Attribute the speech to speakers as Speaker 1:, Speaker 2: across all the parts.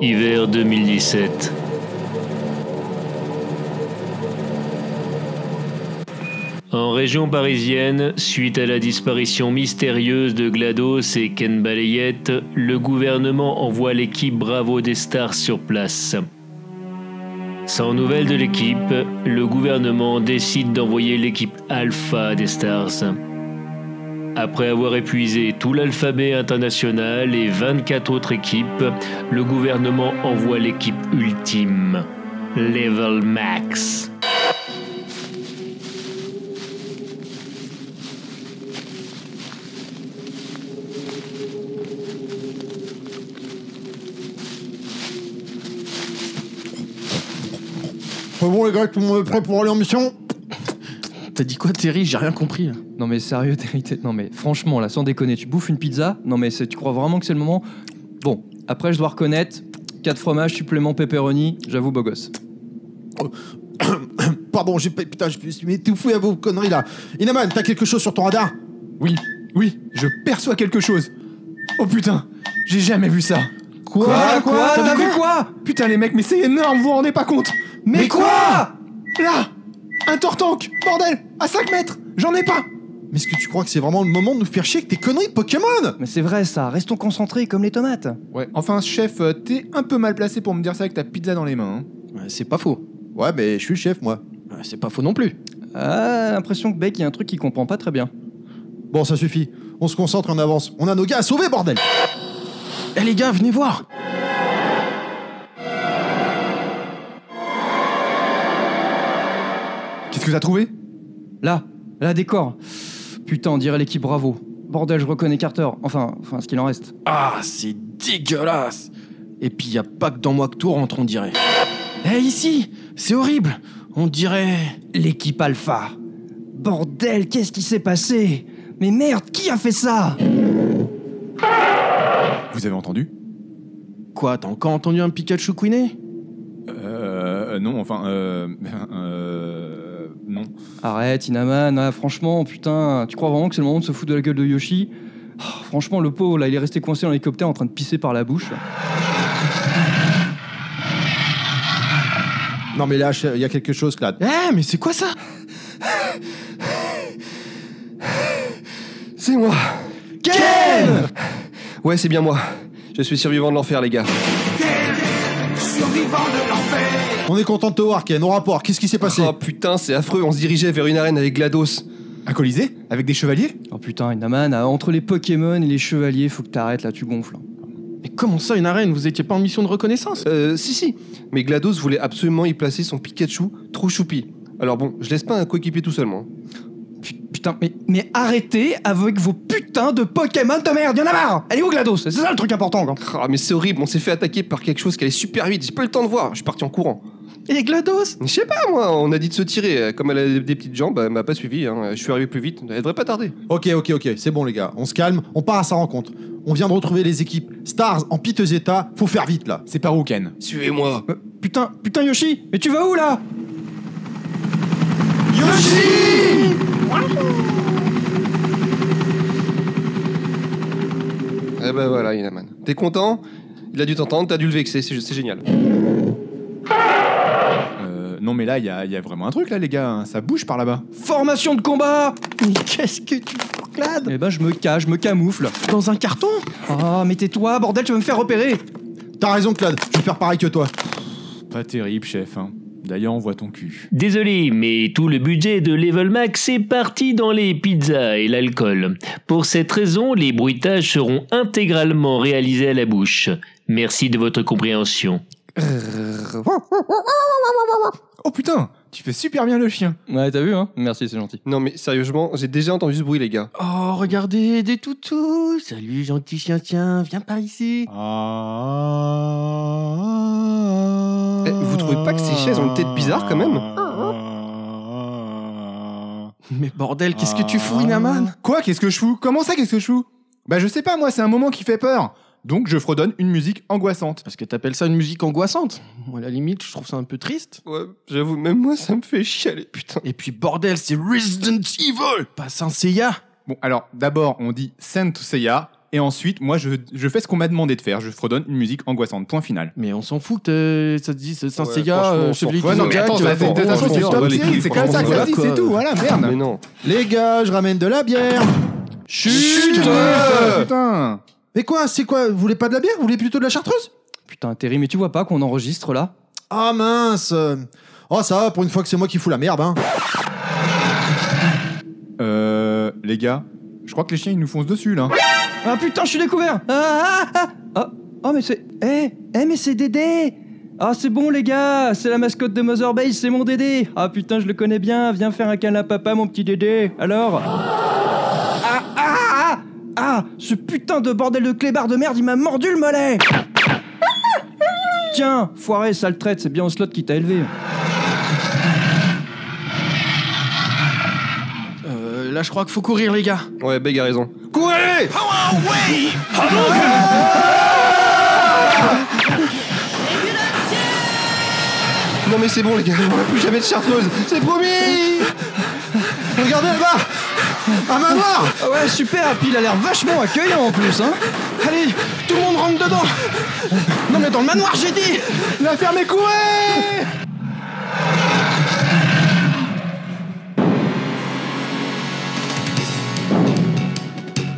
Speaker 1: Hiver 2017. En région parisienne, suite à la disparition mystérieuse de GLaDOS et Ken Balayette, le gouvernement envoie l'équipe Bravo des Stars sur place. Sans nouvelles de l'équipe, le gouvernement décide d'envoyer l'équipe Alpha des Stars. Après avoir épuisé tout l'alphabet international et 24 autres équipes, le gouvernement envoie l'équipe ultime, Level Max.
Speaker 2: C'est bon les gars, tout le monde est prêt pour aller en mission
Speaker 3: T'as dit quoi, Terry J'ai rien compris. Là.
Speaker 4: Non mais sérieux, Terry, t'es- non mais franchement, là, sans déconner, tu bouffes une pizza Non mais c'est- tu crois vraiment que c'est le moment Bon, après je dois reconnaître, 4 fromages, supplément pepperoni, j'avoue, beau gosse.
Speaker 2: Pardon, j'ai pas. Putain, je suis étouffé à vos conneries là. Inaman, t'as quelque chose sur ton radar
Speaker 3: Oui, oui, je perçois quelque chose. Oh putain, j'ai jamais vu ça.
Speaker 2: Quoi Quoi
Speaker 3: T'as
Speaker 2: T'as
Speaker 3: vu
Speaker 2: vu
Speaker 3: quoi Putain les mecs, mais c'est énorme, vous vous rendez pas compte Mais,
Speaker 4: Ah
Speaker 3: Là Un tortank Bordel À 5 mètres J'en ai pas
Speaker 2: Mais est-ce que tu crois que c'est vraiment le moment de nous faire chier avec tes conneries de Pokémon
Speaker 4: Mais c'est vrai ça, restons concentrés comme les tomates.
Speaker 5: Ouais, enfin, chef, euh, t'es un peu mal placé pour me dire ça avec ta pizza dans les mains. hein.
Speaker 3: Ouais, C'est pas faux.
Speaker 2: Ouais, mais je suis le chef moi.
Speaker 3: Ouais, C'est pas faux non plus.
Speaker 4: Ah, l'impression que Beck, il y a un truc qu'il comprend pas très bien.
Speaker 2: Bon, ça suffit. On se concentre, on avance. On a nos gars à sauver, bordel
Speaker 3: Eh les gars, venez voir
Speaker 5: Qu'est-ce que t'as trouvé
Speaker 4: Là, là, décor. Putain, on dirait l'équipe Bravo. Bordel, je reconnais Carter. Enfin, enfin, ce qu'il en reste.
Speaker 3: Ah, c'est dégueulasse Et puis y a pas que dans moi que tout rentre, on dirait. Eh ici C'est horrible On dirait...
Speaker 4: L'équipe Alpha. Bordel, qu'est-ce qui s'est passé Mais merde, qui a fait ça
Speaker 5: Vous avez entendu
Speaker 3: Quoi, t'as encore entendu un Pikachu couiner
Speaker 5: Euh, non, enfin, euh. Euh. Non.
Speaker 4: Arrête, Inaman, ah, franchement, putain, tu crois vraiment que c'est le moment de se foutre de la gueule de Yoshi Oh, Franchement, le pauvre, là, il est resté coincé dans l'hélicoptère en train de pisser par la bouche.
Speaker 2: Non, mais là, je- il y a quelque chose là.
Speaker 3: Eh, mais c'est quoi ça C'est moi Ken Ouais, c'est bien moi. Je suis survivant de l'enfer, les gars.
Speaker 2: On est content de te voir, Ken. Au rapport, qu'est-ce qui s'est passé
Speaker 3: Oh putain, c'est affreux, on se dirigeait vers une arène avec GLaDOS.
Speaker 5: Un colisée Avec des chevaliers
Speaker 4: Oh putain, Inaman, ah, entre les Pokémon et les chevaliers, faut que t'arrêtes, là, tu gonfles. hein.
Speaker 3: Mais comment ça, une arène Vous étiez pas en mission de reconnaissance Euh, si, si. Mais GLaDOS voulait absolument y placer son Pikachu, trop choupi. Alors bon, je laisse pas un coéquipier tout seul, moi.
Speaker 4: Pu- Putain, mais, mais arrêtez avec vos putains de Pokémon de merde, y'en a marre Allez où, GLaDOS C'est ça le truc important, quoi.
Speaker 3: Ah, mais c'est horrible, on s'est fait attaquer par quelque chose qui allait super vite, j'ai pas eu le temps de voir, je suis parti en courant.
Speaker 4: Et GLaDOS
Speaker 3: Je sais pas, moi, on a dit de se tirer. Comme elle a des petites jambes, elle m'a pas suivi, hein. je suis arrivé plus vite, elle devrait pas tarder.
Speaker 2: Ok, ok, ok, c'est bon les gars, on se calme, on part à sa rencontre. On vient de retrouver les équipes. Stars en piteux état, faut faire vite là.
Speaker 5: C'est par où, Ken
Speaker 3: Suivez-moi.
Speaker 4: Euh, Putain, putain, Yoshi, mais tu vas où, là
Speaker 3: Eh ben voilà, Inaman. T'es content Il a dû t'entendre, t'as dû le vexer, c'est c'est génial.
Speaker 5: Euh. Non, mais là, il y a, y a vraiment un truc là, les gars. hein. Ça bouge par là-bas.
Speaker 4: Formation de combat
Speaker 3: Mais qu'est-ce que tu clades
Speaker 4: Eh ben, je me cache, je me camoufle.
Speaker 3: Dans un carton
Speaker 4: Ah, mais tais-toi, bordel, tu vas me faire repérer
Speaker 2: T'as raison, Claude, je vais faire pareil que toi.
Speaker 5: Pas terrible, chef, hein. D'ailleurs, on voit ton cul.
Speaker 1: Désolé, mais tout le budget de Level Max est parti dans les pizzas et l'alcool. Pour cette raison, les bruitages seront intégralement réalisés à la bouche. Merci de votre compréhension.
Speaker 5: Oh putain Tu fais super bien le chien
Speaker 4: Ouais, t'as vu, hein Merci, c'est gentil.
Speaker 3: Non mais sérieusement, j'ai déjà entendu ce bruit, les gars.
Speaker 6: Oh, regardez, des toutous Salut, gentil chien, tiens, viens par ici
Speaker 3: Eh, vous trouvez pas que ces chaises ont une tête bizarre quand même
Speaker 6: Mais bordel, qu'est-ce que
Speaker 4: Ah.
Speaker 6: tu fous, Inaman
Speaker 5: Quoi Qu'est-ce que je fous Comment ça, qu'est-ce que je fous Bah, je sais pas, moi, c'est un moment qui fait peur. Donc, je fredonne une musique angoissante.
Speaker 6: Parce que t'appelles ça une musique angoissante Moi, à la limite, je trouve ça un peu triste.
Speaker 3: Ouais, j'avoue, même moi ça me fait chialer, putain.
Speaker 6: Et puis bordel, c'est Resident Evil Pas Saint Seiya
Speaker 5: Bon, alors, d'abord, on dit Saint Seiya, Et ensuite, moi, je, je fais ce qu'on m'a demandé de faire. Je fredonne une musique angoissante. Point final.
Speaker 7: Mais on s'en fout que euh, ça te dise Saint Seiya,
Speaker 3: franchement, on
Speaker 7: euh,
Speaker 3: s'en
Speaker 7: Chevalier
Speaker 3: fout. Ouais,
Speaker 7: qui
Speaker 3: non,
Speaker 7: se
Speaker 3: mais
Speaker 7: jack,
Speaker 3: attends,
Speaker 7: euh,
Speaker 3: ça fait
Speaker 7: bon, bon,
Speaker 3: des années
Speaker 7: bon,
Speaker 3: qu'il
Speaker 7: bon, bon,
Speaker 3: parle de
Speaker 7: bon,
Speaker 3: l'équipe,
Speaker 7: bon,
Speaker 3: c'est comme
Speaker 7: bon,
Speaker 3: ça que
Speaker 7: voilà,
Speaker 3: ça se dit,
Speaker 7: quoi.
Speaker 3: c'est tout, voilà,
Speaker 7: Ah,
Speaker 3: merde.
Speaker 7: mais non.
Speaker 2: Les gars, je ramène de la bière.
Speaker 5: Chut
Speaker 2: euh,
Speaker 5: Putain
Speaker 2: Mais quoi, c'est quoi Vous voulez pas de la bière Vous voulez plutôt de la chartreuse
Speaker 4: Putain, Terry, mais tu vois pas qu'on enregistre là
Speaker 2: Ah mince Oh ça va, pour une fois que c'est moi qui fous la merde, hein.
Speaker 5: Euh, les gars, je crois que les chiens, ils nous foncent dessus, là.
Speaker 4: Ah putain, je suis découvert Ah ah ah Oh, oh, mais c'est. Eh Eh, mais c'est Dédé Ah, c'est bon, les gars C'est la mascotte de Mother Base, c'est mon Dédé Ah putain, je le connais bien Viens faire un câlin à papa, mon petit Dédé Alors Ah ah ah Ah Ce putain de bordel de clébard de merde, il m'a mordu le mollet Tiens, foiré, sale traite, c'est bien Ocelot qui t'a élevé.
Speaker 7: Euh, là, je crois qu'il faut courir, les gars.
Speaker 3: Ouais, Beg a raison.
Speaker 7: Courez
Speaker 3: Non, mais c'est bon, les gars, on n'a plus jamais de chartreuse, c'est promis
Speaker 2: Regardez là-bas Un manoir
Speaker 4: Ah ouais, super, puis il a l'air vachement accueillant en plus, hein
Speaker 7: Allez, tout le monde rentre dedans Non, mais dans le manoir, j'ai dit
Speaker 3: La ferme est courée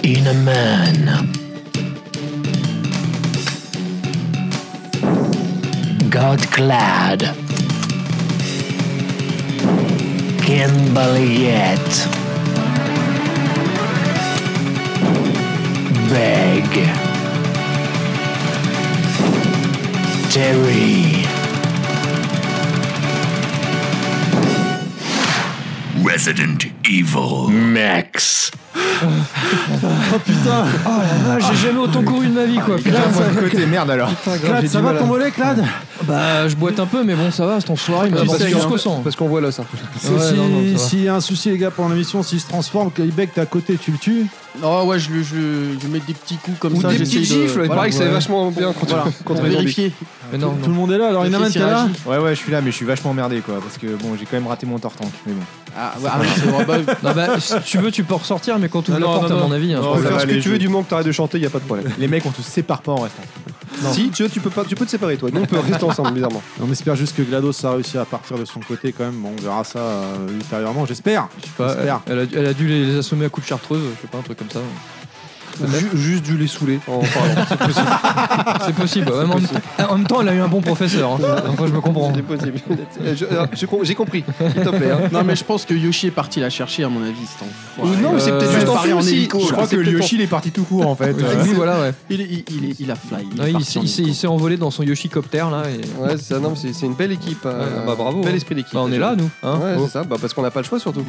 Speaker 1: Une man. God clad. Kimberlyette. Beg. Terry. Resident Evil. Max.
Speaker 4: Ah, j'ai jamais autant couru de ma vie, quoi. Putain,
Speaker 5: Moi, de côté, merde, alors.
Speaker 2: Clad, ça va ton mollet, Clad
Speaker 4: Bah, je boite un peu, mais bon, ça va, c'est enfoiré, il m'a
Speaker 3: parce
Speaker 4: porté
Speaker 3: que-
Speaker 4: jusqu'au sang.
Speaker 3: Parce qu'on voit là, ça.
Speaker 4: Ouais,
Speaker 2: si,
Speaker 4: non, non, ça va.
Speaker 2: s'il y a un souci, les gars, pendant la mission, s'il se transforme, que Ibeck t'es à côté, tu le tues.
Speaker 7: Non, ouais, je lui je, je lui mets des petits coups comme
Speaker 3: Ou
Speaker 7: ça.
Speaker 3: des
Speaker 7: j'essaye
Speaker 3: petites
Speaker 7: de-
Speaker 3: gifles, il
Speaker 7: voilà,
Speaker 3: paraît que c'est
Speaker 7: ouais.
Speaker 3: vachement bien contre,
Speaker 7: Voilà,
Speaker 3: contre
Speaker 7: pour
Speaker 3: les zombies.
Speaker 7: vérifier.
Speaker 4: Mais non,
Speaker 2: tout,
Speaker 4: non.
Speaker 2: tout le monde est là, alors
Speaker 7: J'ai
Speaker 2: Inaman,
Speaker 7: fait
Speaker 2: t'es là
Speaker 7: Siraji.
Speaker 5: Ouais, ouais, je suis là, mais je suis vachement emmerdé, quoi. Parce que, bon, j'ai quand même raté mon tortank. Mais bon.
Speaker 7: Ah, ouais, ah oui, c'est vrai. bah,
Speaker 4: Non, bah, si tu veux, tu peux ressortir, mais quand tu
Speaker 5: Non,
Speaker 4: la
Speaker 5: non,
Speaker 4: porte,
Speaker 5: non,
Speaker 4: à mon
Speaker 5: non.
Speaker 4: avis. hein, je
Speaker 5: Non,
Speaker 4: pense.
Speaker 5: ça
Speaker 3: fais
Speaker 5: va
Speaker 3: ce que
Speaker 5: aller,
Speaker 3: tu veux
Speaker 5: je-
Speaker 3: du moment que t'arrêtes de chanter, y a pas de problème.
Speaker 5: Les mecs, on te sépare pas en restant.
Speaker 3: Si, tu, vois, tu peux pas, tu peux te séparer toi. Nous on peut rester ensemble bizarrement.
Speaker 2: On espère juste que GLaDOS a réussi à partir de son côté quand même. Bon, on verra ça euh, ultérieurement, j'espère.
Speaker 4: Je sais pas, elle,
Speaker 2: J'espère.
Speaker 4: elle a, elle a dû les, les assommer à coups de chartreuse, je sais pas, un truc comme ça.
Speaker 3: Ju- juste du les saouler en parlant.
Speaker 4: C'est possible, ouais, mais en, en même temps, elle a eu un bon professeur. hein. Enfin, je me comprends.
Speaker 3: C'est possible. Euh, je- euh, je com- J'ai compris. Il te plaît. hein.
Speaker 7: non, mais je pense que Yoshi est parti la chercher, à mon avis. cet enfoiré.
Speaker 3: Ou non, mais c'est
Speaker 4: Euh,
Speaker 3: peut-être juste en
Speaker 7: Paris
Speaker 3: film
Speaker 7: en
Speaker 3: aussi.
Speaker 7: hélico,
Speaker 5: Je
Speaker 7: là.
Speaker 5: crois
Speaker 7: c'est
Speaker 5: que
Speaker 7: peut-être
Speaker 5: Yoshi, il est parti tout court, en fait. Euh,
Speaker 4: Oui, voilà, ouais.
Speaker 7: Il, il, il, il a fly. Il, est
Speaker 4: Ouais, il
Speaker 7: parti
Speaker 4: s'est-
Speaker 7: en
Speaker 4: il s'est il
Speaker 7: hélico.
Speaker 4: s'est envolé dans son Yoshicopter là. Et...
Speaker 3: Ouais, c'est ça, non, mais c'est c'est une belle équipe. euh,
Speaker 4: Ouais, bah, bravo,
Speaker 3: Bel
Speaker 4: hein.
Speaker 3: esprit d'équipe.
Speaker 4: Bah, on est là, nous. hein.
Speaker 3: Ouais,
Speaker 4: Oh.
Speaker 3: c'est ça, bah, parce qu'on n'a pas le choix surtout.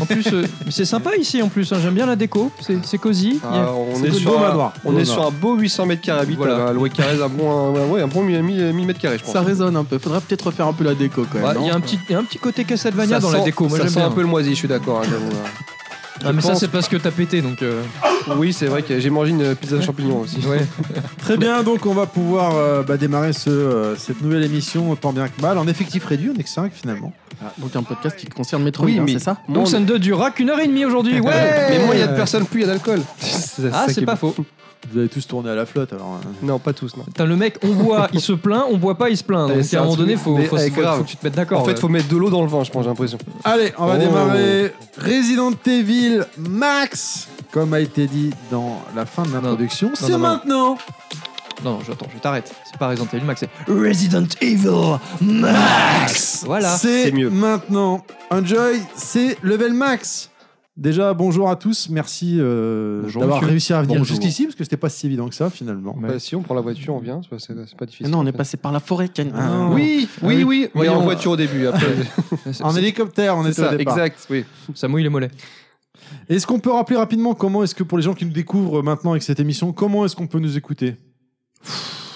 Speaker 4: En plus, euh, c'est sympa ici. En plus, hein, j'aime bien la déco. C'est c'est cosy. Il y a-
Speaker 3: Ah, on
Speaker 2: C'est
Speaker 3: est,
Speaker 2: le beau
Speaker 3: sur un,
Speaker 2: manoir.
Speaker 3: on
Speaker 2: Beau
Speaker 3: est
Speaker 2: manoir.
Speaker 3: sur un beau 800 mètres carrés hein, habitants.
Speaker 4: Voilà.
Speaker 3: Voilà. Louis Carrez, un bon, un, ouais, un bon 1000 1000 mètres carrés, je pense.
Speaker 7: Ça résonne un peu. Faudra peut-être refaire un peu la déco quand même.
Speaker 4: Ouais, il
Speaker 7: non
Speaker 4: y a un petit, il y a un petit côté Castlevania dans la
Speaker 3: sent-
Speaker 4: déco. Moi,
Speaker 3: ça
Speaker 4: j'aime
Speaker 3: sent
Speaker 4: bien.
Speaker 3: un peu le moisi, je suis d'accord. hein, j'avoue, hein.
Speaker 4: Ah, mais ça,
Speaker 3: pense-
Speaker 4: c'est parce que t'as pété, donc. euh,
Speaker 3: Oui, c'est vrai que j'ai mangé une pizza champignon aussi.
Speaker 4: Ouais.
Speaker 2: Très bien, donc on va pouvoir euh, bah, démarrer ce, euh, cette nouvelle émission tant bien que mal. En effectif réduit, on est que 5 finalement.
Speaker 3: Ah,
Speaker 7: Donc un podcast qui concerne Metroid,
Speaker 3: Oui,
Speaker 7: hein,
Speaker 3: mais-
Speaker 7: c'est ça
Speaker 4: Donc,
Speaker 3: Moi,
Speaker 4: ça ne durera qu'une heure et demie aujourd'hui. Ouais.
Speaker 3: Mais moins il y a de personnes, plus il y a d'alcool.
Speaker 4: Ah, c'est pas faux.
Speaker 2: Vous avez tous tourné à la flotte alors. hein.
Speaker 3: Non, pas tous, non.
Speaker 4: Putain, le mec, on boit, il se plaint, on boit pas, il se plaint.
Speaker 3: Eh,
Speaker 4: Donc,
Speaker 3: c'est
Speaker 4: à un
Speaker 3: un
Speaker 4: moment
Speaker 3: truc,
Speaker 4: donné, faut,
Speaker 3: mais,
Speaker 4: faut,
Speaker 3: eh,
Speaker 4: faut-
Speaker 3: grave.
Speaker 4: faut que tu te mettes d'accord. euh.
Speaker 3: en fait,
Speaker 4: ouais.
Speaker 3: faut mettre de l'eau dans le vin, je pense, j'ai l'impression.
Speaker 2: Allez, on va
Speaker 3: Oh.
Speaker 2: démarrer Resident Evil Max, comme a été dit dans la fin de l'introduction. C'est
Speaker 4: non, non.
Speaker 2: maintenant
Speaker 4: Non, non, j'attends, je t'arrête. C'est pas Resident Evil Max, c'est Resident Evil Max. Voilà.
Speaker 2: C'est
Speaker 3: c'est mieux.
Speaker 2: maintenant. Enjoy, c'est level max. Déjà, bonjour à tous. Merci euh,
Speaker 4: Bonjour,
Speaker 2: d'avoir
Speaker 4: monsieur.
Speaker 2: réussi à venir
Speaker 4: Bonjour.
Speaker 2: jusqu'ici, parce que c'était pas si évident que ça finalement.
Speaker 3: Bah, si on prend la voiture, on vient, c'est pas, c'est- c'est pas difficile.
Speaker 7: Mais Non, on est
Speaker 3: en fait.
Speaker 7: passé par la forêt, Ken.
Speaker 2: Ah, non.
Speaker 3: Oui,
Speaker 4: Oh.
Speaker 3: oui, Ah, oui. On est
Speaker 4: Voyons.
Speaker 3: en voiture au début, après.
Speaker 2: En hélicoptère, on
Speaker 3: c'est
Speaker 2: était au
Speaker 3: ça,
Speaker 2: départ.
Speaker 3: exact, oui.
Speaker 4: Ça mouille les mollets.
Speaker 2: Est-ce qu'on peut rappeler rapidement comment est-ce que pour les gens qui nous découvrent maintenant avec cette émission, comment est-ce qu'on peut nous écouter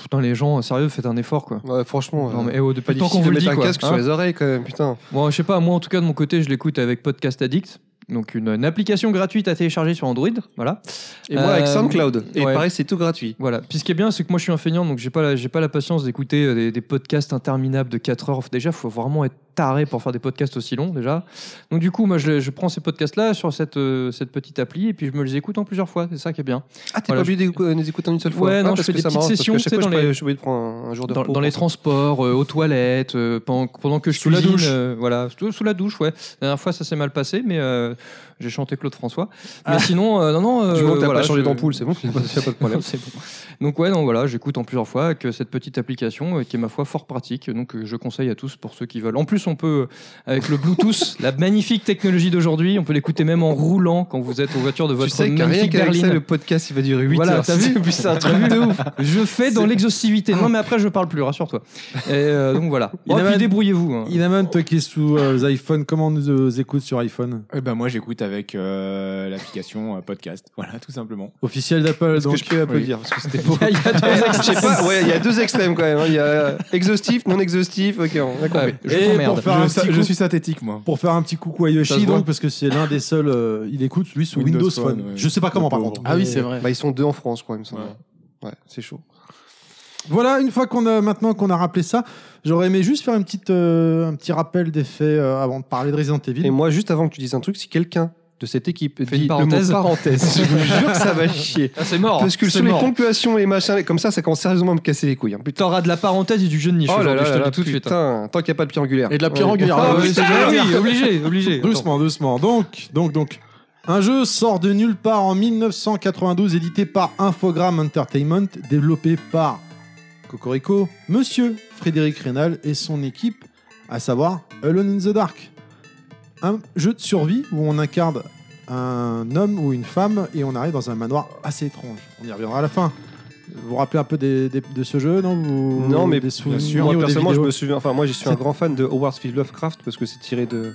Speaker 4: Putain, les gens, euh, sérieux, faites un effort, quoi.
Speaker 3: Ouais, franchement,
Speaker 4: Non,
Speaker 3: euh,
Speaker 4: mais eh oh, depuis
Speaker 3: pas
Speaker 4: le temps
Speaker 3: difficile
Speaker 4: qu'on
Speaker 3: de
Speaker 4: vous le dit,
Speaker 3: mettre un
Speaker 4: quoi.
Speaker 3: casque
Speaker 4: hein.
Speaker 3: sur les oreilles quand même, putain.
Speaker 4: Bon, je sais pas, moi en tout cas de mon côté, je l'écoute avec Podcast Addict, donc une, une application gratuite à télécharger sur Android, voilà.
Speaker 3: Et moi avec
Speaker 4: Euh,
Speaker 3: SoundCloud. Et
Speaker 4: ouais.
Speaker 3: pareil, c'est tout gratuit.
Speaker 4: Voilà. Puis ce qui est bien, c'est que moi je suis un feignant, donc j'ai pas la, j'ai pas la patience d'écouter euh, des, des podcasts interminables de 4 heures. Déjà, faut vraiment être taré pour faire des podcasts aussi longs déjà. Donc du coup, moi, je, je prends ces podcasts-là sur cette, euh, cette petite appli et puis je me les écoute en plusieurs fois. C'est ça qui est bien.
Speaker 3: Ah, t'es
Speaker 4: Voilà,
Speaker 3: pas obligé d'écou- de les écouter en une seule fois.
Speaker 4: Ouais,
Speaker 3: Ah,
Speaker 4: non,
Speaker 3: parce
Speaker 4: je fais
Speaker 3: que
Speaker 4: des
Speaker 3: ça
Speaker 4: petites
Speaker 3: m'arrange, parce que
Speaker 4: sessions,
Speaker 3: à chaque
Speaker 4: tu sais,
Speaker 3: fois,
Speaker 4: dans
Speaker 3: je
Speaker 4: les-
Speaker 3: suis obligé de prendre un jour de
Speaker 4: Dans,
Speaker 3: repos
Speaker 4: dans les
Speaker 3: pour ça.
Speaker 4: transports, euh, aux toilettes, euh, pendant, pendant que je
Speaker 2: Sous la
Speaker 4: cuisine,
Speaker 2: douche.
Speaker 4: euh, voilà, sous, sous la douche, ouais. La dernière fois, ça s'est mal passé, mais euh, j'ai chanté Claude François. Mais sinon, euh, non, non.
Speaker 3: Ah. Du
Speaker 4: euh,
Speaker 3: moment que t'as
Speaker 4: voilà,
Speaker 3: pas changé
Speaker 4: je-
Speaker 3: d'ampoule, c'est bon, il y a pas y a pas de problème.
Speaker 4: c'est bon. Donc ouais, non, voilà, j'écoute en plusieurs fois que cette petite application euh, qui est ma foi fort pratique, donc euh, je conseille à tous pour ceux qui veulent. En plus, on peut euh, avec le Bluetooth, la magnifique technologie d'aujourd'hui, on peut l'écouter même en roulant quand vous êtes aux voitures de
Speaker 3: Tu
Speaker 4: votre
Speaker 3: sais que rien
Speaker 4: magnifique
Speaker 3: qu'avec ça,
Speaker 4: berline.
Speaker 3: le podcast, il va durer 8
Speaker 4: Voilà,
Speaker 3: heures.
Speaker 4: t'as vu
Speaker 3: Puis c'est un truc de ouf.
Speaker 4: Je fais dans l'exhaustivité. Non, mais après je parle plus, rassure-toi. Et, euh, donc voilà.
Speaker 2: Il
Speaker 4: Oh,
Speaker 2: a
Speaker 4: puis
Speaker 2: même-
Speaker 4: débrouillez-vous. hein.
Speaker 2: Inaman, toi qui es sous euh, iPhone, comment on nous euh, écoute sur iPhone
Speaker 5: Eh ben moi j'écoute avec euh, l'application euh, podcast. Voilà, tout simplement.
Speaker 2: Officiel d'Apple,
Speaker 3: Est-ce
Speaker 2: donc.
Speaker 3: que je peux applaudir parce que c'était beau. Il y a
Speaker 4: deux
Speaker 3: ouais, il y a deux extrêmes quand même. hein. Il y a exhaustif, non exhaustif. Ok, on a compris.
Speaker 4: Ouais, je
Speaker 2: Et
Speaker 4: t'emmerde.
Speaker 2: pour faire,
Speaker 5: je,
Speaker 2: un
Speaker 5: sa-
Speaker 2: petit
Speaker 5: je
Speaker 2: coup-
Speaker 5: suis synthétique moi.
Speaker 2: pour faire un petit coucou à
Speaker 3: Ça se
Speaker 2: Yoshi,
Speaker 3: voit.
Speaker 2: donc, parce que c'est l'un des seuls. euh, il écoute, lui, sous Windows,
Speaker 5: Windows
Speaker 2: Phone.
Speaker 5: Phone, ouais.
Speaker 2: Je sais pas comment, par
Speaker 5: Le
Speaker 2: contre.
Speaker 5: pauvre.
Speaker 8: Ah oui,
Speaker 2: Mais-
Speaker 8: c'est vrai.
Speaker 3: Bah, ils sont deux en France, quoi, il me semble.
Speaker 5: Ouais.
Speaker 3: Ouais, c'est chaud.
Speaker 2: Voilà, une fois qu'on a maintenant qu'on a rappelé ça, j'aurais aimé juste faire une petite, euh, un petit rappel des faits euh, avant de parler de Resident Evil.
Speaker 3: Et moi, juste avant que tu dises un truc, si quelqu'un de cette équipe
Speaker 4: Fais une
Speaker 3: dit le mot
Speaker 4: parenthèse.
Speaker 3: parenthèse, je vous jure que ça va chier.
Speaker 4: Ah, c'est mort.
Speaker 3: Parce que
Speaker 4: c'est
Speaker 3: sur les
Speaker 4: mort.
Speaker 3: ponctuations et machin, comme ça, ça commence sérieusement à me casser les couilles. hein. Putain.
Speaker 4: T'auras de la parenthèse et du jeu de niche.
Speaker 3: Oh là
Speaker 4: aujourd'hui,
Speaker 3: là
Speaker 4: je te
Speaker 3: là
Speaker 4: le
Speaker 3: là,
Speaker 4: dis tout de suite. hein.
Speaker 3: putain, tant qu'il n'y a pas de pierre angulaire.
Speaker 8: Et de la pierre
Speaker 3: Ouais.
Speaker 8: angulaire.
Speaker 4: Ah,
Speaker 8: ouais,
Speaker 4: putain,
Speaker 8: c'est
Speaker 4: oui,
Speaker 8: génial.
Speaker 4: obligé, obligé.
Speaker 2: Doucement, doucement. Donc, donc, donc. Un jeu sort de nulle part en 1992, édité par Infogram Entertainment, développé par Cocorico, Monsieur Frédéric Rénal et son équipe, à savoir Alone in the Dark. Un jeu de survie où on incarne un homme ou une femme et on arrive dans un manoir assez étrange. On y reviendra à la fin. Vous vous rappelez un peu des- des- de ce jeu, non Vous-
Speaker 3: Non, mais
Speaker 2: des souvenirs ou
Speaker 3: Moi,
Speaker 2: des
Speaker 3: personnellement, je
Speaker 2: vidéos
Speaker 3: me souviens. Enfin, moi, je suis un grand fan de Howard Phil Lovecraft parce que c'est tiré de,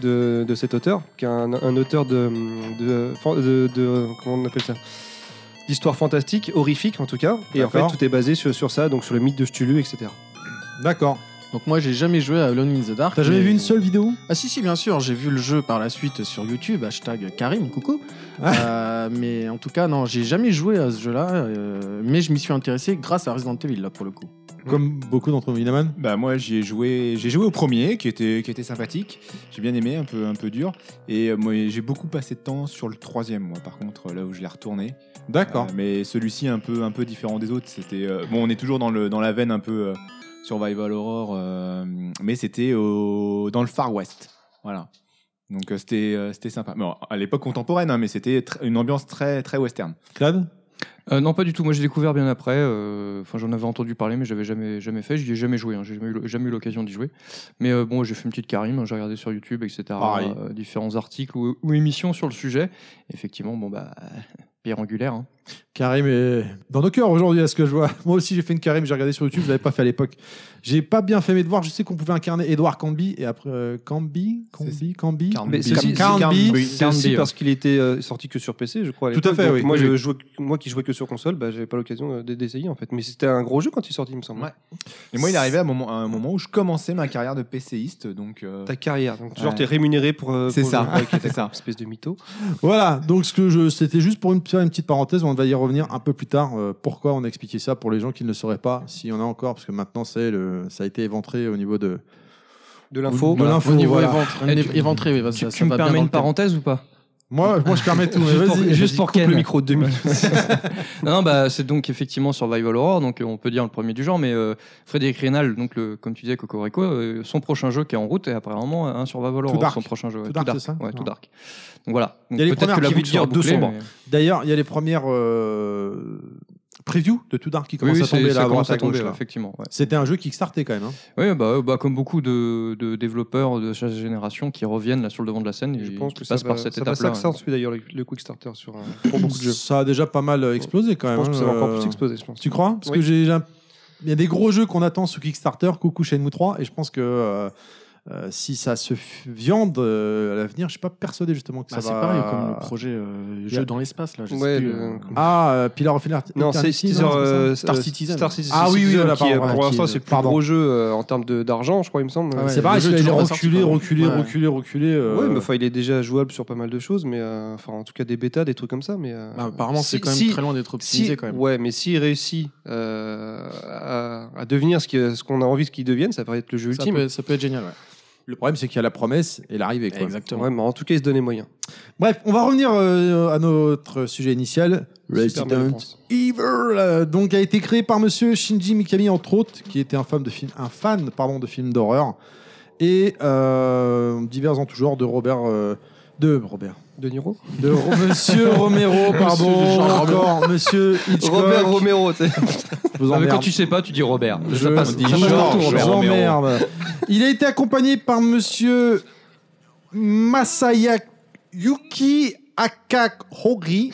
Speaker 3: de, de cet auteur, qui est un, un auteur de, de, de- de- Comment on appelle ça D'histoire fantastique, horrifique en tout cas. Et en fait,
Speaker 2: D'accord.
Speaker 3: tout est basé sur, sur ça, donc sur le mythe de Cthulhu, etc.
Speaker 2: D'accord.
Speaker 8: Donc moi j'ai jamais joué à Alone in the Dark.
Speaker 2: T'as jamais
Speaker 8: mais-
Speaker 2: vu une seule vidéo
Speaker 8: Ah si si bien sûr, j'ai vu le jeu par la suite sur YouTube, hashtag Karim, coucou. Euh, mais en tout cas non, j'ai jamais joué à ce jeu-là, euh, mais je m'y suis intéressé grâce à Resident Evil là pour le coup.
Speaker 2: Comme beaucoup d'entre nous, Inaman
Speaker 5: Bah moi j'y ai joué, j'ai joué au premier qui était qui était sympathique. J'ai bien aimé, un peu un peu dur. Et euh, moi j'ai beaucoup passé de temps sur le troisième moi. Par contre là où je l'ai retourné.
Speaker 2: D'accord.
Speaker 5: Euh, mais celui-ci un peu un peu différent des autres. C'était euh, bon, on est toujours dans le dans la veine un peu euh, survival horror, euh, mais c'était au- dans le Far West. Voilà. Donc euh, c'était euh, c'était sympa. Bon, à l'époque contemporaine, hein, mais c'était tr- une ambiance très très western.
Speaker 2: Clad
Speaker 4: Euh, non, pas du tout. Moi, j'ai découvert bien après. euh, Enfin, j'en avais entendu parler, mais j'avais jamais, jamais fait. J'y ai jamais joué. hein. J'ai jamais, eu l'o- jamais eu l'occasion d'y jouer. Mais euh, bon, j'ai fait une petite Karim. hein, J'ai regardé sur YouTube, etc.
Speaker 2: Pareil.
Speaker 4: euh, différents articles ou, ou émissions sur le sujet. Effectivement, bon bah, pierre angulaire. hein.
Speaker 2: Karim est dans nos cœurs aujourd'hui, à ce que je vois. Moi aussi, j'ai fait une Karim, j'ai regardé sur YouTube, je l'avais pas fait à l'époque. J'ai pas bien fait mes devoirs, je sais qu'on pouvait incarner Edouard Camby, et après, euh, Camby Camby Camby
Speaker 3: Mais ceci,
Speaker 2: Carnby.
Speaker 3: Carnby, c'est
Speaker 4: Carnby,
Speaker 3: aussi
Speaker 4: ouais.
Speaker 3: parce qu'il était euh, sorti que sur PC, je crois.
Speaker 2: Tout à
Speaker 3: l'époque.
Speaker 2: fait,
Speaker 3: Donc,
Speaker 2: oui.
Speaker 3: Moi,
Speaker 2: Oui,
Speaker 3: je
Speaker 2: oui.
Speaker 3: jouais- moi qui jouais que sur console, bah, j'avais pas l'occasion euh, d- d'essayer en fait. Mais c'était un gros jeu quand il est sorti, il me semble.
Speaker 5: Ouais. Et moi, il arrivait à un moment, à un moment où je commençais ma carrière de PCiste, donc. euh,
Speaker 3: Ta carrière, donc
Speaker 5: Ouais.
Speaker 3: genre t'es rémunéré pour. euh,
Speaker 5: C'est
Speaker 3: pour
Speaker 5: ça.
Speaker 3: jouer. Ouais,
Speaker 5: C'est ça.
Speaker 3: Espèce de mytho.
Speaker 2: Voilà, donc ce que je, c'était juste pour une, faire une petite parenthèse, on va y revenir un peu plus tard. euh, pourquoi on a expliqué ça pour les gens qui ne le sauraient pas, s'il y en a encore, parce que maintenant c'est le, ça a été éventré au niveau de,
Speaker 3: De l'info.
Speaker 2: de l'info.
Speaker 8: Au niveau
Speaker 2: voilà.
Speaker 8: éventre-
Speaker 4: Eh,
Speaker 8: éventré,
Speaker 4: tu-
Speaker 8: oui,
Speaker 2: bah,
Speaker 8: parce que
Speaker 4: tu
Speaker 8: bah, ça,
Speaker 4: tu
Speaker 8: ça
Speaker 4: me
Speaker 8: va bien
Speaker 4: permets
Speaker 8: dans
Speaker 4: une
Speaker 8: le thème.
Speaker 4: parenthèse ou pas
Speaker 2: Moi, moi, je permets tout. mais
Speaker 4: Juste pour-
Speaker 2: vas-y,
Speaker 4: juste
Speaker 2: vas-y.
Speaker 4: pour
Speaker 3: Coupe
Speaker 4: Ken.
Speaker 3: le micro de deux minutes.
Speaker 4: Non, bah, c'est donc effectivement Survival Horror, donc euh, on peut dire le premier du genre, mais euh, Frédéric Rénal, donc le, comme tu disais, Cocorico, euh, son prochain jeu qui est en route est apparemment un Survival Horror,
Speaker 2: Dark.
Speaker 4: son prochain jeu. ouais,
Speaker 2: Tout Dark, c'est ça
Speaker 4: Ouais, tout
Speaker 2: Non.
Speaker 4: dark. Donc voilà.
Speaker 2: y a les
Speaker 4: Donc, Peut-être
Speaker 2: premières
Speaker 4: que la
Speaker 2: qui
Speaker 4: boucle
Speaker 2: veulent dire
Speaker 4: sera
Speaker 2: deux
Speaker 4: bouclée,
Speaker 2: sombres.
Speaker 4: mais-
Speaker 2: D'ailleurs, il y a les premières euh, previews de Tout Dark qui
Speaker 4: Oui,
Speaker 2: commencent
Speaker 4: oui,
Speaker 2: à tomber
Speaker 4: c'est-
Speaker 2: là,
Speaker 4: ça
Speaker 2: à
Speaker 4: commence
Speaker 2: droite,
Speaker 4: à
Speaker 2: à gauche,
Speaker 4: tomber, ouais,
Speaker 2: là.
Speaker 4: effectivement. ouais.
Speaker 2: C'était un jeu qui startait quand même. hein.
Speaker 4: Oui, bah, bah, comme beaucoup de, de développeurs de chaque génération qui reviennent là sur le devant de la scène, et
Speaker 3: Je pense que
Speaker 4: qui
Speaker 3: ça
Speaker 4: passent
Speaker 3: va,
Speaker 4: par cette
Speaker 3: ça va
Speaker 4: étape-là. ouais.
Speaker 3: s'accentuer d'ailleurs le, le quick starter sur euh, pour beaucoup de jeux.
Speaker 2: Ça a déjà pas mal explosé quand
Speaker 3: Je
Speaker 2: même.
Speaker 3: pense que ça va
Speaker 2: hein,
Speaker 3: encore
Speaker 2: euh,
Speaker 3: plus exploser, je pense.
Speaker 2: Tu crois Parce
Speaker 3: Oui.
Speaker 2: que j'ai. j'ai un- Il y a des gros jeux qu'on attend sous Kickstarter, coucou Shenmue 3, et je pense que euh, euh, si ça se f- viande euh, à l'avenir, je suis pas persuadé justement que
Speaker 4: Bah,
Speaker 2: ça
Speaker 4: c'est
Speaker 2: va.
Speaker 4: pareil comme le projet euh, jeu dans l'espace là. Je
Speaker 3: Ouais,
Speaker 4: sais plus,
Speaker 3: le-
Speaker 4: euh,
Speaker 2: Ah, euh, Pilar of Eternity,
Speaker 3: Non, c'est
Speaker 2: Eternity,
Speaker 3: Citizen,
Speaker 2: non,
Speaker 3: euh,
Speaker 4: Star
Speaker 3: euh,
Speaker 4: Citizen.
Speaker 3: Star Citizen.
Speaker 2: Ah oui, oui,
Speaker 3: Citizen,
Speaker 2: voilà,
Speaker 3: qui
Speaker 2: pardon,
Speaker 3: est-
Speaker 2: voilà,
Speaker 3: pour
Speaker 4: qui
Speaker 3: l'instant,
Speaker 4: est-
Speaker 3: c'est le plus
Speaker 2: pardon.
Speaker 3: gros jeu euh, en termes de- d'argent, je crois, il me semble.
Speaker 4: Ah ouais.
Speaker 2: C'est pareil,
Speaker 4: le jeu est
Speaker 2: celui-là, il est
Speaker 4: toujours pas sorti,
Speaker 2: reculé,
Speaker 4: pardon.
Speaker 2: reculé,
Speaker 4: Ouais.
Speaker 2: reculé, reculé. euh,
Speaker 3: Ouais, mais enfin, il est déjà jouable sur pas mal de choses, mais euh, enfin, en tout cas, des bêtas, des trucs comme ça. Mais euh,
Speaker 4: bah, apparemment, c'est
Speaker 3: si-
Speaker 4: quand même
Speaker 3: si-
Speaker 4: très loin d'être
Speaker 3: si-
Speaker 4: optimisé quand même.
Speaker 3: Ouais, mais s'il réussit euh, à, à devenir ce que- ce qu'on a envie ce qu'il devienne, ça va être le jeu
Speaker 4: Ça,
Speaker 3: ultime.
Speaker 4: peut, ça peut être génial. ouais.
Speaker 2: Le problème, c'est qu'il y a la promesse et l'arrivée. quoi.
Speaker 4: Exactement.
Speaker 3: Ouais, mais en tout cas, il se donnait moyen.
Speaker 2: Bref, on va revenir euh, à notre sujet initial.
Speaker 3: Superbe
Speaker 2: Resident
Speaker 3: réponse.
Speaker 2: Evil, euh, donc a été créé par Monsieur Shinji Mikami entre autres, qui était un fan de films, un fan pardon de films d'horreur et euh, divers en tout genre de Robert, euh, de Robert,
Speaker 3: De Niro
Speaker 2: de Ro- Monsieur Romero, pardon,
Speaker 4: Jean
Speaker 2: encore Monsieur Hitchcock.
Speaker 3: Robert Romero, tu sais.
Speaker 2: je vous
Speaker 8: Ah, mais
Speaker 2: emmerde.
Speaker 8: quand tu sais pas, tu dis Robert.
Speaker 2: Je
Speaker 8: Ça passe-
Speaker 2: dis
Speaker 8: ça passe
Speaker 2: Jean,
Speaker 8: partout,
Speaker 2: je
Speaker 8: Robert.
Speaker 2: vous emmerde. Il a été accompagné par Monsieur Masaya Yuki Akahori.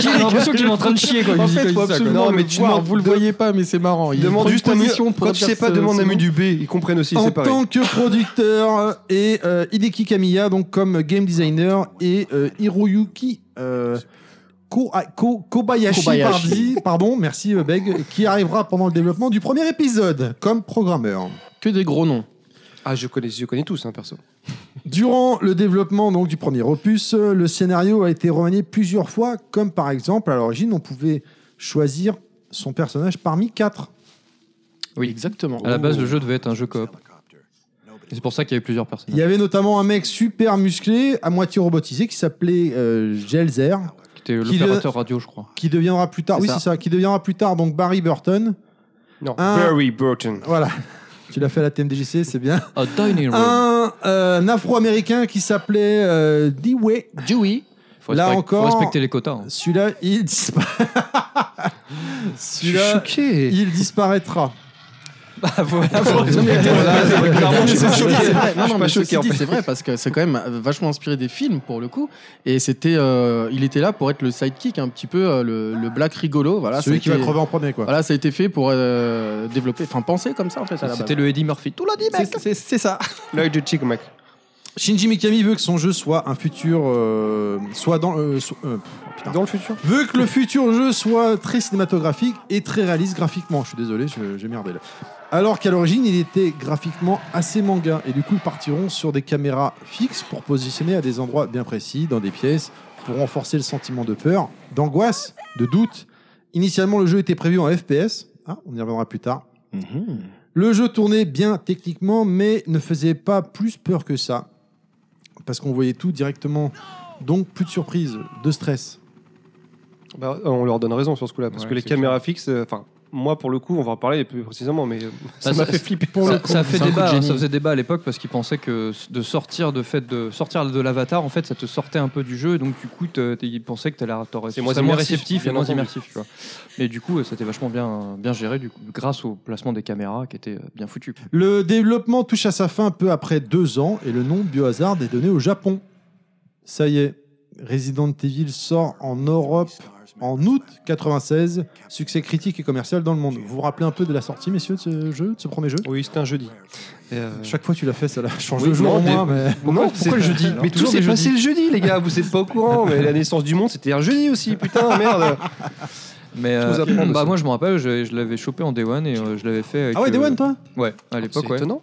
Speaker 8: J'ai l'impression qu'il est en train de chier quoi.
Speaker 4: En
Speaker 8: il dit-
Speaker 4: fait, faut
Speaker 8: il dit ça, quoi.
Speaker 4: absolument
Speaker 3: Non, mais
Speaker 4: le
Speaker 3: tu
Speaker 4: voir.
Speaker 3: demandes-
Speaker 4: vous le voyez pas, mais c'est marrant. Il
Speaker 3: Demande
Speaker 4: prend une
Speaker 3: juste à mu-
Speaker 4: position pour
Speaker 3: Quand
Speaker 4: dire
Speaker 3: tu sais pas,
Speaker 4: ça,
Speaker 3: demande
Speaker 4: c'est
Speaker 3: à
Speaker 4: bon.
Speaker 3: Mudu B, ils comprennent aussi,
Speaker 2: en
Speaker 3: c'est pareil.
Speaker 2: tant que producteur euh, et euh, Hideki Kamiya donc comme game designer et euh, Hiroyuki euh, Ko- ah, Ko- Kobayashi,
Speaker 4: Kobayashi.
Speaker 2: pardi- pardon merci euh, Beg qui arrivera pendant le développement du premier épisode comme programmeur.
Speaker 4: Que des gros noms.
Speaker 3: Ah, je connais, je connais tous, hein, perso.
Speaker 2: Durant le développement donc du premier opus, euh, le scénario a été remanié plusieurs fois comme par exemple à l'origine on pouvait choisir son personnage parmi quatre.
Speaker 8: Oui.
Speaker 4: exactement.
Speaker 8: À la base, le jeu devait être un jeu coop. Et c'est pour ça qu'il y avait plusieurs
Speaker 2: Il
Speaker 8: personnages.
Speaker 2: y avait notamment un mec super musclé à moitié robotisé qui s'appelait euh, Gelzer.
Speaker 8: Qui était
Speaker 2: Qui
Speaker 8: l'opérateur radio, je crois.
Speaker 2: qui deviendra plus tard,
Speaker 4: C'est
Speaker 2: oui
Speaker 4: ça.
Speaker 2: c'est ça, qui deviendra plus tard donc Barry Burton.
Speaker 3: Non,
Speaker 4: Ah.
Speaker 2: Un-
Speaker 3: Barry Burton.
Speaker 2: Voilà, tu l'as fait à la TMDJC, c'est bien.
Speaker 8: Ah, Dining Room.
Speaker 2: Un, euh, un Afro-américain qui s'appelait euh, Dewey.
Speaker 4: Dewey.
Speaker 8: Faut
Speaker 2: là
Speaker 8: respect-
Speaker 2: encore-
Speaker 8: Faut respecter les quotas. hein.
Speaker 2: Celui-là, il dispara- Celui-là,
Speaker 3: choqué.
Speaker 2: il disparaîtra.
Speaker 8: Ah, voilà, faut respecter-
Speaker 3: Voilà, c'est clairement, je suis pas choqué.
Speaker 4: C'est vrai. Non,
Speaker 3: Je suis
Speaker 4: non,
Speaker 3: pas
Speaker 4: mais
Speaker 3: choqué,
Speaker 4: ceci
Speaker 3: en
Speaker 4: dit,
Speaker 3: fait.
Speaker 4: c'est vrai parce que c'est quand même vachement inspiré des films pour le coup. Et c'était, euh, il était là pour être le sidekick un petit peu, euh, le, le black rigolo. Voilà,
Speaker 2: Celui
Speaker 4: ça a
Speaker 2: qui va
Speaker 4: été-
Speaker 2: crever en premier, quoi.
Speaker 4: Voilà, ça a été fait pour euh, développer, enfin penser comme ça en fait. à la
Speaker 8: C'était
Speaker 4: base.
Speaker 8: le Eddie Murphy. Tout l'a dit, mec.
Speaker 4: C'est- c'est- C'est ça.
Speaker 3: L'œil de Chick, mec.
Speaker 2: Shinji Mikami veut que son jeu soit un futur. euh, soit dans. euh, so- euh, putain.
Speaker 3: Dans le futur
Speaker 2: veut que le futur jeu soit très cinématographique et très réaliste graphiquement. Je suis désolé, je- j'ai merdé là. Alors qu'à l'origine, il était graphiquement assez manga. Et du coup, ils partiront sur des caméras fixes pour positionner à des endroits bien précis, dans des pièces, pour renforcer le sentiment de peur, d'angoisse, de doute. Initialement, le jeu était prévu en FPS. Ah, on y reviendra plus tard.
Speaker 3: Mhm.
Speaker 2: Le jeu tournait bien techniquement, mais ne faisait pas plus peur que ça. Parce qu'on voyait tout directement. Donc, plus de surprise, de stress.
Speaker 3: Bah, on leur donne raison sur ce coup-là, parce
Speaker 9: Ouais,
Speaker 3: que les
Speaker 9: c'est
Speaker 3: caméras fixes, euh, enfin, moi pour le coup, on va en parler plus précisément, mais euh, ça
Speaker 8: Ah,
Speaker 3: m'a
Speaker 8: ça-
Speaker 3: fait flipper.
Speaker 2: Pour le
Speaker 8: Ça,
Speaker 2: coup,
Speaker 8: ça fait
Speaker 4: c'est un coup de
Speaker 8: débat, hein,
Speaker 4: génie.
Speaker 2: Hmm.
Speaker 8: ça faisait débat à l'époque parce qu'ils pensaient que s- de sortir de fait de sortir de l'avatar en fait ça te sortait un peu du jeu et donc du coup te- te- ils pensaient que t'allais- t'aurais
Speaker 3: C'est moins
Speaker 8: serais moins
Speaker 3: immersif,
Speaker 8: réceptif et
Speaker 3: bien
Speaker 8: moins
Speaker 3: entendu.
Speaker 8: immersif tu vois. Et du coup euh, c'était vachement bien bien géré du coup, grâce au placement des caméras qui était euh, bien foutu.
Speaker 2: Le développement touche à sa fin un peu après deux ans et le nom Biohazard est donné au Japon. Ça y est, Resident Evil sort en Europe en août 96, succès critique et commercial dans le monde. Vous vous rappelez un peu de la sortie, messieurs, de ce jeu, de ce premier jeu
Speaker 3: Oui, c'était un jeudi. Et, euh,
Speaker 2: Chaque fois tu l'as fait, ça la change
Speaker 3: Oui,
Speaker 2: le jour
Speaker 3: non,
Speaker 2: au moins. mais-
Speaker 3: non, pourquoi le jeudi Mais tout
Speaker 8: toujours
Speaker 3: s'est
Speaker 8: des
Speaker 3: passé le jeudi, les gars, vous êtes pas au courant, mais la naissance du monde, c'était un jeudi aussi, putain, merde.
Speaker 8: Mais
Speaker 3: Tout vous
Speaker 8: euh,
Speaker 3: apprendre,
Speaker 8: bah
Speaker 3: ça.
Speaker 8: moi je me rappelle je, je l'avais chopé en Day One et euh, je l'avais fait avec
Speaker 2: Ah ouais,
Speaker 8: euh,
Speaker 2: Day One, toi
Speaker 8: Ouais, à
Speaker 3: C'est
Speaker 8: l'époque ouais.
Speaker 3: étonnant.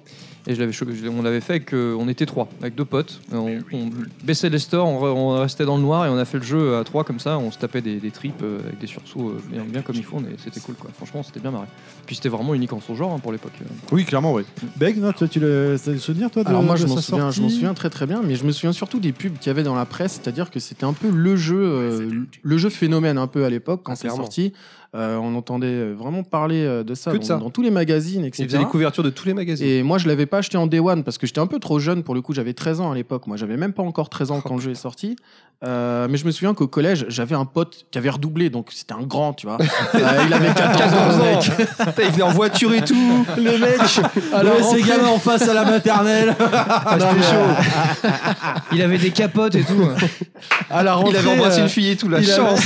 Speaker 8: Et je l'avais chopé- je l'ai- on l'avait fait avec, euh, on était trois, avec deux potes. Euh, On, on baissait les stores, on, re- on restait dans le noir et on a fait le jeu à trois comme ça. On se tapait des, des tripes euh, avec des sursauts euh, bien, bien comme il faut. mais C'était cool quoi. Franchement, c'était bien marré. Puis c'était vraiment unique en son genre hein, pour l'époque.
Speaker 2: Oui, clairement, oui. Beg, non, toi, tu le, t'as le souvenir, toi de,
Speaker 4: Alors moi
Speaker 2: de
Speaker 4: je m'en
Speaker 2: sa
Speaker 4: souviens, je
Speaker 2: sortie
Speaker 4: m'en souviens très très bien, mais je me souviens surtout des pubs qu'il y avait dans la presse, c'est-à-dire que c'était un peu le jeu, euh, le jeu phénomène un peu à l'époque quand
Speaker 3: Ah,
Speaker 4: c'est
Speaker 3: clairement.
Speaker 4: sorti. Euh, on entendait vraiment parler euh, de ça,
Speaker 3: Que de
Speaker 4: dans,
Speaker 3: ça.
Speaker 4: dans tous les magazines,
Speaker 3: Ils
Speaker 4: etc.
Speaker 3: faisaient les couvertures de tous les magazines.
Speaker 4: Et moi, je l'avais pas acheté en Day One parce que j'étais un peu trop jeune pour le coup. J'avais 13 ans à l'époque. Moi, j'avais même pas encore 13
Speaker 3: Oh,
Speaker 4: ans quand le jeu est sorti. Euh, mais je me souviens qu'au collège, j'avais un pote qui avait redoublé, donc c'était un grand, tu vois. Euh, il avait 14 ans, mec.
Speaker 3: Putain, ils venaient en voiture et tout.
Speaker 4: Le mec. Alors,
Speaker 2: Ouais, ces gamins en face à la maternelle
Speaker 3: Ah, c'était chaud.
Speaker 8: Il avait des capotes et tout.
Speaker 4: euh, à la rentrée,
Speaker 3: Il avait embrassé
Speaker 4: euh,
Speaker 3: une fille et tout, la
Speaker 4: il avait-
Speaker 3: chance.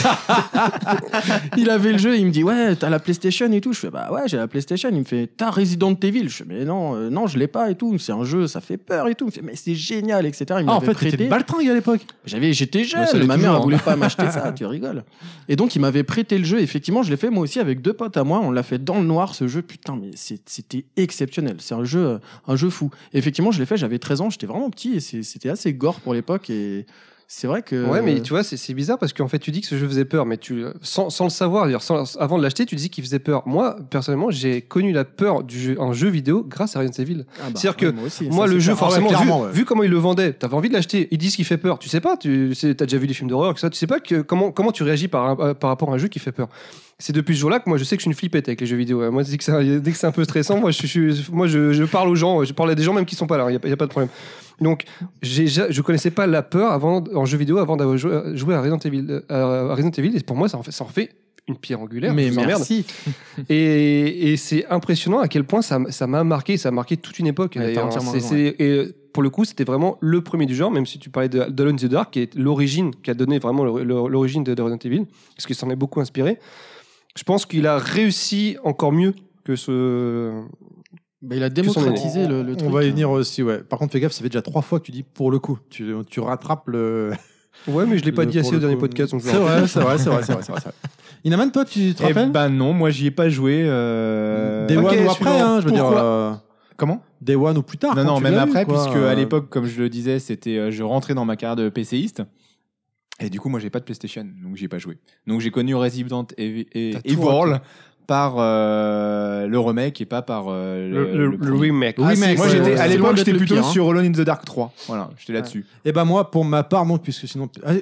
Speaker 4: il avait le jeu,
Speaker 5: il me dit ouais t'as la PlayStation et tout. Je fais bah ouais j'ai la PlayStation. Il me fait t'as Resident Evil. Je fais mais non euh, non je l'ai pas et tout. C'est un jeu ça fait peur et tout. Il me fait mais c'est génial etc. Il
Speaker 2: Ah, en
Speaker 5: m'avait
Speaker 2: fait,
Speaker 5: prêté.
Speaker 2: c'était Baltringue à l'époque.
Speaker 5: J'avais, j'étais jeune,
Speaker 8: Ouais, ça l'est
Speaker 5: ma mère
Speaker 8: toujours,
Speaker 5: ne
Speaker 8: hein.
Speaker 5: voulait pas m'acheter ça, tu rigoles. Et donc il m'avait prêté le jeu, effectivement, je l'ai fait moi aussi avec deux potes à moi, on l'a fait dans le noir ce jeu, putain, mais c'est- c'était exceptionnel, c'est un jeu, euh, un jeu fou. Effectivement, je l'ai fait, j'avais 13 ans, j'étais vraiment petit et c'est- c'était assez gore pour l'époque et c'est vrai que.
Speaker 3: Ouais, mais tu vois, c'est- c'est bizarre parce qu'en fait, tu dis que ce jeu faisait peur, mais tu, sans, sans le savoir, d'ailleurs, sans- avant de l'acheter, tu dis qu'il faisait peur. Moi, personnellement, j'ai connu la peur du jeu, en jeu vidéo grâce à Resident Evil.
Speaker 5: Ah bah,
Speaker 3: c'est-à-dire que
Speaker 5: moi, aussi,
Speaker 3: Moi,
Speaker 5: ça, c'est
Speaker 3: le jeu,
Speaker 5: clair. Ah ouais,
Speaker 3: forcément, vu,
Speaker 5: clairement, ouais.
Speaker 3: vu comment ils le vendaient, t'avais envie de l'acheter. Ils disent qu'il fait peur. Tu sais pas, tu sais, t'as déjà vu des films d'horreur, que ça. Tu sais pas que, comment, comment tu réagis par, un- par rapport à un jeu qui fait peur. C'est depuis ce jour-là que moi, je sais que je suis une flippette avec les jeux vidéo. ouais. Moi, dès que ça- dès que c'est un peu stressant, moi, je, suis- moi je, je parle aux gens, je parle à des gens même qui sont pas là. Il n'y a, pas de problème. Donc, j'ai, ja- je connaissais pas la peur avant, en jeu vidéo avant d'avoir joué, joué à, Resident Evil, euh, à Resident Evil. Et pour moi, ça en fait, ça en fait une pierre angulaire.
Speaker 5: Mais
Speaker 3: je vous emmerde.
Speaker 5: merci.
Speaker 3: Et, et c'est impressionnant à quel point ça m- ça m'a marqué, ça a marqué toute une époque.
Speaker 5: Ouais, t'as
Speaker 3: d'ailleurs.
Speaker 5: entièrement
Speaker 3: C'est-
Speaker 5: raison,
Speaker 3: c'est- Et pour le coup, c'était vraiment le premier du genre, même si tu parlais de d'Alone in the Dark, qui est l'origine, qui a donné vraiment le- le- l'origine de, de Resident Evil, parce qu'il s'en est beaucoup inspiré. Je pense qu'il a réussi encore mieux que ce.
Speaker 5: Bah, il a démocratisé le, le
Speaker 2: On
Speaker 5: truc. euh,
Speaker 2: va y venir aussi, ouais. Par contre, fais gaffe, ça fait déjà trois fois que tu dis pour le coup. Tu, tu rattrapes le.
Speaker 3: Ouais, mais je l'ai pas
Speaker 2: le-
Speaker 3: dit
Speaker 2: pour
Speaker 3: assez
Speaker 2: le
Speaker 3: au dernier
Speaker 2: coup.
Speaker 3: podcast. donc je
Speaker 2: C'est
Speaker 3: l'en-
Speaker 2: vrai, c'est vrai, c'est vrai, c'est vrai, c'est vrai. bah, c'est vrai. Inaman, toi, tu te
Speaker 8: Eh
Speaker 2: rappelles
Speaker 8: ben non, moi j'y ai pas joué. euh,
Speaker 2: Day
Speaker 8: ok,
Speaker 2: One ou
Speaker 8: suivant.
Speaker 2: après, hein, je veux dire.
Speaker 8: Pourquoi
Speaker 2: euh,
Speaker 8: Comment
Speaker 2: Day One ou plus tard.
Speaker 8: Non,
Speaker 2: quand
Speaker 8: non,
Speaker 2: tu
Speaker 8: même
Speaker 2: l'as eu,
Speaker 8: après,
Speaker 2: quoi.
Speaker 8: puisque
Speaker 2: Euh,
Speaker 8: à l'époque, comme je le disais, c'était, euh, je rentrais dans ma carrière de PCiste. Et du coup, moi, j'ai pas de PlayStation, donc j'ai pas joué. Donc j'ai connu Resident Evi- et-
Speaker 3: T'as tout
Speaker 8: Evil par euh, le remake et pas par euh,
Speaker 3: Le, le- le
Speaker 8: premier.
Speaker 3: remake.
Speaker 5: Ah,
Speaker 8: Remake,
Speaker 5: c'est-
Speaker 8: moi
Speaker 5: ouais,
Speaker 8: j'étais
Speaker 5: ouais, c'est loin
Speaker 8: à l'époque
Speaker 5: d'être
Speaker 8: j'étais
Speaker 5: le
Speaker 8: plutôt
Speaker 5: pire, hein.
Speaker 8: sur Alone in the Dark 3. Voilà, j'étais là-dessus.
Speaker 2: Eh ben moi, pour ma part, non, puisque sinon. Ah,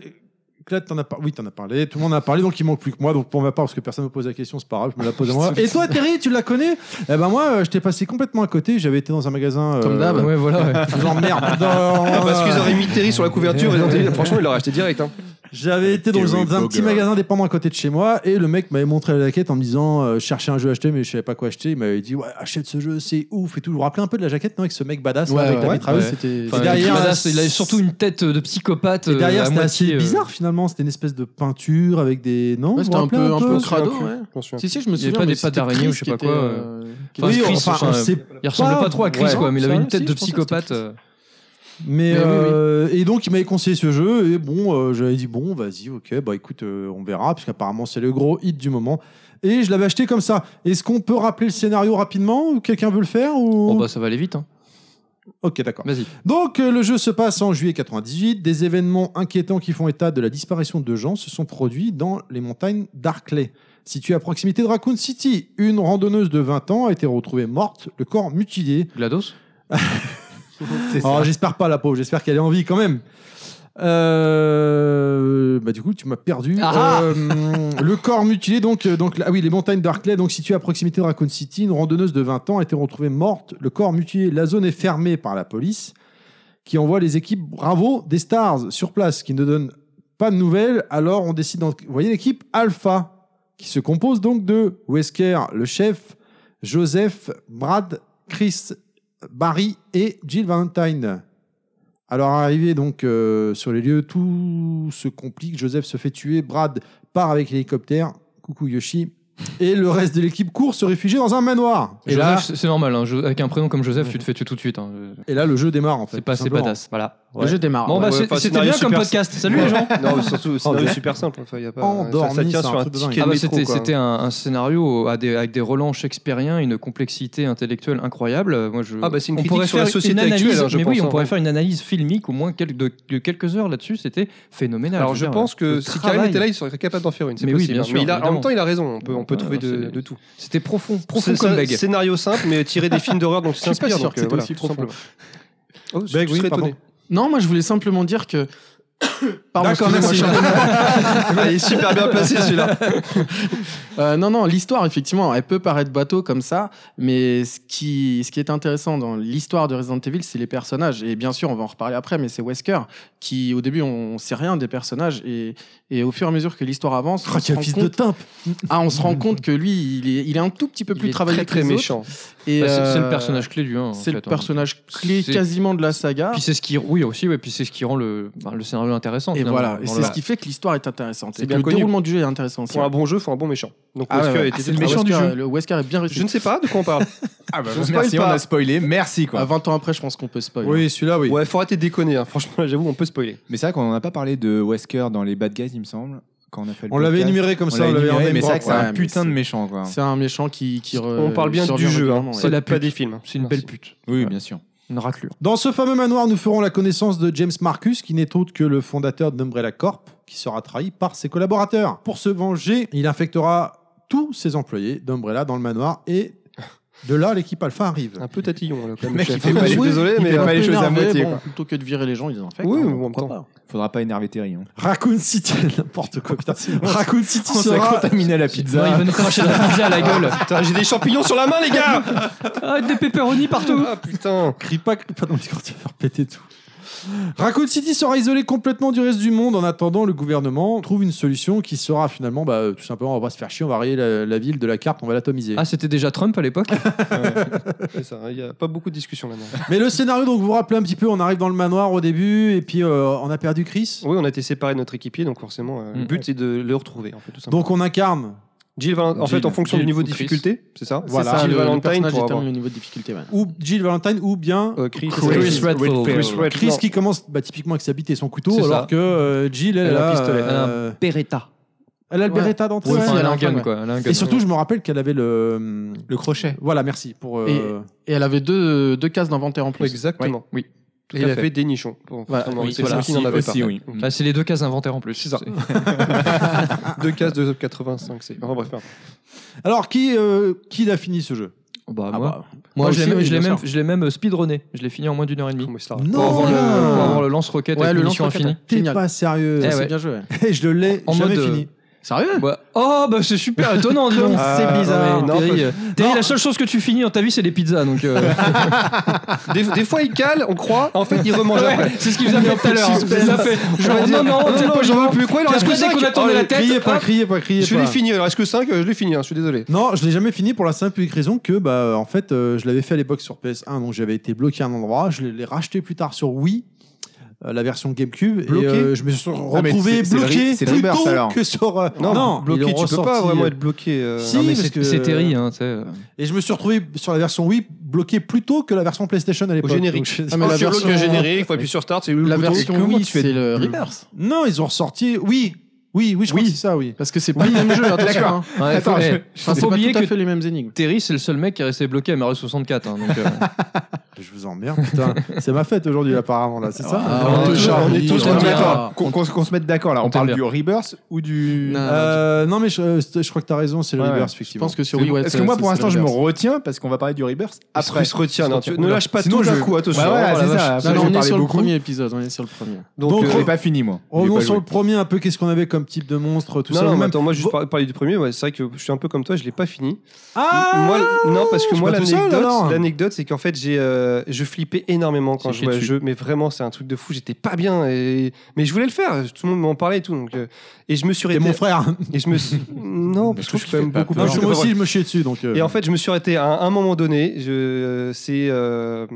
Speaker 2: Claude, t'en as par... oui, t'en as parlé. Tout le monde en a parlé, donc il manque plus que moi. Donc pour ma part, parce que personne me pose la question, c'est pas grave, je me la pose à moi. Et toi, Terry, tu la connais Eh ben moi, euh, je t'ai passé complètement à côté. J'avais été dans un magasin. euh,
Speaker 5: Comme d'hab.
Speaker 10: Ouais, voilà. ouais.
Speaker 2: Je vous emmerde. Dans-
Speaker 3: Parce qu'ils auraient mis Terry sur la couverture, Resident Evil, franchement, ils l'auraient acheté direct. hein.
Speaker 2: J'avais été dans
Speaker 8: Terry
Speaker 2: un, un petit
Speaker 8: Bogard.
Speaker 2: magasin dépendant à côté de chez moi et le mec m'avait montré la jaquette en me disant euh, je cherchais un jeu à acheter mais je savais pas quoi acheter. Il m'avait dit ouais achète ce jeu c'est ouf et tout. Je vous rappelez un peu de la jaquette non avec ce mec badass là,
Speaker 5: Ouais,
Speaker 2: avec
Speaker 5: ouais,
Speaker 2: la
Speaker 5: ouais,
Speaker 2: mitrailleuse.
Speaker 5: c'était.
Speaker 2: Et derrière,
Speaker 10: Badass, il avait surtout une tête de psychopathe.
Speaker 2: Et
Speaker 10: euh, à
Speaker 2: derrière c'était
Speaker 10: moitié,
Speaker 2: assez
Speaker 10: euh,
Speaker 2: bizarre finalement c'était une espèce de peinture avec des non vous
Speaker 5: Ouais, c'était
Speaker 2: vous
Speaker 5: un peu,
Speaker 2: rappelez
Speaker 5: un peu crado,
Speaker 3: Je me
Speaker 5: ouais.
Speaker 3: souviens plus, je me souviens
Speaker 5: Si, si, je me
Speaker 10: Il y avait
Speaker 5: souviens.
Speaker 10: pas
Speaker 5: mais
Speaker 10: des
Speaker 5: c'était
Speaker 10: pattes d'araignée
Speaker 5: Chris
Speaker 10: ou je sais
Speaker 5: qui
Speaker 10: pas
Speaker 5: était,
Speaker 10: quoi,
Speaker 5: euh, qui-
Speaker 10: Enfin,
Speaker 2: oui,
Speaker 10: Chris,
Speaker 2: enfin,
Speaker 10: enfin,
Speaker 2: on sait
Speaker 10: Il ressemblait
Speaker 2: pas-
Speaker 10: pas trop à Chris,
Speaker 2: ouais.
Speaker 10: quoi, mais il avait
Speaker 2: Ça,
Speaker 10: une tête
Speaker 2: si,
Speaker 10: de
Speaker 2: je pensais que
Speaker 10: psychopathe. euh.
Speaker 2: Mais,
Speaker 10: Mais oui,
Speaker 2: euh, et donc il m'avait conseillé ce jeu et bon euh, j'avais dit bon vas-y ok bah écoute euh, on verra parce qu'apparemment c'est le gros hit du moment et je l'avais acheté comme ça. Est-ce qu'on peut rappeler le scénario rapidement ou quelqu'un veut le faire ou
Speaker 10: Bon, bah, ça va aller vite. hein.
Speaker 2: Ok d'accord.
Speaker 10: Vas-y.
Speaker 2: Donc euh, le jeu se passe en juillet 98. Des événements inquiétants qui font état de la disparition de gens se sont produits dans les montagnes d'Arclay. Située à proximité de Raccoon City, une randonneuse de 20 ans a été retrouvée morte, le corps mutilé.
Speaker 10: GLaDOS
Speaker 8: C'est ça.
Speaker 2: Oh, j'espère pas, la pauvre. J'espère qu'elle est en vie quand même. Euh, Bah, du coup, tu m'as perdu.
Speaker 10: Ah
Speaker 2: Euh, le corps mutilé, donc, euh, donc là- ah oui, les montagnes d'Arclay, donc situées à proximité de Raccoon City, une randonneuse de 20 ans a été retrouvée morte. Le corps mutilé, la zone est fermée par la police, qui envoie les équipes Bravo des Stars sur place, qui ne donnent pas de nouvelles. Alors, on décide d'envoyer l'équipe Alpha, qui se compose donc de Wesker, le chef, Joseph, Brad, Chris, Barry et Jill Valentine. Alors arrivé donc euh, sur les lieux, tout se complique. Joseph se fait tuer, Brad part avec l'hélicoptère. Coucou Yoshi. Et le reste de l'équipe court se réfugier dans un manoir. Et là,
Speaker 10: Joseph, c'est- c'est normal. hein, Jo- Avec un prénom comme Joseph, tu te fais tuer tout de suite. hein. Euh,
Speaker 2: et là, le jeu démarre en fait.
Speaker 10: C'est pas
Speaker 2: tout
Speaker 10: assez
Speaker 2: simplement.
Speaker 10: badass. Voilà.
Speaker 5: Le jeu démarre.
Speaker 10: Bon,
Speaker 5: ouais.
Speaker 10: bah,
Speaker 3: ouais,
Speaker 10: c'est-
Speaker 3: enfin,
Speaker 10: c'était
Speaker 3: scénario
Speaker 10: bien comme
Speaker 3: super-
Speaker 10: podcast. Salut les gens.
Speaker 8: Ah
Speaker 3: Non, mais surtout, c'est un jeu
Speaker 2: Endormi,
Speaker 3: super simple. enfin, y a pas- ça,
Speaker 2: Endormi,
Speaker 3: ça tient
Speaker 2: c'est un
Speaker 3: sur un
Speaker 2: truc de dingue.
Speaker 3: ticket
Speaker 10: Ah
Speaker 3: de
Speaker 10: bah,
Speaker 3: métro,
Speaker 10: c'était
Speaker 3: quoi.
Speaker 10: c'était un, un
Speaker 8: euh,
Speaker 10: scénario à des- avec des relents shakespeariens, une complexité intellectuelle incroyable. Euh, Moi, je,
Speaker 3: Ah bah, c'est une
Speaker 10: on
Speaker 3: critique
Speaker 10: pourrait
Speaker 3: sur la
Speaker 10: faire
Speaker 3: société
Speaker 10: une analyse,
Speaker 3: actuelle, hein, je
Speaker 10: mais oui,
Speaker 3: pense,
Speaker 10: on
Speaker 3: hein.
Speaker 10: pourrait faire une analyse filmique au moins quel- de, de quelques heures là-dessus. C'était phénoménal.
Speaker 3: Alors
Speaker 10: veux
Speaker 3: je
Speaker 10: dire,
Speaker 3: pense
Speaker 10: le
Speaker 3: que si
Speaker 10: travail,
Speaker 3: Karim était là, il serait capable d'en faire une. c'est
Speaker 10: Mais oui,
Speaker 3: possible,
Speaker 10: bien
Speaker 3: hein.
Speaker 10: sûr,
Speaker 3: Mais il a- en
Speaker 10: évidemment.
Speaker 3: même temps, il a raison. On peut, on peut
Speaker 10: Ouais,
Speaker 3: trouver de,
Speaker 10: c'est-
Speaker 3: de tout.
Speaker 10: C'était profond, profond
Speaker 3: C'est-
Speaker 10: comme
Speaker 3: c'est-
Speaker 10: bague.
Speaker 3: Scénario simple, mais tiré des films d'horreur, donc c'est
Speaker 5: Je suis pas
Speaker 3: inspire.
Speaker 5: sûr
Speaker 3: donc,
Speaker 5: que c'était
Speaker 3: voilà,
Speaker 5: aussi
Speaker 3: tout simplement. Oh, je
Speaker 2: Bague, oui,
Speaker 3: serais
Speaker 2: pardon.
Speaker 3: étonné.
Speaker 5: Non, moi je voulais simplement dire que. Pardon,
Speaker 2: D'accord,
Speaker 5: excusez-moi,
Speaker 2: merci.
Speaker 5: je suis-
Speaker 3: Ah, il est super bien placé celui-là.
Speaker 5: Euh, non, non, l'histoire, effectivement, elle peut paraître bateau comme ça, mais ce qui, ce qui est intéressant dans l'histoire de Resident Evil, c'est les personnages. Et bien sûr, on va en reparler après, mais c'est Wesker qui, au début, on sait rien des personnages. Et, et au fur et à mesure que l'histoire avance,
Speaker 2: Oh,
Speaker 5: on, se
Speaker 2: tiens,
Speaker 5: rend
Speaker 2: fils
Speaker 5: compte,
Speaker 2: de timp.
Speaker 5: ah, on se rend compte que lui, il est, il est un tout petit peu
Speaker 3: Il
Speaker 5: plus
Speaker 3: est
Speaker 5: travaillé
Speaker 3: très, très
Speaker 5: que les autres.
Speaker 3: méchant.
Speaker 5: Et,
Speaker 10: Bah, c'est c'est le
Speaker 5: euh,
Speaker 10: personnage clé du 1.
Speaker 8: hein.
Speaker 5: C'est le personnage clé
Speaker 10: C'est-
Speaker 5: quasiment de la saga.
Speaker 10: Puis c'est ce qui, oui aussi, ouais, puis c'est ce qui rend le, bah, le scénario
Speaker 5: intéressant.
Speaker 8: Et
Speaker 5: finalement,
Speaker 8: voilà,
Speaker 5: dans
Speaker 8: et
Speaker 5: le
Speaker 8: c'est
Speaker 5: lore.
Speaker 8: ce qui fait que l'histoire est intéressante.
Speaker 3: C'est
Speaker 8: C'est
Speaker 3: bien
Speaker 8: le
Speaker 3: connu.
Speaker 8: déroulement du jeu est intéressant aussi.
Speaker 3: Pour un bon jeu, faut un bon méchant. Donc
Speaker 8: Ah ouais,
Speaker 3: Wesker
Speaker 8: ouais.
Speaker 3: était
Speaker 8: Ah, c'est
Speaker 3: le
Speaker 8: le
Speaker 3: méchant.
Speaker 8: méchant
Speaker 5: du
Speaker 8: Wesker-
Speaker 5: jeu.
Speaker 8: Le Wesker est bien réussi.
Speaker 3: Je ne sais pas de quoi on parle.
Speaker 5: Ah bah,
Speaker 3: Je ne
Speaker 5: merci,
Speaker 3: spoil
Speaker 5: on Ah,
Speaker 3: pas.
Speaker 5: a spoilé, merci quoi.
Speaker 8: À 20 ans après, je pense qu'on peut spoiler.
Speaker 2: Oui, celui-là, oui.
Speaker 3: Ouais, faut arrêter de déconner. hein. Franchement, là, j'avoue, on peut spoiler.
Speaker 5: Mais c'est vrai qu'on n'en a pas parlé de Wesker dans les Bad Guys, il me semble, quand on a fait le
Speaker 2: On l'avait
Speaker 5: podcast.
Speaker 2: énuméré comme
Speaker 5: On
Speaker 2: ça,
Speaker 5: l'a
Speaker 2: on l'avait en
Speaker 5: énuméré, mais
Speaker 2: même
Speaker 5: c'est vrai que c'est
Speaker 8: Ouais,
Speaker 5: un
Speaker 8: mais
Speaker 5: putain de
Speaker 8: c'est-
Speaker 5: méchant quoi.
Speaker 8: C'est un méchant qui. qui re-
Speaker 3: on parle bien
Speaker 8: survient
Speaker 3: du jeu, hein.
Speaker 8: régulièrement, ouais.
Speaker 3: c'est
Speaker 4: la
Speaker 3: pas
Speaker 4: pute.
Speaker 3: des films. C'est une
Speaker 5: Merci.
Speaker 3: belle pute.
Speaker 5: Oui, bien sûr.
Speaker 3: Une raclure.
Speaker 2: Dans ce fameux manoir, nous ferons la connaissance de James Marcus, qui n'est autre que le fondateur d'Umbrella Corp, qui sera trahi par ses collaborateurs. Pour se venger, il infectera tous ses employés d'Umbrella dans le manoir et de là, l'équipe Alpha arrive.
Speaker 3: Un peu tatillon, là, quand
Speaker 5: Le
Speaker 3: même.
Speaker 5: mec,
Speaker 3: chef.
Speaker 5: il fait pas
Speaker 3: Je
Speaker 5: les-
Speaker 3: suis
Speaker 5: oui,
Speaker 3: désolé,
Speaker 5: il
Speaker 3: mais
Speaker 5: fait
Speaker 3: euh,
Speaker 5: pas les choses à
Speaker 8: Énervé,
Speaker 5: moitié,
Speaker 8: bon,
Speaker 5: quoi.
Speaker 8: plutôt que de virer les gens, ils les infectent.
Speaker 3: Oui,
Speaker 8: hein,
Speaker 3: mais en même
Speaker 8: pourquoi
Speaker 3: temps.
Speaker 5: Faudra pas énerver Terry. Hein.
Speaker 2: Raccoon City, n'importe quoi, putain. Raccoon City
Speaker 5: On s'est
Speaker 2: sera...
Speaker 5: contaminé à la
Speaker 4: Ouais, il
Speaker 5: pizza.
Speaker 4: va nous cracher de la pizza à la gueule.
Speaker 3: Putain, j'ai des champignons sur la main, les gars
Speaker 4: Ah, des pepperoni partout.
Speaker 3: Ah putain
Speaker 2: Crie pas, crie pas dans le micro, tu vas faire péter tout. Raccoon City sera isolé complètement du reste du monde. En attendant, le gouvernement trouve une solution qui sera finalement, bah, euh, tout simplement, on va se faire chier, on va rayer la, la ville de la carte, on va l'atomiser.
Speaker 4: Ah, c'était déjà Trump à l'époque.
Speaker 3: C'est ça, il y a pas beaucoup de discussion là-dedans.
Speaker 2: Mais le scénario, donc vous vous rappelez un petit peu, on arrive dans le manoir au début et puis euh, on a perdu Chris.
Speaker 3: Oui, on a été séparés de notre équipier, donc forcément, euh, le
Speaker 5: Mm.
Speaker 3: but c'est de le retrouver, en fait, tout simplement.
Speaker 2: Donc on incarne.
Speaker 3: Jill Valentine, en fait, en
Speaker 5: Jill-
Speaker 3: fonction du
Speaker 8: Jill
Speaker 3: niveau de
Speaker 8: ou Chris.
Speaker 3: difficulté, c'est ça
Speaker 8: C'est
Speaker 3: Voilà,
Speaker 8: ça,
Speaker 3: Jill
Speaker 8: le, le
Speaker 3: Valentine
Speaker 8: personnage
Speaker 3: pour
Speaker 8: détermine
Speaker 3: avoir
Speaker 8: le niveau de difficulté. ouais.
Speaker 2: Ou Jill Valentine ou bien
Speaker 3: euh, Chris,
Speaker 4: Chris Redfield.
Speaker 3: Chris Redfield.
Speaker 2: Chris
Speaker 3: Non.
Speaker 2: qui commence bah, typiquement avec sa bite et son couteau
Speaker 3: C'est
Speaker 2: alors
Speaker 3: ça.
Speaker 2: que euh, Jill elle,
Speaker 3: Elle a un
Speaker 2: a,
Speaker 3: pistolet.
Speaker 2: euh,
Speaker 4: Beretta.
Speaker 2: elle a le
Speaker 8: Ouais.
Speaker 2: Beretta d'entrée.
Speaker 8: Ouais,
Speaker 2: ouais.
Speaker 8: enfin,
Speaker 4: elle a
Speaker 8: elle a
Speaker 4: un
Speaker 8: un
Speaker 4: gun,
Speaker 8: gun,
Speaker 4: quoi. Elle a un gun.
Speaker 2: Et surtout je me rappelle qu'elle avait le
Speaker 5: Le crochet.
Speaker 2: voilà merci pour euh,
Speaker 8: Et elle avait deux, deux cases d'inventaire en plus.
Speaker 3: Exactement. Oui.
Speaker 8: à
Speaker 3: il a
Speaker 8: fait.
Speaker 3: fait des nichons. Bon,
Speaker 8: Voilà,
Speaker 3: forcément,
Speaker 8: oui,
Speaker 3: c'est
Speaker 8: voilà.
Speaker 3: ça qui n'en avait
Speaker 5: Aussi,
Speaker 3: pas.
Speaker 5: oui.
Speaker 4: Ah, c'est les deux cases inventaires en plus. C'est ça.
Speaker 3: Deux cases de 85, c'est. Enfin, bref, pardon.
Speaker 2: alors qui euh, qui l'a fini ce jeu
Speaker 4: Bah,
Speaker 8: Ah
Speaker 4: moi,
Speaker 8: bah,
Speaker 4: moi
Speaker 8: Toi
Speaker 4: je l'ai
Speaker 8: aussi,
Speaker 4: même,
Speaker 8: oui,
Speaker 4: je l'ai
Speaker 8: bien
Speaker 4: même,
Speaker 8: sûr.
Speaker 4: je l'ai même speedrunné. Je l'ai fini en moins d'une heure et demie.
Speaker 3: Comment il se la
Speaker 2: Non.
Speaker 3: raconte Pour avoir le-
Speaker 4: Pour avoir le lance-roquette
Speaker 8: Ouais,
Speaker 4: avec
Speaker 8: le
Speaker 4: munitions
Speaker 8: lance-roquette.
Speaker 4: infinies.
Speaker 2: T'es
Speaker 8: Génial.
Speaker 2: pas sérieux
Speaker 4: Eh
Speaker 8: ça, c'est
Speaker 4: ouais.
Speaker 8: bien joué. ouais.
Speaker 2: et je l'ai
Speaker 4: En
Speaker 2: jamais
Speaker 4: mode, euh,
Speaker 2: fini.
Speaker 8: Sérieux
Speaker 4: Ouais. Oh bah c'est super étonnant dis donc.
Speaker 3: Ah, C'est bizarre.
Speaker 4: Non, mais Terry, euh, Terry, la seule chose que tu finis dans ta vie c'est les pizzas donc euh,
Speaker 3: Des, des fois, il cale, on croit, en fait, il remange après.
Speaker 4: c'est ce qu'il nous a fait tout à l'heure. hein. Il nous a fait
Speaker 3: On va
Speaker 4: genre non
Speaker 3: dire,
Speaker 4: non,
Speaker 3: non,
Speaker 4: t'es
Speaker 3: non,
Speaker 4: pas
Speaker 3: j'en
Speaker 4: genre
Speaker 3: veux plus. Quoi, il en
Speaker 4: Qu'est-ce
Speaker 3: reste que
Speaker 4: que c'est
Speaker 3: 5
Speaker 4: qu'on a tourné la tête
Speaker 2: criez pas,
Speaker 4: hop.
Speaker 2: criez pas, criez
Speaker 3: Je
Speaker 2: pas.
Speaker 3: l'ai fini, il en reste que 5, je l'ai fini, hein, je suis désolé.
Speaker 2: Non, je l'ai jamais fini pour la simple et unique raison que bah en fait euh, je l'avais fait à l'époque sur PS1 donc j'avais été bloqué à un endroit, je l'ai- l'ai racheté plus tard sur Wii. euh, la version GameCube
Speaker 3: Bloqué
Speaker 2: et euh, je me suis
Speaker 5: mais
Speaker 2: retrouvé
Speaker 5: c'est- c'est le ri-
Speaker 2: bloqué
Speaker 5: c'est le
Speaker 2: plutôt
Speaker 5: reverse, alors.
Speaker 2: que sur euh,
Speaker 3: Non, bloqué,
Speaker 2: ils
Speaker 3: tu
Speaker 2: l'ont
Speaker 3: peux pas
Speaker 2: ressorti,
Speaker 3: vraiment
Speaker 2: euh,
Speaker 3: être bloqué. euh,
Speaker 2: si,
Speaker 4: Non mais
Speaker 2: parce
Speaker 4: c'est
Speaker 2: que-
Speaker 4: c'est Terry hein, tu sais. euh.
Speaker 2: et je me suis retrouvé sur la version Wii bloqué plutôt que la version PlayStation à
Speaker 3: Au
Speaker 2: l'époque
Speaker 3: générique.
Speaker 2: Donc, je-
Speaker 8: Ah, mais la
Speaker 3: tu bloques
Speaker 8: version-
Speaker 3: le générique, faut appuyer sur Start, c'est le
Speaker 8: La
Speaker 3: bouton.
Speaker 8: version
Speaker 5: comment
Speaker 8: Wii,
Speaker 5: tu fais
Speaker 8: c'est le reverse.
Speaker 2: non ils ont ressorti oui oui oui je crois que c'est ça oui
Speaker 8: Parce que c'est pas le même jeu, attention. hein.
Speaker 4: Ouais,
Speaker 5: Attends,
Speaker 4: faut-
Speaker 5: je-
Speaker 4: eh,
Speaker 8: Enfin,
Speaker 4: faut pas
Speaker 8: c'est pas
Speaker 4: oublier
Speaker 8: tout à
Speaker 4: que
Speaker 8: fait les mêmes énigmes.
Speaker 4: Terry c'est le seul mec qui est resté bloqué à Mario 64 hein, donc euh,
Speaker 2: je vous emmerde putain c'est ma fête aujourd'hui apparemment là c'est ça
Speaker 8: Ah,
Speaker 5: On est
Speaker 2: Euh,
Speaker 5: tous-
Speaker 8: toujours-
Speaker 5: on est tous
Speaker 8: on est-
Speaker 5: d'accord. Qu'on qu'on- qu'on se mette d'accord là. On
Speaker 4: On
Speaker 5: parle
Speaker 4: est
Speaker 5: du Rebirth ou du.
Speaker 8: Ah, Non.
Speaker 2: euh, non mais je, euh, je crois que t'as raison c'est le
Speaker 5: Ouais,
Speaker 2: reverse
Speaker 8: Je
Speaker 2: effectivement
Speaker 8: pense que sur Wii, ouais,
Speaker 5: Parce
Speaker 8: c'est-
Speaker 5: que moi
Speaker 8: c'est-
Speaker 5: pour
Speaker 8: c'est
Speaker 5: l'instant
Speaker 8: le
Speaker 5: je me
Speaker 8: reverse.
Speaker 5: retiens parce qu'on va parler du Rebirth
Speaker 3: Après,
Speaker 5: après.
Speaker 3: il se retient. hein, tu- Ne lâche pas
Speaker 5: Sinon,
Speaker 3: tout
Speaker 5: je-
Speaker 3: d'un coup, attention.
Speaker 5: Bah ouais,
Speaker 3: oh la
Speaker 5: c'est
Speaker 3: vache.
Speaker 5: ça.
Speaker 8: Non,
Speaker 5: je
Speaker 8: non,
Speaker 5: vais
Speaker 8: on est
Speaker 5: parler
Speaker 8: sur le
Speaker 5: beaucoup.
Speaker 8: premier épisode, on est sur le premier.
Speaker 3: Donc,
Speaker 2: Donc,
Speaker 5: Je
Speaker 3: euh,
Speaker 5: l'ai pas fini moi. Je l'ai
Speaker 2: revenons
Speaker 5: pas
Speaker 2: sur
Speaker 5: joué.
Speaker 2: le premier un peu qu'est-ce qu'on avait comme type de monstre tout
Speaker 3: non,
Speaker 2: ça
Speaker 3: non,
Speaker 2: ou
Speaker 3: mais
Speaker 2: même
Speaker 3: attends, moi, juste
Speaker 2: Vo-
Speaker 3: par- parler du premier, ouais, c'est vrai que je suis un peu comme toi, je l'ai pas fini.
Speaker 2: ah
Speaker 3: moi, le- non, parce que
Speaker 2: je suis
Speaker 3: moi,
Speaker 2: pas tout seul,
Speaker 3: l'anecdote,
Speaker 2: alors.
Speaker 3: l'anecdote, c'est qu'en fait, j'ai, euh, je flippais énormément quand
Speaker 5: C'est
Speaker 3: je
Speaker 5: chier
Speaker 3: jouais à ce
Speaker 5: dessus.
Speaker 3: jeu, mais vraiment, c'est un truc de fou, j'étais pas bien, et... mais je voulais le faire, tout le monde m'en parlait et tout, donc, euh, et je me suis
Speaker 2: t'es
Speaker 3: arrêté.
Speaker 2: mon frère
Speaker 3: Et je me suis... Non,
Speaker 5: Mais
Speaker 3: parce
Speaker 5: je
Speaker 3: que
Speaker 5: trouve
Speaker 3: je suis
Speaker 5: qu'il
Speaker 3: quand
Speaker 5: fait
Speaker 3: même
Speaker 5: pas
Speaker 3: beaucoup
Speaker 5: peur.
Speaker 2: Non, parce
Speaker 5: je
Speaker 3: plus.
Speaker 2: que
Speaker 5: peux
Speaker 2: moi
Speaker 5: pas
Speaker 2: aussi, je me chiais dessus. Donc, euh,
Speaker 3: Et en fait, je me suis arrêté à un, un moment donné, je, c'est euh,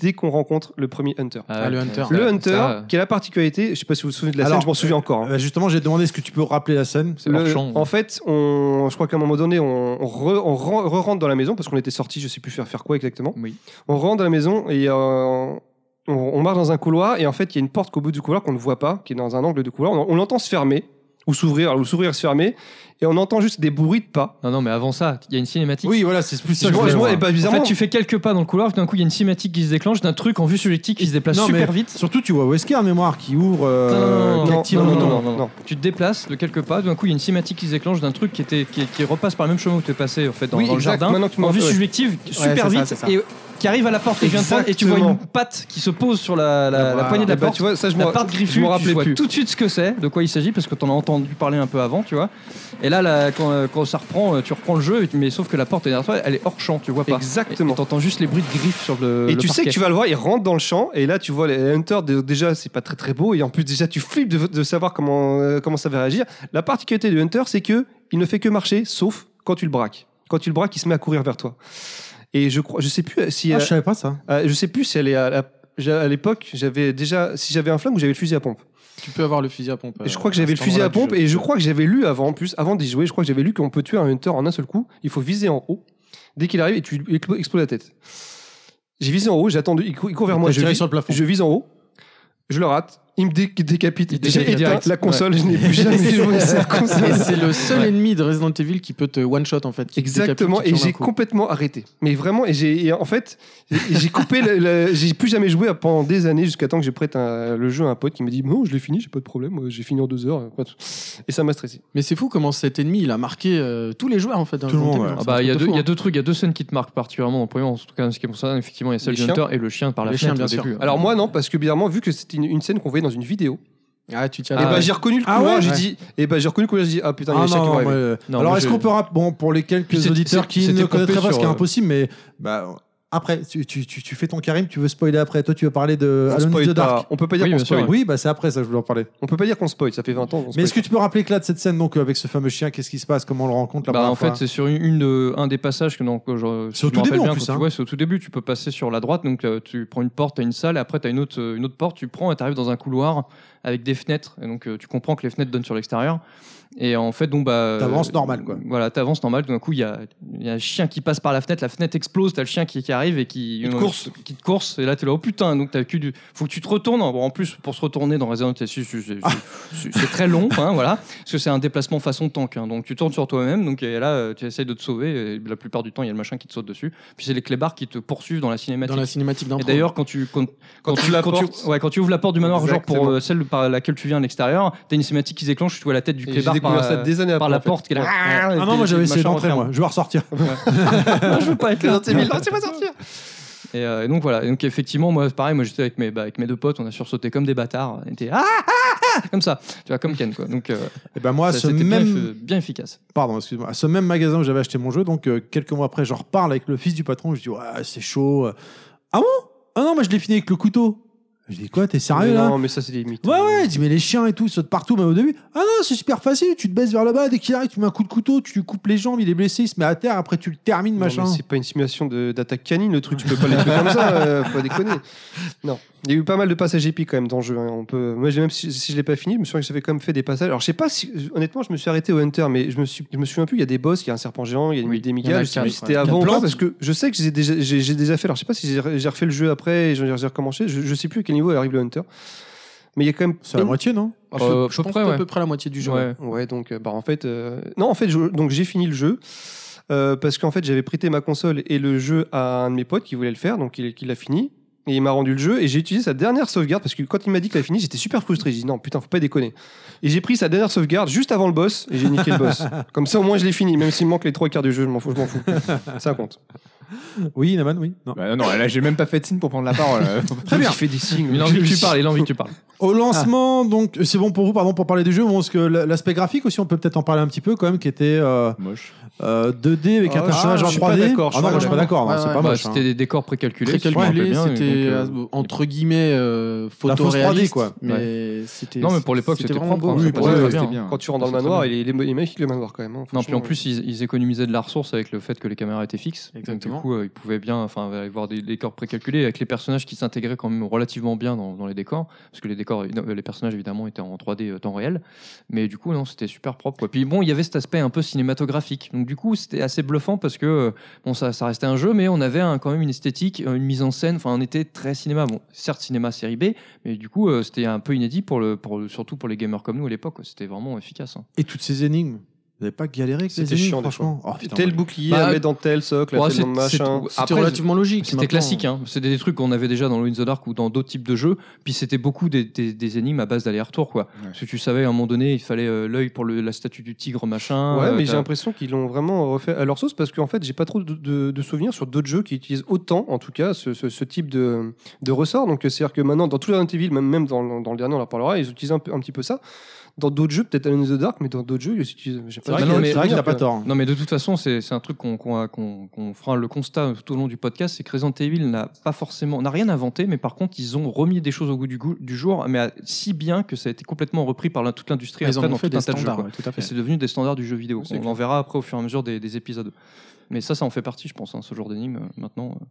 Speaker 3: dès qu'on rencontre le premier Hunter.
Speaker 8: Ah, le Hunter.
Speaker 3: le
Speaker 4: ça,
Speaker 3: Hunter,
Speaker 4: bah, ça, euh.
Speaker 3: qui est la particularité, je sais pas si vous vous souvenez de la
Speaker 2: Alors,
Speaker 3: scène, je m'en souviens encore. hein.
Speaker 2: euh, justement, j'ai demandé est-ce que tu peux rappeler la scène
Speaker 4: c'est
Speaker 3: Le-
Speaker 4: marchand.
Speaker 3: en fait, on, je crois qu'à un moment donné, on, on re- on ren- re-rentre dans la maison parce qu'on était sorti, je sais plus faire, faire quoi exactement.
Speaker 4: Oui.
Speaker 3: On rentre dans la maison et euh, on, on marche dans un couloir et en fait, il y a une porte qu'au bout du couloir qu'on ne voit pas, qui est dans un angle de couloir. On, on l'entend se fermer ou s'ouvrir, ou s'ouvrir se fermer et on entend juste des bruits de pas.
Speaker 4: Non non mais avant ça, il y a une cinématique.
Speaker 2: Oui, voilà, c'est plus ça.
Speaker 3: Je
Speaker 2: que je
Speaker 3: vois-
Speaker 2: voulais
Speaker 3: je vois-
Speaker 2: voir.
Speaker 3: et bah,
Speaker 4: En
Speaker 3: bizarrement,
Speaker 4: fait, tu fais quelques pas dans le couloir, puis d'un coup, il y a une cinématique qui se déclenche, d'un truc en vue subjective qui se déplace
Speaker 2: Non,
Speaker 4: super
Speaker 2: mais
Speaker 4: vite.
Speaker 2: Surtout, tu vois Wesker, mémoire, qui ouvre, euh,
Speaker 4: Non, non,
Speaker 2: qui
Speaker 3: non,
Speaker 2: active
Speaker 3: non,
Speaker 2: le
Speaker 3: non,
Speaker 2: bouton.
Speaker 3: non, non, non.
Speaker 4: Tu te déplaces de quelques pas, d'un coup, il y a une cinématique qui se déclenche d'un truc qui, était, qui, qui repasse par le même chemin où tu es passé, en fait, dans,
Speaker 3: Oui,
Speaker 4: dans le
Speaker 3: exact.
Speaker 4: jardin.
Speaker 3: Maintenant que tu m'en-
Speaker 4: en vue
Speaker 3: ouais.
Speaker 4: subjective, super
Speaker 8: c'est ça,
Speaker 4: vite,
Speaker 8: c'est ça.
Speaker 4: et qui arrive à la porte que je viens de prendre, et tu vois une
Speaker 3: Exactement.
Speaker 4: patte qui se pose sur la, la- la
Speaker 2: Voilà.
Speaker 4: poignée de la
Speaker 3: Eh ben,
Speaker 4: porte.
Speaker 3: tu vois, ça, je
Speaker 4: la
Speaker 3: m'en-
Speaker 4: part
Speaker 3: je
Speaker 4: griffue,
Speaker 3: m'en
Speaker 4: tu
Speaker 3: rappelais
Speaker 4: vois
Speaker 3: plus.
Speaker 4: tout de suite ce que c'est, de quoi il s'agit, parce que t'en as entendu parler un peu avant, tu vois. Et là, là, quand, euh, quand ça reprend, euh, tu reprends le jeu, et tu- mais sauf que la porte est derrière toi, elle est hors champ, tu vois pas.
Speaker 3: Exactement.
Speaker 4: Et- et T'entends juste les bruits de griffes sur le.
Speaker 3: Et
Speaker 4: le
Speaker 3: tu sais que
Speaker 4: parquet.
Speaker 3: tu vas le voir, il rentre dans le champ, et là tu vois les Hunter, dé- déjà c'est pas très très beau, et en plus déjà tu flippes de, de savoir comment, euh, comment ça va réagir. La particularité du Hunter, c'est que il ne fait que marcher, sauf quand tu le braques. Quand tu le braques, il se met à courir vers toi. Et je crois, je sais plus si,
Speaker 2: Ah,
Speaker 3: euh,
Speaker 2: je savais pas ça.
Speaker 3: euh, je sais plus si elle est à, la- j'a- à l'époque, j'avais déjà, si j'avais un flingue ou j'avais le fusil à pompe.
Speaker 5: Tu peux avoir le fusil à pompe. euh,
Speaker 3: Et je crois que j'avais le fusil à pompe et je crois que j'avais lu avant en plus, avant d'y jouer, je crois que j'avais lu qu'on peut tuer un hunter en un seul coup. Il faut viser en haut. Dès qu'il arrive, et tu lui explo- exploses la tête. J'ai visé en haut, j'ai attendu, il cou- il court vers moi. Je,
Speaker 2: tiré
Speaker 3: vis-
Speaker 2: sur le plafond.
Speaker 3: je vise en haut, je le rate, il me dé- décapite.
Speaker 5: Il
Speaker 3: J'ai
Speaker 5: décapite
Speaker 3: éteint
Speaker 5: direct.
Speaker 3: la console, je n'ai plus jamais joué à cette console.
Speaker 5: Et c'est le seul ennemi de Resident Evil qui peut te one shot en fait. qui te
Speaker 3: Exactement,
Speaker 5: décapite
Speaker 3: et
Speaker 5: tout en un
Speaker 3: j'ai
Speaker 5: coup.
Speaker 3: complètement arrêté. Mais vraiment, et j'ai et en fait, et j'ai coupé, le- le- j'ai plus jamais joué pendant des années jusqu'à temps que je prête un- le jeu à un pote qui me dit non, je l'ai fini, j'ai pas de problème, moi, j'ai fini en deux heures, pas de- et ça m'a stressé.
Speaker 5: Mais c'est fou comment cet ennemi il a marqué euh, tous les joueurs en fait. dans
Speaker 2: Tout le
Speaker 5: Resident
Speaker 2: monde,
Speaker 5: Evil.
Speaker 2: ouais.
Speaker 4: Ah
Speaker 5: C'est
Speaker 4: bah,
Speaker 5: un
Speaker 4: il y, a
Speaker 5: truc de
Speaker 4: deux-
Speaker 5: fou,
Speaker 4: il y a
Speaker 5: hein.
Speaker 4: deux trucs, il y a deux scènes qui te marquent particulièrement dans le premier, en tout cas en ce qui concerne effectivement, il y a celle
Speaker 3: Les
Speaker 4: du
Speaker 3: chiens.
Speaker 4: Hunter et le chien par la
Speaker 5: Les
Speaker 4: fenêtre
Speaker 5: chiens, bien
Speaker 4: au
Speaker 5: sûr.
Speaker 4: début.
Speaker 3: Alors moi non, parce que bizarrement, vu que c'était une, une scène qu'on voyait dans une vidéo,
Speaker 5: Ah, tu tiens
Speaker 3: et
Speaker 4: Ah
Speaker 3: bah
Speaker 4: ouais.
Speaker 3: j'ai reconnu le
Speaker 2: Ah
Speaker 3: couloir,
Speaker 2: ouais
Speaker 3: j'ai dit, et bah j'ai reconnu le couloir, j'ai dit ah putain, il y a
Speaker 2: Ah
Speaker 3: les chiens
Speaker 2: non,
Speaker 3: qui vont
Speaker 2: non,
Speaker 3: arriver.
Speaker 2: moi,
Speaker 4: Non,
Speaker 2: Alors,
Speaker 4: moi,
Speaker 2: est-ce
Speaker 4: je-
Speaker 2: qu'on peut rap- bon pour les
Speaker 4: Puis
Speaker 2: quelques
Speaker 4: c'est-
Speaker 2: auditeurs
Speaker 4: c'est-
Speaker 2: qui
Speaker 4: c'était
Speaker 2: ne
Speaker 4: pompé
Speaker 2: connaîtraient pas ce
Speaker 4: sur,
Speaker 2: qui est
Speaker 4: euh,
Speaker 2: impossible, mais bah, après tu, tu, tu, tu fais ton Karim, tu veux spoiler après. Toi, tu veux parler de
Speaker 3: On,
Speaker 2: Alone in
Speaker 3: spoil
Speaker 2: the Dark.
Speaker 3: pas. on peut pas dire
Speaker 4: Oui,
Speaker 3: qu'on
Speaker 4: bien sûr,
Speaker 3: spoil.
Speaker 4: ouais.
Speaker 2: Oui, bah c'est après ça, que je voulais en parler.
Speaker 3: On peut pas dire qu'on spoil, ça fait 20 ans. qu'on
Speaker 2: Mais
Speaker 3: spoil.
Speaker 2: est-ce que tu peux rappeler là de cette scène donc euh, avec ce fameux chien Qu'est-ce qui se passe Comment on le rencontre la
Speaker 4: Bah,
Speaker 2: première
Speaker 4: en
Speaker 2: fois
Speaker 4: fait, c'est sur une, une de- un des passages que donc, euh, je,
Speaker 2: C'est au
Speaker 4: je
Speaker 2: tout
Speaker 4: me rappelle
Speaker 2: début, en
Speaker 4: bien,
Speaker 2: plus,
Speaker 4: quand tu
Speaker 2: hein.
Speaker 4: vois, c'est au tout début. Tu peux passer sur la droite, donc euh, tu prends une porte, t'as une salle, et après t'as une autre, euh, une autre porte, tu prends et t'arrives dans un couloir avec des fenêtres, et donc euh, tu comprends que les fenêtres donnent sur l'extérieur. Et en fait, donc bah, euh,
Speaker 2: T'avances normal, quoi.
Speaker 4: Voilà, t'avances normal. Tout d'un coup, il y a, il y a un chien qui passe par la fenêtre, la fenêtre explose, t'as le chien qui, qui arrive et qui
Speaker 3: Il te
Speaker 4: euh,
Speaker 3: course.
Speaker 4: qui te course, et là t'es là oh putain, donc t'as que du, faut que tu te retournes. hein. Bon, en plus, pour se retourner dans Resident Evil, c'est- c'est- c'est- c'est c'est très long, hein, voilà. Parce que c'est un déplacement façon tank. hein. Donc tu tournes sur toi-même, donc et là euh, tu essayes de te sauver. Et la plupart du temps, il y a le machin qui te saute dessus. Puis c'est les clébards qui te poursuivent dans la cinématique.
Speaker 5: Dans la cinématique
Speaker 4: Et
Speaker 5: d'intro.
Speaker 4: d'ailleurs, quand tu quand,
Speaker 3: Quand tu la
Speaker 4: tu-
Speaker 3: portes.
Speaker 4: ouais, quand tu ouvres la porte du manoir, genre pour
Speaker 3: Exactement.
Speaker 4: euh, celle par laquelle tu viens à l'extérieur, t'as une cinématique qui se déclenche. Tu vois la tête du
Speaker 3: Et j'ai
Speaker 4: clébard par,
Speaker 3: découvert ça
Speaker 4: euh,
Speaker 3: des années
Speaker 4: par
Speaker 3: après,
Speaker 4: la
Speaker 3: en fait.
Speaker 4: porte. qui est là,
Speaker 2: Ah non,
Speaker 4: et
Speaker 2: moi
Speaker 4: le
Speaker 2: j'avais essayé
Speaker 4: machin
Speaker 2: d'entrer,
Speaker 4: referme.
Speaker 3: hein.
Speaker 2: moi. Je vais ressortir.
Speaker 4: Non, je veux pas être là.
Speaker 3: Resident Evil, non, c'est pas sortir.
Speaker 4: Et, euh, et donc voilà, Et donc effectivement, moi pareil, moi j'étais avec mes, bah, avec mes deux potes, on a sursauté comme des bâtards, on était ah, ah, ah comme ça, tu vois, comme Ken quoi. Donc euh,
Speaker 2: Et ben moi,
Speaker 4: ça,
Speaker 2: ce
Speaker 4: c'était bien
Speaker 2: même
Speaker 3: euh,
Speaker 4: eff- bien efficace.
Speaker 2: pardon, excuse-moi, à ce même magasin où j'avais acheté mon jeu, donc euh, quelques mois après, j'en reparle avec le fils du patron, je dis ouais, c'est chaud. Ah bon Ah non, moi je l'ai fini avec le couteau. Je dis quoi, t'es sérieux
Speaker 3: Mais
Speaker 2: là
Speaker 3: Non, mais ça c'est des mythes.
Speaker 2: Ouais ouais, il dit mais les chiens et tout ils sautent partout même au début. Ah non, c'est super facile, tu te baisses vers le bas, dès qu'il arrive, tu mets un coup de couteau, tu lui coupes les jambes, il est blessé, il se met à terre, après tu le termines
Speaker 3: Non,
Speaker 2: machin.
Speaker 3: mais c'est pas une simulation de- d'attaque canine, le truc. Tu peux pas les tuer comme ça, euh, faut pas déconner. Non. Il y a eu pas mal de passages épiques quand même dans le jeu. hein. On peut... Moi, j'ai- même si, si je l'ai pas fini, je me souviens que j'avais quand même fait des passages. Alors, je sais pas si. Honnêtement, je me suis arrêté au Hunter, mais je me, suis... je me souviens plus. Il y a des boss, il y a un serpent géant, il y a une
Speaker 5: Oui,
Speaker 3: des
Speaker 5: il y en
Speaker 3: migas.
Speaker 5: a
Speaker 3: Je sais
Speaker 5: quatre,
Speaker 3: plus si c'était
Speaker 5: ouais.
Speaker 3: avant ou
Speaker 5: Quatre
Speaker 3: pas,
Speaker 5: plantes.
Speaker 3: parce que je sais que j'ai déjà, j'ai- j'ai déjà fait. Alors, je sais pas si j'ai re- j'ai refait le jeu après, et j'ai j'ai recommencé. Je, je sais plus à quel niveau arrive le Hunter. Mais il y a quand même.
Speaker 2: C'est à la moitié, non
Speaker 5: Ah,
Speaker 4: Euh,
Speaker 5: je, je
Speaker 4: à peu près,
Speaker 5: pense que c'est à
Speaker 4: ouais.
Speaker 5: peu près la moitié du jeu. ouais.
Speaker 4: Ouais.
Speaker 3: Ouais, donc euh, bah, en fait, euh, non, en fait, je- donc j'ai fini le jeu euh, parce qu'en fait j'avais prêté ma console et le jeu à un de mes potes qui voulait le faire, donc il, il l'a fini et il m'a rendu le jeu et j'ai utilisé sa dernière sauvegarde parce que quand il m'a dit qu'il a fini, j'étais super frustré. J'ai dit non, putain, faut pas déconner. Et j'ai pris sa dernière sauvegarde juste avant le boss et j'ai niqué le boss. Comme ça au moins je l'ai fini, même s'il me manque les trois quarts du jeu, je m'en fous, je m'en fous. Ça compte.
Speaker 2: Oui, Naman, oui. Non.
Speaker 11: Bah, non, là j'ai même pas fait de signe pour prendre la parole. euh,
Speaker 2: Très bien.
Speaker 3: Il fait des signes.
Speaker 4: Il a envie que tu parles, il a envie que tu parles.
Speaker 2: Au lancement,
Speaker 5: Ah.
Speaker 2: donc euh, c'est bon pour vous, pardon, pour parler du jeu. Bon, parce que l- l'aspect graphique aussi, on peut peut-être en parler un petit peu quand même, qui était euh,
Speaker 11: Moche.
Speaker 2: euh, 2D avec un
Speaker 3: Ah,
Speaker 2: personnage
Speaker 3: je
Speaker 2: en
Speaker 3: suis pas
Speaker 2: 3D.
Speaker 3: d'accord, je
Speaker 2: ah non,
Speaker 3: suis pas
Speaker 2: moi, je suis pas d'accord. non,
Speaker 5: Ouais,
Speaker 2: c'est
Speaker 5: ouais.
Speaker 2: pas
Speaker 4: Bah,
Speaker 2: moche. hein.
Speaker 4: c'était des décors précalculés. si je me rappelle
Speaker 5: Précalculé,
Speaker 4: bien, et donc,
Speaker 5: c'était
Speaker 4: euh,
Speaker 5: euh, entre guillemets euh,
Speaker 2: La fausse 3D,
Speaker 5: photoréaliste,
Speaker 2: quoi.
Speaker 5: Mais
Speaker 4: Non, mais pour l'époque, c'était
Speaker 5: vraiment
Speaker 4: propre,
Speaker 5: beau.
Speaker 4: hein,
Speaker 5: Oui,
Speaker 4: ça
Speaker 5: pour-
Speaker 4: passait
Speaker 3: ouais,
Speaker 4: très
Speaker 3: c'était
Speaker 4: bien.
Speaker 3: Quand tu rentres dans le
Speaker 4: Ça, c'est
Speaker 3: manoir,
Speaker 4: très
Speaker 3: il est, il est- il est magnifique le manoir quand même. hein,
Speaker 4: Non, puis en
Speaker 3: franchement.
Speaker 4: plus, ils, ils économisaient de la ressource avec le fait que les caméras étaient fixes. Donc,
Speaker 5: Exactement.
Speaker 4: du coup, euh, ils pouvaient bien enfin, aller voir des décors précalculés avec les personnages qui s'intégraient quand même relativement bien dans, dans les décors. Parce que les décors, euh, les personnages évidemment étaient en 3D euh, temps réel. Mais du coup, non, c'était super propre. quoi. Puis bon, il y avait cet aspect un peu cinématographique. Donc du coup, c'était assez bluffant parce que euh, bon, ça, ça restait un jeu, mais on avait un- quand même une esthétique, euh, une mise en scène. Enfin, on était très cinéma. Bon, certes, cinéma série B, mais du coup, euh, c'était un peu inédit, pour le, pour le- surtout pour les gamers comme nous à l'époque. quoi. C'était vraiment efficace. hein.
Speaker 2: Et toutes ces énigmes. Vous n'avez pas galéré avec
Speaker 3: C'était
Speaker 2: les énigmes,
Speaker 3: chiant, des
Speaker 2: franchement. Oh, putain,
Speaker 3: Tel
Speaker 2: moi,
Speaker 3: bouclier
Speaker 4: Bah,
Speaker 3: à mettre dans tel socle, à
Speaker 4: Ouais,
Speaker 3: tel
Speaker 4: c'est- c'est-
Speaker 3: machin.
Speaker 5: C'était
Speaker 4: Après,
Speaker 5: relativement logique.
Speaker 4: C'était
Speaker 5: maintenant.
Speaker 4: classique, hein. c'était des trucs qu'on avait déjà dans Loin the Dark ou dans d'autres types de jeux, puis c'était beaucoup des, des- des énigmes à base d'aller-retour, quoi.
Speaker 11: Ouais.
Speaker 4: Parce que tu savais, à un moment donné, il fallait euh, l'œil pour le- la statue du tigre, machin.
Speaker 3: Ouais,
Speaker 4: euh,
Speaker 3: mais
Speaker 4: t'as-
Speaker 3: j'ai l'impression qu'ils l'ont vraiment refait à leur sauce parce qu'en fait, j'ai pas trop de, de- de souvenirs sur d'autres jeux qui utilisent autant, en tout cas, ce, ce- ce type de, de ressort. Donc, euh, c'est-à-dire que maintenant, dans tous les Resident Evil, même, même dans, le- dans le dernier, on en parlera, ils utilisent un, peu- un petit peu ça. Dans d'autres jeux, peut-être Alone in the Dark, mais dans d'autres jeux, ils utilisent. j'ai
Speaker 2: C'est
Speaker 3: pas
Speaker 2: vrai
Speaker 4: Non,
Speaker 2: qu'il y a-
Speaker 4: mais-
Speaker 2: c'est vrai qu'il
Speaker 3: souvenir
Speaker 2: n'a pas
Speaker 3: que-
Speaker 2: tort. hein.
Speaker 4: Non, mais de toute façon, c'est c'est un truc qu'on qu'on- qu'on- qu'on fera le constat tout au long du podcast, c'est que Resident Evil n'a pas forcément, n'a rien inventé, mais par contre, ils ont remis des choses au goût du, goût- du jour, mais à- si bien que ça a été complètement repris par la- toute l'industrie
Speaker 5: Ils en
Speaker 4: après
Speaker 5: ont
Speaker 4: dans
Speaker 5: fait
Speaker 4: tout un
Speaker 5: des
Speaker 4: tas de jeux,
Speaker 5: standards,
Speaker 4: quoi.
Speaker 5: ouais, tout à
Speaker 4: Et
Speaker 5: fait.
Speaker 4: c'est devenu des standards du jeu vidéo.
Speaker 5: C'est
Speaker 4: On en verra après au fur et à mesure des, des épisodes. Mais ça, ça en fait partie, je pense, hein, ce genre d'énigme euh, maintenant. euh,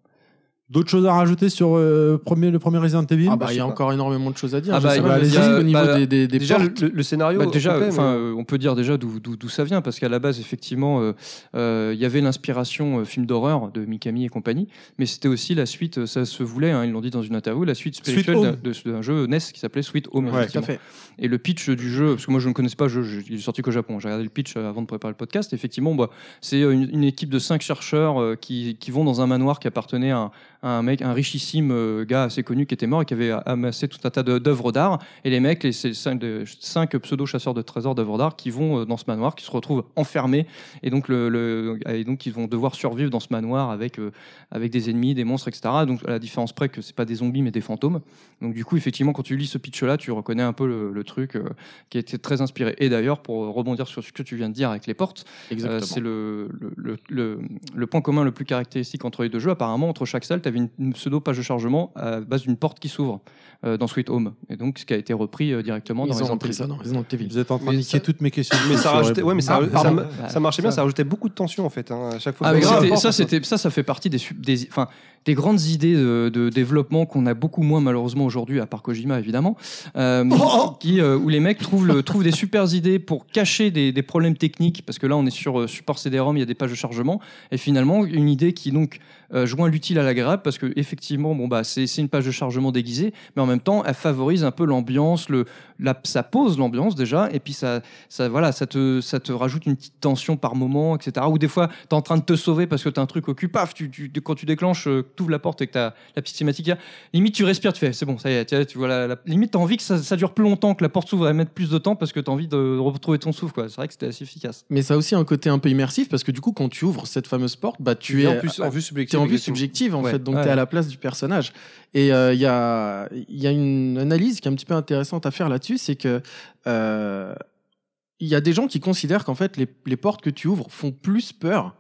Speaker 2: D'autres choses à rajouter sur euh, premier, le premier Resident Evil
Speaker 5: Ah bah, il y a
Speaker 3: pas.
Speaker 5: encore énormément de choses à dire.
Speaker 4: Ah
Speaker 5: Je
Speaker 4: bah,
Speaker 5: sais
Speaker 2: il
Speaker 5: pas,
Speaker 2: va
Speaker 5: ne
Speaker 2: les-
Speaker 5: serait-ce
Speaker 4: euh,
Speaker 5: qu'au niveau
Speaker 4: bah,
Speaker 5: des, des- des
Speaker 3: Déjà,
Speaker 5: portes.
Speaker 3: le, le- le scénario.
Speaker 4: Bah,
Speaker 3: au
Speaker 4: déjà,
Speaker 3: complet, mais-
Speaker 4: enfin, euh, on peut dire déjà d'où, d'où- d'où ça vient, parce qu'à la base, effectivement, euh, euh, il y avait l'inspiration euh, film d'horreur de Mikami et compagnie, mais c'était aussi la suite, euh, ça se voulait, hein, ils l'ont dit dans une interview, la suite spirituelle d'un,
Speaker 2: Home.
Speaker 4: de- d'un jeu NES qui s'appelait Sweet Home.
Speaker 2: Ouais,
Speaker 4: effectivement.
Speaker 5: fait.
Speaker 4: Et le pitch du jeu, parce que moi je ne connaissais pas, je, je- il est sorti qu'au Japon. J'ai regardé le pitch euh, avant de préparer le podcast. Effectivement, bah, c'est euh, une, une équipe de cinq chercheurs euh, qui, qui vont dans un manoir qui appartenait à un, à un mec, un richissime euh, gars assez connu qui était mort et qui avait amassé tout un tas de- d'œuvres d'art. Et les mecs, les, ces cinq, de- cinq pseudo-chasseurs de trésors d'œuvres d'art qui vont euh, dans ce manoir, qui se retrouvent enfermés. Et donc, le, le- et donc ils vont devoir survivre dans ce manoir avec, euh, avec des ennemis, des monstres, etc. Donc à la différence près que c'est pas des zombies mais des fantômes. Donc du coup, effectivement, quand tu lis ce pitch-là, tu reconnais un peu le, le truc euh, qui a été très inspiré. Et d'ailleurs, pour rebondir sur ce que tu viens de dire avec les portes, euh, c'est le, le, le, le- le point commun le plus caractéristique entre les deux jeux. Apparemment, entre chaque salle, tu avais une, une pseudo-page de chargement à base d'une porte qui s'ouvre euh, dans Sweet Home. Et donc, ce qui a été repris euh, directement dans
Speaker 5: Ils ont
Speaker 4: Resident
Speaker 5: repris ça
Speaker 4: Evil.
Speaker 5: dans Resident Evil.
Speaker 2: Vous êtes en train de
Speaker 3: Mais
Speaker 2: niquer
Speaker 3: ça-
Speaker 2: toutes mes questions.
Speaker 3: Mais ça
Speaker 2: C'est
Speaker 3: rajoutait,
Speaker 2: horrible.
Speaker 3: ouais, mais ça,
Speaker 5: Ah,
Speaker 3: ça-
Speaker 5: pardon.
Speaker 3: ça, marchait bien, ça rajoutait beaucoup de tension en fait. hein, à chaque fois.
Speaker 4: Ah,
Speaker 3: que
Speaker 4: mais
Speaker 3: vous
Speaker 4: c'était-
Speaker 3: avez un
Speaker 4: ça,
Speaker 3: rapport,
Speaker 4: c'était, ça, ça fait partie des, su- des, enfin, des grandes idées de, de développement qu'on a beaucoup moins malheureusement aujourd'hui, à part Kojima évidemment, euh,
Speaker 3: Oh
Speaker 4: qui, euh, où les mecs trouvent, le- trouvent des super idées pour cacher des, des problèmes techniques, parce que là on est sur euh, support CD-ROM, il y a des pages de chargement, et finalement une idée qui donc euh, joint l'utile à l'agréable, parce que effectivement bon bah c'est, c'est une page de chargement déguisée, mais en même temps elle favorise un peu l'ambiance, le, la, ça pose l'ambiance déjà, et puis ça, ça voilà ça te ça te rajoute une petite tension par moment etc ou des fois t'es en train de te sauver parce que t'as un truc au cul paf tu, tu- quand tu déclenches euh, t'ouvres la porte et que t'as la petite cinématique là, limite tu respires tu fais c'est bon ça y est tu, tu vois la, la- limite t'as envie que ça, ça dure plus longtemps que la porte s'ouvre et mettre plus de temps parce que t'as envie de retrouver ton souffle quoi c'est vrai que c'était assez efficace
Speaker 5: Mais ça a aussi un côté un peu immersif parce que du coup, quand tu ouvres cette fameuse porte, bah, tu
Speaker 3: Et
Speaker 5: es
Speaker 3: en plus, en vue
Speaker 5: T'es
Speaker 3: subjective.
Speaker 5: en vue
Speaker 3: exactement.
Speaker 5: subjective en
Speaker 4: Ouais,
Speaker 5: fait, donc
Speaker 4: ouais.
Speaker 5: t'es à la place du personnage. Et euh, il y, a, il y a une analyse qui est un petit peu intéressante à faire là-dessus, c'est que euh, il y a des gens qui considèrent qu'en fait les, les portes que tu ouvres font plus peur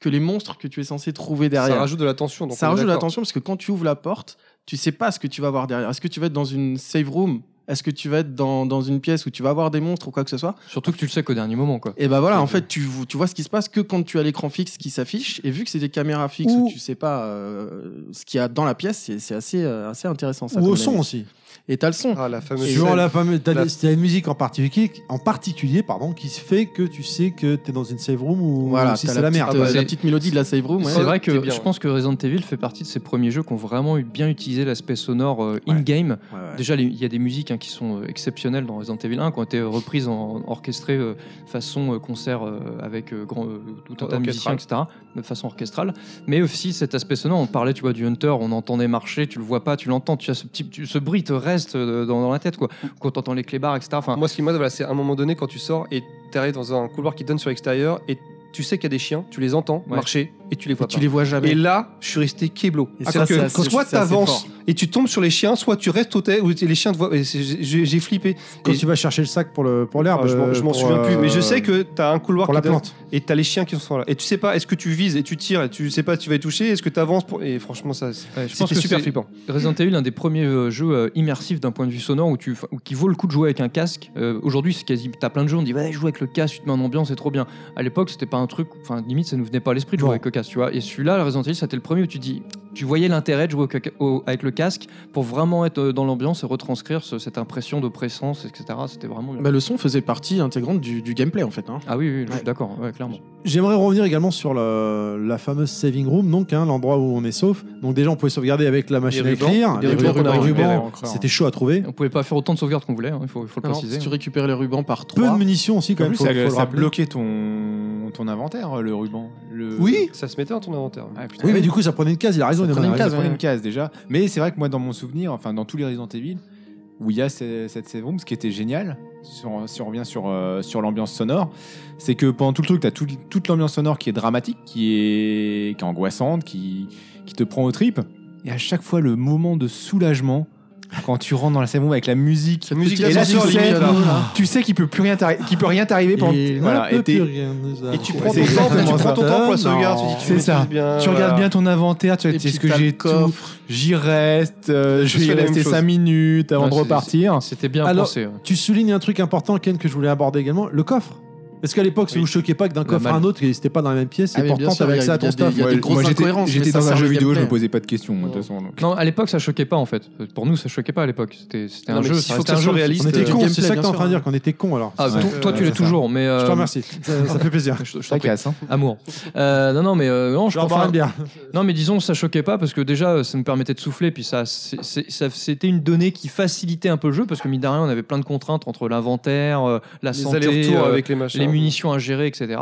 Speaker 5: que les monstres que tu es censé trouver derrière.
Speaker 3: Ça rajoute de la tension. donc
Speaker 5: Ça
Speaker 3: on est
Speaker 5: rajoute de la
Speaker 3: d'accord.
Speaker 5: tension parce que quand tu ouvres la porte, tu sais pas ce que tu vas voir derrière. Est-ce que tu vas être dans une save room Est-ce que tu vas être dans, dans une pièce où tu vas voir des monstres ou quoi que ce soit
Speaker 4: surtout que tu le sais qu'au dernier moment quoi
Speaker 5: Et ben voilà, en fait, tu, vo- tu vois ce qui se passe que quand tu as l'écran fixe qui s'affiche. Et vu que c'est des caméras fixes
Speaker 2: Ou-
Speaker 5: où tu sais pas euh, ce qu'il y a dans la pièce, c'est- c'est assez, euh, assez intéressant. Ça,
Speaker 2: Ou
Speaker 5: comme
Speaker 2: au son
Speaker 5: analyse.
Speaker 2: aussi.
Speaker 5: Et t'as le son.
Speaker 3: Ah, la fameuse.
Speaker 2: Suivant
Speaker 3: scène.
Speaker 2: la fameuse. t'as
Speaker 3: la-
Speaker 2: des- t'as une musique en particulier, en particulier pardon, qui se fait que tu sais que t'es dans une save room ou,
Speaker 5: Voilà,
Speaker 2: ou si
Speaker 5: t'as
Speaker 2: c'est la
Speaker 5: petite,
Speaker 2: merde.
Speaker 5: euh,
Speaker 4: Ah bah,
Speaker 5: la
Speaker 4: c'est-
Speaker 5: petite mélodie de la save room. ouais.
Speaker 4: c'est vrai
Speaker 3: c'est
Speaker 4: que
Speaker 3: bien,
Speaker 4: je
Speaker 3: ouais.
Speaker 4: pense que Resident Evil fait partie de ces premiers jeux qui ont vraiment eu- bien utilisé l'aspect sonore euh,
Speaker 5: Ouais.
Speaker 4: in-game
Speaker 5: Ouais, ouais.
Speaker 4: Déjà, les- il y a des musiques hein, qui sont euh, exceptionnelles dans Resident Evil 1, qui ont été euh, reprises en orchestrées euh, façon euh, concert euh, avec euh, grand- euh, tout un tas de musiciens,
Speaker 3: Orchestral.
Speaker 4: etc., de façon orchestrale. Mais aussi cet aspect sonore, on parlait, tu vois, du Hunter, on entendait marcher, tu le vois pas, tu l'entends, tu as ce petit, tu- ce bruit te reste euh, dans, dans la tête, quoi. Quand t'entends les clébards, etc. Enfin,
Speaker 3: Moi, ce qui m'a, voilà, c'est à un moment donné quand tu sors et t'arrives dans un couloir qui donne sur l'extérieur et tu sais qu'il y a des chiens, tu les entends
Speaker 4: Ouais.
Speaker 3: marcher et tu les vois
Speaker 5: Et tu
Speaker 3: pas.
Speaker 5: les vois
Speaker 3: Et
Speaker 5: jamais.
Speaker 3: là, je suis resté kéblo.
Speaker 5: Et
Speaker 3: Ah,
Speaker 5: ça,
Speaker 3: quand
Speaker 5: c'est
Speaker 3: que-
Speaker 5: assez-
Speaker 3: quand soit
Speaker 5: c'est assez
Speaker 3: t'avances
Speaker 5: fort.
Speaker 3: et tu tombes sur les chiens, soit tu restes au terre où les chiens te voient. et c'est- J'ai j'ai flippé.
Speaker 2: Quand
Speaker 3: Et-
Speaker 2: tu vas chercher le sac pour le pour l'herbe.
Speaker 3: Ah, je m'en- je m'en
Speaker 2: euh, pour,
Speaker 3: souviens plus, mais je
Speaker 2: euh,
Speaker 3: sais que t'as un couloir
Speaker 2: pour la
Speaker 3: qui donne-
Speaker 2: plante.
Speaker 3: et t'as les chiens qui sont là. Et tu sais pas, est-ce que tu vises et tu tires et tu sais pas si tu vas les toucher, est-ce que t'avances pour. Et franchement, ça, c'est-
Speaker 4: ouais, je pense
Speaker 3: c'était
Speaker 4: que
Speaker 3: super
Speaker 4: c'est-
Speaker 3: flippant.
Speaker 4: Resident Evil, un des premiers euh, jeux euh, immersifs d'un point de vue sonore où tu, enfin, où- qui vaut le coup de jouer avec un casque. Euh, Aujourd'hui, c'est quasi. T'as plein de jeux, on dit ouais, joue avec le casque, tu te mets en ambiance, c'est trop bien. À l'époque, c'était pas un truc. Enfin, limite, ça nous venait pas à l'esprit de jouer
Speaker 2: Non.
Speaker 4: avec le casque, tu vois. Et celui-là, Resident Evil, c'était le premier où tu dis, tu voyais l'intérêt de jouer au ca- au- avec le casque pour vraiment être euh, dans l'ambiance et retranscrire ce- cette impression de présence, etc. C'était vraiment. bien.
Speaker 5: Bah, le son faisait partie intégrante du, du gameplay en fait. hein.
Speaker 4: Ah oui, oui, je
Speaker 5: Ouais.
Speaker 4: suis d'accord, ouais, clairement.
Speaker 2: J'aimerais revenir également sur le- la fameuse saving room, donc hein, l'endroit où on est sauf. Donc déjà, on pouvait sauvegarder avec la machine à
Speaker 3: rubans,
Speaker 2: écrire,
Speaker 5: des
Speaker 2: les
Speaker 5: rubans,
Speaker 2: rubans,
Speaker 5: des
Speaker 2: les
Speaker 8: rubans,
Speaker 2: rubans,
Speaker 8: encore.
Speaker 2: C'était chaud à trouver.
Speaker 4: On pouvait pas faire autant de sauvegardes qu'on voulait, hein, il faut, il faut le
Speaker 5: Alors,
Speaker 4: préciser.
Speaker 5: si tu récupérais les rubans par
Speaker 2: Peu de
Speaker 5: 3,
Speaker 2: munitions aussi quand
Speaker 8: En
Speaker 2: même.
Speaker 8: plus,
Speaker 2: faut-
Speaker 8: ça,
Speaker 2: faut le
Speaker 8: ça
Speaker 2: rappeler.
Speaker 8: bloquait ton, ton inventaire, le ruban. Le...
Speaker 5: euh,
Speaker 2: Oui.
Speaker 3: Ça se mettait dans ton inventaire.
Speaker 8: Ah, putain.
Speaker 2: Oui, mais du coup, ça prenait une case. Il a raison. il a
Speaker 5: prenait une
Speaker 2: raison.
Speaker 5: case,
Speaker 8: Ça prenait
Speaker 5: ouais.
Speaker 8: une case déjà. Mais c'est vrai que moi, dans mon souvenir, enfin dans tous les Resident Evil, où il y a ce- cette save room, ce qui était génial, sur- si on revient sur, euh, sur l'ambiance sonore, c'est que pendant tout le truc, tu as toute l'ambiance sonore qui est dramatique, qui est, qui est angoissante, qui, qui te prend aux tripes. Et à chaque fois, le moment de soulagement, quand tu rentres dans la save room avec la musique,
Speaker 5: cette
Speaker 3: musique
Speaker 5: petite
Speaker 8: et là, tu
Speaker 5: ascension
Speaker 8: sais,
Speaker 5: linéaire, là.
Speaker 8: tu sais qu'il peut plus rien t'arri- qu'il peut rien t'arriver pendant.
Speaker 5: Et-
Speaker 8: voilà,
Speaker 2: Un peu
Speaker 8: et t'es-
Speaker 2: plus rien nous a-
Speaker 3: Et tu
Speaker 2: Ouais,
Speaker 3: prends
Speaker 8: c'est
Speaker 3: ton temps, tu
Speaker 8: exactement
Speaker 3: prends
Speaker 8: ça.
Speaker 3: ton temps pour la sauvegarde, tu
Speaker 2: Non.
Speaker 3: dis tu
Speaker 8: C'est ça.
Speaker 3: maîtrises bien,
Speaker 8: Tu
Speaker 3: voilà.
Speaker 8: regardes bien ton inventaire, tu
Speaker 5: Et
Speaker 8: dis
Speaker 5: puis
Speaker 8: est-ce que
Speaker 5: t'as le
Speaker 8: j'ai tout
Speaker 5: coffre.
Speaker 8: J'y reste, euh, je
Speaker 3: Je
Speaker 8: vais y
Speaker 3: fais la même
Speaker 8: rester
Speaker 3: chose.
Speaker 8: 5 minutes avant
Speaker 4: Ouais,
Speaker 8: de
Speaker 4: c'est-
Speaker 8: repartir.
Speaker 4: C'était bien
Speaker 2: Alors-
Speaker 4: pensé. hein. ouais.
Speaker 2: Tu soulignes un truc important, Ken, que je voulais aborder également. Le coffre. Est-ce qu'à l'époque, ça
Speaker 8: Oui.
Speaker 2: vous choquait pas que d'un coffre à un autre, et c'était pas dans la même pièce,
Speaker 5: Ah,
Speaker 2: et
Speaker 5: mais bien
Speaker 2: pourtant
Speaker 5: sûr,
Speaker 2: t'avais
Speaker 5: il y a-
Speaker 2: accès à
Speaker 5: il y
Speaker 2: ton
Speaker 5: a des-
Speaker 2: stuff
Speaker 5: il y a des
Speaker 8: Ouais,
Speaker 5: grosses
Speaker 8: moi, j'étais-
Speaker 5: incohérences. mais
Speaker 8: J'étais
Speaker 5: ça
Speaker 8: dans un
Speaker 5: sert
Speaker 8: jeu
Speaker 5: le
Speaker 8: vidéo, je me
Speaker 5: gameplay.
Speaker 8: posais pas de questions, moi, de toute façon. donc.
Speaker 4: Non, à l'époque, ça choquait pas en fait. Pour nous, ça choquait pas à l'époque. C'était c'était
Speaker 5: Non,
Speaker 4: un
Speaker 5: mais
Speaker 4: jeu,
Speaker 5: s'il
Speaker 4: ça
Speaker 5: faut
Speaker 4: restait
Speaker 5: que
Speaker 4: un
Speaker 5: ça
Speaker 4: jeu.
Speaker 5: soit
Speaker 2: On
Speaker 5: réaliste,
Speaker 2: était
Speaker 5: euh,
Speaker 2: cons, c'est ça
Speaker 5: gameplay,
Speaker 2: que t'es en train
Speaker 5: bien
Speaker 2: de
Speaker 5: sûr.
Speaker 2: dire, qu'on était cons alors.
Speaker 4: Ah,
Speaker 2: C'est
Speaker 4: to-
Speaker 2: ça.
Speaker 4: toi, tu l'es
Speaker 2: C'est ça.
Speaker 4: toujours, mais.
Speaker 2: Je
Speaker 4: euh,
Speaker 2: te remercie. Ça ça fait plaisir.
Speaker 4: Je, je t'en prie.
Speaker 8: Tacasse, hein.
Speaker 4: Amour. Euh, non, non, mais euh, non,
Speaker 2: Je
Speaker 4: je
Speaker 2: vais en boire
Speaker 4: enfin,
Speaker 2: une bière.
Speaker 4: Non, mais disons, ça choquait pas parce que déjà, euh, ça nous permettait de souffler. Puis ça, c'est- c'est- ça- c'était une donnée qui facilitait un peu le jeu parce que mine de rien, on avait plein de contraintes entre l'inventaire, euh, la
Speaker 3: Les
Speaker 4: santé,
Speaker 3: allers-retours
Speaker 4: euh,
Speaker 3: avec les machins.
Speaker 4: les munitions à gérer, etc.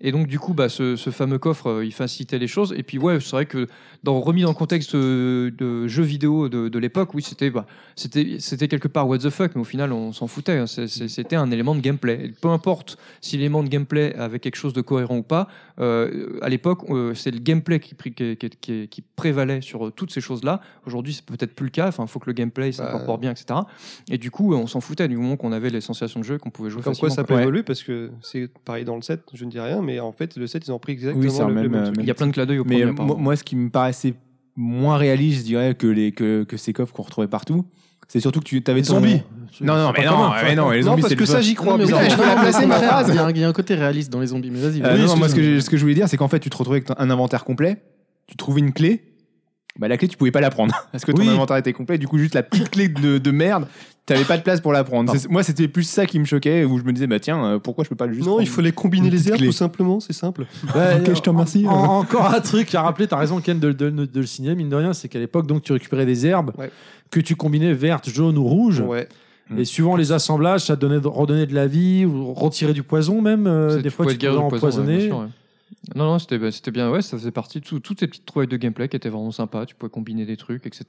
Speaker 4: Et donc, du coup, bah, ce, ce fameux coffre, euh, il facilitait les choses. Et puis, ouais, c'est vrai que dans, remis dans le contexte euh, de jeux vidéo de, de l'époque, oui, c'était bah, c'était c'était quelque part what the fuck, mais au final, on s'en foutait. hein. C'est- c'est- C'était un élément de gameplay. Et peu importe si l'élément de gameplay avait quelque chose de cohérent ou pas, euh, à l'époque, euh, c'est le gameplay qui, pri- qui, qui- qui- qui prévalait sur euh, toutes ces choses-là. Aujourd'hui, c'est peut-être plus le cas. Enfin, il faut que le gameplay
Speaker 3: Bah.
Speaker 4: s'incorpore bien, etc. Et du coup, euh, on s'en foutait du moment qu'on avait les sensations de jeu, qu'on pouvait jouer
Speaker 3: Comme quoi
Speaker 4: facilement,
Speaker 3: ça
Speaker 4: quoi.
Speaker 3: peut
Speaker 8: Ouais.
Speaker 3: évoluer parce que c'est pareil dans le 7, je ne dis rien, mais en fait le 7 ils ont pris exactement
Speaker 8: Oui, c'est un
Speaker 3: le, le
Speaker 8: même,
Speaker 3: même
Speaker 8: euh,
Speaker 3: truc.
Speaker 4: Il y a plein de clins d'œil au
Speaker 8: Mais
Speaker 4: premier.
Speaker 8: euh, moi,
Speaker 4: apparemment.
Speaker 8: moi, ce qui me paraissait moins réaliste, je dirais, que, les, que, que ces coffres qu'on retrouvait partout, c'est surtout que tu avais
Speaker 2: Les
Speaker 8: ton-
Speaker 2: zombies.
Speaker 8: Non, non, mais non, mais non, les
Speaker 3: Non,
Speaker 8: zombies,
Speaker 3: parce
Speaker 8: c'est
Speaker 3: que
Speaker 8: le
Speaker 3: Ah, ça
Speaker 8: fun.
Speaker 3: j'y crois.
Speaker 5: Non, mais
Speaker 3: bizarrement.
Speaker 8: putain, je peux la placer, ma phrase.
Speaker 5: Il y a un- Il y a un côté réaliste dans les zombies, mais vas-y.
Speaker 8: Euh,
Speaker 5: vas-y.
Speaker 8: non, non, moi, ce que, je, ce que je voulais dire, c'est qu'en fait, tu te retrouvais avec ton- un inventaire complet, tu trouvais une clé, bah, la clé, tu pouvais pas la prendre. Parce que ton
Speaker 2: Oui.
Speaker 8: inventaire était complet, du coup, juste la petite clé de, de merde, t'avais pas de place pour la prendre. C'est- Moi, c'était plus ça qui me choquait, où je me disais, bah tiens, euh, pourquoi je peux pas le juste.
Speaker 3: Non, il
Speaker 8: prendre
Speaker 3: fallait combiner
Speaker 8: Une
Speaker 3: les
Speaker 8: petite
Speaker 3: airs
Speaker 8: clé.
Speaker 3: tout simplement, c'est simple.
Speaker 2: Ouais,
Speaker 8: Ok, je te remercie.
Speaker 2: en- en- encore un truc à rappeler, t'as raison Ken de, de- de le signaler, mine de rien, c'est qu'à l'époque, donc tu récupérais des herbes
Speaker 3: Ouais.
Speaker 2: que tu combinais vertes, jaunes ou rouges.
Speaker 3: Ouais.
Speaker 2: Et suivant les assemblages, ça donnait, redonnait de la vie ou retirait du poison même. euh,
Speaker 4: C'est-
Speaker 2: des
Speaker 4: tu
Speaker 2: fois,
Speaker 4: pouvais
Speaker 2: tu
Speaker 4: te guérir
Speaker 2: pouvais
Speaker 4: du poison, ouais, bien
Speaker 2: empoisonner.
Speaker 4: sûr, ouais. Non, non, c'était bah, c'était bien, ouais, ça faisait partie de tout- toutes ces petites trouvailles de gameplay qui étaient vraiment sympas. Tu pouvais combiner des trucs, etc.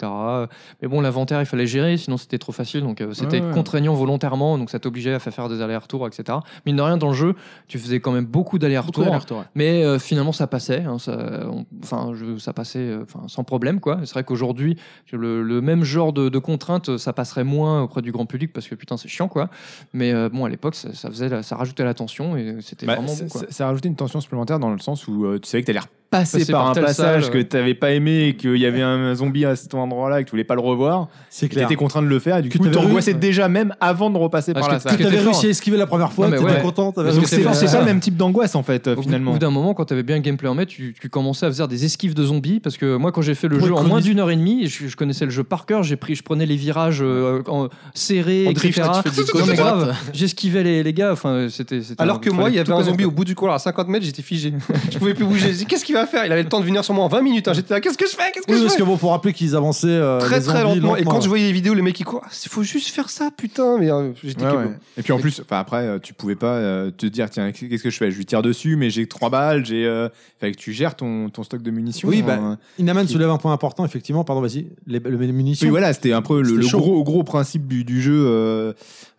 Speaker 4: Mais bon, l'inventaire, il fallait gérer, sinon c'était trop facile. Donc euh, c'était
Speaker 8: Ouais, ouais.
Speaker 4: contraignant volontairement, donc ça t'obligeait à faire faire des allers-retours, etc. Mine de rien, dans le jeu, tu faisais quand même beaucoup
Speaker 5: Beaucoup
Speaker 4: d'allers-retours.
Speaker 5: d'allers-retours, ouais.
Speaker 4: Mais euh, finalement, ça passait. hein, ça, on- enfin, je- ça passait euh, enfin, sans problème. quoi. C'est vrai qu'aujourd'hui, le, le même genre de, de contraintes, euh, ça passerait moins auprès du grand public parce que putain, c'est chiant. quoi. Mais euh, bon, à l'époque, ça, ça faisait, la- ça rajoutait la tension et c'était
Speaker 8: Bah,
Speaker 4: vraiment
Speaker 8: ça,
Speaker 4: bon. Quoi.
Speaker 8: ça- ça rajoutait une tension supplémentaire dans le sens où euh, tu savais que t'allais repasser
Speaker 4: Passer
Speaker 8: par,
Speaker 4: par
Speaker 8: un
Speaker 4: telle
Speaker 8: passage
Speaker 4: salle,
Speaker 8: que
Speaker 4: ouais.
Speaker 8: t'avais pas aimé et qu'il y avait un zombie à cet endroit-là et que tu voulais pas le revoir.
Speaker 2: C'est
Speaker 8: Tu
Speaker 2: clair.
Speaker 8: étais contraint de le faire et du
Speaker 2: Que
Speaker 8: coup
Speaker 2: t'avais
Speaker 8: t'angoissais
Speaker 2: eu-
Speaker 8: déjà même avant de repasser
Speaker 4: Parce
Speaker 8: par la
Speaker 4: que
Speaker 8: salle.
Speaker 2: Tu
Speaker 4: t'étais fort.
Speaker 2: réussi à esquiver la première fois,
Speaker 4: Non, mais
Speaker 2: t'étais
Speaker 4: ouais.
Speaker 2: content. t'avais-
Speaker 4: Parce
Speaker 8: Donc
Speaker 4: que
Speaker 8: c'est
Speaker 4: t'es
Speaker 8: c'est
Speaker 4: fort.
Speaker 8: ça le même type d'angoisse en fait euh,
Speaker 4: Au bout-
Speaker 8: finalement.
Speaker 4: Au bout d'un moment, quand tu avais bien le gameplay en main, tu, tu commençais à faire des esquives de zombies. Parce que moi, quand j'ai fait le
Speaker 2: Pour
Speaker 4: jeu en
Speaker 2: économiser-
Speaker 4: moins d'une heure et demie, je, je connaissais le jeu par cœur. J'ai pris, je prenais les virages euh, en- serrés,
Speaker 5: On drift,
Speaker 4: etc.
Speaker 5: là, tu fais des
Speaker 4: Non, mais
Speaker 5: côtes
Speaker 4: grave, j'esquivais les, les gars. Enfin, c'était. c'était-
Speaker 3: Alors que
Speaker 4: fallait
Speaker 3: moi, il y avait
Speaker 4: tout
Speaker 3: un
Speaker 4: connaître.
Speaker 3: zombie au bout du couloir à 50 mètres, j'étais figé. je pouvais plus bouger. Je dis qu'est-ce qu'il va faire Il avait le temps de venir sur moi en 20 minutes. hein. J'étais là, qu'est-ce que je fais Qu'est-ce que
Speaker 2: Oui,
Speaker 3: je
Speaker 2: parce
Speaker 3: fais
Speaker 2: que bon, faut rappeler qu'ils avançaient euh,
Speaker 3: Très
Speaker 2: les
Speaker 3: très
Speaker 2: zombies
Speaker 3: lentement. Et quand je voyais les vidéos, les mecs qui courent, Ah, il faut juste faire ça, putain. Mais euh, j'étais
Speaker 8: Ouais,
Speaker 3: que-
Speaker 8: ouais. Et puis en plus, enfin, après, euh, tu pouvais pas euh, te dire tiens qu'est-ce que je fais Je lui tire dessus, mais j'ai que trois balles. J'ai euh, fallait que tu gères ton, ton stock de munitions.
Speaker 2: Oui, bah,
Speaker 8: hein.
Speaker 2: Inaman soulève un point important, effectivement. Pardon, vas-y. Les, les munitions.
Speaker 8: Oui, voilà, c'était un peu le,
Speaker 2: C'était
Speaker 8: le
Speaker 2: chaud.
Speaker 8: gros, gros principe du, du jeu euh,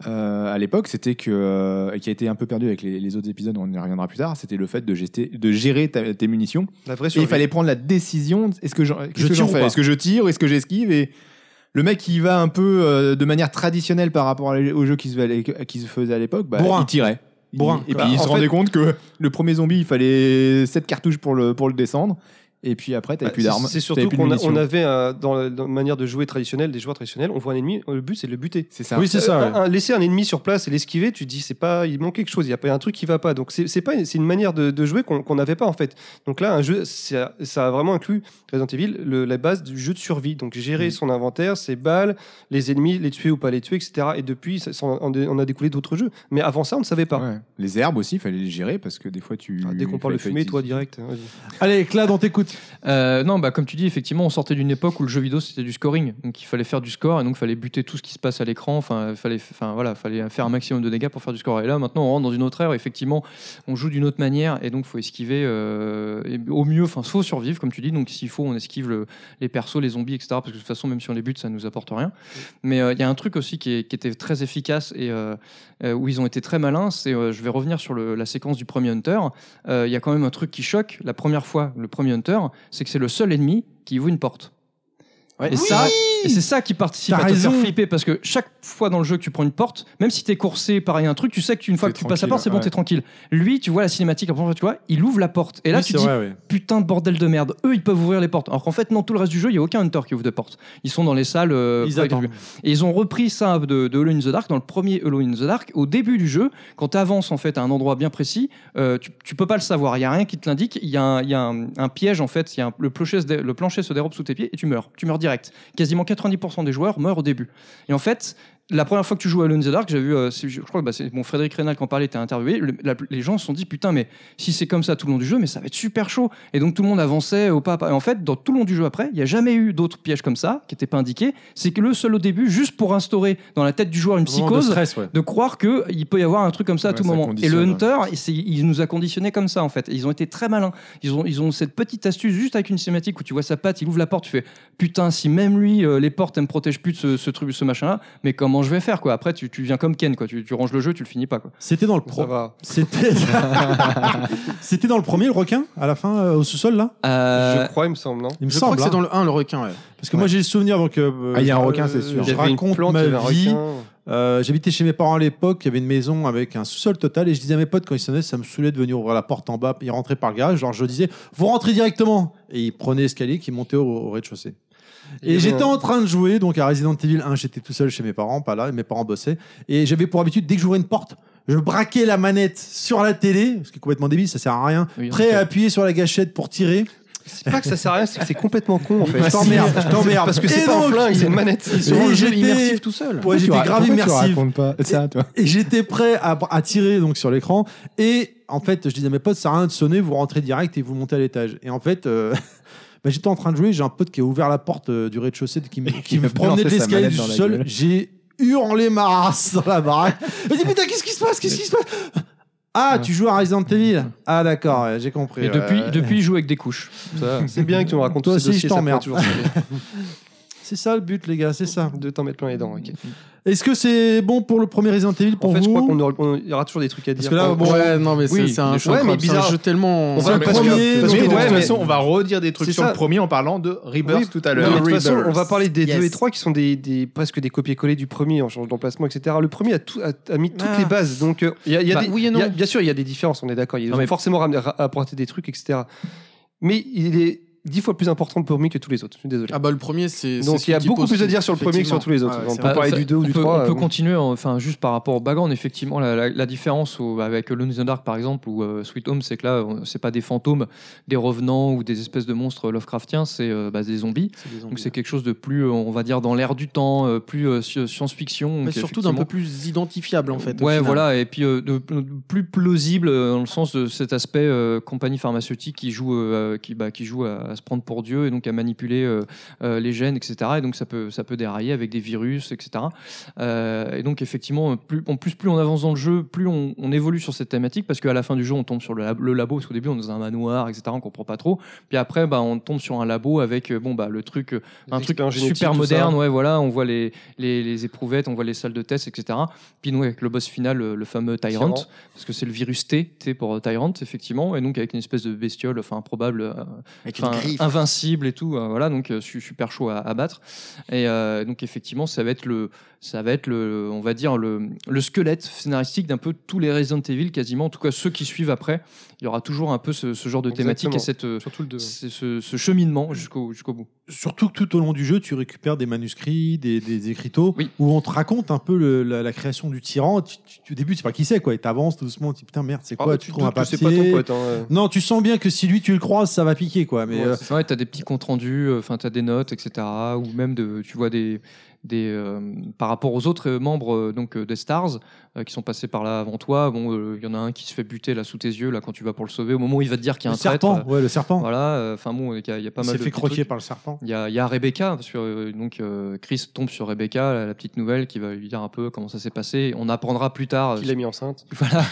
Speaker 8: euh, à l'époque, c'était que, euh, et qui a été un peu perdu avec les, les autres épisodes, on y reviendra plus tard, c'était le fait de, gester- de gérer ta- tes munitions.
Speaker 3: La vraie
Speaker 8: Et il
Speaker 3: survie.
Speaker 8: fallait prendre la décision, de- est-ce que j'en qu'est-ce
Speaker 2: Je
Speaker 8: que
Speaker 2: tire
Speaker 8: j'en
Speaker 2: ou
Speaker 8: fais
Speaker 2: pas
Speaker 8: Est-ce que je tire Est-ce que j'esquive Et le mec, il va un peu euh, de manière traditionnelle par rapport à- au jeu qui se, faisait à l'é- qui se faisait à l'époque, bah,
Speaker 2: Bourrin.
Speaker 8: il tirait. Il-
Speaker 2: Bourrin.
Speaker 8: Et puis
Speaker 2: Bah,
Speaker 8: il
Speaker 2: en
Speaker 8: se
Speaker 2: fait-
Speaker 8: rendait compte que le premier zombie, il fallait 7 cartouches pour le, pour le descendre. Et puis après, t'avais
Speaker 3: Bah,
Speaker 8: plus
Speaker 3: c'est-
Speaker 8: d'armes.
Speaker 3: C'est
Speaker 8: t'avais
Speaker 3: surtout
Speaker 8: plus de
Speaker 3: qu'on a-
Speaker 8: munitions.
Speaker 3: on avait euh, dans la dans la manière de jouer traditionnelle, des joueurs traditionnels, on voit un ennemi, euh, le but c'est de le buter.
Speaker 8: C'est ça.
Speaker 2: Oui, c'est ça.
Speaker 3: Euh,
Speaker 2: ouais.
Speaker 3: un- un- laisser un ennemi sur place et l'esquiver, tu te dis c'est pas, il manque quelque chose, il y a pas il y a un truc qui va pas. Donc c'est c'est pas, une- c'est une manière de, de jouer qu'on qu'on n'avait pas en fait. Donc là, un jeu, ça, ça a vraiment inclus Resident Evil le- la base du jeu de survie. Donc
Speaker 8: Mm.
Speaker 3: gérer son inventaire, ses balles, les ennemis, les tuer ou pas les tuer, etc. Et depuis, ça- ça- on on a découlé d'autres jeux. Mais avant ça, on ne savait pas.
Speaker 8: Ouais. Mm, Les herbes aussi, il fallait les gérer parce que des fois tu.
Speaker 3: Ah, dès qu'on parle de
Speaker 8: fallait-
Speaker 3: fumée,
Speaker 8: fallait-
Speaker 3: toi direct. hein, vas-y.
Speaker 2: Allez, Clad, on t'écoute.
Speaker 4: Euh, non, bah, comme tu dis, effectivement, on sortait d'une époque où le jeu vidéo c'était du scoring. Donc il fallait faire du score et donc il fallait buter tout ce qui se passe à l'écran. Enfin, il fallait, enfin, voilà, il fallait faire un maximum de dégâts pour faire du score. Et là, maintenant, on rentre dans une autre ère. Effectivement, on joue d'une autre manière et donc faut esquiver euh, et au mieux. Enfin, faut survivre, comme tu dis. Donc s'il faut, on esquive le- les persos, les zombies, etc. Parce que de toute façon, même si on les bute, ça nous apporte rien. Mais euh, il y a un truc aussi qui, est- qui était très efficace et euh, euh, où ils ont été très malins. C'est, euh, je vais revenir sur le- la séquence du premier Hunter. Euh, il y a quand même un truc qui choque la première fois, le premier Hunter, c'est que c'est le seul ennemi qui ouvre une porte.
Speaker 5: Ouais.
Speaker 4: Et ça, et c'est ça qui participe
Speaker 2: T'as
Speaker 4: à te faire
Speaker 2: raison.
Speaker 4: flipper parce que chaque fois dans le jeu que tu prends une porte, même si t'es coursé par un truc, tu sais qu'une fois
Speaker 8: T'es
Speaker 4: que tu passes la
Speaker 8: tranquille,
Speaker 4: porte, c'est bon,
Speaker 8: ouais.
Speaker 4: t'es tranquille. Lui, tu vois la cinématique, après, tu vois, il ouvre la porte. Et là,
Speaker 2: Oui,
Speaker 4: tu
Speaker 2: c'est
Speaker 4: dis,
Speaker 2: vrai, ouais.
Speaker 4: putain de bordel de merde, eux, ils peuvent ouvrir les portes. Alors qu'en fait, non, tout le reste du jeu, il n'y a aucun hunter qui ouvre de porte. Ils sont dans les salles. euh,
Speaker 2: Ils
Speaker 4: pour-
Speaker 2: attendent.
Speaker 4: et ils ont repris ça de, de Hollow in the Dark, dans le premier Hollow in the Dark, au début du jeu, quand tu avances en fait à un endroit bien précis, euh, tu, tu peux pas le savoir, il y a rien qui te l'indique, il y a, un, il y a un- un piège en fait, il y a un- le, plancher se dé- le plancher se dérobe sous tes pieds et tu meurs, tu meurs direct. Quasiment 90% des joueurs meurent au début. Et en fait, la première fois que tu joues à Alone in the Dark, j'ai vu, euh, c'est- je crois que bah, c'est bon, Frédéric Rénal qui en parlait, était interviewé. le- la- les gens se sont dit putain, mais si c'est comme ça tout le long du jeu, mais ça va être super chaud. Et donc tout le monde avançait au pas à pas. Et en fait, dans tout le long du jeu après, il n'y a jamais eu d'autres pièges comme ça qui n'étaient pas indiqués. C'est que le seul au début, juste pour instaurer dans la tête du joueur une
Speaker 2: Vraiment de
Speaker 4: psychose,
Speaker 2: stress, ouais.
Speaker 4: de croire que il peut y avoir un truc comme ça à
Speaker 8: Ouais,
Speaker 4: tout
Speaker 8: ça
Speaker 4: moment. Et
Speaker 8: conditionne,
Speaker 4: le
Speaker 8: ouais.
Speaker 4: Hunter, il, s'est- il nous a conditionné comme ça en fait. Et ils ont été très malins. Ils ont, ils ont cette petite astuce juste avec une cinématique où tu vois sa patte, il ouvre la porte, tu fais putain si même lui euh, les portes elles me protègent plus de ce, ce truc, ce machin là. Mais comment je vais faire quoi Après tu, tu viens comme Ken quoi. Tu, tu ranges le jeu, tu le finis pas quoi.
Speaker 2: C'était dans le
Speaker 3: Ça
Speaker 2: pro.
Speaker 3: va.
Speaker 2: C'était C'était dans le premier, le requin, à la fin, euh, au sous-sol, là
Speaker 4: Euh,
Speaker 3: Je crois, il me semble, non
Speaker 2: Il me
Speaker 5: Je crois
Speaker 2: semble.
Speaker 5: que c'est
Speaker 2: hein.
Speaker 5: dans le 1, le requin. ouais.
Speaker 2: Parce que moi, j'ai le souvenir. donc, euh,
Speaker 8: Ah, il y a un
Speaker 2: euh,
Speaker 8: requin, c'est
Speaker 3: Il
Speaker 8: sûr.
Speaker 3: y
Speaker 2: Je
Speaker 3: avait une
Speaker 2: raconte
Speaker 3: plante, il y avait
Speaker 2: ma
Speaker 3: un
Speaker 2: vie.
Speaker 3: requin.
Speaker 2: Euh, J'habitais chez mes parents à l'époque, il y avait une maison avec un sous-sol total et je disais à mes potes quand ils sonnaient, ça me saoulait de venir ouvrir la porte en bas. Ils rentraient par le garage, genre je disais, vous rentrez directement Et ils prenaient l'escalier qui montait au, au rez-de-chaussée.
Speaker 3: Il y
Speaker 2: Et
Speaker 3: avait
Speaker 2: j'étais
Speaker 3: un-
Speaker 2: en train de jouer donc à Resident Evil 1, j'étais tout seul chez mes parents, pas là, et mes parents bossaient. Et j'avais pour habitude, dès que j'ouvrais une porte, je braquais la manette sur la télé, ce qui est complètement débile, ça sert à rien,
Speaker 4: Oui, en
Speaker 2: prêt
Speaker 4: fait.
Speaker 2: à appuyer sur la gâchette pour tirer.
Speaker 3: C'est pas que ça sert à rien, c'est que c'est complètement con en fait.
Speaker 2: Je t'emmerde, je t'emmerde.
Speaker 3: Parce que c'est
Speaker 2: Et
Speaker 3: pas un
Speaker 2: donc,
Speaker 3: flingue, c'est une manette.
Speaker 2: Et
Speaker 5: C'est le jeu
Speaker 2: j'étais-
Speaker 5: immersif tout seul.
Speaker 2: Ouais, j'étais grave immersif.
Speaker 8: pas ça, toi.
Speaker 2: Et j'étais prêt à, à tirer donc sur l'écran. Et en fait, je disais à mes potes, ça sert à rien de sonner, vous rentrez direct et vous montez à l'étage. Et en fait, euh, bah, j'étais en train de jouer, j'ai un pote qui a ouvert la porte euh, du rez-de-chaussée, qui me, qui me
Speaker 8: a
Speaker 2: promenait de
Speaker 8: balancé sa
Speaker 2: l'escalier
Speaker 8: manette
Speaker 2: du
Speaker 8: dans la
Speaker 2: sol.
Speaker 8: gueule.
Speaker 2: J'ai hurlé ma race dans la baraque. Je me dis, putain, qu'est-ce qui se passe Qu'est-ce qui se passe Ah, tu joues à Resident Evil Ah, d'accord, ouais, j'ai compris.
Speaker 4: Et depuis,
Speaker 2: ouais.
Speaker 4: depuis il joue avec des couches.
Speaker 3: C'est bien que tu me racontes
Speaker 2: Toi
Speaker 3: tous
Speaker 2: aussi,
Speaker 3: ces dossiers,
Speaker 2: je
Speaker 3: ça me
Speaker 2: t'emmerde.
Speaker 3: fera toujours ça.
Speaker 2: C'est ça le but, les gars, c'est ça.
Speaker 3: De t'en mettre plein les dents, ok.
Speaker 2: Est-ce que c'est bon pour le premier Resident Evil pour
Speaker 3: En fait,
Speaker 2: vous
Speaker 3: je crois qu'on aura- on- il y aura toujours des trucs à dire.
Speaker 2: Parce que là, bon,
Speaker 5: ouais, non, mais c'est
Speaker 4: Oui,
Speaker 5: c'est un,
Speaker 4: des
Speaker 5: jeu
Speaker 3: choses.
Speaker 5: incroyable,
Speaker 3: Ouais, mais
Speaker 5: c'est un
Speaker 3: bizarre.
Speaker 5: jeu tellement.
Speaker 3: On va
Speaker 8: Ouais,
Speaker 3: le
Speaker 8: parce
Speaker 3: premier,
Speaker 8: que- parce que
Speaker 3: donc,
Speaker 8: de
Speaker 3: ouais,
Speaker 8: toute
Speaker 3: mais-
Speaker 8: façon, on va redire des trucs
Speaker 3: C'est
Speaker 8: sur
Speaker 3: ça.
Speaker 8: le premier en parlant de Rebirth
Speaker 3: Oui,
Speaker 8: tout à
Speaker 3: Non,
Speaker 8: l'heure.
Speaker 3: mais de toute façon, on va parler des
Speaker 12: Yes.
Speaker 3: 2 et 3 qui sont des, des- presque des copier-coller du premier en change d'emplacement, etc. Le premier a, tout- a- a mis toutes
Speaker 5: Ah.
Speaker 3: les bases. Donc, euh, il y a- il y a
Speaker 5: Bah,
Speaker 3: des-
Speaker 5: oui et
Speaker 3: il y a-
Speaker 5: non.
Speaker 3: bien sûr, il y a des différences, on est d'accord. Ils
Speaker 4: Non,
Speaker 3: ont
Speaker 4: mais-
Speaker 3: forcément ramené- ra- apporté des trucs, etc. Mais il est dix fois plus important pour moi que tous les autres. Je suis désolé.
Speaker 5: Ah bah le premier, c'est. c'est
Speaker 3: Donc, il y a
Speaker 5: celui qui
Speaker 3: beaucoup
Speaker 5: pose
Speaker 3: plus à
Speaker 5: tout,
Speaker 3: dire sur le premier que sur tous les autres.
Speaker 5: effectivement.
Speaker 3: on
Speaker 5: Ouais,
Speaker 3: peut
Speaker 5: c'est
Speaker 3: parler
Speaker 4: Bah, ça-
Speaker 3: du 2 ou du
Speaker 4: on peut-
Speaker 3: 3.
Speaker 4: On peut
Speaker 3: euh,
Speaker 4: continuer, enfin, juste par rapport au background, effectivement, la, la- la différence au- bah, avec Lone in the Dark, par exemple, ou euh, Sweet Home, c'est que là, on- c'est pas des fantômes, des revenants ou des espèces de monstres Lovecraftiens, c'est euh, bah, des zombies. Donc, c'est quelque chose de plus, euh, on va dire, dans l'air du temps, euh, plus euh, sci- science-fiction.
Speaker 5: Mais
Speaker 4: donc,
Speaker 5: surtout d'un peu
Speaker 4: effectivement-
Speaker 5: plus identifiable en fait. au
Speaker 4: Ouais,
Speaker 5: final.
Speaker 4: voilà, et puis euh, de, de plus plausible euh, dans le sens de cet aspect euh, compagnie pharmaceutique qui joue, euh, qui, bah, qui joue à, à se prendre pour Dieu et donc à manipuler euh, euh, les gènes, etc. Et donc ça peut, ça peut dérailler avec des virus, etc. Euh, et donc effectivement, plus, en plus, plus on avance dans le jeu, plus on, on évolue sur cette thématique parce qu'à la fin du jeu, on tombe sur le, lab- le labo parce qu'au début, on est dans un manoir, etc. On comprend pas trop. Puis après, bah, on tombe sur un labo avec euh, bon, bah, le truc, euh, un
Speaker 3: des
Speaker 4: truc
Speaker 3: experts génétiques,
Speaker 4: super
Speaker 3: tout ça.
Speaker 4: moderne. Ouais, voilà, on voit les, les, les éprouvettes, on voit les salles de test, etc. Puis nous, avec le boss final, le, le fameux Tyrant,
Speaker 3: Tyrant.
Speaker 4: parce que c'est le virus T, T pour euh, Tyrant, effectivement, et donc avec une espèce de bestiole, enfin improbable, euh,
Speaker 12: Avec une
Speaker 4: enfin,
Speaker 12: griffe.
Speaker 4: invincible et tout, euh, voilà, donc euh, su- super chaud à, à battre. Et euh, donc effectivement, ça va être le, ça va être le, on va dire le, le squelette scénaristique d'un peu tous les Resident Evil quasiment, en tout cas ceux qui suivent après, il y aura toujours un peu ce, ce genre de thématique
Speaker 3: Exactement.
Speaker 4: et cette, euh,
Speaker 3: Surtout le 2.
Speaker 4: ce, ce- ce cheminement jusqu'au jusqu'au bout.
Speaker 2: surtout que tout au long du jeu, tu récupères des manuscrits, des, des écriteaux,
Speaker 4: Oui.
Speaker 2: où on te raconte un peu le- la, la création du tyran. Tu, tu- tu- au début, tu sais pas qui c'est, quoi. Et t'avances tout doucement, tu dis putain, merde, c'est quoi
Speaker 3: Ah,
Speaker 2: Tu
Speaker 3: te
Speaker 2: trouves un
Speaker 3: doutes que
Speaker 2: papier.
Speaker 3: c'est pas ton pote. hein, euh.
Speaker 2: Non, tu sens bien que si lui, tu le croises, ça va piquer, quoi. Mais
Speaker 4: Mais
Speaker 2: euh,
Speaker 4: ouais, t'as des petits comptes rendus, euh, enfin t'as des notes, etc. Ou même de, tu vois des, des euh, par rapport aux autres euh, membres euh, donc euh, des stars euh, qui sont passés par là avant toi. Bon, euh, il y en a un qui se fait buter là sous tes yeux là quand tu vas pour le sauver. Au moment où il va te dire qu'il y a
Speaker 2: le
Speaker 4: un traître,
Speaker 2: serpent, ouais, le
Speaker 4: euh,
Speaker 2: serpent.
Speaker 4: voilà. euh, Enfin bon, il y, a- il y a pas
Speaker 2: Il
Speaker 4: mal
Speaker 2: s'est
Speaker 4: de
Speaker 2: fait
Speaker 4: petits
Speaker 2: croquer
Speaker 4: trucs.
Speaker 2: par le serpent.
Speaker 4: Il y, a, il y a Rebecca, parce que euh, donc, euh, Chris tombe sur Rebecca, la, la petite nouvelle, qui va lui dire un peu comment ça s'est passé. On apprendra plus tard. euh,
Speaker 3: Qui l'a mis enceinte.
Speaker 4: voilà,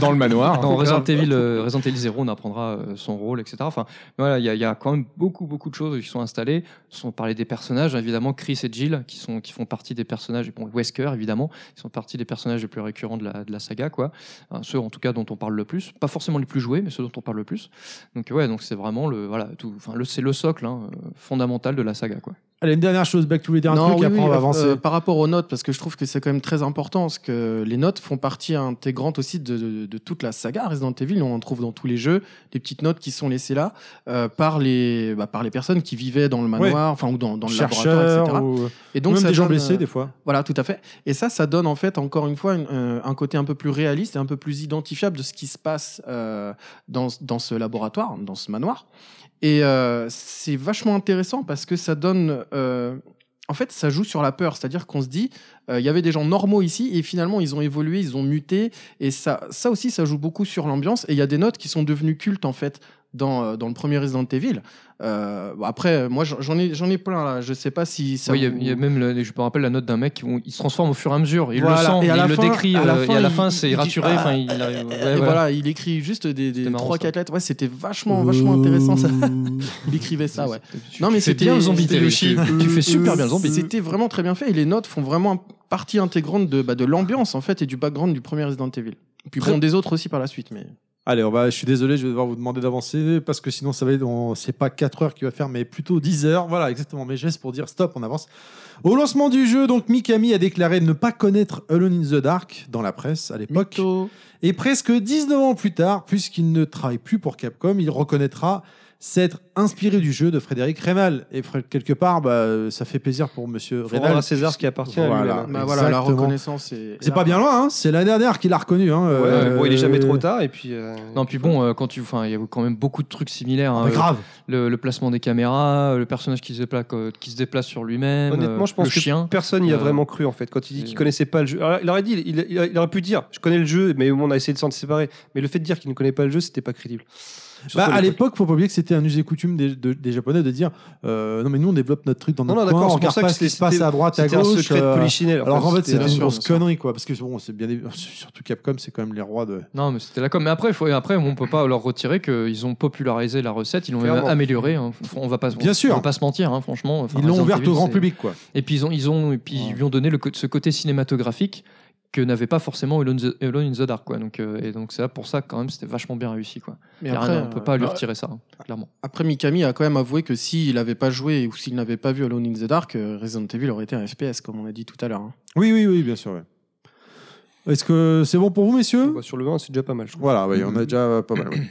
Speaker 8: dans le manoir.
Speaker 4: dans Resident
Speaker 3: grave.
Speaker 4: Evil, euh, Resident Evil 0, on apprendra euh, son rôle, etc. Enfin, voilà, il y, a- il y a quand même beaucoup, beaucoup de choses qui sont installées. On parlait des personnages, hein, évidemment, Chris et et Jill, qui, sont, qui font partie des personnages, bon, Wesker évidemment, qui sont partie des personnages les plus récurrents de la, de la saga, quoi. Hein, ceux en tout cas dont on parle le plus, pas forcément les plus joués, mais ceux dont on parle le plus. Donc ouais, donc c'est vraiment le, voilà, tout, enfin, le, c'est le socle hein, euh, fondamental de la saga, quoi.
Speaker 2: Allez, une dernière chose, back to les derniers
Speaker 5: Non,
Speaker 2: trucs,
Speaker 5: oui,
Speaker 2: après
Speaker 5: oui,
Speaker 2: on va
Speaker 5: euh,
Speaker 2: avancer.
Speaker 5: par rapport aux notes, parce que je trouve que c'est quand même très important, parce que les notes font partie intégrante aussi de, de- de toute la saga Resident Evil. On en trouve dans tous les jeux des petites notes qui sont laissées là euh, par les bah, par les personnes qui vivaient dans le manoir, enfin ou dans, dans le laboratoire, etc.
Speaker 2: chercheurs ou euh,
Speaker 5: Et donc
Speaker 2: même
Speaker 5: ça
Speaker 2: des gens
Speaker 5: donne,
Speaker 2: blessés
Speaker 5: euh,
Speaker 2: des fois.
Speaker 5: Voilà, tout à fait. Et ça, ça donne en fait encore une fois une- euh, un côté un peu plus réaliste et un peu plus identifiable de ce qui se passe euh, dans, dans ce laboratoire, dans ce manoir. Et euh, c'est vachement intéressant parce que ça donne... euh, en fait, ça joue sur la peur, c'est-à-dire qu'on se dit, euh, il y avait des gens normaux ici et finalement ils ont évolué, ils ont muté et ça, ça aussi, ça joue beaucoup sur l'ambiance. Et il y a des notes qui sont devenues cultes en fait dans, euh, dans le premier Resident Evil. Euh, bon, après, moi j'en- j'en ai, j'en ai plein là. Je sais pas si ça.
Speaker 4: Oui, il y a-
Speaker 5: vous-
Speaker 4: il y, a même, le- je me rappelle la note d'un mec où il se transforme au fur et à mesure. Il
Speaker 5: Voilà,
Speaker 4: le sent,
Speaker 5: et à la
Speaker 4: il le
Speaker 5: fin-
Speaker 4: décrit.
Speaker 5: à la
Speaker 4: euh,
Speaker 5: fin,
Speaker 4: et à la
Speaker 5: il-
Speaker 4: fin, c'est
Speaker 5: il dit,
Speaker 4: raturé.
Speaker 5: ah,
Speaker 4: enfin, il arrive- ouais,
Speaker 5: Et
Speaker 4: voilà.
Speaker 5: voilà, il écrit juste des, des
Speaker 4: C'était marrant,
Speaker 5: trois
Speaker 4: ça.
Speaker 5: quatre lettres. Ouais, c'était vachement, vachement intéressant. Ça. Il écrivait ça, ouais.
Speaker 4: Tu fais bien le zombie,
Speaker 5: c'était-
Speaker 4: Terry, tu- tu fais super bien le zombie.
Speaker 5: C'était vraiment très bien fait. Et les notes font vraiment un- partie intégrante de, bah, de l'ambiance en fait et du background du premier Resident Evil. Et puis bon, des autres aussi par la suite, mais
Speaker 2: Allez, on va, je suis désolé, je vais devoir vous demander d'avancer parce que sinon ça va être, on- c'est pas 4 heures qui va faire, mais plutôt 10 heures. Voilà, exactement mes gestes pour dire stop, on avance. Au lancement du jeu, donc Mikami a déclaré ne pas connaître Alone in the Dark dans la presse à l'époque.
Speaker 5: Mytho.
Speaker 2: Et presque 19 ans plus tard, puisqu'il ne travaille plus pour Capcom, il reconnaîtra s'être inspiré du jeu de Frédéric Rénal. Et Fred- quelque part, bah, ça fait plaisir pour Monsieur
Speaker 3: Faut rendre
Speaker 2: Rénal.
Speaker 3: à César ce qui appartient à
Speaker 2: Voilà.
Speaker 3: lui. euh,
Speaker 5: Bah, voilà, la
Speaker 2: Exactement.
Speaker 5: reconnaissance. est- est
Speaker 2: C'est
Speaker 5: là.
Speaker 2: pas bien loin, hein c'est l'année dernière qu'il a reconnu. Hein,
Speaker 3: Ouais,
Speaker 2: euh,
Speaker 3: bon, il est jamais trop tard et puis. euh,
Speaker 4: Non, puis bon, euh, quand tu, enfin, il y a quand même beaucoup de trucs similaires. hein,
Speaker 2: Ah, Mais grave.
Speaker 3: euh,
Speaker 4: le, le placement des caméras, le personnage qui se déplace, euh, qui se déplace sur lui-même,
Speaker 3: Honnêtement,
Speaker 4: euh,
Speaker 3: je pense
Speaker 4: le
Speaker 3: que
Speaker 4: chien.
Speaker 3: personne n'y a
Speaker 4: Euh,
Speaker 3: vraiment cru en fait. Quand il dit qu'il
Speaker 4: et-
Speaker 3: connaissait pas le jeu, Alors, il aurait dit, il, il- il aurait pu dire, je connais le jeu, mais on a essayé de s'en séparer. Mais le fait de dire qu'il ne connaît pas le jeu, c'était pas crédible. Surtout
Speaker 2: Bah, à l'époque, faut pas oublier que c'était un us et coutume des, de- des Japonais de dire euh, non mais nous on développe notre truc dans
Speaker 3: Non,
Speaker 2: notre
Speaker 3: non,
Speaker 2: coin,
Speaker 3: d'accord,
Speaker 2: on
Speaker 3: c'est pour
Speaker 2: regarde
Speaker 3: ça que
Speaker 2: pas ce qui se
Speaker 3: c'était-
Speaker 2: passe à droite, à
Speaker 3: C'était un
Speaker 2: gauche.
Speaker 3: secret de
Speaker 2: euh,
Speaker 3: polichinelle.
Speaker 2: alors qu'en fait,
Speaker 3: c'était
Speaker 2: c'était une
Speaker 5: sûr,
Speaker 2: grosse
Speaker 5: bien sûr.
Speaker 2: connerie quoi, parce que bon, c'est bien surtout Capcom, c'est quand même les rois de.
Speaker 4: Non, mais c'était là comme. Mais après, il faut, après, on peut pas leur retirer qu'ils ont popularisé la recette, ils l'ont même
Speaker 3: Clairement.
Speaker 4: améliorée. hein. Faut- On va pas,
Speaker 2: Bien
Speaker 4: on-
Speaker 2: sûr.
Speaker 4: on va pas se mentir, hein, franchement. Enfin,
Speaker 2: Ils l'ont
Speaker 4: Resident
Speaker 2: ouverte
Speaker 4: Evil,
Speaker 2: au grand
Speaker 4: c'est-
Speaker 2: public quoi.
Speaker 4: Et puis ils ont, ils ont, et puis ils lui ont donné le, co- ce côté cinématographique que n'avait pas forcément Alone, the- Alone in the Dark, quoi. Donc, euh, et donc c'est là pour ça quand même c'était vachement bien réussi, quoi.
Speaker 5: Mais
Speaker 4: Y a
Speaker 5: après,
Speaker 4: rien, on peut pas lui
Speaker 5: euh,
Speaker 4: retirer ça, hein, clairement.
Speaker 5: Après, Mikami a quand même avoué que s'il n'avait pas joué ou s'il n'avait pas vu Alone in the Dark, euh, Resident Evil aurait été un FPS, comme on a dit tout à l'heure. hein.
Speaker 2: Oui oui oui, bien sûr. ouais. Est-ce que c'est bon pour vous messieurs
Speaker 3: Bah, sur le 1, c'est déjà pas mal. Je trouve.
Speaker 2: Voilà, ouais, on a déjà euh, pas mal. ouais.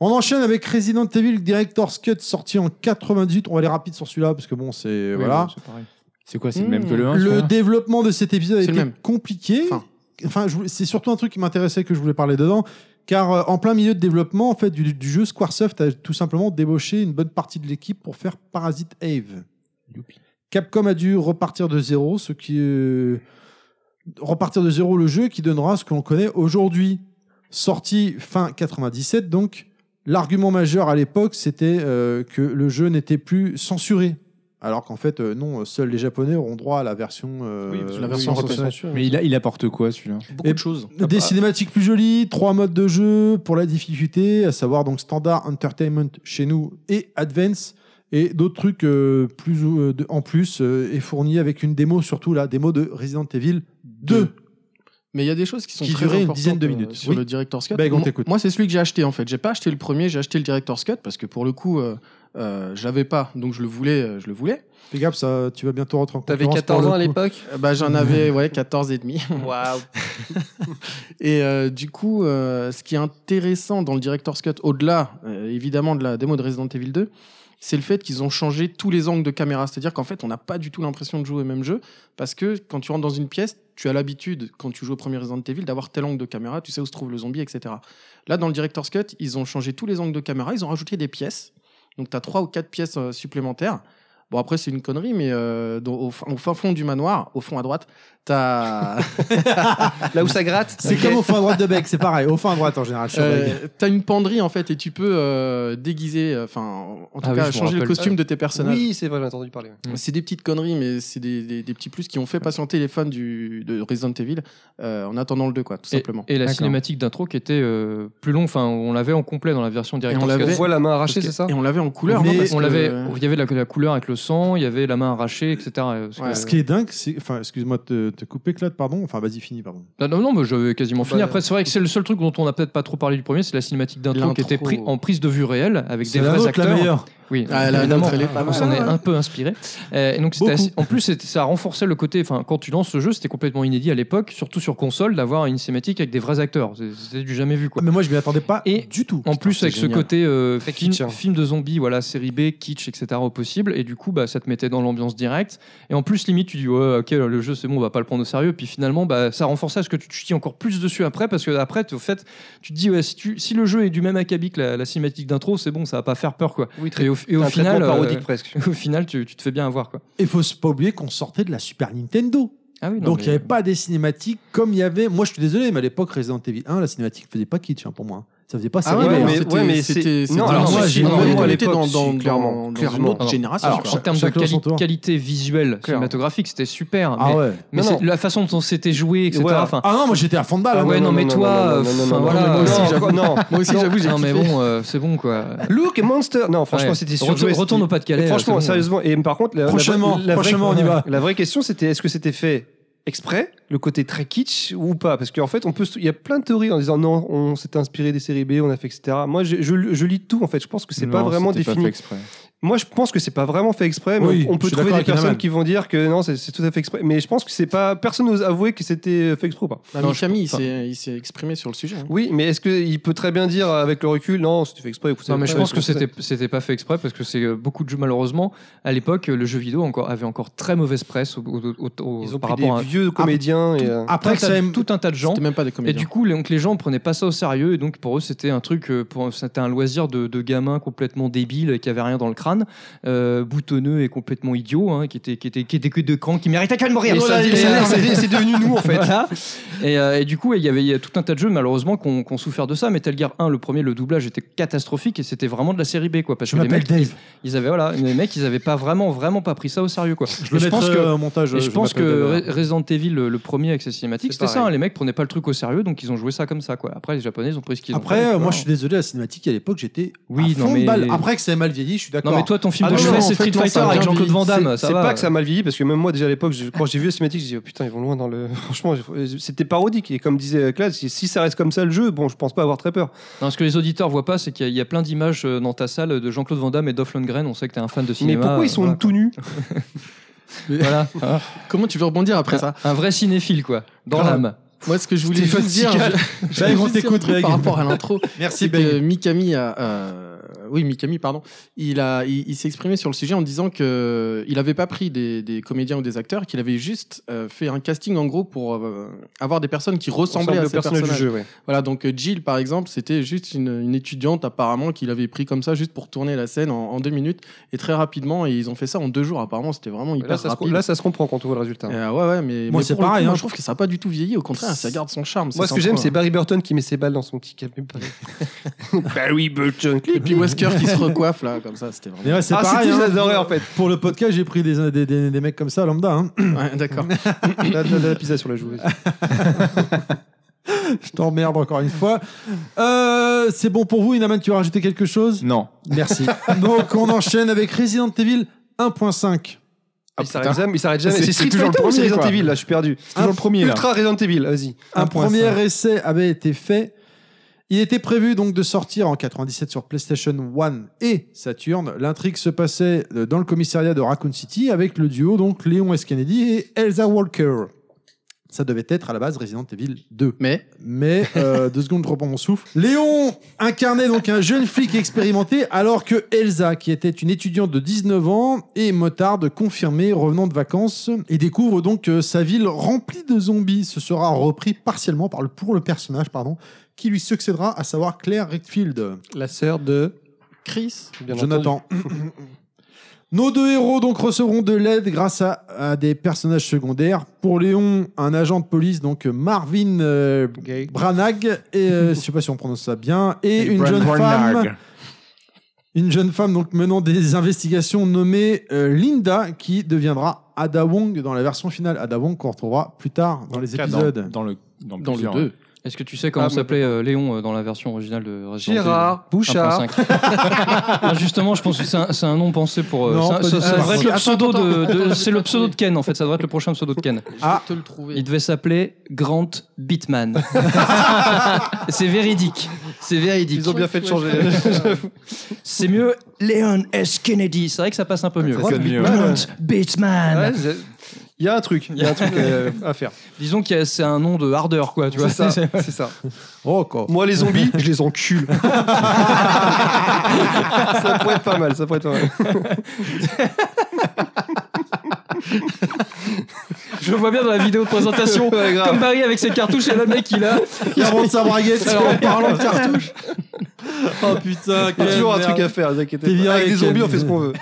Speaker 2: On enchaîne avec Resident Evil Director's Cut sorti en 98. On va aller rapide sur celui-là parce que bon, c'est
Speaker 4: Oui,
Speaker 2: voilà.
Speaker 4: oui, c'est pareil.
Speaker 8: C'est quoi C'est le même
Speaker 5: Mmh.
Speaker 8: que le 1
Speaker 2: Le développement de cet épisode a
Speaker 5: hein, C'est
Speaker 2: été
Speaker 5: le même.
Speaker 2: compliqué. Enfin,
Speaker 5: Enfin.
Speaker 2: je voulais- c'est surtout un truc qui m'intéressait que je voulais parler dedans. Car euh, en plein milieu de développement en fait, du, du jeu, Squaresoft a tout simplement débauché une bonne partie de l'équipe pour faire Parasite Eve. Capcom a dû repartir de zéro, ce qui euh, repartir de zéro le jeu qui donnera ce que l'on connaît aujourd'hui. Sorti fin 97, donc l'argument majeur à l'époque, c'était euh, que le jeu n'était plus censuré. Alors qu'en fait, euh, non, seuls les Japonais auront droit à la version, euh,
Speaker 5: Parce que la version
Speaker 2: sans
Speaker 5: sans
Speaker 2: censure.
Speaker 5: censure,
Speaker 8: Mais il, a- il apporte quoi celui-là
Speaker 5: beaucoup
Speaker 2: Et-
Speaker 5: de choses.
Speaker 2: Des cinématiques plus jolies, trois modes de jeu pour la difficulté, à savoir donc standard, entertainment chez nous et advance, et d'autres trucs euh, plus ou- euh, de- en plus euh, est fourni avec une démo surtout la démo de Resident Evil 2.
Speaker 5: Mais il y a des choses qui sont
Speaker 2: Qui
Speaker 5: très
Speaker 2: duraient une
Speaker 5: importantes,
Speaker 2: dizaine de
Speaker 5: euh,
Speaker 2: minutes.
Speaker 5: sur
Speaker 2: Oui. Bah,
Speaker 5: le director's cut.
Speaker 2: Beg, on
Speaker 5: Moi-
Speaker 2: t'écoute.
Speaker 5: Moi, c'est celui que j'ai acheté en fait. J'ai pas acheté le premier, j'ai acheté le director's cut parce que pour le coup, euh, euh, je l'avais pas, donc je le voulais, euh, je le voulais.
Speaker 2: Fais gaffe, ça, tu vas bientôt rentrer en
Speaker 3: T'avais
Speaker 2: concurrence
Speaker 3: 14
Speaker 2: pour
Speaker 3: ans à
Speaker 2: le coup.
Speaker 3: l'époque
Speaker 5: Euh, Bah, j'en avais ouais 14 et demi.
Speaker 3: Waouh
Speaker 5: Et euh, du coup, euh, ce qui est intéressant dans le Director's Cut, au-delà euh, évidemment de la démo de Resident Evil 2, c'est le fait qu'ils ont changé tous les angles de caméra. C'est-à-dire qu'en fait, on n'a pas du tout l'impression de jouer au même jeu, parce que quand tu rentres dans une pièce, tu as l'habitude, quand tu joues au premier Resident Evil, d'avoir tel angle de caméra, tu sais où se trouve le zombie, etc. Là, dans le Director's Cut, ils ont changé tous les angles de caméra, ils ont rajouté des pièces. Donc, tu as trois ou quatre pièces euh, supplémentaires. Bon, après, c'est une connerie, mais euh, dans- au, fin- au fin fond du manoir, au fond à droite, tu as...
Speaker 3: Là où ça gratte
Speaker 2: C'est
Speaker 3: ok.
Speaker 2: comme au fin à droite de Beck, c'est pareil, au fin à droite en général. sur Beck.
Speaker 5: Euh, T'as une penderie en fait et tu peux euh, déguiser, euh, enfin en- en tout
Speaker 4: Ah oui,
Speaker 5: cas
Speaker 4: je me
Speaker 5: changer le
Speaker 4: rappelle.
Speaker 5: costume de tes personnages.
Speaker 3: Oui, c'est vrai, j'ai entendu parler. ouais.
Speaker 5: C'est des petites conneries, mais c'est des, des- des petits plus qui ont fait patienter les fans du, de Resident Evil euh, en attendant le 2, quoi, tout
Speaker 4: Et-
Speaker 5: simplement.
Speaker 4: Et, la
Speaker 3: D'accord.
Speaker 4: cinématique d'intro qui était euh, plus longue, enfin on l'avait en complet dans la version director's
Speaker 5: l'avait-
Speaker 3: On
Speaker 4: cut.
Speaker 3: voit la main
Speaker 5: Parce
Speaker 3: arrachée,
Speaker 5: que-
Speaker 3: c'est ça
Speaker 5: Et on l'avait en couleur,
Speaker 4: Mais
Speaker 5: hein, parce
Speaker 4: on
Speaker 5: que-
Speaker 4: l'avait, il y avait la, la couleur avec le sang, il y avait la main arrachée, etc. Parce que-
Speaker 5: Ouais.
Speaker 2: Ce qui est dingue, c'est. Enfin, excuse-moi de te- te couper, Claude, pardon. Enfin, vas-y, finis, pardon.
Speaker 4: Non, non, non, mais j'avais quasiment fini.
Speaker 5: Bah,
Speaker 4: Après, c'est vrai que c'est le seul truc dont on n'a peut-être pas trop parlé du premier, c'est la cinématique d'intro
Speaker 5: L'intro.
Speaker 4: qui était pris en prise de vue réelle avec
Speaker 2: C'est
Speaker 4: des
Speaker 2: la
Speaker 4: vrais
Speaker 2: nôtre, la
Speaker 4: acteurs.
Speaker 2: meilleure.
Speaker 4: Oui,
Speaker 5: Ah, la
Speaker 4: évidemment.
Speaker 5: nôtre, elle est pas
Speaker 4: on
Speaker 5: mal.
Speaker 4: s'en est un peu inspiré. Euh, et donc, c'était
Speaker 2: Beaucoup.
Speaker 4: assez- en plus, c'était- ça renforçait le côté. Enfin, quand tu lances ce jeu, c'était complètement inédit à l'époque, surtout sur console, d'avoir une cinématique avec des vrais acteurs. C'est- C'était du jamais vu, quoi.
Speaker 2: Mais moi, je m'y attendais pas
Speaker 4: Et
Speaker 2: du tout.
Speaker 4: En plus,
Speaker 5: c'est
Speaker 4: avec ce
Speaker 5: génial.
Speaker 4: côté euh,
Speaker 3: Très
Speaker 4: film,
Speaker 3: kitsch, hein.
Speaker 4: film de zombies, voilà, série B, kitsch, etc. au possible. Et du coup, bah, ça te mettait dans l'ambiance directe. Et en plus, limite, tu dis, ouais, ok, le jeu, c'est bon, on va pas le prendre au sérieux. Puis finalement, bah, ça renforçait ce que tu te chies encore plus dessus après. Parce que après, tu- au fait, tu te dis, ouais, si, tu- si le jeu est du même acabit que la, la cinématique d'intro, c'est bon, ça va pas faire peur, quoi.
Speaker 3: Oui, très
Speaker 4: Et au, et au
Speaker 3: un traitement
Speaker 4: final, euh,
Speaker 3: parodique presque.
Speaker 4: au final tu, tu te fais bien avoir, quoi.
Speaker 2: Et faut pas oublier qu'on sortait de la Super Nintendo.
Speaker 4: Ah oui, non,
Speaker 2: Donc, il
Speaker 4: mais-
Speaker 2: n'y avait pas des cinématiques comme il y avait. Moi, je suis désolé, mais à l'époque, Resident Evil 1, la cinématique faisait pas kitsch hein, pour moi. Ça faisait pas
Speaker 5: Ah
Speaker 2: série
Speaker 5: ouais,
Speaker 2: B,
Speaker 3: ouais,
Speaker 2: hein.
Speaker 3: mais-
Speaker 5: c'était-
Speaker 3: ouais, mais
Speaker 5: c'était-
Speaker 3: c'est-
Speaker 5: c'était-
Speaker 3: non,
Speaker 5: c'était-
Speaker 2: alors moi, j'ai-
Speaker 5: on
Speaker 2: moi,
Speaker 5: était
Speaker 2: à
Speaker 5: dans-
Speaker 3: l'époque,
Speaker 5: dans,
Speaker 3: si,
Speaker 5: dans,
Speaker 3: clairement,
Speaker 5: dans une
Speaker 3: clairement.
Speaker 5: autre génération.
Speaker 2: Alors,
Speaker 5: quoi.
Speaker 4: en termes de
Speaker 2: chacun
Speaker 4: quali-
Speaker 2: son tour.
Speaker 4: qualité visuelle,
Speaker 3: Clair.
Speaker 4: cinématographique, c'était super.
Speaker 2: Ah
Speaker 4: mais
Speaker 2: ouais.
Speaker 4: mais
Speaker 3: Non,
Speaker 4: c'est-
Speaker 3: non.
Speaker 4: la façon dont c'était joué, etc.
Speaker 3: Voilà.
Speaker 4: Enfin,
Speaker 2: Ah non, moi, j'étais à fond de balle.
Speaker 4: Ah
Speaker 2: hein.
Speaker 4: ouais, non, mais toi,
Speaker 3: non, non,
Speaker 4: enfin,
Speaker 3: non,
Speaker 4: voilà.
Speaker 3: non,
Speaker 4: Moi aussi,
Speaker 3: non,
Speaker 4: j'avoue.
Speaker 3: non.
Speaker 5: Moi aussi,
Speaker 4: Non,
Speaker 5: j'avoue, j'ai
Speaker 4: non, mais
Speaker 5: kiffé.
Speaker 4: bon, euh, c'est bon quoi.
Speaker 3: Look, Monster. Non, franchement,
Speaker 4: Ouais.
Speaker 3: c'était
Speaker 4: Retour-
Speaker 3: surjoué. c'était-
Speaker 4: Retourne au Pas-de-Calais. euh,
Speaker 3: Franchement,
Speaker 4: c'est bon.
Speaker 3: sérieusement. Et par contre, la, la-
Speaker 2: Prochainement,
Speaker 3: la, vraie-
Speaker 2: prochainement, on y va.
Speaker 3: la vraie question, c'était est-ce que c'était fait exprès, le côté très kitsch ou pas Parce qu'en fait, on peut, se- il y a plein de théories en disant non, on s'est inspiré des séries B, on a fait etc. Moi, je, je- je lis tout en fait. Je pense que c'est pas
Speaker 8: Non,
Speaker 3: vraiment
Speaker 8: c'était pas
Speaker 3: défini.
Speaker 8: fait exprès.
Speaker 3: Moi, je pense que c'est pas vraiment fait exprès. Mais
Speaker 2: Oui,
Speaker 3: on on peut
Speaker 2: je suis
Speaker 3: trouver
Speaker 2: d'accord
Speaker 3: des
Speaker 2: avec Inaman.
Speaker 3: personnes qui vont dire que non, c'est c'est tout à fait exprès. Mais je pense que c'est pas. Personne n'ose avouer que c'était euh, fait exprès ou pas.
Speaker 5: Bah,
Speaker 4: Non,
Speaker 5: Mikami, il
Speaker 4: je-
Speaker 5: s'est- il s'est exprimé sur le sujet. hein.
Speaker 3: Oui, mais est-ce qu'il peut très bien dire avec le recul non, c'était fait exprès écoutez,
Speaker 4: Non, mais je
Speaker 3: ouais,
Speaker 4: pense que
Speaker 3: c'est-
Speaker 4: c'était c'était pas fait exprès parce que c'est euh, beaucoup de jeux malheureusement à l'époque euh, le jeu vidéo encore avait encore très mauvaise presse au, au- au- au-
Speaker 3: Ils ont
Speaker 4: par
Speaker 3: pris des
Speaker 4: rapport à
Speaker 3: vieux comédiens et. euh,
Speaker 4: tout un,
Speaker 2: Après que ça
Speaker 4: tas,
Speaker 2: aime-
Speaker 4: tout un tas de gens.
Speaker 5: C'était même pas des
Speaker 4: Et
Speaker 5: comédiens.
Speaker 4: du coup, les, donc, les gens prenaient pas ça au sérieux, et donc pour eux, c'était un truc, euh, pour- c'était un loisir de, de gamin complètement débile et qui avait rien dans le crâne, euh, boutonneux et complètement idiot, hein, qui était qui était qui était que de cran, qui méritait qu'à mourir.
Speaker 3: Et
Speaker 4: Voilà,
Speaker 3: ça-
Speaker 4: il
Speaker 3: et
Speaker 4: est-
Speaker 3: ça- c'est c'est devenu nous en fait.
Speaker 4: Voilà. Et, euh, et du coup, il y avait il y a tout un tas de jeux, malheureusement, qu'on qu'on souffert de ça. Metal Gear 1, le premier, le doublage était catastrophique et c'était vraiment de la série B, quoi. Parce
Speaker 2: Je
Speaker 4: que les
Speaker 2: m'appelle
Speaker 4: mecs,
Speaker 2: Dave.
Speaker 4: ils avaient, voilà, les mecs, ils avaient pas vraiment, vraiment pas pris ça au sérieux, quoi.
Speaker 2: Je le
Speaker 4: Et je pense que.
Speaker 2: montage. euh,
Speaker 4: et je,
Speaker 2: je
Speaker 4: pense que
Speaker 2: m'appelle Dave.
Speaker 4: Re- Resident Evil, le, le premier avec ses cinématiques,
Speaker 3: C'est
Speaker 4: c'était ça.
Speaker 3: pareil.
Speaker 4: hein, les mecs prenaient pas le truc au sérieux, donc ils ont joué ça comme ça. Quoi. Après, les Japonais, ils ont pris ce qu'ils ont pris,
Speaker 2: Après, euh,
Speaker 4: quoi.
Speaker 2: moi, je suis désolé, la cinématique, à l'époque, j'étais
Speaker 4: Oui,
Speaker 2: à
Speaker 4: non,
Speaker 2: fond de
Speaker 4: mais-
Speaker 2: balle. Après que ça ait mal vieilli, je suis d'accord.
Speaker 4: Non, mais toi, ton film
Speaker 5: Ah
Speaker 4: de
Speaker 5: non,
Speaker 4: chevet,
Speaker 5: non,
Speaker 4: c'est
Speaker 5: en
Speaker 4: Street
Speaker 5: fait, non, ça
Speaker 4: Fighter
Speaker 5: a
Speaker 4: avec
Speaker 5: bien
Speaker 4: Jean-Claude Van
Speaker 5: vieilli.
Speaker 4: Damme.
Speaker 3: C'est
Speaker 4: ça va.
Speaker 3: pas que ça a mal vieilli, parce que même moi, déjà à l'époque, je- quand j'ai vu la cinématique, j'ai dit oh, putain, ils vont loin dans le. Franchement, j'ai- c'était parodique. Et comme disait Claude, si si ça reste comme ça le jeu, bon, je pense pas avoir très peur.
Speaker 4: Non, ce que les auditeurs voient pas, c'est qu'il y, a- il y a plein d'images euh, dans ta salle de Jean-Claude Van Damme et Dolph Lundgren. On sait que t'es un fan de cinéma.
Speaker 3: Mais pourquoi ils sont
Speaker 4: euh,
Speaker 3: tout nus
Speaker 4: voilà. Voilà.
Speaker 5: Comment tu veux rebondir après
Speaker 4: Un-
Speaker 5: ça
Speaker 4: Un vrai cinéphile, quoi. Dans
Speaker 5: Grave.
Speaker 4: l'âme.
Speaker 5: Moi, ce que je voulais
Speaker 2: Stéphane
Speaker 5: juste dire,
Speaker 2: Seagal.
Speaker 5: je- je
Speaker 2: Bah,
Speaker 5: voulais
Speaker 2: on
Speaker 5: juste dire
Speaker 2: t'écoute, Greg.
Speaker 5: par rapport à l'intro,
Speaker 2: Merci,
Speaker 5: c'est
Speaker 2: Beg.
Speaker 5: que Mikami a, euh, oui, Mikami, pardon, il a, il, il s'est exprimé sur le sujet en disant que il avait pas pris des, des comédiens ou des acteurs, qu'il avait juste euh, fait un casting en gros pour euh, avoir des personnes qui ressemblaient à ces
Speaker 3: personnage
Speaker 5: personnages.
Speaker 3: du jeu, ouais.
Speaker 5: Voilà, donc euh, Jill, par exemple, c'était juste une, une étudiante apparemment qu'il avait pris comme ça juste pour tourner la scène en, en deux minutes et très rapidement. Et ils ont fait ça en deux jours. Apparemment, c'était vraiment hyper
Speaker 3: Là ça, se, com-
Speaker 5: rapide.
Speaker 3: là, ça se comprend quand on voit le résultat.
Speaker 5: Euh, ouais, ouais, mais,
Speaker 2: Moi,
Speaker 5: mais
Speaker 2: c'est
Speaker 5: pour le
Speaker 2: pareil,
Speaker 5: coup,
Speaker 2: hein.
Speaker 5: Moi, je trouve que ça n'a pas du tout vieilli. Au contraire, ça garde son charme.
Speaker 3: Moi,
Speaker 5: c'est
Speaker 3: ce
Speaker 5: sympa.
Speaker 3: que j'aime, c'est Barry Burton qui met ses balles dans son petit canapé. Barry Burton,
Speaker 5: Et puis Wesker qui se recoiffe là, comme ça, c'était vraiment.
Speaker 2: Mais ouais, c'est
Speaker 3: Ah,
Speaker 2: pareil.
Speaker 3: c'était-
Speaker 2: hein.
Speaker 3: j'adorais, en fait.
Speaker 2: Pour le podcast, j'ai pris des, des, des- des mecs comme ça, lambda. hein.
Speaker 5: Ouais, d'accord.
Speaker 3: la, la, la pizza sur la joue. vas-y.
Speaker 2: Je t'emmerde encore une fois. Euh, c'est bon pour vous, Inaman, tu veux rajouter quelque chose
Speaker 8: Non.
Speaker 2: Merci. Donc, on enchaîne avec Resident Evil 1.5.
Speaker 3: Il s'arrête jamais. Il s'arrête jamais.
Speaker 8: C'est-
Speaker 3: C'est
Speaker 8: c'est
Speaker 3: Street
Speaker 8: toujours le
Speaker 3: Fighter ou c'est
Speaker 8: premier,
Speaker 3: Resident
Speaker 8: quoi.
Speaker 3: Evil, là, je suis perdu.
Speaker 8: C'est toujours le premier, là.
Speaker 3: Ultra Resident Evil, vas-y.
Speaker 2: Un
Speaker 8: 1.5.
Speaker 2: premier essai avait été fait. Il était prévu donc de sortir en 97 sur PlayStation 1 et Saturn. L'intrigue se passait euh, dans le commissariat de Raccoon City avec le duo donc Léon S. Kennedy et Elsa Walker. Ça devait être à la base Resident Evil 2.
Speaker 5: Mais
Speaker 2: Mais euh, deux secondes, je reprends mon souffle. Léon incarnait donc un jeune flic expérimenté, alors que Elsa, qui était une étudiante de 19 ans et motarde confirmée revenant de vacances, et découvre donc que sa ville remplie de zombies. Ce sera repris partiellement par le, pour le personnage, pardon, qui lui succédera, à savoir Claire Redfield.
Speaker 3: La sœur de
Speaker 5: Chris,
Speaker 3: Bien
Speaker 2: Jonathan. Nos deux héros donc recevront de l'aide grâce à, à des personnages secondaires. Pour Léon, un agent de police, donc Marvin euh,
Speaker 3: Gay.
Speaker 2: Branagh, et euh, je sais pas si on prononce ça bien, et une jeune femme, une jeune femme donc menant des investigations nommée euh, Linda, qui deviendra Ada Wong dans la version finale. Ada Wong qu'on retrouvera plus tard dans les
Speaker 8: Dans-
Speaker 2: épisodes.
Speaker 8: Dans le dans
Speaker 5: dans le
Speaker 8: plusieurs.
Speaker 5: 2.
Speaker 4: Est-ce que tu sais comment
Speaker 3: Ah, mais
Speaker 4: s'appelait euh, Léon euh, dans la version originale de Resident Evil
Speaker 3: Gérard, Bouchard.
Speaker 4: 1.5. Non, Ah, justement, je pense que c'est un, c'est un nom pensé pour. euh,
Speaker 2: Non,
Speaker 4: c'est un-
Speaker 2: pas du
Speaker 4: ça, ça
Speaker 2: tout.
Speaker 4: devrait être le
Speaker 5: Attends,
Speaker 4: pseudo
Speaker 5: attends,
Speaker 4: de, de-
Speaker 5: attends,
Speaker 4: c'est le
Speaker 5: attends,
Speaker 4: pseudo
Speaker 5: attends.
Speaker 4: de Ken en fait. Ça devrait être le prochain pseudo de Ken.
Speaker 5: Je vais
Speaker 2: Ah.
Speaker 5: te le
Speaker 4: Il
Speaker 5: trouver.
Speaker 4: devait s'appeler Grant Bitman. c'est véridique. C'est véridique.
Speaker 3: Ils ont bien fait de changer.
Speaker 4: C'est mieux Leon S. Kennedy. C'est vrai que ça passe un peu mieux.
Speaker 8: Ça sonne mieux.
Speaker 4: Grant Bitman.
Speaker 3: Ouais, c'est- Il y a un truc, il y a un truc euh, à faire.
Speaker 4: Disons que c'est un nom de hardeur, quoi. Tu vois.
Speaker 3: C'est ça, c'est ça.
Speaker 2: Oh, quoi.
Speaker 3: Moi, les zombies, je les encule. ça pourrait être pas mal, ça pourrait être pas mal.
Speaker 4: Je le vois bien dans la vidéo de présentation.
Speaker 3: Ouais, grave.
Speaker 4: Comme Barry avec ses cartouches et là, le mec il a.
Speaker 2: Il rentre sa braguette.
Speaker 4: Alors, en parlant de
Speaker 2: cartouche. Oh putain,
Speaker 3: Il y a
Speaker 2: quelle
Speaker 3: toujours un
Speaker 2: merde.
Speaker 3: truc à faire, vous inquiétez
Speaker 2: T'es
Speaker 3: pas.
Speaker 2: viré,
Speaker 3: Avec des
Speaker 2: Ken.
Speaker 3: zombies, on fait ce qu'on veut.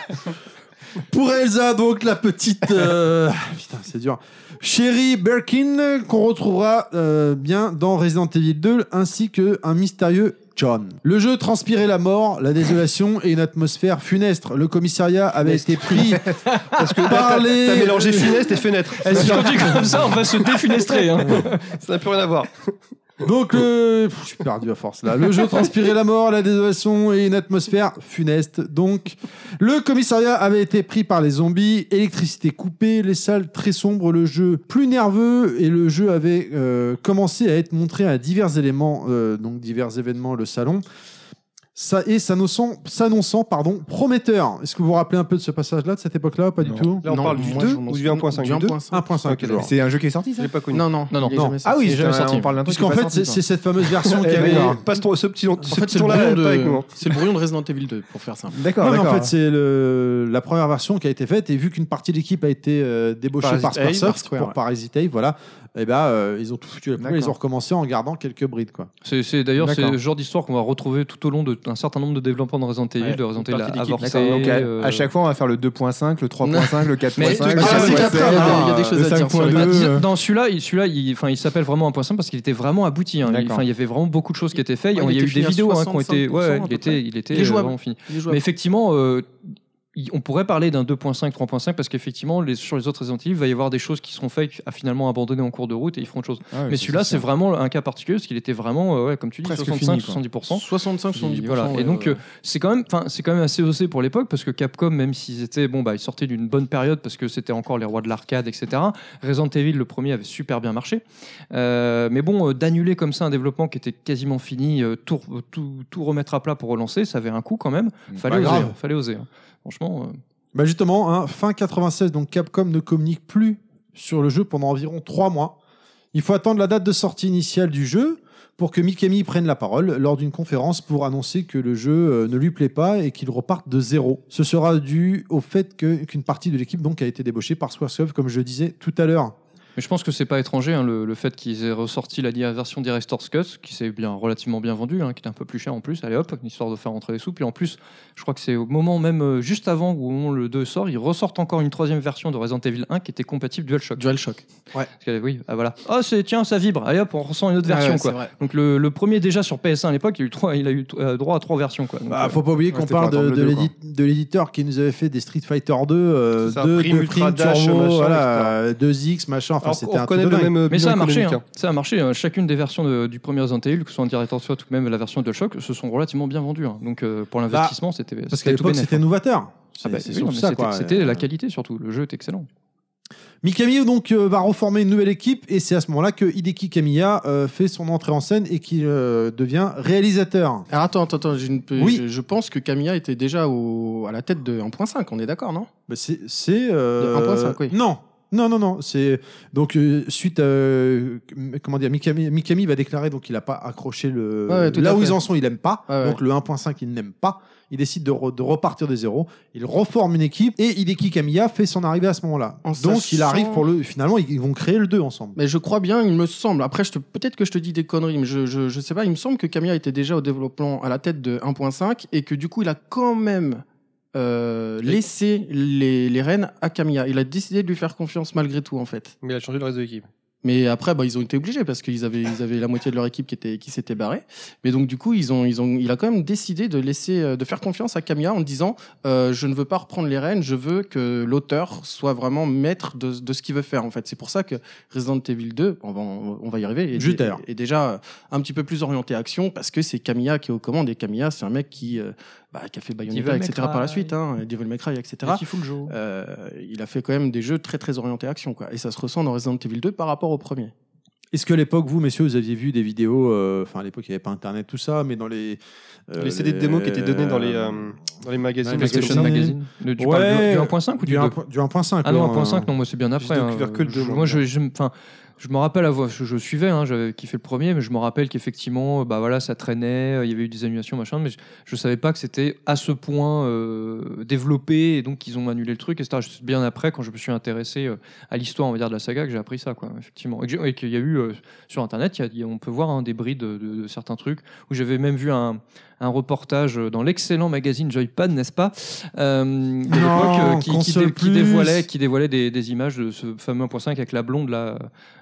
Speaker 2: Pour Elsa, donc, la petite. euh, Putain, c'est dur. Sherry Birkin, euh, qu'on retrouvera euh, bien dans Resident Evil 2, ainsi que un mystérieux John. Le jeu transpirait la mort, la désolation et une atmosphère funeste. Le commissariat avait été pris parce que par les-
Speaker 3: T'as mélangé funeste et fenêtre.
Speaker 4: Eh, Si on dit comme ça, on va se défunestrer. Hein.
Speaker 3: Ça n'a plus rien à voir.
Speaker 2: Donc le... Pff, Je suis perdu à force là. Le jeu transpirait la mort, la désolation et une atmosphère funeste. Donc le commissariat avait été pris par les zombies, électricité coupée, les salles très sombres, le jeu plus nerveux et le jeu avait euh, commencé à être montré à divers éléments, euh, donc divers événements, le salon. Ça, et s'annonçant, s'annonçant pardon, prometteur. Est-ce que vous vous rappelez un peu de ce passage-là, de cette époque-là, ou pas du tout
Speaker 3: Là, on
Speaker 5: Non,
Speaker 3: parle du
Speaker 5: moi,
Speaker 3: 2
Speaker 5: je m'en
Speaker 3: ou du
Speaker 5: souviens-
Speaker 3: 1.5
Speaker 5: du
Speaker 3: du 2
Speaker 5: 1.5.
Speaker 2: 1.5 toujours.
Speaker 8: C'est un jeu qui est sorti,
Speaker 3: Je
Speaker 8: ça
Speaker 3: l'ai pas connu.
Speaker 5: Non, non,
Speaker 4: Non, non.
Speaker 5: il est jamais
Speaker 8: Ah
Speaker 5: sorti.
Speaker 8: oui,
Speaker 5: Il est
Speaker 8: putain,
Speaker 5: jamais sorti.
Speaker 8: on parle d'un truc.
Speaker 2: Puisqu'en
Speaker 8: qui est
Speaker 2: fait,
Speaker 8: pas
Speaker 2: c'est,
Speaker 8: sorti,
Speaker 2: c'est cette fameuse version
Speaker 3: Eh
Speaker 2: qui
Speaker 3: ben,
Speaker 2: avait...
Speaker 3: passe ton- ce petit, long-
Speaker 5: En
Speaker 3: ce
Speaker 5: fait,
Speaker 3: petit
Speaker 5: c'est le
Speaker 3: ton-là,
Speaker 5: brouillon
Speaker 3: pas avec nous.
Speaker 5: de
Speaker 3: hein.
Speaker 5: c'est le brouillon de Resident Evil 2 pour faire simple.
Speaker 8: ça. D'accord,
Speaker 2: Non, mais en
Speaker 8: d'accord.
Speaker 2: fait, c'est le- Euh, la première version qui a été faite. Et vu qu'une partie de l'équipe a été euh, débauchée
Speaker 5: Parasite
Speaker 2: par
Speaker 5: Eve, par
Speaker 2: Squaresoft
Speaker 5: Square,
Speaker 2: pour
Speaker 5: ouais.
Speaker 2: Parasite Eve, voilà, et ben euh, ils ont tout foutu à la poubelle. Ils
Speaker 8: D'accord.
Speaker 2: ont recommencé en gardant quelques brides, quoi.
Speaker 4: C'est, c'est- d'ailleurs c'est
Speaker 8: D'accord.
Speaker 4: le genre d'histoire qu'on va retrouver tout au long de- d'un certain nombre de développements de Resident Evil,
Speaker 8: Ouais,
Speaker 4: de Resident
Speaker 8: une
Speaker 4: Evil
Speaker 8: partie d'équipe.
Speaker 4: avancé.
Speaker 8: D'accord, donc, à-
Speaker 4: euh,
Speaker 8: à chaque fois, on va faire le 2.5, le 3.5, le 4.5, le
Speaker 4: Mais- Ah,
Speaker 2: c'est
Speaker 8: 5.7,
Speaker 2: capable,
Speaker 5: il y a des choses
Speaker 8: le
Speaker 5: à dire sur les-
Speaker 8: 5.2,
Speaker 4: bah, dis-
Speaker 8: euh,
Speaker 4: dans celui-là, il, celui-là, il, enfin, il s'appelle vraiment un point simple parce qu'il était vraiment abouti. hein. Il,
Speaker 8: D'accord.
Speaker 4: enfin, il y avait vraiment beaucoup de choses qui étaient faites.
Speaker 5: Ouais,
Speaker 4: il
Speaker 5: il
Speaker 4: y a
Speaker 5: était
Speaker 4: eu des
Speaker 5: fini à
Speaker 4: vidéos hein, qui ont été.
Speaker 5: 65%
Speaker 4: Ouais,
Speaker 5: à
Speaker 4: il
Speaker 5: peu
Speaker 4: était,
Speaker 5: près.
Speaker 4: il était
Speaker 5: Il est
Speaker 4: euh,
Speaker 5: jouable.
Speaker 4: vraiment fini.
Speaker 5: Il est jouable.
Speaker 4: Mais effectivement, euh, il- on pourrait parler d'un 2.5, 3.5 parce qu'effectivement, les, sur les autres Resident Evil, il va y avoir des choses qui seront faites, à finalement abandonnées en cours de route et ils feront autre chose.
Speaker 8: ah ouais,
Speaker 4: Mais celui-là, c'est vraiment un cas particulier parce qu'il était vraiment, euh, ouais, comme tu dis,
Speaker 8: Presque
Speaker 4: 65,
Speaker 8: fini, quoi.
Speaker 4: 70%.
Speaker 5: 65 70
Speaker 4: Voilà. Et donc, euh, c'est quand même, enfin, c'est quand même assez haussé pour l'époque parce que Capcom, même s'ils étaient, bon, bah, ils sortaient d'une bonne période parce que c'était encore les rois de l'arcade, etc. Resident Evil, le premier, avait super bien marché. Euh, mais bon, euh, d'annuler comme ça un développement qui était quasiment fini, euh, tout, re- tout, tout remettre à plat pour relancer, ça avait un coût quand même. Fallait
Speaker 2: pas
Speaker 4: oser,
Speaker 2: grave.
Speaker 4: hein, fallait oser. hein. Franchement, euh,
Speaker 2: Bah justement, hein, fin 96, donc Capcom ne communique plus sur le jeu pendant environ trois mois. Il faut attendre la date de sortie initiale du jeu pour que Mikami prenne la parole lors d'une conférence pour annoncer que le jeu euh, ne lui plaît pas et qu'il reparte de zéro. Ce sera dû au fait que- qu'une partie de l'équipe donc a été débauchée par Squaresoft, comme je disais tout à l'heure.
Speaker 4: Mais je pense que c'est pas étranger hein, le, le fait qu'ils aient ressorti la di- version Director's Cut, qui s'est bien relativement bien vendue, hein, qui était un peu plus cher en plus. Allez hop, histoire de faire rentrer les sous. Puis en plus, je crois que c'est au moment même, euh, juste avant ou au moment où le 2 sort, ils ressortent encore une troisième version de Resident Evil 1 qui était compatible DualShock.
Speaker 5: DualShock.
Speaker 4: Parce que, oui, ah, voilà. Oh c'est tiens, ça vibre. Allez hop, on ressent une autre version quoi. Donc le, le premier déjà sur PS1 à l'époque, il a eu trois, il a eu euh, droit à trois versions quoi. Donc,
Speaker 2: Bah,
Speaker 4: euh,
Speaker 2: faut pas oublier qu'on
Speaker 8: c'était
Speaker 2: parle
Speaker 8: pour
Speaker 2: de,
Speaker 8: attendre
Speaker 2: de
Speaker 8: le deux,
Speaker 2: l'édi- de l'éditeur qui nous avait fait des Street Fighter 2, euh,
Speaker 3: C'est ça,
Speaker 2: 2,
Speaker 3: Prime,
Speaker 2: 2
Speaker 3: Ultra
Speaker 2: Prime,
Speaker 3: Dash,
Speaker 2: Turbo,
Speaker 3: machin,
Speaker 2: voilà, 2X, machin, enfin
Speaker 3: Alors,
Speaker 2: c'était
Speaker 3: on
Speaker 2: un truc
Speaker 3: reconnaît
Speaker 2: de
Speaker 3: le
Speaker 2: dingue.
Speaker 3: même.
Speaker 4: Mais
Speaker 3: bilan
Speaker 4: ça a marché,
Speaker 3: économique,
Speaker 4: hein. ça a marché. hein. Chacune des versions de- du premier Resident Evil, que ce soit en Director's Cut ou même la version de Shock, se sont relativement bien vendues. hein. Donc euh, pour l'investissement, c'était
Speaker 2: Bah, Parce qu'à
Speaker 4: c'était tout
Speaker 2: l'époque,
Speaker 4: bénef.
Speaker 2: c'était novateur.
Speaker 4: Ah
Speaker 2: C'est-
Speaker 4: bah,
Speaker 2: c'est
Speaker 4: oui,
Speaker 2: surtout
Speaker 4: non, mais
Speaker 2: ça,
Speaker 4: c'était-
Speaker 2: quoi.
Speaker 4: C'était la qualité surtout. Le jeu est excellent.
Speaker 2: Mikami donc euh, va reformer une nouvelle équipe et c'est à ce moment-là que Hideki Kamiya euh, fait son entrée en scène et qu'il euh, devient réalisateur.
Speaker 5: Alors attends, attends, attends, j'ai une pe-
Speaker 2: Oui.
Speaker 5: je, je pense que Camilla était déjà au, à la tête de 1.5, on est d'accord, non
Speaker 2: Bah, c'est c'est, euh,
Speaker 5: De 1.5, oui.
Speaker 2: non. Non, non, non. C'est donc euh, suite, euh, comment dire, Mikami, Mikami va déclarer donc il n'a pas accroché le
Speaker 5: Ouais, ouais, tout
Speaker 2: là
Speaker 5: à
Speaker 2: où
Speaker 5: fait.
Speaker 2: ils en sont, il n'aime pas.
Speaker 5: Ouais, ouais.
Speaker 2: Donc le 1.5, il n'aime pas. Il décide de, re- de repartir de zéro. Il reforme une équipe et Hideki Kamiya fait son arrivée à ce moment-là.
Speaker 5: En
Speaker 2: Donc il
Speaker 5: sachant-
Speaker 2: arrive pour le. Finalement, ils vont créer le 2 ensemble.
Speaker 5: Mais je crois bien, il me semble. Après, je te- peut-être que je te dis des conneries, mais je, je, je sais pas. Il me semble que Camilla était déjà au développement à la tête de 1.5 et que du coup, il a quand même euh, laissé les, les rênes à Camilla. Il a décidé de lui faire confiance malgré tout, en fait.
Speaker 3: hein. Mais il a changé le reste de l'équipe.
Speaker 5: Mais après, bah, ils ont été obligés parce qu'ils avaient, ils avaient la moitié de leur équipe qui était, qui s'était barrée. Mais donc, du coup, ils ont, ils ont, il a quand même décidé de laisser, euh, de faire confiance à Camilla en disant, euh, je ne veux pas reprendre les rênes, je veux que l'auteur soit vraiment maître de, de ce qu'il veut faire, en fait. C'est pour ça que Resident Evil 2, on va, on va y arriver, est,
Speaker 2: Juste d'ailleurs.
Speaker 5: est- est déjà euh, un petit peu plus orienté action parce que c'est Camilla qui est aux commandes et Camilla, c'est un mec qui, euh, bah, qui a fait
Speaker 4: Devil
Speaker 5: Bayonetta,
Speaker 4: May
Speaker 5: etc. par la
Speaker 4: Cry.
Speaker 5: suite, hein, Devil May Cry, etc.
Speaker 4: Qui fout le jeu.
Speaker 5: Euh, il a fait quand même des jeux très très orientés action quoi. Et ça se ressent dans Resident Evil 2 par rapport au premier.
Speaker 2: Est-ce que à l'époque, vous, messieurs, vous aviez vu des vidéos euh, Enfin, à l'époque, il n'y avait pas Internet, tout ça, mais dans les. euh,
Speaker 3: Les CD de démo qui étaient donnés dans les, euh, dans les
Speaker 2: dans
Speaker 3: magazines.
Speaker 2: les
Speaker 3: PlayStation.
Speaker 4: PlayStation Magazine. Le- Tu
Speaker 2: Bah, Ouais.
Speaker 4: parles du- du 1.5 ou
Speaker 2: Du
Speaker 4: du 2
Speaker 2: 1.- du 1.5.
Speaker 4: Ah non,
Speaker 2: ouais,
Speaker 4: 1.5,
Speaker 2: ouais.
Speaker 4: non, moi c'est bien après.
Speaker 3: hein. J'ai
Speaker 4: hein.
Speaker 3: découvert que le deux,
Speaker 4: Je-
Speaker 3: moi,
Speaker 4: Moi, je, je, enfin, je me rappelle avoir, je, je suivais, hein, j'avais kiffé le premier, mais je me rappelle qu'effectivement, bah voilà, ça traînait, euh, il y avait eu des annulations, machin, mais je, je savais pas que c'était à ce point euh, développé et donc qu'ils ont annulé le truc, etc. C'est bien après, quand je me suis intéressé euh, à l'histoire, on va dire, de la saga, que j'ai appris ça, quoi, effectivement. Et que j'ai- Et qu'il y a eu euh, sur internet, il y a- il y a- on peut voir hein, des brides de, de- de certains trucs où j'avais même vu un, un reportage dans l'excellent magazine Joypad, n'est-ce pas euh, de l'époque,
Speaker 2: Non,
Speaker 4: euh, qui, qui
Speaker 2: console
Speaker 4: dé- qui
Speaker 2: plus.
Speaker 4: dévoilait, qui dévoilait des, des images de ce fameux 1.5 avec la blonde, là,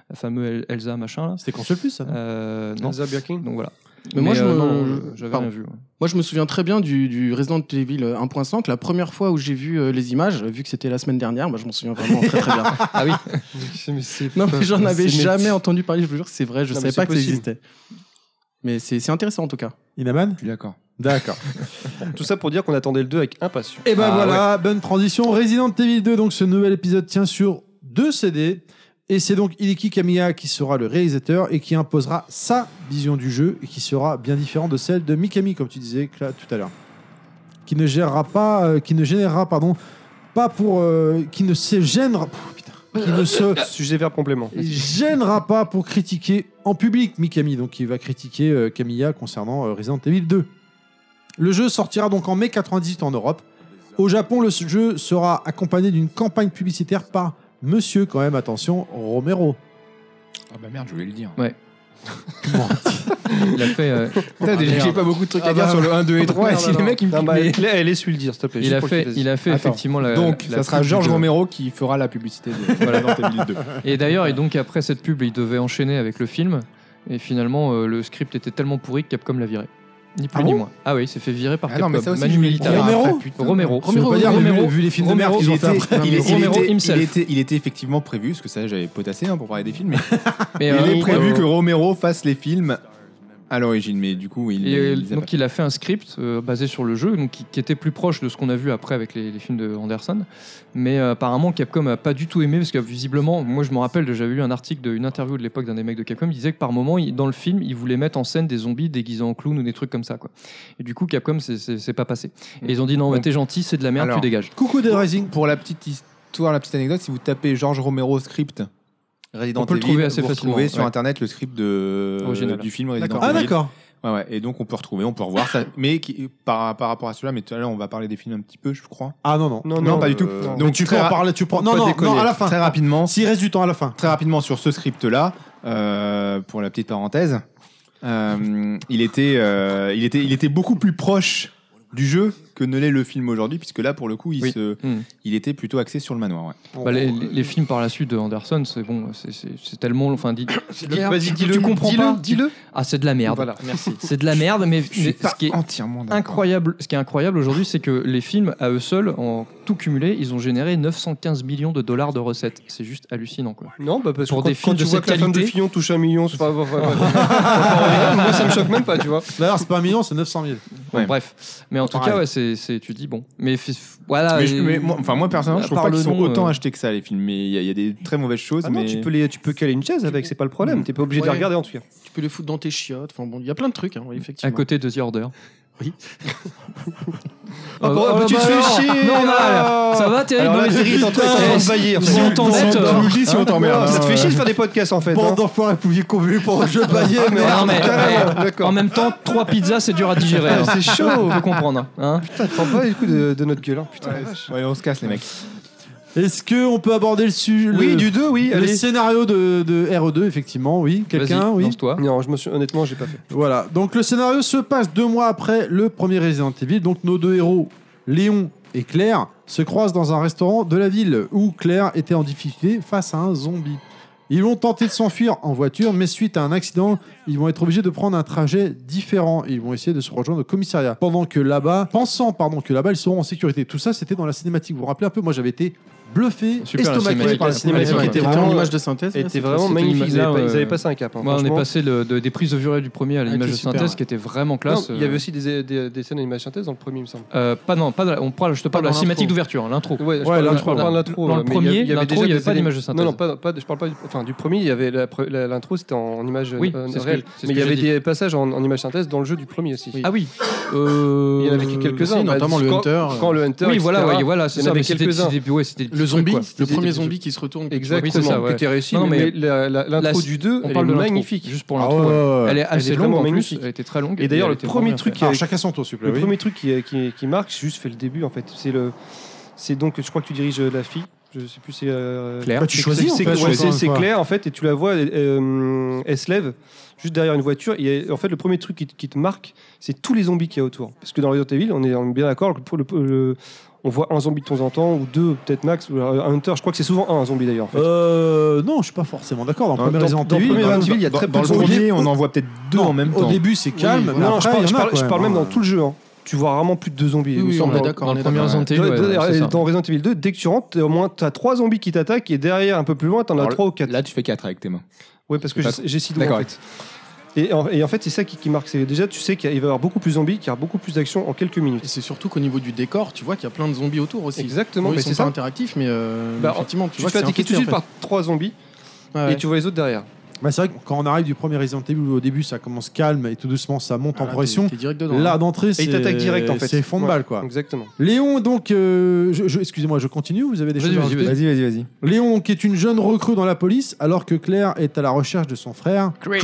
Speaker 4: la fameuse El- Elsa machin. Là.
Speaker 2: C'était console plus, ça. non
Speaker 4: Euh, non.
Speaker 3: Elsa Birkin.
Speaker 4: Donc voilà.
Speaker 5: Mais moi, je me-
Speaker 4: euh, non, j'avais
Speaker 5: Pardon.
Speaker 4: rien vu. ouais.
Speaker 5: Moi je me souviens très bien du, du Resident Evil 1.5, la première fois où j'ai vu euh, les images, vu que c'était la semaine dernière, moi je m'en souviens vraiment très très bien.
Speaker 4: Ah oui.
Speaker 5: non mais j'en avais
Speaker 3: C'est-
Speaker 5: jamais entendu parler, je vous jure que c'est vrai, je
Speaker 3: Non,
Speaker 5: savais
Speaker 3: mais c'est
Speaker 5: pas que
Speaker 3: possible.
Speaker 5: ça existait. Mais c'est c'est intéressant en tout cas.
Speaker 2: Inaman
Speaker 8: Je suis d'accord.
Speaker 2: D'accord.
Speaker 3: Tout ça pour dire qu'on attendait le 2 avec impatience.
Speaker 2: Et ben voilà, bonne transition. Resident Evil 2, donc ce nouvel épisode tient sur deux CD. Et c'est donc Hideki Kamiya qui sera le réalisateur et qui imposera sa vision du jeu et qui sera bien différente de celle de Mikami, comme tu disais Cla- tout à l'heure. Qui ne gérera pas, euh, qui ne générera, pardon, pas pour. euh, qui ne se gênera. Pff, putain, qui ne se
Speaker 3: Sujet vers complément.
Speaker 2: gênera pas pour critiquer en public Mikami, donc il va critiquer euh, Camilla concernant euh, Resident Evil 2. Le jeu sortira donc en mai 98 en Europe. Au Japon, le jeu sera accompagné d'une campagne publicitaire par Monsieur, quand même, attention, Romero.
Speaker 8: Ah bah merde, je voulais le dire.
Speaker 4: Il a fait, euh,
Speaker 8: Putain, déjà,
Speaker 5: merde.
Speaker 8: j'ai pas beaucoup de trucs à dire sur le 1, 2 et 3. et si les mecs, ils me
Speaker 3: Non,
Speaker 8: piquent
Speaker 3: bah,
Speaker 8: les-
Speaker 3: la- Laisse-lui le dire, s'il te plaît.
Speaker 4: il
Speaker 3: juste
Speaker 4: a
Speaker 3: pour qu'il
Speaker 4: fait,
Speaker 3: fasse-
Speaker 4: il a fait
Speaker 8: Attends.
Speaker 4: effectivement la.
Speaker 8: Donc,
Speaker 4: la
Speaker 8: ça sera
Speaker 4: pub
Speaker 8: Georges
Speaker 4: du-
Speaker 8: Romero qui fera la publicité de Resident Evil 2.
Speaker 4: Et d'ailleurs, et donc après cette pub, il devait enchaîner avec le film. Et finalement, euh, le script était tellement pourri que Capcom l'a viré. Ni plus
Speaker 2: Ah
Speaker 4: ni
Speaker 2: bon
Speaker 4: moins. Ah oui, s'est fait virer par
Speaker 8: Ah
Speaker 4: Capcom.
Speaker 8: non, mais ça aussi,
Speaker 4: Manu
Speaker 8: je voulais le
Speaker 4: Militari.
Speaker 8: dire.
Speaker 2: Romero
Speaker 4: Romero.
Speaker 2: Ça veut pas dire, mais vu, vu les films de
Speaker 4: Romero,
Speaker 2: merde qu'ils ont
Speaker 8: il,
Speaker 2: fait
Speaker 8: était,
Speaker 2: après.
Speaker 8: il, était-
Speaker 4: Romero
Speaker 8: il était-
Speaker 4: himself.
Speaker 8: il était- il était effectivement prévu, parce que ça j'avais potassé hein, pour parler des films, mais
Speaker 4: Mais,
Speaker 8: il
Speaker 4: euh,
Speaker 8: est prévu
Speaker 4: euh,
Speaker 8: que Romero fasse les films à l'origine, mais du coup il,
Speaker 4: Et, euh,
Speaker 8: il les a pas
Speaker 4: donc il a fait un script euh, basé sur le jeu, donc qui, qui était plus proche de ce qu'on a vu après avec les, les films de Anderson. Mais euh, apparemment Capcom a pas du tout aimé parce que visiblement, moi je me rappelle, j'avais lu un article d'une interview de l'époque d'un des mecs de Capcom, il disait que par moment il- dans le film ils voulaient mettre en scène des zombies déguisés en clowns ou des trucs comme ça quoi. Et du coup Capcom c'est- c'est c'est pas passé. Et ils ont dit non bah, t'es gentil, c'est de la merde,
Speaker 8: Alors,
Speaker 4: tu dégages.
Speaker 2: Coucou Dead Rising.
Speaker 8: Pour la petite histoire, la petite anecdote, si vous tapez Georges Romero script Resident
Speaker 4: On peut le
Speaker 8: Evil,
Speaker 4: trouver assez
Speaker 8: vous
Speaker 4: facilement,
Speaker 8: retrouvez sur
Speaker 4: ouais.
Speaker 8: internet le script de,
Speaker 4: Original.
Speaker 8: du film Resident
Speaker 2: Ah
Speaker 8: Evil.
Speaker 2: d'accord.
Speaker 8: Ouais, ouais. Et donc on peut retrouver, on peut revoir ça. Mais qui- par, par rapport à cela, mais tout à l'heure on va parler des films un petit peu, je crois.
Speaker 2: Ah non non.
Speaker 3: Non,
Speaker 8: Non,
Speaker 3: non,
Speaker 8: pas du tout.
Speaker 3: euh,
Speaker 8: Donc,
Speaker 2: tu peux
Speaker 8: très
Speaker 2: en
Speaker 8: ra-
Speaker 2: parler, tu prends. Non
Speaker 8: Pas
Speaker 2: non
Speaker 8: déconner.
Speaker 2: non à la fin.
Speaker 8: Très rapidement.
Speaker 2: S'il reste du temps à la fin.
Speaker 8: Très rapidement sur ce script-là, euh, pour la petite parenthèse, euh, il, était, euh, il, était, il était beaucoup plus proche du jeu que ne l'est le film aujourd'hui, puisque là, pour le coup, il,
Speaker 4: Oui.
Speaker 8: se,
Speaker 4: Mm.
Speaker 8: il était plutôt axé sur le manoir. ouais.
Speaker 4: Bah, les, les-
Speaker 3: euh,
Speaker 4: les films par la suite de Anderson, c'est bon, c'est- c'est c'est tellement long. Enfin, dis,
Speaker 3: Vas-y, dis-le.
Speaker 4: tu comprends
Speaker 3: dis-le,
Speaker 4: pas
Speaker 3: Dis-le.
Speaker 4: Ah c'est de la merde.
Speaker 3: Voilà, merci.
Speaker 4: C'est de la merde, mais,
Speaker 8: Je suis
Speaker 4: mais
Speaker 8: pas
Speaker 4: ce qui est
Speaker 8: entièrement d'accord.
Speaker 4: incroyable, ce qui est incroyable aujourd'hui, c'est que les films, à eux seuls, en tout cumulé, ils ont généré 915 millions de dollars de recettes. C'est juste hallucinant, quoi.
Speaker 3: Non, bah parce
Speaker 4: Pour
Speaker 3: que
Speaker 4: des
Speaker 3: quand,
Speaker 4: films
Speaker 3: quand tu
Speaker 4: de
Speaker 3: vois
Speaker 4: cette
Speaker 3: que la femme de
Speaker 4: qualité.
Speaker 3: Fillon touche un million, c'est pas- enfin, enfin, enfin, moi ça me choque même pas, tu vois.
Speaker 2: D'ailleurs c'est pas un million, c'est 900 000.
Speaker 4: Bon,
Speaker 8: Ouais.
Speaker 4: Bref, mais en tout
Speaker 8: Pareil.
Speaker 4: cas, ouais, c'est, c'est- tu dis bon, mais f- voilà.
Speaker 8: Mais, je-
Speaker 4: et-
Speaker 8: mais moi, enfin, moi, personnellement, je
Speaker 4: à
Speaker 8: trouve
Speaker 4: part
Speaker 8: pas
Speaker 4: le
Speaker 8: qu'ils sont
Speaker 4: nom,
Speaker 8: autant
Speaker 4: euh,
Speaker 8: achetés que ça, les films. Mais il y, a- il y a des très mauvaises choses.
Speaker 3: Ah
Speaker 8: mais...
Speaker 3: non, tu peux les, tu peux caler une chaise avec, c'est pas le problème. T'es pas obligé de la
Speaker 5: Ouais.
Speaker 3: regarder en tout cas.
Speaker 5: Tu peux les foutre dans tes chiottes, enfin bon, il y a plein de trucs hein,
Speaker 4: À
Speaker 5: effectivement.
Speaker 4: côté de The Order.
Speaker 5: Oui.
Speaker 4: Ah,
Speaker 3: bah,
Speaker 4: bah,
Speaker 3: tu te
Speaker 4: bah,
Speaker 3: fais
Speaker 4: alors,
Speaker 3: chier,
Speaker 4: non,
Speaker 3: alors.
Speaker 4: bah, Ça va, Thierry
Speaker 3: Alors
Speaker 4: Non,
Speaker 3: là,
Speaker 4: mais-
Speaker 3: Thierry, t'es en train t'es en train de bailler. en
Speaker 4: Ils
Speaker 3: fait.
Speaker 4: sont en temps net,
Speaker 8: Tu
Speaker 4: euh,
Speaker 8: nous le dis si on t'emmerde.
Speaker 3: Ouais, Ça te
Speaker 8: hein,
Speaker 3: fait
Speaker 8: ouais.
Speaker 3: chier de faire des podcasts en fait. hein.
Speaker 2: Bande d'enfoirés, vous pouviez convaincre pour un jeu païen, mais.
Speaker 4: non, mais,
Speaker 3: Carrément,
Speaker 4: eh,
Speaker 3: d'accord.
Speaker 4: en même temps, trois pizzas, c'est dur à digérer.
Speaker 3: Ah,
Speaker 4: hein.
Speaker 3: c'est chaud.
Speaker 4: On peut comprendre. hein.
Speaker 3: Putain, t'en pas les coups de, de notre gueule, hein, putain.
Speaker 8: Ouais, Ouais, on se casse, les mecs.
Speaker 2: Est-ce qu'on peut aborder le sujet
Speaker 3: Oui,
Speaker 2: le-
Speaker 3: du 2, oui,
Speaker 2: Le
Speaker 3: allez.
Speaker 2: scénario de, de RE2, effectivement, oui. Quelqu'un,
Speaker 4: Vas-y,
Speaker 2: oui.
Speaker 4: lance-toi.
Speaker 3: Non, je me suis, honnêtement, j'ai pas fait.
Speaker 2: Voilà. Donc le scénario se passe deux mois après le premier Resident Evil. Donc nos deux héros, Léon et Claire, se croisent dans un restaurant de la ville où Claire était en difficulté face à un zombie. Ils vont tenter de s'enfuir en voiture, mais suite à un accident, ils vont être obligés de prendre un trajet différent. Ils vont essayer de se rejoindre au commissariat. Pendant que là-bas, pensant pardon, que là-bas, ils seront en sécurité. Tout ça, c'était dans la cinématique. Vous vous rappelez un peu Moi, j'avais été bluffé,
Speaker 8: Super, la
Speaker 2: estomaqué
Speaker 8: cinématique.
Speaker 2: par la cinématique.
Speaker 5: Ouais,
Speaker 2: qui était
Speaker 5: c'était
Speaker 2: vraiment-
Speaker 5: en image de synthèse. là,
Speaker 3: C'était
Speaker 5: c'est-
Speaker 3: vraiment
Speaker 5: c'était
Speaker 3: magnifique.
Speaker 5: une-
Speaker 3: Ils
Speaker 4: là,
Speaker 3: avaient, pas,
Speaker 4: euh,
Speaker 3: ils avaient passé un cap. hein,
Speaker 4: Moi, on est
Speaker 3: franchement.
Speaker 4: passé le- de- des prises de vue réelles du premier à
Speaker 5: Ah,
Speaker 4: l'image
Speaker 5: qui
Speaker 4: de
Speaker 5: est super,
Speaker 4: synthèse
Speaker 5: ouais.
Speaker 4: qui était vraiment
Speaker 3: Non,
Speaker 4: classe.
Speaker 3: Il y avait aussi des, des, des scènes d'animage synthèse dans le premier, il me semble.
Speaker 4: Euh, pas non, pas dans la- on parle, je te
Speaker 5: Pas
Speaker 4: parle de la
Speaker 5: dans
Speaker 4: cinématique
Speaker 5: l'intro.
Speaker 4: d'ouverture, hein, l'intro.
Speaker 3: Ouais, je
Speaker 2: Ouais,
Speaker 3: parle-
Speaker 2: l'intro,
Speaker 3: je parle pas
Speaker 4: ouais.
Speaker 3: de
Speaker 4: Dans
Speaker 3: l'intro.
Speaker 4: le
Speaker 3: euh, mais
Speaker 4: premier,
Speaker 3: il y avait- il y avait
Speaker 4: l'intro,
Speaker 3: déjà
Speaker 4: il y avait
Speaker 3: des
Speaker 4: pas
Speaker 3: éléments-
Speaker 4: d'image de synthèse.
Speaker 3: Non, non, pas, pas de- je parle pas du, enfin, du premier, il y avait la pre- la- l'intro, c'était en image
Speaker 4: Oui,
Speaker 3: euh,
Speaker 4: c'est ce que-
Speaker 3: réelle.
Speaker 4: c'est ce
Speaker 3: mais il
Speaker 4: que
Speaker 3: y avait
Speaker 4: j'ai dit.
Speaker 3: des passages en, en image synthèse dans le jeu du premier aussi.
Speaker 4: Ah oui.
Speaker 3: Il y en avait
Speaker 5: Euh,
Speaker 3: quelques-uns,
Speaker 5: si,
Speaker 3: bah,
Speaker 5: notamment le
Speaker 3: quand-
Speaker 5: Hunter.
Speaker 3: Quand le Hunter.
Speaker 4: oui, voilà,
Speaker 3: etc.,
Speaker 4: ouais, voilà, c'est
Speaker 3: il y en
Speaker 4: ça.
Speaker 3: avait
Speaker 4: mais c'était-
Speaker 3: quelques-uns.
Speaker 4: c'était- ouais, c'était des
Speaker 5: Le
Speaker 4: petits trucs,
Speaker 5: zombie,
Speaker 4: quoi.
Speaker 5: le
Speaker 4: C'était des
Speaker 5: premier
Speaker 4: petits
Speaker 5: zombie qui se retourne.
Speaker 3: Exactement.
Speaker 4: Oui, c'est ça, ouais.
Speaker 3: Qui était réussi,
Speaker 4: Non, non,
Speaker 3: mais,
Speaker 4: mais
Speaker 3: la- la-
Speaker 4: la-
Speaker 3: l'intro du 2,
Speaker 4: trucs.
Speaker 3: elle
Speaker 4: On
Speaker 3: est
Speaker 4: parle de l'intro,
Speaker 3: magnifique.
Speaker 4: Juste pour
Speaker 2: Ah
Speaker 4: l'intro.
Speaker 2: ouais,
Speaker 4: ouais.
Speaker 2: ouais, ouais.
Speaker 4: Elle est assez
Speaker 3: est
Speaker 4: longue
Speaker 3: vraiment
Speaker 4: en plus.
Speaker 3: magnifique.
Speaker 4: Elle était très longue.
Speaker 3: Et d'ailleurs,
Speaker 4: elle
Speaker 3: le
Speaker 4: était
Speaker 3: premier
Speaker 4: vraiment
Speaker 3: truc
Speaker 4: bien
Speaker 2: Ah,
Speaker 3: qui est-
Speaker 2: chacun son tour, s'il vous plaît.
Speaker 3: Le
Speaker 2: oui.
Speaker 3: premier truc qui, qui, qui marque, c'est juste fait le début en fait. C'est le, c'est donc je crois que tu diriges euh, la fille. Je sais plus c'est. euh,
Speaker 4: Claire.
Speaker 2: Bah, tu
Speaker 3: c'est-
Speaker 2: choisis, en
Speaker 3: C'est
Speaker 2: fait,
Speaker 3: ouais,
Speaker 2: je sais
Speaker 3: c'est-
Speaker 2: pas,
Speaker 3: c'est
Speaker 2: quoi.
Speaker 3: clair en fait et tu la vois, elle, euh, elle se lève juste derrière une voiture. Et euh, en fait, le premier truc qui, te- qui te marque, c'est tous les zombies qu'il y a autour. Parce que dans Resident Evil, on est, on est bien d'accord que pour le, le- on voit un zombie de temps en temps ou deux peut-être max ou un hunter. Je crois que c'est souvent un, un zombie d'ailleurs. En fait.
Speaker 2: Euh, non, je suis pas forcément d'accord. Dans le
Speaker 8: Dans-
Speaker 2: premier
Speaker 8: dans-
Speaker 2: Resident
Speaker 3: dans le
Speaker 2: Evil,
Speaker 3: premier
Speaker 2: dans-
Speaker 3: Resident Evil, il y a
Speaker 2: dans-
Speaker 3: très peu
Speaker 2: dans
Speaker 8: Dans
Speaker 3: de
Speaker 8: le
Speaker 2: le premier,
Speaker 8: premier, on en voit peut-être deux
Speaker 2: Non,
Speaker 8: en même
Speaker 2: Au
Speaker 8: temps.
Speaker 2: début, c'est calme.
Speaker 5: voilà.
Speaker 2: mais
Speaker 3: non,
Speaker 2: après,
Speaker 3: je parle,
Speaker 2: il y
Speaker 3: je
Speaker 2: en a,
Speaker 3: parle- je
Speaker 2: quoi.
Speaker 3: parle même dans tout le jeu. hein. Tu vois rarement plus de deux zombies.
Speaker 5: Oui,
Speaker 3: il me
Speaker 5: oui,
Speaker 3: semble,
Speaker 5: on est
Speaker 3: dans-
Speaker 5: d'accord.
Speaker 4: Dans
Speaker 5: on
Speaker 4: le
Speaker 5: est
Speaker 4: premier
Speaker 5: d'accord.
Speaker 4: Resident Evil,
Speaker 3: Dans,
Speaker 4: ouais,
Speaker 3: dans-
Speaker 4: ouais, c'est ça.
Speaker 3: dans Resident Evil 2, dès que tu rentres, t'as au moins t'as trois zombies qui t'attaquent et derrière un peu plus loin, t'en as
Speaker 8: Alors,
Speaker 3: trois ou quatre.
Speaker 8: Là, tu fais quatre avec tes mains.
Speaker 3: Ouais, parce que
Speaker 8: pas
Speaker 3: j'ai- j'ai six doigts.
Speaker 8: D'accord.
Speaker 3: En fait. et, en, et en fait, c'est ça qui, qui marque. C'est déjà, tu sais qu'il va y avoir beaucoup plus de zombies, qu'il y aura beaucoup plus d'action en quelques
Speaker 5: Et
Speaker 3: minutes.
Speaker 5: c'est surtout qu'au niveau du décor, tu vois qu'il y a plein de zombies autour aussi.
Speaker 3: Exactement,
Speaker 5: Bon, ils
Speaker 3: mais
Speaker 5: sont
Speaker 3: c'est
Speaker 5: pas
Speaker 3: ça.
Speaker 5: interactifs, mais euh,
Speaker 3: Bah,
Speaker 5: effectivement, tu,
Speaker 3: Tu te
Speaker 5: vois que
Speaker 3: fais
Speaker 5: c'est
Speaker 3: attaquer tout de
Speaker 5: infesté,
Speaker 3: suite
Speaker 5: en
Speaker 3: par trois zombies
Speaker 5: fait. Ouais,
Speaker 3: et tu vois les autres derrière.
Speaker 2: Bah, c'est vrai que quand on arrive du premier Resident Evil, où au début ça commence calme et tout doucement ça monte
Speaker 5: Ah, là,
Speaker 2: en
Speaker 5: t'es-
Speaker 2: pression.
Speaker 5: t'es direct dedans.
Speaker 2: Là d'entrée, c'est
Speaker 3: Et ils t'attaquent direct en fait.
Speaker 2: C'est fond de
Speaker 3: Ouais,
Speaker 2: balle quoi.
Speaker 3: Exactement.
Speaker 2: Léon, donc, euh, je- je- excusez-moi, je continue. Vous avez des
Speaker 4: Vas-y,
Speaker 2: choses à
Speaker 4: vas-y,
Speaker 2: rajouter
Speaker 4: vas-y.
Speaker 8: Vas-y, vas-y, vas-y.
Speaker 2: Léon, qui est une jeune recrue dans la police, alors que Claire est à la recherche de son frère.
Speaker 4: Chris.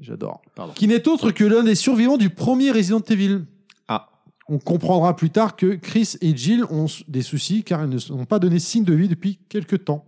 Speaker 2: J'adore. Qui n'est autre que l'un des survivants du premier Resident Evil.
Speaker 8: Ah.
Speaker 2: On comprendra plus tard que Chris et Jill ont s- des soucis car ils ne s- n'ont pas donné signe de vie depuis quelques temps.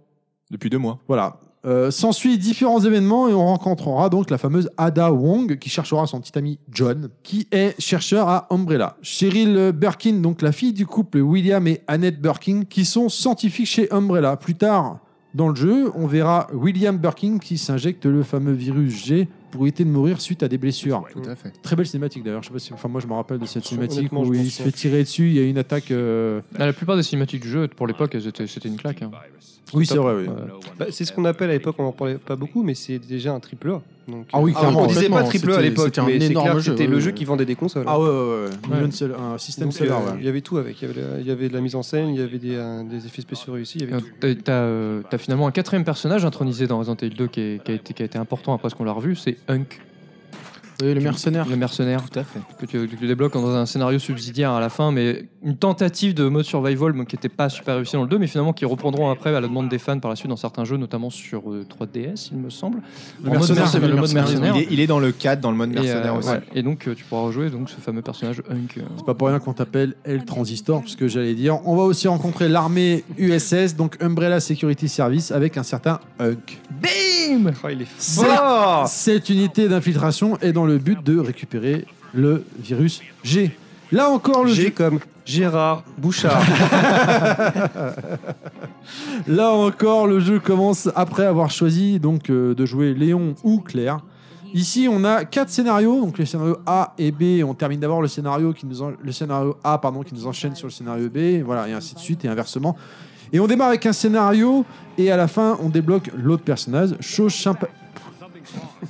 Speaker 8: Depuis deux mois.
Speaker 2: Voilà. Euh, S'ensuit différents événements et on rencontrera donc la fameuse Ada Wong qui cherchera son petit ami John, qui est chercheur à Umbrella. Cheryl Birkin, donc la fille du couple William et Annette Birkin, qui sont scientifiques chez Umbrella. Plus tard dans le jeu, on verra William Birkin qui s'injecte le fameux virus G pour éviter de mourir suite à des blessures.
Speaker 8: Tout à fait.
Speaker 2: Très belle cinématique d'ailleurs. Je sais pas si, enfin moi je me rappelle de cette cinématique
Speaker 3: Honnêtement,
Speaker 2: où
Speaker 3: je m'en
Speaker 2: il se
Speaker 3: souviens
Speaker 2: fait tirer dessus. Il y a une attaque. euh,
Speaker 4: Ah, La plupart des cinématiques du jeu, pour l'époque, elles étaient- c'était une claque. hein.
Speaker 2: Oui, c'est vrai. Oui.
Speaker 4: Ouais.
Speaker 3: Bah, c'est ce qu'on appelle à l'époque, on en parlait pas beaucoup, mais c'est déjà un triple A. Donc,
Speaker 2: Ah oui,
Speaker 3: euh,
Speaker 2: clairement,
Speaker 3: on disait pas
Speaker 5: complètement.
Speaker 3: triple A à
Speaker 5: C'était-
Speaker 3: l'époque,
Speaker 5: c'était un
Speaker 3: mais c'est
Speaker 5: énorme
Speaker 3: clair que
Speaker 5: jeu,
Speaker 3: c'était le
Speaker 5: ouais.
Speaker 3: jeu qui vendait des consoles.
Speaker 2: Ah ouais, ouais, ouais.
Speaker 4: Ouais.
Speaker 2: Une seule- Un système
Speaker 3: Donc,
Speaker 2: solaire.
Speaker 3: euh,
Speaker 2: ouais.
Speaker 3: Il y avait tout avec. Il y avait, la- il y avait de la mise en scène, il y avait des, euh, des effets spéciaux réussis, il y avait
Speaker 4: Euh,
Speaker 3: tout.
Speaker 4: T'as t'as, euh, t'as finalement un quatrième personnage intronisé dans Resident Evil 2 qui, est- qui a, été, qui a été important après ce qu'on l'a revu, c'est Hunk,
Speaker 5: Oui, le mercenaire.
Speaker 4: le mercenaire
Speaker 8: Ah, Tout à fait.
Speaker 4: que tu, que tu débloques dans un scénario subsidiaire à la fin, mais une tentative de mode survival mais qui n'était pas super réussie dans le 2, mais finalement qui reprendront après à la demande des fans par la suite dans certains jeux, notamment sur euh, 3DS, il me semble.
Speaker 2: Le
Speaker 4: En mode
Speaker 2: mercenaire, le
Speaker 4: mercenaire, le mode
Speaker 2: mercenaire.
Speaker 4: mercenaire.
Speaker 8: Il est, il est dans le cadre, dans le mode
Speaker 4: et,
Speaker 8: mercenaire
Speaker 4: euh,
Speaker 8: aussi.
Speaker 4: ouais. Et donc euh, tu pourras rejouer donc ce fameux personnage Hunk. euh.
Speaker 2: C'est pas pour rien qu'on t'appelle El Transistor, puisque j'allais dire. On va aussi rencontrer l'armée USS, donc Umbrella Security Service, avec un certain Hunk.
Speaker 4: Bim
Speaker 3: Ah, il est
Speaker 2: C'est- Cette unité d'infiltration est dans le but de récupérer le virus G. Là encore, le
Speaker 3: J'ai
Speaker 2: jeu,
Speaker 3: comme Gérard Bouchard.
Speaker 2: là encore, le jeu commence après avoir choisi donc euh, de jouer Léon ou Claire. Ici, on a quatre scénarios, donc les scénarios A et B. On termine d'abord le scénario qui nous en- le scénario A pardon qui nous enchaîne sur le scénario B, voilà et ainsi de suite et inversement. Et on démarre avec un scénario et à la fin, on débloque l'autre personnage. Chose, sympa-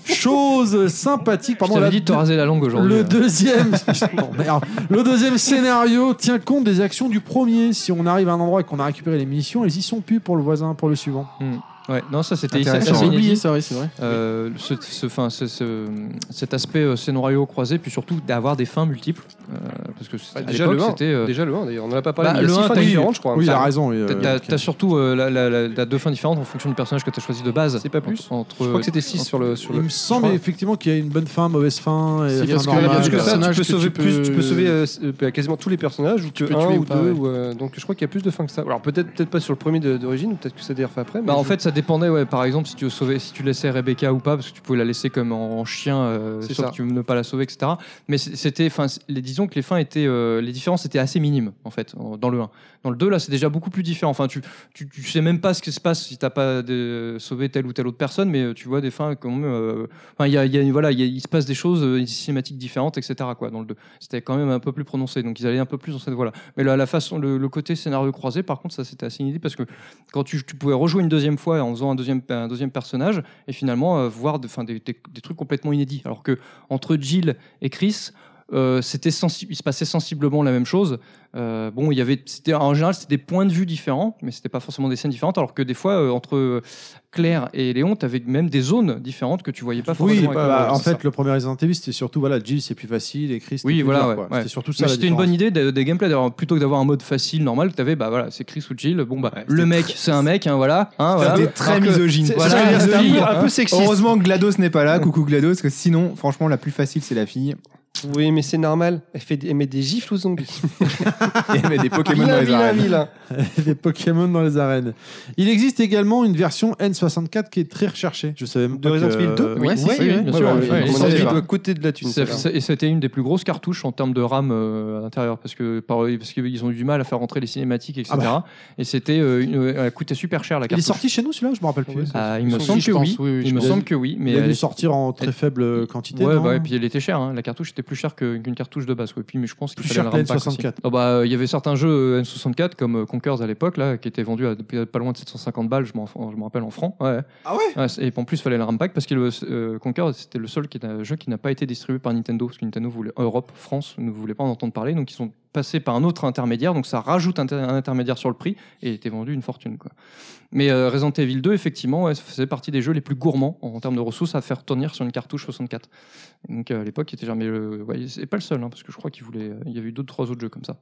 Speaker 2: Chose sympathique.
Speaker 4: Je
Speaker 2: Pardon,
Speaker 4: t'avais
Speaker 2: la
Speaker 4: dit de te raser la langue aujourd'hui.
Speaker 2: le
Speaker 4: hein.
Speaker 2: deuxième, Bon, merde. le deuxième scénario tient compte des actions du premier. Si on arrive à un endroit et qu'on a récupéré les munitions, ils y sont plus pour le voisin, pour le suivant.
Speaker 4: Ouais, non, ça c'était ça,
Speaker 5: J'avais
Speaker 4: c'est inédit.
Speaker 5: oublié ça, oui, c'est vrai.
Speaker 4: Euh, ce, ce- enfin, ce- ce- cet aspect euh, scénario croisé, puis surtout d'avoir des fins multiples. euh, parce que c'était-
Speaker 3: Bah,
Speaker 4: à
Speaker 3: déjà, le
Speaker 4: l'époque,
Speaker 3: 1,
Speaker 4: c'était. euh,
Speaker 3: déjà le 1 d'ailleurs, on en a pas parlé.
Speaker 4: Bah,
Speaker 3: il y a
Speaker 4: le
Speaker 3: six
Speaker 4: 1,
Speaker 3: fins
Speaker 4: t'as eu-
Speaker 3: différentes, je crois.
Speaker 2: Oui, il a
Speaker 3: Enfin,
Speaker 2: raison. oui, euh,
Speaker 4: T'as t'as-
Speaker 2: ok.
Speaker 4: t'as surtout euh, la, la- la- la deux fins différentes en fonction du personnage que t'as choisi de base.
Speaker 3: C'est pas plus.
Speaker 4: Entre,
Speaker 3: Je crois que c'était 6
Speaker 4: entre-
Speaker 3: sur le. Sur
Speaker 2: Il
Speaker 3: le...
Speaker 2: me semble
Speaker 3: crois.
Speaker 2: effectivement qu'il y a une bonne fin, mauvaise fin. Et
Speaker 5: C'est
Speaker 2: fin
Speaker 5: parce que-
Speaker 2: normale.
Speaker 3: Parce que
Speaker 5: le
Speaker 3: ça, tu
Speaker 5: personnage
Speaker 3: peux
Speaker 5: que
Speaker 3: sauver
Speaker 5: tu peux-
Speaker 3: plus, tu peux sauver euh, s- euh, quasiment tous les personnages, ou que
Speaker 5: peux
Speaker 3: un
Speaker 5: tuer
Speaker 3: ou
Speaker 5: ou pas,
Speaker 3: deux,
Speaker 5: ouais.
Speaker 3: ou, euh, donc je crois qu'il y a plus de fins que ça. Alors peut-être peut-être pas sur le premier de- d'origine, ou peut-être que ça des refait après. mais
Speaker 4: Bah, en
Speaker 3: je-
Speaker 4: fait, ça dépendait, ouais, par exemple, si tu, sauvais, si tu laissais Rebecca ou pas, parce que tu pouvais la laisser comme en, en chien, euh,
Speaker 3: C'est
Speaker 4: sauf
Speaker 3: ça.
Speaker 4: que tu ne pas la sauver, etc. Mais c- c'était, enfin, c- les, disons que les fins étaient, euh, les différences étaient assez minimes, en fait, en- dans le 1. Dans le 2, là, c'est déjà beaucoup plus différent. Enfin, tu, tu, tu sais même pas ce qui se passe si t'as pas de- sauvé telle ou telle autre personne, mais euh, tu vois des fins comme, euh, enfin, il y a, il y a- voilà, il y a- il se passe des choses, euh, des cinématiques différentes, etc. Quoi, dans le 2. C'était quand même un peu plus prononcé, donc ils allaient un peu plus dans cette voie-là. Mais la, la façon, le, le côté scénario croisé, par contre, ça c'était assez inédit parce que quand tu, tu pouvais rejouer une deuxième fois en faisant un deuxième, un deuxième personnage et finalement euh, voir de, 'fin, des, des- des trucs complètement inédits. Alors que entre Jill et Chris, euh, c'était sensi- il se passait sensiblement la même chose. Euh, bon, il y avait, c'était- en général, c'était des points de vue différents, mais c'était pas forcément des scènes différentes. Alors que des fois, euh, entre euh, Claire et Léon, tu avais même des zones différentes que tu voyais pas forcément.
Speaker 2: Oui,
Speaker 4: avec-
Speaker 2: bah,
Speaker 4: Ouais,
Speaker 2: en
Speaker 4: c'est ça.
Speaker 2: fait, le premier Resident Evil, c'était surtout, voilà, Jill, c'est plus facile, et Chris, c'était
Speaker 4: Oui,
Speaker 2: plus
Speaker 4: voilà,
Speaker 2: dur,
Speaker 4: ouais,
Speaker 2: quoi.
Speaker 4: ouais.
Speaker 2: C'était surtout ça.
Speaker 4: Mais
Speaker 2: la
Speaker 4: c'était une bonne
Speaker 2: différence.
Speaker 4: idée de, de gameplay d'avoir plutôt que d'avoir un mode facile normal que t'avais bah voilà c'est Chris ou Jill bon bah
Speaker 8: Ouais,
Speaker 4: le
Speaker 8: c'était
Speaker 4: mec
Speaker 8: très-
Speaker 4: c'est un mec hein, voilà hein, voilà
Speaker 8: C'était très
Speaker 4: Alors que-
Speaker 8: misogyne.
Speaker 4: c'est-
Speaker 8: Voilà,
Speaker 4: c'est
Speaker 8: c'est-à-dire, c'était
Speaker 4: misogyne,
Speaker 8: un peu- un peu
Speaker 4: hein.
Speaker 8: sexiste. Heureusement que GLaDOS n'est pas là. Coucou GLaDOS, parce que sinon, franchement, la plus facile, c'est la fille.
Speaker 3: Oui, mais c'est normal. Elle, fait, des- elle met des gifles aux zombies.
Speaker 8: Et elle met des Pokémon dans
Speaker 3: Vilain,
Speaker 8: les
Speaker 3: vilain,
Speaker 8: arènes.
Speaker 3: vilain.
Speaker 2: des Pokémon dans les arènes. Il existe également une version N64 qui est très recherchée. Je savais même
Speaker 3: De
Speaker 2: pas
Speaker 3: Resident
Speaker 2: que-
Speaker 3: Evil 2
Speaker 2: Oui,
Speaker 5: Ouais, si,
Speaker 2: oui,
Speaker 5: si,
Speaker 2: oui.
Speaker 5: bien sûr.
Speaker 3: Ouais,
Speaker 4: ouais,
Speaker 3: à mon
Speaker 4: ça,
Speaker 3: avis,
Speaker 4: c'est
Speaker 3: elle
Speaker 4: vrai.
Speaker 3: doit coûter de la thune.
Speaker 4: Ça-
Speaker 3: celle-là.
Speaker 4: ça- et c'était une des plus grosses cartouches en termes de RAM euh, à l'intérieur parce que par- euh, parce qu'ils ont eu du mal à faire rentrer les cinématiques etc
Speaker 2: Ah
Speaker 4: et c'était euh, une- euh, elle coûtait super cher
Speaker 2: Il
Speaker 4: la
Speaker 2: est
Speaker 4: cartouche
Speaker 2: sorti chez nous celui-là Je me rappelle plus.
Speaker 4: Ah, il me
Speaker 5: Si,
Speaker 4: semble
Speaker 5: je
Speaker 4: que
Speaker 5: pense,
Speaker 4: oui
Speaker 5: oui, oui,
Speaker 4: il
Speaker 5: je
Speaker 4: me
Speaker 5: pense.
Speaker 4: semble que oui mais
Speaker 2: il a
Speaker 4: elle-
Speaker 2: dû sortir en très
Speaker 4: elle-
Speaker 2: faible quantité.
Speaker 4: Ouais,
Speaker 2: non
Speaker 4: bah, et puis elle était chère, hein. la cartouche était plus chère que- qu'une cartouche de base. Quoi. Et puis, mais je pense qu'il
Speaker 2: Plus
Speaker 4: fallait
Speaker 2: chère
Speaker 4: le
Speaker 2: que la
Speaker 4: RAM pack aussi.
Speaker 2: N64.
Speaker 4: Ah bah, euh, il y avait certains jeux euh, N64 comme euh, Conkers à l'époque, là, qui étaient vendus à pas loin de 750 balles, je m'en je me rappelle en francs. Ouais.
Speaker 2: Ah ouais
Speaker 4: Ouais, c'est- et en plus, il fallait le RAM pack parce que le, euh, Conker, c'était le seul qui est un jeu qui n'a pas été distribué par Nintendo, parce que Nintendo voulait Europe, France ne voulait pas en entendre parler, donc ils sont passés par un autre intermédiaire, donc ça rajoute un, inter- un intermédiaire sur le prix et était vendu une fortune. Quoi. Mais euh, Resident Evil 2, effectivement, ouais, ça faisait partie des jeux les plus gourmands en, en termes de ressources à faire tourner sur une cartouche 64. Donc euh, à l'époque, il était jamais le, ouais, c'est pas le seul, hein, parce que je crois qu'il voulait, il y avait eu deux trois autres jeux comme ça.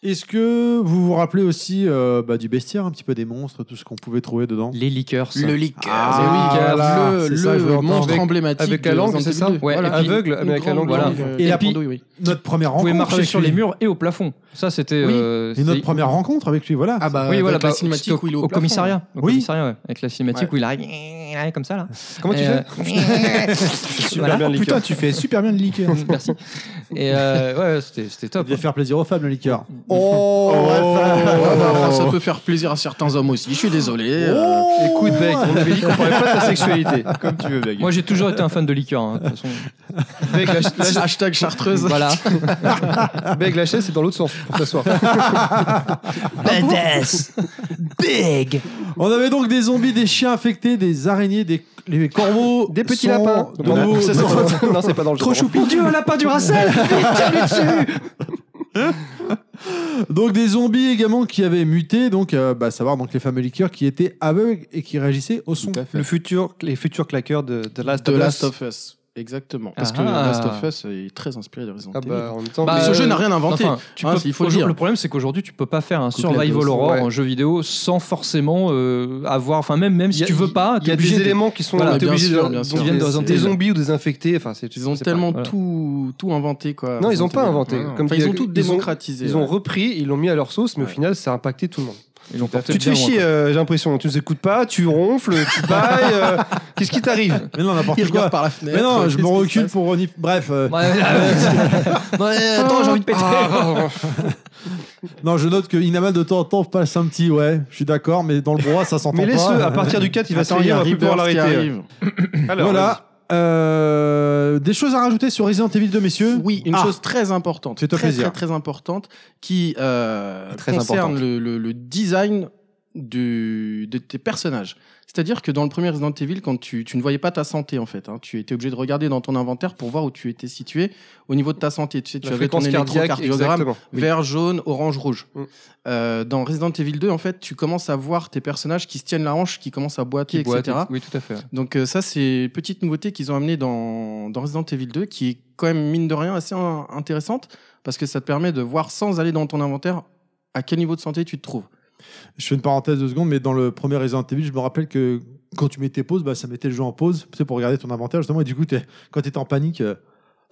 Speaker 2: Est-ce que vous vous rappelez aussi euh, bah, du bestiaire, un petit peu des monstres, tout ce qu'on pouvait trouver dedans
Speaker 4: Les Lickers.
Speaker 5: Le leaker.
Speaker 2: Ah, voilà,
Speaker 5: le
Speaker 2: c'est ça que je voulais
Speaker 5: le monstre
Speaker 2: entendre.
Speaker 5: emblématique.
Speaker 3: avec la
Speaker 5: de
Speaker 3: langue,
Speaker 5: Resident
Speaker 3: c'est
Speaker 5: Evil
Speaker 3: ça
Speaker 5: 2.
Speaker 4: Ouais,
Speaker 5: Voilà,
Speaker 4: aveugle,
Speaker 5: une
Speaker 3: avec la
Speaker 5: grande
Speaker 4: langue, voilà.
Speaker 5: euh,
Speaker 2: Et la-
Speaker 5: répandue, oui.
Speaker 2: Notre première
Speaker 4: Vous
Speaker 2: rencontre.
Speaker 4: pouvez marcher
Speaker 2: avec
Speaker 4: sur
Speaker 2: lui.
Speaker 4: les murs et au plafond. Ça, c'était.
Speaker 5: Oui.
Speaker 4: euh,
Speaker 2: Et
Speaker 4: c'est-
Speaker 2: notre première rencontre avec lui, voilà.
Speaker 5: Ah
Speaker 3: Euh,
Speaker 5: bah,
Speaker 4: oui, voilà,
Speaker 5: avec la
Speaker 4: bah, c'était
Speaker 5: cinématique
Speaker 4: au,
Speaker 5: où il est
Speaker 4: au
Speaker 5: au plafond.
Speaker 4: commissariat.
Speaker 3: hein.
Speaker 4: Au
Speaker 2: Oui.
Speaker 4: commissariat, ouais, avec la cinématique où il arrive comme ça là.
Speaker 3: Comment tu
Speaker 4: Et,
Speaker 3: fais
Speaker 4: euh, voilà.
Speaker 3: bien, les
Speaker 8: Putain, tu fais super bien le liqueur.
Speaker 4: Merci. Et euh, ouais, c'était c'était
Speaker 2: Ça
Speaker 4: top.
Speaker 2: devait faire plaisir aux femmes, le liqueur.
Speaker 3: Oh,
Speaker 5: Ouais, bah, enfin, ça peut faire plaisir à certains hommes aussi, je suis désolé. euh.
Speaker 3: Écoute,
Speaker 2: Oh
Speaker 3: mec, on avait dit qu'on parlait pas de ta sexualité.
Speaker 8: Comme tu veux, Beg.
Speaker 4: Moi, j'ai toujours été un fan de liqueur. hein, de toute façon.
Speaker 3: Beg, lâche- lâche-
Speaker 5: Hashtag chartreuse.
Speaker 4: Voilà.
Speaker 3: Beg, la chaise, c'est dans l'autre sens pour t'asseoir.
Speaker 12: Badass. Big.
Speaker 2: On avait donc des zombies, des chiens infectés, des araignées, des les corbeaux,
Speaker 3: Des petits
Speaker 2: sont
Speaker 3: lapins.
Speaker 2: de
Speaker 3: Non,
Speaker 2: nouveau-
Speaker 3: ça, c'est pas- non, c'est pas dans le
Speaker 2: Trop
Speaker 3: genre.
Speaker 2: choupi.
Speaker 12: Dieu, un lapin du racel.
Speaker 2: Donc des zombies également qui avaient muté, donc euh, bah, savoir donc les fameux liqueurs qui étaient aveugles et qui réagissaient au son.
Speaker 8: Tout à fait.
Speaker 3: Le futur, les futurs claqueurs de, de Last
Speaker 5: The
Speaker 3: of Us.
Speaker 5: Last of Us. Exactement. Parce que
Speaker 4: Ah.
Speaker 5: Last of Us est très inspiré de Resident
Speaker 3: Ah
Speaker 5: Evil.
Speaker 3: bah, en même temps,
Speaker 4: Bah,
Speaker 3: mais-
Speaker 5: ce
Speaker 4: euh,
Speaker 5: jeu n'a rien inventé.
Speaker 4: Enfin, tu
Speaker 5: Hein,
Speaker 4: peux-
Speaker 5: il faut le
Speaker 4: aujourd'hui-
Speaker 5: dire.
Speaker 4: Le problème, c'est qu'aujourd'hui, tu peux pas faire un
Speaker 5: Coupe
Speaker 4: survival
Speaker 5: la
Speaker 4: horror
Speaker 3: ouais.
Speaker 4: en jeu vidéo sans forcément euh, avoir. Enfin, même même
Speaker 3: Y
Speaker 4: si
Speaker 3: a-
Speaker 4: tu veux pas,
Speaker 3: il y
Speaker 4: t'es
Speaker 3: a
Speaker 4: obligé
Speaker 3: des
Speaker 4: de-
Speaker 3: éléments qui sont
Speaker 4: Voilà,
Speaker 3: t'es
Speaker 5: bien
Speaker 3: obligé
Speaker 5: sûr,
Speaker 3: de-
Speaker 5: bien sûr.
Speaker 3: dont
Speaker 4: Ils viennent
Speaker 3: des-
Speaker 4: dans un
Speaker 3: des
Speaker 4: thème.
Speaker 3: zombies ou des infectés. Enfin, c'est
Speaker 5: Ils ont
Speaker 3: c'est
Speaker 5: tellement
Speaker 4: pareil,
Speaker 5: tout, tout inventé, quoi.
Speaker 3: Non, ils
Speaker 5: Resident
Speaker 3: ont pas
Speaker 5: Evil.
Speaker 3: inventé.
Speaker 5: Enfin,
Speaker 3: Comme
Speaker 5: ils
Speaker 3: il y
Speaker 5: ont
Speaker 3: a-
Speaker 5: tout
Speaker 3: ils ont-
Speaker 5: démocratisé.
Speaker 3: Ils ont
Speaker 5: ouais.
Speaker 3: repris, ils l'ont mis à leur sauce, mais au
Speaker 5: Ouais.
Speaker 3: final, ça a impacté tout le monde.
Speaker 4: Ils l'ont porté
Speaker 3: Tu te fais
Speaker 4: bien loin,
Speaker 3: chier, euh, j'ai l'impression. Tu nous écoutes pas, tu ronfles, tu bailles. euh, Qu'est-ce qui t'arrive
Speaker 2: Mais non, n'importe
Speaker 5: Ils
Speaker 2: quoi.
Speaker 5: regardent par la fenêtre.
Speaker 2: Mais non, je me
Speaker 5: Qu'est-ce qui se
Speaker 2: recule
Speaker 5: passe
Speaker 2: pour Ronnie. Bref, euh,
Speaker 4: quoi. Ouais, Ah,
Speaker 5: Ouais, attends, j'ai envie de péter.
Speaker 2: non, je note que Inaman de temps en temps passe un petit ouais. Je suis d'accord, mais dans le bras ça s'entend
Speaker 3: Mais
Speaker 2: pas.
Speaker 3: laisse-le, à partir du 4, il va
Speaker 5: euh, Attends, il y
Speaker 3: s'ennuyer,
Speaker 5: a
Speaker 3: on va plus pouvoir
Speaker 5: Rebirth qui
Speaker 3: l'arrêter. euh.
Speaker 5: arrive.
Speaker 3: Alors,
Speaker 2: voilà. Euh, des choses à rajouter sur Resident Evil 2, messieurs
Speaker 5: Oui, une
Speaker 2: Ah.
Speaker 5: chose très importante,
Speaker 2: Fais-toi
Speaker 5: très,
Speaker 2: plaisir.
Speaker 5: très très importante, qui euh,
Speaker 3: Très
Speaker 5: concerne
Speaker 3: importante.
Speaker 5: Le, le- le design du, de tes personnages. C'est-à-dire que dans le premier Resident Evil, quand tu, tu ne voyais pas ta santé en fait, hein, tu étais obligé de regarder dans ton inventaire pour voir où tu étais situé au niveau de ta santé. Tu sais, tu
Speaker 3: La
Speaker 5: avais ton
Speaker 3: fréquence cardiaque,
Speaker 5: électrocardiogramme,
Speaker 3: exactement.
Speaker 5: vert, jaune, orange, rouge.
Speaker 3: Mm.
Speaker 5: Euh, dans Resident Evil 2, en fait, tu commences à voir tes personnages qui se tiennent la hanche, qui commencent à boiter,
Speaker 4: Qui boit,
Speaker 5: etc.
Speaker 4: Oui, tout à fait.
Speaker 5: Donc euh, ça, c'est une petite nouveauté qu'ils ont amenée dans, dans Resident Evil 2, qui est quand même, mine de rien, assez in- intéressante, parce que ça te permet de voir sans aller dans ton inventaire à quel niveau de santé tu te trouves.
Speaker 2: Je fais une parenthèse de secondes, mais dans le premier Resident Evil, je me rappelle que quand tu mettais pause, bah, ça mettait le jeu en pause tu sais, pour regarder ton inventaire, justement. Et du coup, t'es- quand tu étais en panique, euh,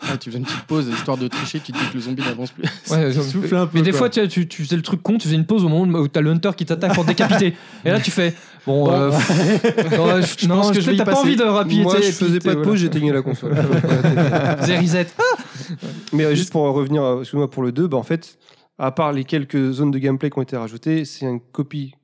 Speaker 5: Ah, tu fais une petite pause histoire de tricher, tu te dis que le zombie n'avance plus.
Speaker 4: Ouais,
Speaker 2: Tu souffles un peu,
Speaker 4: Mais des
Speaker 2: quoi.
Speaker 4: fois, tu, tu- tu faisais le truc con, tu faisais une pause au moment où t'as le hunter qui t'attaque pour te décapiter. Et là, tu fais.
Speaker 3: Bah,
Speaker 4: Bon, euh, non, je, non,
Speaker 5: pense que
Speaker 4: je-
Speaker 5: je vais y
Speaker 4: t'as pas
Speaker 5: passer.
Speaker 4: envie de rapiller.
Speaker 3: Moi,
Speaker 4: t'es-
Speaker 3: je faisais pas de
Speaker 4: voilà.
Speaker 3: pause, j'éteignais la console.
Speaker 4: Faisais reset.
Speaker 3: Mais euh, juste pour en revenir, euh, excuse-moi, pour le 2, bah, en fait, à part les quelques zones de gameplay qui ont été rajoutées, c'est une copie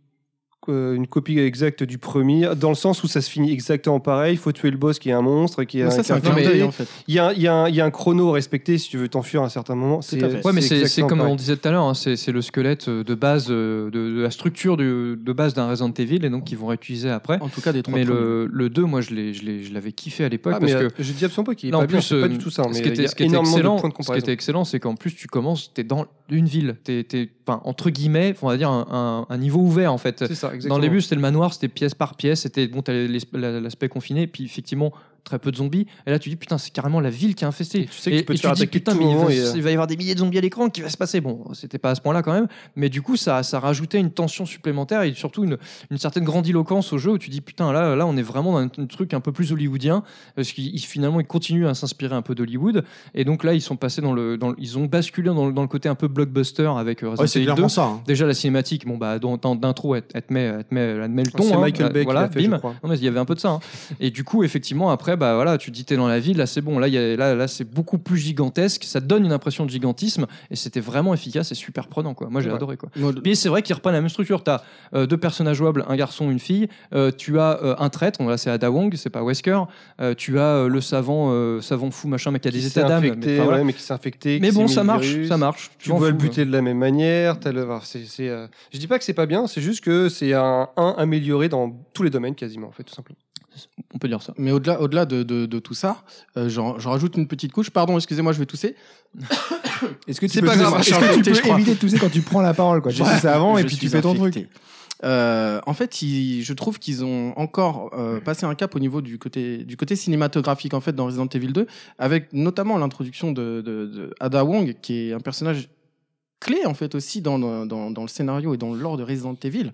Speaker 3: euh, une copie exacte du premier, dans le sens où ça se finit exactement pareil, il faut tuer le boss qui est un monstre, qui est
Speaker 5: Mais ça,
Speaker 3: un-
Speaker 5: c'est un
Speaker 3: qui est
Speaker 5: clin
Speaker 3: un
Speaker 5: d'œil, en fait.
Speaker 3: Il y, a, un- il y a un- il y a un chrono à respecter si tu veux t'enfuir à un certain moment.
Speaker 5: à fait.
Speaker 4: Ouais, mais c'est c'est
Speaker 3: exactement
Speaker 4: comme
Speaker 3: pareil.
Speaker 4: on disait tout à l'heure, hein, c'est c'est le squelette euh, de base, euh, de, de la structure du- de base d'un Resident Evil et donc qu'ils vont réutiliser après.
Speaker 5: En tout cas, des trois
Speaker 4: Mais
Speaker 5: premiers.
Speaker 4: le, le 2, moi, je l'ai- je l'ai- je l'avais kiffé à l'époque
Speaker 3: Ah,
Speaker 4: parce
Speaker 3: mais,
Speaker 4: que.
Speaker 3: euh, je dis absolument pas qu'il est
Speaker 4: Là, en
Speaker 3: pas bien,
Speaker 4: plus,
Speaker 3: c'est pas
Speaker 4: euh,
Speaker 3: du tout ça. Mais
Speaker 4: ce
Speaker 3: il
Speaker 4: qui
Speaker 3: y a-
Speaker 4: était,
Speaker 3: il
Speaker 4: ce
Speaker 3: y
Speaker 4: qui
Speaker 3: a
Speaker 4: était
Speaker 3: énormément
Speaker 4: excellent,
Speaker 3: de points de
Speaker 4: ce qui
Speaker 3: comparaison.
Speaker 4: était excellent, c'est qu'en plus tu commences, t'es dans une ville, t'es, t'es- enfin, entre guillemets, on va dire un, un- un niveau ouvert en fait.
Speaker 3: C'est ça,
Speaker 4: Dans
Speaker 3: exactement.
Speaker 4: le début, c'était le manoir, c'était pièce par pièce, c'était bon, t'as les- la- l'aspect confiné, puis effectivement très peu de zombies. Et là, tu dis putain, c'est carrément la ville qui est infestée.
Speaker 3: Et tu sais que tu peux te
Speaker 4: et
Speaker 3: faire
Speaker 4: dis,
Speaker 3: attaquer
Speaker 4: putain,
Speaker 3: tout
Speaker 4: mais il
Speaker 3: moment
Speaker 4: va,
Speaker 3: et, euh,
Speaker 4: il va y avoir des milliers de zombies à l'écran, qui va se passer Bon, c'était pas à ce point-là quand même, mais du coup, ça, ça rajoutait une tension supplémentaire et surtout une, une certaine grandiloquence au jeu où tu dis putain, là, là, on est vraiment dans un, un truc un peu plus hollywoodien, parce qu'ils ils- finalement, ils continuent à s'inspirer un peu d'Hollywood, et donc là, ils sont passés dans le, dans le- ils ont basculé dans le, dans le côté un peu blockbuster avec euh, Resident
Speaker 2: Ouais, c'est
Speaker 4: Evil 2.
Speaker 2: clairement ça. hein.
Speaker 4: Déjà la cinématique, bon bah dans- dans- d'intro, elle, elle te met, elle te met, elle te met le ton.
Speaker 3: C'est
Speaker 4: hein.
Speaker 3: Michael
Speaker 4: Euh,
Speaker 3: Bay qui
Speaker 4: voilà,
Speaker 3: l'a fait, je
Speaker 4: bim.
Speaker 3: crois.
Speaker 4: Non, mais il y avait un peu de ça. hein. Et du coup, effectivement, après, bah voilà, tu te dis t'es dans la ville, là c'est bon, là, il y a- là, là c'est beaucoup plus gigantesque, ça te donne une impression de gigantisme, et c'était vraiment efficace et super prenant quoi. Moi j'ai
Speaker 3: Ouais.
Speaker 4: adoré quoi.
Speaker 5: Moi, le-
Speaker 4: Mais c'est vrai qu'ils reprennent la même structure. Tu as deux personnages jouables, un garçon, une fille. Euh, tu as euh, un traître, bon, là c'est Ada Wong, c'est pas Wesker. Euh, tu as euh, le savant, euh, savant fou machin, mais qui a
Speaker 3: Qui
Speaker 4: des
Speaker 3: s'est
Speaker 4: états d'âme.
Speaker 3: infecté,
Speaker 4: Mais, enfin, voilà.
Speaker 3: ouais, mais qui s'est infecté.
Speaker 4: Mais
Speaker 3: qui
Speaker 4: bon,
Speaker 3: s'est
Speaker 4: ça
Speaker 3: mis le
Speaker 4: marche,
Speaker 3: virus.
Speaker 4: ça marche.
Speaker 3: Tu
Speaker 4: m'en
Speaker 3: dois le
Speaker 4: fous,
Speaker 3: buter de la même manière. t'as le- alors, c'est- c'est, euh, Je dis pas que c'est pas bien, c'est juste que c'est un 1 amélioré dans tous les domaines quasiment, en fait, tout simplement.
Speaker 4: hein. On peut dire ça.
Speaker 5: Mais au-delà, au-delà de, de- de tout ça, euh, j'en, j'en rajoute une petite couche. Pardon, excusez-moi, je vais tousser.
Speaker 8: Est-ce que tu
Speaker 5: C'est
Speaker 8: peux,
Speaker 5: pas grave,
Speaker 8: est-ce
Speaker 5: je suis
Speaker 8: que tu
Speaker 5: infecté,
Speaker 8: peux
Speaker 5: je crois.
Speaker 8: éviter de tousser quand tu prends la parole quoi J'ai fait ça avant et
Speaker 5: Je
Speaker 8: puis tu
Speaker 5: suis
Speaker 8: fais ton truc.
Speaker 5: infecté. Euh, en fait, ils- je trouve qu'ils ont encore euh, passé un cap au niveau du côté, du côté cinématographique en fait dans Resident Evil 2, avec notamment l'introduction de, de- de Ada Wong, qui est un personnage clé en fait aussi dans, le- dans, dans le scénario et dans l'or de Resident Evil,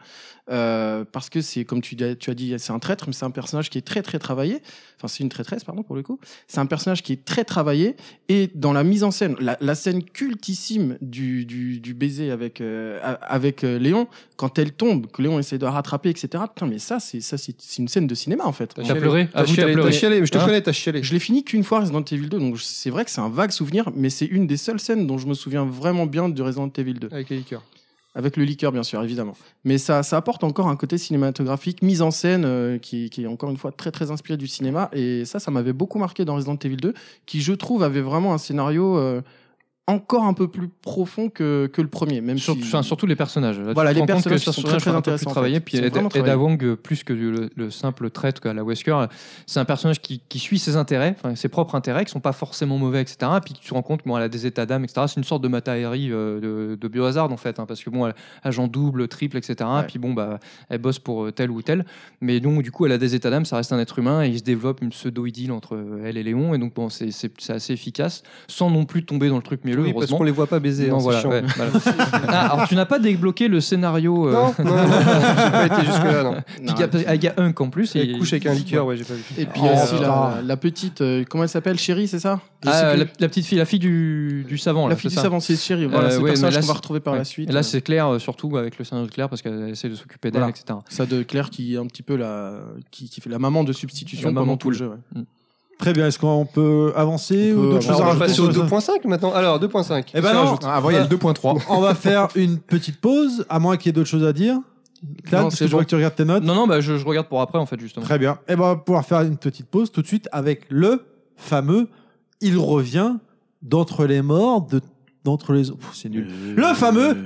Speaker 5: Euh, parce que c'est comme tu, dis- tu as dit, c'est un traître, mais c'est un personnage qui est très très travaillé. Enfin, c'est une traîtresse pardon pour le coup. C'est un personnage qui est très travaillé et dans la mise en scène, la, la scène cultissime du, du, du baiser avec euh, a- avec euh, Léon quand elle tombe, que Léon essaie de la rattraper, etc. Putain, mais ça, c'est ça, c'est c'est une scène de cinéma en fait.
Speaker 4: T'as pleuré
Speaker 3: T'as
Speaker 4: Avoue, t'as
Speaker 3: chialé, t'as
Speaker 4: pleuré.
Speaker 3: chialé, je te
Speaker 4: Hein
Speaker 3: connais, t'as chialé.
Speaker 5: Je l'ai fini qu'une fois Resident Evil 2, donc je- c'est vrai que c'est un vague souvenir, mais c'est une des seules scènes dont je me souviens vraiment bien du Resident Evil 2.
Speaker 3: Avec les liqueurs.
Speaker 5: Avec le liqueur, bien sûr, évidemment. Mais ça, ça apporte encore un côté cinématographique, mise en scène, euh, qui, qui est encore une fois très très inspiré du cinéma. Et ça, ça m'avait beaucoup marqué dans Resident Evil 2, qui je trouve avait vraiment un scénario euh, encore un peu plus profond que, que le premier. Même
Speaker 4: Surtout,
Speaker 5: si...
Speaker 4: enfin, surtout les personnages. Là, tu
Speaker 5: Voilà,
Speaker 4: te
Speaker 5: les
Speaker 4: rends compte
Speaker 5: personnages
Speaker 4: que ça
Speaker 5: sont
Speaker 4: se
Speaker 5: très, très
Speaker 4: intéressant.
Speaker 5: intéressants, en
Speaker 4: travaillé.
Speaker 5: fait.
Speaker 4: Puis
Speaker 5: Ils sont
Speaker 4: Ed-
Speaker 5: vraiment
Speaker 4: Eda
Speaker 5: travaillés.
Speaker 4: Wong, euh, plus que du- le, le simple traître qu'à la Wesker, c'est un personnage qui, qui suit ses intérêts, enfin, ses propres intérêts, qui sont pas forcément mauvais, etc. Puis tu te rends compte, bon, elle a des états d'âme, etc. C'est une sorte de matahari euh, de, de biohazard, en fait, hein, parce que bon, elle agent double, triple, etc. Puis bon, bah, elle bosse pour euh, tel ou tel. Mais donc, du coup, elle a des états d'âme, ça reste un être humain, et il se développe une pseudo-idylle entre euh, elle et Léon. Et donc, bon, c'est c'est- c'est assez efficace, sans non plus tomber dans le truc mielleux,
Speaker 3: Oui, parce
Speaker 4: heureusement.
Speaker 3: qu'on les voit pas baiser.
Speaker 4: Non,
Speaker 3: hein, c'est
Speaker 4: voilà,
Speaker 3: chiant.
Speaker 4: ouais, voilà. Ah, alors tu n'as pas débloqué le scénario. euh,
Speaker 3: Non, non, non, j'ai pas
Speaker 4: Ah.
Speaker 3: été jusque-là, non.
Speaker 5: Non,
Speaker 4: Il y a- il y a un en plus.
Speaker 3: Elle
Speaker 4: et-
Speaker 3: couche avec un liqueur, ouais, j'ai pas vu. Ah.
Speaker 5: Et puis il y
Speaker 2: Oh,
Speaker 5: a aussi la,
Speaker 2: putain.
Speaker 5: la petite, euh, comment elle s'appelle Chérie, c'est ça Je sais
Speaker 4: Ah,
Speaker 5: plus.
Speaker 4: la, la petite fille, la fille du, du savant.
Speaker 5: La
Speaker 4: là,
Speaker 5: fille
Speaker 4: c'est
Speaker 5: du
Speaker 4: ça
Speaker 5: savant, c'est Chérie. Voilà,
Speaker 4: Euh,
Speaker 5: c'est le
Speaker 4: ouais, mais
Speaker 5: personnage
Speaker 4: là,
Speaker 5: qu'on va
Speaker 4: c'est-
Speaker 5: retrouver par
Speaker 4: Ouais.
Speaker 5: la suite.
Speaker 4: Et là, c'est Claire, euh, surtout avec le singe de Claire, parce qu'elle essaie de s'occuper d'elle,
Speaker 5: Voilà.
Speaker 4: etc.
Speaker 5: ça de Claire qui est un petit peu la qui, qui fait la maman de substitution
Speaker 4: La maman
Speaker 5: pendant tout le
Speaker 4: poule.
Speaker 5: jeu. ouais.
Speaker 2: Très bien, est-ce qu'on peut avancer
Speaker 5: On
Speaker 2: ou
Speaker 5: peut
Speaker 2: d'autres
Speaker 5: avancer.
Speaker 2: choses
Speaker 3: Alors,
Speaker 2: à
Speaker 3: on va
Speaker 2: rajouter
Speaker 3: passer
Speaker 2: sur
Speaker 3: au
Speaker 2: le-
Speaker 3: 2.5 maintenant. Alors, 2.5.
Speaker 2: Eh ben non,
Speaker 8: Ah, Avant, il y a le 2.3.
Speaker 2: on va faire une petite pause, à moins qu'il y ait d'autres choses à dire. Claude,
Speaker 4: Non,
Speaker 2: parce
Speaker 4: c'est
Speaker 2: que je vois
Speaker 4: bon.
Speaker 2: que tu regardes tes notes.
Speaker 4: Non, non, bah, je, je regarde pour après, en fait, justement.
Speaker 2: Très bien. Et ben, on va pouvoir faire une petite pause tout de suite avec le fameux Il revient d'entre les morts, de- d'entre les. Pff, C'est nul. Le fameux.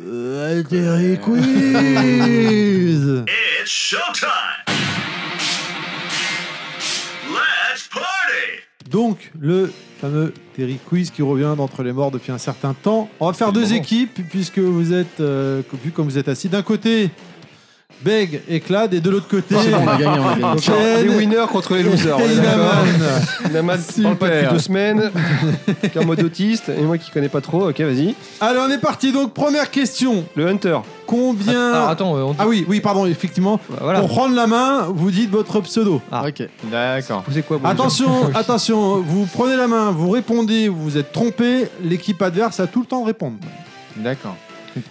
Speaker 2: Euh, Alter Quiz Donc, le fameux Terry Quiz qui revient d'entre les morts depuis un certain temps. On va faire deux équipes, puisque vous êtes, euh, vu comme vous êtes assis, d'un côté, Beg éclate et de l'autre côté.
Speaker 5: Oh, C'est bon, on a gagné, on a gagné.
Speaker 3: Donc,
Speaker 2: Ken
Speaker 3: les winners contre les losers. on est d'accord.
Speaker 2: Inaman.
Speaker 3: Naman parle pas depuis
Speaker 8: Super.
Speaker 3: deux semaines, qui est en mode autiste, et moi qui connais pas trop, ok, vas-y.
Speaker 2: Allez, on est parti donc. Première question.
Speaker 3: Le Hunter.
Speaker 2: Combien.
Speaker 4: Alors attends, euh, on- bah,
Speaker 2: Ah oui, oui, pardon, effectivement.
Speaker 4: voilà.
Speaker 2: Pour prendre la main, vous dites votre pseudo.
Speaker 4: Ah.
Speaker 5: Ok.
Speaker 8: D'accord.
Speaker 4: Vous savez quoi vous,
Speaker 2: Attention, attention, vous prenez la main, vous répondez, vous vous êtes trompé, l'équipe adverse a tout le temps répondre.
Speaker 8: D'accord.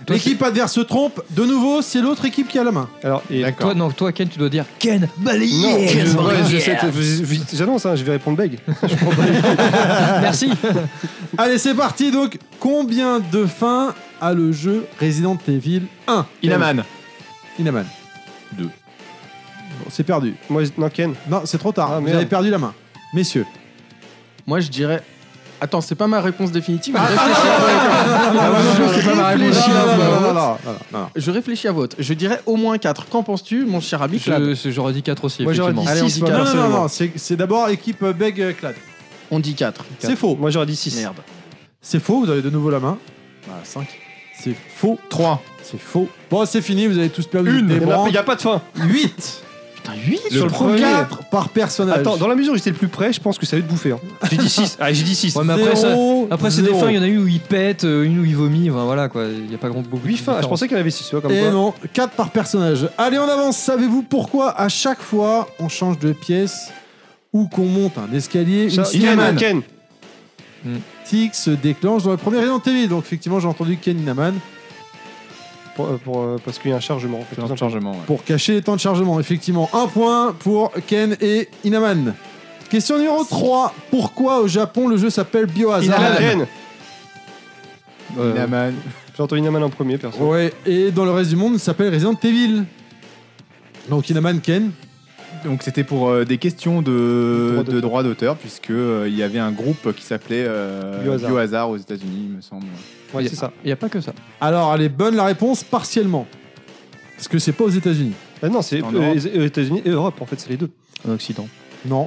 Speaker 4: Toi,
Speaker 2: L'équipe adverse se trompe, de nouveau, c'est l'autre équipe qui a la main.
Speaker 3: Alors, et.
Speaker 4: Toi,
Speaker 8: D'accord.
Speaker 4: non, toi, Ken, tu dois dire
Speaker 12: Ken
Speaker 3: Non,
Speaker 12: balayé
Speaker 3: je- ouais, je sais, je- je- j'annonce, hein, je vais répondre beg.
Speaker 4: merci.
Speaker 2: Allez, c'est parti donc. Combien de fins a le jeu Resident Evil 1
Speaker 8: Inaman.
Speaker 2: Inaman.
Speaker 8: Deux.
Speaker 2: Bon, c'est perdu.
Speaker 3: Moi, je- non, Ken.
Speaker 2: Non, c'est trop tard.
Speaker 3: Ah,
Speaker 2: Vous
Speaker 3: merde.
Speaker 2: avez perdu la main. Messieurs.
Speaker 5: Moi, je dirais. Attends, c'est pas ma réponse définitive.
Speaker 8: Ah,
Speaker 5: Je réfléchis,
Speaker 4: c'est pas ma réponse.
Speaker 5: réfléchis à voix
Speaker 8: ah,
Speaker 5: haute.
Speaker 2: non, non.
Speaker 5: Je réfléchis à votre. Je dirais au moins 4. Qu'en penses-tu, mon cher ami Clad
Speaker 4: Je- c'est- J'aurais dit 4 aussi,
Speaker 3: Moi, j'aurais
Speaker 4: effectivement.
Speaker 5: Allez, on dit
Speaker 3: dit 6.
Speaker 2: Non, non, non,
Speaker 5: personnellement.
Speaker 2: non, c'est c'est d'abord équipe euh, Beg euh, Clad.
Speaker 5: On dit 4.
Speaker 2: C'est faux.
Speaker 3: Moi, j'aurais dit 6.
Speaker 5: Merde.
Speaker 2: C'est faux, vous avez de nouveau la main.
Speaker 3: Ah,
Speaker 5: 5.
Speaker 2: C'est faux.
Speaker 8: 3.
Speaker 2: C'est faux. Bon, c'est fini, vous avez tous perdu.
Speaker 3: Il
Speaker 2: des
Speaker 3: y en a-
Speaker 2: branches.
Speaker 3: il y a pas de fin.
Speaker 2: 8
Speaker 5: Putain, 8
Speaker 3: Sur le premier.
Speaker 2: Quatre par personnage.
Speaker 3: Attends, dans la mesure où j'étais le plus près, je pense que ça va être bouffé. hein. J'ai dit 6. Ah, j'ai dit 6.
Speaker 4: Ouais, mais après, ça-
Speaker 2: Zéro,
Speaker 4: Après, c'est des
Speaker 2: zéro.
Speaker 4: fins, il y en a une où il pète, euh, une où il vomit, enfin, voilà quoi. Il n'y a pas grand beaucoup de
Speaker 3: 8 fins. Ah, je
Speaker 4: différence.
Speaker 3: pensais qu'il y en avait 6, comme
Speaker 2: Et
Speaker 3: quoi.
Speaker 2: non, 4 par personnage. Allez, on avance. Savez-vous pourquoi à chaque fois on change de pièce ou qu'on monte un escalier,
Speaker 3: Ça-
Speaker 2: une
Speaker 3: Ken,
Speaker 2: cinématique
Speaker 3: Ken.
Speaker 2: se déclenche dans le premier Resident Evil Donc effectivement, j'ai entendu Ken Inaman
Speaker 3: Pour- euh, pour, euh, parce qu'il y a un chargement. en fait,
Speaker 8: C'est
Speaker 3: tout
Speaker 8: un
Speaker 3: simplement.
Speaker 8: chargement. ouais.
Speaker 2: pour cacher les temps de chargement. Effectivement, un point pour Ken et Inaman. Question numéro 3. Pourquoi au Japon le jeu s'appelle Biohazard
Speaker 3: Inaman, Ken. Euh,
Speaker 8: Inaman.
Speaker 3: J'ai entendu Inaman en premier, perso.
Speaker 2: Ouais, et dans le reste du monde, il s'appelle Resident Evil. Donc Inaman Ken.
Speaker 8: Donc c'était pour euh, des questions de
Speaker 3: Droit d'auteur.
Speaker 8: de droit d'auteur, puisque euh, il y avait un groupe qui s'appelait euh,
Speaker 3: Biohazard.
Speaker 8: Biohazard aux États-Unis, il me semble.
Speaker 3: Ouais, c'est ça.
Speaker 4: Il n'y a pas que ça.
Speaker 2: Alors, elle est bonne la réponse partiellement. Parce que c'est pas aux États-Unis.
Speaker 3: Ah non, c'est
Speaker 8: En
Speaker 3: euh,
Speaker 8: Europe.
Speaker 3: les les États-Unis et Europe, en fait, c'est les deux.
Speaker 4: En Occident.
Speaker 2: Non,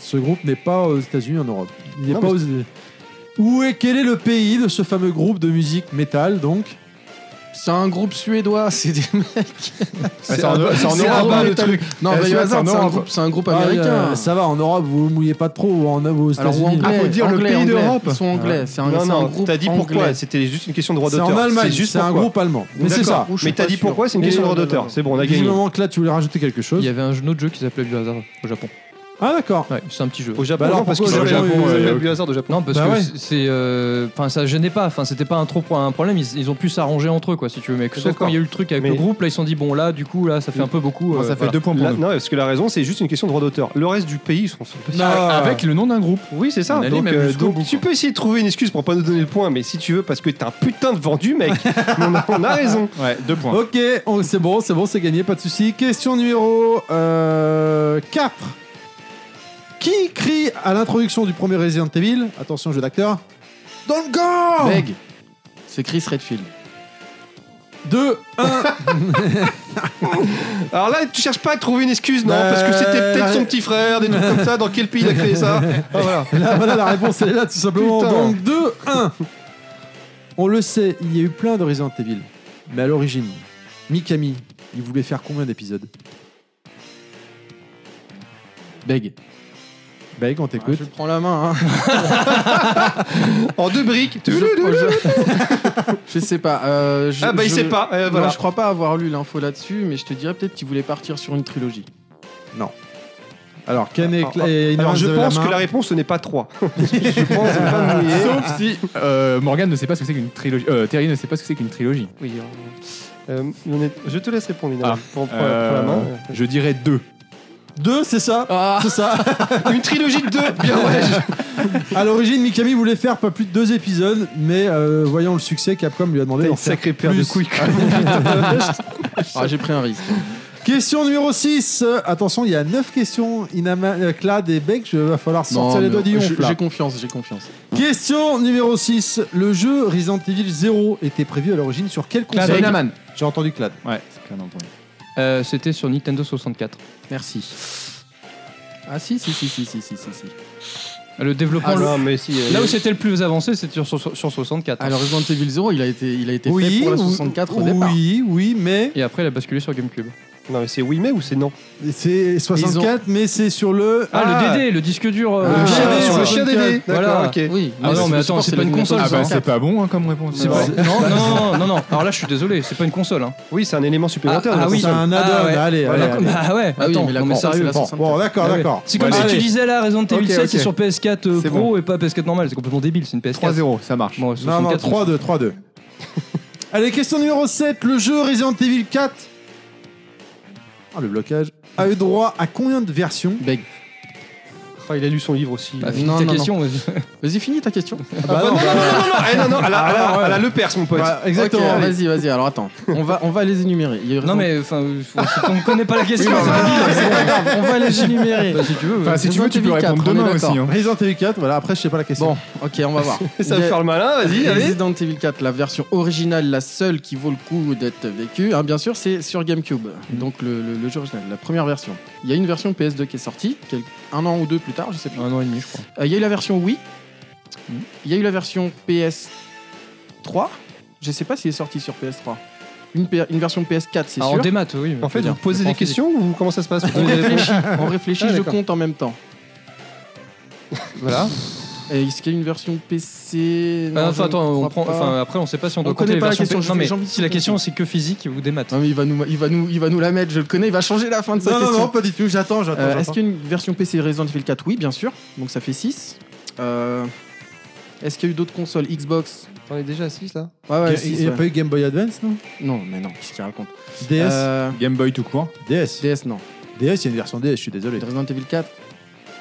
Speaker 2: ce groupe n'est pas aux États-Unis en Europe. Il n'est
Speaker 3: Non,
Speaker 2: pas
Speaker 3: mais
Speaker 2: aux. Où est quel est le pays de ce fameux groupe de musique métal donc
Speaker 5: C'est un groupe suédois, c'est des mecs.
Speaker 8: Ouais, c'est en, c'est en
Speaker 5: c'est
Speaker 8: Europe,
Speaker 5: un
Speaker 8: hein, le
Speaker 5: groupe-
Speaker 8: truc.
Speaker 5: Non, bah,
Speaker 8: Eh,
Speaker 5: Bayou
Speaker 8: c'est
Speaker 5: Hazard,
Speaker 8: en
Speaker 5: c'est un
Speaker 8: Europe.
Speaker 5: groupe, c'est un groupe
Speaker 2: Ah,
Speaker 5: américain.
Speaker 2: euh, Ça va, en Europe vous mouillez pas trop ou en aux
Speaker 5: Alors, ou
Speaker 2: États-Unis.
Speaker 5: anglais,
Speaker 8: Ah, faut dire le
Speaker 5: anglais,
Speaker 8: pays
Speaker 5: anglais.
Speaker 8: d'Europe.
Speaker 5: Ils sont anglais, c'est un,
Speaker 3: non,
Speaker 5: c'est un
Speaker 3: non,
Speaker 5: groupe.
Speaker 3: t'as dit pourquoi.
Speaker 5: anglais.
Speaker 3: C'était juste une question de droit
Speaker 2: C'est
Speaker 3: d'auteur.
Speaker 2: en Allemagne,
Speaker 3: juste
Speaker 2: c'est un
Speaker 3: pourquoi.
Speaker 2: groupe allemand. Mais c'est ça.
Speaker 3: D'accord.
Speaker 5: Ou je suis
Speaker 3: Mais t'as
Speaker 5: pas
Speaker 3: dit
Speaker 5: sûr.
Speaker 3: pourquoi C'est une
Speaker 2: Mais-
Speaker 3: question de droit d'auteur. C'est bon, on a
Speaker 2: Du
Speaker 3: gagné.
Speaker 2: moment que là tu voulais rajouter quelque
Speaker 4: Il
Speaker 2: chose.
Speaker 4: y avait un autre jeu qui s'appelait Biohazard au Japon.
Speaker 2: Ah d'accord.
Speaker 4: Ouais, c'est un petit jeu.
Speaker 3: Au Japon,
Speaker 2: Bah alors,
Speaker 3: non, parce qu'ils
Speaker 2: pourquoi
Speaker 3: sont
Speaker 8: au Japon,
Speaker 3: ils
Speaker 8: euh,
Speaker 3: appellent
Speaker 8: y a
Speaker 3: le Biohazard au Japon.
Speaker 4: Non, parce
Speaker 2: Bah
Speaker 4: que
Speaker 2: ouais.
Speaker 4: c'est. euh, Enfin, ça gênait pas. Enfin, c'était pas un trop pro- un problème. Ils, ils ont pu s'arranger entre eux, quoi, si tu veux. Mais que- sauf
Speaker 3: D'accord.
Speaker 4: quand il y a eu le truc avec
Speaker 3: Mais-
Speaker 4: le groupe, là, ils se sont dit, bon, là, du coup, là, ça fait un peu beaucoup.
Speaker 8: Moi,
Speaker 4: euh,
Speaker 8: ça fait
Speaker 4: voilà.
Speaker 8: deux points pour
Speaker 3: Là,
Speaker 8: nous.
Speaker 3: non, parce que la raison, c'est juste une question de droit d'auteur. Le reste du pays, ils sont. sont-
Speaker 2: Ah.
Speaker 8: Avec le nom d'un groupe.
Speaker 3: Oui, c'est ça.
Speaker 8: On allait
Speaker 3: Donc,
Speaker 8: même
Speaker 3: euh,
Speaker 8: jusqu'au
Speaker 3: donc,
Speaker 8: bout,
Speaker 3: tu
Speaker 8: quoi.
Speaker 3: peux essayer de trouver une excuse pour pas nous donner le point, mais si tu veux, parce que t'es un putain de vendu, mec. on, a, on a raison.
Speaker 8: Ouais, deux points.
Speaker 2: Ok, on- Oh, c'est bon, c'est bon, c'est gagné, pas de souci. Question numéro 4. Qui crie à l'introduction du premier Resident Evil Attention, jeu d'acteur. Dans le gore
Speaker 5: Beg. C'est Chris Redfield.
Speaker 2: 2, 1.
Speaker 3: Alors là, tu cherches pas à trouver une excuse, non
Speaker 2: Bah,
Speaker 3: Parce que c'était
Speaker 2: la-
Speaker 3: peut-être son petit frère, des trucs comme ça. Dans quel pays il a créé ça Ah, voilà.
Speaker 2: Là, voilà, la réponse, elle est là, tout simplement.
Speaker 3: Putain.
Speaker 2: Donc, 2, 1. On le sait, il y a eu plein de Resident Evil. Mais à l'origine, Mikami, il voulait faire combien d'épisodes
Speaker 5: Beg.
Speaker 2: Beg, on
Speaker 5: Ah,
Speaker 2: t'écoute.
Speaker 5: je prends la main. Hein.
Speaker 3: En deux briques.
Speaker 5: Je, je- je sais pas. euh, je-
Speaker 3: Ah bah il
Speaker 5: je-
Speaker 3: sait pas. euh,
Speaker 5: Non,
Speaker 3: voilà.
Speaker 5: je crois pas avoir lu l'info là-dessus, mais je te dirais peut-être qu'il voulait partir sur une trilogie.
Speaker 2: Alors, Ken et,
Speaker 3: Ah,
Speaker 2: Cla-
Speaker 3: ah,
Speaker 2: et
Speaker 3: Alors
Speaker 2: Inaman
Speaker 3: je
Speaker 2: avaient
Speaker 3: pense
Speaker 2: main.
Speaker 3: que la réponse ce n'est pas 3. je pense que c'est pas mouillé.
Speaker 8: Sauf si euh, Morgane ne sait pas ce que c'est qu'une trilogie. Euh, Terry ne sait pas ce que c'est qu'une trilogie.
Speaker 3: Oui, euh, euh, on est- Je te laisse répondre, Inaman,
Speaker 8: Ah,
Speaker 3: pour, pour-
Speaker 8: Euh,
Speaker 3: pour la main.
Speaker 8: Je dirais deux.
Speaker 2: 2, c'est ça C'est ça
Speaker 3: Une trilogie de deux Bien ouais
Speaker 2: À l'origine, Mikami voulait faire pas plus de deux épisodes, mais euh, voyant le succès, Capcom lui a demandé d'en faire.
Speaker 3: paire
Speaker 2: de
Speaker 3: couilles.
Speaker 5: Ah, j'ai pris un risque.
Speaker 2: Question numéro 6. attention, il y a 9 questions. Inama, euh, Clad et Beck, je va falloir sortir
Speaker 5: Non,
Speaker 2: les
Speaker 5: mais
Speaker 2: doigts du
Speaker 5: je-
Speaker 2: yonf, là.
Speaker 5: J'ai confiance, j'ai confiance.
Speaker 2: Question numéro 6. Le jeu Resident Evil 0 était prévu à l'origine sur quelle console
Speaker 8: Inaman.
Speaker 2: J'ai entendu Clad.
Speaker 8: Ouais, c'est clair non, point.
Speaker 4: Euh, C'était sur Nintendo 64.
Speaker 5: Merci. Ah si, si, si, si, si, si, si. si.
Speaker 4: Le développement.
Speaker 5: Ah,
Speaker 4: le-
Speaker 3: Non, mais si. euh,
Speaker 4: Là où c'était le plus avancé, c'était sur, sur, sur 64. hein.
Speaker 5: Alors Resident Evil 0, il a été, il a été fait pour la 64 au
Speaker 2: oui,
Speaker 5: départ.
Speaker 2: oui, oui, mais
Speaker 4: Et après, il a basculé sur GameCube.
Speaker 3: Non, mais c'est oui, mais ou c'est non
Speaker 2: Et C'est 64, mais c'est sur le.
Speaker 4: Ah,
Speaker 3: Ah.
Speaker 4: le DD, le disque dur. euh,
Speaker 2: Ah,
Speaker 4: le
Speaker 2: le
Speaker 4: chien,
Speaker 2: DD,
Speaker 4: sur
Speaker 2: le
Speaker 4: la-
Speaker 2: chien.
Speaker 3: D'accord,
Speaker 4: Voilà.
Speaker 3: ok.
Speaker 5: Oui,
Speaker 4: Ah non, mais attends, c'est pas une console,
Speaker 8: Ah
Speaker 4: ça.
Speaker 8: bah c'est pas bon hein, comme réponse.
Speaker 4: C'est
Speaker 8: alors.
Speaker 4: pas- Non, non, non, non, non, non. Alors là, je suis désolé, c'est pas une console. Hein.
Speaker 5: Ah,
Speaker 3: Oui, c'est un élément supplémentaire.
Speaker 4: Ah
Speaker 3: de la
Speaker 4: oui.
Speaker 2: C'est
Speaker 3: console.
Speaker 2: un
Speaker 4: Ah
Speaker 2: add-on. Allez,
Speaker 4: ouais. Bah,
Speaker 2: allez,
Speaker 4: la-
Speaker 2: allez.
Speaker 4: Bah ouais,
Speaker 5: Ah oui,
Speaker 4: attends,
Speaker 5: mais la
Speaker 4: non, mais
Speaker 5: console,
Speaker 4: sérieux.
Speaker 5: c'est la
Speaker 2: Bon, bon, d'accord,
Speaker 4: Ah ouais.
Speaker 2: d'accord.
Speaker 4: C'est comme
Speaker 8: Bon,
Speaker 4: si
Speaker 8: allez.
Speaker 4: tu disais la Resident Evil
Speaker 8: Ok,
Speaker 4: 7, c'est
Speaker 8: ok.
Speaker 4: sur PS4 euh,
Speaker 8: C'est
Speaker 4: Pro et pas PS4 normale, c'est complètement débile, c'est une PS4.
Speaker 8: 3-0, ça marche.
Speaker 4: Bon,
Speaker 2: Non, non,
Speaker 4: 64,
Speaker 2: 3-2, 3-2. Allez, question numéro 7. Le jeu Resident Evil 4. Ah, le blocage. A eu droit à combien de versions
Speaker 5: Beg.
Speaker 3: Ah, il a lu son livre aussi.
Speaker 4: Bah, finis
Speaker 5: Non,
Speaker 4: ta
Speaker 5: non,
Speaker 4: question. vas-y.
Speaker 5: Vas-y, finis ta question.
Speaker 2: Ah bah non,
Speaker 3: non, non, non, eh, non, non, elle a, elle a-
Speaker 2: Ah ouais.
Speaker 3: elle a le perce, mon pote.
Speaker 2: bah, Exactement.
Speaker 5: Ok, vas-y, vas-y. Alors attends, on va, on va les énumérer. Il y a
Speaker 4: Non,
Speaker 5: raison-
Speaker 4: mais enfin, euh, faut- si on connaît pas la question,
Speaker 5: Oui,
Speaker 4: c'est
Speaker 5: bah,
Speaker 4: débile.
Speaker 5: c'est pas grave, on va les énumérer.
Speaker 4: Bah, si tu veux. ouais.
Speaker 8: Enfin, si tu veux, tu peux
Speaker 5: Resident Evil
Speaker 8: répondre
Speaker 5: 4, on est
Speaker 8: demain aussi.
Speaker 5: d'accord.
Speaker 8: hein.
Speaker 2: Resident Evil 4, voilà, après, je sais pas la question.
Speaker 5: Bon, ok, on va voir.
Speaker 3: Ça va
Speaker 5: Il y a
Speaker 3: faire le malin,
Speaker 8: hein,
Speaker 3: vas-y, allez.
Speaker 5: Resident Evil 4, la version originale, la seule qui vaut le coup d'être vécue, hein, bien sûr, c'est sur GameCube. Donc le, le- le jeu original, la première version. Il y a une version PS2 qui est sortie, quel- un an ou deux plus tard, je sais plus.
Speaker 4: Un an et demi, je crois.
Speaker 5: Euh, Il y a eu la version Wii. Il y a eu la version PS3. Je sais pas s'il est sorti sur PS3. Une, P- une version PS4, c'est
Speaker 4: Ah, en
Speaker 5: sûr.
Speaker 4: démat, oui. mais-
Speaker 3: En fait,
Speaker 5: Bien,
Speaker 3: vous
Speaker 5: je
Speaker 3: posez des
Speaker 5: prends
Speaker 3: questions ou comment ça se passe
Speaker 5: On réfléchit, on réfléchit,
Speaker 3: Ah,
Speaker 5: je
Speaker 3: d'accord.
Speaker 5: compte en même temps.
Speaker 3: Voilà.
Speaker 5: Et Est-ce qu'il y a une version PC
Speaker 4: Ah,
Speaker 5: Non, je
Speaker 4: enfin, attends,
Speaker 5: ne
Speaker 4: on
Speaker 5: crois
Speaker 4: prend.
Speaker 5: pas.
Speaker 4: Enfin, après, on sait pas si on doit
Speaker 5: On
Speaker 4: compter
Speaker 5: connaît
Speaker 4: les
Speaker 5: pas la
Speaker 4: versions.
Speaker 5: question, je
Speaker 4: Non,
Speaker 5: fais
Speaker 4: mais
Speaker 5: Jean-Baptiste
Speaker 4: si la question
Speaker 5: Jean.
Speaker 4: c'est que physique ou démat.
Speaker 5: Non, mais il va, nous, il, va nous, il va nous la mettre, je le connais, il va changer la fin de sa
Speaker 2: Non, non,
Speaker 5: question.
Speaker 2: non, pas du tout, j'attends, j'attends.
Speaker 5: Euh, Est-ce
Speaker 2: j'attends.
Speaker 5: qu'il y a une version PC Resident Evil 4 Oui, bien sûr. Donc ça fait 6. Est-ce qu'il y a eu d'autres consoles Xbox
Speaker 3: T'en es déjà à 6 là
Speaker 5: Ouais, ouais, six,
Speaker 2: Il n'y a
Speaker 5: ouais.
Speaker 2: pas eu Game Boy Advance, non
Speaker 5: Non, mais non, qu'est-ce qu'il raconte
Speaker 2: DS
Speaker 5: Euh,
Speaker 8: Game Boy tout court.
Speaker 2: DS. DS,
Speaker 5: DS, non.
Speaker 2: il y a une version DS, je suis désolé.
Speaker 5: Resident Evil 4.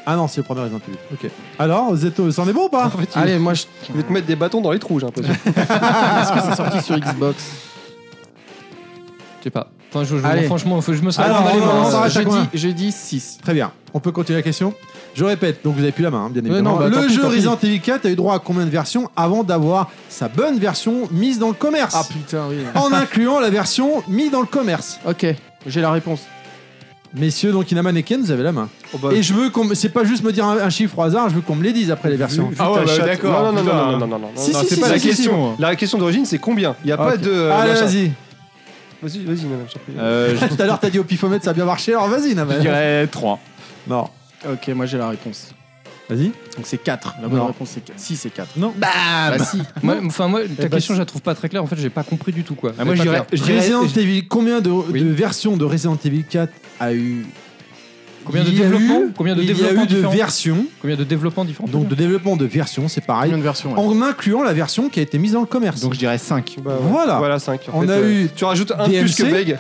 Speaker 2: Ah non, c'est le premier Resident Evil. Ok. Alors, vous êtes, c'en est bon ou pas
Speaker 5: Allez, moi, je...
Speaker 3: Je vais te mettre des bâtons dans les trous, j'ai l'impression.
Speaker 5: est-ce que c'est sorti sur Xbox
Speaker 4: Je sais pas. Enfin, je, je-
Speaker 5: Allez.
Speaker 4: franchement, faut que je me
Speaker 2: Alors,
Speaker 4: dans les
Speaker 2: on-
Speaker 4: mains,
Speaker 2: on
Speaker 4: hein.
Speaker 2: s'arrête. à
Speaker 5: je,
Speaker 2: combien
Speaker 5: dis, je dis 6.
Speaker 2: Très bien. On peut continuer la question Je répète, donc vous avez plus la main, hein, bien
Speaker 5: Ouais,
Speaker 2: évidemment.
Speaker 5: non, bah, tant
Speaker 2: le
Speaker 5: pis,
Speaker 2: jeu
Speaker 5: tant pis.
Speaker 2: Resident Evil 4 a eu droit à combien de versions avant d'avoir sa bonne version mise dans le commerce
Speaker 5: Ah putain, oui.
Speaker 2: En incluant la version mise dans le commerce.
Speaker 5: Ok, j'ai la réponse.
Speaker 2: Messieurs, donc Inaman et Ken, vous avez la main.
Speaker 3: Oh, bah,
Speaker 2: Et je veux qu'on me... C'est pas juste me dire un, un chiffre au hasard, je veux qu'on me les dise après les versions.
Speaker 3: vu
Speaker 8: Ah
Speaker 3: ta
Speaker 8: ouais, bah,
Speaker 3: chatte-
Speaker 8: d'accord,
Speaker 3: Non, non, non,
Speaker 8: putain.
Speaker 3: non, non, non, non, non, non.
Speaker 2: Si,
Speaker 3: non,
Speaker 2: si,
Speaker 3: c'est
Speaker 2: si,
Speaker 3: pas la
Speaker 2: si,
Speaker 3: question. hein. La question d'origine, c'est combien Il n'y a pas
Speaker 2: Ok.
Speaker 3: de. euh,
Speaker 2: Allez,
Speaker 3: machin.
Speaker 2: Ah, vas-y.
Speaker 3: Vas-y, vas-y, madame, je t'en prie.
Speaker 8: Euh,
Speaker 2: Tout à l'heure, t'as dit au pifomètre, ça a bien marché, alors vas-y,
Speaker 8: je
Speaker 2: Inaman.
Speaker 8: dirais 3.
Speaker 2: Non.
Speaker 5: Ok, moi j'ai la réponse.
Speaker 2: Vas-y.
Speaker 5: Donc c'est 4. La bonne
Speaker 2: Ah bah Non.
Speaker 5: réponse c'est 4. 6 et 4.
Speaker 2: Non.
Speaker 5: Bah, si.
Speaker 4: Ah Moi, Enfin, moi, ta
Speaker 2: bah,
Speaker 4: question, je la trouve pas très claire. En fait, j'ai pas compris du tout quoi.
Speaker 5: Ah,
Speaker 8: moi, je dirais, je dirais-
Speaker 2: Resident Evil, combien de,
Speaker 4: Oui.
Speaker 2: de versions de Resident Evil 4 a eu
Speaker 4: Combien de
Speaker 2: Il y a eu-
Speaker 4: développements Combien de
Speaker 2: Il y a
Speaker 4: développements
Speaker 2: eu de
Speaker 4: différents
Speaker 2: versions,
Speaker 4: Combien de développements différents
Speaker 2: donc de développement de versions, c'est pareil,
Speaker 5: Combien de versions ouais.
Speaker 2: en incluant la version qui a été mise dans le commerce.
Speaker 8: donc je dirais 5.
Speaker 3: Bah, ouais.
Speaker 2: Voilà.
Speaker 3: Voilà 5.
Speaker 2: On a eu
Speaker 3: Tu rajoutes un de
Speaker 2: DMC.
Speaker 3: plus que Beg.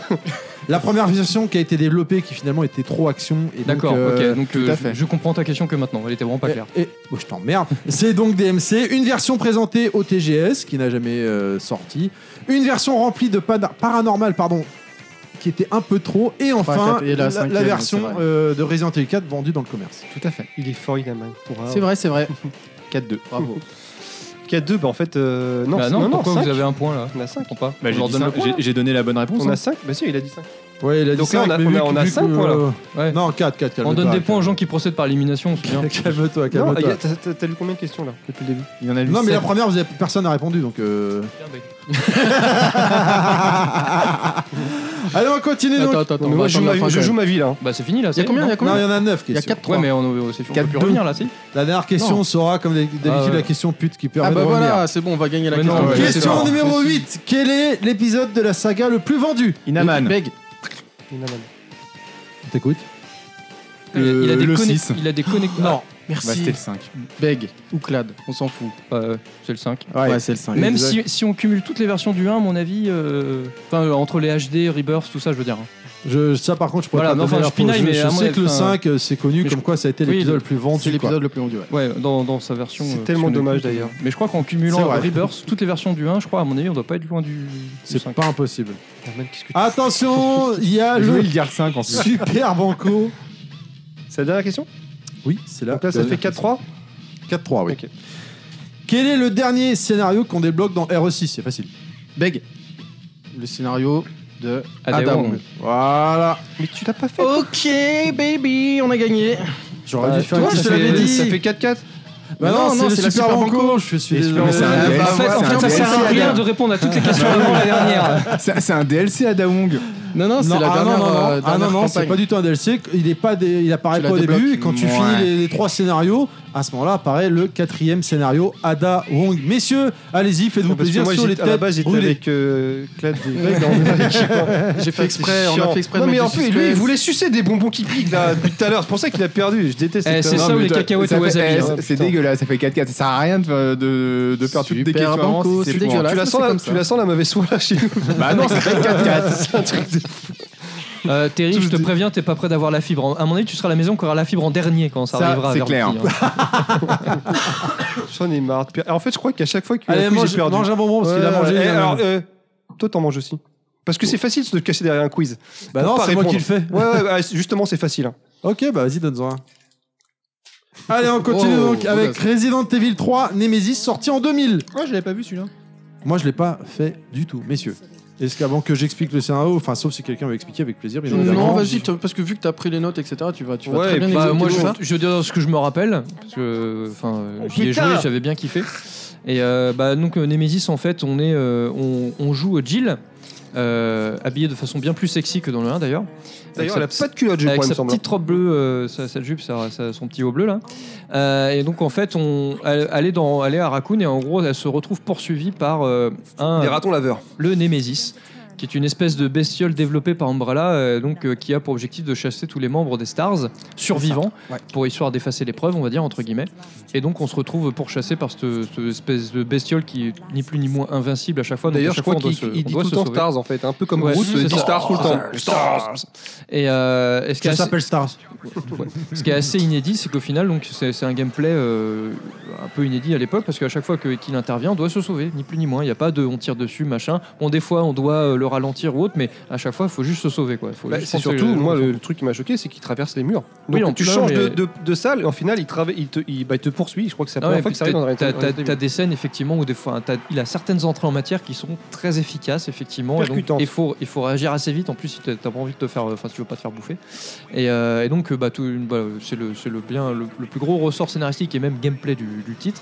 Speaker 2: la première version qui a été développée, qui finalement était trop action. et donc,
Speaker 4: D'accord,
Speaker 2: euh,
Speaker 4: ok, donc
Speaker 2: tout
Speaker 4: euh,
Speaker 2: à
Speaker 4: je-
Speaker 2: fait.
Speaker 4: je comprends ta question que maintenant, elle était vraiment pas claire.
Speaker 2: Et, et- oh, je t'emmerde. C'est donc DMC, une version présentée au TGS qui n'a jamais euh, sorti, une version remplie de pana- paranormal, pardon, qui était un peu trop, et enfin
Speaker 5: quatre, et la
Speaker 2: la,
Speaker 5: cinquième,
Speaker 2: la
Speaker 5: c'est
Speaker 2: version
Speaker 5: vrai.
Speaker 2: euh, de Resident Evil 4 vendue dans le commerce.
Speaker 8: Tout à fait.
Speaker 3: Il est fort, il a mal.
Speaker 5: C'est vrai, c'est vrai.
Speaker 8: 4-2.
Speaker 5: Bravo.
Speaker 3: 4-2, bah en fait. euh, Non,
Speaker 4: bah
Speaker 3: c'est-
Speaker 4: non,
Speaker 3: non, non,
Speaker 4: pourquoi vous
Speaker 3: 5.
Speaker 4: avez un point là
Speaker 3: On a 5.
Speaker 4: comprends pas.
Speaker 8: Bah,
Speaker 4: Je
Speaker 8: j'ai
Speaker 4: leur
Speaker 8: dit
Speaker 4: donne le
Speaker 8: cinq-
Speaker 4: point, là.
Speaker 8: j'ai- j'ai donné la bonne réponse.
Speaker 3: On a
Speaker 8: hein.
Speaker 3: 5 Bah si, il a dit 5.
Speaker 2: Ouais, il a
Speaker 3: Donc
Speaker 2: dit
Speaker 3: là, on
Speaker 2: cinq,
Speaker 3: a-
Speaker 2: mais
Speaker 3: on a-
Speaker 2: vu que-
Speaker 3: on a
Speaker 2: vu que,
Speaker 3: cinq,
Speaker 2: euh,
Speaker 3: voilà.
Speaker 4: Ouais.
Speaker 2: Non, 4, 4,
Speaker 4: On donne des points aux gens qui procèdent par élimination, on se souvient.
Speaker 2: Calme-toi,
Speaker 3: hein. Non, il y
Speaker 2: calme-toi.
Speaker 3: a- t'as t'as- t'as lu combien de questions là depuis le début
Speaker 8: Il y en a eu
Speaker 2: Non, mais la
Speaker 8: sept.
Speaker 2: première, vous avez, personne n'a répondu, donc. euh, Allez, on continue donc.
Speaker 5: Attends, attends, attends.
Speaker 3: Mais
Speaker 5: on va
Speaker 3: Moi, je joue
Speaker 5: attendre la
Speaker 3: ma
Speaker 5: fin
Speaker 3: vie- je
Speaker 5: quand
Speaker 3: joue
Speaker 5: même.
Speaker 3: ma vie là.
Speaker 4: Bah c'est fini là,
Speaker 5: Il y a
Speaker 4: c'est-
Speaker 5: combien Il y a
Speaker 2: Non, il y
Speaker 5: combien
Speaker 2: en a 9
Speaker 5: Il y a
Speaker 2: questions.
Speaker 5: 4
Speaker 4: Ouais mais on, on peut plus
Speaker 2: 4-2.
Speaker 4: revenir là si Euh,
Speaker 2: La dernière question
Speaker 5: Non.
Speaker 2: sera, comme d'habitude,
Speaker 4: Ah ouais.
Speaker 2: la question pute qui permet
Speaker 5: Ah bah
Speaker 2: de revenir.
Speaker 5: voilà, c'est bon, on va gagner la
Speaker 4: Mais non,
Speaker 5: question.
Speaker 4: ouais,
Speaker 5: Ok,
Speaker 4: c'est
Speaker 5: c'est
Speaker 2: Question
Speaker 4: bon.
Speaker 2: numéro 8. Quel est l'épisode de la saga le plus vendu
Speaker 8: Inaman.
Speaker 5: Beg,
Speaker 3: Il y en a mal.
Speaker 2: On t'écoute.
Speaker 8: Le-
Speaker 4: il, a des
Speaker 8: le
Speaker 4: connect-
Speaker 8: six.
Speaker 4: il a des connect- Non,
Speaker 8: Bah,
Speaker 5: merci.
Speaker 8: c'était le 5.
Speaker 5: Beg ou Clad, on s'en fout.
Speaker 4: euh, c'est le 5.
Speaker 5: Ouais, c'est le 5.
Speaker 4: Même si, si on cumule toutes les versions du 1, à mon avis, euh, enfin, euh, entre les HD, Rebirth, tout ça, je veux dire. hein.
Speaker 2: Je, ça, par contre, je pourrais
Speaker 4: Voilà,
Speaker 2: pas
Speaker 4: mais
Speaker 2: donner
Speaker 4: enfin,
Speaker 2: la
Speaker 4: je pinaille,
Speaker 2: réponse.
Speaker 4: mais à
Speaker 2: je
Speaker 4: mon
Speaker 2: sais que le
Speaker 4: avis,
Speaker 2: 5, euh, c'est connu
Speaker 4: mais
Speaker 2: comme
Speaker 4: je-
Speaker 2: quoi ça a été
Speaker 4: Oui,
Speaker 2: l'épisode
Speaker 4: le-
Speaker 2: le plus
Speaker 5: c'est
Speaker 2: vendu. quoi.
Speaker 5: l'épisode le plus vendu. ouais.
Speaker 4: Ouais, dans, dans sa version.
Speaker 3: C'est
Speaker 4: euh,
Speaker 3: tellement
Speaker 4: parce qu'on
Speaker 3: dommage,
Speaker 4: écoute,
Speaker 3: d'ailleurs.
Speaker 4: Mais je crois qu'en cumulant
Speaker 2: C'est vrai.
Speaker 4: Rebirth, toutes les versions du 1, je crois, à mon avis, on doit pas être loin du, du
Speaker 2: C'est
Speaker 4: 5.
Speaker 2: pas impossible.
Speaker 3: Herman, qu'est-ce que tu-
Speaker 2: Attention, il y a
Speaker 8: Je voulais
Speaker 2: le
Speaker 8: le dire 5 en plus.
Speaker 2: super banco.
Speaker 3: C'est la dernière question
Speaker 2: Oui, c'est là.
Speaker 3: Donc là, ça fait 4-3.
Speaker 2: 4-3, oui.
Speaker 3: Ok.
Speaker 2: Quel est le dernier scénario qu'on débloque dans RE6 C'est facile.
Speaker 5: Beg, le scénario de
Speaker 4: Ada
Speaker 5: Adam.
Speaker 4: Wong.
Speaker 2: Voilà.
Speaker 3: Mais tu l'as pas fait.
Speaker 5: Ok, baby, on a gagné.
Speaker 2: J'aurais
Speaker 4: Bah,
Speaker 2: dû faire
Speaker 4: toi,
Speaker 2: une
Speaker 4: je te
Speaker 2: question.
Speaker 4: l'avais dit.
Speaker 3: Ça fait 4-4.
Speaker 2: Bah non,
Speaker 5: Non, non,
Speaker 2: c'est
Speaker 5: c'est
Speaker 2: le
Speaker 5: la
Speaker 2: super
Speaker 5: Super
Speaker 2: banco. Je suis
Speaker 8: Et je
Speaker 2: désolé.
Speaker 8: pense que c'est un
Speaker 2: Ah,
Speaker 8: DLC,
Speaker 2: bah,
Speaker 4: en fait,
Speaker 8: c'est
Speaker 4: en
Speaker 8: un
Speaker 4: fait, ça
Speaker 8: DLC,
Speaker 4: sert à rien de répondre à toutes les questions avant la dernière.
Speaker 8: C'est c'est un DLC à Dawong.
Speaker 5: Non, non, c'est la
Speaker 2: ah
Speaker 5: dernière.
Speaker 2: non, non, non.
Speaker 5: euh,
Speaker 2: Ah non,
Speaker 5: dernière
Speaker 2: non, c'est
Speaker 5: campagne.
Speaker 2: pas du tout un DLC. Il, est pas dé- il apparaît
Speaker 5: Tu
Speaker 2: pas
Speaker 5: la
Speaker 2: au début.
Speaker 5: débloques.
Speaker 2: Et quand tu
Speaker 8: Ouais.
Speaker 2: finis les, les trois scénarios, à ce moment-là apparaît le quatrième scénario, Ada Wong. Messieurs, allez-y, faites-vous
Speaker 3: Parce que
Speaker 2: plaisir
Speaker 3: moi,
Speaker 2: sur les
Speaker 3: j'étais- à la
Speaker 2: têtes
Speaker 3: base, j'étais
Speaker 2: brûlées.
Speaker 3: avec euh, Clad des Vagues, là,
Speaker 5: J'ai fait exprès, on
Speaker 3: chiant.
Speaker 5: a fait exprès de
Speaker 3: Non, mais
Speaker 5: mettre
Speaker 3: en
Speaker 5: du
Speaker 3: fait, lui,
Speaker 5: suspense.
Speaker 3: il voulait sucer des bonbons qui piquent là depuis tout à l'heure. C'est pour ça qu'il a perdu. Je déteste.
Speaker 4: Eh,
Speaker 3: cette
Speaker 4: c'est
Speaker 3: connerie.
Speaker 4: ça ou les
Speaker 8: toi,
Speaker 4: cacahuètes
Speaker 8: ça
Speaker 4: au
Speaker 8: fait-
Speaker 4: wasabi,
Speaker 8: eh,
Speaker 4: hein,
Speaker 8: C'est dégueulasse, ça fait 4-4. Ça sert à rien de, euh, de, de faire toutes des
Speaker 5: Super
Speaker 8: questions avant,
Speaker 5: banco,
Speaker 8: si
Speaker 5: c'est
Speaker 8: pour-
Speaker 5: dégueulasse.
Speaker 3: Tu la,
Speaker 5: c'est
Speaker 3: sens, la,
Speaker 5: comme
Speaker 3: tu
Speaker 5: ça.
Speaker 3: la sens la mauvaise soie là chez nous.
Speaker 8: Bah non, ça fait 4-4.
Speaker 3: C'est un truc de-
Speaker 4: Euh, Terry,
Speaker 3: Tout
Speaker 4: je te
Speaker 3: dit.
Speaker 4: préviens, t'es pas prêt d'avoir la fibre. En- À mon avis, tu seras à la maison qui aura la fibre en dernier quand ça,
Speaker 8: Ça,
Speaker 4: arrivera.
Speaker 8: c'est
Speaker 4: vers
Speaker 8: clair.
Speaker 4: midi, hein.
Speaker 3: J'en ai marre. de per- En fait, je crois qu'à chaque fois que
Speaker 2: Allez,
Speaker 3: un coup,
Speaker 2: mange,
Speaker 3: j'ai perdu.
Speaker 2: mange un bonbon parce qu'il a
Speaker 3: Ouais,
Speaker 2: mangé.
Speaker 3: eh,
Speaker 2: euh,
Speaker 3: alors, euh, toi, t'en manges aussi. Parce que c'est facile de se cacher derrière un quiz.
Speaker 2: bah
Speaker 3: pour
Speaker 2: non,
Speaker 3: pas
Speaker 2: c'est moi qui le
Speaker 3: répondre.
Speaker 2: fais.
Speaker 3: Ouais, ouais, ouais, justement, c'est facile. hein.
Speaker 2: Ok, bah vas-y, donne-en un. Allez, on continue
Speaker 5: Oh,
Speaker 2: donc avec
Speaker 5: audace.
Speaker 2: Resident Evil 3 Nemesis sorti en 2000.
Speaker 8: Moi, je l'avais pas vu celui-là.
Speaker 2: Moi, je l'ai pas fait du tout, messieurs. Est-ce qu'avant que j'explique le scénario, enfin, sauf si quelqu'un veut expliquer avec plaisir, mais
Speaker 5: Non,
Speaker 2: évidemment,
Speaker 5: vas-y, t'as- parce que vu que t'as pris les notes, etc., tu vas, tu vas
Speaker 3: Ouais,
Speaker 5: très bien
Speaker 4: Bah,
Speaker 5: expliquer
Speaker 4: moi, je,
Speaker 5: tout ça.
Speaker 4: je veux dire ce que je me rappelle, parce que enfin, euh, j'y ai joué, j'avais bien kiffé. Et euh, bah, donc, euh, Nemesis, en fait, on, est, euh, on, on joue Jill, euh, habillée de façon bien plus sexy que dans le 1 d'ailleurs.
Speaker 3: D'ailleurs, elle a
Speaker 4: Avec sa-
Speaker 3: pas de culotte, je
Speaker 4: avec
Speaker 3: crois, il me
Speaker 4: sa
Speaker 3: semble. hein.
Speaker 4: petite robe bleue, euh, sa, sa jupe, sa- sa- son petit haut bleu là. Euh, et donc en fait, on, elle, elle est dans, elle est à Raccoon et en gros, elle se retrouve poursuivie par euh, un
Speaker 3: Des ratons laveurs.
Speaker 4: le Némésis, qui est une espèce de bestiole développée par Umbrella, euh, donc euh, qui a pour objectif de chasser tous les membres des Stars survivants, pour histoire d'effacer les preuves, on va dire entre guillemets. Et donc on se retrouve pourchassé par cette, cette espèce de bestiole qui est ni plus ni moins invincible à chaque fois. donc à
Speaker 3: D'ailleurs, je
Speaker 4: chaque
Speaker 3: crois
Speaker 4: fois, on
Speaker 3: qu'il
Speaker 4: doit se-
Speaker 3: il
Speaker 4: on
Speaker 3: dit tout
Speaker 4: doit
Speaker 3: le
Speaker 4: se
Speaker 3: temps
Speaker 4: sauver.
Speaker 3: Stars, en fait. Un peu comme
Speaker 4: Ouais,
Speaker 3: Bruce,
Speaker 4: c'est
Speaker 3: il dit
Speaker 4: ça.
Speaker 3: Stars tout le temps. Stars.
Speaker 4: Et euh, est-ce qu'il
Speaker 2: je
Speaker 4: y a-
Speaker 2: s'appelle Stars.
Speaker 4: Ce qui est assez inédit, c'est qu'au final, donc c'est c'est un gameplay euh, un peu inédit à l'époque, parce qu'à chaque fois que- qu'il intervient, on doit se sauver, ni plus ni moins. Il n'y a pas de on tire dessus, machin. Bon, des fois, on doit euh, le ralentir ou autre, mais à chaque fois, il faut juste se sauver. quoi. Faut
Speaker 3: Bah,
Speaker 4: juste
Speaker 3: c'est
Speaker 4: penser-
Speaker 3: surtout, moi, le, le truc qui m'a choqué, c'est qu'il traverse les murs. Donc,
Speaker 4: Oui, en
Speaker 3: tu
Speaker 4: plein,
Speaker 3: changes de,
Speaker 4: mais-
Speaker 3: de, de salle et en final, il, trava- il, te, il, bah, il te poursuit. Je crois que c'est la
Speaker 4: Non,
Speaker 3: première
Speaker 4: mais
Speaker 3: fois que ça arrive dans
Speaker 4: Ah t'as-
Speaker 3: Resident
Speaker 4: t'as-
Speaker 3: Resident
Speaker 4: T'as
Speaker 3: Evil.
Speaker 4: des scènes effectivement où des fois t'as- il a certaines entrées en matière qui sont très efficaces effectivement et donc
Speaker 3: Percutantes.
Speaker 4: il faut il faut réagir assez vite en plus si t'as t'as pas envie de te faire enfin si tu veux pas te faire bouffer et, euh, et donc euh, bah, tout- bah, c'est le c'est le bien le, le plus gros ressort scénaristique et même gameplay du, du titre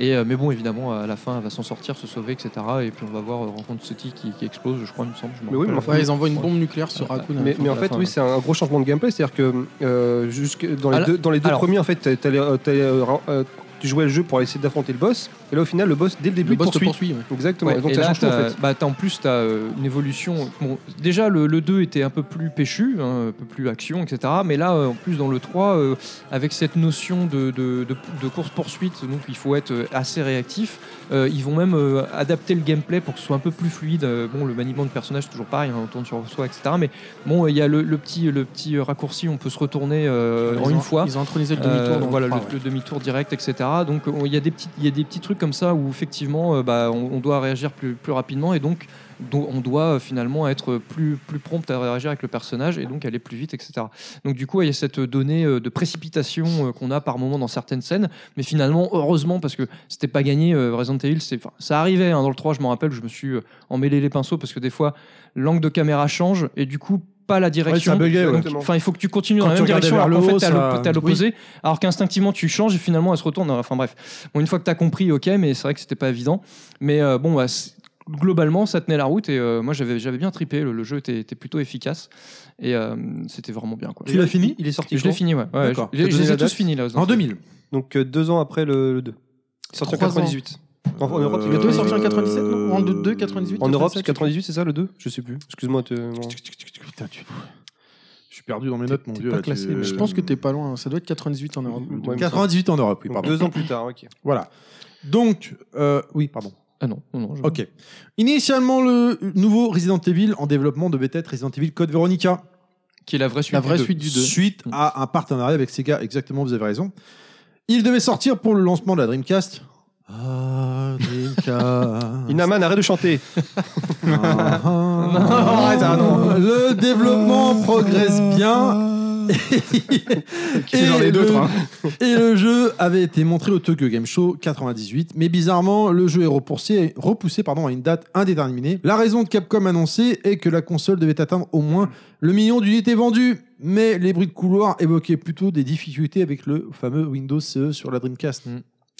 Speaker 4: et euh, mais bon évidemment à la fin elle va s'en sortir se sauver etc et puis on va voir euh, rencontre City qui, qui explose je crois il me semble je me
Speaker 3: Mais oui, mais
Speaker 4: rappelle.
Speaker 3: enfin,
Speaker 5: Ouais, ils envoient une bombe nucléaire sur Raccoon. hein. à la
Speaker 3: Mais,
Speaker 5: fin
Speaker 3: mais
Speaker 5: de
Speaker 3: en
Speaker 5: la
Speaker 3: fait,
Speaker 5: fin,
Speaker 3: oui,
Speaker 5: là.
Speaker 3: c'est un gros changement de gameplay. C'est-à-dire que euh, jusque dans les
Speaker 4: Alors-
Speaker 3: deux, dans les deux
Speaker 4: alors-
Speaker 3: premiers, en fait, t'as- t'as les- euh, t'as les, euh, euh, tu jouais le jeu pour essayer d'affronter le boss. Et là, au final, le boss, dès le début,
Speaker 5: le
Speaker 3: il te
Speaker 5: boss te
Speaker 3: poursuit.
Speaker 5: poursuit. ouais.
Speaker 3: Exactement.
Speaker 4: Ouais,
Speaker 3: Et donc,
Speaker 4: et
Speaker 3: ça
Speaker 4: là,
Speaker 3: change tout, en
Speaker 4: t'as-
Speaker 3: fait.
Speaker 4: bah, t'as- en plus, tu as une évolution. Bon, déjà, le, le 2 était un peu plus péchu, hein, un peu plus action, etc. Mais là, euh, en plus, dans le 3, euh, avec cette notion de, de- de- de course-poursuite, donc il faut être euh, assez réactif. euh, ils vont même euh, adapter le gameplay pour que ce soit un peu plus fluide. Euh, bon, le maniement de personnage, c'est toujours pareil, hein, on tourne sur soi, etc. Mais bon, il y a le, le petit, le petit raccourci, on peut se retourner euh, en
Speaker 5: Ils ont-
Speaker 4: une fois.
Speaker 5: Ils ont intronisé le demi-tour.
Speaker 4: Euh,
Speaker 5: dans le
Speaker 4: voilà,
Speaker 5: trois,
Speaker 4: le,
Speaker 5: ouais.
Speaker 4: le demi-tour direct, etc. Donc on- il y a des petits, il y a des petits trucs comme ça où effectivement, euh, bah, on, on doit réagir plus, plus rapidement et donc do- on doit euh, finalement être plus, plus prompt à réagir avec le personnage et donc aller plus vite, etc. Donc du coup, il y a cette donnée euh, de précipitation euh, qu'on a par moment dans certaines scènes, mais finalement, heureusement, parce que c'était pas gagné, euh, Resident Evil, c'est, enfin, ça arrivait hein, dans le 3, je m'en rappelle, je me suis euh, emmêlé les pinceaux parce que des fois, l'angle de caméra change et du coup, pas la direction.
Speaker 2: ça buguait, ouais.
Speaker 4: Donc, Enfin, il faut que tu continues dans
Speaker 2: Quand
Speaker 4: la
Speaker 2: tu
Speaker 4: même
Speaker 2: regardais
Speaker 4: direction
Speaker 2: vers
Speaker 4: alors qu'en
Speaker 2: le
Speaker 4: fait,
Speaker 2: haut,
Speaker 4: t'es à
Speaker 2: ça-
Speaker 4: l'op- t'es à l'opposé, alors qu'instinctivement, tu changes et finalement, elle se retourne. Enfin bref. Bon, une fois que t'as compris, ok, mais c'est vrai que c'était pas évident. Mais euh, bon, bah, c'est- globalement, ça tenait la route et euh, moi, j'avais j'avais bien trippé. Le, le jeu était, était plutôt efficace et euh, c'était vraiment bien, quoi.
Speaker 2: Tu l'as fini
Speaker 3: Il est sorti.
Speaker 4: Je l'ai
Speaker 3: quand
Speaker 4: fini, ouais. ouais
Speaker 2: D'accord.
Speaker 4: je je
Speaker 3: T'as donné
Speaker 4: les
Speaker 3: la
Speaker 4: ai tous
Speaker 3: date
Speaker 4: finis, là.
Speaker 2: En 2000.
Speaker 3: Donc, euh, deux ans après le 2. Il est sorti en
Speaker 5: Trois ans.
Speaker 3: 98. En en Euh,
Speaker 2: Euh,
Speaker 3: Europe,
Speaker 5: Le 2 est
Speaker 3: il-
Speaker 5: sorti en 97, non En 2, 98
Speaker 3: En Europe, c'est
Speaker 5: 97,
Speaker 3: 98, c'est ça le 2 Je sais plus. Excuse-moi. te-
Speaker 2: Putain, tu- Je suis perdu dans mes notes, mon
Speaker 5: t'es
Speaker 2: vieux.
Speaker 5: pas
Speaker 2: là, tu-
Speaker 5: classé, mais Je pense que t'es pas loin. hein. Ça doit être 98 en Europe.
Speaker 3: Ouais,
Speaker 2: 98 en Europe, oui,
Speaker 3: Donc,
Speaker 2: pardon.
Speaker 3: Deux ans plus tard, ok.
Speaker 2: Voilà. Donc, euh, oui, pardon.
Speaker 4: Ah non, non, non, je-
Speaker 2: Ok. Initialement, le nouveau Resident Evil en développement devait être Resident Evil Code Veronica.
Speaker 4: Qui est la vraie suite.
Speaker 5: La
Speaker 4: du
Speaker 5: vraie
Speaker 4: deux.
Speaker 5: suite du 2.
Speaker 2: Suite à un partenariat avec Sega, exactement, vous avez raison. Il devait sortir pour le lancement de la Dreamcast. Ah, Dreamcast.
Speaker 3: Inaman, arrête de chanter.
Speaker 2: Ah, ah,
Speaker 3: arrête, ah, non.
Speaker 2: Le développement progresse bien.
Speaker 8: C'est genre les deux,
Speaker 2: le,
Speaker 8: hein.
Speaker 2: et le jeu avait été montré au Tokyo Game Show 98, mais bizarrement, le jeu est repoussé, repoussé pardon, à une date indéterminée. La raison de Capcom annoncée est que la console devait atteindre au moins le million d'unités vendues, mais les bruits de couloir évoquaient plutôt des difficultés avec le fameux Windows CE E sur la Dreamcast.
Speaker 4: Mm.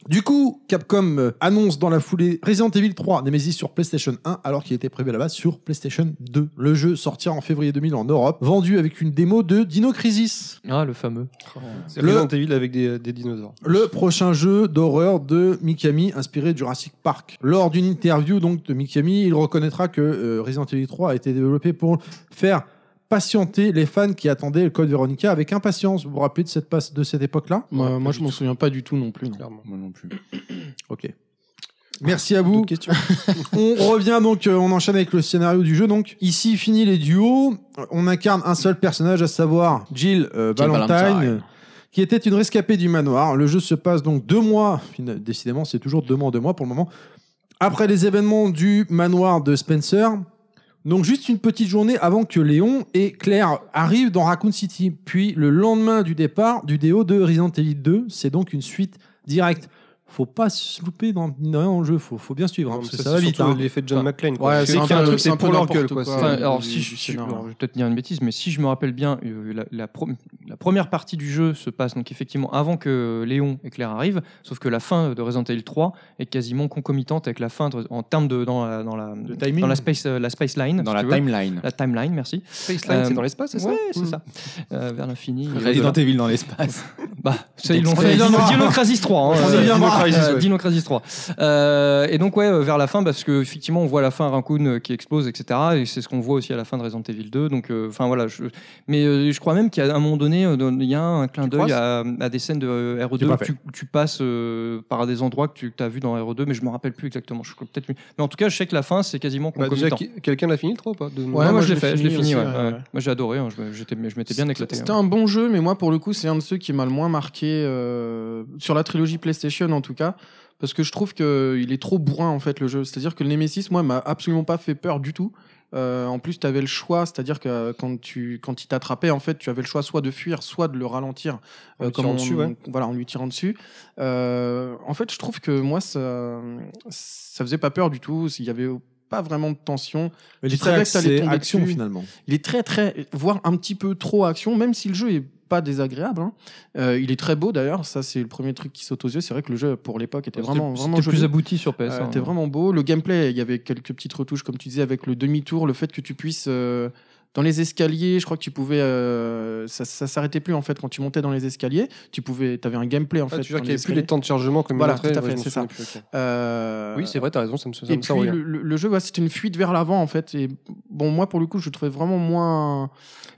Speaker 2: Du coup, Capcom euh, annonce dans la foulée Resident Evil 3 Nemesis sur PlayStation 1 alors qu'il était prévu à la base sur PlayStation 2. Le jeu sortira en février 2000 en Europe, vendu avec une démo de Dino Crisis.
Speaker 4: Ah, le fameux.
Speaker 3: C'est
Speaker 2: Le-
Speaker 3: Resident Evil avec des, des dinosaures.
Speaker 2: Le prochain jeu d'horreur de Mikami inspiré de Jurassic Park. Lors d'une interview donc de Mikami, il reconnaîtra que euh, Resident Evil 3 a été développé pour faire patienter les fans qui attendaient le code Veronica avec impatience. Vous vous rappelez de cette, passe- de cette époque-là
Speaker 5: Moi, moi, je m'en souviens pas du tout non plus. non.
Speaker 8: Moi non plus.
Speaker 2: Ok. Merci à vous. on revient donc, euh, on enchaîne avec le scénario du jeu. Donc ici, fini les duos. On incarne un seul personnage, à savoir Jill euh,
Speaker 5: Jill
Speaker 2: Valentine,
Speaker 5: Valentine.
Speaker 2: euh, qui était une rescapée du manoir. Le jeu se passe donc deux mois. Fina- Décidément, c'est toujours deux mois en deux mois pour le moment. Après les événements du manoir de Spencer. Donc juste une petite journée avant que Léon et Claire arrivent dans Raccoon City. Puis le lendemain du départ du déo de Resident Evil 2, c'est donc une suite directe. Faut pas se louper dans, dans le jeu, faut, faut bien suivre. hein, parce que ça, va vite. hein.
Speaker 3: surtout l'effet de John McClane. quoi.
Speaker 5: Ouais,
Speaker 3: Tu
Speaker 5: c'est
Speaker 3: sais
Speaker 5: un
Speaker 3: qu'il y a
Speaker 5: peu-
Speaker 3: un truc,
Speaker 5: c'est un
Speaker 3: c'est
Speaker 5: peu
Speaker 3: pour leur
Speaker 5: n'importe
Speaker 3: gueule.
Speaker 5: quoi.
Speaker 3: Quoi. C'est-
Speaker 4: Enfin,
Speaker 5: Ouais,
Speaker 4: alors,
Speaker 5: du-
Speaker 4: si
Speaker 5: du
Speaker 4: je, si je-
Speaker 5: scénar.
Speaker 4: alors, je vais peut-être dire une bêtise, mais si je me rappelle bien, euh, la, la pro- la première partie du jeu se passe donc effectivement avant que Léon et Claire arrivent, sauf que la fin de Resident Evil 3 est quasiment concomitante avec la fin de- en termes de dans la dans la
Speaker 2: Le timing.
Speaker 4: dans la space euh, la space line,
Speaker 8: Dans
Speaker 4: si
Speaker 8: la
Speaker 4: tu veux.
Speaker 8: timeline.
Speaker 4: La timeline, merci.
Speaker 3: Spaceline,
Speaker 4: Euh,
Speaker 3: c'est dans l'espace, c'est ça
Speaker 4: Ouais, c'est ça. Euh, vers l'infini.
Speaker 8: Resident Evil dans l'espace.
Speaker 4: Bah, ça, ils l'ont
Speaker 2: On
Speaker 4: fait.
Speaker 2: y
Speaker 4: Dino,
Speaker 2: viendra.
Speaker 4: Dino Crisis 3. hein,
Speaker 2: On y
Speaker 4: euh,
Speaker 2: viendra.
Speaker 4: Dino Crisis,
Speaker 2: Euh,
Speaker 4: ouais. Dino Crisis 3. Euh, et donc, ouais, euh, vers la fin, parce que effectivement, on voit à la fin Raccoon euh, qui explose, etc. Et c'est ce qu'on voit aussi à la fin de Resident Evil 2. Donc, euh, enfin, voilà. je- Mais euh, je crois même qu'à un moment donné, euh, dans- il y a un clin d'œil à, à des scènes de euh,
Speaker 2: J'ai
Speaker 4: RE2
Speaker 2: pas
Speaker 4: où tu, tu passes euh, par des endroits que tu as vu dans RE2, mais je me rappelle plus exactement. Je, crois peut-être, mais en tout cas, je sais que la fin, c'est quasiment
Speaker 3: Bah, déjà,
Speaker 4: concomitant.
Speaker 3: qui- quelqu'un l'a fini le 3 ou pas de-
Speaker 4: Ouais, moi, je l'ai
Speaker 5: l'ai
Speaker 4: fait, je l'ai
Speaker 5: fini
Speaker 4: fini.
Speaker 5: aussi,
Speaker 4: ouais,
Speaker 5: ouais,
Speaker 4: ouais.
Speaker 5: ouais.
Speaker 4: Moi, j'ai adoré. hein, je me- j'étais- je m'étais bien éclaté.
Speaker 5: C'était
Speaker 4: hein.
Speaker 5: un bon jeu, mais moi, pour le coup, c'est un de ceux qui m'a le moins marqué euh, sur la trilogie PlayStation, en tout cas, parce que je trouve que il est trop bourrin en fait le jeu. C'est-à-dire que le Nemesis, moi, m'a absolument pas fait peur du tout. Euh, en plus, tu avais le choix, c'est-à-dire que euh, quand tu quand il t'attrapait, en fait, tu avais le choix soit de fuir, soit de le ralentir, euh,
Speaker 3: En lui
Speaker 5: comme
Speaker 3: tirant
Speaker 5: on-
Speaker 3: dessus, ouais.
Speaker 5: voilà, en lui tirant dessus. Euh, en fait, je trouve que moi, ça ça faisait pas peur du tout. Il y avait pas vraiment de tension.
Speaker 2: Mais
Speaker 5: Tu
Speaker 2: les
Speaker 5: savais
Speaker 2: tracks,
Speaker 5: que t'allais
Speaker 2: c'est
Speaker 5: tomber
Speaker 2: action
Speaker 5: dessus.
Speaker 2: finalement.
Speaker 5: Il est très, très, voire un petit peu trop action, même si le jeu est pas désagréable. hein. Euh, il est très beau d'ailleurs, ça c'est le premier truc qui saute aux yeux. C'est vrai que le jeu pour l'époque était vraiment, vraiment
Speaker 4: C'était
Speaker 5: joli.
Speaker 4: plus abouti sur PS.
Speaker 5: Euh,
Speaker 4: hein.
Speaker 5: C'était vraiment beau. Le gameplay, il y avait quelques petites retouches, comme tu disais, avec le demi-tour, le fait que tu puisses. euh, dans les escaliers, je crois que tu pouvais. euh, ça ça s'arrêtait plus en fait quand tu montais dans les escaliers. Tu pouvais, avais un gameplay en
Speaker 3: Ah,
Speaker 5: fait.
Speaker 3: tu veux dire
Speaker 5: dans
Speaker 3: qu'il n'y avait plus les
Speaker 5: escaliers.
Speaker 3: temps de chargement comme il
Speaker 5: Voilà,
Speaker 3: montrait,
Speaker 5: tout à
Speaker 3: ouais,
Speaker 5: fait,
Speaker 3: je me
Speaker 5: c'est
Speaker 3: souviens plus, ok.
Speaker 5: Euh,
Speaker 3: Oui, c'est vrai, t'as raison, ça me ça
Speaker 5: et
Speaker 3: me
Speaker 5: puis
Speaker 3: sert au lien.
Speaker 5: le, le- le jeu, ouais, c'était une fuite vers l'avant en fait. Et bon, moi pour le coup, je le trouvais vraiment moins,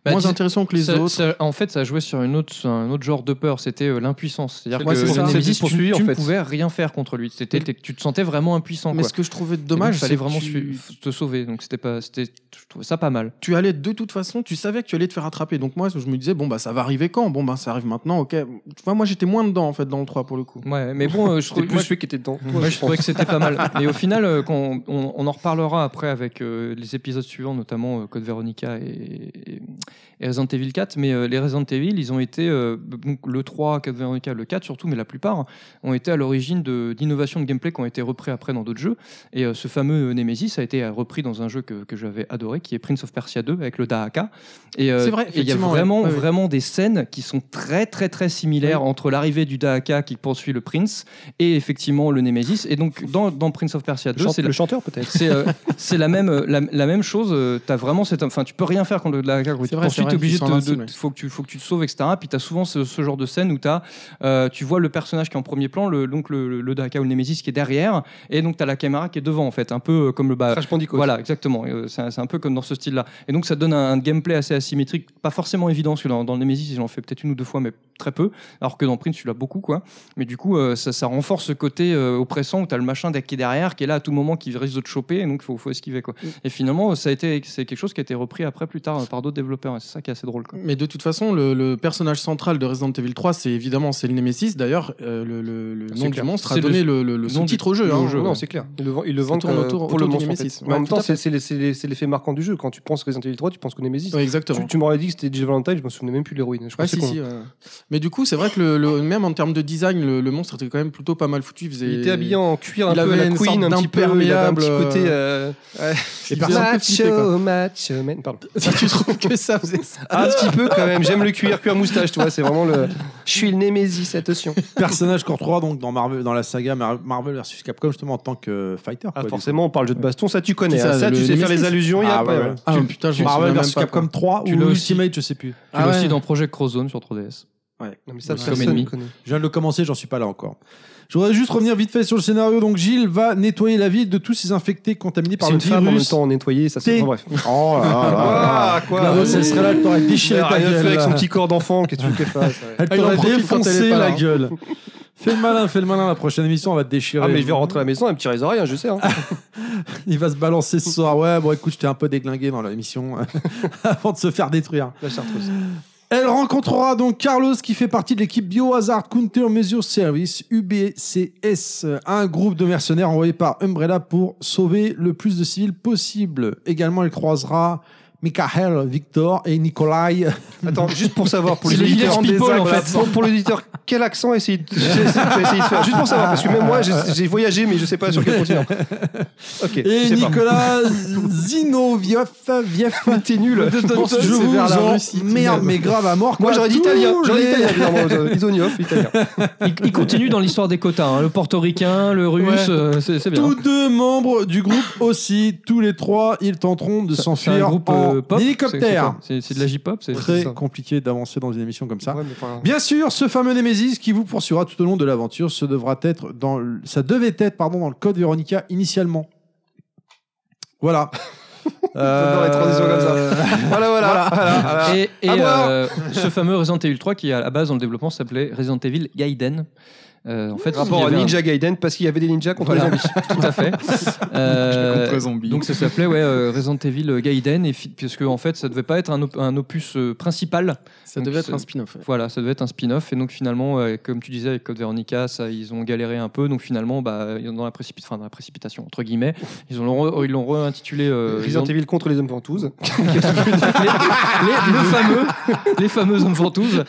Speaker 4: Bah,
Speaker 5: moins
Speaker 4: dis-
Speaker 5: intéressant que les
Speaker 4: Ça-
Speaker 5: autres.
Speaker 4: ça- en fait, ça jouait sur une autre, sur un autre genre de peur. C'était euh, l'impuissance. C'est-à-dire
Speaker 3: Ouais,
Speaker 4: que
Speaker 3: c'est ça.
Speaker 4: le
Speaker 3: C'est
Speaker 4: Nemesis,
Speaker 3: vite poursuivi,
Speaker 4: tu, tu
Speaker 3: en
Speaker 4: ne
Speaker 3: fait.
Speaker 4: pouvais rien faire contre lui. C'était, t'es- tu te sentais vraiment impuissant.
Speaker 5: Mais
Speaker 4: quoi.
Speaker 5: ce que je trouvais
Speaker 4: Et donc,
Speaker 5: dommage,
Speaker 4: il
Speaker 5: c'est
Speaker 4: fallait
Speaker 5: que
Speaker 4: vraiment
Speaker 5: tu...
Speaker 4: su- te sauver. Donc c'était pas, c'était, je trouvais ça pas mal.
Speaker 5: tu allais de toute façon, tu savais que tu allais te faire attraper. Donc moi, je me disais, bon, bah ça va arriver quand Bon, bah ça arrive maintenant, ok. Tu vois, moi j'étais moins dedans en fait dans le 3 pour le coup.
Speaker 4: Ouais, mais bon, euh, je
Speaker 3: C'était
Speaker 4: trouvais.
Speaker 3: plus
Speaker 4: moi, je-
Speaker 3: celui qui était dedans.
Speaker 4: Moi, je trouvais que c'était pas mal. Et au final, euh, quand on, on- on en reparlera après avec euh, les épisodes suivants, notamment euh, Code Veronica et, et- et Resident Evil 4. Mais euh, les Resident Evil, ils ont été, euh, donc le 3, Code Veronica, le 4 surtout, mais la plupart, hein, ont été à l'origine de- d'innovations de, gameplay qui ont été repris après dans d'autres jeux. Et euh, ce fameux Nemesis a été euh, repris dans un jeu que, que j'avais adoré, qui est Prince of Persia 2 avec le Dahaka. Et euh,
Speaker 5: C'est
Speaker 4: et
Speaker 5: vrai,
Speaker 4: il y a
Speaker 5: effectivement, ouais.
Speaker 4: vraiment,
Speaker 5: Ouais, ouais.
Speaker 4: vraiment des scènes qui sont très, très, très similaires entre l'arrivée du Dahaka qui poursuit le Prince et effectivement le Nemesis. Et donc dans, dans Prince of Persia 2, c'est la,
Speaker 3: chanteur peut-être.
Speaker 4: c'est, euh, c'est la même euh, la, la même chose. euh, T'as vraiment cette enfin tu peux rien faire quand le la quand
Speaker 5: C'est
Speaker 4: tu
Speaker 5: vrai,
Speaker 4: poursuis,
Speaker 5: c'est vrai,
Speaker 4: t'es obligé
Speaker 5: ils sont
Speaker 4: de, de-
Speaker 5: invincibles.
Speaker 4: faut que tu faut que tu te sauves etc. Puis t'as souvent ce, ce genre de scène où t'as euh, tu vois le personnage qui est en premier plan, le donc le, le, le Daka ou le Nemesis qui est derrière et donc t'as la caméra qui est devant en fait, un peu euh, comme le bas.
Speaker 3: Crash Bandicoot.
Speaker 4: Voilà, exactement. Et, euh, C'est un, c'est un peu comme dans ce style-là. Et donc, ça donne un, un gameplay assez asymétrique, pas forcément évident, parce que dans, dans le Nemesis, ils en fait peut-être une ou deux fois, mais très peu. Alors que dans Prince, tu l'as beaucoup, quoi. Mais du coup, euh, ça, ça renforce ce côté euh, oppressant où t'as le machin qui est derrière, qui est là à tout moment, qui risque de te choper, et donc faut, faut esquiver, quoi. Et finalement, ça a été, c'est quelque chose qui a été repris après, plus tard, euh, par d'autres développeurs. Et c'est ça qui est assez drôle, quoi.
Speaker 5: Mais de toute façon, le, le personnage central de Resident Evil 3, c'est évidemment c'est le Nemesis. D'ailleurs, euh, le, le- le
Speaker 2: Ah,
Speaker 4: C'est
Speaker 5: nom
Speaker 4: clair.
Speaker 5: du monstre
Speaker 4: C'est le-
Speaker 5: a donné le, le- le
Speaker 4: nom du-
Speaker 5: sous-titre au jeu.
Speaker 4: nom
Speaker 5: hein.
Speaker 4: au jeu,
Speaker 3: Non,
Speaker 4: ouais.
Speaker 3: c'est clair. Ils le, vend- ils le
Speaker 5: Ça
Speaker 3: vendent
Speaker 5: tourne
Speaker 3: euh,
Speaker 5: autour-
Speaker 3: pour le
Speaker 5: autour du
Speaker 3: monstre. en fait.
Speaker 5: Nemesis.
Speaker 3: Mais en
Speaker 5: Ouais,
Speaker 3: même
Speaker 5: tout
Speaker 3: temps,
Speaker 5: à fait.
Speaker 3: c'est c'est les- c'est les- c'est l'effet marquant du jeu. Quand tu penses Resident Evil 3, tu penses que Nemesis.
Speaker 5: Ouais,
Speaker 3: Tu,
Speaker 5: exactement.
Speaker 3: tu m'aurais dit que c'était Jill Valentine, je me souvenais même plus de l'héroïne. Je
Speaker 5: Ouais,
Speaker 3: pensais
Speaker 5: si,
Speaker 3: qu'on-
Speaker 5: si, ouais. Mais du coup, c'est vrai que le, le- même en termes de design, le, le monstre était quand même plutôt pas mal foutu. Il, faisait...
Speaker 3: Il était habillé en cuir un
Speaker 5: Il
Speaker 3: peu
Speaker 5: avait
Speaker 3: à la
Speaker 5: une
Speaker 3: Queen, un
Speaker 5: sorte
Speaker 3: petit peu, il avait un petit
Speaker 5: d'imperméable,
Speaker 3: côté. euh,
Speaker 5: Il faisait un peu flipper, quoi.
Speaker 3: Macho, macho, man. Pardon. Ah,
Speaker 5: Si tu trouves que ça faisait ça.
Speaker 3: Un petit peu quand même. J'aime le cuir, cuir moustache, tu vois. C'est vraiment le. Je suis le Némésis, attention.
Speaker 2: Personnage qu'on retrouvera donc dans, Marvel, dans la saga Mar- Marvel vs Capcom, justement en tant que euh, fighter.
Speaker 3: Ah,
Speaker 2: quoi,
Speaker 3: forcément, on parle jeu de baston, ça tu connais.
Speaker 5: Qui ça,
Speaker 3: hein. Ça,
Speaker 5: le
Speaker 3: tu sais faire
Speaker 5: Némésis
Speaker 3: les allusions, il y a
Speaker 2: Ah,
Speaker 3: pas.
Speaker 2: ouais, ouais.
Speaker 5: Ah,
Speaker 2: Tu-
Speaker 5: putain, je
Speaker 2: du coup.
Speaker 5: m'en
Speaker 2: Marvel
Speaker 5: souviens même
Speaker 2: vs
Speaker 5: pas,
Speaker 2: Capcom
Speaker 5: quoi.
Speaker 2: 3
Speaker 4: Tu
Speaker 2: ou
Speaker 4: l'as aussi.
Speaker 2: Ultimate, je sais plus.
Speaker 4: Tu l'as
Speaker 5: Ah ouais.
Speaker 4: aussi dans Project Crozone sur 3DS.
Speaker 3: Non, mais ça,
Speaker 5: Ouais.
Speaker 3: personne
Speaker 4: Comme ennemi.
Speaker 3: connaît.
Speaker 2: Je viens de le commencer, j'en suis pas là encore. Je voudrais juste revenir vite fait sur le scénario. Donc Gilles va nettoyer la ville de tous ces infectés contaminés par
Speaker 3: C'est
Speaker 2: le
Speaker 3: une femme en même
Speaker 2: virus.
Speaker 3: temps nettoyée, ça
Speaker 2: T.
Speaker 3: c'est. enfin, bref.
Speaker 2: Oh là là là.
Speaker 3: Ah, quoi
Speaker 2: Bravo, celle serait là, elle t'aurait déchiré
Speaker 3: Elle a
Speaker 2: ta
Speaker 3: rien
Speaker 2: gueule.
Speaker 3: fait avec son
Speaker 2: là.
Speaker 3: petit corps d'enfant, qu'est-ce que tu veux qu'elle fasse ouais.
Speaker 2: Elle
Speaker 5: Ah, il en
Speaker 2: t'aurait
Speaker 5: profite quand elle est
Speaker 2: défoncé
Speaker 5: pas là,
Speaker 2: la
Speaker 5: hein.
Speaker 2: gueule. Fais le malin, fais le malin. La prochaine émission, on va te déchirer.
Speaker 3: Ah, mais je vais rentrer à la maison et me tirer les oreilles, hein, je sais. hein.
Speaker 2: Il va se balancer ce soir. Ouais, bon, écoute, j'étais un peu déglingué dans l'émission avant de se faire détruire.
Speaker 3: La chartreuse.
Speaker 2: Elle rencontrera donc Carlos qui fait partie de l'équipe Biohazard Counter Measure Service, UBCS, euh, un groupe de mercenaires envoyés par Umbrella pour sauver le plus de civils possible. Également, elle croisera Michael, Victor et Nikolai.
Speaker 3: Attends, juste pour savoir, pour les
Speaker 4: C'est le
Speaker 3: auditeurs,
Speaker 4: village people, en fait.
Speaker 3: pour, pour l'auditeur, quel accent essayer de, j'ai essayé de- j'ai essayé de faire Juste pour savoir, parce que même moi, j'ai j'ai voyagé, mais je sais pas sur quel continent. Ok,
Speaker 2: Et
Speaker 3: je sais pas.
Speaker 2: Nicolas Zinoviev. Viev.
Speaker 3: T'es nul.
Speaker 5: pense que
Speaker 2: Je
Speaker 5: c'est
Speaker 2: vous
Speaker 5: vers la
Speaker 2: en
Speaker 5: Russie, tout
Speaker 2: merde,
Speaker 5: de même.
Speaker 2: mais grave à mort.
Speaker 3: Moi,
Speaker 2: quoi.
Speaker 3: j'aurais dit
Speaker 2: Tous
Speaker 3: italien. J'aurais dit
Speaker 2: les-
Speaker 3: italien, évidemment. Isonioff, italien.
Speaker 4: Il, il continue dans l'histoire des quotas, hein, le portoricain, le russe, euh, c'est c'est bien.
Speaker 2: Tous deux membres du groupe aussi, tous les trois, ils tenteront de
Speaker 4: C'est un
Speaker 2: s'enfuir
Speaker 4: groupe
Speaker 2: en
Speaker 4: euh, pop. c'est-
Speaker 2: hélicoptère.
Speaker 4: C'est c'est de la J-pop, c'est
Speaker 2: Très
Speaker 3: ça.
Speaker 2: compliqué d'avancer dans une émission comme ça.
Speaker 3: Ouais, mais enfin,
Speaker 2: Bien sûr, ce fameux Némésis qui vous poursuivra tout au long de l'aventure, ce devra être dans le- ça devait être pardon dans le code Veronica initialement. Voilà. Euh,
Speaker 3: J'adore les transitions comme ça. Voilà, voilà. voilà, voilà.
Speaker 4: Et, et,
Speaker 3: Ah bah, À boire.
Speaker 4: euh, ce fameux Resident Evil 3 qui à la base dans le développement s'appelait Resident Evil Gaiden. Euh, en fait, il y
Speaker 3: Rapport à
Speaker 4: avait un-
Speaker 3: Ninja Gaiden, parce qu'il y avait des ninjas contre les
Speaker 4: Voilà.
Speaker 3: zombies.
Speaker 4: tout à fait. Euh,
Speaker 8: Contre les zombies.
Speaker 4: donc ça s'appelait ouais, euh, Resident Evil Gaiden, et fi- puisque en fait ça devait pas être un, op- un opus euh, principal.
Speaker 5: Ça
Speaker 4: Donc,
Speaker 5: devait être
Speaker 4: c'est-
Speaker 5: un spin-off. ouais.
Speaker 4: Voilà, ça devait être un spin-off. Et donc finalement, euh, comme tu disais avec Code Veronica, ça, ils ont galéré un peu. Donc finalement, bah, ils ont dans, la précipi- enfin, dans la précipitation, entre guillemets, ils ont l'ont re- ils l'ont re-intitulé euh,
Speaker 3: Resident
Speaker 4: Resident-
Speaker 3: Evil contre les hommes ventouses.
Speaker 4: les, le fameux, les fameuses hommes ventouses.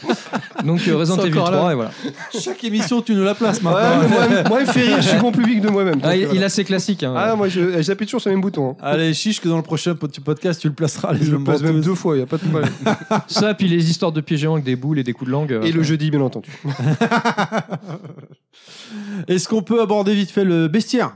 Speaker 4: Donc euh, Resident
Speaker 5: C'est
Speaker 4: Evil
Speaker 5: encore là.
Speaker 4: 3, et voilà.
Speaker 2: Chaque émission, tu nous la places
Speaker 3: Ouais,
Speaker 2: maintenant.
Speaker 3: mais moi, moi, il me fait rire, je suis bon public de moi-même.
Speaker 4: Ah,
Speaker 3: donc,
Speaker 4: il,
Speaker 3: voilà.
Speaker 4: il a ses classiques. hein.
Speaker 3: Ah, moi, je- j'appuie toujours sur le même bouton. hein.
Speaker 2: Allez, chiche que dans le prochain pot- podcast, tu le placeras. Les
Speaker 3: Je le
Speaker 2: hommes
Speaker 3: pose même
Speaker 2: ventouses.
Speaker 3: deux fois, il n'y a pas de problème.
Speaker 4: Ça, puis les histoires de pieds géants avec des boules et des coups de langue. euh,
Speaker 3: Et le jeudi, bien entendu.
Speaker 2: Est-ce qu'on peut aborder vite fait le bestiaire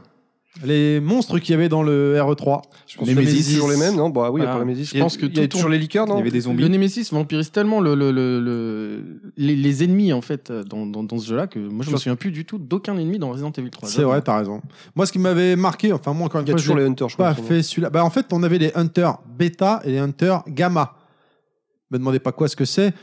Speaker 2: Les monstres qu'il y avait dans le E RE3
Speaker 3: Je pense
Speaker 8: Les
Speaker 3: que
Speaker 8: Mésis.
Speaker 3: c'est toujours les mêmes, non Bah oui, il y a
Speaker 5: Voilà.
Speaker 3: pas les Mésis.
Speaker 5: Je pense que
Speaker 3: il y a
Speaker 5: tout
Speaker 3: toujours les liqueurs,
Speaker 8: Il y
Speaker 3: non
Speaker 8: avait des
Speaker 5: Le
Speaker 8: zombies.
Speaker 5: Nemesis vampirise tellement le, le- le- le- les, les ennemis en fait euh, dans, dans- dans ce jeu-là que moi je me souviens plus du tout d'aucun ennemi dans Resident Evil 3.
Speaker 2: C'est vrai, t'as raison. Moi, ce qui m'avait marqué, enfin, moi, encore une
Speaker 3: Il y a
Speaker 2: fois, je
Speaker 3: toujours
Speaker 2: l'ai
Speaker 3: les Hunters, je
Speaker 2: pas
Speaker 3: crois.
Speaker 2: fait celui-là. Bah, en fait, on avait les Hunters bêta et les Hunters gamma. Me demandez pas quoi ce que c'est.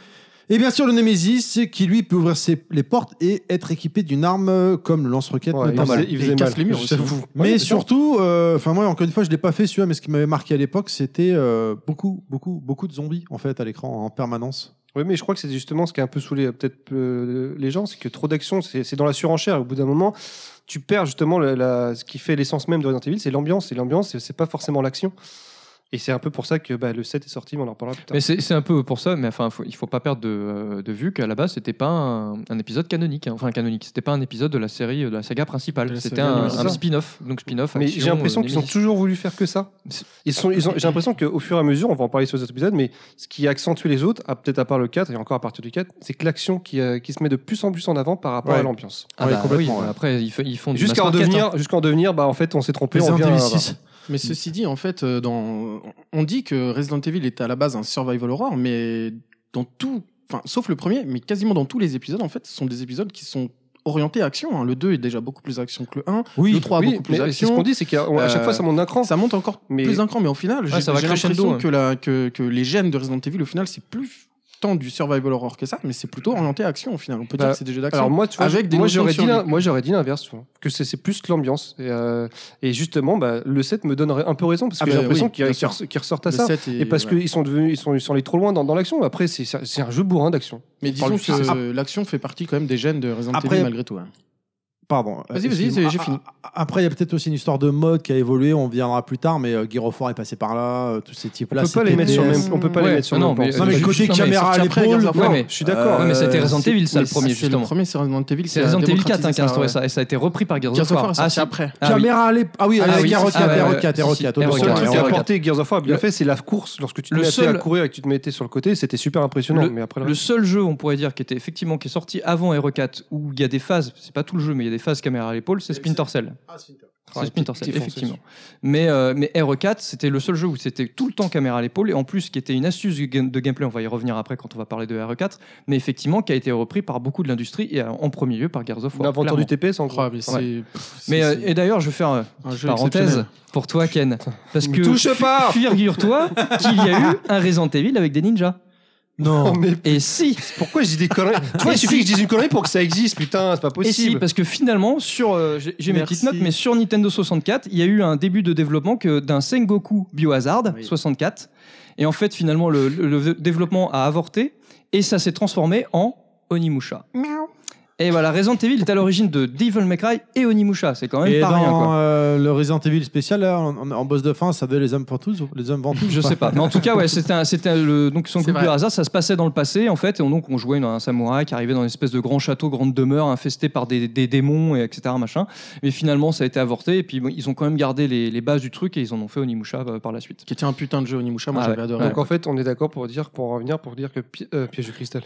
Speaker 2: Et bien sûr, le Nemesis, c'est qui lui peut ouvrir ses, les portes et être équipé d'une arme euh, comme le lance-roquette,
Speaker 3: Ouais, il
Speaker 2: notamment.
Speaker 3: faisait, il
Speaker 5: Et
Speaker 3: faisait
Speaker 5: il
Speaker 3: mal.
Speaker 5: casse les murs aussi.
Speaker 3: J'avoue.
Speaker 2: Mais
Speaker 3: Ouais,
Speaker 2: surtout, euh, enfin moi encore une fois, je l'ai pas fait celui-là, mais ce qui m'avait marqué à l'époque, c'était euh, beaucoup, beaucoup, beaucoup de zombies en fait à l'écran en permanence.
Speaker 3: Oui, mais je crois que c'est justement ce qui a un peu saoulé euh, peut-être euh, les gens, c'est que trop d'action, c'est c'est dans la surenchère. Au bout d'un moment, tu perds justement la- la- ce qui fait l'essence même de Resident Evil, c'est l'ambiance. Et l'ambiance, c'est- c'est pas forcément l'action. Et c'est un peu pour ça que bah, le 7 est sorti, mais on en reparlera plus tard.
Speaker 4: Mais c'est c'est un peu pour ça, mais enfin, faut- il faut pas perdre de, euh, de vue qu'à la base, c'était pas un, un épisode canonique, hein. enfin canonique, c'était pas un épisode de la série, de la saga
Speaker 5: De
Speaker 4: principale,
Speaker 5: la
Speaker 4: c'était
Speaker 5: série
Speaker 4: un,
Speaker 5: animée,
Speaker 4: un
Speaker 3: c'est ça.
Speaker 4: spin-off, donc spin-off.
Speaker 3: Mais
Speaker 4: action,
Speaker 3: j'ai l'impression
Speaker 4: euh,
Speaker 3: qu'ils ont
Speaker 4: Nemesis.
Speaker 3: toujours voulu faire que ça. Ils sont, ils ont- j'ai l'impression qu'au fur et à mesure, on va en parler sur les autres épisodes, mais ce qui a accentué les autres, à- peut-être à part le 4 et encore à partir du 4, c'est que l'action qui, euh, qui se met de plus en plus en avant par rapport
Speaker 2: Ouais.
Speaker 3: à l'ambiance.
Speaker 4: Ah
Speaker 2: Ouais,
Speaker 4: bah
Speaker 2: complètement,
Speaker 4: oui,
Speaker 2: ouais.
Speaker 4: Après, ils, fe- ils font du
Speaker 3: Jusqu'à en
Speaker 4: mass market, hein.
Speaker 3: devenir, jusqu'à en devenir, bah en fait, on s'est trompé, on vient. à-
Speaker 5: Mais ceci dit, en fait, euh, dans... on dit que Resident Evil était à la base un survival horror, mais dans tout, enfin, sauf le premier, mais quasiment dans tous les épisodes, en fait, ce sont des épisodes qui sont orientés action. hein. Le 2 est déjà beaucoup plus action que le 1.
Speaker 2: Oui,
Speaker 5: le 3 a
Speaker 3: Oui,
Speaker 5: beaucoup plus
Speaker 3: mais c'est ce
Speaker 5: action.
Speaker 3: qu'on dit, c'est qu'à on- à chaque
Speaker 5: Euh,
Speaker 3: fois, ça monte d'un cran.
Speaker 5: Ça monte encore
Speaker 3: Mais-
Speaker 5: plus d'un cran, mais au final, j'ai
Speaker 4: ça va
Speaker 5: j'ai
Speaker 4: crescendo,
Speaker 5: l'impression
Speaker 4: hein.
Speaker 5: que, la- que, que les gènes de Resident Evil, au final, c'est plus tant du survival horror que ça, mais c'est plutôt orienté action, au final. On peut
Speaker 3: Bah,
Speaker 5: dire que c'est des jeux d'action.
Speaker 3: Alors moi, tu vois,
Speaker 5: Avec
Speaker 3: je-
Speaker 5: des
Speaker 3: moi
Speaker 5: notions de
Speaker 3: j'aurais
Speaker 5: survie.
Speaker 3: dit, l'in- moi j'aurais dit l'inverse, tu vois. que c'est c'est plus l'ambiance. Et, euh, et justement, bah, le 7 me donnerait un peu raison parce que
Speaker 5: Ah
Speaker 3: j'ai
Speaker 5: bah
Speaker 3: l'impression
Speaker 5: oui,
Speaker 3: qu'il
Speaker 5: bien
Speaker 3: qu'il
Speaker 5: sûr.
Speaker 3: res- qu'il ressortent à
Speaker 5: Le
Speaker 3: ça.
Speaker 5: 7 est-
Speaker 3: Et parce
Speaker 5: ouais.
Speaker 3: qu'ils sont devenus, ils sont, ils sont allés trop loin dans, dans l'action. Après, c'est c'est- c'est un jeu bourrin d'action.
Speaker 5: Mais
Speaker 3: On parle
Speaker 5: disons
Speaker 3: du
Speaker 5: que
Speaker 3: succès.
Speaker 5: euh, l'action fait partie quand même des gènes de Resident
Speaker 2: Après-
Speaker 5: Evil malgré tout. hein.
Speaker 2: Pardon. euh,
Speaker 5: Vas-y, vas-y,
Speaker 2: excuse-moi.
Speaker 5: c'est- j'ai
Speaker 2: Ah,
Speaker 5: fini.
Speaker 2: ah, ah, Après, il y a peut-être aussi une histoire de mode qui a évolué, on viendra plus tard, mais euh, Guirofort est passé par là, euh, tous ces types-là.
Speaker 3: On peut pas les
Speaker 2: c'était
Speaker 3: mettre sur le
Speaker 2: DS.
Speaker 3: même, on peut pas les
Speaker 4: Ouais,
Speaker 3: mettre sur
Speaker 4: non,
Speaker 3: le même
Speaker 4: mais-
Speaker 3: plan.
Speaker 2: Non, mais
Speaker 4: Je-
Speaker 2: côté
Speaker 4: non, mais
Speaker 2: caméra à
Speaker 5: Euh, sorti après,
Speaker 2: l'épaule.
Speaker 5: Gears of War.
Speaker 4: hein. Ouais,
Speaker 2: non,
Speaker 4: mais-
Speaker 2: je suis d'accord.
Speaker 4: Ouais, mais c'était
Speaker 2: Euh,
Speaker 4: Resident
Speaker 2: c'est-
Speaker 4: Evil, ça, le
Speaker 5: Oui,
Speaker 4: premier,
Speaker 5: C'est le
Speaker 4: justement.
Speaker 5: premier, c'est Resident Evil.
Speaker 4: C'est
Speaker 5: la
Speaker 4: Resident Evil 4
Speaker 5: démocratisation,
Speaker 4: hein, qui a instauré
Speaker 5: ouais.
Speaker 4: ça, et ça a été repris par Gears
Speaker 5: Gears
Speaker 4: of War.
Speaker 5: c'est
Speaker 4: Ah,
Speaker 5: sorti après.
Speaker 4: ah oui.
Speaker 2: Caméra à l'épaule. Ah oui,
Speaker 4: Ah oui,
Speaker 2: avec
Speaker 4: c'est-
Speaker 2: R4,
Speaker 4: ah ouais, ouais,
Speaker 2: R4,
Speaker 4: si,
Speaker 2: R4.
Speaker 4: si,
Speaker 3: Le
Speaker 4: R4,
Speaker 2: autant
Speaker 3: seul
Speaker 2: pour moi,
Speaker 3: truc qu'a
Speaker 2: R4.
Speaker 3: apporté Gears of War a bien
Speaker 4: Le-
Speaker 3: fait, c'est la course. Lorsque tu te
Speaker 4: Le
Speaker 3: mettais
Speaker 4: seul-
Speaker 3: à courir et que tu te mettais sur le côté, c'était super impressionnant. mais après, le
Speaker 4: Le seul jeu, on pourrait dire, qui était effectivement qui est sorti avant RE4, où il y a des phases, c'est pas tout le jeu, mais il y a des phases caméra à l'épaule, c'est Splinter Cell. C'est Splinter Cell, effectivement. Mais, euh, mais RE4, c'était le seul jeu où c'était tout le temps caméra à l'épaule, et en plus, qui était une astuce du game- de gameplay, on va y revenir après quand on va parler de RE4, mais effectivement, qui a été repris par beaucoup de l'industrie, et euh, en premier lieu par Gears of War.
Speaker 3: l'inventeur du
Speaker 4: clairement.
Speaker 3: TPS, en gros.
Speaker 5: Incroyable, c'est- pff, c'est-
Speaker 4: mais, euh,
Speaker 5: c'est
Speaker 4: et d'ailleurs, je vais faire euh,
Speaker 5: un jeu
Speaker 4: parenthèse
Speaker 5: exceptionnel.
Speaker 4: pour toi, Ken. Parce que
Speaker 3: Touche pas
Speaker 4: figure-toi qu'il y a eu un Resident Evil avec des ninjas.
Speaker 2: Non.
Speaker 4: Et si
Speaker 3: Oh, Pourquoi je dis des conneries Toi, il
Speaker 4: Et
Speaker 3: suffit
Speaker 4: si-
Speaker 3: que je dise une connerie pour que ça existe, putain, c'est pas
Speaker 4: Et si,
Speaker 3: possible.
Speaker 4: parce que finalement, sur, euh, j'ai j'ai mes
Speaker 5: Merci.
Speaker 4: petites notes, mais sur Nintendo 64, il y a eu un début de développement que d'un Sengoku Biohazard
Speaker 5: Oui.
Speaker 4: 64. Et en fait, finalement, le, le- le développement a avorté et ça s'est transformé en Onimusha. Et voilà, Resident Evil est à l'origine de Devil May Cry et Onimusha. C'est quand même
Speaker 2: Et
Speaker 4: pas rien, quoi.
Speaker 2: dans euh, le Resident Evil spécial, là, en, en- en boss de fin, ça devait les hommes ventouses ou- Les hommes ventouses
Speaker 4: Je sais pas. Mais en tout cas, ouais, c'était un- c'était le donc son
Speaker 5: C'est
Speaker 4: coup
Speaker 5: vrai.
Speaker 4: de hasard, ça se passait dans le passé en fait, et on- donc on jouait dans un samouraï qui arrivait dans une espèce de grand château, grande demeure infesté par des, des démons et etc machin. Mais finalement, ça a été avorté et puis bon, ils ont quand même gardé les, les bases du truc et ils en ont fait Onimusha euh, par la suite.
Speaker 5: Qui était un putain de jeu Onimusha, moi
Speaker 4: Ah
Speaker 5: j'avais
Speaker 4: ouais.
Speaker 5: adoré.
Speaker 3: Donc en fait, on est d'accord pour dire, pour en revenir, pour dire que pi- euh, piège de cristal.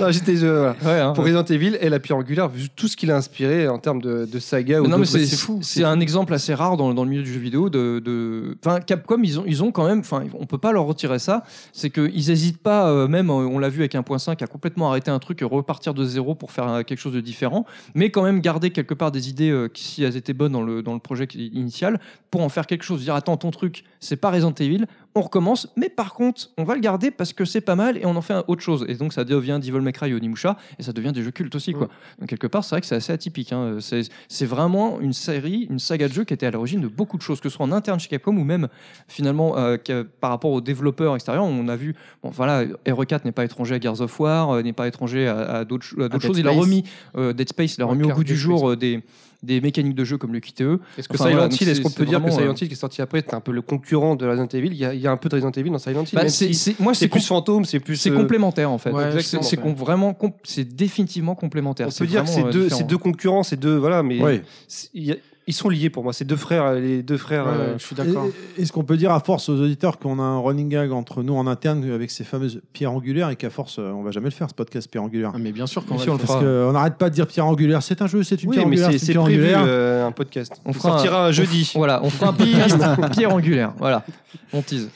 Speaker 3: non, j'étais euh, voilà.
Speaker 4: Ouais, hein.
Speaker 3: Pour Resident Evil est la pierre angulaire, vu tout ce qu'il a inspiré en termes de, de saga ou
Speaker 4: Mais non, mais
Speaker 3: d'autres,
Speaker 4: c'est
Speaker 3: c'est fou.
Speaker 4: C'est un exemple assez rare dans, dans le milieu du jeu vidéo. De, de- Enfin, Capcom, ils ont, ils ont quand même. Enfin, on peut pas leur retirer ça. C'est qu'ils hésitent pas, euh, même, euh, on l'a vu avec 1.5, à complètement arrêter un truc et repartir de zéro pour faire euh, quelque chose de différent. Mais quand même garder quelque part des idées euh, qui, si elles étaient bonnes dans le, dans le projet qui- initial, pour en faire quelque chose. Dire, attends, ton truc, c'est pas Resident Evil, on recommence. Mais par contre, on va le garder parce que c'est pas mal et on en fait un autre chose. Et donc, ça devient Devil May Cry et Onimusha et ça devient des jeux cultes aussi, quoi.
Speaker 3: Mm.
Speaker 4: Donc quelque part, c'est vrai que c'est assez atypique. hein. Euh, C'est c'est vraiment une série, une saga de jeux qui était à l'origine de beaucoup de choses, que ce soit en interne chez Capcom ou même finalement euh, que- par rapport aux développeurs extérieurs. On a vu, bon voilà, RE4 n'est pas étranger à Gears of War, euh, n'est pas étranger à, à d'autres cho- à d'autres
Speaker 5: Dead
Speaker 4: choses. Il a
Speaker 5: Space.
Speaker 4: remis euh, Dead Space, il a
Speaker 3: Ouais,
Speaker 4: remis au
Speaker 3: clair,
Speaker 4: goût du
Speaker 3: Dead
Speaker 4: jour euh, des, des mécaniques de jeu comme le E. QTE.
Speaker 3: Est-ce que
Speaker 4: Enfin,
Speaker 3: Silent
Speaker 4: voilà, donc
Speaker 3: Hill, est-ce
Speaker 4: c'est-
Speaker 3: qu'on
Speaker 4: c'est
Speaker 3: peut dire que
Speaker 4: vraiment,
Speaker 3: Silent
Speaker 4: euh,
Speaker 3: Hill qui est sorti après, c'est un peu le concurrent de Resident Evil Il y a, il y a un peu de Resident Evil dans Silent Hill.
Speaker 4: Bah,
Speaker 3: même
Speaker 4: c'est-
Speaker 3: si
Speaker 4: c'est- moi,
Speaker 3: c'est
Speaker 4: c'est
Speaker 3: plus
Speaker 4: com-
Speaker 3: fantôme, c'est plus.
Speaker 4: c'est
Speaker 3: euh,
Speaker 4: complémentaire en fait.
Speaker 5: Ouais,
Speaker 4: C'est-
Speaker 5: exactement.
Speaker 4: c'est com- vraiment, com- c'est définitivement complémentaire.
Speaker 3: On peut dire que c'est
Speaker 4: vraiment, euh,
Speaker 3: deux,
Speaker 4: différent.
Speaker 3: c'est deux concurrents, c'est deux. Voilà, mais
Speaker 2: Oui.
Speaker 3: c'est- il y a- ils sont liés pour moi. C'est deux frères, les deux frères.
Speaker 5: Ouais,
Speaker 3: euh,
Speaker 5: ouais, je suis d'accord.
Speaker 2: Et- Est-ce qu'on peut dire à force aux auditeurs qu'on a un running gag entre nous en interne avec ces fameuses pierres angulaires et qu'à force, euh, on va jamais le faire ce podcast pierre angulaire
Speaker 5: Ah, mais bien sûr qu'on
Speaker 3: Si
Speaker 5: va
Speaker 3: on
Speaker 5: le
Speaker 3: le
Speaker 5: faire.
Speaker 2: Parce qu'on n'arrête pas de dire pierre angulaire, c'est un jeu, c'est une
Speaker 3: Oui,
Speaker 2: pierre
Speaker 3: mais
Speaker 2: angulaire,
Speaker 3: c'est-
Speaker 2: c'est une
Speaker 3: c'est
Speaker 2: pierre
Speaker 3: prévu
Speaker 2: angulaire.
Speaker 3: euh, un podcast.
Speaker 4: On
Speaker 3: On
Speaker 4: fera
Speaker 3: sortira un jeudi.
Speaker 4: Voilà, on fera un podcast pierre angulaire. Voilà, on tease.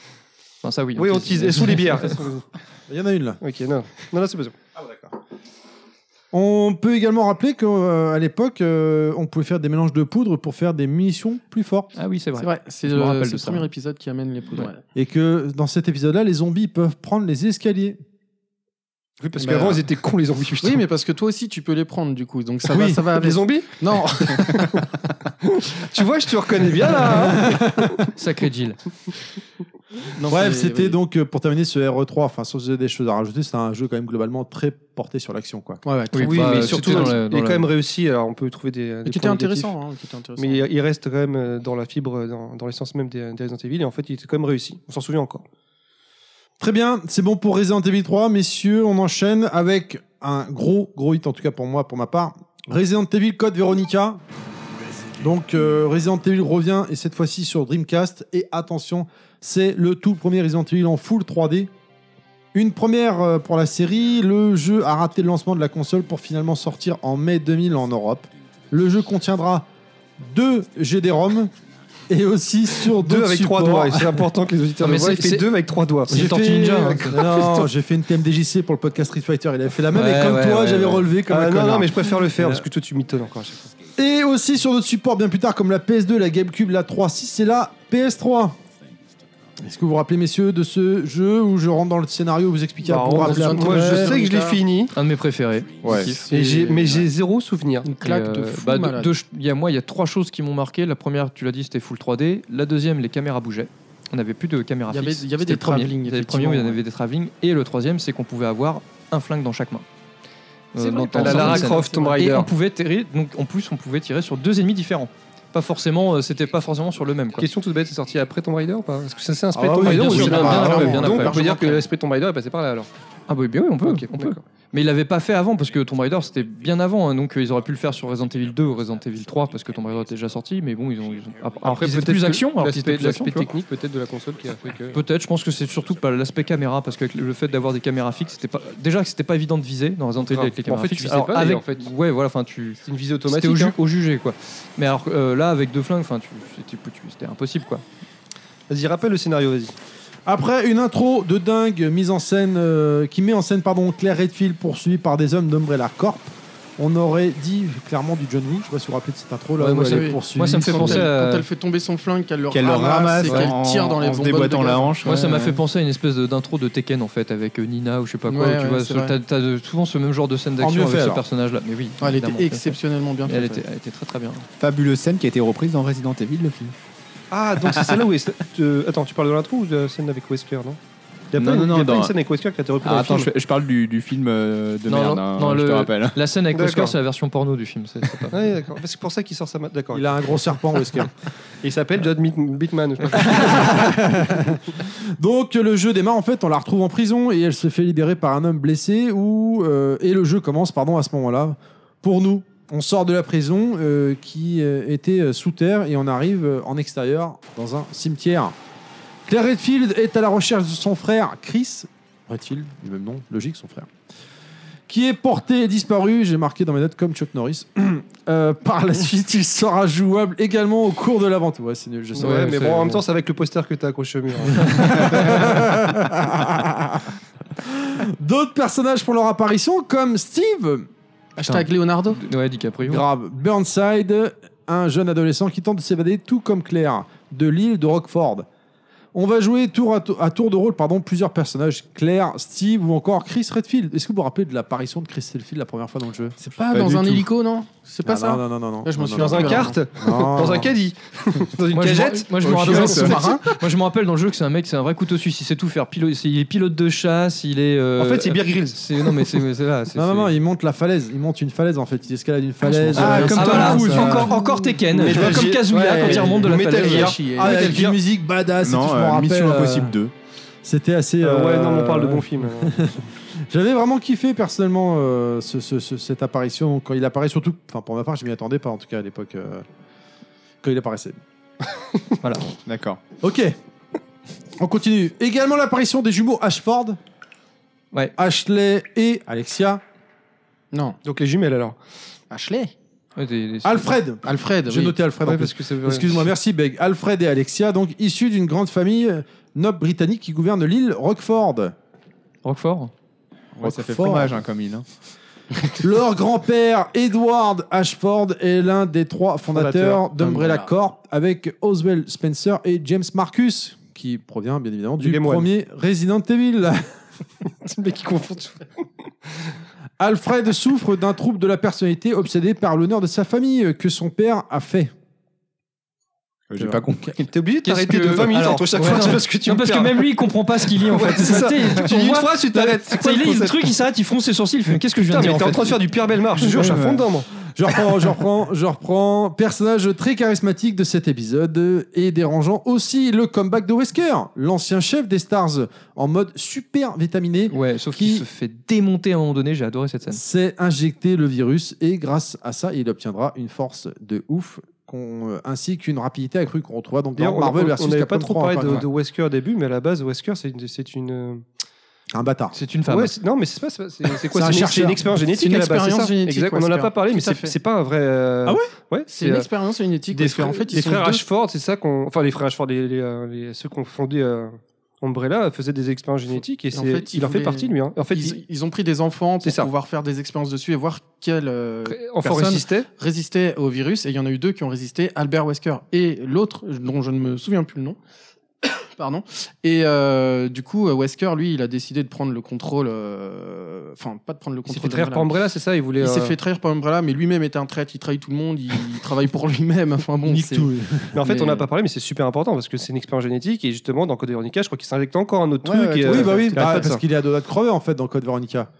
Speaker 4: Enfin, ça oui.
Speaker 3: Oui, on tease. Et sous les bières.
Speaker 5: euh.
Speaker 2: Il y en a une là.
Speaker 3: ok, non, non, non c'est pas ça.
Speaker 2: On peut également rappeler qu'à l'époque, euh, on pouvait faire des mélanges de poudre pour faire des munitions plus fortes.
Speaker 4: Ah oui, c'est vrai.
Speaker 5: C'est vrai, c'est
Speaker 4: Je me
Speaker 5: le,
Speaker 4: rappelle
Speaker 5: c'est
Speaker 4: de
Speaker 5: le
Speaker 4: ça.
Speaker 5: premier épisode qui amène les poudres.
Speaker 4: Ouais.
Speaker 2: Et que dans cet épisode-là, les zombies peuvent prendre les escaliers.
Speaker 3: Oui, parce
Speaker 5: Bah,
Speaker 3: qu'avant, ils étaient cons, les zombies. putain.
Speaker 5: Oui, mais parce que toi aussi tu peux les prendre du coup, donc ça va,
Speaker 3: Oui,
Speaker 5: ça va
Speaker 3: Les
Speaker 5: avec.
Speaker 3: zombies
Speaker 5: Non,
Speaker 3: Tu vois, je te reconnais bien là. hein.
Speaker 4: Sacré Jill.
Speaker 5: Non,
Speaker 2: Bref,
Speaker 5: c'est-
Speaker 2: c'était
Speaker 5: oui.
Speaker 2: donc euh, pour terminer ce RE3, enfin, sauf si vous avez des choses à rajouter, c'est un jeu quand même globalement très porté sur l'action. quoi.
Speaker 5: Ouais, ouais,
Speaker 4: Oui,
Speaker 5: oui,
Speaker 4: bah,
Speaker 3: mais
Speaker 4: surtout
Speaker 3: surtout,
Speaker 4: dans le-
Speaker 3: il
Speaker 4: dans
Speaker 3: est
Speaker 4: le-
Speaker 3: quand même réussi. Alors, on peut trouver des. des
Speaker 5: qui était
Speaker 3: points négatifs.
Speaker 5: intéressant. hein, qui était intéressant.
Speaker 3: Mais il reste quand même euh, dans la fibre, euh, dans, dans l'essence même des, des Resident Evil, et en fait, il était quand même réussi. On s'en souvient encore.
Speaker 2: Très bien, c'est bon pour Resident Evil 3, messieurs, on enchaîne avec un gros, gros hit, en tout cas pour moi, pour ma part. Resident Evil Code Veronica. Donc euh, Resident Evil revient, et cette fois-ci sur Dreamcast, et attention, c'est le tout premier Resident Evil en full 3D. Une première euh, pour la série, le jeu a raté le lancement de la console pour finalement sortir en mai 2000 en Europe. Le jeu contiendra deux GD-ROM et aussi sur
Speaker 3: Deux
Speaker 2: d'autres
Speaker 3: avec trois
Speaker 2: supports.
Speaker 3: doigts, et c'est important que les auditeurs
Speaker 4: Non,
Speaker 3: le
Speaker 4: mais
Speaker 3: voient. Il
Speaker 4: c'est-
Speaker 3: fait
Speaker 4: c'est-
Speaker 3: deux avec trois doigts.
Speaker 4: C'est Tortue Ninja, hein.
Speaker 2: Non, j'ai fait une TMDJC pour le podcast Street Fighter. Il avait fait la même
Speaker 4: Ouais,
Speaker 2: et comme
Speaker 4: ouais,
Speaker 2: toi,
Speaker 4: ouais,
Speaker 2: j'avais
Speaker 4: ouais.
Speaker 2: relevé comme
Speaker 3: Ah,
Speaker 2: un
Speaker 3: non, non,
Speaker 2: connard.
Speaker 3: mais je préfère le faire parce que toi, tu m'étonnes encore à chaque fois.
Speaker 2: Et aussi sur d'autres supports bien plus tard, comme la PS2, la GameCube, la 3.6 et la PS3. Est-ce que vous vous rappelez, messieurs, de ce jeu où je rentre dans le scénario, vous expliquer
Speaker 3: Bah,
Speaker 2: vous
Speaker 3: on-
Speaker 2: rappeler
Speaker 3: moi, je
Speaker 2: après
Speaker 3: sais que je l'ai fini,
Speaker 4: Un de mes préférés.
Speaker 2: Ouais.
Speaker 3: et j'ai- mais
Speaker 5: ouais.
Speaker 3: j'ai zéro souvenir.
Speaker 5: une claque
Speaker 4: Et,
Speaker 5: de
Speaker 4: euh,
Speaker 5: fou
Speaker 4: bah,
Speaker 5: malade.
Speaker 4: deux- il y a moi, il y a trois choses qui m'ont marqué. La première, tu l'as dit, c'était full 3D. La deuxième, les caméras bougeaient. On n'avait plus de caméras
Speaker 5: Il y avait-
Speaker 4: fixes.
Speaker 5: il y avait
Speaker 4: C'était
Speaker 5: des
Speaker 4: le premier.
Speaker 5: travelling,
Speaker 4: C'était le premier où il y en
Speaker 5: effectivement,
Speaker 4: avait des travelling. Et le troisième, c'est qu'on pouvait avoir un flingue dans chaque main.
Speaker 13: C'est
Speaker 4: euh,
Speaker 13: vrai,
Speaker 4: dans- dans
Speaker 13: la
Speaker 4: certaines
Speaker 13: Lara
Speaker 4: scènes.
Speaker 3: Croft, Tomb Raider.
Speaker 4: Et on pouvait tirer, donc en plus on pouvait tirer sur deux ennemis différents. Pas forcément, euh, c'était pas forcément sur le même. Quoi.
Speaker 3: Question toute bête, c'est sorti après Tomb Raider ou pas Est-ce que ça c'est un spray
Speaker 5: Ah
Speaker 3: Tomb
Speaker 5: oui,
Speaker 3: Raider
Speaker 5: bien
Speaker 3: ou
Speaker 5: sûr,
Speaker 3: c'est
Speaker 5: bien
Speaker 3: bien
Speaker 5: après,
Speaker 3: après
Speaker 5: bien
Speaker 3: Donc
Speaker 5: après.
Speaker 3: on peut dire que
Speaker 5: Largement
Speaker 3: l'esprit Tomb Raider est passé par là alors.
Speaker 4: Ah bah, bien oui, on peut.
Speaker 3: Ok,
Speaker 4: on peut.
Speaker 3: d'accord.
Speaker 4: Mais il l'avait pas fait avant parce que Tomb Raider c'était bien avant, hein, donc euh, ils auraient pu le faire sur Resident Evil 2 ou Resident Evil 3 parce que Tomb Raider était déjà sorti, mais bon ils ont, ils ont- alors qu'ils étaient
Speaker 13: peut-être
Speaker 4: plus
Speaker 13: que
Speaker 4: action, alors qu'ils étaient
Speaker 13: L'aspect
Speaker 4: plus
Speaker 13: l'aspect
Speaker 4: action, tu vois.
Speaker 13: technique peut-être de la console qui a fait que.
Speaker 4: Peut-être, je pense que c'est surtout pas l'aspect caméra, parce que avec le fait d'avoir des caméras fixes, c'était pas déjà que c'était pas évident de viser dans Resident Evil
Speaker 13: Grave.
Speaker 4: avec
Speaker 13: En
Speaker 4: les caméras
Speaker 13: fait, tu
Speaker 4: fixes.
Speaker 13: visais pas,
Speaker 4: avec,
Speaker 13: d'ailleurs, en fait.
Speaker 4: ouais, voilà, enfin tu,
Speaker 13: C'est une visée
Speaker 4: c'était
Speaker 13: automatique.
Speaker 4: au, ju-
Speaker 13: hein.
Speaker 4: au jugé quoi. Mais alors euh, là, avec deux flingues, enfin tu, c'était tu- c'était impossible quoi.
Speaker 3: Vas-y, rappelle le scénario, vas-y.
Speaker 2: Après une intro de dingue mise en scène, euh, qui met en scène pardon, Claire Redfield poursuivie par des hommes d'Umbrella Corp, on aurait dit clairement du John Wick. Je sais pas si vous vous rappelez de cette intro là.
Speaker 4: Ouais, moi,
Speaker 2: où
Speaker 4: ça-
Speaker 2: elle est
Speaker 5: oui.
Speaker 2: poursuivie.
Speaker 4: Moi, ça me fait
Speaker 5: Quand
Speaker 4: penser
Speaker 5: elle-
Speaker 4: à-
Speaker 5: Quand elle fait tomber son flingue, qu'elle le
Speaker 8: Ah, Qu'elle le
Speaker 5: ramasse,
Speaker 8: ramasse
Speaker 5: et
Speaker 8: en-
Speaker 5: qu'elle tire dans les
Speaker 8: en se
Speaker 5: bonbonnes de
Speaker 8: déboîtant la
Speaker 5: gaz.
Speaker 8: hanche.
Speaker 4: Moi, ça m'a
Speaker 8: ouais.
Speaker 4: fait penser à une espèce de- d'intro de Tekken en fait, avec euh, Nina ou je sais pas quoi.
Speaker 5: Ouais,
Speaker 4: tu
Speaker 5: ouais,
Speaker 4: vois,
Speaker 5: c'est
Speaker 4: ce-
Speaker 5: vrai.
Speaker 4: t'as t'as de- souvent ce même genre de scène
Speaker 2: mieux fait,
Speaker 4: d'action avec ce
Speaker 2: alors.
Speaker 4: personnage-là. Mais oui,
Speaker 5: Ouais, elle
Speaker 4: évidemment.
Speaker 5: était exceptionnellement bien
Speaker 4: Elle
Speaker 5: faite.
Speaker 4: était, elle était très très bien.
Speaker 8: Fabuleuse scène qui a été reprise dans Resident Evil, le film.
Speaker 3: Ah, donc c'est celle-là où. est- euh, Attends, tu parles de l'intro ou de la scène avec Wesker, non Il n'y a,
Speaker 8: Non,
Speaker 3: pas, une,
Speaker 8: non, non,
Speaker 3: y a pas
Speaker 8: dans-
Speaker 3: une scène avec Wesker qui a été reprise
Speaker 8: Ah,
Speaker 3: dans
Speaker 8: attends,
Speaker 3: le
Speaker 8: je,
Speaker 3: film.
Speaker 8: je parle du, du film euh, de
Speaker 4: Non,
Speaker 8: merde,
Speaker 4: non,
Speaker 8: hein,
Speaker 4: non,
Speaker 8: je
Speaker 4: le-
Speaker 8: te rappelle.
Speaker 4: La scène avec Oscar,
Speaker 3: D'accord.
Speaker 4: c'est la version porno du film. c'est- c'est pas-
Speaker 3: Ouais, d'accord. Bah, C'est pour ça qu'il sort sa. ma- D'accord.
Speaker 2: Il a un gros serpent, Wesker.
Speaker 3: Il s'appelle John Meat- Beatman. je sais pas.
Speaker 2: Donc le jeu démarre en fait, on la retrouve en prison et elle se fait libérer par un homme blessé où, euh, et le jeu commence pardon à ce moment-là. Pour nous, on sort de la prison euh, qui euh, était euh, sous terre et on arrive euh, en extérieur dans un cimetière. Claire Redfield est à la recherche de son frère Chris Redfield, du même nom, logique son frère, qui est porté et disparu. J'ai marqué dans mes notes comme Chuck Norris. Euh, par la suite, il sera jouable également au cours de l'aventure. Ouais, c'est nul, je sais.
Speaker 3: Ouais, mais
Speaker 4: c'est-
Speaker 3: bon, en même temps, c'est avec le poster que t'as accroché au mur.
Speaker 2: D'autres personnages pour leur apparition, comme Steve,
Speaker 5: Hashtag Leonardo.
Speaker 4: Ouais, DiCaprio.
Speaker 2: grave, Burnside, un jeune adolescent qui tente de s'évader, tout comme Claire, de l'île de Rockford. On va jouer tour à, to- à tour de rôle pardon, plusieurs personnages, Claire, Steve ou encore Chris Redfield. Est-ce que vous vous rappelez de l'apparition de Chris Redfield la première fois dans le jeu
Speaker 5: C'est pas,
Speaker 8: Pas
Speaker 5: dans
Speaker 8: du
Speaker 5: un
Speaker 8: tout.
Speaker 5: hélico, non C'est pas
Speaker 2: Ah,
Speaker 5: ça
Speaker 2: Non, non, non, non.
Speaker 5: Là, je me
Speaker 2: Non,
Speaker 5: souviens
Speaker 2: non, non,
Speaker 3: Dans un
Speaker 2: non.
Speaker 3: kart
Speaker 2: Non,
Speaker 3: Dans un
Speaker 2: non.
Speaker 3: caddie Dans une
Speaker 4: Moi, je
Speaker 3: cagette
Speaker 4: me- moi, je me
Speaker 8: Au
Speaker 4: rappelle,
Speaker 8: chien
Speaker 4: dans-
Speaker 8: sous-marin.
Speaker 4: moi, je me rappelle dans le jeu que c'est un mec, c'est un vrai couteau suisse. Il sait tout faire. Pilote, c'est- il est pilote de chasse, il est. euh,
Speaker 3: En fait, c'est Beer Grylls.
Speaker 4: c'est- non mais c'est c'est là. c'est-
Speaker 2: Non, non,
Speaker 4: c'est-
Speaker 2: non, il monte la falaise, il monte une falaise en fait, il escalade une falaise.
Speaker 5: Ah,
Speaker 2: euh,
Speaker 5: comme
Speaker 2: c'est
Speaker 5: Tom
Speaker 2: pas mal,
Speaker 5: Cruise,
Speaker 2: ça.
Speaker 4: encore, encore Tekken,
Speaker 3: Metal
Speaker 4: tu vois, comme
Speaker 3: Gear.
Speaker 4: Kazuya
Speaker 3: Ouais,
Speaker 4: quand il remonte de la
Speaker 3: Metal
Speaker 4: falaise.
Speaker 3: Gear.
Speaker 2: Ah,
Speaker 5: Ah,
Speaker 2: avec
Speaker 3: Metal
Speaker 2: une
Speaker 3: Gear.
Speaker 2: musique badass, et tout,
Speaker 8: Non,
Speaker 2: je m'en
Speaker 8: euh,
Speaker 2: rappelle,
Speaker 8: Mission
Speaker 2: euh,
Speaker 8: Impossible 2.
Speaker 2: C'était assez.
Speaker 3: Euh, Ouais,
Speaker 2: euh,
Speaker 3: non, mais on parle de bons films.
Speaker 2: J'avais vraiment kiffé personnellement euh, ce- ce- ce- cette apparition quand il apparaît, surtout. Enfin, pour ma part, je m'y attendais pas en tout cas à l'époque euh, quand il apparaissait.
Speaker 8: D'accord.
Speaker 2: Ok, on continue. Également l'apparition des jumeaux Ashford,
Speaker 4: Ouais.
Speaker 2: Ashley et Alexia,
Speaker 5: Non.
Speaker 3: Donc les jumelles alors.
Speaker 5: Ashley.
Speaker 4: Ah, Ouais, des- des-
Speaker 2: Alfred.
Speaker 5: Alfred.
Speaker 2: J'ai
Speaker 5: oui.
Speaker 2: noté Alfred. en
Speaker 3: Ouais,
Speaker 2: plus.
Speaker 3: parce que c'est
Speaker 2: Excuse-moi, merci Beg. Alfred et Alexia, donc issus d'une grande famille euh, noble britannique qui gouverne l'île Rockford.
Speaker 4: Roquefort.
Speaker 8: Ouais, ça fait
Speaker 2: Roquefort.
Speaker 8: fromage hein, comme il. hein.
Speaker 2: Leur grand-père, Edward Ashford, est l'un des trois fondateurs d'Umbrella
Speaker 5: d'Umbrella.
Speaker 2: Corp avec Oswald Spencer et James Marcus, qui provient bien évidemment
Speaker 3: Du
Speaker 2: du,
Speaker 3: Game One.
Speaker 2: premier Resident Evil.
Speaker 3: le mec qui confond tout.
Speaker 2: Alfred souffre d'un trouble de la personnalité obsédé par l'honneur de sa famille que son père a fait.
Speaker 8: Euh, J'ai pas compris.
Speaker 3: T'es obligé de
Speaker 4: Qu'est-ce
Speaker 3: t'arrêter
Speaker 4: que-
Speaker 3: de 20 minutes
Speaker 4: alors,
Speaker 3: entre chaque
Speaker 4: ouais,
Speaker 3: fois,
Speaker 4: non.
Speaker 3: c'est parce que tu
Speaker 4: Non
Speaker 3: me
Speaker 4: parce que
Speaker 3: perds.
Speaker 4: même lui il comprend pas ce qu'il lit en
Speaker 3: Ouais,
Speaker 4: fait.
Speaker 3: c'est ça.
Speaker 4: Tu sais,
Speaker 3: Tu dis une phrase, tu t'arrêtes. C'est quoi
Speaker 4: il
Speaker 3: le
Speaker 4: lit le
Speaker 3: concept
Speaker 4: truc, il s'arrête, il fronce ses sourcils, il fait qu'est-ce que je viens
Speaker 3: Putain,
Speaker 4: de
Speaker 3: mais
Speaker 4: dire en
Speaker 3: t'es en
Speaker 4: fait
Speaker 3: train de faire du Pierre Belmar, je te jure, je suis à fond dedans, moi.
Speaker 2: Je reprends, je reprends, je reprends. Personnage très charismatique de cet épisode euh, et dérangeant aussi le comeback de Wesker, l'ancien chef des Stars, en mode super vitaminé.
Speaker 4: Ouais, sauf
Speaker 2: Qui-
Speaker 4: qu'il se fait démonter à un moment donné, j'ai adoré cette scène.
Speaker 2: C'est injecter le virus et grâce à ça, il obtiendra une force de ouf qu'on, euh, ainsi qu'une rapidité accrue qu'on retrouvera donc dans
Speaker 3: D'ailleurs, on
Speaker 2: Marvel
Speaker 3: on- on
Speaker 2: versus
Speaker 3: n'avait pas
Speaker 2: Capcom
Speaker 3: trop
Speaker 2: 3,
Speaker 3: parlé
Speaker 2: encore
Speaker 3: de,
Speaker 2: une
Speaker 3: de Wesker au début, mais à la base, Wesker, c'est une. C'est une euh,
Speaker 2: fois. Un bâtard.
Speaker 4: C'est une femme.
Speaker 3: ouais, c'est- non, mais c'est pas. C'est c'est- c'est quoi
Speaker 2: C'est un
Speaker 3: C'est une, c'est
Speaker 2: chercheur.
Speaker 3: une expérience génétique
Speaker 5: C'est une
Speaker 3: à la base,
Speaker 5: expérience
Speaker 3: c'est ça
Speaker 5: génétique,
Speaker 3: Exact, on en a
Speaker 5: Wesker.
Speaker 3: pas parlé, mais
Speaker 5: Tout à
Speaker 3: c'est
Speaker 5: fait.
Speaker 3: c'est pas un vrai. euh,
Speaker 2: Ah
Speaker 3: Ouais,
Speaker 5: C'est une
Speaker 3: euh,
Speaker 5: expérience génétique.
Speaker 3: des
Speaker 5: parce qu'en
Speaker 3: fr-
Speaker 5: fait, ils
Speaker 3: les
Speaker 5: sont
Speaker 3: frères
Speaker 5: deux.
Speaker 3: Ashford, c'est ça qu'on. Enfin, les frères Ashford, les, les, euh, les- ceux qu'on fondait euh, Umbrella faisaient des expériences génétiques et
Speaker 5: Et en
Speaker 3: c'est-
Speaker 5: fait,
Speaker 3: il
Speaker 5: ils
Speaker 3: en fait
Speaker 5: voulaient-
Speaker 3: partie, lui. hein. En fait,
Speaker 5: Ils,
Speaker 3: il-
Speaker 5: ils ont pris des enfants
Speaker 3: C'est
Speaker 5: pour
Speaker 3: ça.
Speaker 5: pouvoir faire des expériences dessus et voir quel euh,
Speaker 3: enfant
Speaker 5: personne
Speaker 3: résistait.
Speaker 5: résistait au virus. Et il y en a eu deux qui ont résisté, Albert Wesker et l'autre, dont je ne me souviens plus le nom. Pardon. Et euh, du coup, euh, Wesker, lui, il a décidé de prendre le contrôle. euh, Enfin, pas de prendre le
Speaker 3: Il s'est
Speaker 5: contrôle.
Speaker 3: fait trahir
Speaker 5: d'Umbrella.
Speaker 3: par Umbrella, c'est ça Il voulait.
Speaker 5: Il s'est
Speaker 3: euh,
Speaker 5: fait trahir par Umbrella, mais lui-même était un traître. Il trahit tout le monde, il travaille pour lui-même. Enfin bon,
Speaker 2: Nique
Speaker 5: c'est-
Speaker 2: tout.
Speaker 3: Mais en fait,
Speaker 5: Mais-
Speaker 3: on n'a pas parlé, mais c'est super important parce que c'est une expérience génétique et justement, dans Code Veronica, je crois qu'il s'injecte encore un autre
Speaker 8: Ouais,
Speaker 3: truc.
Speaker 8: ouais,
Speaker 3: et,
Speaker 8: tout
Speaker 2: Oui,
Speaker 3: euh,
Speaker 2: bah oui,
Speaker 3: il
Speaker 2: bah,
Speaker 3: arrête pas de
Speaker 2: parce
Speaker 3: ça.
Speaker 2: qu'il est à deux doigts de crever en fait dans Code Veronica.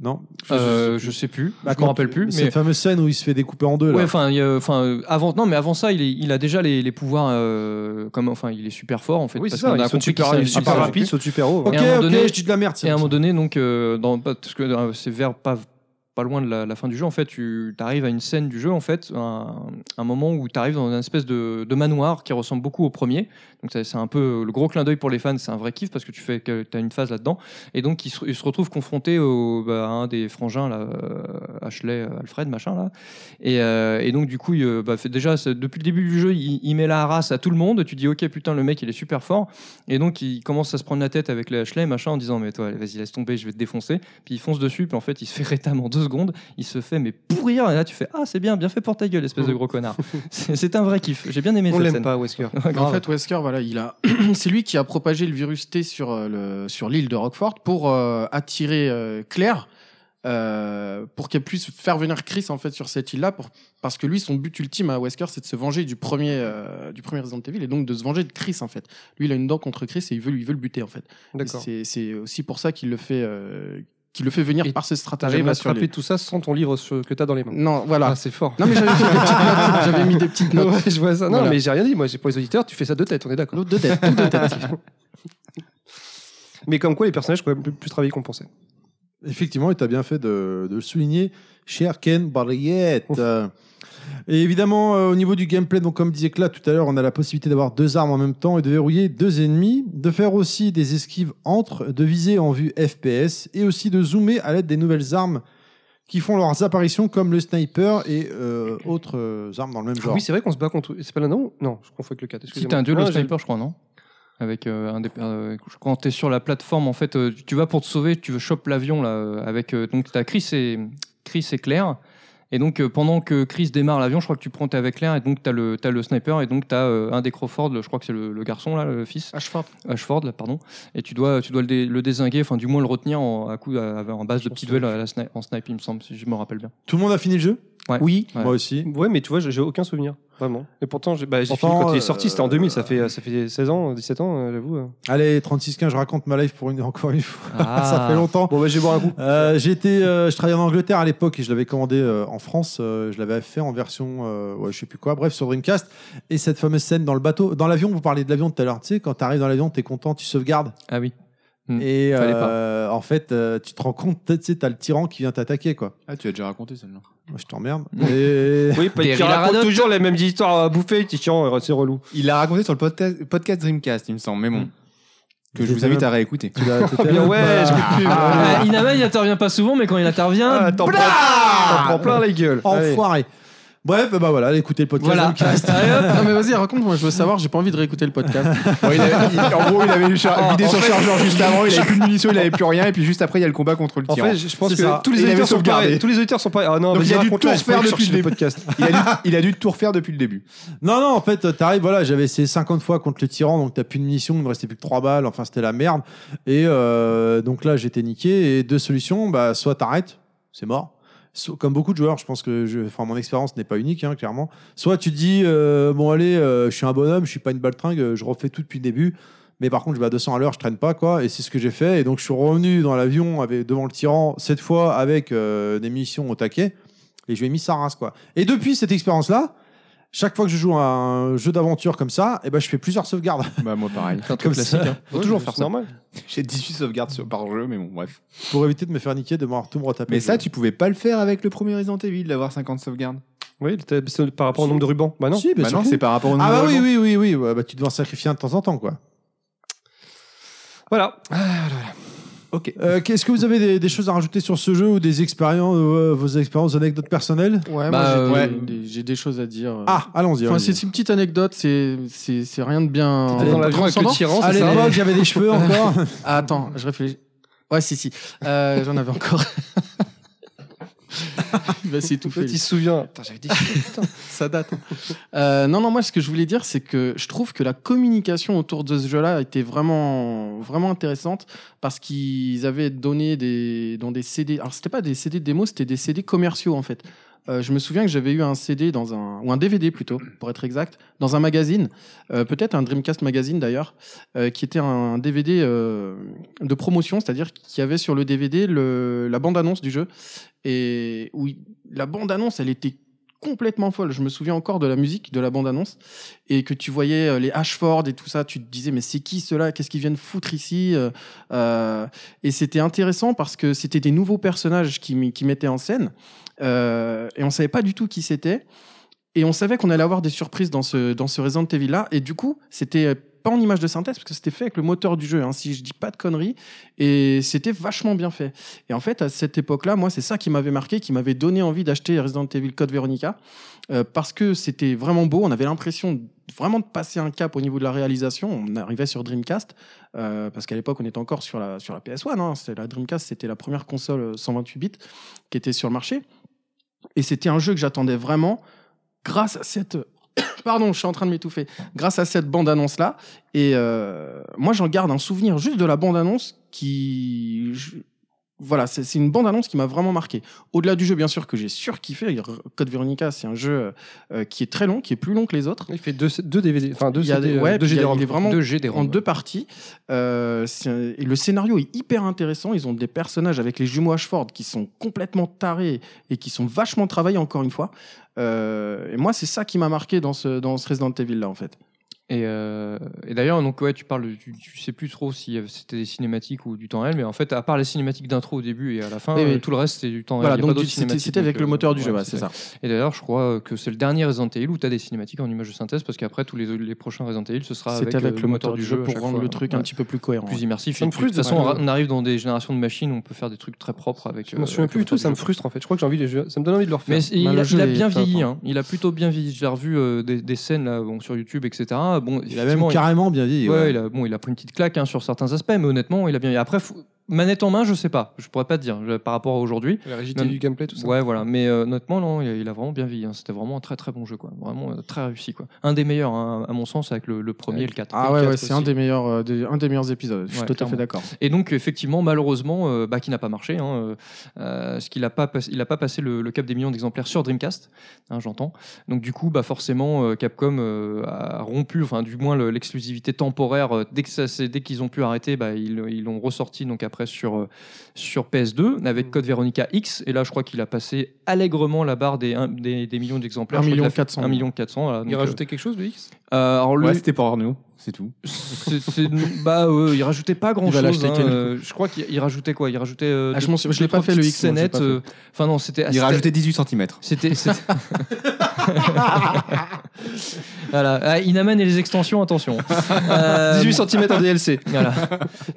Speaker 2: Non
Speaker 4: Euh, je sais
Speaker 3: Bah,
Speaker 4: plus, je
Speaker 2: quand-
Speaker 4: me rappelle plus.
Speaker 2: Cette
Speaker 4: Mais
Speaker 2: fameuse scène où il se fait découper en deux, là.
Speaker 4: ouais, enfin, il y a- enfin, euh, avant, non, mais avant ça, il, est- il a déjà les, les pouvoirs. euh, comme, enfin, il est super fort en fait.
Speaker 3: Oui, c'est
Speaker 4: parce
Speaker 3: ça,
Speaker 4: qu'on a
Speaker 3: ils sont
Speaker 4: compris
Speaker 3: super,
Speaker 4: qu'il
Speaker 3: ils
Speaker 4: savait-
Speaker 3: sont super
Speaker 4: il savait
Speaker 3: rapides, ils
Speaker 4: plus.
Speaker 3: sont super hauts.
Speaker 2: ok,
Speaker 4: et à un moment
Speaker 2: ok,
Speaker 4: donné-
Speaker 2: je dis de la merde.
Speaker 4: Et à
Speaker 2: ça.
Speaker 4: un moment donné, donc, euh, dans, parce que euh, c'est vers pas, pas loin de la, la fin du jeu, en fait, tu arrives à une scène du jeu, en fait, un, un moment où tu arrives dans une espèce de, de manoir qui ressemble beaucoup au premier. Donc, ça- c'est un peu le gros clin d'œil pour les fans, c'est un vrai kiff parce que tu fais, que as une phase là-dedans. Et donc, ils se, ils se retrouvent confrontés au, bah, à un des frangins, là, euh, Ashley, euh, Alfred, machin, là. Et, euh, et donc, du coup, il, euh, bah, fait- déjà, c'est- depuis le début du jeu, il, il met la race à tout le monde. Tu dis, ok, putain, le mec, il est super fort. Et donc, il commence à se prendre la tête avec les Ashley, machin, en disant, mais toi, allez, vas-y, laisse tomber, je vais te défoncer. Puis il fonce dessus, puis en fait, il se fait rétam en deux secondes. Il se fait, mais pourrir. Et là, tu fais, ah, c'est bien, bien fait pour ta gueule, espèce de gros connard. c'est c'est un vrai kiff. J'ai bien aimé
Speaker 3: On
Speaker 4: cette
Speaker 3: l'aime
Speaker 4: scène.
Speaker 3: pas, Wesker.
Speaker 5: En fait, Wesker, voilà, il a, c'est lui qui a propagé le virus T sur euh, le sur l'île de Rockford pour euh, attirer euh, Claire, euh, pour qu'elle puisse faire venir Chris en fait sur cette île-là, pour parce que lui, son but ultime à Wesker, c'est de se venger du premier euh, du premier Resident Evil et donc de se venger de Chris en fait. Lui, il a une dent contre Chris et il veut il veut le buter en fait. Et
Speaker 3: D'accord.
Speaker 5: C'est c'est aussi pour ça qu'il le fait euh, qu'il le fait venir
Speaker 3: Et
Speaker 5: par ce
Speaker 3: T'arrives
Speaker 5: stratagème
Speaker 3: à
Speaker 5: sur l'île.
Speaker 3: attraper tout ça sans ton livre sur- que t'as dans les mains.
Speaker 5: Non, voilà.
Speaker 3: Ah, c'est fort.
Speaker 5: non mais j'avais fait des petites notes, j'avais mis des petites notes.
Speaker 3: Ouais, je vois ça. Non,
Speaker 5: Voilà.
Speaker 3: mais j'ai rien dit. Moi, j'ai- pour les auditeurs, tu fais ça de tête, on est d'accord.
Speaker 5: L'autre de tête, tout de tête.
Speaker 3: Mais comme quoi, les personnages ont quand même plus- plus travaillé qu'on pensait.
Speaker 2: Effectivement, et tu as bien fait de, de le souligner, cher Ken Barriette. Euh, Et évidemment, euh, au niveau du gameplay, donc comme disait Clat tout à l'heure, on a la possibilité d'avoir deux armes en même temps et de verrouiller deux ennemis, de faire aussi des esquives entre, de viser en vue FPS et aussi de zoomer à l'aide des nouvelles armes qui font leurs apparitions comme le sniper et euh, autres euh, armes dans le même
Speaker 3: Ah
Speaker 2: genre.
Speaker 3: Oui, c'est vrai qu'on se bat contre. C'est pas là, non Non, je confonds avec le 4.
Speaker 4: Si
Speaker 3: excusez-moi.
Speaker 4: t'as un duel
Speaker 3: Non,
Speaker 4: au
Speaker 3: j'ai-
Speaker 4: sniper, je crois, non avec euh, un des, euh, quand t'es sur la plateforme en fait euh, tu vas pour te sauver tu veux choper l'avion là euh, avec euh, donc t'as Chris et Chris et Claire et donc euh, pendant que Chris démarre l'avion je crois que tu prends t'es avec Claire et donc t'as le t'as le sniper et donc t'as euh, un des Crawford le- je crois que c'est le, le garçon là le fils
Speaker 5: Ashford.
Speaker 4: Ashford là, pardon et tu dois tu dois le, dé- le désinguer enfin du moins le retenir en, à coup à- en base de petits duels à la sni- en snipe il me semble si je me rappelle bien
Speaker 2: Tout le monde a fini le jeu
Speaker 5: Oui,
Speaker 4: Ouais.
Speaker 2: Moi aussi.
Speaker 3: Ouais, mais tu vois, j'ai j'ai aucun souvenir. Vraiment. Et pourtant, j'ai bah, j'ai
Speaker 2: Pourtant,
Speaker 3: fini quand il est
Speaker 2: euh,
Speaker 3: sorti. C'était en 2000. Ça fait, ça fait 16 ans, 17 ans, euh, j'avoue. euh.
Speaker 2: Allez, 36-15, je raconte ma life pour une, encore une fois. Ça
Speaker 4: Ah.
Speaker 2: fait longtemps.
Speaker 3: Bon, bah, je vais boire un coup.
Speaker 2: Euh, j'étais, euh, je travaillais en Angleterre à l'époque et je l'avais commandé euh, en France. Euh, je l'avais fait en version, euh, ouais, je sais plus quoi. Bref, sur Dreamcast. Et cette fameuse scène dans le bateau, dans l'avion. Vous parliez de l'avion tout à l'heure. Tu sais, quand t'arrives dans l'avion, t'es content, tu sauvegardes.
Speaker 4: ah oui Mm.
Speaker 2: Et
Speaker 4: Fallait
Speaker 2: euh, en fait, euh, tu te rends compte, tu sais, t'as le tyran qui vient t'attaquer, quoi.
Speaker 8: Ah, tu as déjà raconté celle-là.
Speaker 2: Moi, je t'emmerde.
Speaker 3: Mm.
Speaker 2: Et...
Speaker 3: Oui, pas
Speaker 4: Terry
Speaker 3: il raconte
Speaker 4: Laradot.
Speaker 3: toujours les mêmes histoires à bouffer. C'est chiant, c'est relou.
Speaker 8: Il l'a raconté sur le podcast, podcast Dreamcast, il me semble, mais bon. Que je vous invite à réécouter.
Speaker 2: Tu l'as- t'étais
Speaker 3: Ah, Bien,
Speaker 2: là-
Speaker 3: ouais,
Speaker 2: bah,
Speaker 3: je me tue.
Speaker 4: Ah, Inaman il intervient pas souvent mais quand il intervient
Speaker 3: Ah, T'en prends- t'en prends
Speaker 2: ah,
Speaker 3: plein la gueule. Allez.
Speaker 2: enfoiré. Bref, bah voilà, allez, écoutez le podcast.
Speaker 4: voilà
Speaker 2: Dreamcast.
Speaker 4: Allez, hop.
Speaker 5: Non mais vas-y raconte-moi, je veux savoir, j'ai pas envie de réécouter le podcast.
Speaker 8: Ouais, il avait- il- Ah, en gros, il avait vidé son chargeur juste avant, il avait plus de munitions, il avait plus rien, et puis juste après, il y a le combat contre le
Speaker 3: En
Speaker 8: tyran.
Speaker 3: fait, je pense
Speaker 8: C'est
Speaker 3: que
Speaker 8: ça.
Speaker 3: tous les
Speaker 8: Et il
Speaker 3: auditeurs
Speaker 8: avait
Speaker 3: sont
Speaker 8: sauvegardé.
Speaker 3: pareils. Tous les auditeurs sont pareils. Ah non,
Speaker 8: Donc,
Speaker 3: vas-y,
Speaker 8: il a dû
Speaker 3: raconte-le,
Speaker 8: tout
Speaker 3: il faut
Speaker 8: refaire
Speaker 3: aller
Speaker 8: depuis
Speaker 3: chercher
Speaker 8: le
Speaker 3: les
Speaker 8: début.
Speaker 3: podcasts.
Speaker 8: Il a, dû, il a dû tout refaire depuis le début.
Speaker 2: Non, non, en fait, euh, t'arrives, voilà, j'avais essayé 50 fois contre le tyran, donc t'as plus de munitions, il me restait plus que 3 balles, enfin c'était la merde. Et euh, donc là, j'étais niqué, et deux solutions, bah, soit t'arrêtes, c'est mort. So- Comme beaucoup de joueurs, je pense que je, enfin, mon expérience n'est pas unique, hein, clairement. Soit tu te dis, euh, bon, allez, euh, je suis un bonhomme, je suis pas une baltringue, euh, je refais tout depuis le début. Mais par contre, je vais à 200 à l'heure, je traîne pas, quoi. Et c'est ce que j'ai fait. Et donc, je suis revenu dans l'avion avec, devant le tyran, cette fois avec euh, des munitions au taquet. Et je lui ai mis sa race, quoi. Et depuis cette expérience-là, chaque fois que je joue à un jeu d'aventure comme ça, eh ben, je fais plusieurs sauvegardes.
Speaker 8: Bah, moi, pareil.
Speaker 4: C'est un truc
Speaker 2: Comme
Speaker 4: classique
Speaker 2: ça.
Speaker 4: hein.
Speaker 3: Faut toujours faire ça. normal.
Speaker 8: J'ai 18 sauvegardes sur- par jeu, mais bon, bref.
Speaker 2: pour éviter de me faire niquer, de m'avoir tout me retaper.
Speaker 8: Mais
Speaker 2: le
Speaker 8: ça,
Speaker 2: jeu.
Speaker 8: tu pouvais pas le faire avec le premier Resident Evil, d'avoir 50 sauvegardes.
Speaker 3: Oui, t'as- c'est par rapport au nombre de rubans. Bah non.
Speaker 2: Si, bien
Speaker 8: Bah
Speaker 2: sûr
Speaker 8: non,
Speaker 2: que
Speaker 8: c'est
Speaker 2: oui.
Speaker 8: par rapport au
Speaker 2: Ah,
Speaker 8: nombre
Speaker 2: bah
Speaker 8: de
Speaker 2: oui,
Speaker 8: gens.
Speaker 2: oui, oui, oui. ouais, bah, tu dois en sacrifier un de temps en temps, quoi.
Speaker 3: Voilà.
Speaker 8: Ok.
Speaker 2: Euh, Qu'est-ce que vous avez des, des choses à rajouter sur ce jeu ou des expériences, euh, vos expériences, anecdotes personnelles
Speaker 4: Bah,
Speaker 5: Ouais, moi, j'ai
Speaker 4: euh,
Speaker 5: des-
Speaker 8: ouais.
Speaker 5: des- j'ai des choses à dire.
Speaker 2: Ah, allons-y.
Speaker 5: Enfin,
Speaker 2: allons-y.
Speaker 5: c'est c'est une petite anecdote, c'est c'est- c'est rien de bien.
Speaker 2: T'étais dans
Speaker 3: l'avion avec le
Speaker 5: transcendant.
Speaker 3: tyran,
Speaker 2: à
Speaker 5: Ah, les
Speaker 2: l'époque,
Speaker 5: bugs.
Speaker 2: j'avais des cheveux encore.
Speaker 5: Ah, attends, je réfléchis. Ouais, si, si. Euh, J'en avais encore. Il va
Speaker 3: Tout
Speaker 5: s'étouffer.
Speaker 3: fait, il
Speaker 5: lui.
Speaker 3: se souvient.
Speaker 5: Ça date.
Speaker 2: hein.
Speaker 5: Euh, non, non, moi, ce que je voulais dire, c'est que je trouve que la communication autour de ce jeu-là était vraiment, vraiment intéressante parce qu'ils avaient donné des, dans des CD. Alors, c'était pas des CD de démo, c'était des CD commerciaux, en fait.
Speaker 2: euh, je me souviens que j'avais eu un CD dans un ou un DVD plutôt, pour être exact, dans un magazine, euh, peut-être un Dreamcast magazine d'ailleurs, euh, qui était un DVD euh, de promotion, c'est-à-dire qu'il y avait sur le DVD le, la bande-annonce du jeu et où il- la bande-annonce, elle était complètement folle. Je me souviens encore de la musique de la bande-annonce et que tu voyais euh, les Ashford et tout ça, tu te disais mais c'est qui ceux-là Qu'est-ce qu'ils viennent foutre ici Euh, euh, Et c'était intéressant parce que c'était des nouveaux personnages qui, mi- qui mettaient en scène euh, et on savait pas du tout qui c'était et on savait qu'on allait avoir des surprises dans ce dans ce Resident Evil là et du coup c'était euh, pas en image de synthèse parce que c'était fait avec le moteur du jeu hein, si je dis pas de conneries et c'était vachement bien fait et en fait, à cette époque-là, moi, c'est ça qui m'avait marqué, qui m'avait donné envie d'acheter Resident Evil Code Veronica, euh, parce que c'était vraiment beau. On avait l'impression de- vraiment de passer un cap au niveau de la réalisation. On arrivait sur Dreamcast, euh, parce qu'à l'époque, on était encore sur la, sur la PS1. Hein. C'était La Dreamcast, c'était la première console euh, 128 bits qui était sur le marché. Et c'était un jeu que j'attendais vraiment grâce à cette... Pardon, je suis en train de m'étouffer. Grâce à cette bande-annonce-là. Et euh, moi, j'en garde un souvenir juste de la bande-annonce qui... je- voilà, c'est c'est une bande-annonce qui m'a vraiment marqué. Au-delà du jeu, bien sûr, que j'ai surkiffé. Code Veronica, c'est un jeu euh, qui est très long, qui est plus long que les autres.
Speaker 3: Il fait deux, deux DVD, enfin deux
Speaker 2: Il y a
Speaker 3: CD,
Speaker 2: des- ouais,
Speaker 3: deux
Speaker 2: puis il y a-
Speaker 3: GD-ROM.
Speaker 2: il est vraiment
Speaker 4: euh, Deux G des
Speaker 2: en
Speaker 4: ronds.
Speaker 2: deux parties. Euh, c'est un- et le scénario est hyper intéressant. Ils ont des personnages avec les jumeaux Ashford qui sont complètement tarés et qui sont vachement travaillés, encore une fois. Euh, et moi, c'est ça qui m'a marqué dans ce, dans ce Resident Evil-là, en fait.
Speaker 4: Et, euh, et d'ailleurs, donc ouais, tu parles, tu, tu sais plus trop si euh, c'était des cinématiques ou du temps réel, mais en fait, à part les cinématiques d'intro au début et à la fin,
Speaker 2: Oui, oui.
Speaker 4: euh, tout le reste c'est du temps
Speaker 2: Voilà,
Speaker 4: réel. Il y a
Speaker 2: donc
Speaker 4: pas
Speaker 2: du-
Speaker 4: d'autres
Speaker 2: c'était
Speaker 4: cinématiques,
Speaker 2: c'était avec
Speaker 4: donc,
Speaker 2: le
Speaker 4: euh,
Speaker 2: moteur du
Speaker 4: ouais,
Speaker 2: jeu, ouais, c'est ça.
Speaker 4: Et d'ailleurs, je crois euh, que c'est le dernier Resident Evil où tu as des cinématiques en image de synthèse, parce qu'après tous les, autres- les prochains Resident Evil, ce sera avec,
Speaker 2: C'était
Speaker 4: euh, le moteur du jeu à
Speaker 2: pour
Speaker 4: chaque
Speaker 2: rendre
Speaker 4: fois,
Speaker 2: le truc
Speaker 4: ouais,
Speaker 2: un petit peu plus cohérent.
Speaker 4: plus immersif.
Speaker 3: Ça
Speaker 4: Et
Speaker 3: me
Speaker 4: puis,
Speaker 3: frustre
Speaker 4: de toute façon,
Speaker 3: parce que-
Speaker 4: on arrive dans des générations de machines, où on peut faire des trucs très propres avec.
Speaker 3: Je m'en
Speaker 4: euh,
Speaker 3: souviens
Speaker 4: avec
Speaker 3: plus
Speaker 4: le
Speaker 3: du tout,
Speaker 4: moteur
Speaker 3: ça me
Speaker 4: jeu.
Speaker 3: frustre en fait. Je crois que j'ai envie de les jeux- Ça me donne envie de le refaire.
Speaker 4: Mais il,
Speaker 2: Bah,
Speaker 4: a,
Speaker 2: le jeu
Speaker 4: il a
Speaker 2: est
Speaker 4: bien
Speaker 2: top,
Speaker 4: vieilli,
Speaker 2: hein.
Speaker 4: hein. il a plutôt bien vieilli. J'ai revu euh, des, des scènes là, bon, sur YouTube, etc.
Speaker 14: Il a
Speaker 4: Bon,
Speaker 14: même
Speaker 4: effectivement,
Speaker 14: carrément bien vieilli.
Speaker 4: Ouais,
Speaker 14: ouais.
Speaker 4: Il, a, bon, il a pris une petite claque hein, sur certains aspects, mais honnêtement, il a bien. et Après, faut- manette en main, je sais pas. Je pourrais pas te dire je- par rapport à aujourd'hui.
Speaker 3: La rigidité
Speaker 4: Même-
Speaker 3: du gameplay, tout ça.
Speaker 4: Ouais, voilà. Mais euh, honnêtement, non, il a, il a vraiment bien vieilli. hein. C'était vraiment un très très bon jeu, quoi. Vraiment euh, très réussi, quoi. Un des meilleurs, hein, à mon sens, avec le, le premier et le 4.
Speaker 2: Ah ouais,
Speaker 4: Le
Speaker 2: ouais,
Speaker 4: 4
Speaker 2: c'est un
Speaker 4: aussi.
Speaker 2: des meilleurs, euh, des- un des meilleurs épisodes. Je suis
Speaker 4: Ouais,
Speaker 2: tout à
Speaker 4: clairement.
Speaker 2: fait d'accord.
Speaker 4: Et donc, effectivement, malheureusement, euh, bah, qui n'a pas marché, hein, euh, euh, ce qu'il n'a pas, pass- il a pas passé le, le cap des millions d'exemplaires sur Dreamcast, hein, j'entends. Donc, du coup, bah, forcément, euh, Capcom euh, a rompu, enfin, du moins, le- l'exclusivité temporaire. euh, dès que ça s'est- dès qu'ils ont pu arrêter, bah, ils ils l'ont ressorti donc après sur, euh, sur PS2 avec Code Veronica X. Et là, je crois qu'il a passé allègrement la barre des, un- des, des millions d'exemplaires.
Speaker 2: 1
Speaker 4: Je crois qu'il
Speaker 2: million
Speaker 4: a fait
Speaker 2: 400.
Speaker 4: 1 million 400. voilà.
Speaker 3: Il
Speaker 4: Donc,
Speaker 3: rajoutait quelque chose, lui X
Speaker 4: euh, euh, alors, le-
Speaker 8: Ouais, c'était pour nous, c'est tout.
Speaker 4: c'est- c'est- bah, euh, il rajoutait pas grand
Speaker 2: Il va
Speaker 4: chose.
Speaker 2: l'acheter, Ken.
Speaker 4: je crois qu'il il rajoutait quoi Il rajoutait. euh,
Speaker 2: Ah, je
Speaker 4: deux-
Speaker 2: m'en sou- je
Speaker 4: deux,
Speaker 2: l'ai pas
Speaker 4: trois
Speaker 2: fait, le
Speaker 4: petites
Speaker 2: X, moi, je l'ai
Speaker 4: scénettes,
Speaker 2: pas fait.
Speaker 4: euh, Enfin non, c'était.
Speaker 8: Il
Speaker 4: c'était-
Speaker 8: rajoutait 18 cm.
Speaker 4: C'était. c'était- voilà. Ah, Inaman et les extensions, attention. Euh,
Speaker 3: 18 cm en DLC.
Speaker 4: voilà.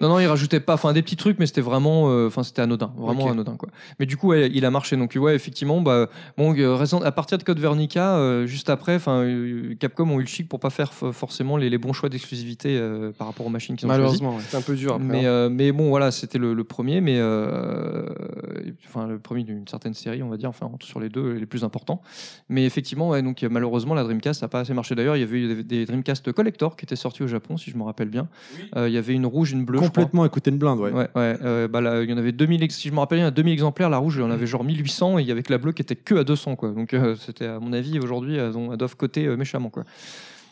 Speaker 4: Non, non, il rajoutait pas, enfin des petits trucs, mais c'était vraiment, euh, enfin c'était anodin, vraiment
Speaker 3: Ok.
Speaker 4: anodin quoi. Mais du coup, ouais, il a marché. Donc ouais, effectivement, bah, bon, euh, raison- à partir de Code Vernica, euh, juste après, enfin euh, Capcom ont eu le chic pour pas faire f- forcément les, les bons choix d'exclusivité euh, par rapport aux machines qu'ils ont choisies.
Speaker 2: Malheureusement, ouais.
Speaker 3: C'est un peu dur après.
Speaker 4: Mais,
Speaker 3: hein.
Speaker 4: euh, mais bon, voilà, c'était le, le premier, mais euh, et puis, enfin le premier d'une certaine série, on va dire, enfin sur les deux les plus importants. Mais effectivement, ouais, donc euh, malheureusement, la Dreamcast n'a pas assez marché. D'ailleurs, il y avait eu des, des Dreamcast Collector qui étaient sortis au Japon, si je me rappelle bien. Euh, il y avait une rouge, une bleue. je crois.
Speaker 14: Complètement à côté de blinde, ouais.
Speaker 4: Ouais, ouais, euh, bah là, il y en avait 2000, ex- si je me rappelle, il y en a 2000 exemplaires, la rouge, il y en avait genre 1800 et il y avait que la bleue qui était que à 200, quoi. Donc euh, c'était, à mon avis, aujourd'hui, elles, ont- elles doivent coter euh, méchamment, quoi.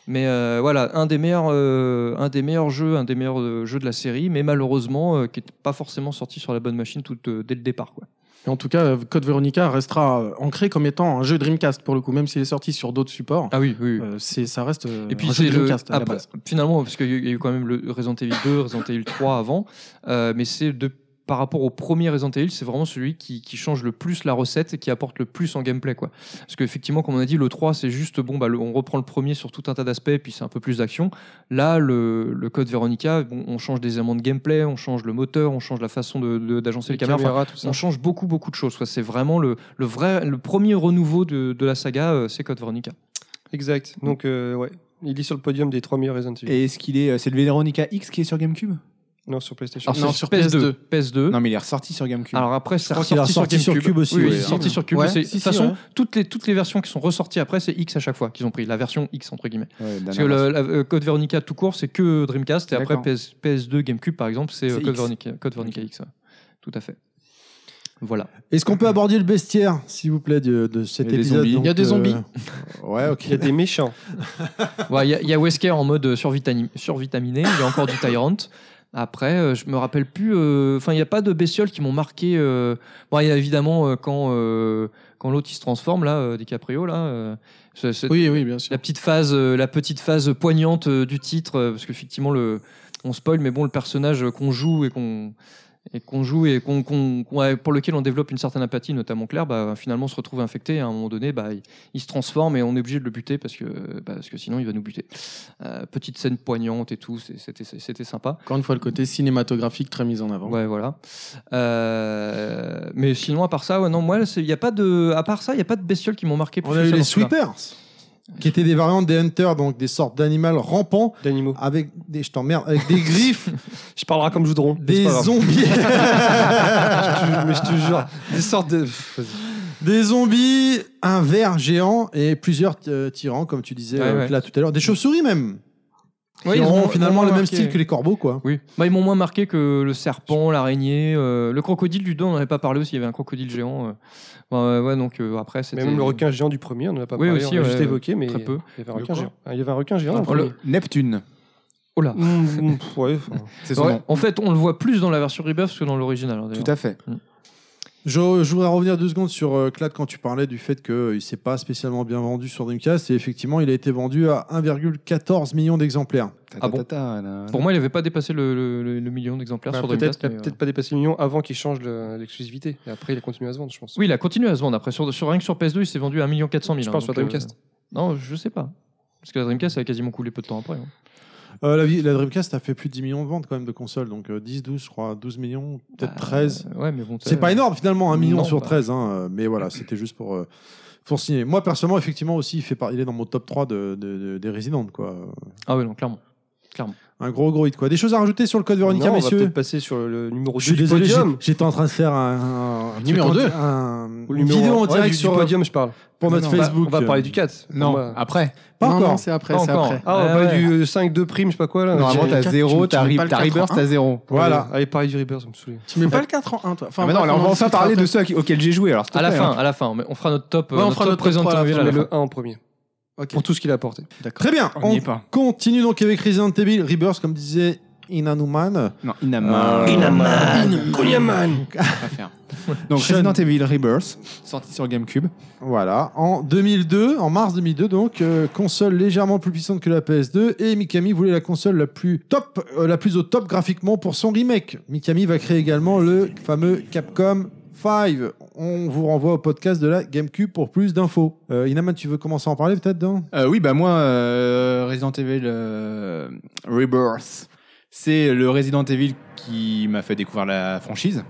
Speaker 4: Mais euh, voilà, un des, meilleurs, euh, un des meilleurs jeux, un des meilleurs euh, jeux de la série, mais malheureusement, euh, qui n'est pas forcément sorti sur la bonne machine tout, euh, dès le départ, quoi.
Speaker 2: Et en tout cas, euh, Code Veronica restera euh, ancré comme étant un jeu Dreamcast pour le coup, même s'il est sorti sur d'autres supports.
Speaker 4: Ah oui, oui.
Speaker 2: Euh, c'est, ça reste euh,
Speaker 4: Et puis
Speaker 2: un jeu
Speaker 4: c'est le
Speaker 2: Dreamcast à la
Speaker 4: après-
Speaker 2: base.
Speaker 4: finalement parce qu'il y a eu- il y a eu quand même le Resident Evil 2, Resident Evil 3 avant, euh, mais c'est de par rapport au premier Resident Evil, c'est vraiment celui qui, qui change le plus la recette et qui apporte le plus en gameplay quoi. Parce qu'effectivement, comme on a dit, le 3 c'est juste bon bah le- on reprend le premier sur tout un tas d'aspects puis c'est un peu plus d'action. Là le, le code Veronica, bon, on change des éléments de gameplay, on change le moteur, on change la façon de, de- d'agencer les, caméras. Enfin,
Speaker 3: tout ça.
Speaker 4: on change beaucoup beaucoup de choses. quoi. C'est vraiment le, le vrai le premier renouveau de, de la saga, euh, c'est Code Veronica.
Speaker 3: Exact. Donc, euh, ouais. Il est sur le podium des 3 meilleurs Resident Evil.
Speaker 8: Et est-ce qu'il est. euh, C'est le Veronica X qui est sur Gamecube
Speaker 3: Non, sur PlayStation.
Speaker 4: Alors,
Speaker 2: Non,
Speaker 4: c'est
Speaker 2: sur
Speaker 4: PS2. PS2.
Speaker 8: Non, mais il est ressorti sur Gamecube.
Speaker 4: Alors après, c'est
Speaker 14: crois qu'il a
Speaker 4: ressorti sur
Speaker 14: ressorti sur
Speaker 4: GameCube.
Speaker 14: Cube aussi,
Speaker 4: Oui,
Speaker 14: ouais.
Speaker 4: c'est sorti sur Cube.
Speaker 2: Ouais,
Speaker 4: c'est-
Speaker 2: si,
Speaker 4: de
Speaker 2: si,
Speaker 4: toute façon,
Speaker 2: ouais.
Speaker 4: toutes, les, toutes les versions qui sont ressorties après, c'est X à chaque fois qu'ils ont pris. La version X, entre guillemets.
Speaker 8: Ouais,
Speaker 4: Parce
Speaker 8: dernière
Speaker 4: que
Speaker 8: version.
Speaker 4: le, la- euh, Code Veronica tout court, c'est que Dreamcast. Et après,
Speaker 2: D'accord.
Speaker 4: PS, 2 GameCube, par exemple, c'est euh,
Speaker 8: C'est
Speaker 4: Code
Speaker 8: X.
Speaker 4: Veronica, Code Veronica X. ouais. Tout à fait. Voilà.
Speaker 2: Est-ce qu'on peut aborder le bestiaire, s'il vous plaît, de, de cet
Speaker 8: Il y a des
Speaker 2: épisode
Speaker 8: zombies.
Speaker 2: donc,
Speaker 5: Il y a des
Speaker 2: euh,
Speaker 5: zombies.
Speaker 2: Ouais, ok.
Speaker 3: Ah, Il y a des méchants.
Speaker 4: Ouais, Il y, a- il y a Wesker en mode survitami- survitaminé, il y a encore du Tyrant. Après, euh, je me rappelle plus. euh, Enfin, il n'y a pas de bestioles qui m'ont marqué. euh, Bon, il y a évidemment euh, quand, euh, quand l'autre il se transforme, là, euh, DiCaprio, là. euh, c'est- c'est-
Speaker 5: Oui, oui, bien sûr.
Speaker 4: La petite phase, euh, la petite phase poignante euh, du titre, euh, parce qu'effectivement, le, on spoil, mais bon, le personnage euh, qu'on joue et qu'on et qu'on joue et qu'on qu'on- qu'on- ouais, pour lequel on développe une certaine apathie, notamment Claire, bah, finalement se retrouve infecté. Et à un moment donné, bah, il, il se transforme et on est obligé de le buter parce que, euh, bah, parce que sinon il va nous buter. Euh, petite scène poignante et tout, c'est- c'était c'était sympa.
Speaker 5: Encore une fois, le côté cinématographique très mis en avant.
Speaker 4: Ouais, voilà. Euh, mais sinon, à part ça, ouais, non, moi, c'est- il y a pas de, à part ça, il n'y a pas de bestioles qui m'ont marqué. plus
Speaker 2: On
Speaker 4: que
Speaker 2: a eu
Speaker 4: ça
Speaker 2: les
Speaker 4: dans ce film-là.
Speaker 2: sweepers, qui étaient des variantes des hunters, donc des sortes d'animaux rampants
Speaker 3: D'animaux.
Speaker 2: avec des, je t'emmerde, avec des griffes,
Speaker 3: Je parlerai comme je voudrais.
Speaker 2: des zombies,
Speaker 3: Mais je te jure. Des sortes de.
Speaker 2: des zombies, un ver géant et plusieurs euh, tyrans, comme tu disais
Speaker 4: Ouais,
Speaker 2: euh,
Speaker 4: ouais.
Speaker 2: là tout à l'heure, des chauves-souris même.
Speaker 4: Ouais,
Speaker 2: qui
Speaker 4: ils
Speaker 2: auront
Speaker 4: ont-
Speaker 2: finalement
Speaker 4: ils
Speaker 2: le
Speaker 4: ont
Speaker 2: même
Speaker 4: marqué-
Speaker 2: style que les corbeaux, quoi.
Speaker 4: Oui, bah, ils m'ont moins marqué que le serpent, l'araignée, euh, le crocodile du dos, on n'en avait pas parlé aussi, il y avait un crocodile géant. euh. Enfin, ouais, ouais, donc euh, après, c'était.
Speaker 3: Mais même le requin géant du premier, on n'en a pas
Speaker 4: Oui,
Speaker 3: parlé.
Speaker 4: aussi,
Speaker 3: on l'a
Speaker 4: ouais,
Speaker 3: juste
Speaker 4: ouais.
Speaker 3: évoqué, mais.
Speaker 4: Très peu.
Speaker 3: Il y avait un requin
Speaker 8: quoi
Speaker 3: géant. Ah, Il y avait un requin géant. euh, dans
Speaker 4: Oh,
Speaker 3: le
Speaker 4: le-
Speaker 3: premier.
Speaker 8: Neptune,
Speaker 4: Oh là
Speaker 3: Mm, mm, ouais, enfin.
Speaker 8: c'est son
Speaker 4: Ouais,
Speaker 8: nom.
Speaker 4: En fait, on le voit plus dans la version rebuff que dans l'original. hein, d'ailleurs.
Speaker 8: Tout à fait.
Speaker 2: Je, je voudrais revenir deux secondes sur euh, Clad quand tu parlais du fait qu'il ne s'est pas spécialement bien vendu sur Dreamcast et effectivement il a été vendu à 1,14 million d'exemplaires.
Speaker 4: Ah bon
Speaker 8: Ta-ta-ta-ta, là.
Speaker 4: Pour moi, il n'avait pas dépassé le, le- le- le million d'exemplaires
Speaker 3: Bah,
Speaker 4: sur
Speaker 3: peut-être
Speaker 4: Dreamcast.
Speaker 3: il a
Speaker 4: mais, euh,
Speaker 3: peut-être pas dépassé le million avant qu'il change le- l'exclusivité. Et après, il a continué à se vendre, je pense.
Speaker 4: Oui, il a continué à se vendre. Après, sur, sur, rien que sur PS2, il s'est vendu à 1 400 000.
Speaker 3: Je
Speaker 4: hein,
Speaker 3: pense sur
Speaker 4: donc,
Speaker 3: la Dreamcast.
Speaker 4: euh, Non, je sais pas. Parce que la Dreamcast, elle a quasiment coulé peu de temps après. hein.
Speaker 2: Euh, la, vie- la Dreamcast a fait plus de 10 millions de ventes quand même de consoles, donc euh, 10, 12, je crois, 12 millions, peut-être
Speaker 4: Bah,
Speaker 2: 13.
Speaker 4: euh, ouais, mais bon,
Speaker 2: C'est pas énorme finalement, un million
Speaker 4: Non,
Speaker 2: sur
Speaker 4: bah.
Speaker 2: 13, hein, euh, mais voilà, c'était juste pour, euh, pour signer. Moi personnellement, effectivement aussi, il, fait par- il est dans mon top 3 de, de- de- des résidentes, quoi.
Speaker 4: Ah ouais, non, clairement.
Speaker 2: Un gros gros hit, quoi. Des choses à rajouter sur le code Veronica,
Speaker 3: Non, on va
Speaker 2: messieurs
Speaker 3: peut-être passer sur le, le numéro 2
Speaker 2: Je suis
Speaker 3: du
Speaker 2: désolé, j'ai-
Speaker 3: podium.
Speaker 2: j'étais en train de faire un, un- un
Speaker 5: Numéro
Speaker 2: truc en-
Speaker 5: deux.
Speaker 2: un-
Speaker 3: Ou le
Speaker 2: une
Speaker 3: numéro
Speaker 2: vidéo
Speaker 3: un.
Speaker 2: en
Speaker 3: Ouais,
Speaker 2: direct
Speaker 3: du- du
Speaker 2: sur
Speaker 3: podium, je parle.
Speaker 2: pour notre
Speaker 3: Bah,
Speaker 2: Facebook.
Speaker 3: on va parler du 4.
Speaker 8: Non,
Speaker 3: On va-
Speaker 8: après.
Speaker 2: Pas
Speaker 5: Non,
Speaker 2: encore.
Speaker 5: non, c'est après,
Speaker 4: Pas
Speaker 5: c'est
Speaker 4: encore. hein.
Speaker 5: après. bah,
Speaker 3: Ah, on va
Speaker 4: Ouais,
Speaker 3: parler
Speaker 4: ouais.
Speaker 3: du 5-2 prime, je sais pas quoi là.
Speaker 8: Normalement,
Speaker 5: j'ai-
Speaker 8: t'as
Speaker 5: tu-
Speaker 8: zéro,
Speaker 5: tu- tu
Speaker 8: t'as
Speaker 5: mets
Speaker 8: Re-
Speaker 5: pas le
Speaker 8: t'as
Speaker 5: 4,
Speaker 8: Rebirth,
Speaker 5: hein.
Speaker 8: t'as zéro.
Speaker 2: Voilà.
Speaker 3: Allez, parler du Rebirth, ça me saoule.
Speaker 5: Tu mets pas le 4 en 1, toi. Enfin,
Speaker 8: Ah, mais
Speaker 5: bref,
Speaker 8: non, là, on va
Speaker 5: en
Speaker 8: enfin
Speaker 5: discutera
Speaker 8: parler
Speaker 5: après.
Speaker 8: de ceux à qui- auxquels j'ai joué. Alors,
Speaker 4: À la fin, à la fin. mais On fera notre top. euh,
Speaker 5: hein. Ouais, on
Speaker 4: notre
Speaker 5: fera
Speaker 4: top
Speaker 5: notre top trois à la
Speaker 4: présentation
Speaker 5: fin,
Speaker 4: à
Speaker 3: Mais
Speaker 4: la
Speaker 3: le
Speaker 4: fin.
Speaker 3: 1 en premier.
Speaker 5: Ok.
Speaker 3: Pour tout ce qu'il a apporté.
Speaker 2: Très bien.
Speaker 8: On n'y
Speaker 2: On
Speaker 8: est pas.
Speaker 2: continue donc avec Resident Evil Rebirth, comme disait Inanuman.
Speaker 8: Non,
Speaker 5: Euh,
Speaker 8: Inama.
Speaker 3: Goliaman
Speaker 8: à faire. Donc Resident Evil Rebirth, sorti sur GameCube.
Speaker 2: Voilà. En 2002, en mars 2002, donc, euh, console légèrement plus puissante que la PS2. Et Mikami voulait la console la plus top, euh, la plus au top graphiquement pour son remake. Mikami va créer également le fameux Capcom 5. On vous renvoie au podcast de la GameCube pour plus d'infos. Euh, Inaman, tu veux commencer à en parler peut-être, Dan
Speaker 8: Euh, oui, bah moi, euh, Resident Evil euh, Rebirth, c'est le Resident Evil qui m'a fait découvrir la franchise,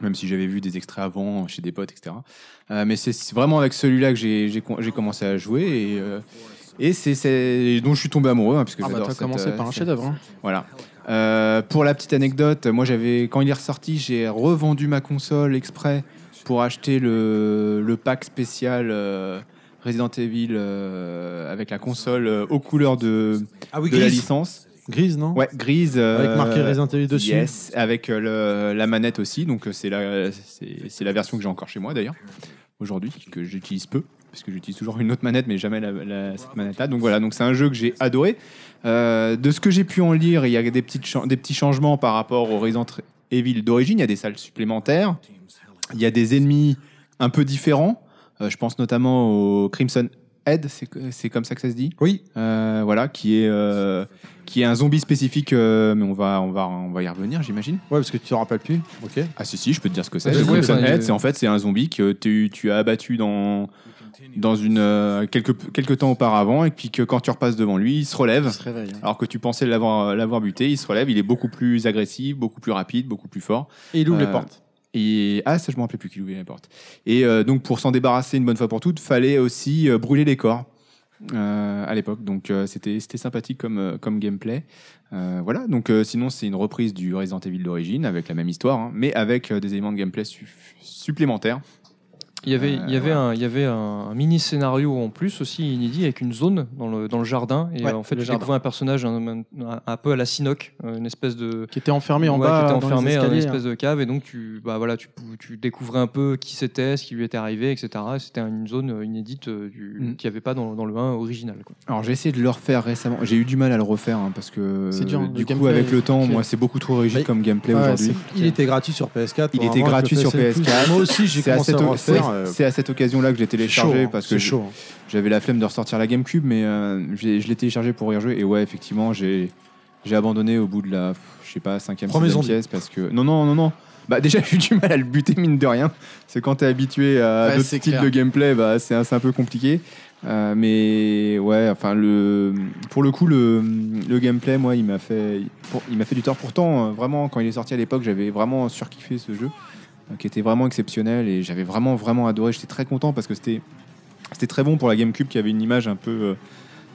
Speaker 8: même si j'avais vu des extraits avant chez des potes, etc. Euh, mais c'est vraiment avec celui-là que j'ai- j'ai con- j'ai commencé à jouer et, euh, et c'est- c'est dont je suis tombé amoureux, hein, puisque
Speaker 5: Ah bah
Speaker 8: j'adore
Speaker 5: t'as
Speaker 8: cette,
Speaker 5: commencé
Speaker 8: euh,
Speaker 5: par un
Speaker 8: cette-
Speaker 5: chef-d'œuvre. hein.
Speaker 8: Voilà. Euh, pour la petite anecdote, moi j'avais quand il est ressorti, j'ai revendu ma console exprès pour acheter le, le pack spécial euh, Resident Evil euh, avec la console euh, aux couleurs de,
Speaker 2: Ah oui,
Speaker 8: de la licence.
Speaker 2: Grise, non
Speaker 8: Ouais, grise. euh,
Speaker 2: Avec marqué Resident Evil dessus.
Speaker 8: Yes, avec euh, le- la manette aussi. Donc euh, c'est la, c'est c'est la version que j'ai encore chez moi d'ailleurs, aujourd'hui, que j'utilise peu. Parce que j'utilise toujours une autre manette, mais jamais la- la- cette manette-là. Donc voilà, donc c'est un jeu que j'ai adoré. Euh, de ce que j'ai pu en lire, il y a des, petites cha- des petits changements par rapport au Resident Evil d'origine. Il y a des salles supplémentaires. Il y a des ennemis un peu différents. Euh, je pense notamment au Crimson Head, c'est c'est comme ça que ça se dit
Speaker 2: Oui.
Speaker 8: euh, voilà, qui est euh, qui est un zombie spécifique, euh, mais on va on va on va y revenir, j'imagine.
Speaker 2: Ouais, parce que tu te rappelles plus. Ok.
Speaker 8: Ah si si, je peux te dire ce que c'est.
Speaker 4: Ouais,
Speaker 8: Le
Speaker 4: ouais,
Speaker 8: Crimson
Speaker 4: enfin,
Speaker 8: Head,
Speaker 4: il-
Speaker 8: c'est en fait c'est un zombie que tu tu as abattu dans dans une euh, quelque quelque temps auparavant et puis que quand tu repasses devant lui, il se relève.
Speaker 5: Il se réveille. hein.
Speaker 8: Alors que tu pensais l'avoir l'avoir buté, il se relève, il est beaucoup plus agressif, beaucoup plus rapide, beaucoup plus fort.
Speaker 2: Et il ouvre
Speaker 8: Euh,
Speaker 2: les portes.
Speaker 8: Et ah ça je me rappelais plus qu'il ouvrait la porte. Et euh, donc pour s'en débarrasser une bonne fois pour toutes, fallait aussi euh, brûler les corps. euh, à l'époque, donc euh, c'était c'était sympathique comme euh, comme gameplay, Euh, voilà. Donc euh, sinon c'est une reprise du Resident Evil d'origine avec la même histoire, hein, mais avec euh, des éléments de gameplay su- supplémentaires.
Speaker 4: Il y avait, il y
Speaker 8: Euh,
Speaker 4: avait, un, il y avait un, mini scénario en plus aussi inédit avec une zone dans le, dans le jardin et
Speaker 5: Ouais,
Speaker 4: euh, en fait
Speaker 5: le
Speaker 4: tu
Speaker 5: jardin.
Speaker 4: découvres un personnage un, un- un peu à la Sinoc, euh, une espèce de
Speaker 5: Qui était enfermé en
Speaker 4: Ouais,
Speaker 5: bas.
Speaker 4: qui était
Speaker 5: dans les
Speaker 4: enfermé dans une
Speaker 5: escaliers. hein.
Speaker 4: espèce de cave et donc tu bah voilà tu, pou- tu découvrais un peu qui c'était, ce qui lui était arrivé, etc. C'était une zone euh, inédite euh, du-
Speaker 8: Mm.
Speaker 4: qu'il n'y avait pas dans, dans le 1 original. quoi.
Speaker 8: Alors j'ai essayé de le refaire récemment. J'ai eu du mal à le refaire hein, parce que
Speaker 5: C'est dur, le
Speaker 8: euh, du coup
Speaker 5: gameplay
Speaker 8: avec le
Speaker 5: est
Speaker 8: temps,
Speaker 5: compliqué.
Speaker 8: moi c'est beaucoup trop rigide
Speaker 2: Mais-
Speaker 8: comme gameplay
Speaker 5: Ouais,
Speaker 8: aujourd'hui.
Speaker 5: c'est-
Speaker 2: Il était gratuit sur PS4.
Speaker 8: Il
Speaker 2: Faut
Speaker 8: était
Speaker 2: vraiment que
Speaker 8: gratuit
Speaker 2: le
Speaker 8: sur
Speaker 2: PSN
Speaker 8: PS4.
Speaker 2: Plus. Moi aussi, j'ai
Speaker 8: C'est à
Speaker 2: commencé à
Speaker 8: cette,
Speaker 2: me
Speaker 8: o- c'est-
Speaker 2: refaire. euh,
Speaker 8: c'est à cette occasion-là que j'ai
Speaker 2: c'est
Speaker 8: téléchargé
Speaker 2: chaud, hein,
Speaker 8: parce que
Speaker 2: c'est
Speaker 8: j'ai-
Speaker 2: chaud. hein.
Speaker 8: j'avais la flemme de ressortir la GameCube, mais euh, j'ai- je l'ai téléchargé pour y rejouer. Et ouais, effectivement, j'ai j'ai abandonné au bout de la, pff, je sais pas, cinquième,
Speaker 2: Prends mes
Speaker 8: sixième
Speaker 2: zombies.
Speaker 8: pièce parce que non, non, non, non. Bah déjà j'ai eu du mal à le buter mine de rien. C'est quand t'es habitué à
Speaker 5: Ouais,
Speaker 8: d'autres
Speaker 5: c'est
Speaker 8: styles
Speaker 5: clair.
Speaker 8: de gameplay, bah c'est un, c'est un peu compliqué. Euh, mais ouais, enfin le pour le coup le, le gameplay, moi il m'a fait pour- il m'a fait du tort. Pourtant euh, vraiment quand il est sorti à l'époque, j'avais vraiment surkiffé ce jeu euh, qui était vraiment exceptionnel et j'avais vraiment vraiment adoré. J'étais très content parce que c'était c'était très bon pour la GameCube qui avait une image un peu euh,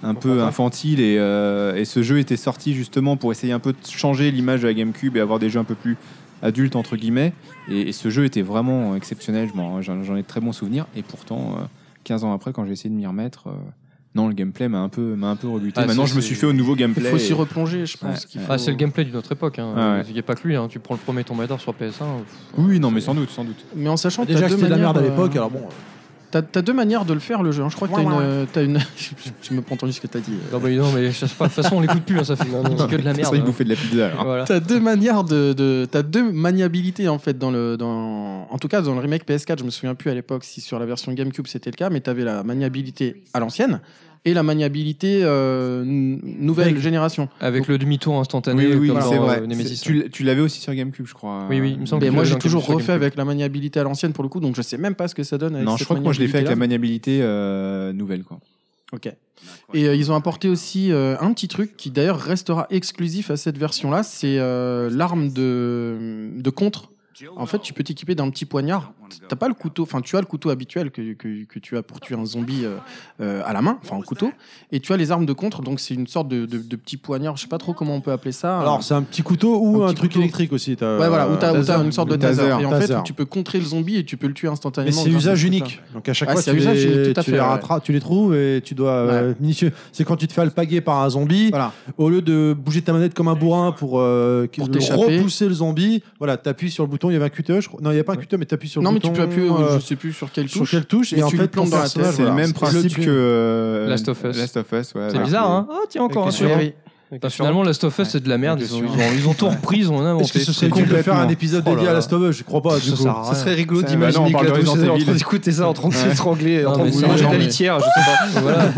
Speaker 8: un peu infantile et, euh, et ce jeu était sorti justement pour essayer un peu de changer l'image de la GameCube et avoir des jeux un peu plus adultes entre guillemets et, et ce jeu était vraiment exceptionnel Je m'en- j'en j'en ai de très bons souvenirs et pourtant euh, 15 ans après quand j'ai essayé de m'y remettre euh, non le gameplay m'a un peu m'a un peu rebuté
Speaker 4: Ah,
Speaker 8: maintenant
Speaker 4: ça,
Speaker 8: je me
Speaker 4: c'est-
Speaker 8: suis fait au nouveau
Speaker 5: Il
Speaker 8: gameplay
Speaker 5: faut s'y
Speaker 8: et-
Speaker 5: replonger, je pense. qu'il
Speaker 8: ouais.
Speaker 5: faut-
Speaker 4: Ah, c'est le gameplay d'une autre époque. Hein.
Speaker 8: Ah ouais.
Speaker 4: Il n'y a pas que lui. hein. Tu prends le premier Tomb Raider sur PS1. pff,
Speaker 8: oui non mais sans doute sans doute
Speaker 4: Ah,
Speaker 5: Mais en sachant que
Speaker 2: Déjà,
Speaker 5: t'as
Speaker 2: que
Speaker 5: deux
Speaker 2: c'était de la
Speaker 5: manières,
Speaker 2: merde à
Speaker 5: euh,
Speaker 2: l'époque, alors bon.
Speaker 5: T'as t'as deux manières de le faire le jeu. hein. Je crois que t'as
Speaker 2: Ouais,
Speaker 5: une,
Speaker 2: ouais, ouais.
Speaker 5: euh, t'as une. Je- Je me prends entendu ce que t'as dit. euh.
Speaker 4: Non mais, non, mais je sais pas, de toute façon on l'écoute plus, hein, ça fait on dit que de la
Speaker 8: ça
Speaker 4: merde.
Speaker 8: il
Speaker 4: hein.
Speaker 8: bouffait de la pizza alors.
Speaker 4: Voilà.
Speaker 5: T'as deux manières de, de- t'as deux maniabilités en fait dans le dans en tout cas dans le remake PS4 je me souviens plus à l'époque si sur la version GameCube c'était le cas mais t'avais la maniabilité à l'ancienne et la maniabilité euh, n- nouvelle génération.
Speaker 4: Avec le demi-tour instantané
Speaker 8: oui oui, oui,
Speaker 4: comme
Speaker 8: c'est
Speaker 4: dans,
Speaker 8: vrai
Speaker 4: euh, Nemesis.
Speaker 8: C'est- tu l'- tu l'avais aussi sur GameCube je crois
Speaker 4: Oui, oui, il me semble
Speaker 5: Mais
Speaker 4: que
Speaker 5: moi
Speaker 4: tu
Speaker 5: j'ai
Speaker 4: l'avais
Speaker 5: toujours
Speaker 4: dans GameCube.
Speaker 5: refait avec la maniabilité à l'ancienne pour le coup donc je sais même pas ce que ça donne. Avec
Speaker 8: non
Speaker 5: cette
Speaker 8: je crois que moi je l'ai fait avec la
Speaker 5: maniabilité-là.
Speaker 8: maniabilité euh, nouvelle quoi
Speaker 5: Ok. Et euh, ils ont apporté aussi euh, un petit truc qui d'ailleurs restera exclusif à cette version-là, c'est euh, l'arme de, de contre. En fait, tu peux t'équiper d'un petit poignard. T'as pas le couteau, enfin tu as le couteau habituel que, que, que tu as pour tuer un zombie euh, euh, à la main, enfin en couteau, et tu as les armes de contre, donc c'est une sorte de, de, de petit poignard, je sais pas trop comment on peut appeler ça.
Speaker 2: Alors, c'est un petit couteau ou
Speaker 5: un
Speaker 2: un,
Speaker 5: petit
Speaker 2: truc
Speaker 5: couteau.
Speaker 2: électrique aussi. t'as-
Speaker 5: ouais voilà, où t'as où t'as une sorte de
Speaker 8: taser,
Speaker 5: taser, et en
Speaker 2: taser.
Speaker 5: fait tu peux contrer le zombie et tu peux le tuer
Speaker 2: Mais
Speaker 5: instantanément.
Speaker 2: c'est
Speaker 5: grâce à ce
Speaker 2: usage
Speaker 5: truc-là.
Speaker 2: unique. Donc à chaque
Speaker 5: Ouais,
Speaker 2: fois,
Speaker 5: c'est
Speaker 2: tu,
Speaker 5: usage
Speaker 2: les,
Speaker 5: unique, tout à
Speaker 2: tu
Speaker 5: fait,
Speaker 2: les
Speaker 5: ouais.
Speaker 2: rattrapes, tu les trouves et tu dois euh, être minutieux. C'est quand tu te fais alpaguer par un zombie,
Speaker 5: Voilà.
Speaker 2: au lieu de bouger ta manette comme un bourrin pour, euh,
Speaker 5: Pour
Speaker 2: le-
Speaker 5: t'échapper.
Speaker 2: repousser le zombie, voilà, t'appuies sur le bouton. Il y avait un QTE, je crois. Non, il n'y a pas un QTE, mais t'appuies sur
Speaker 5: Non
Speaker 2: le
Speaker 5: mais
Speaker 2: bouton.
Speaker 5: tu peux appuyer, euh,
Speaker 2: euh,
Speaker 5: je sais plus sur quelle
Speaker 2: sur
Speaker 5: touche.
Speaker 2: quelle touche
Speaker 5: et
Speaker 2: et en
Speaker 5: tu lui
Speaker 2: fait,
Speaker 5: plantes
Speaker 2: ton
Speaker 5: dans la
Speaker 2: personnage,
Speaker 5: tête.
Speaker 8: C'est
Speaker 2: voilà,
Speaker 8: le même principe
Speaker 2: tues.
Speaker 8: que euh,
Speaker 4: Last of Us.
Speaker 8: Last of Us, ouais.
Speaker 4: C'est
Speaker 8: Avec
Speaker 4: bizarre,
Speaker 8: le-
Speaker 4: hein
Speaker 5: Oh,
Speaker 4: Ah, tiens, encore un
Speaker 5: Ouais,
Speaker 4: suivant.
Speaker 5: oui.
Speaker 4: Putain, Bah, Finalement, Last of Us, c'est de la merde.
Speaker 8: Ouais,
Speaker 4: Ils ont,
Speaker 8: bien
Speaker 4: ils
Speaker 8: sûr.
Speaker 4: ont, ils ont tout repris, on a
Speaker 2: Est-ce que ce serait
Speaker 8: C'est
Speaker 2: con de faire
Speaker 8: complètement-
Speaker 2: un épisode
Speaker 4: Oh là
Speaker 2: dédié à
Speaker 4: là.
Speaker 2: Last of Us Je crois pas. Du
Speaker 4: Ça
Speaker 2: coup,
Speaker 4: sert à rien.
Speaker 12: Bah, Ça serait rigolo
Speaker 8: Ça, bah non, on
Speaker 12: d'imaginer
Speaker 8: parle de
Speaker 12: que la
Speaker 8: Resident
Speaker 12: douce est en
Speaker 8: Evil.
Speaker 12: train d'écouter ça, en train de
Speaker 8: Ouais.
Speaker 12: s'étrangler, en
Speaker 4: Non,
Speaker 12: train de
Speaker 4: mais
Speaker 12: se
Speaker 4: ça,
Speaker 12: manger de
Speaker 4: non,
Speaker 12: la
Speaker 4: mais-
Speaker 12: litière, je sais pas.
Speaker 4: Voilà.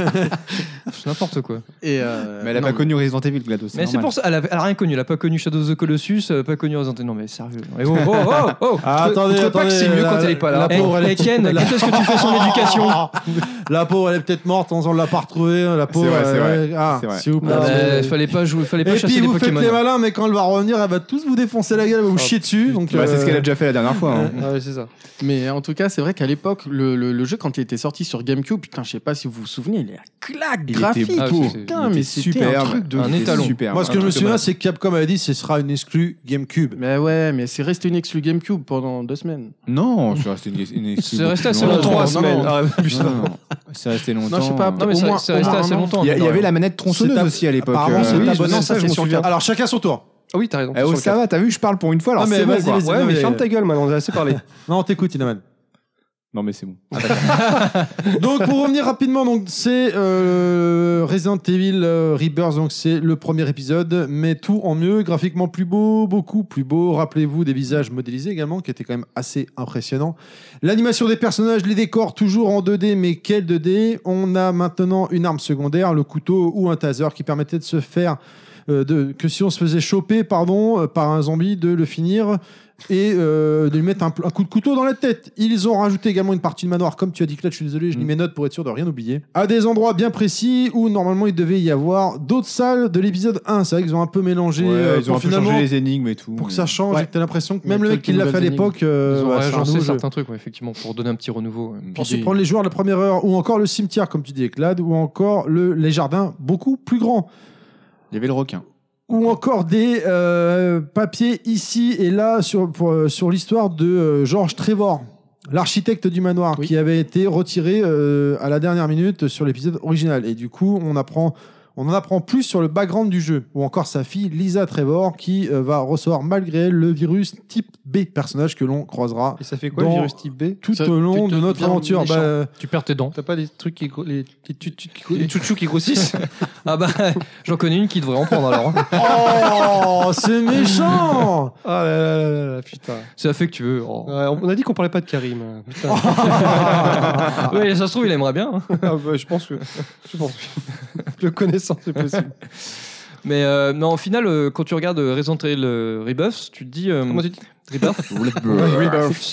Speaker 4: C'est n'importe quoi.
Speaker 5: Et, euh,
Speaker 8: Mais elle a
Speaker 5: non,
Speaker 8: pas connu Resident Evil, GLaDOS.
Speaker 4: Mais c'est pour ça, elle a, elle a rien connu. Elle a pas connu Shadow of the Colossus, elle a pas connu Resident Evil. Non, mais sérieux. Et oh, oh, oh, oh
Speaker 2: Ah,
Speaker 12: Vous
Speaker 2: attendez,
Speaker 12: trouvez pas que
Speaker 2: attendez.
Speaker 12: c'est mieux quand
Speaker 2: la-
Speaker 12: elle est pas là
Speaker 2: La
Speaker 4: Eh,
Speaker 2: pauvre, elle
Speaker 4: eh,
Speaker 2: est Ah,
Speaker 4: Ken,
Speaker 2: la-
Speaker 4: qu'est-ce que tu fais son éducation
Speaker 2: La pauvre, elle est peut-être morte. On ne l'a pas retrouvée. La pauvre.
Speaker 8: vrai, c'est
Speaker 2: elle- Ah,
Speaker 8: C'est vrai.
Speaker 2: s'il vous plaît.
Speaker 4: Ah,
Speaker 2: Euh,
Speaker 4: mais Fallait pas jouer, fallait pas
Speaker 2: Et
Speaker 4: chasser
Speaker 2: puis
Speaker 4: les
Speaker 2: vous faites
Speaker 4: Pokémon. hein.
Speaker 2: les malins, mais quand elle va revenir, elle va tous vous défoncer la gueule, elle va vous chier dessus. Donc,
Speaker 8: Bah, c'est
Speaker 2: euh,
Speaker 8: ce qu'elle a déjà fait la dernière fois. hein.
Speaker 12: Ah ouais, c'est ça.
Speaker 5: Mais en tout cas, c'est vrai qu'à l'époque, le, le- le jeu, quand il était sorti sur GameCube, putain, je sais pas si vous vous souvenez, il est à claque
Speaker 8: Il
Speaker 5: graphique.
Speaker 8: était
Speaker 4: Ah,
Speaker 8: beau.
Speaker 4: c'est-
Speaker 5: putain,
Speaker 8: Il
Speaker 5: mais
Speaker 8: était
Speaker 5: c'était
Speaker 8: superbe.
Speaker 5: un truc de
Speaker 4: Un
Speaker 5: fou.
Speaker 4: étalon.
Speaker 8: Superbe.
Speaker 2: Moi, ce que je me
Speaker 8: Un
Speaker 2: souviens,
Speaker 8: truc
Speaker 2: c'est que Capcom avait dit ce sera une exclue GameCube.
Speaker 5: Mais ouais, mais c'est resté une exclu GameCube pendant deux semaines.
Speaker 8: de- Non, c'est resté une, une exclu
Speaker 4: C'est resté
Speaker 8: beaucoup
Speaker 4: assez longtemps.
Speaker 8: plus
Speaker 4: hein.
Speaker 8: longtemps.
Speaker 12: Trois
Speaker 5: non,
Speaker 12: semaines.
Speaker 5: non.
Speaker 12: Ah,
Speaker 8: Non, non, non. C'est resté longtemps.
Speaker 5: Non, je sais pas.
Speaker 4: Non, mais
Speaker 5: Au
Speaker 4: ça-
Speaker 5: moins-
Speaker 4: c'est
Speaker 5: au
Speaker 4: resté
Speaker 5: moins
Speaker 4: assez
Speaker 5: un an.
Speaker 4: longtemps.
Speaker 8: Il y, a- il y avait la manette
Speaker 2: C'est
Speaker 8: tronçonneuse
Speaker 2: ta-
Speaker 8: aussi à l'époque.
Speaker 2: Apparemment, c'est
Speaker 8: euh,
Speaker 2: ta
Speaker 5: oui,
Speaker 2: bonne
Speaker 5: ça,
Speaker 2: ça,
Speaker 5: je
Speaker 2: je
Speaker 5: m'en
Speaker 2: me souviens.
Speaker 5: souviens.
Speaker 2: Alors, chacun son tour.
Speaker 12: Ah oui, t'as raison.
Speaker 8: Eh oh,
Speaker 12: sur le
Speaker 8: ça
Speaker 12: cas.
Speaker 8: va, t'as vu, je parle pour une fois, alors
Speaker 2: Ah, mais
Speaker 8: c'est bon,
Speaker 2: vas-y,
Speaker 8: quoi.
Speaker 2: vas-y.
Speaker 12: Ouais,
Speaker 2: Non,
Speaker 12: mais
Speaker 2: mais- euh,
Speaker 12: ferme ta gueule, maintenant, on a assez parlé.
Speaker 2: Non, t'écoute, Inaman.
Speaker 8: Non, mais c'est bon.
Speaker 2: donc, pour revenir rapidement, donc c'est euh, Resident Evil euh, Rebirth, donc c'est le premier épisode, mais tout en mieux, graphiquement plus beau, beaucoup plus beau. Rappelez-vous des visages modélisés également, qui étaient quand même assez impressionnants. L'animation des personnages, les décors toujours en 2D, mais quel 2D On a maintenant une arme secondaire, le couteau ou un taser qui permettait de se faire euh, de, que si on se faisait choper pardon, euh, par un zombie, de le finir et euh, de lui mettre un, pl- un coup de couteau dans la tête. Ils ont rajouté également une partie de manoir, comme tu as dit, Claude, je suis désolé, je
Speaker 8: Mm.
Speaker 2: lis mes notes pour être sûr de rien oublier. À des endroits bien précis où normalement il devait y avoir d'autres salles de l'épisode 1. C'est vrai qu'ils ont un peu mélangé
Speaker 8: Ouais,
Speaker 2: euh,
Speaker 8: ils ont
Speaker 2: pour
Speaker 8: un peu
Speaker 2: finalement-
Speaker 8: changé les énigmes et tout.
Speaker 2: pour que
Speaker 8: mais-
Speaker 2: ça change,
Speaker 5: Ouais.
Speaker 2: et que t'as l'impression que
Speaker 5: Il y a
Speaker 2: même le mec qui
Speaker 5: quelques
Speaker 2: l'a fait à
Speaker 5: nouvelles
Speaker 2: l'époque,
Speaker 4: Ils
Speaker 2: euh,
Speaker 4: ont
Speaker 2: bah, c'est un
Speaker 4: réagencé
Speaker 2: nouveau jeu.
Speaker 4: certains trucs, ouais, effectivement, pour donner un petit renouveau. euh, ouais.
Speaker 2: Ensuite, prendre les joueurs de la première heure, ou encore le cimetière, comme tu dis, Éclade, ou encore le, les jardins beaucoup plus grands,
Speaker 8: Il y avait le requin.
Speaker 2: ou encore des euh, papiers ici et là sur, pour, euh, sur l'histoire de euh, George Trevor. l'architecte du manoir
Speaker 5: Oui.
Speaker 2: qui avait été retiré euh, à la dernière minute sur l'épisode original. Et du coup, on apprend. On en apprend plus sur le background du jeu, ou encore sa fille Lisa Trevor, qui euh, va recevoir malgré elle le virus type B, personnage que l'on croisera
Speaker 3: Et ça fait quoi
Speaker 2: Dans-
Speaker 3: le virus type B
Speaker 2: tout
Speaker 5: Ça-
Speaker 2: au long
Speaker 5: tu
Speaker 2: de
Speaker 5: te
Speaker 2: notre
Speaker 5: deviens
Speaker 2: aventure.
Speaker 5: méchant.
Speaker 2: Bah, euh,
Speaker 4: Tu perds tes dents.
Speaker 3: T'as pas les trucs qui gro- les, les tut- tut- qui gro-
Speaker 4: Les
Speaker 3: les
Speaker 4: chouchous qui grossissent Ah bah, j'en connais une qui devrait en prendre alors. hein.
Speaker 2: oh, c'est méchant
Speaker 3: Ah là là là là là, putain.
Speaker 4: C'est affectueux. oh.
Speaker 3: Ouais, on on a dit qu'on parlait pas de Karim. Putain.
Speaker 4: Ouais, ça se trouve, il aimerait bien. hein.
Speaker 3: Ah bah, je pense que je pense que- le connaissant c'est possible.
Speaker 4: Mais euh, non, au final, euh, quand tu regardes euh, Resident Evil euh, Rebirth, tu te dis. euh,
Speaker 3: Comment tu dis
Speaker 4: Rebirth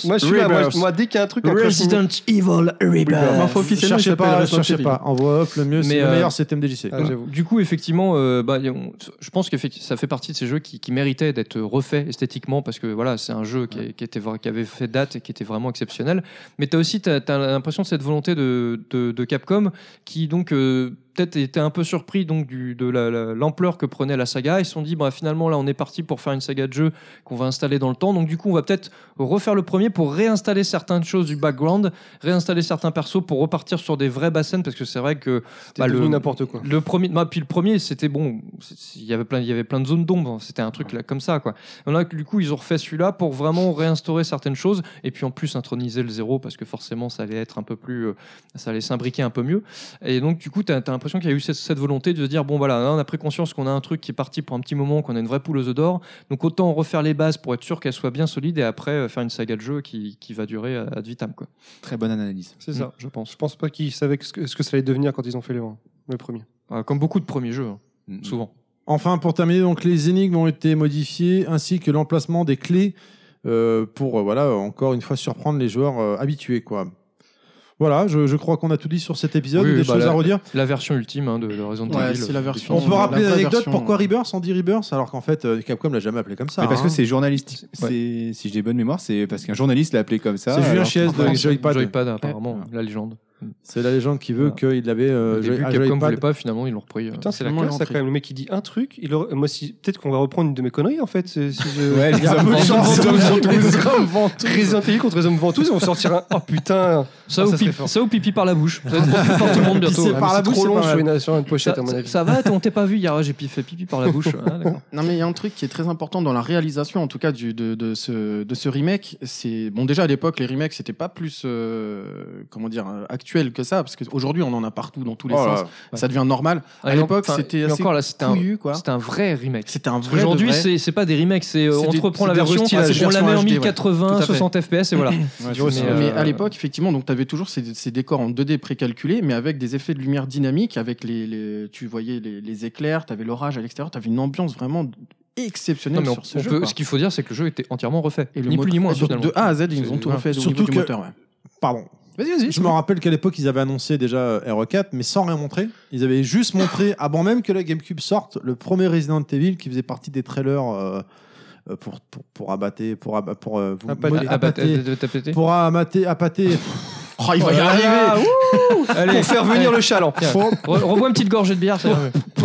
Speaker 3: Moi je suis là, moi, je- moi, dès qu'il y a un truc un clashing-
Speaker 4: Evil Rebirth.
Speaker 2: Cherchez pas, cherchez pas. En voix off, le mieux, c'est
Speaker 4: Mais,
Speaker 2: le
Speaker 4: euh,
Speaker 2: meilleur, c'est TMDJC.
Speaker 3: Ah, j'avoue.
Speaker 4: Du coup, effectivement, euh, bah, y a- on- je pense que ça fait partie de ces jeux qui, qui méritaient d'être refaits esthétiquement parce que voilà, c'est un jeu qui, est- qui était, vra- qui avait fait date et qui était vraiment exceptionnel. Mais tu as aussi t'as- t'as l'impression de cette volonté de, de- de Capcom qui, donc, euh, peut-être était un peu surpris donc, du, de la- la- l'ampleur que prenait la saga. Ils se sont dit, bah, finalement, là, on est parti pour faire une saga de jeu qu'on va installer dans le temps. Donc, du coup, on va peut-être refaire le premier pour réinstaller certaines choses du background, réinstaller certains persos pour repartir sur des vraies bassines parce que c'est vrai que
Speaker 3: T'es
Speaker 4: bah,
Speaker 3: devenu
Speaker 4: le-
Speaker 3: n'importe quoi.
Speaker 4: le premier, bah, puis le premier, c'était bon. c'est- c'est- Il y avait plein, il y avait plein de zones d'ombre. hein, C'était un truc là, comme ça, quoi. Et là, du coup, ils ont refait celui-là pour vraiment réinstaurer certaines choses, et puis en plus introniser le zéro parce que forcément, ça allait être un peu plus, euh, ça allait s'imbriquer un peu mieux. Et donc, du coup, t'as as, l'impression qu'il y a eu cette, cette volonté de dire bon, voilà, là, on a pris conscience qu'on a un truc qui est parti pour un petit moment, qu'on a une vraie poule aux œufs d'or. Donc, autant refaire les bases pour être sûr qu'elles soient bien solides, et après euh, faire une saga de jeu qui, qui va durer à ad vitam, quoi.
Speaker 8: Très bonne analyse.
Speaker 3: C'est ça.
Speaker 4: je pense.
Speaker 3: Je pense pas qu'ils savaient ce que, ce que ça allait devenir quand ils ont fait le, le premier.
Speaker 4: Euh, Comme beaucoup de premiers jeux, hein,
Speaker 8: Mm.
Speaker 4: souvent.
Speaker 2: Enfin, pour terminer, donc les énigmes ont été modifiées ainsi que l'emplacement des clés euh, pour euh, voilà encore une fois surprendre les joueurs euh, habitués quoi. Voilà, je, je crois qu'on a tout dit sur cet épisode.
Speaker 4: Oui,
Speaker 2: des
Speaker 4: bah,
Speaker 2: choses
Speaker 4: la-
Speaker 2: à redire.
Speaker 4: La version ultime hein, de, de Resident
Speaker 5: Ouais,
Speaker 4: Evil.
Speaker 5: c'est la version-
Speaker 2: On
Speaker 5: la
Speaker 2: peut rappeler
Speaker 5: vraie
Speaker 2: l'anecdote
Speaker 5: version,
Speaker 4: euh,
Speaker 2: pourquoi
Speaker 5: ouais.
Speaker 2: Rebirth on dit Rebirth alors qu'en fait euh, Capcom l'a jamais appelé comme ça.
Speaker 8: Mais parce
Speaker 2: hein.
Speaker 8: que c'est journalistique.
Speaker 4: Ouais.
Speaker 8: C'est- Si j'ai bonne mémoire, c'est parce qu'un journaliste l'a appelé comme ça.
Speaker 2: C'est Julien
Speaker 8: alors-
Speaker 2: Chiez de Joypad.
Speaker 4: Joypad, apparemment, la légende.
Speaker 2: C'est la légende qui veut qu'il l'avait
Speaker 4: Au
Speaker 2: euh,
Speaker 4: début,
Speaker 2: Joy- à
Speaker 4: Capcom voulait
Speaker 2: Joypad.
Speaker 4: pas, finalement, ils l'ont repris. euh.
Speaker 3: Putain, c'est la
Speaker 5: Vraiment,
Speaker 3: classe,
Speaker 5: ils
Speaker 3: ça,
Speaker 5: l'ont
Speaker 3: quand même. Le mec, il dit un truc. Il aurait- Moi, si... peut-être qu'on va reprendre une de mes conneries, en fait. Si si je...
Speaker 8: Ouais, les hommes
Speaker 2: Ah,
Speaker 3: Les hommes
Speaker 8: ventouses.
Speaker 3: ventouses. Les hommes ventouses. Resident Evil contre les hommes ventouses, on va sortir un. Oh putain
Speaker 4: Ça,
Speaker 3: Ah,
Speaker 4: ou
Speaker 3: ça serait
Speaker 4: pipi,
Speaker 3: fort.
Speaker 4: ça ou pipi par la bouche. Ça va être pour tout le monde bientôt.
Speaker 2: Pisser
Speaker 3: Ah,
Speaker 2: par
Speaker 3: mais
Speaker 2: la
Speaker 3: c'est
Speaker 2: bouche,
Speaker 3: trop
Speaker 2: c'est
Speaker 3: long
Speaker 2: pas
Speaker 3: sur une, sur une
Speaker 4: Ça,
Speaker 3: pochette, à mon
Speaker 4: ça-
Speaker 3: avis.
Speaker 4: ça va, t- on t'est pas vu hier, ah, j'ai pi- fait pipi par la bouche. Ah, d'accord.
Speaker 5: Non mais il y a un truc qui est très important dans la réalisation en tout cas du, de, de ce, de ce remake. C'est bon déjà à l'époque les remakes c'était pas plus euh, comment dire euh, actuel que ça parce qu'aujourd'hui on en a partout dans tous les
Speaker 2: Oh là
Speaker 5: sens.
Speaker 2: là.
Speaker 4: ouais.
Speaker 5: Ça devient normal.
Speaker 4: Ah,
Speaker 5: À
Speaker 4: et
Speaker 5: l'époque
Speaker 4: enfin,
Speaker 5: c'était
Speaker 4: et
Speaker 5: assez
Speaker 4: encore là, c'était un,
Speaker 5: couillu, quoi.
Speaker 4: c'était un vrai remake.
Speaker 5: C'était un vrai.
Speaker 4: Aujourd'hui,
Speaker 5: de vrai.
Speaker 4: c'est c'est pas des remakes, c'est euh,
Speaker 5: C'est
Speaker 4: on
Speaker 5: des-
Speaker 4: te reprend
Speaker 5: c'est
Speaker 4: la
Speaker 5: des
Speaker 4: version,
Speaker 5: restylages,
Speaker 4: on la
Speaker 5: version
Speaker 4: met en
Speaker 5: HD, ouais.
Speaker 4: 1080,
Speaker 5: Tout à fait.
Speaker 4: 60 FPS et voilà.
Speaker 5: Mais,
Speaker 4: euh,
Speaker 5: mais à l'époque, effectivement, donc tu avais toujours ces, ces décors en 2D précalculés, mais avec des effets de lumière dynamique, avec les, les- tu voyais les, les éclairs, tu avais l'orage à l'extérieur, tu avais une ambiance vraiment
Speaker 4: Non,
Speaker 5: exceptionnelle
Speaker 4: mais on-
Speaker 5: sur ce
Speaker 4: on
Speaker 5: jeu.
Speaker 4: peut-
Speaker 5: quoi.
Speaker 4: ce qu'il faut dire, c'est que le jeu était entièrement refait.
Speaker 5: Et le
Speaker 4: ni
Speaker 5: moteur- Ah,
Speaker 4: plus ni moins,
Speaker 5: de,
Speaker 4: finalement.
Speaker 5: de A à Z, ils ont
Speaker 4: C'est-
Speaker 5: tout refait au
Speaker 2: Surtout
Speaker 5: niveau du
Speaker 2: que-
Speaker 5: moteur. ouais.
Speaker 2: Pardon.
Speaker 5: Vas-y, vas-y.
Speaker 2: Je me rappelle qu'à l'époque, ils avaient annoncé déjà euh, RE4, mais sans rien montrer. Ils avaient juste montré, avant même que la GameCube sorte, le premier Resident Evil qui faisait partie des trailers euh, euh, pour, pour, pour abattre, pour, aba- pour, euh, vous-
Speaker 3: Abattre.
Speaker 2: modi-
Speaker 4: Ah, bah, t'as-
Speaker 2: abattre-
Speaker 4: t'as- t'as pété
Speaker 2: pour amater, abattre,
Speaker 5: Oh, il va y
Speaker 4: Ah,
Speaker 5: arriver.
Speaker 4: ouh Allez,
Speaker 3: Pour faire venir le chaland.
Speaker 2: pour-
Speaker 4: Re- Rebois une petite gorgée de bière, ça ira mieux.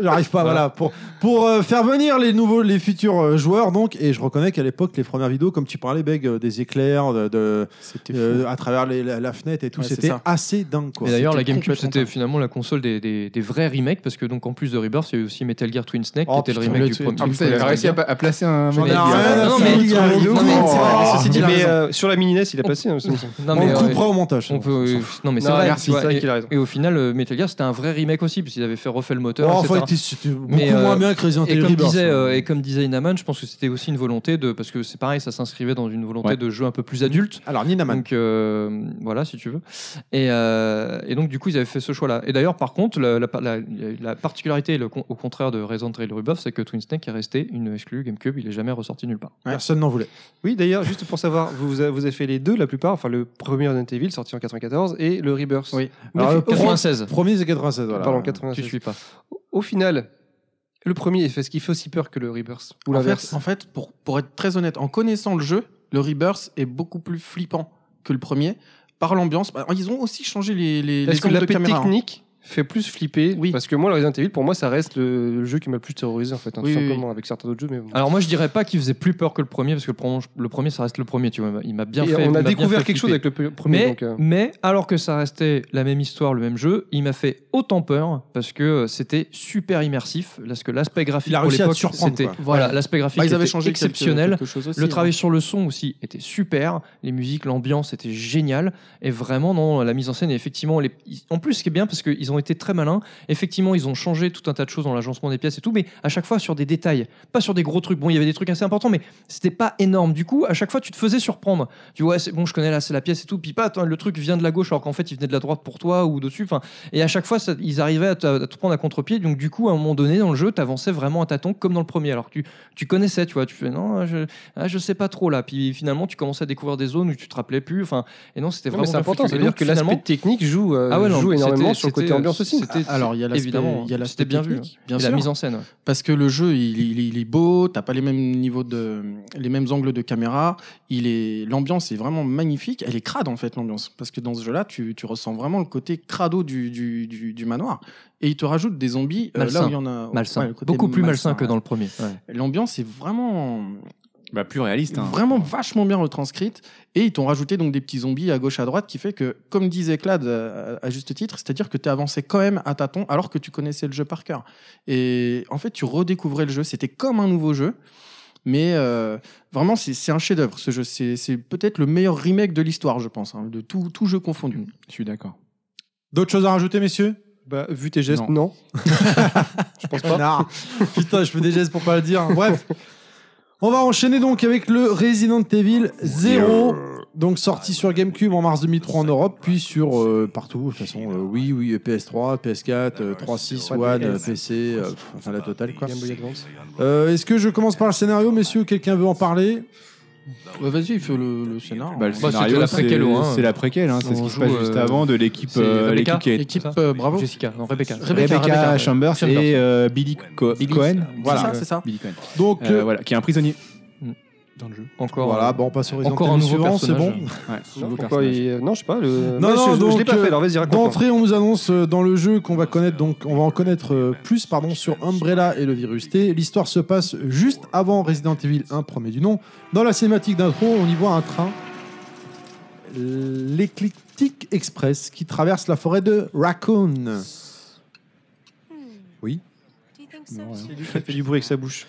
Speaker 2: j'arrive pas, voilà, pour, pour euh, faire venir les nouveaux, les futurs euh, joueurs, donc, et je reconnais qu'à l'époque, les premières vidéos, comme tu parlais, Beg, euh, des éclairs, de, de-
Speaker 5: C'était
Speaker 2: euh, à travers les- la, la fenêtre et tout,
Speaker 5: Ouais, c'est
Speaker 2: c'était
Speaker 5: ça.
Speaker 2: assez dingue, quoi.
Speaker 4: Et d'ailleurs, la
Speaker 5: C'était
Speaker 4: GameCube,
Speaker 5: complètement
Speaker 4: c'était
Speaker 5: dingue.
Speaker 4: finalement la console des, des, des vrais remakes, parce que donc en plus de Rebirth, il y a eu aussi Metal Gear Twin Snake,
Speaker 2: Oh,
Speaker 4: qui était le
Speaker 2: putain,
Speaker 4: remake
Speaker 5: le
Speaker 4: du
Speaker 5: Twin-
Speaker 4: premier.
Speaker 8: Ah, putain, il a réussi à, à placer un.
Speaker 4: J'en ai
Speaker 8: mec.
Speaker 4: rien à
Speaker 8: Ah,
Speaker 4: foutre. mais-
Speaker 2: on
Speaker 5: dit, il a
Speaker 3: mais
Speaker 5: raison.
Speaker 3: euh, sur la mini NES, il a passé. hein, ça me semble.
Speaker 4: Non, mais,
Speaker 2: le
Speaker 4: euh,
Speaker 2: coupera au montage. hein,
Speaker 4: on peut. euh, Non, mais c'est
Speaker 3: Non,
Speaker 4: vrai.
Speaker 3: merci,
Speaker 4: tu vois,
Speaker 3: c'est vrai
Speaker 4: et-
Speaker 3: qu'il a raison.
Speaker 4: Et au final, euh, Metal Gear, c'était un vrai remake aussi, parce qu'ils avaient fait refait le moteur.
Speaker 2: Oh,
Speaker 4: etc.
Speaker 2: enfin, c'était beaucoup
Speaker 4: Mais, euh,
Speaker 2: moins bien que Resident
Speaker 4: Et
Speaker 2: Evil
Speaker 4: comme,
Speaker 2: Rebirth. hein.
Speaker 4: disait, euh, et comme disait Inaman, je pense que c'était aussi une volonté de. Parce que c'est pareil, ça s'inscrivait dans une volonté
Speaker 8: Ouais.
Speaker 4: de jeu un peu plus adulte.
Speaker 2: Alors, Ninaman.
Speaker 4: Donc euh, voilà, si tu veux. Et, euh, et donc du coup, ils avaient fait ce choix-là. Et d'ailleurs, par contre, la, la- la- la particularité, le con- au contraire de Resident Evil Rebirth, c'est que Twin Snake est resté une exclue GameCube. Il est jamais ressorti nulle part.
Speaker 2: Personne n'en voulait.
Speaker 3: Oui, d'ailleurs, juste pour savoir, vous, vous avez- vous avez fait les deux, la plupart. Enfin, le premier Resident Evil sorti en 94 et le Rebirth.
Speaker 5: Oui.
Speaker 3: Au
Speaker 2: Alors,
Speaker 3: fi-
Speaker 2: le
Speaker 3: au
Speaker 2: pro-
Speaker 3: fond-
Speaker 4: 96.
Speaker 2: Premier, c'est 96. Voilà.
Speaker 3: Pardon,
Speaker 4: Tu
Speaker 3: 96.
Speaker 4: suis pas.
Speaker 3: Au final, le premier fait ce qui fait aussi peur que le Rebirth. Ou
Speaker 5: en
Speaker 3: l'inverse.
Speaker 5: fait, en fait, pour, pour être très honnête, en connaissant le jeu, le Rebirth est beaucoup plus flippant que le premier par l'ambiance. Bah, Ils ont aussi changé les, les, les
Speaker 3: Est-ce que
Speaker 5: angles de
Speaker 3: l'aspect
Speaker 5: caméra. hein.
Speaker 3: technique
Speaker 12: fait plus flipper.
Speaker 5: Oui.
Speaker 12: Parce que moi, le Resident Evil, pour moi, ça reste le, le jeu qui m'a le plus terrorisé, en fait, hein,
Speaker 5: Oui,
Speaker 12: tout
Speaker 5: oui,
Speaker 12: simplement, avec certains autres jeux. Mais bon.
Speaker 4: Alors moi je dirais pas qu'il faisait plus peur que le premier parce que le premier, le premier ça reste le premier tu vois il m'a bien
Speaker 12: Et
Speaker 4: fait il
Speaker 12: on
Speaker 4: m'a
Speaker 12: a
Speaker 4: bien
Speaker 12: découvert
Speaker 4: fait
Speaker 12: quelque chose
Speaker 4: flipper.
Speaker 12: avec le pe- premier.
Speaker 4: mais,
Speaker 12: donc, euh,
Speaker 4: mais alors que ça restait la même histoire, le même jeu, il m'a fait autant peur parce que euh, c'était super immersif. Parce que l'aspect graphique
Speaker 2: Il a
Speaker 4: pour
Speaker 2: réussi à te
Speaker 4: l'époque,
Speaker 2: surprendre,
Speaker 4: c'était
Speaker 2: quoi.
Speaker 4: voilà, l'aspect graphique
Speaker 5: Bah, ils avaient
Speaker 4: était
Speaker 5: changé quelque-
Speaker 4: exceptionnel.
Speaker 5: quelque chose aussi,
Speaker 4: le
Speaker 5: hein.
Speaker 4: travail sur le son aussi était super, les musiques, l'ambiance était géniale et vraiment non, la mise en scène est effectivement les... en plus ce qui est bien parce qu'ils ont été très malins, effectivement ils ont changé tout un tas de choses dans l'agencement des pièces et tout mais à chaque fois sur des détails, pas sur des gros trucs. Bon, il y avait des trucs assez importants mais c'était pas énorme. Du coup, à chaque fois tu te faisais surprendre. Tu vois, c'est bon, je connais là, c'est la pièce et tout, puis pas attends, le truc vient de la gauche alors qu'en fait il venait de la droite pour toi ou dessus enfin et à chaque fois ça- ils arrivaient à te, à te prendre à contre-pied. Donc du coup, à un moment donné dans le jeu, t'avançais vraiment à tâtons comme dans le premier alors que tu tu connaissais, tu vois, tu fais non, je, ah, je sais pas trop là. Puis finalement, tu commençais à découvrir des zones où tu te rappelais plus. Enfin, et non, c'était
Speaker 12: non,
Speaker 4: vraiment
Speaker 12: mais c'est
Speaker 4: bien
Speaker 12: important,
Speaker 4: foutu.
Speaker 12: ça
Speaker 4: Et
Speaker 12: veut dire
Speaker 4: donc,
Speaker 12: que
Speaker 4: finalement-
Speaker 12: l'aspect technique joue, euh,
Speaker 4: ah ouais, non,
Speaker 12: joue énormément
Speaker 4: c'était-
Speaker 12: sur le côté
Speaker 4: c'était- euh,
Speaker 12: ambiance aussi. Ah
Speaker 4: c'était-
Speaker 5: Ah, Alors, il y a l'aspect-
Speaker 4: évidemment,
Speaker 5: il y a l'aspect
Speaker 4: c'était bien vu.
Speaker 5: technique, bien hein.
Speaker 4: et
Speaker 5: sûr.
Speaker 4: la mise en scène. ouais.
Speaker 5: Parce que le jeu, il, il- il est beau, t'as pas les mêmes niveaux de, les mêmes angles de caméra. Il est, l'ambiance est vraiment magnifique. Elle est crade en fait l'ambiance, parce que dans ce jeu-là, tu, tu ressens vraiment le côté crado du, du, du, du manoir. Et il te rajoute des zombies euh,
Speaker 4: Malsain.
Speaker 5: là où il y en a
Speaker 4: Malsain,
Speaker 5: ouais, le côté
Speaker 4: beaucoup plus malsain, que
Speaker 5: ouais.
Speaker 4: dans le premier. Ouais.
Speaker 5: L'ambiance est vraiment,
Speaker 8: Bah, plus réaliste. hein.
Speaker 5: vraiment vachement bien retranscrite. Et ils t'ont rajouté donc des petits zombies à gauche à droite, qui fait que, comme disait Clad euh, à juste titre, c'est-à-dire que t'es avancé quand même à tâtons alors que tu connaissais le jeu par cœur. Et en fait, tu redécouvrais le jeu. C'était comme un nouveau jeu. Mais euh, vraiment, c'est c'est un chef-d'œuvre ce jeu. C'est c'est peut-être le meilleur remake de l'histoire, je pense, hein, de tout, tout jeu confondu.
Speaker 8: Je suis d'accord.
Speaker 2: D'autres choses à rajouter, messieurs
Speaker 12: Bah, vu tes gestes, non.
Speaker 2: Connard. Putain, je fais des gestes pour pas le dire. hein. Bref. On va enchaîner donc avec le Resident Evil 0, donc sorti sur GameCube en mars 2003 en Europe, puis sur euh, partout, de toute façon, euh, oui, oui, PS3, PS4, euh, 3.6, One, euh, PC, euh, pff, enfin la totale quoi.
Speaker 12: Game Boy Advance.
Speaker 2: Euh, Est-ce que je commence par le scénario, messieurs Quelqu'un veut en parler
Speaker 5: Vas-y, il fait le, scénar.
Speaker 8: Bah, le
Speaker 4: Bah,
Speaker 8: scénario,
Speaker 4: c'était la
Speaker 8: c'est
Speaker 4: préquelle, hein.
Speaker 8: c'est la préquelle, hein, c'est ce
Speaker 4: On
Speaker 8: qui se
Speaker 4: joue,
Speaker 8: passe juste
Speaker 4: euh,
Speaker 8: avant de l'équipe
Speaker 4: c'est
Speaker 8: euh,
Speaker 4: Rebecca.
Speaker 8: l'équipe qui est
Speaker 5: Équipe,
Speaker 4: ça
Speaker 5: euh, bravo.
Speaker 4: Jessica, non Rebecca.
Speaker 8: Rebecca,
Speaker 5: Rebecca,
Speaker 8: Chambers
Speaker 4: Chambers.
Speaker 8: et euh, Billy Co-
Speaker 5: Billy.
Speaker 8: Cohen,
Speaker 5: Voilà,
Speaker 8: voilà,
Speaker 5: c'est ça.
Speaker 8: Billy Cohen,
Speaker 2: Donc,
Speaker 8: Euh,
Speaker 2: euh,
Speaker 8: voilà, qui est un prisonnier.
Speaker 4: Encore.
Speaker 2: voilà,
Speaker 4: euh,
Speaker 2: bon, on passe au Resident
Speaker 4: encore un
Speaker 2: Evil suivant,
Speaker 4: nouveau
Speaker 2: c'est
Speaker 4: personnage.
Speaker 2: bon.
Speaker 8: Ouais,
Speaker 12: Non,
Speaker 8: nouveau
Speaker 12: pourquoi
Speaker 8: personnage.
Speaker 12: il- non, je sais pas. Le...
Speaker 2: Non,
Speaker 12: je-
Speaker 2: non,
Speaker 12: je, je l'ai
Speaker 2: donc,
Speaker 12: pas
Speaker 2: euh,
Speaker 12: fait. Alors vas-y, raconte.
Speaker 2: D'entrée, on nous annonce euh, dans le jeu qu'on va connaître, donc on va en connaître euh, plus, pardon, sur Umbrella et le virus T. L'histoire se passe juste avant Resident Evil 1, premier du nom. Dans la cinématique d'intro, on y voit un train, l'Eclectic Express, qui traverse la forêt de Raccoon.
Speaker 12: Ça fait du bruit avec sa bouche.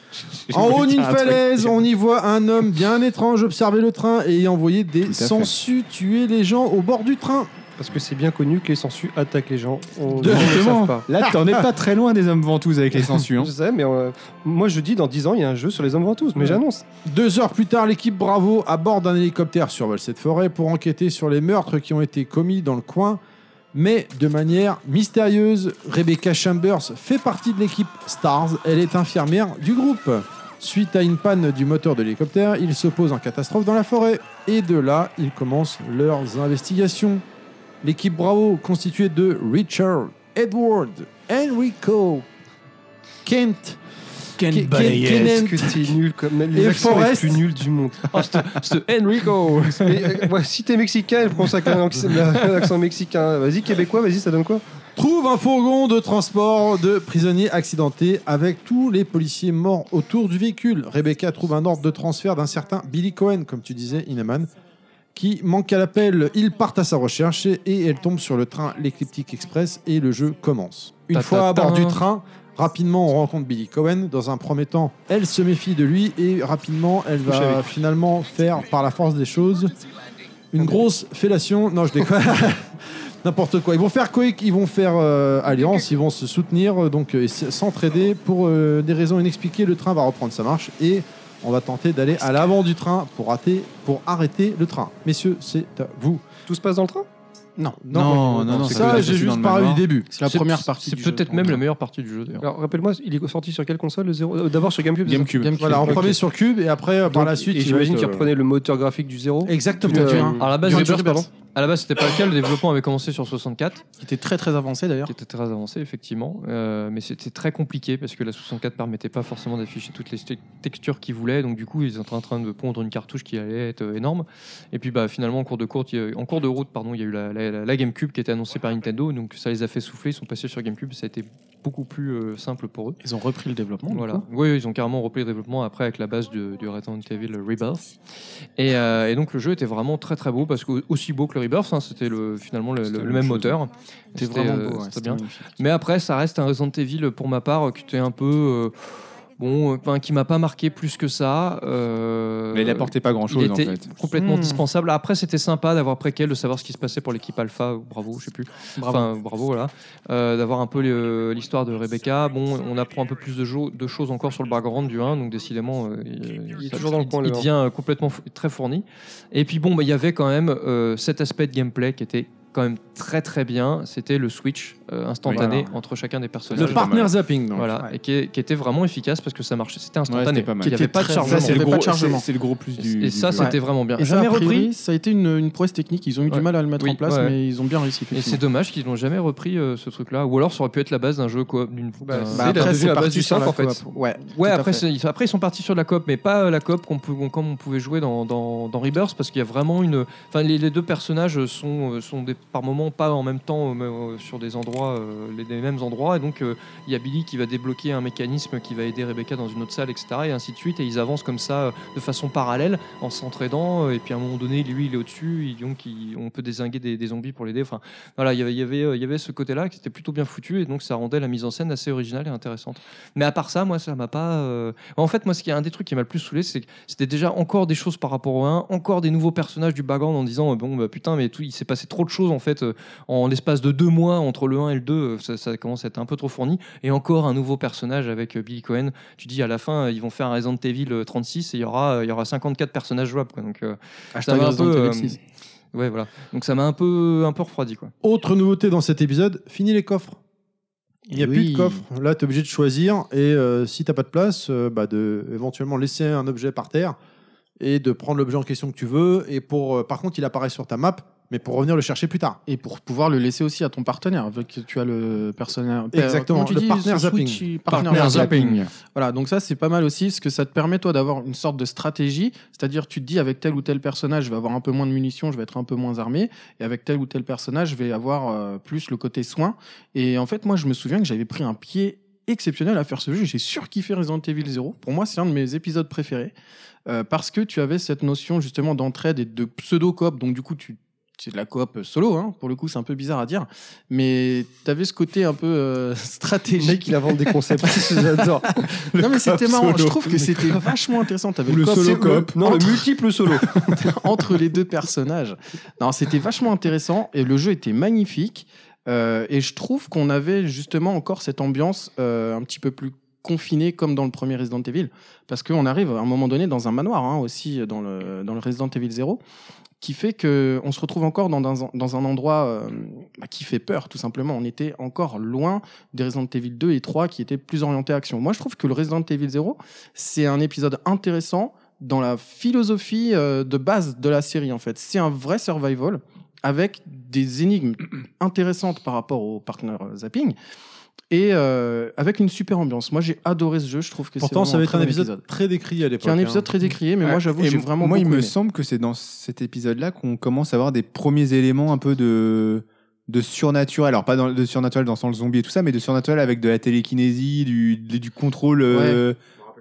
Speaker 2: En haut d'une falaise, on y voit un homme bien étrange observer le train et y envoyer des
Speaker 8: fait.
Speaker 2: sangsues tuer les gens au bord du train.
Speaker 12: Parce que c'est bien connu que les sangsues attaquent les gens. On
Speaker 2: De-
Speaker 12: les gens ne le
Speaker 8: Justement.
Speaker 12: savent pas.
Speaker 8: Là, t'en es pas très loin des hommes ventouses avec les sangsues. hein.
Speaker 12: Je sais, mais euh, moi je dis dans 10 ans il y a un jeu sur les hommes ventouses, mais j'annonce.
Speaker 2: Deux heures plus tard, l'équipe Bravo, à bord d'un hélicoptère, survole cette forêt pour enquêter sur les meurtres qui ont été commis dans le coin. Mais de manière mystérieuse, Rebecca Chambers fait partie de l'équipe Stars. Elle est infirmière du groupe. Suite à une panne du moteur de l'hélicoptère, ils se posent en catastrophe dans la forêt. Et de là, ils commencent leurs investigations. L'équipe Bravo, constituée de Richard, Edward, Enrico, Kent, Ke- Ke- Kenneth,
Speaker 12: Est-ce que t'es nul comme même les
Speaker 2: Et
Speaker 12: accents les
Speaker 2: Forrest
Speaker 12: plus nuls du monde.
Speaker 2: Oh,
Speaker 4: ce Enrico.
Speaker 12: Mais, euh, ouais, si t'es mexicain, je pense avec un acc- un accent mexicain. Vas-y québécois, vas-y ça donne quoi
Speaker 2: trouve un fourgon de transport de prisonniers accidentés avec tous les policiers morts autour du véhicule. Rebecca trouve un ordre de transfert d'un certain Billy Cohen, comme tu disais, Inaman, qui manque à l'appel. Ils partent à sa recherche et elle tombe sur le train l'Ecliptic Express et le jeu commence. Une
Speaker 4: Ta-ta-ta.
Speaker 2: fois à bord du train, rapidement on rencontre Billy Cohen. Dans un premier temps, elle se méfie de lui et rapidement elle
Speaker 12: Couche avec
Speaker 2: va finalement faire par la force des choses une grosse fellation. Non, je déconne. N'importe quoi. Ils vont faire Quake, ils vont faire euh, Alliance, ils vont se soutenir, euh, donc euh, et s- s'entraider. Pour euh, des raisons inexpliquées, le train va reprendre sa marche et on va tenter d'aller à l'avant du train pour, rater, pour arrêter le train. Messieurs, c'est à vous.
Speaker 12: Tout se passe dans le train
Speaker 5: Non,
Speaker 8: Non, non, non, c'est que
Speaker 2: ça,
Speaker 8: la
Speaker 2: j'ai
Speaker 8: session dans
Speaker 2: juste
Speaker 8: le
Speaker 2: parlé du
Speaker 8: manoir.
Speaker 2: début.
Speaker 5: c'est la
Speaker 4: C'est-
Speaker 5: première partie.
Speaker 4: C'est
Speaker 5: du
Speaker 4: peut-être
Speaker 5: jeu.
Speaker 4: même la meilleure partie du jeu d'ailleurs.
Speaker 12: Alors rappelle-moi, il est sorti sur quelle console le zéro Euh, D'abord sur GameCube. c'est
Speaker 8: GameCube.
Speaker 5: Game
Speaker 2: Voilà, en
Speaker 5: Freak.
Speaker 2: premier sur Cube et après, euh,
Speaker 12: ça
Speaker 2: par la suite,
Speaker 12: et
Speaker 2: il va
Speaker 12: j'imagine
Speaker 2: être,
Speaker 12: qu'il
Speaker 2: euh,
Speaker 12: reprenait le moteur graphique du zéro.
Speaker 2: Exactement. hein.
Speaker 12: Euh,
Speaker 4: À la base,
Speaker 5: Du
Speaker 4: Rebirth,
Speaker 5: Rebirth,
Speaker 4: pardon.
Speaker 5: pardon.
Speaker 4: À à la base, c'était pas le cas. Le développement avait commencé sur 64,
Speaker 5: Qui était très très avancé d'ailleurs.
Speaker 4: qui était très avancé, effectivement. Euh, mais c'était très compliqué parce que la 64 permettait pas forcément d'afficher toutes les te- textures qu'ils voulaient. Donc, du coup, ils étaient en train de pondre une cartouche qui allait être euh, énorme. Et puis, bah, finalement, en cours de, courte, il y a eu- en cours de route, pardon, il y a eu la, la- la- la GameCube qui était annoncée par Nintendo. Donc, ça les a fait souffler. Ils sont passés sur GameCube. Ça a été beaucoup plus euh, simple pour eux.
Speaker 5: Ils ont repris le développement. du
Speaker 4: Voilà.
Speaker 5: coup.
Speaker 4: Oui, oui, ils ont carrément repris le développement après avec la base du, du Resident Evil Rebirth. Et, euh, et donc le jeu était vraiment très très beau parce que aussi beau que le Rebirth, hein, c'était le, finalement le, le- le même moteur.
Speaker 5: C'était vraiment
Speaker 4: euh,
Speaker 5: beau. ouais,
Speaker 4: c'était
Speaker 5: c'était
Speaker 4: bien.
Speaker 5: magnifique.
Speaker 4: Mais après, ça reste un Resident Evil pour ma part euh, qui était un peu euh, bon, euh, enfin, qui m'a pas marqué plus que ça. euh,
Speaker 8: Mais il apportait pas grand
Speaker 4: il
Speaker 8: chose en
Speaker 4: était
Speaker 8: fait.
Speaker 4: complètement
Speaker 5: Hmm.
Speaker 4: dispensable. Après, c'était sympa d'avoir préquel, de savoir ce qui se passait pour l'équipe Alpha. ou Bravo, je sais plus.
Speaker 5: Bravo.
Speaker 4: Enfin, bravo, voilà. Euh, d'avoir un peu le- l'histoire de Rebecca. Bon, on apprend un peu plus de, jo- de choses encore sur le background du 1, donc décidément, euh, il,
Speaker 12: est toujours dans le coin, hein. le
Speaker 4: il
Speaker 12: 1.
Speaker 4: devient euh, complètement fou- très fourni. Et puis bon, bah, il y avait quand même euh, cet aspect de gameplay qui était quand même très très bien. C'était le switch euh, instantané
Speaker 5: Oui, voilà.
Speaker 4: entre chacun des personnages.
Speaker 5: Le partner zapping. donc.
Speaker 4: Voilà, et qui, est- qui était vraiment efficace parce que ça marchait, c'était
Speaker 8: Ouais,
Speaker 4: instantané.
Speaker 8: c'était pas mal.
Speaker 4: il n'y avait
Speaker 5: C'était
Speaker 4: pas de
Speaker 5: très-
Speaker 4: chargement.
Speaker 5: ça, c'est le
Speaker 8: le
Speaker 5: pas de
Speaker 8: gros,
Speaker 5: chargement.
Speaker 8: c'est- c'est le gros plus du.
Speaker 4: et ça,
Speaker 8: du jeu.
Speaker 4: c'était vraiment bien.
Speaker 5: Et ça,
Speaker 4: Jamais
Speaker 5: a priori,
Speaker 4: repris.
Speaker 5: ça a été une, une prouesse technique. Ils ont eu
Speaker 4: Ouais.
Speaker 5: du mal à le mettre
Speaker 4: Oui,
Speaker 5: en place,
Speaker 4: ouais, ouais.
Speaker 5: mais ils ont bien réussi.
Speaker 4: Et c'est
Speaker 5: effectivement.
Speaker 4: dommage qu'ils n'ont jamais repris euh, ce truc-là. Ou alors ça aurait pu être la base d'un jeu coop. d'une- d'un-
Speaker 5: Bah,
Speaker 4: Ouais,
Speaker 12: la
Speaker 5: après,
Speaker 12: deuxième
Speaker 5: c'est
Speaker 12: partie
Speaker 5: parti
Speaker 12: du
Speaker 5: sur la
Speaker 12: simple, en
Speaker 5: coop.
Speaker 12: fait.
Speaker 5: Ouais,
Speaker 4: ouais,
Speaker 5: tout à
Speaker 4: après,
Speaker 5: fait.
Speaker 4: c'est- après ils sont partis sur de la coop, mais pas euh, la coop qu'on peut, qu'on- comme on pouvait jouer dans, dans, dans Rebirth, parce qu'il y a vraiment une. Enfin, les, les deux personnages sont, euh, sont des, par moments pas en même temps euh, mais, euh, sur des endroits, euh, les, les mêmes endroits, et donc euh, il y a Billy qui va débloquer un mécanisme qui va aider Rebecca dans une autre salle, etc. Et ainsi de suite, et ils avancent comme ça euh, de façon parallèle, en s'entraidant, euh, et puis à un moment donné, lui, il est au-dessus, et donc il- on peut désinguer des, des zombies pour l'aider. Enfin, voilà, il y avait, il y avait, euh, il y avait ce côté-là qui était plutôt bien foutu, et donc ça rendait la mise en scène assez originale et intéressante. Mais à part ça, moi, ça m'a pas. euh, En fait, moi, ce qui est un des trucs qui m'a le plus saoulé, c'est que c'était déjà encore des choses par rapport au 1, encore des nouveaux personnages du background en disant euh, bon, bah, putain, mais tout, il s'est passé trop de choses en fait euh, en l'espace de deux mois entre le 1 et le 2. euh, Ça, ça commence à être un peu trop fourni. Et encore un nouveau personnage avec euh, Billy Cohen. Tu dis à la fin, euh, ils vont faire un Resident Evil euh, 36 et il y aura, euh, il y aura 54 personnages jouables. Quoi. Donc, euh, ça m'a un
Speaker 5: Resident
Speaker 4: peu.
Speaker 5: Evil
Speaker 4: euh,
Speaker 5: six.
Speaker 4: ouais, voilà. Donc ça m'a un peu, un peu refroidi. Quoi.
Speaker 2: Autre nouveauté dans cet épisode, fini les coffres. Il n'y a
Speaker 5: Et
Speaker 2: plus
Speaker 5: oui.
Speaker 2: de coffre. Là, tu es obligé de choisir. Et euh, si t'as pas de place, euh, bah, de éventuellement laisser un objet par terre et de prendre l'objet en question que tu veux. Et pour, euh, par contre, il apparaît sur ta map, mais pour revenir le chercher plus tard.
Speaker 5: Et pour pouvoir le laisser aussi à ton partenaire, vu que tu as le personnage.
Speaker 2: Exactement,
Speaker 5: Comment tu
Speaker 2: le
Speaker 5: dis,
Speaker 2: partner
Speaker 5: ce switch- partner zapping. Voilà, donc ça c'est pas mal aussi, parce que ça te permet toi d'avoir une sorte de stratégie, c'est-à-dire tu te dis avec tel ou tel personnage je vais avoir un peu moins de munitions, je vais être un peu moins armé, et avec tel ou tel personnage je vais avoir euh, plus le côté soin. Et en fait moi je me souviens que j'avais pris un pied exceptionnel à faire ce jeu, j'ai surkiffé Resident Evil 0, pour moi c'est un de mes épisodes préférés, euh, parce que tu avais cette notion justement d'entraide et de pseudo-coop, donc du coup tu... C'est de la coop solo, hein. pour le coup, c'est un peu bizarre à dire, mais t'avais ce côté un peu euh,
Speaker 12: Le
Speaker 5: stratégique
Speaker 12: mec, il invente des concepts. J'adore.
Speaker 5: non mais c'était
Speaker 12: coop
Speaker 5: marrant, je
Speaker 12: solo.
Speaker 5: trouve que c'était vachement intéressant. T'avais
Speaker 12: Le
Speaker 5: coop
Speaker 12: solo
Speaker 5: solo
Speaker 12: coop. Non, le multiple solo.
Speaker 5: entre les deux personnages. Non, c'était vachement intéressant et le jeu était magnifique. Euh, et je trouve qu'on avait justement encore cette ambiance euh, un petit peu plus confinée comme dans le premier Resident Evil. Parce qu'on arrive à un moment donné dans un manoir hein, aussi dans le, dans le Resident Evil 0 qui fait que on se retrouve encore dans un, dans un endroit euh, bah, qui fait peur tout simplement. On était encore loin des Resident Evil 2 et 3 qui étaient plus orientés action. Moi je trouve que le Resident Evil 0 c'est un épisode intéressant dans la philosophie euh, de base de la série en fait. C'est un vrai survival avec des énigmes intéressantes par rapport au partner euh, zapping et euh, avec une super ambiance. Moi j'ai adoré ce jeu, je trouve que
Speaker 2: Pourtant,
Speaker 5: c'est
Speaker 2: ça va
Speaker 5: vraiment
Speaker 2: être un
Speaker 5: très bon
Speaker 2: épisode, très décrié à l'époque.
Speaker 5: qui est un
Speaker 2: hein.
Speaker 5: épisode très décrié mais moi
Speaker 8: Ouais,
Speaker 5: j'avoue
Speaker 8: et
Speaker 5: j'ai
Speaker 8: m-
Speaker 5: vraiment
Speaker 8: Moi, il
Speaker 5: beaucoup
Speaker 8: me
Speaker 5: aimé.
Speaker 8: semble que c'est dans cet épisode-là qu'on commence à avoir des premiers éléments un peu de de surnaturel. Alors pas dans, de surnaturel dans le sens zombie et tout ça, mais de surnaturel avec de la télékinésie, du du, du contrôle euh,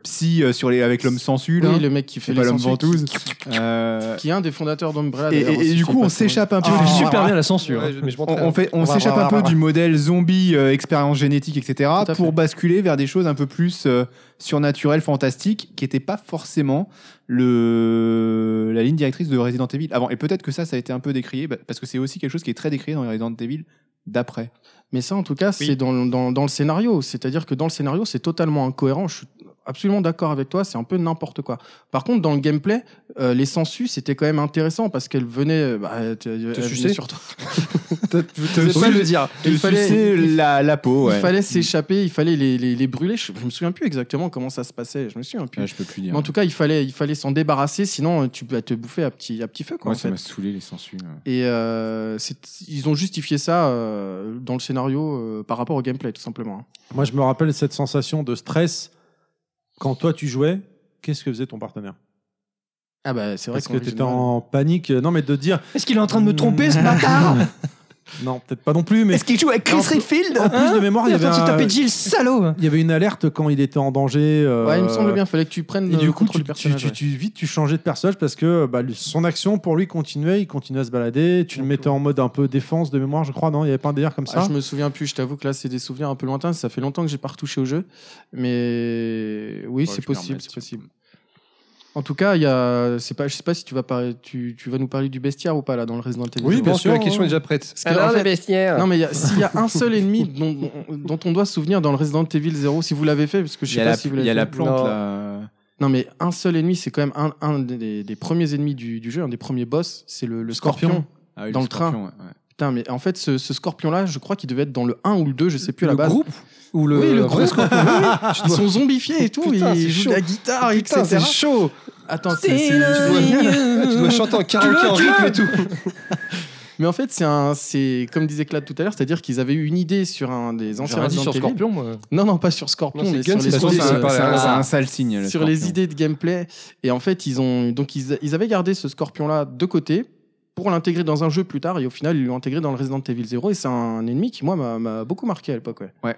Speaker 8: psy euh, sur les avec l'homme sensu. là.
Speaker 5: Oui, le mec qui fait
Speaker 8: hein. C'est pas
Speaker 5: les
Speaker 8: l'homme
Speaker 5: sensuels,
Speaker 8: ventouse.
Speaker 5: qui,
Speaker 8: Euh,
Speaker 5: qui est un des fondateurs d'Umbrella.
Speaker 8: et, et-
Speaker 5: d'ailleurs,
Speaker 8: et
Speaker 5: aussi,
Speaker 8: du
Speaker 5: faut
Speaker 8: coup,
Speaker 5: pas
Speaker 8: on
Speaker 5: se leurrer.
Speaker 8: s'échappe un peu.
Speaker 4: Tu fais
Speaker 8: du-
Speaker 4: super bien la censure. hein.
Speaker 12: Ouais, je- mais je
Speaker 8: On,
Speaker 12: m'entraîne.
Speaker 8: on fait, on
Speaker 12: va
Speaker 8: s'échappe
Speaker 12: voir,
Speaker 8: un
Speaker 12: on
Speaker 8: peu
Speaker 12: va
Speaker 8: du modèle zombie, euh, expérience génétique, etc.,
Speaker 5: Tout à fait.
Speaker 8: pour basculer vers des choses un peu plus euh, surnaturelles, fantastiques, qui n'étaient pas forcément le... la ligne directrice de Resident Evil avant. Et peut-être que ça, ça a été un peu décrié, bah, parce que c'est aussi quelque chose qui est très décrié dans les Resident Evil d'après.
Speaker 5: Mais ça, en tout cas, c'est dans, le- dans- dans le scénario. C'est-à-dire que dans le scénario, c'est totalement incohérent. Je suis absolument d'accord avec toi, c'est un peu n'importe quoi. Par contre, dans le gameplay, euh, les sensus, c'était quand même intéressant parce qu'elles venaient, bah, elles- elles venaient
Speaker 12: sucer
Speaker 5: sur toi.
Speaker 8: Te
Speaker 5: pas le
Speaker 8: sucer-
Speaker 5: dire.
Speaker 8: te
Speaker 5: Il fallait-
Speaker 8: sucer
Speaker 5: il-
Speaker 8: la, la peau, ouais.
Speaker 5: Il fallait s'échapper, il fallait les, les- les brûler. Je, je me souviens plus exactement comment ça se passait. Je me souviens plus.
Speaker 8: Ah, je peux plus
Speaker 5: Mais
Speaker 8: dire.
Speaker 5: en tout cas, il fallait, il fallait s'en débarrasser, sinon euh, tu peux te bouffer à petit, à petit feu. Quoi,
Speaker 8: Moi,
Speaker 5: en
Speaker 8: ça
Speaker 5: fait.
Speaker 8: m'a saoulé les sensus. ouais.
Speaker 5: Et euh, c'est- ils ont justifié ça euh, dans le scénario euh, par rapport au gameplay, tout simplement. hein.
Speaker 2: Moi, je me rappelle cette sensation de stress. Quand toi, tu jouais, qu'est-ce que faisait ton partenaire
Speaker 5: Ah bah c'est vrai
Speaker 2: Parce
Speaker 5: qu'on
Speaker 2: que
Speaker 5: risque
Speaker 2: t'étais
Speaker 5: de-
Speaker 2: en panique. Non, mais de dire,
Speaker 10: Est-ce qu'il est en train de me tromper,
Speaker 4: Hmm.
Speaker 10: ce bâtard
Speaker 2: non, peut-être pas non plus, mais
Speaker 10: Est-ce qu'il joue avec Chris
Speaker 2: En plus-
Speaker 10: Redfield Hein
Speaker 2: en
Speaker 5: Hein
Speaker 2: plus de mémoire, il y avait
Speaker 10: Tu
Speaker 2: un-
Speaker 10: tapais Jill, salaud
Speaker 2: il y avait une alerte quand il était en danger. euh,
Speaker 5: Ouais, il me semble bien. Fallait que tu prennes
Speaker 2: Et
Speaker 5: le
Speaker 2: du coup,
Speaker 5: contrôle
Speaker 2: tu,
Speaker 5: du
Speaker 2: tu,
Speaker 5: personnage.
Speaker 2: tu, tu- vite, tu changeais de personnage parce que bah, lui- son action pour lui continuait, il continuait à se balader. Tu le mettais en mode un peu défense de mémoire, je crois, non Il y avait pas un délire comme
Speaker 5: Ah,
Speaker 2: ça
Speaker 5: je me souviens plus, je t'avoue que là c'est des souvenirs un peu lointains, ça fait longtemps que j'ai pas retouché au jeu, mais oui
Speaker 8: Ouais,
Speaker 5: c'est
Speaker 8: je peux
Speaker 5: possible,
Speaker 8: remettre,
Speaker 5: c'est
Speaker 8: tu-
Speaker 5: possible. En tout cas, il y a, c'est pas, je sais pas si tu vas parler, tu, tu vas nous parler du bestiaire ou pas là dans le Resident Evil.
Speaker 2: Oui,
Speaker 5: Je
Speaker 2: bien
Speaker 5: pense
Speaker 2: sûr,
Speaker 5: que
Speaker 2: ouais.
Speaker 5: la question est déjà-
Speaker 12: déjà prête.
Speaker 5: Parce que, en fait, Non mais il y a- s'il y a un seul ennemi dont, dont- dont on doit se souvenir dans le Resident Evil 0, si vous l'avez fait, parce que je
Speaker 8: Il
Speaker 5: sais
Speaker 8: y a
Speaker 5: pas
Speaker 8: la,
Speaker 5: si vous
Speaker 8: il
Speaker 5: l'avez
Speaker 8: y a
Speaker 5: fait.
Speaker 8: la plante,
Speaker 12: Non.
Speaker 8: là.
Speaker 5: Non mais un seul ennemi, c'est quand même un, un des, des premiers ennemis du, du jeu, un des premiers boss, c'est le, le
Speaker 2: Scorpion.
Speaker 5: scorpion.
Speaker 8: Ah oui,
Speaker 5: Dans
Speaker 8: le
Speaker 5: le train.
Speaker 8: scorpion, ouais, ouais.
Speaker 5: Putain, mais en fait, ce, ce scorpion-là, je crois qu'il devait être dans le 1 ou le 2, je sais plus à la
Speaker 12: Le
Speaker 5: base.
Speaker 12: groupe ou le,
Speaker 5: Oui, le
Speaker 12: vrai
Speaker 5: groupe.
Speaker 12: scorpion
Speaker 5: Ils sont zombifiés et tout,
Speaker 12: Putain, c'est
Speaker 5: ils jouent de la guitare,
Speaker 12: Putain, c'est
Speaker 5: etc.
Speaker 12: chaud.
Speaker 5: Attends, c'est- c'est-
Speaker 12: Ah, Tu dois chanter en karaoké en rythme et tout.
Speaker 5: Mais en fait, c'est un, c'est comme disait Claude tout à l'heure, c'est-à-dire qu'ils avaient eu une idée sur un des anciens
Speaker 4: J'aurais dit
Speaker 5: Resident
Speaker 4: sur
Speaker 5: Evil.
Speaker 4: Scorpion, moi.
Speaker 5: Non, non, pas sur Scorpion,
Speaker 12: Non, c'est
Speaker 5: mais
Speaker 12: Guns,
Speaker 5: sur les
Speaker 12: c'est
Speaker 8: Ça,
Speaker 12: Scorpion,
Speaker 5: idées,
Speaker 8: C'est un,
Speaker 5: euh,
Speaker 8: c'est un-
Speaker 12: pas-
Speaker 8: Ah, c'est un sale signe. le
Speaker 5: sur les
Speaker 8: scorpion.
Speaker 5: idées de gameplay. Et en fait, ils ont donc ils, ils avaient gardé ce Scorpion-là de côté pour l'intégrer dans un jeu plus tard. Et au final, ils l'ont intégré dans le Resident Evil 0. Et c'est un ennemi qui moi m'a- m'a beaucoup marqué à l'époque. Ouais.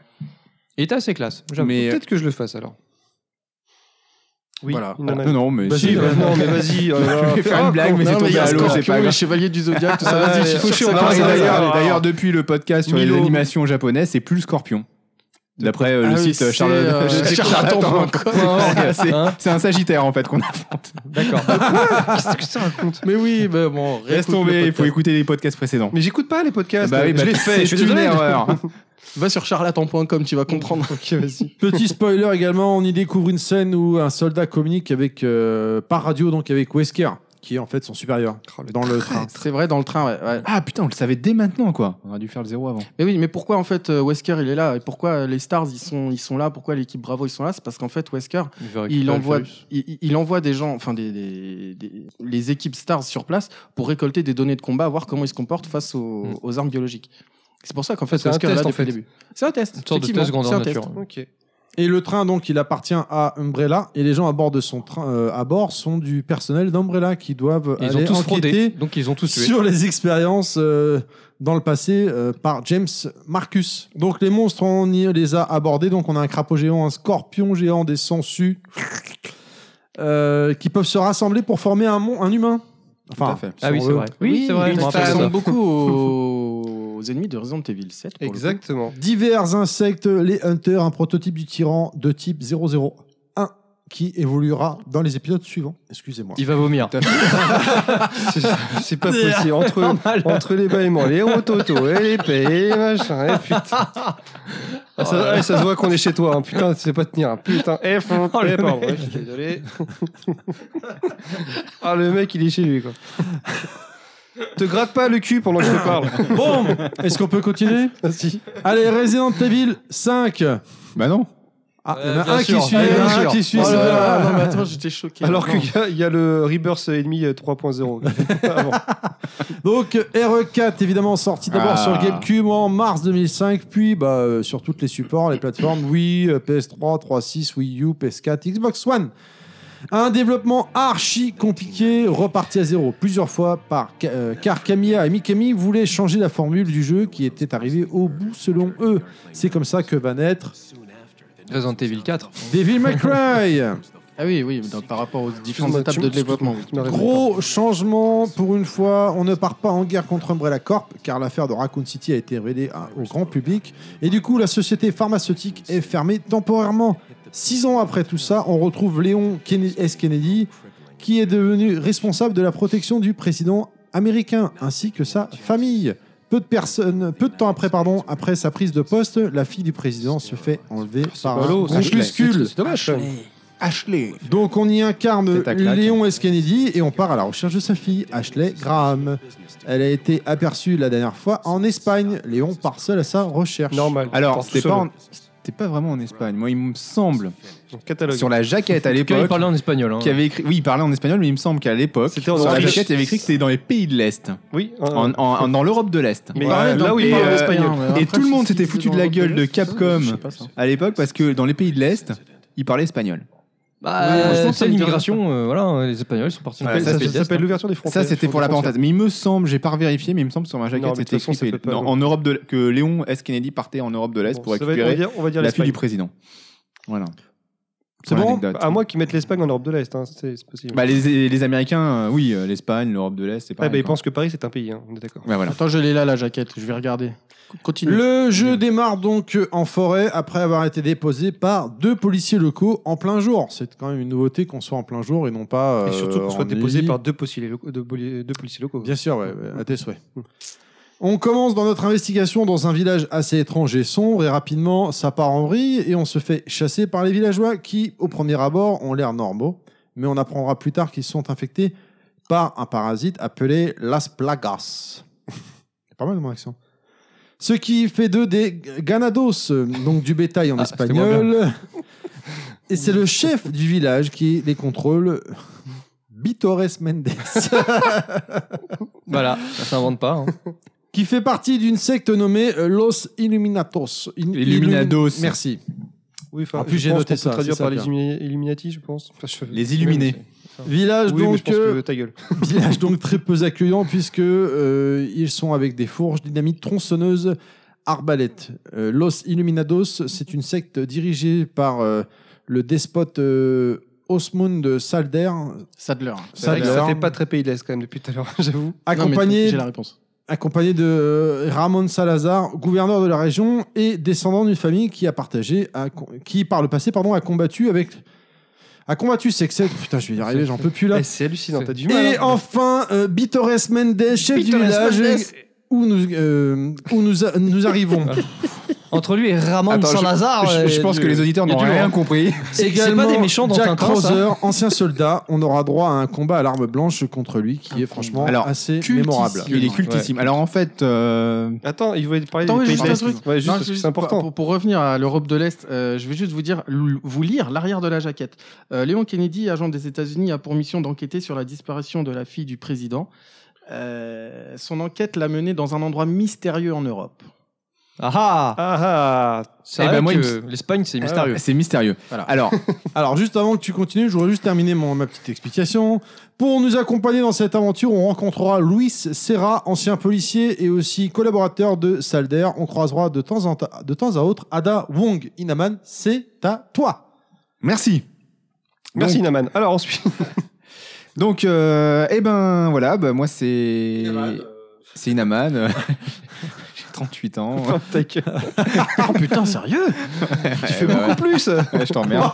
Speaker 4: Il était assez classe. j'avoue.
Speaker 8: Mais euh,
Speaker 12: Peut-être que je le fasse alors.
Speaker 5: Oui. Voilà.
Speaker 12: Il en a-
Speaker 8: Ah, non, non, mais
Speaker 12: Vas-y,
Speaker 8: si,
Speaker 12: bah, non, mais vas-y.
Speaker 8: Je vais faire une blague, mais
Speaker 5: Non,
Speaker 8: c'est
Speaker 5: mais il y
Speaker 8: tombé
Speaker 5: a
Speaker 8: à l'eau, c'est
Speaker 5: Scorpion,
Speaker 8: pas
Speaker 5: les
Speaker 8: grave.
Speaker 5: chevaliers du Zodiac, tout ça.
Speaker 12: Ah,
Speaker 5: Vas-y, je
Speaker 12: ouais,
Speaker 5: suis sûr
Speaker 12: faut
Speaker 5: que
Speaker 12: chier,
Speaker 5: ça
Speaker 12: on va
Speaker 8: Non,
Speaker 5: commence
Speaker 8: et
Speaker 12: Ah,
Speaker 5: à-
Speaker 8: D'ailleurs,
Speaker 12: ah,
Speaker 8: d'ailleurs, depuis le podcast sur les
Speaker 5: Milo.
Speaker 8: animations japonaises, c'est plus le scorpion. D'après euh,
Speaker 5: Ah
Speaker 8: le
Speaker 5: oui,
Speaker 8: site euh, oh, hein
Speaker 5: c'est,
Speaker 8: Charlotte.
Speaker 5: euh,
Speaker 8: c'est-
Speaker 5: charlatan point com.
Speaker 8: c'est- c'est- C'est un sagittaire en fait qu'on affronte.
Speaker 4: D'accord.
Speaker 12: Qu'est-ce que ça raconte
Speaker 5: Mais oui, bah bon,
Speaker 8: Laisse
Speaker 5: réécoute le
Speaker 8: tomber, il faut
Speaker 5: podcast.
Speaker 8: écouter les podcasts précédents.
Speaker 12: Mais j'écoute pas les podcasts.
Speaker 8: Bah oui, bah,
Speaker 12: je les fais.
Speaker 8: c'est une erreur.
Speaker 5: Va sur charlatan.com, tu vas comprendre.
Speaker 2: Petit spoiler également, on y découvre une scène où un soldat communique avec, euh, par radio donc avec Wesker, qui est en fait son supérieur,
Speaker 5: Oh,
Speaker 2: dans le train.
Speaker 5: C'est vrai, dans le train, ouais, ouais.
Speaker 8: Ah putain, on le savait dès maintenant quoi. On aurait dû faire le zéro avant.
Speaker 5: Mais oui, mais pourquoi en fait euh, Wesker il est là et pourquoi euh, les Stars ils sont, ils sont là, pourquoi l'équipe Bravo ils sont là C'est parce qu'en fait Wesker il envoie, il, il- il envoie des gens, enfin des, des- des- les équipes Stars sur place pour récolter des données de combat, voir comment ils se comportent face aux,
Speaker 4: Mm.
Speaker 5: aux armes biologiques. C'est pour ça qu'en fait
Speaker 12: C'est un
Speaker 5: Wesker est là
Speaker 12: test, en
Speaker 5: depuis le
Speaker 12: fait.
Speaker 5: début. C'est un test.
Speaker 4: Une sorte de
Speaker 5: effectivement,
Speaker 4: test grandeur
Speaker 5: c'est un
Speaker 4: nature.
Speaker 12: Ok.
Speaker 2: Et le train, donc, il appartient à Umbrella. Et les gens à bord de son train, euh, à bord, sont du personnel d'Umbrella qui doivent
Speaker 4: Et Ils ont
Speaker 2: aller
Speaker 4: tous fraudé.
Speaker 2: enquêter
Speaker 4: Donc ils ont tous tué.
Speaker 2: sur les expériences euh, dans le passé euh, par James Marcus. Donc, les monstres, on y les a abordés. Donc, on a un crapaud géant, un scorpion géant, des sangsues euh, qui peuvent se rassembler pour former un, mon- un humain. Enfin,
Speaker 8: Tout à fait.
Speaker 2: si
Speaker 4: Ah oui,
Speaker 2: on
Speaker 4: c'est
Speaker 2: veut.
Speaker 4: vrai. Oui, c'est vrai.
Speaker 5: Ils
Speaker 4: je me rappelle ça.
Speaker 5: ressemblent beaucoup aux, aux ennemis de Resident Evil 7. pour le coup.
Speaker 12: Exactement.
Speaker 2: Divers insectes, les Hunters, un prototype du tyran de type 001 qui évoluera dans les épisodes suivants. Excusez-moi.
Speaker 4: Il va vomir.
Speaker 12: C'est- C'est pas possible. Entre, entre les bâillements, les rototos, et les pets, et machin, et putain. Ah, ça, ah, ça se voit qu'on est chez toi, hein. putain, tu sais pas tenir. hein. Putain, eh, faut- eh, pardon, ouais, je suis désolé. ah, le mec, il est chez lui, quoi. Te gratte pas le cul pendant que je te parle.
Speaker 2: Bon, est-ce qu'on peut continuer
Speaker 12: Vas-y.
Speaker 2: Allez, Resident Evil 5.
Speaker 8: Bah non.
Speaker 2: Ah, il y
Speaker 4: Ouais,
Speaker 2: en a
Speaker 4: Euh, bien
Speaker 2: un
Speaker 4: sûr.
Speaker 2: qui suit.
Speaker 12: Ah, bien
Speaker 2: il y en a un
Speaker 12: sûr.
Speaker 2: qui suit.
Speaker 12: Oh
Speaker 2: c'est
Speaker 12: là
Speaker 2: vrai.
Speaker 5: Ah, non, mais attends, j'étais choqué.
Speaker 12: Alors
Speaker 5: Non.
Speaker 12: qu'il y, a- il y a le Rebirth euh, Enemy 3.0. Avant.
Speaker 2: Donc, RE4, évidemment, sorti d'abord
Speaker 8: Ah.
Speaker 2: sur GameCube en mars 2005, puis bah, euh, sur toutes les supports, les plateformes Wii, euh, PS3, 3.6, Wii U, PS4, Xbox One. Un développement archi compliqué, reparti à zéro plusieurs fois, par, Ka- euh, car Kamiya et Mikami voulaient changer la formule du jeu qui était arrivé au bout selon eux. C'est comme ça que va naître
Speaker 4: Resident Evil 4.
Speaker 2: Devil May Cry.
Speaker 5: Ah oui, oui, donc par rapport aux différentes
Speaker 12: Excuse-moi,
Speaker 5: étapes
Speaker 12: tu-
Speaker 5: de développement.
Speaker 12: tu m'as raison.
Speaker 2: Gros changement pour une fois, on ne part pas en guerre contre Umbrella Corp car l'affaire de Raccoon City a été révélée à- au grand public et du coup la société pharmaceutique est fermée temporairement. Six ans après tout ça, on retrouve Léon Kenne- S. Kennedy qui est devenu responsable de la protection du président américain ainsi que sa famille. Peu de personnes, peu de temps après, pardon, après sa prise de poste, la fille du président se fait enlever par un
Speaker 12: ballot, ça, je l'ai.
Speaker 2: groupuscule.
Speaker 12: C'est dommage.
Speaker 8: Ashley.
Speaker 2: Donc on y incarne
Speaker 8: C'est ta claque.
Speaker 2: Léon S. Kennedy et on part à la recherche de sa fille, Ashley Graham. Elle a été aperçue la dernière fois en Espagne. Léon part seul à sa recherche.
Speaker 12: Normal.
Speaker 8: Alors,
Speaker 12: Porte
Speaker 8: c'était
Speaker 12: seul.
Speaker 8: pas, en- c'était pas vraiment en Espagne. Moi, il me semble,
Speaker 12: Donc, catalogue.
Speaker 8: sur la jaquette à
Speaker 4: Quand il
Speaker 8: l'époque,
Speaker 4: parlait en espagnol. hein.
Speaker 8: qui avait écrit. Oui, il parlait en espagnol, mais il me semble qu'à l'époque,
Speaker 12: C'était en
Speaker 8: sur la
Speaker 12: Autriche.
Speaker 8: jaquette, il y avait écrit que c'était dans les pays de l'Est.
Speaker 12: Oui. euh,
Speaker 8: En- en- en- dans l'Europe de l'Est.
Speaker 12: Mais
Speaker 8: Ouais.
Speaker 12: parlait dans-
Speaker 8: là où il
Speaker 12: et,
Speaker 8: parle
Speaker 12: euh,
Speaker 8: espagnol. Et tout le monde s'était foutu de la gueule de Capcom à l'époque parce que dans les pays de l'Est, il parlait espagnol.
Speaker 4: Bah,
Speaker 5: Ouais, franchement,
Speaker 4: c'est
Speaker 5: ça me dirait
Speaker 4: l'immigration, euh, voilà, les Espagnols sont partis.
Speaker 8: Ouais,
Speaker 4: dans les
Speaker 8: ça, c'est-
Speaker 4: pays
Speaker 12: Ça
Speaker 4: d'Est,
Speaker 12: s'appelle
Speaker 4: hein.
Speaker 12: l'ouverture des frontières.
Speaker 8: Ça, c'était pour la parenthèse. Mais il me semble, j'ai pas vérifié, mais il me semble sur ma
Speaker 12: Non,
Speaker 8: jaquette,
Speaker 12: mais de
Speaker 8: c'était
Speaker 12: toute façon,
Speaker 8: écrit
Speaker 12: ça
Speaker 8: pays-
Speaker 12: peut pas-
Speaker 8: dans- en Europe de que Léon S. Kennedy partait en Europe de l'Est
Speaker 12: Bon,
Speaker 8: pour
Speaker 12: ça va être- on va
Speaker 8: récupérer
Speaker 12: dire- on va dire
Speaker 8: la fille
Speaker 12: l'Espagne.
Speaker 8: du président. Voilà.
Speaker 12: C'est
Speaker 8: Pour
Speaker 12: bon
Speaker 8: l'anecdote.
Speaker 12: À moi qui mettent l'Espagne en Europe de l'Est, hein, c'est c'est possible.
Speaker 8: Bah, les, les Américains, euh, oui, euh, l'Espagne, l'Europe de l'Est, c'est
Speaker 12: Ah,
Speaker 8: pareil.
Speaker 12: bah, ils
Speaker 8: quoi.
Speaker 12: pensent que Paris, c'est un pays, hein, on est d'accord.
Speaker 8: Ouais, voilà.
Speaker 5: Attends, je l'ai là, la jaquette. Je vais regarder. Continue.
Speaker 2: Le jeu démarre donc en forêt après avoir été déposé par deux policiers locaux en plein jour. C'est quand même une nouveauté qu'on soit en plein jour et non pas.
Speaker 12: Et surtout
Speaker 2: euh,
Speaker 12: qu'on soit
Speaker 2: en
Speaker 12: déposé
Speaker 2: nuit.
Speaker 12: par deux policiers locaux. deux poli- deux policiers locaux.
Speaker 2: Bien sûr, ouais, ouais, à tes souhaits. On commence dans notre investigation dans un village assez étrange et sombre, et rapidement, ça part en vrille, et on se fait chasser par les villageois qui, au premier abord, ont l'air normaux, mais on apprendra plus tard qu'ils sont infectés par un parasite appelé Las Plagas. C'est pas mal mon accent. Ce qui fait d'eux des ganados, euh, donc du bétail en espagnol. Et c'est le chef du village qui les contrôle, Bitores Mendes.
Speaker 4: Voilà, ça s'invente pas. hein.
Speaker 2: qui fait partie d'une secte nommée euh, Los Illuminatos. In-
Speaker 8: Illuminados.
Speaker 2: Illumi- Merci.
Speaker 12: Oui, enfin,
Speaker 2: En plus,
Speaker 12: je
Speaker 2: j'ai
Speaker 12: pense qu'on
Speaker 2: noté
Speaker 12: peut
Speaker 2: ça,
Speaker 12: Traduire
Speaker 2: c'est ça,
Speaker 12: par
Speaker 2: le
Speaker 12: les
Speaker 2: terme.
Speaker 12: Illumi- Illuminati, je pense. Enfin, je-
Speaker 8: Les Illuminés.
Speaker 2: Village
Speaker 12: Oui, mais je
Speaker 2: donc
Speaker 12: pense
Speaker 2: euh,
Speaker 12: que ta gueule.
Speaker 2: village donc très peu accueillant puisque euh, ils sont avec des fourches, dynamite, tronçonneuses, arbalètes. Euh, Los Illuminados, c'est une secte dirigée par euh, le despote euh, Osmund Salder,
Speaker 5: Sadler.
Speaker 12: C'est vrai que
Speaker 2: Sadler,
Speaker 12: ça fait pas très pays de l'Est quand même depuis tout à l'heure, j'avoue.
Speaker 5: Non, mais
Speaker 2: accompagné
Speaker 5: J'ai la réponse.
Speaker 2: accompagné de euh, Ramon Salazar, gouverneur de la région et descendant d'une famille qui a partagé, a co- qui par le passé pardon a combattu avec, a combattu cette secte. Putain, je vais y arriver, j'en peux plus là.
Speaker 12: Eh, C'est hallucinant, t'as du mal.
Speaker 2: Et
Speaker 12: hein.
Speaker 2: enfin, euh, Bitores Mendes, chef du village, où nous euh, où nous, a- nous arrivons.
Speaker 4: Entre lui et Ramon
Speaker 8: Attends, je-
Speaker 4: Saint-Lazare.
Speaker 8: je, je
Speaker 4: euh,
Speaker 8: pense
Speaker 4: de-
Speaker 8: que les auditeurs
Speaker 4: il y a
Speaker 8: n'ont
Speaker 4: du lourd,
Speaker 8: rien
Speaker 4: hein.
Speaker 8: compris.
Speaker 4: C'est c'est pas des méchants dans
Speaker 2: Jack
Speaker 4: Tintin,
Speaker 8: Eh
Speaker 4: ça.
Speaker 8: ben,
Speaker 2: Crowther, ancien soldat, on aura droit à un combat à l'arme blanche contre lui,
Speaker 4: Ah,
Speaker 2: qui est franchement
Speaker 8: Alors,
Speaker 2: assez
Speaker 5: cultissime.
Speaker 2: mémorable.
Speaker 8: Il est cultissime. Alors, en fait, euh,
Speaker 12: Attends, il voulait te parler
Speaker 5: Attends,
Speaker 12: des
Speaker 5: oui,
Speaker 12: pays
Speaker 5: juste
Speaker 12: de
Speaker 5: un
Speaker 12: l'Est.
Speaker 5: truc.
Speaker 12: Ouais, juste
Speaker 5: Non,
Speaker 12: parce que
Speaker 5: juste
Speaker 12: c'est important.
Speaker 5: Pour, pour revenir à l'Europe de l'Est, euh, je vais juste vous dire, l- vous lire l'arrière de la jaquette. Euh, Léon Kennedy, agent des États-Unis, a pour mission d'enquêter sur la disparition de la fille du président. Euh, son enquête l'a menée dans un endroit mystérieux en Europe.
Speaker 4: Ah ah
Speaker 12: Ah ah
Speaker 4: C'est
Speaker 8: Eh
Speaker 4: vrai
Speaker 8: ben, moi, il
Speaker 4: que l'Espagne, c'est mystérieux.
Speaker 8: c'est mystérieux.
Speaker 5: Voilà.
Speaker 8: Alors,
Speaker 2: Alors, juste avant que tu continues, je voudrais juste terminer mon, ma petite explication. Pour nous accompagner dans cette aventure, on rencontrera Luis Serra, ancien policier et aussi collaborateur de Salder. On croisera de temps, en ta- de temps à autre Ada Wong. Inaman, c'est à toi.
Speaker 8: merci.
Speaker 12: Merci Naman. Alors ensuite,
Speaker 8: Donc, euh, eh ben voilà, bah, moi c'est. C'est Inaman. J'ai 38 ans.
Speaker 12: ta gueule.
Speaker 5: Oh putain, sérieux
Speaker 8: Tu fais beaucoup plus Je t'emmerde.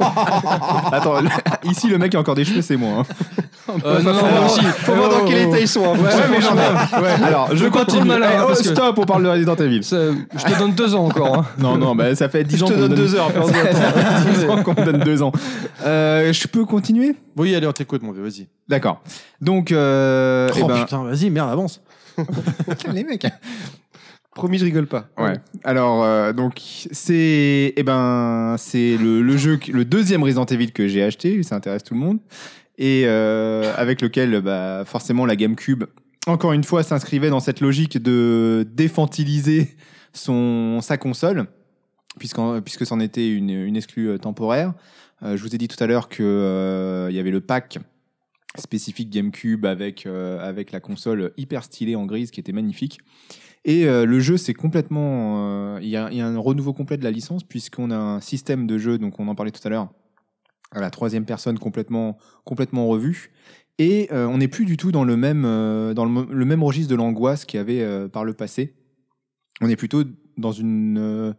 Speaker 8: Attends, le- ici le mec qui a encore des cheveux, c'est moi. hein.
Speaker 4: Euh, non, non,
Speaker 12: Faut
Speaker 4: non,
Speaker 12: voir-
Speaker 4: si.
Speaker 12: Faut voir dans quel état ils sont. hein.
Speaker 8: Ouais, mais j'en ai- ouais, alors, je
Speaker 4: Je contrôle
Speaker 8: continue.
Speaker 4: mal, hein,
Speaker 8: Eh, oh,
Speaker 4: parce que-
Speaker 8: stop, on parle de Resident Evil.
Speaker 4: Ça, Je te donne deux ans encore. hein.
Speaker 8: Non, non, bah, ça fait 10
Speaker 12: Je
Speaker 8: ans
Speaker 12: te
Speaker 8: qu'on
Speaker 12: donne
Speaker 8: me
Speaker 12: deux heures.
Speaker 8: Ça fait 10 ans qu'on me donne deux ans. Euh, je peux continuer
Speaker 2: Oui, allez, on t'écoute, mon vieux, vas-y.
Speaker 8: D'accord. Donc, euh, eh
Speaker 2: oh
Speaker 8: ben,
Speaker 2: putain, vas-y, merde, avance.
Speaker 8: les mecs.
Speaker 12: Promis, je rigole pas.
Speaker 8: Ouais. Alors, euh, donc, c'est eh ben, c'est le, le jeu, que- le deuxième Resident Evil que j'ai acheté, ça intéresse tout le monde, et euh, avec lequel, bah, forcément, la GameCube, encore une fois, s'inscrivait dans cette logique de défantiliser son, sa console, puisqu'en- puisque c'en était une, une exclue euh, temporaire. Euh, je vous ai dit tout à l'heure qu'il il y avait le pack spécifique GameCube avec, euh, avec la console hyper stylée en grise qui était magnifique. Et euh, le jeu, c'est complètement. euh, Il y, a- il y a un renouveau complet de la licence, puisqu'on a un système de jeu, donc on en parlait tout à l'heure, à la troisième personne complètement, complètement revu. Et euh, on n'est plus du tout dans le même, euh, dans le, mo- le même registre de l'angoisse qu'il y avait euh, par le passé. On est plutôt dans une euh,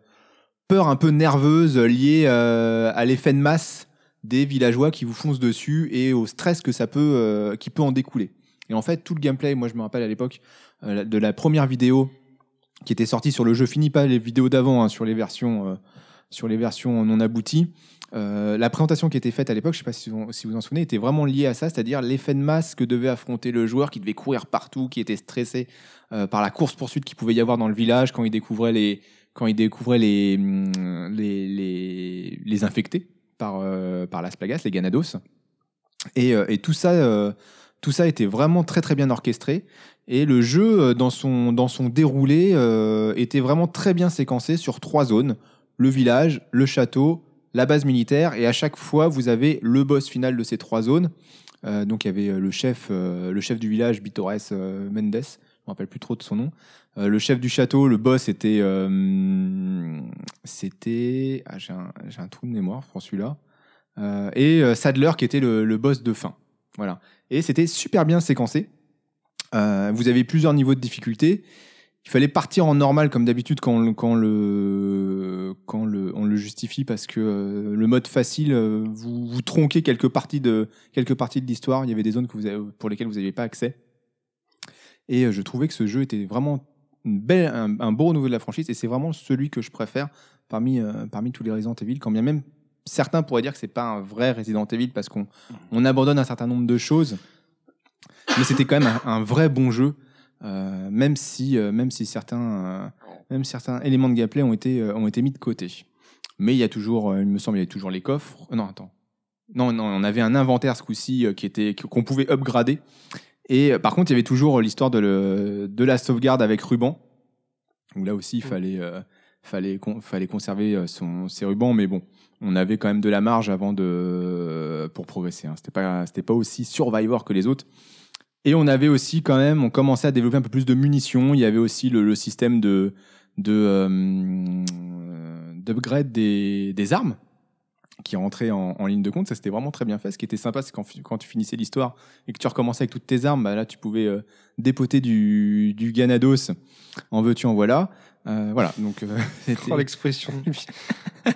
Speaker 8: peur un peu nerveuse euh, liée euh, à l'effet de masse des villageois qui vous foncent dessus et au stress que ça peut, euh, qui peut en découler. Et en fait, tout le gameplay, moi je me rappelle à l'époque euh, de la première vidéo qui était sortie sur le jeu fini, pas les vidéos d'avant, hein, sur les versions euh, sur les versions non abouties. Euh, la présentation qui était faite à l'époque, je ne sais pas si vous, si vous en souvenez, était vraiment liée à ça, c'est-à-dire l'effet de masse que devait affronter le joueur, qui devait courir partout, qui était stressé euh, par la course-poursuite qu'il pouvait y avoir dans le village quand il découvrait les, quand il découvrait les, hum, les, les, les infectés par, euh, par la Splagas, les Ganados. Et, euh, et tout, ça, euh, tout ça était vraiment très très bien orchestré. Et le jeu, euh, dans son, dans son déroulé, euh, était vraiment très bien séquencé sur trois zones. Le village, le château, la base militaire. Et à chaque fois, vous avez le boss final de ces trois zones. Euh, donc il y avait euh, le chef, euh, le chef du village, Bitores euh, Mendes. Je ne me rappelle plus trop de son nom. Euh, le chef du château, le boss, était... euh, c'était... ah, j'ai, un, j'ai un trou de mémoire pour celui-là. Euh, et euh, Sadler qui était le, le boss de fin. Voilà. Et c'était super bien séquencé. Euh, vous avez plusieurs niveaux de difficulté. Il fallait partir en normal comme d'habitude quand, le- quand, le, quand le, on le justifie parce que euh, le mode facile, euh, vous, vous tronquez quelques parties de quelques parties de l'histoire. Il y avait des zones que vous avez- pour lesquelles vous n'aviez pas accès. Et euh, je trouvais que ce jeu était vraiment une belle, un, un beau renouveau de la franchise et c'est vraiment celui que je préfère parmi, euh, parmi tous les Resident Evil, quand bien même certains pourraient dire que c'est pas un vrai Resident Evil parce qu'on on abandonne un certain nombre de choses, mais c'était quand même un, un vrai bon jeu, euh, même si euh, même si certains euh, même certains éléments de gameplay ont été euh, ont été mis de côté. Mais il y a toujours, euh, il me semble, il y a toujours les coffres. Euh, Non, attends. Non, non, on avait un inventaire ce coup-ci euh, qui était qu'on pouvait upgrader. Et euh, par contre, il y avait toujours l'histoire de, le- de la sauvegarde avec ruban. Où là aussi, il fallait euh, fallait con- fallait conserver euh, son ses rubans, mais bon on avait quand même de la marge avant de pour progresser. Hein. C'était pas c'était pas aussi Survivor que les autres. Et on avait aussi quand même, on commençait à développer un peu plus de munitions. Il y avait aussi le, le système de de euh, d'upgrade des, des armes qui rentrait en, en ligne de compte. Ça c'était vraiment très bien fait. Ce qui était sympa, c'est quand, quand tu finissais l'histoire et que tu recommençais avec toutes tes armes, bah là tu pouvais euh, dépoter du, du Ganados en veux-tu en voilà. Euh, voilà, donc euh, c'était-
Speaker 12: Oh, l'expression.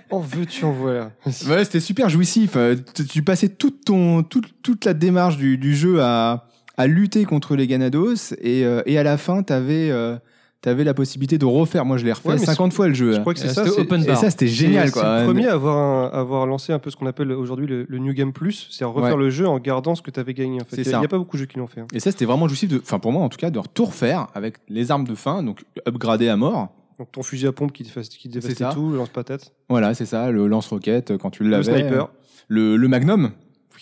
Speaker 12: en veux-tu, en voilà.
Speaker 8: Bah Ouais, c'était super jouissif. Euh, Tu, tu passais toute, ton, toute, toute la démarche du, du jeu à, à lutter contre les Ganados et, euh, et à la fin, t'avais euh, t'avais la possibilité de refaire. Moi, je l'ai refait
Speaker 12: Ouais, mais
Speaker 8: 50 fois le jeu.
Speaker 12: Je
Speaker 8: hein.
Speaker 12: crois que c'est
Speaker 4: Euh,
Speaker 12: ça.
Speaker 4: c'était
Speaker 12: c'est-
Speaker 4: open
Speaker 8: Et ça, c'était génial.
Speaker 12: C'est-
Speaker 8: quoi.
Speaker 12: C'est le
Speaker 8: Euh,
Speaker 12: premier à avoir, un- à avoir lancé un peu ce qu'on appelle aujourd'hui le, le New Game Plus, c'est à refaire
Speaker 8: Ouais.
Speaker 12: le jeu en gardant ce que tu avais gagné. En fait.
Speaker 8: C'est
Speaker 12: Il n'y
Speaker 8: ça.
Speaker 12: a, pas beaucoup de jeux qui l'ont fait. hein.
Speaker 8: Et ça, c'était vraiment jouissif, de, enfin pour moi en tout cas, de tout refaire avec les armes de fin, donc upgradé à mort.
Speaker 12: Donc ton fusil à pompe qui, défa- qui
Speaker 8: C'est
Speaker 12: dévastait
Speaker 8: ça.
Speaker 12: tout, le lance-patate,
Speaker 8: Voilà, c'est ça, le lance-roquette euh, quand tu l'avais.
Speaker 12: le sniper.
Speaker 8: le, le magnum.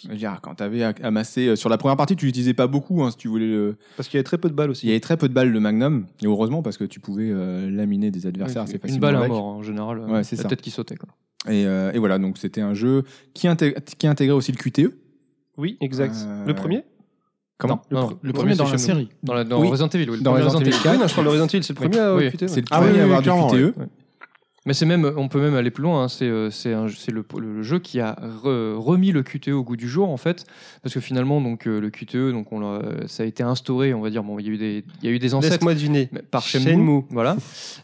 Speaker 8: Je veux dire, quand tu avais amassé euh, sur la première partie, tu l'utilisais pas beaucoup hein, si tu voulais le,
Speaker 12: Parce qu'il y avait très peu de balles
Speaker 8: Il
Speaker 12: aussi.
Speaker 8: y avait très peu de balles de Magnum, et heureusement parce que tu pouvais euh, laminer des adversaires assez
Speaker 4: Une
Speaker 8: facilement.
Speaker 4: balle à
Speaker 8: avec.
Speaker 4: mort en général.
Speaker 8: Ouais, c'est
Speaker 4: la
Speaker 8: ça.
Speaker 4: tête qui sautait. Quoi.
Speaker 8: Et, euh, et voilà, donc c'était un jeu qui, intég- qui intégrait aussi le QTE.
Speaker 12: Oui, exact.
Speaker 8: Euh,
Speaker 12: Le premier
Speaker 8: Comment
Speaker 4: Non, non,
Speaker 5: Le premier
Speaker 4: c'est
Speaker 5: dans la
Speaker 4: chez nous.
Speaker 5: série.
Speaker 4: Dans, la, dans
Speaker 8: Oui.
Speaker 4: Resident Evil. oui, le
Speaker 8: Dans
Speaker 4: premier
Speaker 8: Resident Evil
Speaker 12: Oui,
Speaker 8: 4,
Speaker 12: non, je parle de Resident Evil, c'est le premier à
Speaker 4: Oui.
Speaker 12: occulter, ouais.
Speaker 8: c'est le
Speaker 2: Ah
Speaker 8: premier
Speaker 2: oui,
Speaker 8: à
Speaker 2: oui,
Speaker 8: avoir
Speaker 2: clairement,
Speaker 8: du E. QTE.
Speaker 4: Mais c'est même, on peut même aller plus loin. hein, C'est euh, c'est un- c'est le, le- le jeu qui a re- remis le QTE au goût du jour en fait, parce que finalement donc euh, le QTE donc on l'a- ça a été instauré, on va dire bon il y a eu des il y a eu des ancêtres
Speaker 12: Laisse-moi deviner.
Speaker 4: mais par Shenmue,
Speaker 12: Shenmue.
Speaker 4: voilà.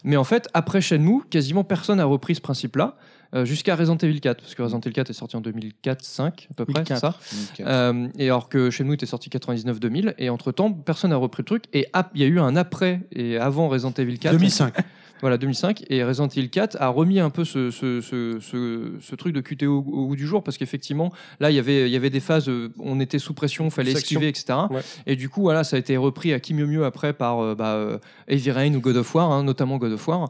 Speaker 4: Mais en fait après Shenmue, quasiment personne n'a repris ce principe-là euh, jusqu'à Resident Evil 4, parce que Resident Evil 4 est sorti en 2004-5 à peu près, c'est ça. Euh, et alors que chez nous, il était sorti 99-2000, et entre temps, personne n'a repris le truc. Et ap- il y a eu un après et avant Resident Evil 4.
Speaker 2: 2005.
Speaker 4: Voilà, 2005. Et Resident Evil 4 a remis un peu ce, ce, ce, ce, ce truc de QTE au, au goût du jour parce qu'effectivement, là, il y avait- il y avait des phases, euh, on était sous pression, fallait
Speaker 12: Section.
Speaker 4: esquiver, etc.
Speaker 12: Ouais.
Speaker 4: Et du coup, voilà, ça a été repris à qui mieux mieux après par euh, bah, euh, Heavy Rain ou God of War, hein, notamment God of War.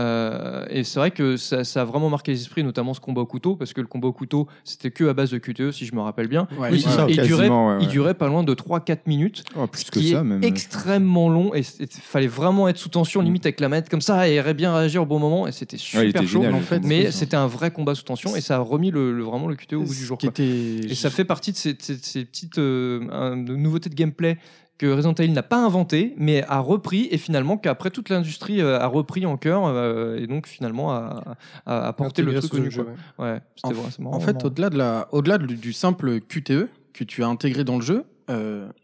Speaker 4: Euh, et c'est vrai que ça, ça a vraiment marqué les esprits, notamment ce combat au couteau, parce que le combat au couteau, c'était que à base de QTE, si je me rappelle bien.
Speaker 5: Ouais,
Speaker 4: il,
Speaker 2: c'est ça,
Speaker 4: il durait,
Speaker 8: quasiment, ouais,
Speaker 4: il
Speaker 8: ouais.
Speaker 4: durait pas loin de 3-4 minutes
Speaker 8: Oh, plus
Speaker 4: ce
Speaker 8: que
Speaker 4: qui
Speaker 8: ça
Speaker 4: est
Speaker 8: même. Mm.
Speaker 4: extrêmement long et il fallait vraiment être sous tension limite avec la manette comme ça et ré- bien réagir au bon moment et c'était super
Speaker 8: Ouais, il était
Speaker 4: chaud
Speaker 8: génial,
Speaker 4: mais
Speaker 8: en
Speaker 5: fait.
Speaker 8: fait.
Speaker 4: mais c'était un vrai combat sous tension et ça a remis le, le- vraiment le QTE au bout du jour
Speaker 5: Qui
Speaker 4: quoi.
Speaker 5: était...
Speaker 4: et ça fait partie de ces, ces- ces petites euh, un- de nouveautés de gameplay que Resident Evil n'a pas inventé mais a repris et finalement qu'après toute l'industrie euh, a repris en cœur euh, et donc finalement a, a- a porté le
Speaker 12: Intégrer
Speaker 4: truc
Speaker 12: ce
Speaker 4: au nu,
Speaker 12: jeu,
Speaker 4: quoi.
Speaker 12: ouais.
Speaker 4: ouais c'était vrai, c'est marrant.
Speaker 5: En fait, E au-delà de la, au-delà de- du simple QTE que tu as intégré dans le jeu, euh,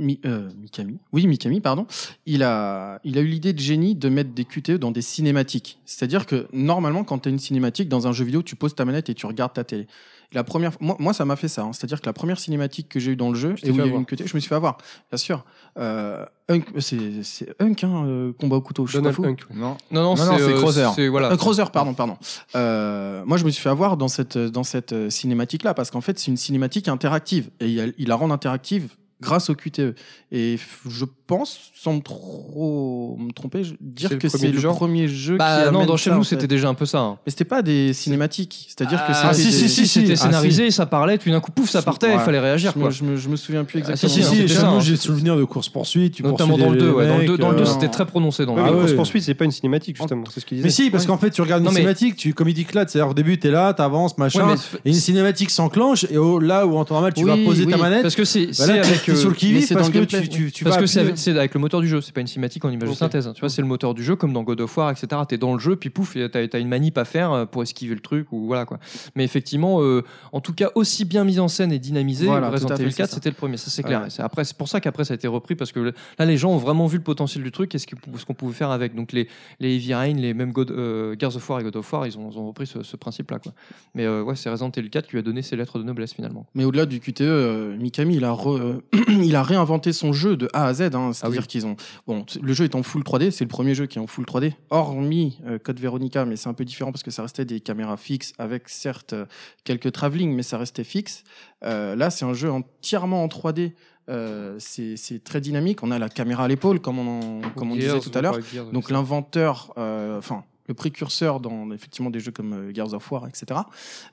Speaker 5: Mi- euh, Mikami. Oui, Mikami, pardon. Il a, il a eu l'idée de génie de mettre des QTE dans des cinématiques. C'est-à-dire que normalement, quand tu as une cinématique dans un jeu vidéo, tu poses ta manette et tu regardes ta télé. La première, moi, moi ça m'a fait ça. hein. C'est-à-dire que la première cinématique que j'ai eue dans le jeu,
Speaker 12: Tu t'es
Speaker 5: et où
Speaker 12: fait
Speaker 5: il y a eu
Speaker 12: avoir.
Speaker 5: une QTE, je me suis fait avoir, bien sûr. Euh, Hunk- c'est c'est Hunk, hein, euh, combat au couteau, je suis pas
Speaker 12: Donald
Speaker 5: fou.
Speaker 12: Hunk.
Speaker 8: Non.
Speaker 4: Non, non,
Speaker 8: Non, non, c'est
Speaker 4: euh,
Speaker 8: Crozer.
Speaker 4: c'est- voilà.
Speaker 5: Euh, Crozer, pardon, pardon. Euh, moi, je me suis fait avoir dans cette, dans cette euh, cinématique-là, parce qu'en fait, c'est une cinématique interactive, et il, y a- il la rend interactive grâce au QTE. Et f- je pense, sans me trop me tromper, je-
Speaker 12: C'est
Speaker 5: dire
Speaker 12: le
Speaker 5: que
Speaker 12: premier
Speaker 5: c'est
Speaker 12: du
Speaker 5: le
Speaker 12: genre
Speaker 5: premier jeu qui
Speaker 4: Bah non,
Speaker 5: amène
Speaker 4: dans
Speaker 5: ça,
Speaker 4: chez
Speaker 5: en
Speaker 4: nous,
Speaker 5: fait.
Speaker 4: c'était déjà un peu ça. hein.
Speaker 5: Mais c'était pas des cinématiques, c'est-à-dire que
Speaker 4: Ah,
Speaker 5: c'était
Speaker 4: si, si,
Speaker 5: des-
Speaker 4: si, c'était
Speaker 5: Ah, si.
Speaker 4: scénarisé, ça parlait, puis d'un coup, pouf, ça
Speaker 5: Je-
Speaker 4: partait, il
Speaker 5: ouais.
Speaker 4: fallait réagir,
Speaker 5: Je me-
Speaker 4: quoi.
Speaker 5: Je me, je me souviens plus
Speaker 4: Ah,
Speaker 5: exactement.
Speaker 4: si, si,
Speaker 5: C'était
Speaker 4: c'est
Speaker 5: ça,
Speaker 4: ça,
Speaker 2: Moi,
Speaker 4: hein.
Speaker 2: j'ai souvenir de course-poursuite. tu
Speaker 4: Notamment
Speaker 2: poursuis
Speaker 4: dans
Speaker 2: des-
Speaker 4: le 2,
Speaker 2: des
Speaker 4: ouais, dans le
Speaker 2: mecs,
Speaker 4: 2, dans le deux,
Speaker 2: euh,
Speaker 4: c'était très prononcé dans
Speaker 12: Ouais,
Speaker 4: le
Speaker 12: mais
Speaker 2: Ah ouais.
Speaker 12: course poursuite, c'est pas une cinématique justement, c'est ce qu'il disait.
Speaker 2: Mais si, parce qu'en fait, tu regardes une
Speaker 4: Non, mais-
Speaker 2: cinématique, tu, comme il dit Clad, c'est-à-dire au début, t'es là, t'avances, machin,
Speaker 4: Ouais,
Speaker 2: et
Speaker 4: mais-
Speaker 2: une cinématique s'enclenche, et au- là où en temps normal, tu
Speaker 5: Oui,
Speaker 2: vas poser ta
Speaker 5: oui,
Speaker 2: manette,
Speaker 4: Parce que
Speaker 2: bah
Speaker 4: c'est
Speaker 2: là,
Speaker 4: c'est
Speaker 2: t'es-
Speaker 4: avec.
Speaker 2: t'es
Speaker 4: euh,
Speaker 2: sur le
Speaker 5: mais
Speaker 2: qui-vive
Speaker 5: c'est
Speaker 2: parce
Speaker 5: dans
Speaker 2: que
Speaker 5: le
Speaker 2: tu,
Speaker 5: gameplay,
Speaker 2: tu, tu
Speaker 4: Parce
Speaker 2: vas
Speaker 4: que c'est
Speaker 2: appuyer-
Speaker 4: avec, c'est avec le moteur du jeu, c'est pas une cinématique en image de synthèse. hein. Tu vois, c'est le moteur du jeu, comme dans God of War, etc. T'es dans le jeu, puis pouf, et t'as t'as une manip à faire euh, pour esquiver le truc, ou voilà quoi. Mais effectivement, euh, en tout cas, aussi bien mise en scène et dynamisé,
Speaker 5: Voilà,
Speaker 4: Resident
Speaker 5: tout à fait,
Speaker 4: Evil
Speaker 5: c'est
Speaker 4: 4,
Speaker 5: ça.
Speaker 4: c'était le premier, ça c'est
Speaker 5: Ouais.
Speaker 4: clair. Et C'est après- c'est pour ça qu'après ça a été repris, parce que le- là, les gens ont vraiment vu le potentiel du truc et ce que- ce qu'on pouvait faire avec. Donc les, les Heavy Rain, les mêmes God, euh, Gears of War et God of War, ils ont, ils ont repris ce, ce principe-là. quoi. Mais euh, ouais, c'est Resident Evil 4 qui lui a donné ses lettres de noblesse finalement.
Speaker 5: Mais au-delà du QTE, euh, Mikami, il a, re- euh, il a réinventé son jeu de A à Z.
Speaker 4: Ah
Speaker 5: hein. C'est-à-dire qu'ils ont. Bon, t- le jeu est en full 3D, c'est le premier jeu qui est en full 3D, hormis euh, Code Veronica, mais c'est un peu différent parce que ça restait des caméras fixes avec certes euh, quelques travelling, mais ça restait fixe. Euh, là, c'est un jeu entièrement en 3D. Euh, c'est c'est très dynamique. On a la caméra à l'épaule, comme on, en- comme on disait tout à l'heure. Donc l'inventeur, euh, enfin le précurseur dans effectivement des jeux comme euh, Gears of War, etc.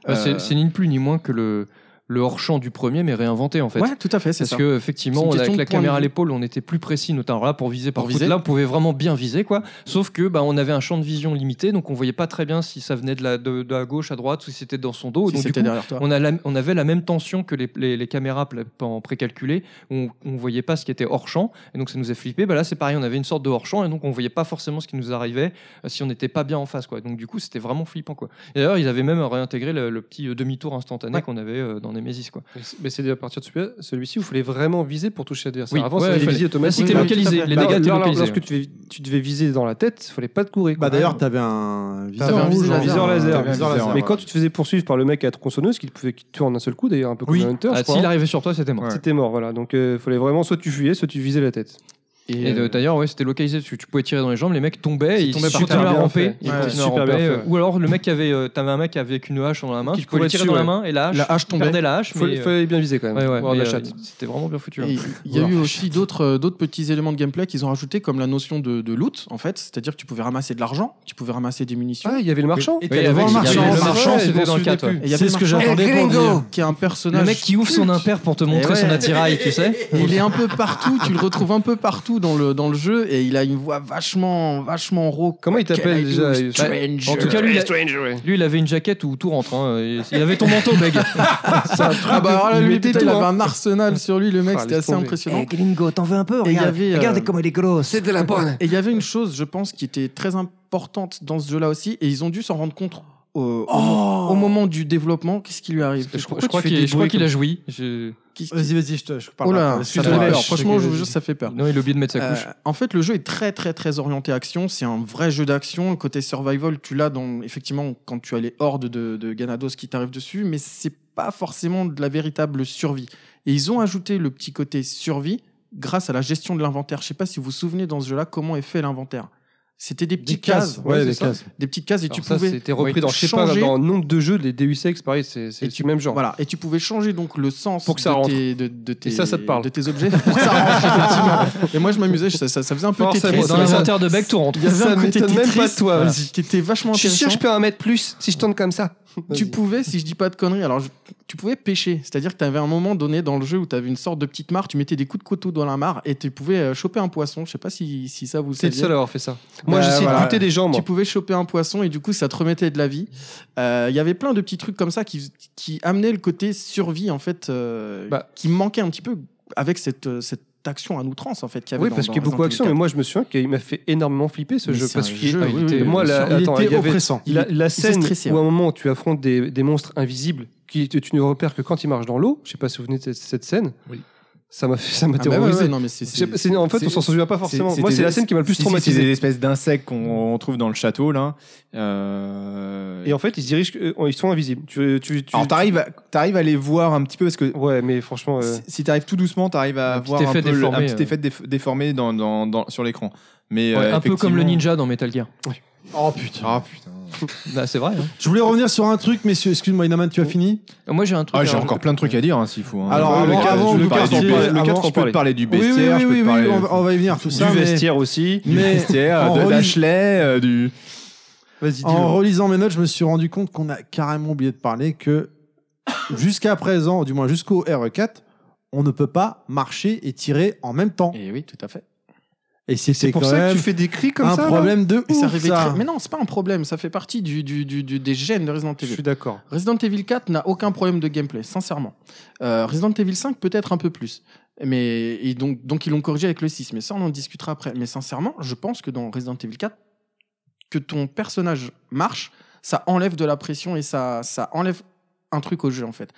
Speaker 4: Bah, c'est-
Speaker 5: Euh,
Speaker 4: C'est ni plus ni moins que le, le hors-champ du premier, mais réinventé en fait.
Speaker 5: ouais, tout à fait, c'est
Speaker 4: Parce
Speaker 5: ça.
Speaker 4: que
Speaker 5: C'est une
Speaker 4: effectivement,
Speaker 5: question
Speaker 4: avec
Speaker 5: de
Speaker 4: la
Speaker 5: point de
Speaker 4: caméra à
Speaker 5: vue.
Speaker 4: l'épaule, on était plus précis, notamment Alors là pour viser par
Speaker 5: Pour
Speaker 4: coup de
Speaker 5: viser.
Speaker 4: là, on pouvait vraiment bien viser quoi. Sauf que bah on avait un champ de vision limité, donc on voyait pas très bien si ça venait de la de, de la gauche à droite ou si c'était dans son dos.
Speaker 5: Si
Speaker 4: Oh, donc du
Speaker 5: c'était
Speaker 4: coup,
Speaker 5: derrière toi.
Speaker 4: on, a la- on avait la même tension que les, les- les caméras pla- en précalculé, où on, on voyait pas ce qui était hors champ, et donc ça nous a flippé. Bah là, c'est pareil, on avait une sorte de hors champ, et donc on voyait pas forcément ce qui nous arrivait euh, si on n'était pas bien en face, quoi. Donc du coup, c'était vraiment flippant, quoi. Et D'ailleurs, ils avaient même réintégré le, le petit euh, demi-tour instantané
Speaker 12: Ouais.
Speaker 4: qu'on avait euh, dans Nemesis, quoi.
Speaker 12: Mais c'est- Mais c'est à partir de celui- celui-ci où il fallait vraiment viser pour toucher l'adversaire.
Speaker 4: Oui,
Speaker 12: Avant,
Speaker 4: ouais,
Speaker 12: c'était
Speaker 4: il fallait-
Speaker 12: visé
Speaker 4: Là, c'était
Speaker 12: automatiquement.
Speaker 4: localisé, les
Speaker 12: Là,
Speaker 4: dégâts étaient
Speaker 12: là,
Speaker 4: localisés.
Speaker 12: bah, Lorsque tu devais, tu devais viser dans la tête, il fallait pas te courir. quoi.
Speaker 2: Bah d'ailleurs, t'avais un
Speaker 5: T'avais un
Speaker 2: viseur
Speaker 5: viseur
Speaker 2: rouge, euh, un
Speaker 5: laser.
Speaker 2: viseur laser.
Speaker 12: T'avais un
Speaker 2: viseur
Speaker 8: viseur,
Speaker 2: laser.
Speaker 12: Mais quand tu te faisais poursuivre par le mec à tronçonneuse, qui pouvait te tuer en un seul coup, d'ailleurs, un peu comme
Speaker 2: Oui.
Speaker 12: un Hunter,
Speaker 4: Ah,
Speaker 12: je crois,
Speaker 4: S'il
Speaker 12: hein,
Speaker 4: arrivait sur toi, c'était mort.
Speaker 8: Ouais.
Speaker 12: c'était mort. Voilà. Donc, il fallait vraiment soit tu fuyais, soit tu visais la tête.
Speaker 4: Et, euh, d'ailleurs, ouais, c'était localisé parce que tu pouvais tirer dans les jambes, les mecs tombaient,
Speaker 5: Ils
Speaker 4: et ils
Speaker 5: tombaient par
Speaker 4: continuaient
Speaker 12: terre.
Speaker 4: à
Speaker 12: Bien
Speaker 4: ramper.
Speaker 12: fait.
Speaker 4: ils
Speaker 5: Ouais.
Speaker 4: continuaient à
Speaker 12: Super
Speaker 4: ramper,
Speaker 12: bien
Speaker 4: euh,
Speaker 12: fait.
Speaker 4: Ou alors le mec qui avait, euh, t'avais un mec avec une hache dans la main,
Speaker 12: Qui
Speaker 4: tu pouvais le
Speaker 12: courait
Speaker 4: tirer
Speaker 12: dessus,
Speaker 4: dans la
Speaker 12: ouais.
Speaker 4: main et la hache,
Speaker 5: La hache
Speaker 4: tu
Speaker 5: tombait.
Speaker 4: perdais la hache.
Speaker 12: Il fallait,
Speaker 4: mais, euh,
Speaker 12: fallait bien viser quand même.
Speaker 4: ouais, ouais,
Speaker 12: pour avoir de
Speaker 4: mais,
Speaker 12: la
Speaker 4: euh,
Speaker 12: chatte.
Speaker 4: c'était vraiment bien foutu. hein.
Speaker 5: Et Il y a eu aussi d'autres euh, d'autres petits éléments de gameplay qu'ils ont rajoutés, comme la notion de, de loot, en fait. C'est-à-dire que tu pouvais ramasser de l'argent, tu pouvais ramasser des munitions.
Speaker 12: Ah, il y avait le marchand
Speaker 2: Et
Speaker 4: Oui, il
Speaker 2: t'avais
Speaker 4: y avait-
Speaker 2: un
Speaker 4: il y avait
Speaker 2: marchand,
Speaker 4: le
Speaker 2: un
Speaker 4: marchand,
Speaker 2: marchand,
Speaker 4: c'était
Speaker 2: je m'en
Speaker 4: dans le
Speaker 2: souvenais
Speaker 4: quatre, ouais.
Speaker 2: plus.
Speaker 5: Et il y avait
Speaker 2: C'est ce que
Speaker 5: Marchand,
Speaker 2: j'attendais pour dire.
Speaker 5: Qui est un personnage.
Speaker 4: Le mec qui ouvre son
Speaker 5: culte.
Speaker 4: impair pour te montrer
Speaker 5: ouais.
Speaker 4: son attirail, tu sais.
Speaker 5: Et il est un peu partout, tu le retrouves un peu partout dans le, dans le jeu et il a une voix vachement, vachement rauque.
Speaker 12: Comment il t'appelle déjà il-
Speaker 4: En tout cas, lui, il a- lui, il avait une jaquette où tout rentre. hein, et- Il avait ton manteau, beg.
Speaker 5: Ah bah alors là,
Speaker 12: il
Speaker 5: lui,
Speaker 12: mettait
Speaker 5: putain,
Speaker 12: tout,
Speaker 5: il
Speaker 12: hein.
Speaker 5: avait un arsenal sur lui, le mec,
Speaker 12: Ah,
Speaker 5: c'était
Speaker 12: laisse
Speaker 5: assez
Speaker 12: tomber.
Speaker 5: impressionnant.
Speaker 10: Eh, gringo, t'en veux un peu
Speaker 5: Et il y avait, euh,
Speaker 10: elle est grosse.
Speaker 12: C'est de la bonne.
Speaker 5: Et il y avait une chose, je pense, qui était très importante dans ce jeu-là aussi, et ils ont dû s'en rendre compte au, au-
Speaker 2: Oh
Speaker 5: au moment du développement. Qu'est-ce qui lui arrive
Speaker 4: Je crois-
Speaker 5: Pourquoi
Speaker 4: je crois
Speaker 5: tu fais
Speaker 4: qu'il
Speaker 5: des
Speaker 4: je crois
Speaker 5: bruits
Speaker 4: qu'il
Speaker 5: comme-
Speaker 4: a joui. Je-
Speaker 5: Qu'est-ce-
Speaker 2: Vas-y, vas-y, je te je parle.
Speaker 5: Oh là, ça
Speaker 2: Excuse-moi.
Speaker 5: fait peur.
Speaker 12: lèche.
Speaker 5: Franchement, je vous jure, ça fait peur.
Speaker 4: Non, il a oublié de mettre sa couche.
Speaker 5: Euh, en fait, le jeu est très très très orienté action. C'est un vrai jeu d'action. Le côté survival, tu l'as dans effectivement quand tu as les hordes de, de Ganados qui t'arrivent dessus, mais c'est pas forcément de la véritable survie. Et ils ont ajouté le petit côté survie grâce à la gestion de l'inventaire. Je sais pas si vous vous souvenez dans ce jeu-là comment est fait l'inventaire. C'était des petites cases,
Speaker 2: Ouais,
Speaker 12: Ouais,
Speaker 2: les
Speaker 12: c'est ça.
Speaker 2: cases.
Speaker 5: des petites cases et
Speaker 12: Alors
Speaker 5: tu
Speaker 12: ça,
Speaker 5: pouvais
Speaker 12: c'était repris
Speaker 5: oui,
Speaker 12: dans, je sais pas,
Speaker 5: changer.
Speaker 12: dans nombre de jeux, les Deus Ex, pareil, c'est c'est
Speaker 5: Et
Speaker 12: du même genre.
Speaker 5: Voilà, et tu pouvais changer donc le sens
Speaker 12: Pour que ça
Speaker 5: de,
Speaker 12: rentre.
Speaker 5: tes, de, de tes-
Speaker 12: ça, ça te parle.
Speaker 5: de tes objets. Pour que ça rentre, effectivement. Et moi, je m'amusais, ça, ça- ça faisait un peu
Speaker 12: Forcément,
Speaker 5: Tetris.
Speaker 4: Dans
Speaker 12: ça-
Speaker 4: l'inventaire de Beck, tout rentre.
Speaker 5: Il y avait
Speaker 12: Ça
Speaker 5: un côté
Speaker 12: m'étonne même
Speaker 5: Tetris,
Speaker 12: pas de toi,
Speaker 5: voilà,
Speaker 12: vas-y.
Speaker 5: qui était vachement
Speaker 12: Je suis sûr
Speaker 5: intéressant.
Speaker 12: que je peux en mettre plus si je tourne comme ça.
Speaker 5: Tu pouvais, si je dis pas de conneries, alors je- tu pouvais pêcher. C'est-à-dire que tu avais un moment donné dans le jeu où tu avais une sorte de petite mare, tu mettais des coups de couteau dans la mare et tu pouvais euh, choper un poisson. Je sais pas si, si ça vous
Speaker 12: C'est le
Speaker 5: saviez.
Speaker 12: seul à avoir fait ça. Moi,
Speaker 5: Bah,
Speaker 12: j'essayais
Speaker 5: voilà.
Speaker 12: de buter des gens,
Speaker 5: Tu
Speaker 12: moi.
Speaker 5: pouvais choper un poisson et du coup ça te remettait de la vie. Euh, Il y avait plein de petits trucs comme ça qui, qui amenaient le côté survie en fait, euh,
Speaker 12: Bah.
Speaker 5: qui manquait un petit peu avec cette, euh, cette action à outrance en fait. qu'il y avait
Speaker 12: Oui,
Speaker 5: dans-
Speaker 12: parce
Speaker 5: dans
Speaker 12: qu'il y a beaucoup
Speaker 5: Resident Evil
Speaker 12: d'action,
Speaker 5: 4.
Speaker 12: mais moi, je me souviens qu'il m'a fait énormément flipper ce
Speaker 5: Mais
Speaker 12: jeu.
Speaker 5: c'est
Speaker 12: Parce
Speaker 5: un
Speaker 12: qu'il
Speaker 5: jeu,
Speaker 12: ah, il
Speaker 5: oui,
Speaker 12: était-
Speaker 5: oui,
Speaker 12: moi,
Speaker 5: bien
Speaker 12: la,
Speaker 5: sûr.
Speaker 2: Il
Speaker 12: attends, il y
Speaker 2: était
Speaker 12: avait
Speaker 2: oppressant.
Speaker 12: la, la
Speaker 5: s'est
Speaker 12: scène
Speaker 5: stressé,
Speaker 12: où à
Speaker 5: ouais.
Speaker 12: un moment tu affrontes des, des monstres invisibles qui tu tu ne repères que quand ils marchent dans l'eau. Je sais pas si vous vous souvenez de cette, cette scène. ça m'a fait- ça m'a
Speaker 5: Ah bah ouais,
Speaker 12: terrorisé.
Speaker 5: ouais, non, mais c'est-
Speaker 12: Je sais pas, c'est- en fait, on s'en souvient pas forcément. Moi, c'est la scène qui m'a le plus
Speaker 8: Si, si, C'est des
Speaker 12: traumatisé.
Speaker 8: espèces d'insectes qu'on on trouve dans le château, là. Euh,
Speaker 12: Et en fait, ils se dirigent, euh, ils sont invisibles. Tu, tu, tu-
Speaker 8: Alors, t'arrives à, t'arrives à les voir un petit peu parce que
Speaker 12: ouais, mais franchement, euh,
Speaker 8: si- si t'arrives tout doucement, t'arrives à
Speaker 4: Un petit
Speaker 8: voir un,
Speaker 4: effet
Speaker 8: peu le-
Speaker 4: déformé,
Speaker 8: un petit
Speaker 4: euh.
Speaker 8: effet déf- déformé dans, dans, dans- sur l'écran. Mais
Speaker 4: Ouais,
Speaker 8: euh,
Speaker 4: un peu comme le
Speaker 8: effectivement-
Speaker 4: ninja dans Metal Gear.
Speaker 2: Oh putain.
Speaker 8: Ah putain.
Speaker 4: Bah, c'est vrai. hein.
Speaker 2: Je voulais revenir sur un truc, messieurs. Excuse-moi, Inaman, tu as fini
Speaker 4: Moi, j'ai un truc.
Speaker 8: Ah, j'ai
Speaker 4: alors,
Speaker 8: encore plein de trucs à dire hein, s'il faut. hein.
Speaker 2: Alors,
Speaker 8: Je peux
Speaker 2: avant-
Speaker 8: te parler
Speaker 2: avant, Ah, le
Speaker 8: du- parler du-
Speaker 2: quartier,
Speaker 8: le
Speaker 2: avant,
Speaker 8: quartier, je peux te parler du bestiaire,
Speaker 2: Oui,
Speaker 8: je peux
Speaker 2: oui,
Speaker 8: te
Speaker 2: oui,
Speaker 8: parler
Speaker 2: oui, on, va- on va y venir, tout ça.
Speaker 12: du
Speaker 2: mais-
Speaker 12: vestiaire aussi.
Speaker 8: du
Speaker 2: Mais
Speaker 8: bestiaire,
Speaker 2: en
Speaker 8: de
Speaker 2: relis-
Speaker 8: d'Ashley, euh, du.
Speaker 12: Vas-y, dis-le.
Speaker 2: En relisant mes notes, je me suis rendu compte qu'on a carrément oublié de parler que jusqu'à présent, du moins jusqu'au RE4, on ne peut pas marcher et tirer en même temps.
Speaker 5: Et oui, tout à fait.
Speaker 2: Et
Speaker 12: C'est
Speaker 2: c'était
Speaker 12: pour
Speaker 2: quand
Speaker 12: ça que
Speaker 2: même
Speaker 12: tu fais des cris comme
Speaker 2: un
Speaker 12: ça. hein. là
Speaker 2: problème de
Speaker 5: Et ça
Speaker 2: ouf,
Speaker 5: arrivait
Speaker 2: ça.
Speaker 5: très- Mais non, c'est pas un problème. Ça fait partie du, du, du, du- des gènes de Resident
Speaker 12: Je
Speaker 5: Evil.
Speaker 12: suis d'accord.
Speaker 5: Resident Evil 4 n'a aucun problème de gameplay, sincèrement. Euh, Resident Evil 5 peut-être un peu plus. Mais, et donc, donc ils l'ont corrigé avec le 6, mais ça on en discutera après. Mais sincèrement, je pense que dans Resident Evil 4, que ton personnage marche, ça enlève de la pression et ça, ça enlève un truc au jeu en fait.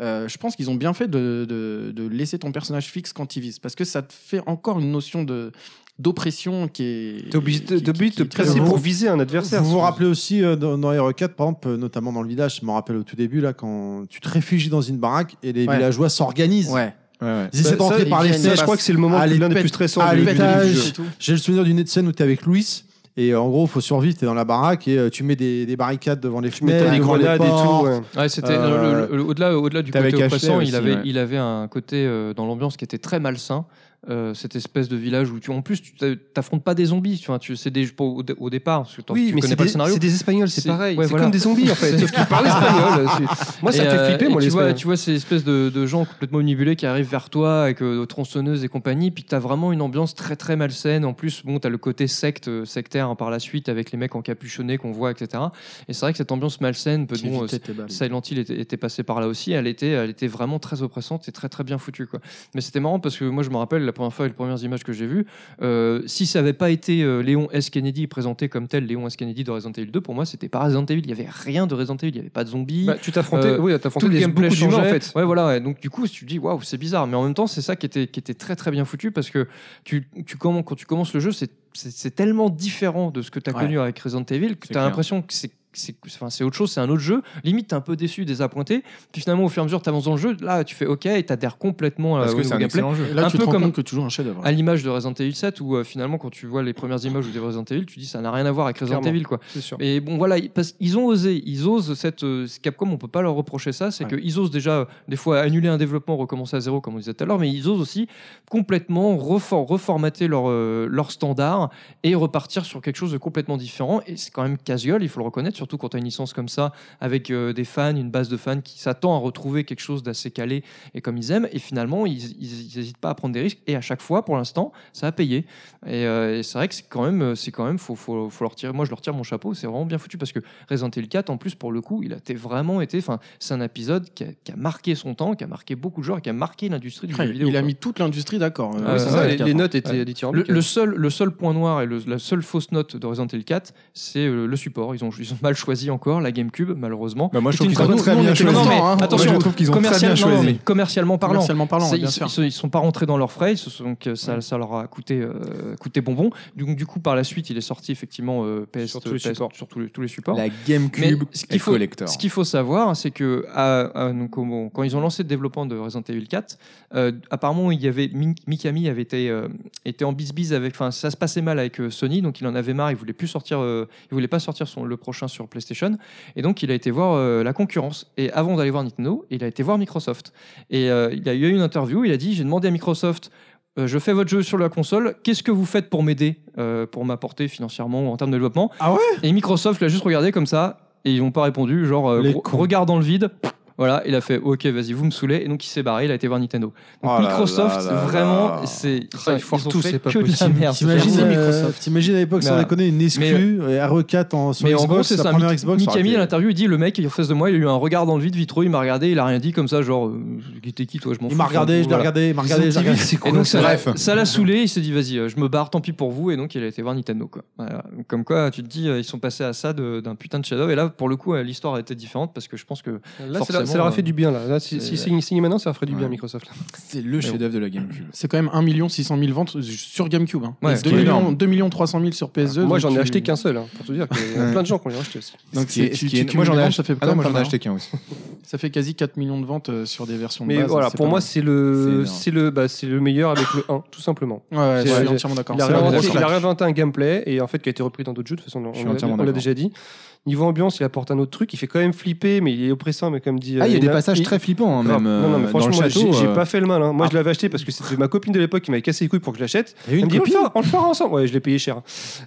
Speaker 5: Euh, je pense qu'ils ont bien fait de, de- de laisser ton personnage fixe quand il vise, parce que ça te fait encore une notion de d'oppression qui est...
Speaker 12: T'es obligé de
Speaker 5: qui-
Speaker 12: t'es obligé
Speaker 5: qui-
Speaker 12: de te
Speaker 5: qui est très
Speaker 12: presser pour
Speaker 5: lourde.
Speaker 12: viser un adversaire.
Speaker 2: Vous vous rappelez aussi euh, dans, dans RE4, par exemple, euh, notamment dans le village, je me rappelle au tout début, là, quand tu te réfugies dans une baraque et les
Speaker 5: Ouais.
Speaker 2: villageois s'organisent.
Speaker 5: Ouais.
Speaker 8: Ouais, ouais.
Speaker 2: Ils essaient
Speaker 12: Ça-
Speaker 2: d'entrer
Speaker 12: ça,
Speaker 2: par les
Speaker 5: ils viennent,
Speaker 12: Ça,
Speaker 2: fenêtres.
Speaker 12: je crois que c'est le moment
Speaker 2: Ah,
Speaker 12: qui-
Speaker 2: les
Speaker 12: l'un des
Speaker 2: pètes-
Speaker 12: plus stressants.
Speaker 2: ah,
Speaker 12: du- du-
Speaker 2: les
Speaker 12: du
Speaker 2: pètes-
Speaker 12: jeu.
Speaker 2: étage. J'ai le souvenir d'une scène où tu es avec Louis. Et euh, en gros, faut survivre, t'es dans la baraque et euh, tu mets des, des barricades devant les
Speaker 12: Tu mets
Speaker 2: fenêtres,
Speaker 12: des
Speaker 2: devant
Speaker 12: grenades
Speaker 2: les
Speaker 12: et tout.
Speaker 2: portes.
Speaker 12: ouais.
Speaker 4: Ouais, c'était
Speaker 2: Euh,
Speaker 4: le- le- le- au-delà, au-delà du
Speaker 8: t'avais
Speaker 4: côté
Speaker 8: caché
Speaker 4: oppressant,
Speaker 8: aussi,
Speaker 4: il avait,
Speaker 8: ouais.
Speaker 4: il avait un côté euh, dans l'ambiance qui était très malsain. euh, cette espèce de village où tu, en plus, tu t'a- t'affrontes pas des zombies, tu vois, tu c'est des au, au- au départ, parce que t'en-
Speaker 12: Oui,
Speaker 4: tu
Speaker 12: mais
Speaker 4: connais
Speaker 12: c'est
Speaker 4: pas
Speaker 12: des,
Speaker 4: le scénario.
Speaker 12: c'est des Espagnols, c'est
Speaker 4: C'est-
Speaker 12: pareil.
Speaker 4: ouais,
Speaker 12: c'est
Speaker 4: voilà.
Speaker 12: comme des zombies en fait. Sauf qu'ils parlent espagnol. C'est- Moi, ça
Speaker 4: Et,
Speaker 12: me fait
Speaker 4: euh,
Speaker 12: flipper,
Speaker 4: et
Speaker 12: moi, les
Speaker 4: tu vois,
Speaker 12: Espagnols.
Speaker 4: tu vois ces espèces de, de gens complètement omnibulés qui arrivent vers toi avec euh, tronçonneuses et compagnie, puis t'as vraiment une ambiance très très malsaine. En plus, bon, t'as le côté secte, euh, sectaire hein, par la suite avec les mecs encapuchonnés qu'on voit, etc. Et c'est vrai que cette ambiance malsaine, peut, bon, euh, Silent Hill était, était passé par là aussi. Elle était, elle était vraiment très oppressante et très très bien foutue. Quoi. Mais c'était marrant parce que moi je me rappelle la première fois et les premières images que j'ai vues. euh, si ça n'avait pas été euh, Léon S. Kennedy présenté comme tel, Léon S. Kennedy de Resident Evil 2, pour moi c'était pas Resident Evil. Il y avait rien de Resident Evil. Il y avait pas de zombies.
Speaker 12: Bah, tu t'affrontais,
Speaker 4: Euh,
Speaker 12: oui,
Speaker 4: tout
Speaker 12: t'affrontais
Speaker 4: le
Speaker 12: des-
Speaker 4: gameplay
Speaker 12: beaucoup d'humains en
Speaker 4: changeait.
Speaker 12: fait.
Speaker 4: Ouais, voilà. ouais. Donc, du coup, tu te dis, waouh, c'est bizarre. Mais en même temps, c'est ça qui était, qui était très, très bien foutu parce que tu, tu, comm- quand tu commences le jeu, c'est- c'est c'est tellement différent de ce que tu as
Speaker 5: Ouais.
Speaker 4: connu avec Resident Evil que
Speaker 8: C'est
Speaker 4: tu as
Speaker 8: clair.
Speaker 4: l'impression que c'est. C'est enfin, c'est autre chose, c'est un autre jeu. Limite, t'es un peu déçu, désappointé. Puis finalement, au fur et à mesure, t'avances dans le jeu. Là, tu fais OK et t'adhères complètement à
Speaker 8: Parce
Speaker 4: au
Speaker 8: que c'est
Speaker 4: nouveau
Speaker 8: un
Speaker 4: gameplay.
Speaker 8: excellent jeu.
Speaker 5: Et là,
Speaker 4: Un
Speaker 5: tu
Speaker 4: peu
Speaker 5: te rends
Speaker 4: comme-
Speaker 5: compte que tu joues un chef-d'œuvre.
Speaker 4: À l'image de Resident Evil 7, où euh, finalement, quand tu vois les premières images ou des Resident Evil, tu dis ça n'a rien à voir avec Resident
Speaker 12: Clairement.
Speaker 4: Evil, quoi.
Speaker 12: C'est sûr.
Speaker 4: Mais bon, voilà, ils- parce qu'ils ont osé, ils osent cette. euh, Capcom, on peut pas leur reprocher ça, c'est qu'ils osent déjà, euh, des fois, annuler un développement, recommencer à zéro, comme on disait tout à l'heure, mais ils osent aussi complètement refor- reformater leur, euh, leur standard et repartir sur quelque chose de complètement différent. Et c'est quand même casual, il faut le reconnaître, surtout quand tu as une licence comme ça, avec euh, des fans, une base de fans qui s'attend à retrouver quelque chose d'assez calé et comme ils aiment. Et finalement, ils n'hésitent pas à prendre des risques. Et à chaque fois, pour l'instant, ça a payé. Et, euh, et c'est vrai que c'est quand même, c'est quand même, faut, faut, faut leur tirer. Moi, je leur tire mon chapeau. C'est vraiment bien foutu parce que Resident Evil 4, en plus, pour le coup, il a été vraiment été. Enfin, c'est un épisode qui a, qui a marqué son temps, qui a marqué beaucoup de joueurs, qui a marqué l'industrie du jeu vidéo.
Speaker 5: il
Speaker 4: quoi.
Speaker 5: a
Speaker 4: euh,
Speaker 5: mis toute l'industrie d'accord.
Speaker 4: Ah,
Speaker 12: Oui,
Speaker 4: ouais,
Speaker 12: c'est ça,
Speaker 4: ouais,
Speaker 12: les- Les notes étaient
Speaker 4: Ouais.
Speaker 12: dithyrambiques.
Speaker 4: Le, le seul, le seul point noir et le- la seule fausse note de Resident Evil 4, c'est euh, le support. Ils ont, ils ont mal choisi encore la GameCube, malheureusement.
Speaker 8: Bah, moi, je trouve
Speaker 5: une
Speaker 8: qu'ils ont
Speaker 5: grande-
Speaker 8: très
Speaker 5: nous, on
Speaker 8: bien
Speaker 5: était
Speaker 8: choisi.
Speaker 5: contents,
Speaker 8: Moi,
Speaker 5: hein.
Speaker 8: je
Speaker 4: Attention,
Speaker 8: trouve qu'ils ont très
Speaker 4: commercial-
Speaker 8: bien
Speaker 4: non, non, mais
Speaker 8: choisi.
Speaker 4: commercialement parlant, hein.
Speaker 5: Commercialement parlant,
Speaker 4: C'est-
Speaker 5: bien
Speaker 4: ils,
Speaker 5: sûr.
Speaker 4: ils sont- ils sont pas rentrés dans leurs frais, ils se sont- donc euh,
Speaker 8: Mm.
Speaker 4: ça, ça leur a coûté, euh, coûté bonbon. Donc du coup, par la suite, il est sorti effectivement euh, PS,
Speaker 12: Sur tous les
Speaker 4: PS
Speaker 12: supports.
Speaker 4: sur tous les, tous les supports.
Speaker 8: La
Speaker 4: Mais
Speaker 8: GameCube
Speaker 4: ce
Speaker 8: et
Speaker 4: qu'il faut,
Speaker 8: Collector.
Speaker 4: ce qu'il faut savoir, c'est que à- à- donc, au- quand ils ont lancé le développement de Resident Evil 4, euh, apparemment il y avait Mi- Mikami avait été, euh, était en bisbise avec, enfin ça se passait mal avec euh, Sony, donc il en avait marre, il voulait plus sortir, euh, il voulait pas sortir son, le prochain sur PlayStation, et donc il a été voir euh, la concurrence. Et avant d'aller voir Nintendo, il a été voir Microsoft. Et euh, il a eu une interview, il a dit j'ai demandé à Microsoft euh, je fais votre jeu sur la console. Qu'est-ce que vous faites pour m'aider, euh, pour m'apporter financièrement ou en termes de développement
Speaker 2: Ah ouais
Speaker 4: Et Microsoft l'a juste regardé comme ça et ils n'ont pas répondu. Genre, euh,
Speaker 2: Les
Speaker 4: gros-
Speaker 2: cons.
Speaker 4: regard dans le vide. Voilà, il a fait OK, vas-y, vous me saoulez. Et donc il s'est barré, il a été voir Nintendo. Donc,
Speaker 8: Oh là
Speaker 4: Microsoft,
Speaker 8: là là
Speaker 4: vraiment,
Speaker 8: là.
Speaker 4: c'est.
Speaker 12: Ah, ils
Speaker 4: ils
Speaker 12: foirent
Speaker 4: ont
Speaker 12: tout,
Speaker 4: fait
Speaker 12: c'est pas
Speaker 4: que de la
Speaker 12: possible.
Speaker 4: Ah, merde.
Speaker 2: T'imagines
Speaker 4: C'est-
Speaker 2: euh, t'imagines à l'époque, sans
Speaker 4: Bah,
Speaker 2: déconner, une exclue, euh, RE4 en, sur
Speaker 4: mais
Speaker 2: Xbox,
Speaker 4: en gros, c'est
Speaker 2: la
Speaker 4: ça.
Speaker 2: première
Speaker 4: Mi-
Speaker 2: Xbox. ça aurait
Speaker 4: Mikami,
Speaker 2: été-
Speaker 4: à l'interview, il dit le mec, il est en face de moi, il a eu un regard dans le vide, vitreux, il m'a regardé, il a rien dit comme ça, genre, euh, t'es qui toi, je m'en fous.
Speaker 2: Il m'a regardé, je l'ai
Speaker 4: Voilà.
Speaker 2: regardé, il m'a regardé, je l'ai regardé.
Speaker 4: Et donc, ça l'a-
Speaker 8: Bref.
Speaker 4: ça l'a saoulé, il s'est dit vas-y, euh, je me barre, tant pis pour vous, et donc il a été voir Nintendo. Quoi. Voilà. Comme quoi, tu te dis, euh, ils sont passés à ça de- d'un putain de shadow, et là, pour le coup, euh, l'histoire a été différente parce que je pense que
Speaker 12: Là, c'est
Speaker 4: forcément,
Speaker 12: leur-
Speaker 3: ça leur a
Speaker 2: euh,
Speaker 3: fait du bien là. Là, si
Speaker 2: c'est-
Speaker 3: si signe signe maintenant, ça leur ferait du bien
Speaker 8: Ouais.
Speaker 3: Microsoft. là.
Speaker 8: C'est le chef-d'œuvre de la GameCube.
Speaker 5: C'est quand même 1 600 000 ventes sur GameCube. Hein.
Speaker 4: Ouais,
Speaker 5: Et
Speaker 4: ce
Speaker 5: 2,
Speaker 4: qui est
Speaker 5: millions,
Speaker 4: énorme.
Speaker 5: 2 millions 300 000 sur PS2.
Speaker 3: Moi,
Speaker 5: donc
Speaker 3: j'en ai
Speaker 5: tu-
Speaker 3: acheté qu'un seul, hein, pour te dire. qu'il y a plein de gens qui ont acheté aussi.
Speaker 5: Donc
Speaker 8: Ce qui est-
Speaker 5: c'est-
Speaker 8: ce
Speaker 5: tu-
Speaker 8: qui est-
Speaker 5: tu
Speaker 8: moi j'en ai
Speaker 5: cumules,
Speaker 8: acheté,
Speaker 5: ça fait
Speaker 8: ah
Speaker 5: quand
Speaker 8: non,
Speaker 5: même
Speaker 8: moi, j'en
Speaker 5: pas
Speaker 8: ai
Speaker 5: mal,
Speaker 8: acheté qu'un aussi.
Speaker 5: Ça fait quasi 4 millions de ventes euh, sur des versions de
Speaker 3: Mais
Speaker 5: base,
Speaker 3: voilà,
Speaker 5: c'est
Speaker 3: pour
Speaker 5: pas
Speaker 3: moi,
Speaker 5: mal.
Speaker 3: c'est
Speaker 8: C'est
Speaker 3: le,
Speaker 8: énorme.
Speaker 3: c'est le, bah, c'est le meilleur avec le 1, tout simplement.
Speaker 5: ouais, je
Speaker 3: c'est-
Speaker 5: suis
Speaker 3: j'ai-
Speaker 5: entièrement d'accord.
Speaker 3: Il a,
Speaker 5: C'est la grosse
Speaker 3: réinventé, il a
Speaker 5: claque.
Speaker 3: réinventé un gameplay et en fait qui a été repris dans d'autres jeux. De toute façon, on,
Speaker 8: Je suis
Speaker 3: on l'a-
Speaker 8: entièrement
Speaker 3: on l'a
Speaker 8: d'accord.
Speaker 3: déjà dit. Niveau ambiance, il apporte un autre truc. Il fait quand même flipper, mais il est oppressant. Mais comme dit, euh,
Speaker 8: Ah, il y a des
Speaker 3: Elena,
Speaker 8: passages très flippants, hein,
Speaker 3: Grave.
Speaker 8: même.
Speaker 3: non, non, mais
Speaker 8: euh, Dans
Speaker 3: franchement,
Speaker 8: le
Speaker 3: moi, j'ai
Speaker 8: château.
Speaker 3: j'ai
Speaker 8: euh,
Speaker 3: pas fait le mal. hein. Moi, je l'avais acheté parce que c'était ma copine de l'époque qui m'avait cassé les couilles pour que je l'achète.
Speaker 8: il y a eu
Speaker 3: Elle
Speaker 8: une
Speaker 3: me dit, on le
Speaker 8: copine
Speaker 3: fera- on le fera ensemble. Ouais, je l'ai payé cher.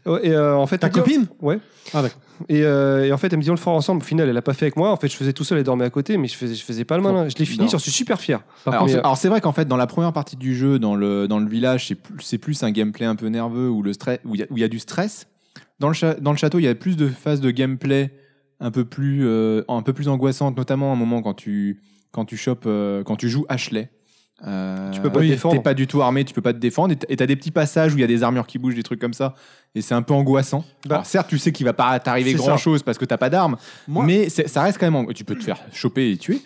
Speaker 3: Ouais, et, euh, en fait,
Speaker 2: Ta
Speaker 3: elle me dit,
Speaker 2: copine
Speaker 3: Ouais.
Speaker 2: Ah, d'accord.
Speaker 3: Et, euh, et en fait, elle me dit, on le fera ensemble. Au final, elle a pas fait avec moi. En fait, je faisais tout seul et dormais à côté, mais je faisais, je faisais pas le malin. Je l'ai fini,
Speaker 8: Non.
Speaker 3: j'en suis super fier.
Speaker 8: Alors,
Speaker 3: contre,
Speaker 8: c'est-
Speaker 3: mais, euh,
Speaker 8: alors, c'est vrai qu'en fait dans la première partie du jeu, dans le, dans le village, c'est plus, c'est plus un gameplay un peu nerveux où le stress- où il y, a- où il y a du stress. Dans le, cha- dans le château, il y a plus de phases de gameplay un peu plus, euh, un peu plus angoissantes, notamment à un moment quand tu, quand tu chopes, euh, quand tu joues Ashley. Euh,
Speaker 3: Tu peux pas te
Speaker 8: oui,
Speaker 3: défendre.
Speaker 8: T'es pas du tout armé, tu peux pas te défendre. et t- Et t'as des petits passages où il y a des armures qui bougent, des trucs comme ça. Et c'est un peu angoissant.
Speaker 3: Bah,
Speaker 8: Alors, certes, tu sais qu'il va pas t'arriver
Speaker 3: c'est
Speaker 8: grand chose parce que t'as pas d'armes.
Speaker 2: Moi-
Speaker 8: Mais c'est- ça reste quand même. ang- Tu peux te faire choper et tuer.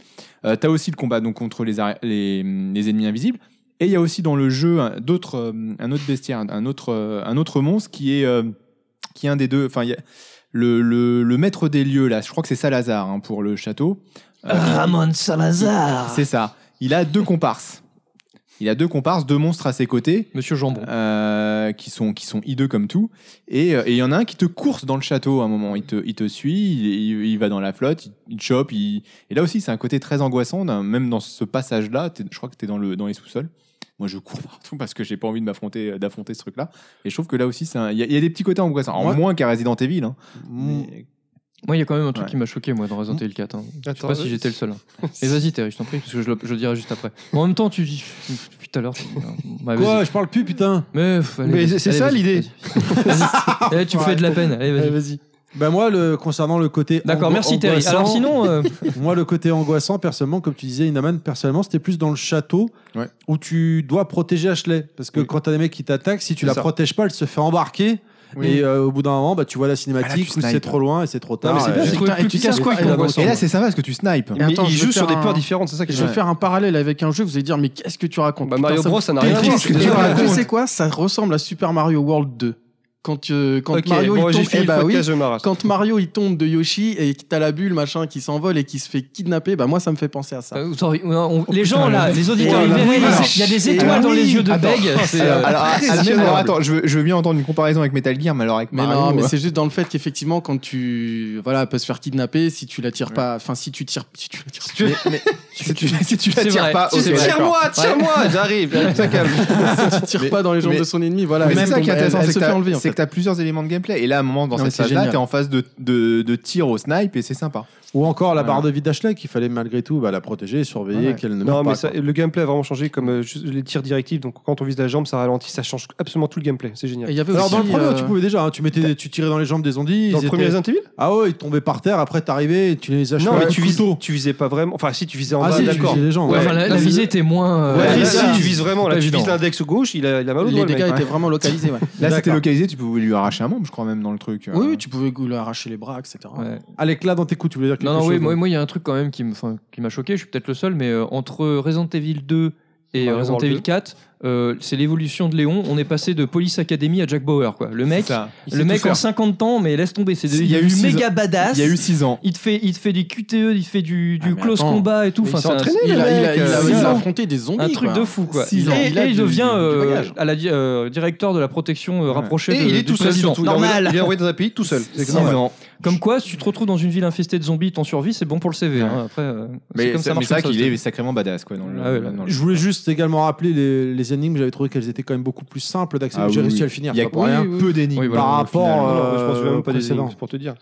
Speaker 8: Euh, T'as aussi le combat donc contre les, ar- les, les ennemis invisibles. Et il y a aussi dans le jeu un, d'autres, euh, un autre bestiaire, un autre, euh, un autre monstre qui est, euh, qui est un des deux. Enfin, il y a le, le, le maître des lieux, là, je crois que c'est Salazar hein, pour le château. Euh,
Speaker 1: Ramon Salazar
Speaker 8: C'est ça. Il a deux comparses. Il a deux comparses, deux monstres à ses côtés.
Speaker 4: Monsieur Jambon.
Speaker 8: Euh, qui sont qui sont hideux comme tout et euh, et il y en a un qui te course dans le château à un moment il te il te suit il, il- il va dans la flotte il, il te chope il- et là aussi c'est un côté très angoissant d'un- même dans ce passage là je crois que t'es dans le dans les sous-sols moi je cours partout parce que j'ai pas envie de m'affronter euh, d'affronter ce truc là et je trouve que là aussi c'est un- il y, a- il y a des petits côtés angoissants Alors,
Speaker 2: Moi-
Speaker 8: moins qu'à Resident Evil hein. Mais-
Speaker 4: Moi, il y a quand même un truc
Speaker 8: Ouais.
Speaker 4: qui m'a choqué, moi, dans Resident Evil 4. hein. Je sais
Speaker 3: Attends,
Speaker 4: pas si
Speaker 3: euh,
Speaker 4: j'étais le seul. hein. Mais vas-y, Terry, je t'en prie, parce que je le, je le dirai juste après. En même temps, tu dis. Depuis tout à l'heure. tu dis, bah, vas-y.
Speaker 2: Quoi Je parle plus, putain
Speaker 4: Mais, euh, pff, allez,
Speaker 3: Mais
Speaker 4: vas-y,
Speaker 3: c'est- c'est
Speaker 4: allez,
Speaker 3: ça,
Speaker 4: vas-y,
Speaker 3: l'idée.
Speaker 4: vas-y. Vas-y. Eh, tu me fais de la peine. Allez, vas-y.
Speaker 2: vas-y. Bah moi, le, concernant le côté
Speaker 4: D'accord,
Speaker 2: ango-
Speaker 4: merci Terry.
Speaker 2: angoissant-
Speaker 4: Alors sinon, euh,
Speaker 2: Moi, le côté angoissant, personnellement, comme tu disais, Inaman, personnellement, c'était plus dans le château
Speaker 8: Ouais.
Speaker 2: où tu dois protéger Ashley. Parce que
Speaker 8: Oui.
Speaker 2: quand t'as des mecs qui t'attaquent, si tu
Speaker 8: C'est
Speaker 2: la
Speaker 8: ça.
Speaker 2: protèges pas, elle se fait embarquer.
Speaker 8: Oui.
Speaker 2: Et euh, au bout d'un moment, bah, tu vois la cinématique
Speaker 8: Ah, là, tu
Speaker 2: où c'est
Speaker 8: snipes.
Speaker 2: trop loin et c'est trop
Speaker 3: Non,
Speaker 2: tard.
Speaker 3: mais c'est bien,
Speaker 2: Et-
Speaker 3: c'est
Speaker 5: putain,
Speaker 3: que
Speaker 5: et
Speaker 3: tu
Speaker 5: tu
Speaker 3: casses
Speaker 5: casses
Speaker 3: quoi
Speaker 5: pas,
Speaker 3: avec
Speaker 5: et la
Speaker 3: l'angoissant
Speaker 8: et là c'est sympa parce que tu snipes
Speaker 5: Mais
Speaker 3: Mais
Speaker 5: attends,
Speaker 3: il
Speaker 5: je
Speaker 3: joue
Speaker 5: vais
Speaker 3: sur
Speaker 5: faire
Speaker 3: des
Speaker 5: un-
Speaker 3: peurs différentes, c'est ça qui est
Speaker 5: Je vais
Speaker 3: chouette.
Speaker 5: faire un parallèle avec un jeu, vous allez dire, mais qu'est-ce que tu racontes
Speaker 3: Bah,
Speaker 5: Putain,
Speaker 3: Mario
Speaker 5: ça me
Speaker 3: Bros, ça n'a rien à
Speaker 5: détruit
Speaker 3: voir.
Speaker 5: ce que tu
Speaker 3: Qu'est-ce que tu
Speaker 5: racontes. Tu
Speaker 3: racontes
Speaker 5: sais quoi Ça ressemble à Super Mario World 2. Quand, euh, quand
Speaker 3: Ok,
Speaker 5: Mario
Speaker 3: bon,
Speaker 5: il
Speaker 3: j'ai
Speaker 5: tombe,
Speaker 3: fini
Speaker 5: eh
Speaker 3: le
Speaker 5: bah oui,
Speaker 3: podcast, je m'arrache.
Speaker 5: quand Mario il tombe de Yoshi et que t'as la bulle machin qui s'envole et qui se fait kidnapper, bah moi ça me fait penser à ça.
Speaker 4: euh, sorry, on- on- les gens là, les auditeurs,
Speaker 5: Et
Speaker 4: ils
Speaker 5: voilà.
Speaker 4: verraient,
Speaker 5: Voilà.
Speaker 4: il y a des étoiles dans les yeux de Beg. c'est, euh,
Speaker 8: alors, ah, ah, mais alors, attends je veux, je veux bien entendre une comparaison avec Metal Gear mais alors avec
Speaker 5: Mais
Speaker 3: Bah,
Speaker 8: Mario
Speaker 5: non, mais
Speaker 8: euh,
Speaker 5: c'est juste dans le fait qu'effectivement quand tu voilà elle peut se faire kidnapper si tu la tires pas, enfin si tu tires, si tu la tires.
Speaker 8: si tu, si tu la
Speaker 4: C'est
Speaker 8: tires
Speaker 4: vrai.
Speaker 8: pas
Speaker 4: Si
Speaker 8: ok,
Speaker 4: tu la tires,
Speaker 8: d'accord.
Speaker 3: Tire-moi, tire-moi, j'arrive. Ça calme.
Speaker 5: tu tires pas dans les jambes
Speaker 8: mais-
Speaker 5: de son ennemi, voilà.
Speaker 8: Mais
Speaker 5: elle-
Speaker 8: c'est ça qui est
Speaker 5: elle-
Speaker 8: intéressant,
Speaker 5: elle
Speaker 8: c'est
Speaker 5: se
Speaker 8: que
Speaker 5: fait
Speaker 8: t'as-
Speaker 5: enlever, en
Speaker 8: c'est
Speaker 5: fait.
Speaker 8: que t'as plusieurs éléments de gameplay. Et là, à un moment, dans
Speaker 5: Non, mais
Speaker 8: cette
Speaker 5: c'est
Speaker 8: phase-là,
Speaker 5: génial.
Speaker 8: t'es en phase de, de, de tir au snipe et c'est sympa.
Speaker 2: Ou encore la barre
Speaker 8: Voilà.
Speaker 2: de vie d'Ashley qu'il fallait malgré tout bah, la protéger, surveiller
Speaker 8: Ouais.
Speaker 2: qu'elle ne meure
Speaker 3: Non, mais
Speaker 2: pas.
Speaker 3: ça-
Speaker 2: quoi.
Speaker 3: le gameplay a vraiment changé, comme euh, ju- les tirs directifs. Donc, quand on vise la jambe, ça ralentit, ça change absolument tout le gameplay. C'est
Speaker 5: Et
Speaker 3: génial.
Speaker 5: il y avait
Speaker 2: Alors
Speaker 5: aussi,
Speaker 2: dans le premier,
Speaker 5: euh,
Speaker 2: tu pouvais déjà, hein, tu, mettais, tu tirais dans les jambes des zombies.
Speaker 3: Dans
Speaker 2: ils
Speaker 3: le premier
Speaker 2: étaient-
Speaker 3: Resident Evil
Speaker 2: Ah ouais, ils tombaient par terre, après t'arrivais et tu les achevais.
Speaker 3: Non, mais
Speaker 2: au
Speaker 3: tu vises,
Speaker 2: couteau.
Speaker 3: tu visais pas vraiment. Enfin, si, tu visais en
Speaker 2: Ah
Speaker 3: bas,
Speaker 2: si, tu
Speaker 3: d'accord.
Speaker 2: visais les gens.
Speaker 4: ouais,
Speaker 2: ouais.
Speaker 4: enfin, la, la
Speaker 3: Là, c'est-
Speaker 4: visée était moins. euh,
Speaker 3: Ouais,
Speaker 4: là,
Speaker 3: là,
Speaker 4: là,
Speaker 3: si, tu vises vraiment.
Speaker 4: pas
Speaker 3: Là, tu
Speaker 4: évident.
Speaker 3: vises l'index gauche, il a, il a mal au
Speaker 5: les
Speaker 3: doigt. le
Speaker 5: dégâts
Speaker 3: mec.
Speaker 5: étaient vraiment localisés. ouais.
Speaker 8: Là, c'était
Speaker 3: D'accord.
Speaker 8: localisé, tu pouvais lui arracher un membre, je crois même, dans le truc.
Speaker 5: Oui,
Speaker 8: Euh,
Speaker 5: oui, tu pouvais lui arracher les bras, etc.
Speaker 4: ouais.
Speaker 2: À l'éclat dans tes coups, tu voulais dire quelque
Speaker 4: Non, non,
Speaker 2: chose.
Speaker 4: oui, moi, moi, il y a un truc quand même qui me- enfin, qui m'a choqué, je suis peut-être le seul, mais euh, entre Resident Evil 2 et
Speaker 3: Mario
Speaker 4: Resident
Speaker 3: World
Speaker 4: Evil
Speaker 3: 2.
Speaker 4: 4, euh, c'est l'évolution de Léon. On est passé de Police Academy à Jack Bauer, quoi. Le mec,
Speaker 8: c'est ça.
Speaker 4: le mec en 50 ans, mais laisse tomber, c'est de-
Speaker 8: Il y
Speaker 4: il
Speaker 8: a
Speaker 4: est
Speaker 8: eu
Speaker 4: devenu
Speaker 8: six
Speaker 4: méga badass.
Speaker 8: Il y a eu 6 ans.
Speaker 4: Il te fait, il te fait des QTE, il te fait du, du
Speaker 5: Ah, mais
Speaker 4: close
Speaker 5: attends.
Speaker 4: combat et tout.
Speaker 3: Mais
Speaker 4: Enfin,
Speaker 3: il s'est
Speaker 4: c'est un-
Speaker 3: entraîné,
Speaker 5: Il
Speaker 3: le
Speaker 5: a, il
Speaker 3: mec.
Speaker 5: a- il a-
Speaker 4: six
Speaker 5: il a
Speaker 4: ans.
Speaker 5: affronté des zombies.
Speaker 4: un truc
Speaker 5: quoi.
Speaker 4: de fou quoi.
Speaker 5: Six
Speaker 4: Il-
Speaker 5: ans.
Speaker 4: et,
Speaker 5: Il a
Speaker 4: et il
Speaker 5: du-
Speaker 4: devient
Speaker 5: du
Speaker 4: euh,
Speaker 5: bagage.
Speaker 4: à la di- euh, directeur de la protection euh, rapprochée
Speaker 3: Et
Speaker 4: de-
Speaker 3: il est
Speaker 4: du
Speaker 3: tout seul,
Speaker 4: président.
Speaker 3: surtout. Il est envoyé-
Speaker 4: Normal.
Speaker 3: Il est envoyé dans un pays tout seul. C'est
Speaker 8: Six
Speaker 3: normal.
Speaker 8: ans.
Speaker 4: Comme quoi, si tu te retrouves dans une ville infestée de zombies, ton survie, c'est bon pour le CV. hein. Après, euh, c'est
Speaker 8: Mais
Speaker 4: comme
Speaker 8: c'est
Speaker 4: ça
Speaker 8: mais
Speaker 4: marche.
Speaker 8: c'est vrai
Speaker 4: comme
Speaker 8: qu'il
Speaker 4: ça.
Speaker 8: est sacrément badass, quoi, dans le.
Speaker 4: Ah ouais, là.
Speaker 8: dans le-
Speaker 2: Je voulais juste également rappeler les, les énigmes, j'avais trouvé qu'elles étaient quand même beaucoup plus simples d'accès.
Speaker 8: Ah
Speaker 2: J'ai
Speaker 8: oui,
Speaker 2: réussi
Speaker 8: oui.
Speaker 2: à le finir,
Speaker 8: Il y a
Speaker 2: pas pour rien.
Speaker 5: oui, oui.
Speaker 8: peu d'énigmes.
Speaker 4: Oui, voilà,
Speaker 2: par
Speaker 8: au final.
Speaker 2: rapport
Speaker 3: Non, non, je pense
Speaker 2: euh,
Speaker 3: même pas des
Speaker 2: précédent.
Speaker 3: énigmes, c'est pour te dire.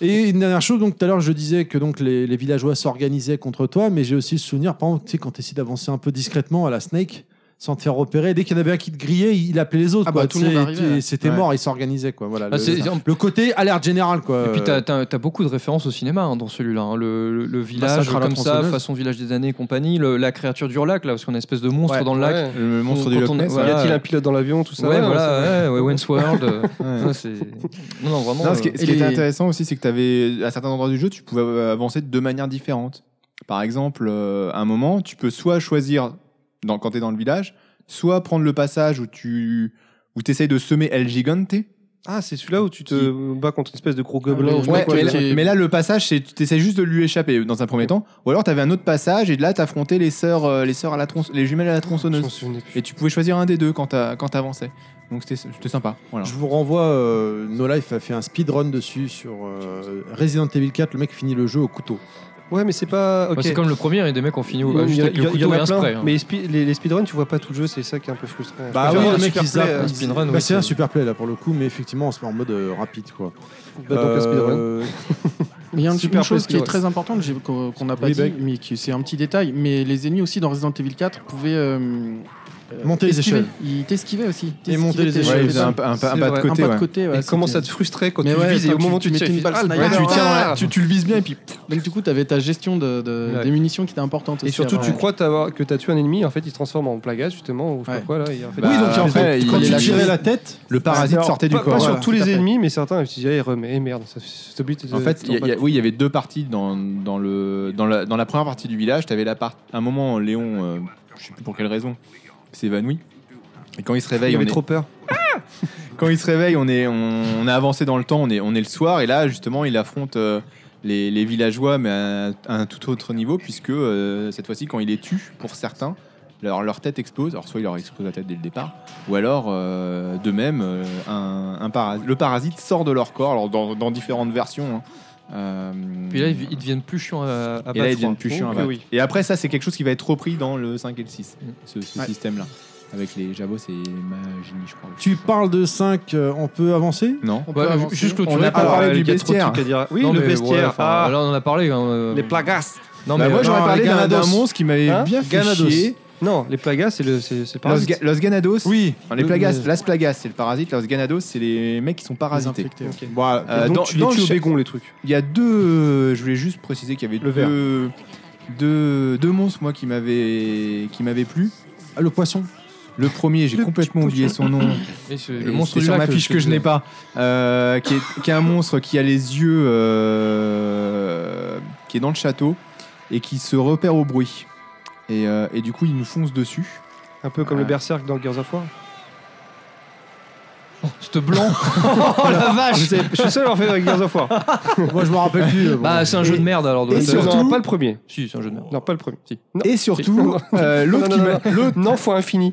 Speaker 2: Et une dernière chose, donc tout à l'heure je disais que donc les, les villageois s'organisaient contre toi, mais j'ai aussi le souvenir, par exemple, tu sais, quand tu essaies d'avancer un peu discrètement à la Snake, sans te faire repérer, dès qu'il y en avait un qui te grillait, il appelait les autres.
Speaker 5: Ah
Speaker 2: quoi,
Speaker 5: bah, tout
Speaker 2: tu
Speaker 5: le
Speaker 2: sais,
Speaker 5: monde arrivait,
Speaker 2: et
Speaker 5: ouais.
Speaker 2: C'était
Speaker 8: Ouais.
Speaker 2: mort, ils s'organisaient. quoi. Voilà,
Speaker 4: Ah,
Speaker 2: le,
Speaker 4: c'est-
Speaker 2: le côté alerte générale. Quoi.
Speaker 4: Et
Speaker 5: Euh,
Speaker 4: puis t'as as, beaucoup de références au cinéma hein, dans celui-là, hein. le, le- le village
Speaker 5: Massacre à la
Speaker 4: comme ça,
Speaker 5: tronçonneuse.
Speaker 4: façon village des années et compagnie, le- la créature du lac là, parce qu'on a une espèce de monstre dans le lac.
Speaker 3: Ouais.
Speaker 8: Le monstre
Speaker 4: Quand
Speaker 8: du
Speaker 4: on-
Speaker 8: Loch Ness.
Speaker 4: ouais.
Speaker 8: ouais.
Speaker 3: Y a-t-il un pilote dans l'avion, tout ça
Speaker 4: ouais,
Speaker 3: Ouais,
Speaker 4: voilà,
Speaker 3: c'est-
Speaker 4: ouais, ouais, Wayne's World. euh,
Speaker 8: Ouais.
Speaker 4: ouais, c'est- non, non, vraiment.
Speaker 8: Non, ce qui,
Speaker 4: euh,
Speaker 8: ce qui
Speaker 5: et
Speaker 8: était
Speaker 5: les-
Speaker 8: intéressant aussi, c'est que t'avais, à certains endroits du jeu, tu pouvais avancer de deux manières différentes. Par exemple, euh, à un moment, tu peux soit choisir, dans, quand tu es dans le village, soit prendre le passage où tu où essayes de semer El Gigante.
Speaker 12: Ah, c'est celui-là où tu te bats contre une espèce de gros gobelin.
Speaker 5: Ah,
Speaker 12: ou je sais pas
Speaker 5: ouais,
Speaker 12: quoi,
Speaker 5: ouais,
Speaker 12: là.
Speaker 5: ouais.
Speaker 8: euh, Mais là, le passage, c'est tu essaies juste de lui échapper euh, dans un premier temps. Ou alors, tu avais un autre passage et là, tu affrontais les sœurs, euh, les sœurs à la tronçon- les jumelles à la
Speaker 12: Je
Speaker 8: tronçonneuse.
Speaker 12: m'en souvenais plus.
Speaker 8: Et tu pouvais choisir un des deux quand t'as- quand t'avançais. Donc c'était c'était sympa. Voilà.
Speaker 2: Je vous renvoie, euh, No Life a fait un speedrun dessus sur euh, Resident Evil 4. Le mec finit le jeu au couteau.
Speaker 12: Ouais, mais c'est pas. ok.
Speaker 4: Bah, c'est comme le premier, et des mecs ont fini au-
Speaker 12: Il y a-
Speaker 4: juste avec
Speaker 12: il y
Speaker 4: le
Speaker 12: a- il y en
Speaker 4: couteau et
Speaker 12: a
Speaker 4: un
Speaker 12: plein,
Speaker 4: spray. hein.
Speaker 12: Mais les, spi- les- les speedruns, tu vois pas tout le jeu, c'est ça qui est un peu frustrant.
Speaker 2: Bah
Speaker 12: Je préfère
Speaker 2: oui, le
Speaker 12: un
Speaker 2: mec
Speaker 12: super
Speaker 2: qui zappe.
Speaker 12: play, euh,
Speaker 2: il-
Speaker 4: speedrun,
Speaker 2: bah,
Speaker 4: oui,
Speaker 2: c'est un
Speaker 4: c'est-
Speaker 2: super play là pour le coup, mais effectivement on se met en mode euh, rapide quoi.
Speaker 12: bah, donc, un speedrun.
Speaker 2: Euh,
Speaker 5: Mais il y a une,
Speaker 12: Super
Speaker 5: une chose qui est
Speaker 12: presque, ouais.
Speaker 5: très importante j'ai- qu'on qu'on n'a pas
Speaker 2: Oui,
Speaker 5: dit,
Speaker 2: Beg.
Speaker 5: mais qui- c'est un petit détail, mais les ennemis aussi dans Resident Evil 4 pouvaient euh, euh,
Speaker 2: Monter les
Speaker 5: esquiver.
Speaker 2: échelles.
Speaker 5: Ils t'esquivaient aussi.
Speaker 2: Et monter les
Speaker 5: T'esquivaient,
Speaker 2: échelles.
Speaker 8: Ouais,
Speaker 2: je
Speaker 8: il faisait
Speaker 5: t'esquivaient.
Speaker 8: un, pa- un pa- un
Speaker 12: C'est
Speaker 8: pas
Speaker 12: vrai,
Speaker 8: de
Speaker 5: Un
Speaker 8: côté.
Speaker 5: pas
Speaker 8: ouais.
Speaker 5: de côté. ouais,
Speaker 12: Et comment ça
Speaker 5: c'était-
Speaker 12: te frustrait quand
Speaker 5: Mais
Speaker 12: tu
Speaker 5: ouais,
Speaker 12: vises et
Speaker 5: quand
Speaker 12: au moment où
Speaker 5: tu
Speaker 12: tu
Speaker 5: mettais
Speaker 12: tires,
Speaker 5: une
Speaker 12: tu
Speaker 5: balle
Speaker 12: fais, ah, le
Speaker 5: sniper.
Speaker 12: bâtard.
Speaker 8: Ouais, tu tiens, ouais, tu, tu le vises bien et puis
Speaker 5: Donc du coup, tu avais ta gestion de, de-
Speaker 4: Ouais.
Speaker 5: des munitions qui était importante
Speaker 12: Et
Speaker 5: aussi
Speaker 12: surtout,
Speaker 5: à-
Speaker 12: tu crois t'avoir- que t'as tué un ennemi, en fait, il se transforme en plagas, justement, ou je sais pas
Speaker 5: Ouais.
Speaker 12: quoi, là. et en fait-
Speaker 8: Bah,
Speaker 2: oui donc en
Speaker 8: après,
Speaker 2: fait
Speaker 8: il-
Speaker 2: quand
Speaker 5: il
Speaker 2: tu
Speaker 5: a-
Speaker 2: tirais la tête,
Speaker 8: le parasite
Speaker 12: Alors,
Speaker 8: sortait du
Speaker 12: pas,
Speaker 8: corps.
Speaker 12: Pas
Speaker 8: Voilà.
Speaker 12: sur tous
Speaker 5: tout à
Speaker 12: les
Speaker 5: fait.
Speaker 12: ennemis, mais certains, je me suis dit, ah, il remet, eh, merde, ça, cette bite,
Speaker 8: En
Speaker 12: euh,
Speaker 8: fait,
Speaker 12: tombe
Speaker 8: il y a-
Speaker 12: pas.
Speaker 8: il y a- oui, il y avait deux parties dans, dans le, dans, la, dans la première partie du village. T'avais la part, un moment, Léon, euh, je sais plus pour quelle raison, s'évanouit. Et quand il se réveille,
Speaker 12: il
Speaker 8: on
Speaker 12: avait
Speaker 8: est-
Speaker 12: trop peur.
Speaker 8: quand il se réveille, on est, on, on a avancé dans le temps, on est, on est le soir, et là, justement, il affronte euh, les, les villageois, mais à, à un tout autre niveau, puisque euh, cette fois-ci, quand il les tue, pour certains, leur, leur tête explose. Alors, soit il leur explose la tête dès le départ, ou alors, euh, de même, euh, un, un paras- le parasite sort de leur corps, alors dans, dans différentes versions. hein. Euh,
Speaker 4: Puis là, ils, ils deviennent plus chiants à, à
Speaker 8: et là, ils deviennent plus chiants. à
Speaker 12: que
Speaker 8: battre.
Speaker 12: oui.
Speaker 8: Et après, ça, c'est quelque chose qui va être repris dans le 5 et le 6,
Speaker 4: Mm.
Speaker 8: ce, ce
Speaker 5: Ouais.
Speaker 8: système-là. Avec les jabots, c'est magie, je crois.
Speaker 2: tu parles de 5, on peut avancer
Speaker 8: Non.
Speaker 5: On peut
Speaker 4: Ouais, mais
Speaker 5: avancer.
Speaker 4: juste
Speaker 8: On
Speaker 4: clôturer.
Speaker 8: a pas
Speaker 4: par-
Speaker 8: parlé
Speaker 4: euh,
Speaker 8: du
Speaker 4: il y a trop de
Speaker 8: bestiaire.
Speaker 4: trucs à dire.
Speaker 12: Oui,
Speaker 4: Non,
Speaker 12: le
Speaker 4: mais
Speaker 12: bestiaire,
Speaker 4: ouais, enfin,
Speaker 12: ah.
Speaker 4: Là, on en a parlé. hein, euh,
Speaker 12: Les plagas.
Speaker 4: Non,
Speaker 8: Bah,
Speaker 4: mais
Speaker 8: moi j'aurais
Speaker 2: non,
Speaker 8: parlé
Speaker 2: les
Speaker 8: d'un- d'un
Speaker 2: Ganados.
Speaker 8: monstre qui m'avait
Speaker 12: Hein
Speaker 8: bien fait
Speaker 2: Ganados.
Speaker 8: chier.
Speaker 12: Non, les plagas, c'est le, c'est, c'est
Speaker 8: Los,
Speaker 12: parasite.
Speaker 8: Ga- Los Ganados.
Speaker 2: Oui.
Speaker 8: Enfin, les plagas, Las Plagas, c'est le parasite. Los Ganados, c'est les mecs qui sont
Speaker 5: les
Speaker 8: parasités.
Speaker 5: infecter.
Speaker 2: Voilà.
Speaker 8: Euh,
Speaker 12: Donc,
Speaker 8: dans-
Speaker 12: tu les
Speaker 8: dans
Speaker 12: tues
Speaker 8: le
Speaker 12: au
Speaker 8: cha-
Speaker 12: bégon, les trucs.
Speaker 8: Il y a deux. Je voulais juste préciser qu'il y avait
Speaker 2: Le vert.
Speaker 8: deux, deux, deux monstres, moi, qui m'avaient qui m'avaient plu.
Speaker 2: Le poisson.
Speaker 8: Le premier, j'ai complètement oublié son nom.
Speaker 4: mais c'est
Speaker 8: Et
Speaker 4: le monstre
Speaker 8: c'était
Speaker 4: du
Speaker 8: sur
Speaker 4: lac,
Speaker 8: ma fiche que je n'ai pas. Euh, qui, est, qui est un monstre qui a les yeux. euh, qui est dans le château et qui se repère au bruit. Et, euh, et du coup, il nous fonce dessus.
Speaker 12: Un peu comme
Speaker 8: Ouais.
Speaker 12: le berserk dans Gears of War.
Speaker 4: Ce blanc. oh la vache
Speaker 12: Je suis le seul à avoir fait avec Gears of War.
Speaker 2: Moi je me rappelle plus. euh, bon.
Speaker 4: Bah, c'est un jeu de merde alors. doit
Speaker 8: et
Speaker 4: être-
Speaker 8: surtout-
Speaker 12: Non, pas le premier.
Speaker 4: Si, c'est un jeu de merde.
Speaker 12: Non, pas le premier. Si. Non.
Speaker 8: Et surtout, euh, l'autre
Speaker 12: Non,
Speaker 8: qui
Speaker 12: non,
Speaker 8: m'a- l'autre-
Speaker 12: Non, fois infini.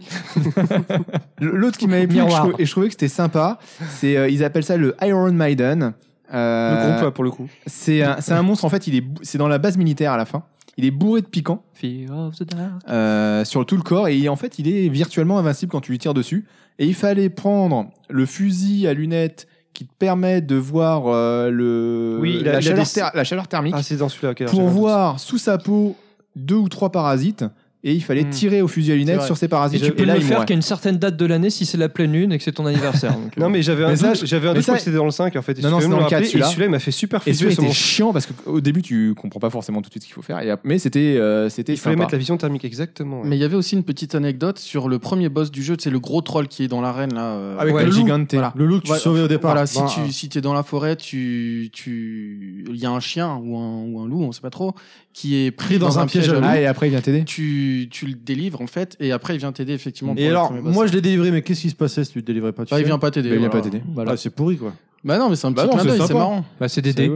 Speaker 8: l'autre qui m'avait plu, et que je
Speaker 4: Miroir.
Speaker 8: trou- et je trouvais que c'était sympa, c'est euh, ils appellent ça le Iron Maiden.
Speaker 12: Le
Speaker 8: Euh,
Speaker 12: groupe, là, pour le coup.
Speaker 8: c'est un, c'est un monstre en fait, il est bou- c'est dans la base militaire à la fin. Il est bourré de piquants
Speaker 4: Fear of the dark.
Speaker 8: euh, sur tout le corps et en fait, il est virtuellement invincible quand tu lui tires dessus. Et il fallait prendre le fusil à lunettes qui te permet de voir euh, le
Speaker 12: Oui, il a-
Speaker 8: la,
Speaker 12: il a
Speaker 8: chaleur
Speaker 12: des-
Speaker 8: ther- la chaleur thermique
Speaker 12: Ah, c'est dans celui-là. ok,
Speaker 8: pour
Speaker 12: j'avais un
Speaker 8: voir sous sa peau deux ou trois parasites et il fallait
Speaker 4: Hmm.
Speaker 8: tirer au fusil à lunettes
Speaker 5: vrai.
Speaker 8: sur ces
Speaker 4: Et
Speaker 8: parasites
Speaker 4: tu peux
Speaker 8: là
Speaker 4: le
Speaker 8: il
Speaker 4: faire
Speaker 8: mourait.
Speaker 4: qu'à une certaine date de l'année si c'est la pleine lune et que c'est ton anniversaire. donc,
Speaker 12: doute. Non, mais j'avais un
Speaker 8: Mais ça,
Speaker 12: doute, j'avais un
Speaker 8: mais
Speaker 12: doute, je
Speaker 8: ça-
Speaker 12: crois que c'était dans le 5, en fait. et
Speaker 8: Non, non,
Speaker 12: celui-là
Speaker 8: c'est
Speaker 12: me
Speaker 8: dans le
Speaker 12: rappelé,
Speaker 8: quatre, celui-là.
Speaker 12: Et celui-là, il m'a fait super
Speaker 8: Et celui-là
Speaker 12: flipper, ce
Speaker 8: était
Speaker 12: monstre.
Speaker 8: chiant parce qu'au début tu comprends pas forcément tout de suite ce qu'il faut faire. Et ap- mais c'était euh, c'était
Speaker 12: Il fallait
Speaker 8: sympa.
Speaker 12: mettre la vision thermique, exactement. ouais.
Speaker 5: Mais il y avait aussi une petite anecdote sur le premier boss du jeu, c'est le gros troll qui est dans l'arène là. euh,
Speaker 2: Avec
Speaker 5: ouais,
Speaker 2: le
Speaker 5: le
Speaker 2: loup.
Speaker 8: gigante.
Speaker 5: Voilà.
Speaker 2: Le loup que tu
Speaker 5: Ouais,
Speaker 2: sauvais au départ.
Speaker 5: Voilà, si
Speaker 2: Bah,
Speaker 8: euh.
Speaker 5: tu si t'es dans la forêt, tu tu il y a un chien ou un ou un loup, on sait pas trop, qui est pris dans, un, piège. à loup.
Speaker 8: Ah, et après il vient t'aider.
Speaker 5: Tu tu le délivres en fait et après il vient t'aider effectivement. pour
Speaker 2: Et
Speaker 5: le
Speaker 2: alors,
Speaker 5: premier boss.
Speaker 2: moi je l'ai délivré, mais qu'est-ce qui se passait si tu le délivrais pas tu
Speaker 5: Bah, il
Speaker 2: sais
Speaker 5: vient pas t'aider.
Speaker 8: Bah, il vient
Speaker 5: voilà.
Speaker 8: pas t'aider.
Speaker 2: Ah, c'est pourri quoi.
Speaker 5: Bah non, mais c'est un
Speaker 8: Bah
Speaker 5: petit
Speaker 8: non,
Speaker 5: clin
Speaker 8: c'est
Speaker 5: d'œil, c'est
Speaker 8: sympa.
Speaker 5: marrant.
Speaker 4: Bah, c'est des dés.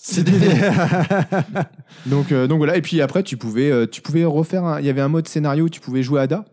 Speaker 2: C'est des
Speaker 8: Donc euh, donc voilà. Et puis après tu pouvais euh, tu pouvais refaire. un- Il y avait un mode scénario où tu pouvais jouer Ada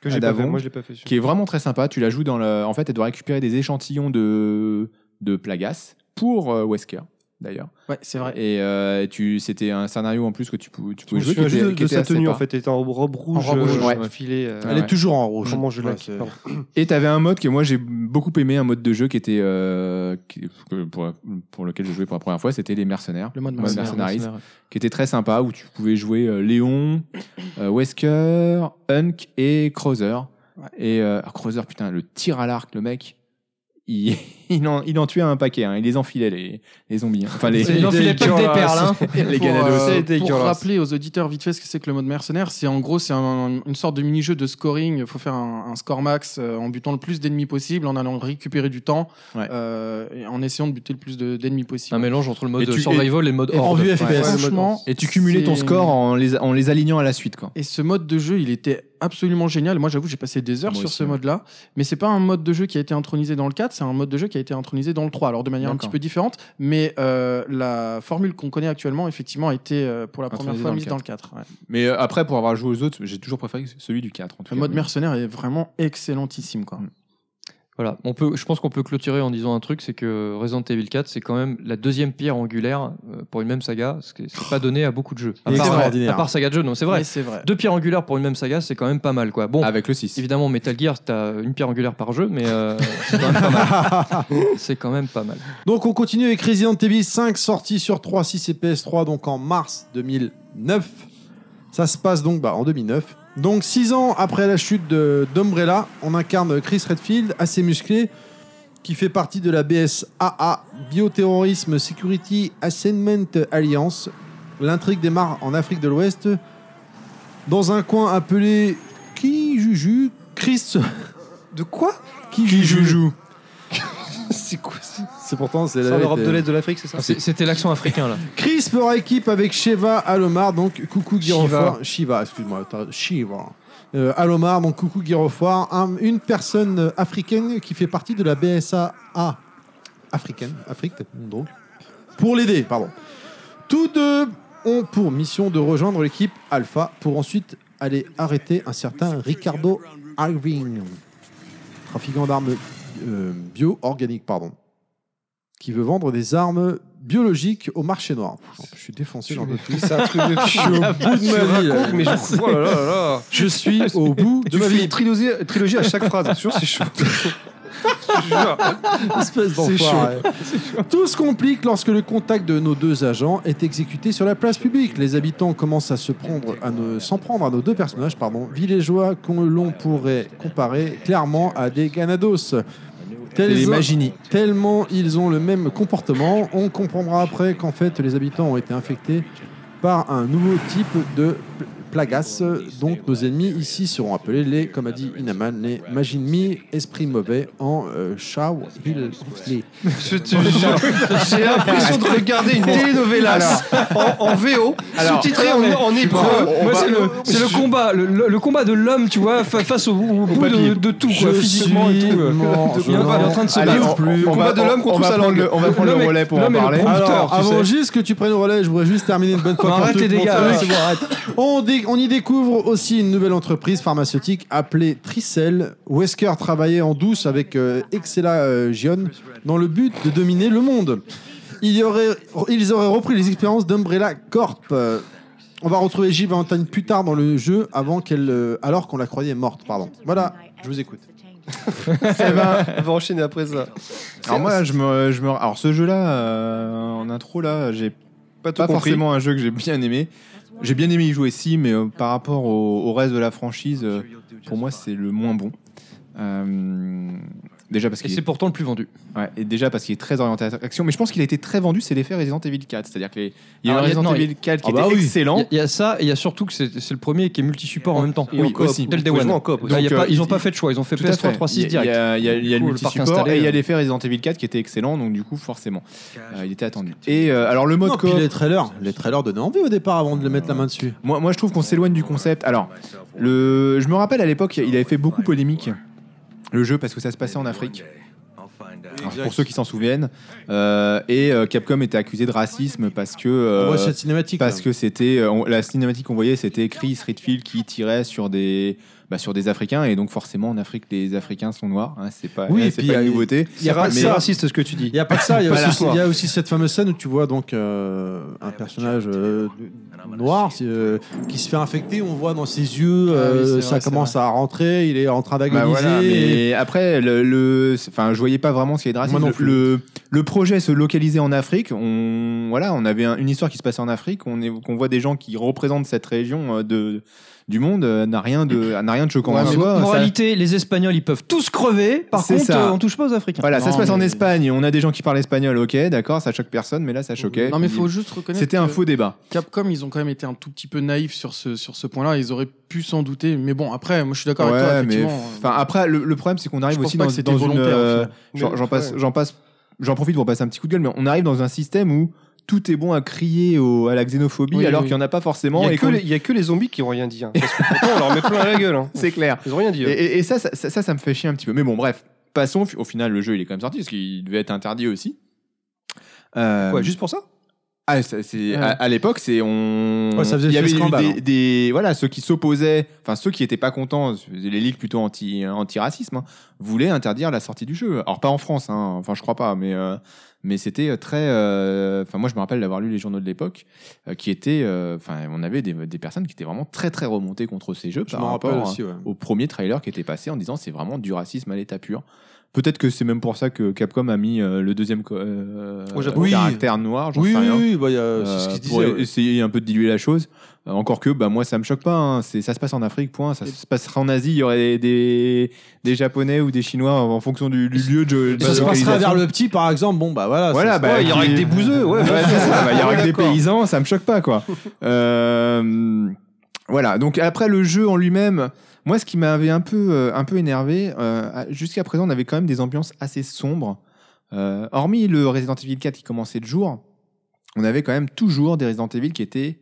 Speaker 12: que j'ai
Speaker 8: Ah,
Speaker 12: pas fait.
Speaker 8: d'avant.
Speaker 12: Moi, je l'ai pas fait. celui-là.
Speaker 8: qui est vraiment très sympa. Tu la joues dans le. En fait elle doit récupérer des échantillons de de Plagas pour euh, Wesker d'ailleurs.
Speaker 5: Ouais, c'est vrai.
Speaker 8: Et euh, tu c'était un scénario en plus que tu pouvais tu
Speaker 12: Je me
Speaker 8: pouvais
Speaker 12: souviens
Speaker 8: jouer. qui
Speaker 12: juste de,
Speaker 8: était- qui
Speaker 12: de
Speaker 8: était
Speaker 12: sa
Speaker 8: assez
Speaker 12: tenue, en
Speaker 8: pas-
Speaker 12: fait. Elle était en robe rouge,
Speaker 4: robe
Speaker 12: euh,
Speaker 8: rouge,
Speaker 12: ouais. filée. euh,
Speaker 8: Ouais.
Speaker 2: Elle est toujours en rouge.
Speaker 12: Comment je
Speaker 2: Ouais,
Speaker 12: l'ai
Speaker 2: c'est-
Speaker 12: pardon.
Speaker 8: Et t'avais un mode que moi j'ai beaucoup aimé, un mode de jeu qui était euh, qui- que- pour, pour lequel je jouais pour la première fois, c'était les mercenaires,
Speaker 5: Le mode
Speaker 8: Ouais,
Speaker 5: mercenaire.
Speaker 8: Mercenaries, qui était très sympa où tu pouvais jouer euh, Léon, euh, Wesker, Hunk et Crowther.
Speaker 5: Ouais.
Speaker 8: Et euh, ah, Crowther, putain, le tir à l'arc, le mec, il, il, en, il en tuait un paquet. hein. Il les enfilait, les, les zombies. hein. Enfin, les,
Speaker 4: Il enfilait pas que des perles, hein.
Speaker 8: les
Speaker 5: pour,
Speaker 8: Galados.
Speaker 5: euh,
Speaker 8: C'était
Speaker 5: pour
Speaker 8: dégueulasse.
Speaker 5: rappeler aux auditeurs vite fait ce que c'est que le mode mercenaire, c'est en gros c'est un- une sorte de mini-jeu de scoring. Il faut faire un, un score max euh, en butant le plus d'ennemis possible, en allant récupérer du temps,
Speaker 8: Ouais.
Speaker 5: euh, et en essayant de buter le plus de- d'ennemis possible.
Speaker 4: Un mélange entre le mode
Speaker 8: Et tu-
Speaker 4: survival et, le mode horde.
Speaker 2: vue FPS.
Speaker 8: Ouais.
Speaker 5: Franchement,
Speaker 8: Et tu cumulais ton
Speaker 5: c'est-
Speaker 8: score en les, en les alignant à la suite, quoi.
Speaker 5: Et ce mode de jeu, il était absolument génial. Moi, j'avoue, j'ai passé des heures
Speaker 8: Moi
Speaker 5: sur
Speaker 8: aussi,
Speaker 5: ce
Speaker 8: ouais.
Speaker 5: mode-là. Mais c'est pas un mode de jeu qui a été intronisé dans le 4, c'est un mode de jeu qui a été intronisé dans le 3. Alors, de manière un
Speaker 8: D'accord.
Speaker 5: petit peu différente. Mais euh, la formule qu'on connaît actuellement, effectivement, a été euh, pour la première
Speaker 8: Intronisée
Speaker 5: fois
Speaker 8: dans le
Speaker 5: mise dans le 4. ouais.
Speaker 8: Mais euh, après, pour avoir joué aux autres, j'ai toujours préféré celui du 4. En tout
Speaker 5: Le
Speaker 8: cas.
Speaker 5: mode
Speaker 8: Mais-
Speaker 5: mercenaire est vraiment excellentissime. Quoi.
Speaker 4: Voilà, on peut, je pense qu'on peut clôturer en disant un truc, c'est que Resident Evil 4, c'est quand même la deuxième pierre angulaire euh, pour une même saga, ce qui n'est pas donné à beaucoup de jeux. À
Speaker 2: Et
Speaker 4: part,
Speaker 2: extraordinaire.
Speaker 4: à part saga de jeux, non, c'est vrai.
Speaker 5: Mais c'est vrai.
Speaker 4: Deux pierres angulaires pour une même saga, c'est quand même pas mal, quoi. Bon,
Speaker 8: Avec le 6.
Speaker 4: évidemment, Metal Gear, t'as une pierre angulaire par jeu, mais euh, c'est quand même pas mal. C'est quand même pas mal.
Speaker 2: Donc on continue avec Resident Evil 5 sorti sur 3, 6 et PS3 donc en mars 2009. Ça se passe donc bah, en 2009. Donc 6 ans après la chute de- d'Umbrella, on incarne Chris Redfield, assez musclé, qui fait partie de la BSAA, Bioterrorisme Security Assignment Alliance. L'intrigue démarre en Afrique de l'Ouest, dans un coin appelé Kijuju. Chris
Speaker 12: De quoi
Speaker 2: Kijuju.
Speaker 12: C'est quoi ça
Speaker 2: C'est pourtant, c'est
Speaker 12: C'est en
Speaker 2: la
Speaker 12: Europe de l'Est de l'Afrique, c'est ça
Speaker 4: C'est- C'était l'accent africain, là.
Speaker 2: Chris fera équipe avec Sheva Alomar, donc coucou Guirofoire. Shiva, excuse-moi, t'as- Shiva. Euh, Alomar, donc coucou Guirofoire, un- une personne euh, africaine qui fait partie de la BSAA africaine, Afrique, donc, pour l'aider, pardon. Tous deux ont pour mission de rejoindre l'équipe Alpha pour ensuite aller arrêter un certain Ricardo Irving, trafiquant d'armes euh, bio-organiques, pardon qui veut vendre des armes biologiques au marché noir. Oh, je suis défoncé, j'en peux plus.
Speaker 12: C'est un truc de
Speaker 2: Je suis au bout de ma vie. euh. là.
Speaker 12: mais je. Oh là là là là.
Speaker 2: Je suis au bout de
Speaker 12: Tu
Speaker 2: ma
Speaker 12: fais
Speaker 2: vie.
Speaker 12: une trilogie, trilogie à chaque phrase. Sûr, c'est chaud. Je jure.
Speaker 2: Espèce d'enfoiré. Tout se complique lorsque le contact de nos deux agents est exécuté sur la place publique. Les habitants commencent à se prendre, à ne- s'en prendre à nos deux personnages, pardon, villageois que l'on pourrait comparer clairement à des ganados. Tels
Speaker 8: les
Speaker 2: en-
Speaker 8: Magini.
Speaker 2: Tellement ils ont le même comportement, on comprendra après qu'en fait les habitants ont été infectés par un nouveau type de pl- plagas. Donc nos ennemis ici seront appelés les, comme a dit Inaman, les Maginmi, esprits mauvais en euh, Shao Hill.
Speaker 12: Je te jure. J'ai l'impression de regarder une telenovelas en, en VO, sous-titrée en, en hébreu.
Speaker 4: Moi, c'est le, c'est le combat, le, le- le combat de l'homme, tu vois, fa- face au, au bout de, de tout, quoi, physiquement et tout. euh.
Speaker 2: mort,
Speaker 4: Il est en train de se
Speaker 8: Allez,
Speaker 4: battre.
Speaker 8: on,
Speaker 12: Le
Speaker 8: on
Speaker 12: combat
Speaker 8: va,
Speaker 12: de l'homme
Speaker 8: on-
Speaker 12: contre
Speaker 8: on va
Speaker 12: sa
Speaker 8: prendre
Speaker 12: langue.
Speaker 8: le- on va prendre le,
Speaker 4: L'homme est-
Speaker 8: relais pour en
Speaker 4: l'homme est le
Speaker 8: parler.
Speaker 4: prompteur,
Speaker 2: Alors,
Speaker 4: tu sais.
Speaker 2: avant juste que tu prennes le relais, je voudrais juste terminer une bonne fois.
Speaker 4: Bon,
Speaker 2: pour
Speaker 4: arrête
Speaker 2: toutes
Speaker 4: les
Speaker 2: pour
Speaker 4: dégâts,
Speaker 2: savoir
Speaker 4: ouais.
Speaker 2: si- On, dé- on y découvre aussi une nouvelle entreprise pharmaceutique appelée Tricel. Wesker travaillait en douce avec euh, Excella euh, Gion dans le but de dominer le monde. Il y aurait- ils auraient repris les expériences d'Umbrella Corp. Euh, on va retrouver Jill Valentine plus tard dans le jeu avant qu'elle, euh, alors qu'on la croyait morte. Pardon. Voilà, je vous écoute.
Speaker 12: On va enchaîner après ça.
Speaker 8: Alors moi, je me, je me, alors ce jeu-là, euh, en intro là, j'ai pas,
Speaker 12: compris.
Speaker 8: forcément un jeu que j'ai bien aimé. J'ai bien aimé y jouer si, mais euh, par rapport au, au reste de la franchise, euh, pour moi, c'est le moins bon. Euh, déjà parce
Speaker 4: Et
Speaker 8: qu'il
Speaker 4: c'est
Speaker 8: est,
Speaker 4: pourtant le plus vendu.
Speaker 8: ouais, et déjà parce qu'il est très orienté à l'action, mais je pense qu'il a été très vendu, c'est l'effet Resident Evil 4, c'est-à-dire que les, il y a eu
Speaker 4: Alors, il y a-
Speaker 8: Resident
Speaker 4: non,
Speaker 8: Evil 4 qui
Speaker 4: Ah bah
Speaker 8: était
Speaker 4: oui.
Speaker 8: excellent.
Speaker 4: Il y a- il y, a ça, et il y a surtout que c'est c'est le premier qui est multi-support en même temps.
Speaker 8: Oui, aussi.
Speaker 4: Tel Day
Speaker 8: Faut jouer
Speaker 4: One.
Speaker 8: en coop aussi.
Speaker 4: Là, il y a
Speaker 8: Donc,
Speaker 4: pas-
Speaker 8: euh,
Speaker 4: ils n'ont
Speaker 8: il-
Speaker 4: pas fait de choix, ils ont fait
Speaker 8: Tout à
Speaker 4: PS3,
Speaker 8: fait.
Speaker 4: 3, 6
Speaker 8: Il y a-
Speaker 4: direct.
Speaker 8: Il y a, il y
Speaker 4: Du
Speaker 8: a le
Speaker 4: coup, le parc
Speaker 8: multi-support
Speaker 4: installé,
Speaker 8: et il y a
Speaker 4: euh.
Speaker 8: l'effet Resident Evil 4 qui était excellent, donc du coup, forcément, euh, il était attendu. Et euh, alors, le mode
Speaker 2: Non, puis
Speaker 8: coop-
Speaker 2: les trailers, les trailers donnaient envie au départ avant de le mettre la main dessus.
Speaker 8: Moi, moi, je trouve qu'on s'éloigne du concept. Alors, le, je me rappelle à l'époque, il avait fait beaucoup polémique le jeu parce que ça se passait en Afrique. Alors, pour ceux qui s'en souviennent, Euh, et euh, Capcom était accusé de racisme parce que euh,
Speaker 2: On voit cette cinématique.
Speaker 8: parce
Speaker 2: là.
Speaker 8: que c'était euh, on- la cinématique qu'on voyait, c'était Chris Redfield qui tirait sur des bah, sur des Africains et donc forcément en Afrique, les Africains sont noirs. hein, c'est pas
Speaker 2: Oui, et
Speaker 8: c'est
Speaker 2: puis,
Speaker 8: pas une
Speaker 2: euh,
Speaker 8: nouveauté.
Speaker 2: il y a pas que
Speaker 8: mais-
Speaker 2: ça.
Speaker 12: raciste ce que tu
Speaker 2: Il
Speaker 12: dis.
Speaker 2: n'y a pas que ça, il y, a
Speaker 12: Pas
Speaker 2: aussi,
Speaker 12: la
Speaker 2: il y a aussi cette fameuse scène où tu vois donc euh, un personnage euh, noir c'est, euh, qui se fait infecter, on voit dans ses
Speaker 8: Ah
Speaker 2: yeux, euh,
Speaker 5: c'est vrai,
Speaker 2: ça
Speaker 5: c'est
Speaker 2: commence à rentrer, il est en train
Speaker 8: Bah
Speaker 2: d'agoniser.
Speaker 8: voilà,
Speaker 2: et-
Speaker 8: mais après, le, le- enfin, je voyais pas vraiment ce qu'il y avait de racisme.
Speaker 2: Moi non
Speaker 8: Le-
Speaker 2: plus.
Speaker 8: Le, le projet se localisait en Afrique. On, voilà, on avait un- une histoire qui se passait en Afrique. On, est, qu'on voit des gens qui représentent cette région euh, de, du monde euh, n'a rien de n'a rien de choquant en
Speaker 5: mais
Speaker 8: soi. Ça-
Speaker 4: Moralité, les Espagnols, ils peuvent tous crever. Par
Speaker 8: C'est
Speaker 4: contre,
Speaker 8: ça.
Speaker 4: euh, on touche pas aux Africains.
Speaker 8: Voilà, ça
Speaker 5: Non,
Speaker 8: se passe en
Speaker 5: mais-
Speaker 8: Espagne. On a des gens qui parlent espagnol, ok, d'accord, ça choque personne, mais là ça choquait.
Speaker 5: Non, mais
Speaker 8: Puis,
Speaker 5: faut juste reconnaître.
Speaker 8: C'était un
Speaker 5: que
Speaker 8: faux débat.
Speaker 5: Capcom, ils ont quand même été un tout petit peu naïfs sur ce, sur ce point-là. Ils auraient pu s'en douter. Mais bon, après, moi, je suis d'accord avec toi.
Speaker 8: Ouais, mais
Speaker 5: effectivement.
Speaker 8: enfin après le, le problème c'est qu'on arrive
Speaker 5: pense
Speaker 8: aussi
Speaker 5: pas
Speaker 8: dans,
Speaker 5: que c'était
Speaker 8: dans une.
Speaker 5: volontaire, au
Speaker 8: euh,
Speaker 5: final.
Speaker 8: j'en
Speaker 12: Mais-
Speaker 8: j'en passe,
Speaker 12: ouais.
Speaker 8: j'en passe, j'en profite pour passer un petit coup de gueule, mais on arrive dans un système où tout est bon à crier au- à la xénophobie,
Speaker 5: Oui,
Speaker 8: alors
Speaker 5: oui.
Speaker 8: qu'il n'y en a pas forcément.
Speaker 12: Il
Speaker 8: et
Speaker 12: n'y a, que
Speaker 8: qu'on-
Speaker 12: les- il y a que les zombies qui n'ont rien dit. hein. Parce que pourtant, on leur met plein la gueule. hein.
Speaker 8: C'est clair.
Speaker 12: Ils n'ont rien dit.
Speaker 8: Et,
Speaker 12: eux.
Speaker 8: et- et ça, ça, ça, ça, ça me fait chier un petit peu. Mais bon, bref, passons. Au final, le jeu, il est quand même sorti parce qu'il devait être interdit aussi. Euh,
Speaker 12: Ouais, juste pour ça
Speaker 8: ah, ça, c'est- à, à l'époque, c'est on.
Speaker 2: Ouais, ça faisait
Speaker 8: il y
Speaker 2: le
Speaker 8: avait eu
Speaker 2: scandale, hein.
Speaker 8: des, des- voilà ceux qui s'opposaient, enfin ceux qui n'étaient pas contents, les ligues plutôt anti anti-racisme, hein, voulaient interdire la sortie du jeu. Alors pas en France, hein, enfin je crois pas, mais euh, mais c'était très. euh, Enfin moi je me rappelle d'avoir lu les journaux de l'époque, euh, qui étaient, euh, enfin on avait des, des personnes qui étaient vraiment très très remontées contre ces jeux
Speaker 2: Je
Speaker 8: par
Speaker 2: m'en rappelle
Speaker 8: rapport hein. à-
Speaker 2: aussi, ouais.
Speaker 8: au premier trailer qui était passé en disant c'est vraiment du racisme à l'état pur. Peut-être que c'est même pour ça que Capcom a mis euh, le deuxième co- euh,
Speaker 2: Au Japon. Oui.
Speaker 8: caractère noir, j'en
Speaker 2: Oui,
Speaker 8: sais
Speaker 2: oui,
Speaker 8: rien.
Speaker 2: oui, bah, y a-
Speaker 8: Euh,
Speaker 2: c'est ce qu'ils
Speaker 8: pour
Speaker 2: disaient. ouais.
Speaker 8: essayer un peu de diluer la chose. Euh, Encore que, bah, moi, ça me choque pas. hein. C'est, ça se passe en Afrique, point. Ça se passera en Asie. Il y aurait des, des Japonais ou des Chinois en fonction du, du lieu de, de
Speaker 2: Ça se
Speaker 8: localisation.
Speaker 2: passera vers le petit, par exemple. Bon, bah voilà.
Speaker 8: Voilà,
Speaker 2: ça-
Speaker 8: bah,
Speaker 2: ouais,
Speaker 8: qui-
Speaker 2: aurait que bouseux.
Speaker 8: Ouais, c'est
Speaker 2: Ah,
Speaker 8: ça. Bah, Il y aura que des
Speaker 12: D'accord.
Speaker 8: paysans, ça me choque pas, quoi. Euh, voilà. Donc après le jeu en lui-même, moi, ce qui m'avait un peu, euh, un peu énervé, euh, à- jusqu'à présent, on avait quand même des ambiances assez sombres. Euh, hormis le Resident Evil 4 qui commençait de jour, on avait quand même toujours des Resident Evil qui étaient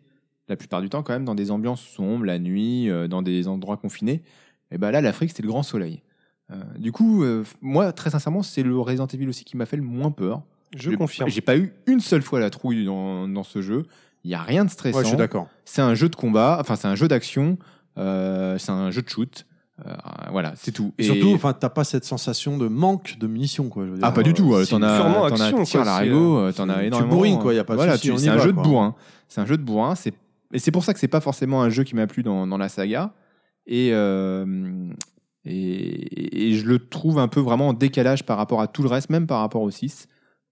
Speaker 8: la plupart du temps quand même dans des ambiances sombres, la nuit, euh, dans des endroits confinés. Et ben là, l'Afrique, c'était le grand soleil. Euh, du coup, euh, moi, très sincèrement, c'est le Resident Evil aussi qui m'a fait le moins peur.
Speaker 12: Je
Speaker 8: J'ai-
Speaker 12: confirme.
Speaker 8: J'ai pas eu une seule fois la trouille dans, dans ce jeu. Il y a rien de stressant.
Speaker 2: Ouais, je suis d'accord.
Speaker 8: c'est un jeu de combat, enfin c'est un jeu d'action, euh, c'est un jeu de shoot. Euh, voilà, c'est tout.
Speaker 2: Et surtout, enfin, t'as pas cette sensation de manque de munitions, quoi. je veux dire.
Speaker 8: ah pas du tout. euh,
Speaker 12: c'est
Speaker 8: T'en as,
Speaker 12: purement
Speaker 8: t'en as
Speaker 12: action,
Speaker 8: tir à
Speaker 12: quoi, c'est,
Speaker 8: l'arigot, euh, t'en
Speaker 2: tu-
Speaker 8: as
Speaker 2: tu
Speaker 8: énormément.
Speaker 2: bourrines, quoi, y a pas de
Speaker 8: voilà,
Speaker 2: souci,
Speaker 8: tu-
Speaker 2: on y
Speaker 8: C'est un,
Speaker 2: va,
Speaker 8: jeu de
Speaker 2: quoi.
Speaker 8: bourrin. C'est un jeu de bourrin. C'est et c'est pour ça que c'est pas forcément un jeu qui m'a plu dans, dans la saga. Et, euh, et et je le trouve un peu vraiment en décalage par rapport à tout le reste, même par rapport au 6,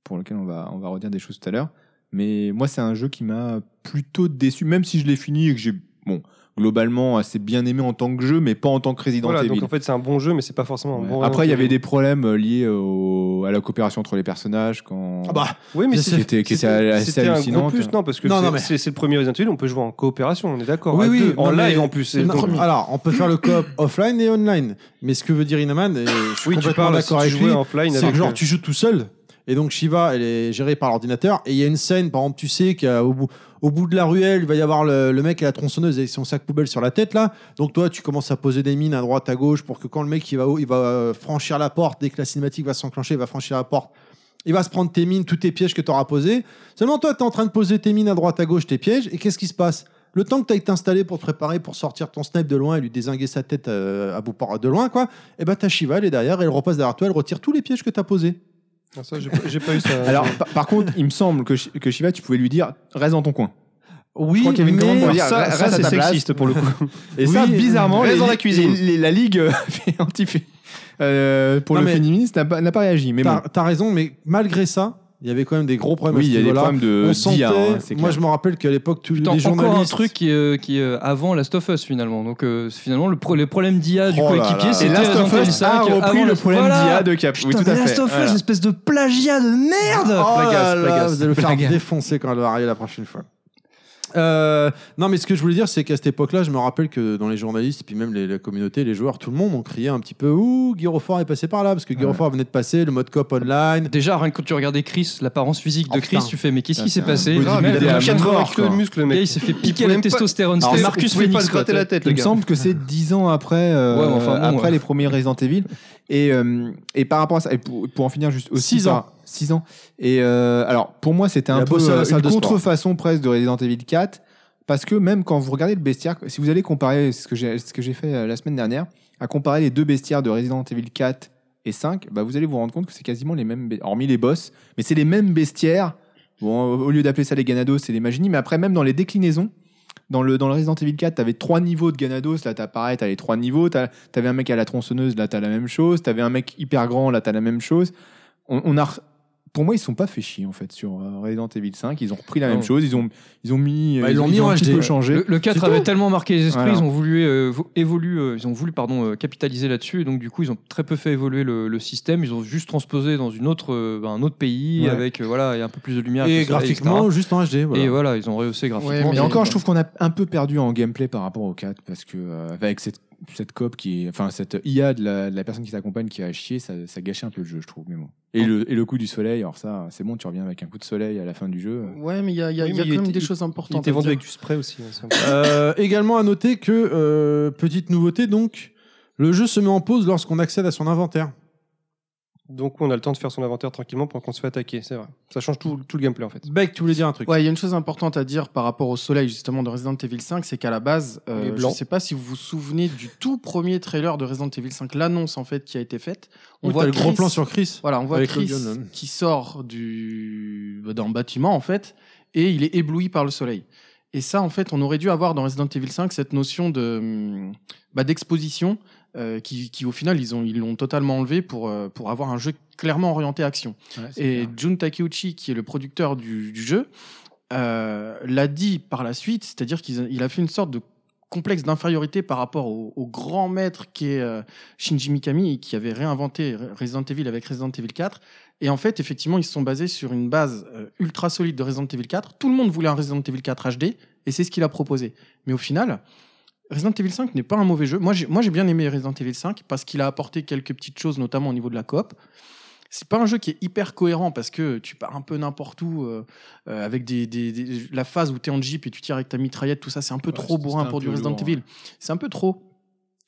Speaker 8: pour lequel on va on va redire des choses tout à l'heure. Mais moi, c'est un jeu qui m'a plutôt déçu, même si je l'ai fini et que j'ai bon globalement assez bien aimé en tant que jeu, mais pas en tant que Resident
Speaker 12: Voilà,
Speaker 8: Evil.
Speaker 12: donc en fait, c'est un bon jeu, mais c'est pas forcément un
Speaker 8: Ouais.
Speaker 12: bon
Speaker 8: Après, il y
Speaker 12: Resident
Speaker 8: avait
Speaker 12: Evil.
Speaker 8: des problèmes euh, liés au- à la coopération entre les personnages quand.
Speaker 2: Ah bah,
Speaker 12: Oui, mais
Speaker 2: Qui
Speaker 12: c'est-
Speaker 8: était- qui était
Speaker 12: c'était-
Speaker 8: assez
Speaker 12: c'était un gros
Speaker 8: hallucinante.
Speaker 12: plus, non, parce que
Speaker 2: Non, non,
Speaker 12: c'est
Speaker 2: mais-
Speaker 12: c'est- c'est le premier Resident Evil, on peut jouer en coopération, on est d'accord.
Speaker 2: Oui,
Speaker 12: à
Speaker 2: oui,
Speaker 12: deux, en
Speaker 2: non, mais-
Speaker 12: live en plus. c'est-
Speaker 2: Non,
Speaker 12: donc- euh,
Speaker 2: alors, on peut faire le coop offline et online. Mais ce que veut dire Inaman, et je suis
Speaker 12: oui, tu
Speaker 2: complètement
Speaker 12: parles si
Speaker 2: d'accord
Speaker 12: tu
Speaker 2: avec lui,
Speaker 12: jouais offline
Speaker 2: c'est
Speaker 12: avec
Speaker 2: que genre
Speaker 12: euh,
Speaker 2: tu joues tout seul. Et donc Shiva, elle est gérée par l'ordinateur. Et il y a une scène, par exemple, tu sais qu'au bout, au bout de la ruelle, il va y avoir le, le mec à la tronçonneuse avec son sac poubelle sur la tête là. Donc toi, tu commences à poser des mines à droite, à gauche, pour que quand le mec il va, il va euh, franchir la porte, dès que la cinématique va s'enclencher, il va franchir la porte. Il va se prendre tes mines, tous tes pièges que tu auras posés. Seulement toi, tu es en train de poser tes mines à droite, à gauche, tes pièges. Et qu'est-ce qui se passe Le temps que tu as t'installer pour te préparer, pour sortir ton snipe de loin et lui désinguer sa tête euh, à bout par- de loin, quoi et bah ta Shiva elle est derrière, elle repasse derrière toi, elle retire tous les pièges que t'as posés.
Speaker 12: Ah, ça, j'ai pas- J'ai pas eu ça.
Speaker 8: Alors, par, par contre, il me semble que, Sh- que Shiva, tu pouvais lui dire reste dans ton coin.
Speaker 2: Oui,
Speaker 8: Je crois qu'il y avait une commande pour dire
Speaker 12: ça-
Speaker 8: reste
Speaker 12: ça,
Speaker 8: à ta
Speaker 12: c'est
Speaker 8: place.
Speaker 12: sexiste, pour le coup.
Speaker 8: Et ça,
Speaker 2: Oui,
Speaker 8: bizarrement,
Speaker 12: reste
Speaker 8: les-
Speaker 12: dans la cuisine.
Speaker 8: les- les- la ligue euh, anti euh, pour
Speaker 2: Non,
Speaker 8: le
Speaker 2: mais-
Speaker 8: féministe n'a pas, n'a pas réagi. Mais
Speaker 2: t'as
Speaker 8: bon.
Speaker 2: t'as raison, mais malgré ça, il y avait quand même des gros problèmes. à
Speaker 8: oui, il
Speaker 2: ce
Speaker 8: y a des
Speaker 2: niveau-là.
Speaker 8: problèmes de
Speaker 2: On sentait,
Speaker 8: d'IA. hein, c'est
Speaker 2: moi
Speaker 8: clair.
Speaker 2: je me rappelle qu'à l'époque, tous les
Speaker 4: Putain,
Speaker 2: journalistes.
Speaker 4: encore un truc qui est, euh, qui est, euh, avant Last of Us finalement. Donc euh, finalement, le, pro- le problème d'IA du
Speaker 8: Oh là
Speaker 4: coéquipier,
Speaker 8: là.
Speaker 4: c'était
Speaker 8: Et Last
Speaker 4: Resident
Speaker 8: of
Speaker 4: Evil
Speaker 8: Us a
Speaker 4: 5,
Speaker 8: repris
Speaker 4: avant
Speaker 8: le
Speaker 4: Last-
Speaker 8: problème
Speaker 4: Voilà.
Speaker 8: d'IA de Cap. Oui,
Speaker 4: Putain,
Speaker 8: tout à
Speaker 4: mais
Speaker 8: fait.
Speaker 4: Last of Us,
Speaker 8: Voilà.
Speaker 4: espèce de plagiat de merde
Speaker 2: Oh là
Speaker 4: Plagasse,
Speaker 2: là,
Speaker 4: plagasse.
Speaker 2: vous allez le faire
Speaker 8: Plagasse.
Speaker 2: défoncer quand elle va arriver la prochaine fois. Euh, non, mais ce que je voulais dire, c'est qu'à cette époque-là, je me rappelle que dans les journalistes, puis même les, la communauté, les joueurs, tout le monde, on criait un petit peu Ouh, Guirofort est passé par là, parce que Guirofort venait de passer, le mode cop online.
Speaker 4: Déjà, rien que quand tu regardais Chris, l'apparence physique de
Speaker 2: Oh,
Speaker 4: Chris,
Speaker 2: putain.
Speaker 4: tu fais mais qu'est-ce
Speaker 8: Ça,
Speaker 4: qui
Speaker 8: Ah, c'est
Speaker 4: s'est
Speaker 8: un
Speaker 4: passé
Speaker 8: beau
Speaker 4: Le
Speaker 8: début
Speaker 12: mais
Speaker 4: mec,
Speaker 8: d'année.
Speaker 12: il a
Speaker 8: à
Speaker 12: 80
Speaker 8: mort,
Speaker 12: kilos de
Speaker 8: quoi.
Speaker 12: muscle, le
Speaker 4: le gars,
Speaker 12: mec.
Speaker 4: il s'est fait piquer
Speaker 12: pouvait
Speaker 4: la
Speaker 12: même pas-
Speaker 4: testostérone.
Speaker 12: Alors,
Speaker 4: C'était
Speaker 12: Marcus
Speaker 4: Phoenix,
Speaker 12: pouvait pas se
Speaker 4: quoi,
Speaker 12: gratter la tête, le
Speaker 8: Il me
Speaker 12: gars.
Speaker 8: semble que c'est 10 ans après, euh,
Speaker 4: Ouais, mais enfin, bon,
Speaker 8: après
Speaker 4: ouais.
Speaker 8: les premiers Resident Evil. Et, euh, et par rapport à ça, et pour, pour en finir juste aussi.
Speaker 2: Six ans.
Speaker 8: 6 ans. Et euh, alors, pour moi, c'était
Speaker 2: Il
Speaker 8: un
Speaker 2: a
Speaker 8: peu
Speaker 2: bossé à la
Speaker 8: euh,
Speaker 2: salle
Speaker 8: une
Speaker 2: de sport.
Speaker 8: contrefaçon presque de Resident Evil 4. Parce que même quand vous regardez le bestiaire, si vous allez comparer c'est ce que j'ai ce que j'ai fait euh, la semaine dernière, à comparer les deux bestiaires de Resident Evil 4 et 5, bah vous allez vous rendre compte que c'est quasiment les mêmes, be- hormis les boss, mais c'est les mêmes bestiaires. Bon, au lieu d'appeler ça les Ganados, c'est les Magini, mais après, même dans les déclinaisons, dans le, dans le Resident Evil 4, t'avais trois niveaux de Ganados, là t'as pareil, t'as les trois niveaux, t'as- t'avais un mec à la tronçonneuse, là t'as la même chose, t'avais un mec hyper grand, là t'as la même chose. On, on a, re- Pour moi, ils sont pas fait chier en fait sur euh, Resident Evil 5. Ils ont repris la
Speaker 4: Non.
Speaker 8: même chose. Ils ont, ils ont mis,
Speaker 5: Bah,
Speaker 8: euh,
Speaker 5: ils l'ont mis en
Speaker 8: un petit
Speaker 5: HD.
Speaker 8: peu changé.
Speaker 4: Le, le 4
Speaker 8: C'est
Speaker 4: avait
Speaker 8: tout.
Speaker 4: tellement marqué les esprits,
Speaker 8: Voilà.
Speaker 4: ils ont voulu euh, vo- évoluer, euh, ils ont voulu pardon euh, capitaliser là-dessus, et donc du coup ils ont très peu fait évoluer le, le système, ils ont juste transposé dans une autre, euh, ben, un autre pays
Speaker 2: Ouais.
Speaker 4: avec euh, voilà et un peu plus de lumière,
Speaker 2: Et
Speaker 4: avec le soleil,
Speaker 2: graphiquement,
Speaker 4: etc.
Speaker 2: juste en HD. Voilà.
Speaker 4: et voilà ils ont rehaussé graphiquement.
Speaker 5: Ouais, mais
Speaker 8: Et
Speaker 4: c'est-
Speaker 8: encore, je trouve qu'on a un peu perdu en gameplay par rapport au 4 parce que euh, avec cette cette cop qui est, enfin cette IA de la, de la personne qui t'accompagne qui a chier, ça, ça gâchait un peu le jeu, je trouve. Mais bon. Et le et le coup du soleil, alors ça, c'est bon, tu reviens avec un coup de soleil à la fin du jeu. euh,
Speaker 5: Ouais, mais il y a, il y a-
Speaker 12: Oui,
Speaker 5: il y a
Speaker 12: mais
Speaker 5: quand
Speaker 12: il
Speaker 5: même
Speaker 12: était-
Speaker 5: des choses
Speaker 12: Il
Speaker 5: importantes.
Speaker 12: était
Speaker 5: à
Speaker 12: vendu
Speaker 5: dire.
Speaker 12: avec du spray aussi. hein, c'est un peu-
Speaker 2: Euh, également à noter que, euh, petite nouveauté donc, le jeu se met en pause lorsqu'on accède à son inventaire.
Speaker 12: Donc on a le temps de faire son inventaire tranquillement pendant qu'on se fait attaquer, c'est vrai. Ça change tout, tout le gameplay en fait.
Speaker 2: Beck, tu voulais dire un truc
Speaker 5: Ouais, il y a une chose importante à dire par rapport au soleil justement de Resident Evil 5, c'est qu'à la base, euh,
Speaker 12: Il est
Speaker 5: je
Speaker 12: blanc.
Speaker 5: ne sais pas si vous vous souvenez du tout premier trailer de Resident Evil 5, l'annonce en fait qui a été faite.
Speaker 2: On voit le gros
Speaker 5: Chris-
Speaker 2: plan sur Chris.
Speaker 5: Voilà, on voit
Speaker 2: Avec
Speaker 5: Chris
Speaker 2: Logan, hein.
Speaker 5: qui sort du d'un bâtiment en fait et il est ébloui par le soleil. Et ça en fait, on aurait dû avoir dans Resident Evil 5 cette notion de hum, bah, d'exposition euh, qui, qui au final ils ont ils l'ont totalement enlevé pour euh, pour avoir un jeu clairement orienté action. Et Jun Takeuchi, qui est le producteur du, du jeu, euh, l'a dit par la suite, c'est-à-dire qu'il a- il a fait une sorte de complexe d'infériorité par rapport au, au grand maître qui est euh, Shinji Mikami, et qui avait réinventé Re- Resident Evil avec Resident Evil 4. Et en fait, effectivement, ils se sont basés sur une base euh, ultra solide de Resident Evil 4. Tout le monde voulait un Resident Evil 4 HD, et c'est ce qu'il a proposé. Mais au final, Resident Evil 5 n'est pas un mauvais jeu. Moi, j'ai moi, j'ai bien aimé Resident Evil 5 parce qu'il a apporté quelques petites choses, notamment au niveau de la coop. C'est pas un jeu qui est hyper cohérent parce que tu pars un peu n'importe où euh, euh, avec des, des- des- la phase où tu es en jeep et tu tires avec ta mitraillette, tout ça, c'est un peu
Speaker 8: Ouais,
Speaker 5: trop
Speaker 8: c'était
Speaker 5: bourrin
Speaker 8: un
Speaker 5: pour du
Speaker 8: peu
Speaker 5: Resident
Speaker 8: lourd,
Speaker 5: Evil. C'est un peu trop.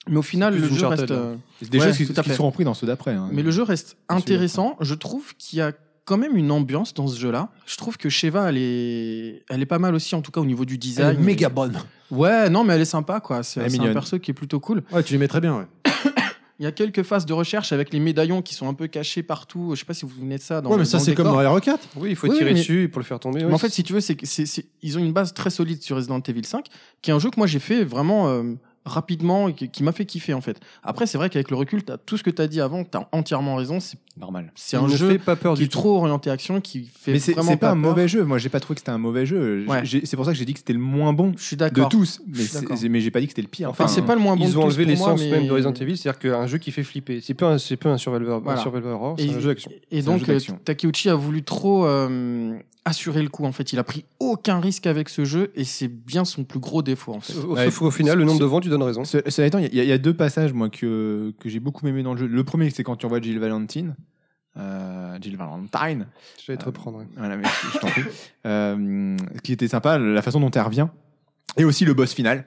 Speaker 5: Mais au final,
Speaker 12: plus
Speaker 5: le jeu
Speaker 12: Uncharted,
Speaker 5: reste. euh,
Speaker 8: C'est hein. des
Speaker 5: Ouais,
Speaker 8: choses qui,
Speaker 5: tout à
Speaker 8: qui
Speaker 5: fait.
Speaker 8: seront repris dans ceux d'après. hein.
Speaker 5: mais le jeu reste
Speaker 8: Celui-là.
Speaker 5: intéressant. Je trouve qu'il y a quand même une ambiance dans ce jeu-là. Je trouve que Sheva, elle est, elle est pas mal aussi, en tout cas au niveau du design.
Speaker 2: bonne.
Speaker 5: Ouais, non, mais elle est sympa, quoi. C'est
Speaker 8: Elle est
Speaker 5: c'est un
Speaker 8: mignonne.
Speaker 5: perso qui est plutôt cool.
Speaker 2: Ouais, tu les mets très bien, ouais.
Speaker 5: Il y a quelques phases de recherche avec les médaillons qui sont un peu cachés partout. Je sais pas si vous venez de ça. Dans
Speaker 2: ouais, mais
Speaker 5: le-
Speaker 2: ça,
Speaker 5: dans le
Speaker 2: c'est comme
Speaker 5: décor.
Speaker 2: dans Hero 4.
Speaker 12: Oui, il faut
Speaker 5: Oui,
Speaker 12: tirer
Speaker 5: mais-
Speaker 12: dessus pour le faire tomber.
Speaker 5: Mais
Speaker 12: oui.
Speaker 5: en fait, si tu veux, c'est que c'est- c'est- ils ont une base très solide sur Resident Evil 5, qui est un jeu que moi j'ai fait vraiment euh, rapidement et qui, qui m'a fait kiffer en fait. Après, c'est vrai qu'avec le recul, t'as tout ce que t'as dit avant, t'as entièrement raison. C'est-
Speaker 8: normal.
Speaker 5: C'est
Speaker 12: Il
Speaker 5: un
Speaker 12: ne fait
Speaker 5: jeu
Speaker 12: pas peur
Speaker 5: qui
Speaker 12: du
Speaker 5: est trop orienté action, qui fait
Speaker 8: Mais c'est
Speaker 5: vraiment
Speaker 8: c'est pas un
Speaker 5: peur.
Speaker 8: mauvais jeu. Moi, j'ai pas trouvé que c'était un mauvais jeu. J-
Speaker 5: Ouais.
Speaker 8: j'ai- C'est pour ça que j'ai dit que c'était le moins bon
Speaker 5: Je suis
Speaker 8: de
Speaker 5: d'accord.
Speaker 8: tous. Mais
Speaker 5: suis
Speaker 8: c'est-
Speaker 5: d'accord.
Speaker 8: c'est- mais j'ai pas dit que c'était le pire.
Speaker 5: Enfin, c'est pas le moins bon. de
Speaker 12: Ils ont
Speaker 5: tous
Speaker 12: enlevé
Speaker 5: pour moi,
Speaker 12: l'essence
Speaker 5: mais-
Speaker 12: même de Resident Evil, c'est-à-dire qu'un jeu qui fait flipper. C'est pas un, c'est pas un survival, un
Speaker 5: Voilà.
Speaker 12: survival horror,
Speaker 5: Et,
Speaker 12: c'est un jeu d'action.
Speaker 5: et
Speaker 8: C'est un
Speaker 5: donc,
Speaker 8: jeu d'action.
Speaker 5: euh, Takeuchi a voulu trop euh, assurer le coup. En fait, il a pris aucun risque avec ce jeu et c'est bien son plus gros défaut. En fait.
Speaker 12: Sauf
Speaker 8: Ouais,
Speaker 12: qu'au final, le nombre de ventes, tu donnes raison.
Speaker 8: Ce- Cela étant, il y, a- il y a deux passages moi que, que j'ai beaucoup aimé dans le jeu. Le premier, c'est quand tu revois Jill Valentine. Euh, Jill Valentine,
Speaker 12: Je vais te reprendre. ouais.
Speaker 8: voilà, mais je, je t'en prie. Euh, qui était sympa, la façon dont elle revient. Et aussi le boss final.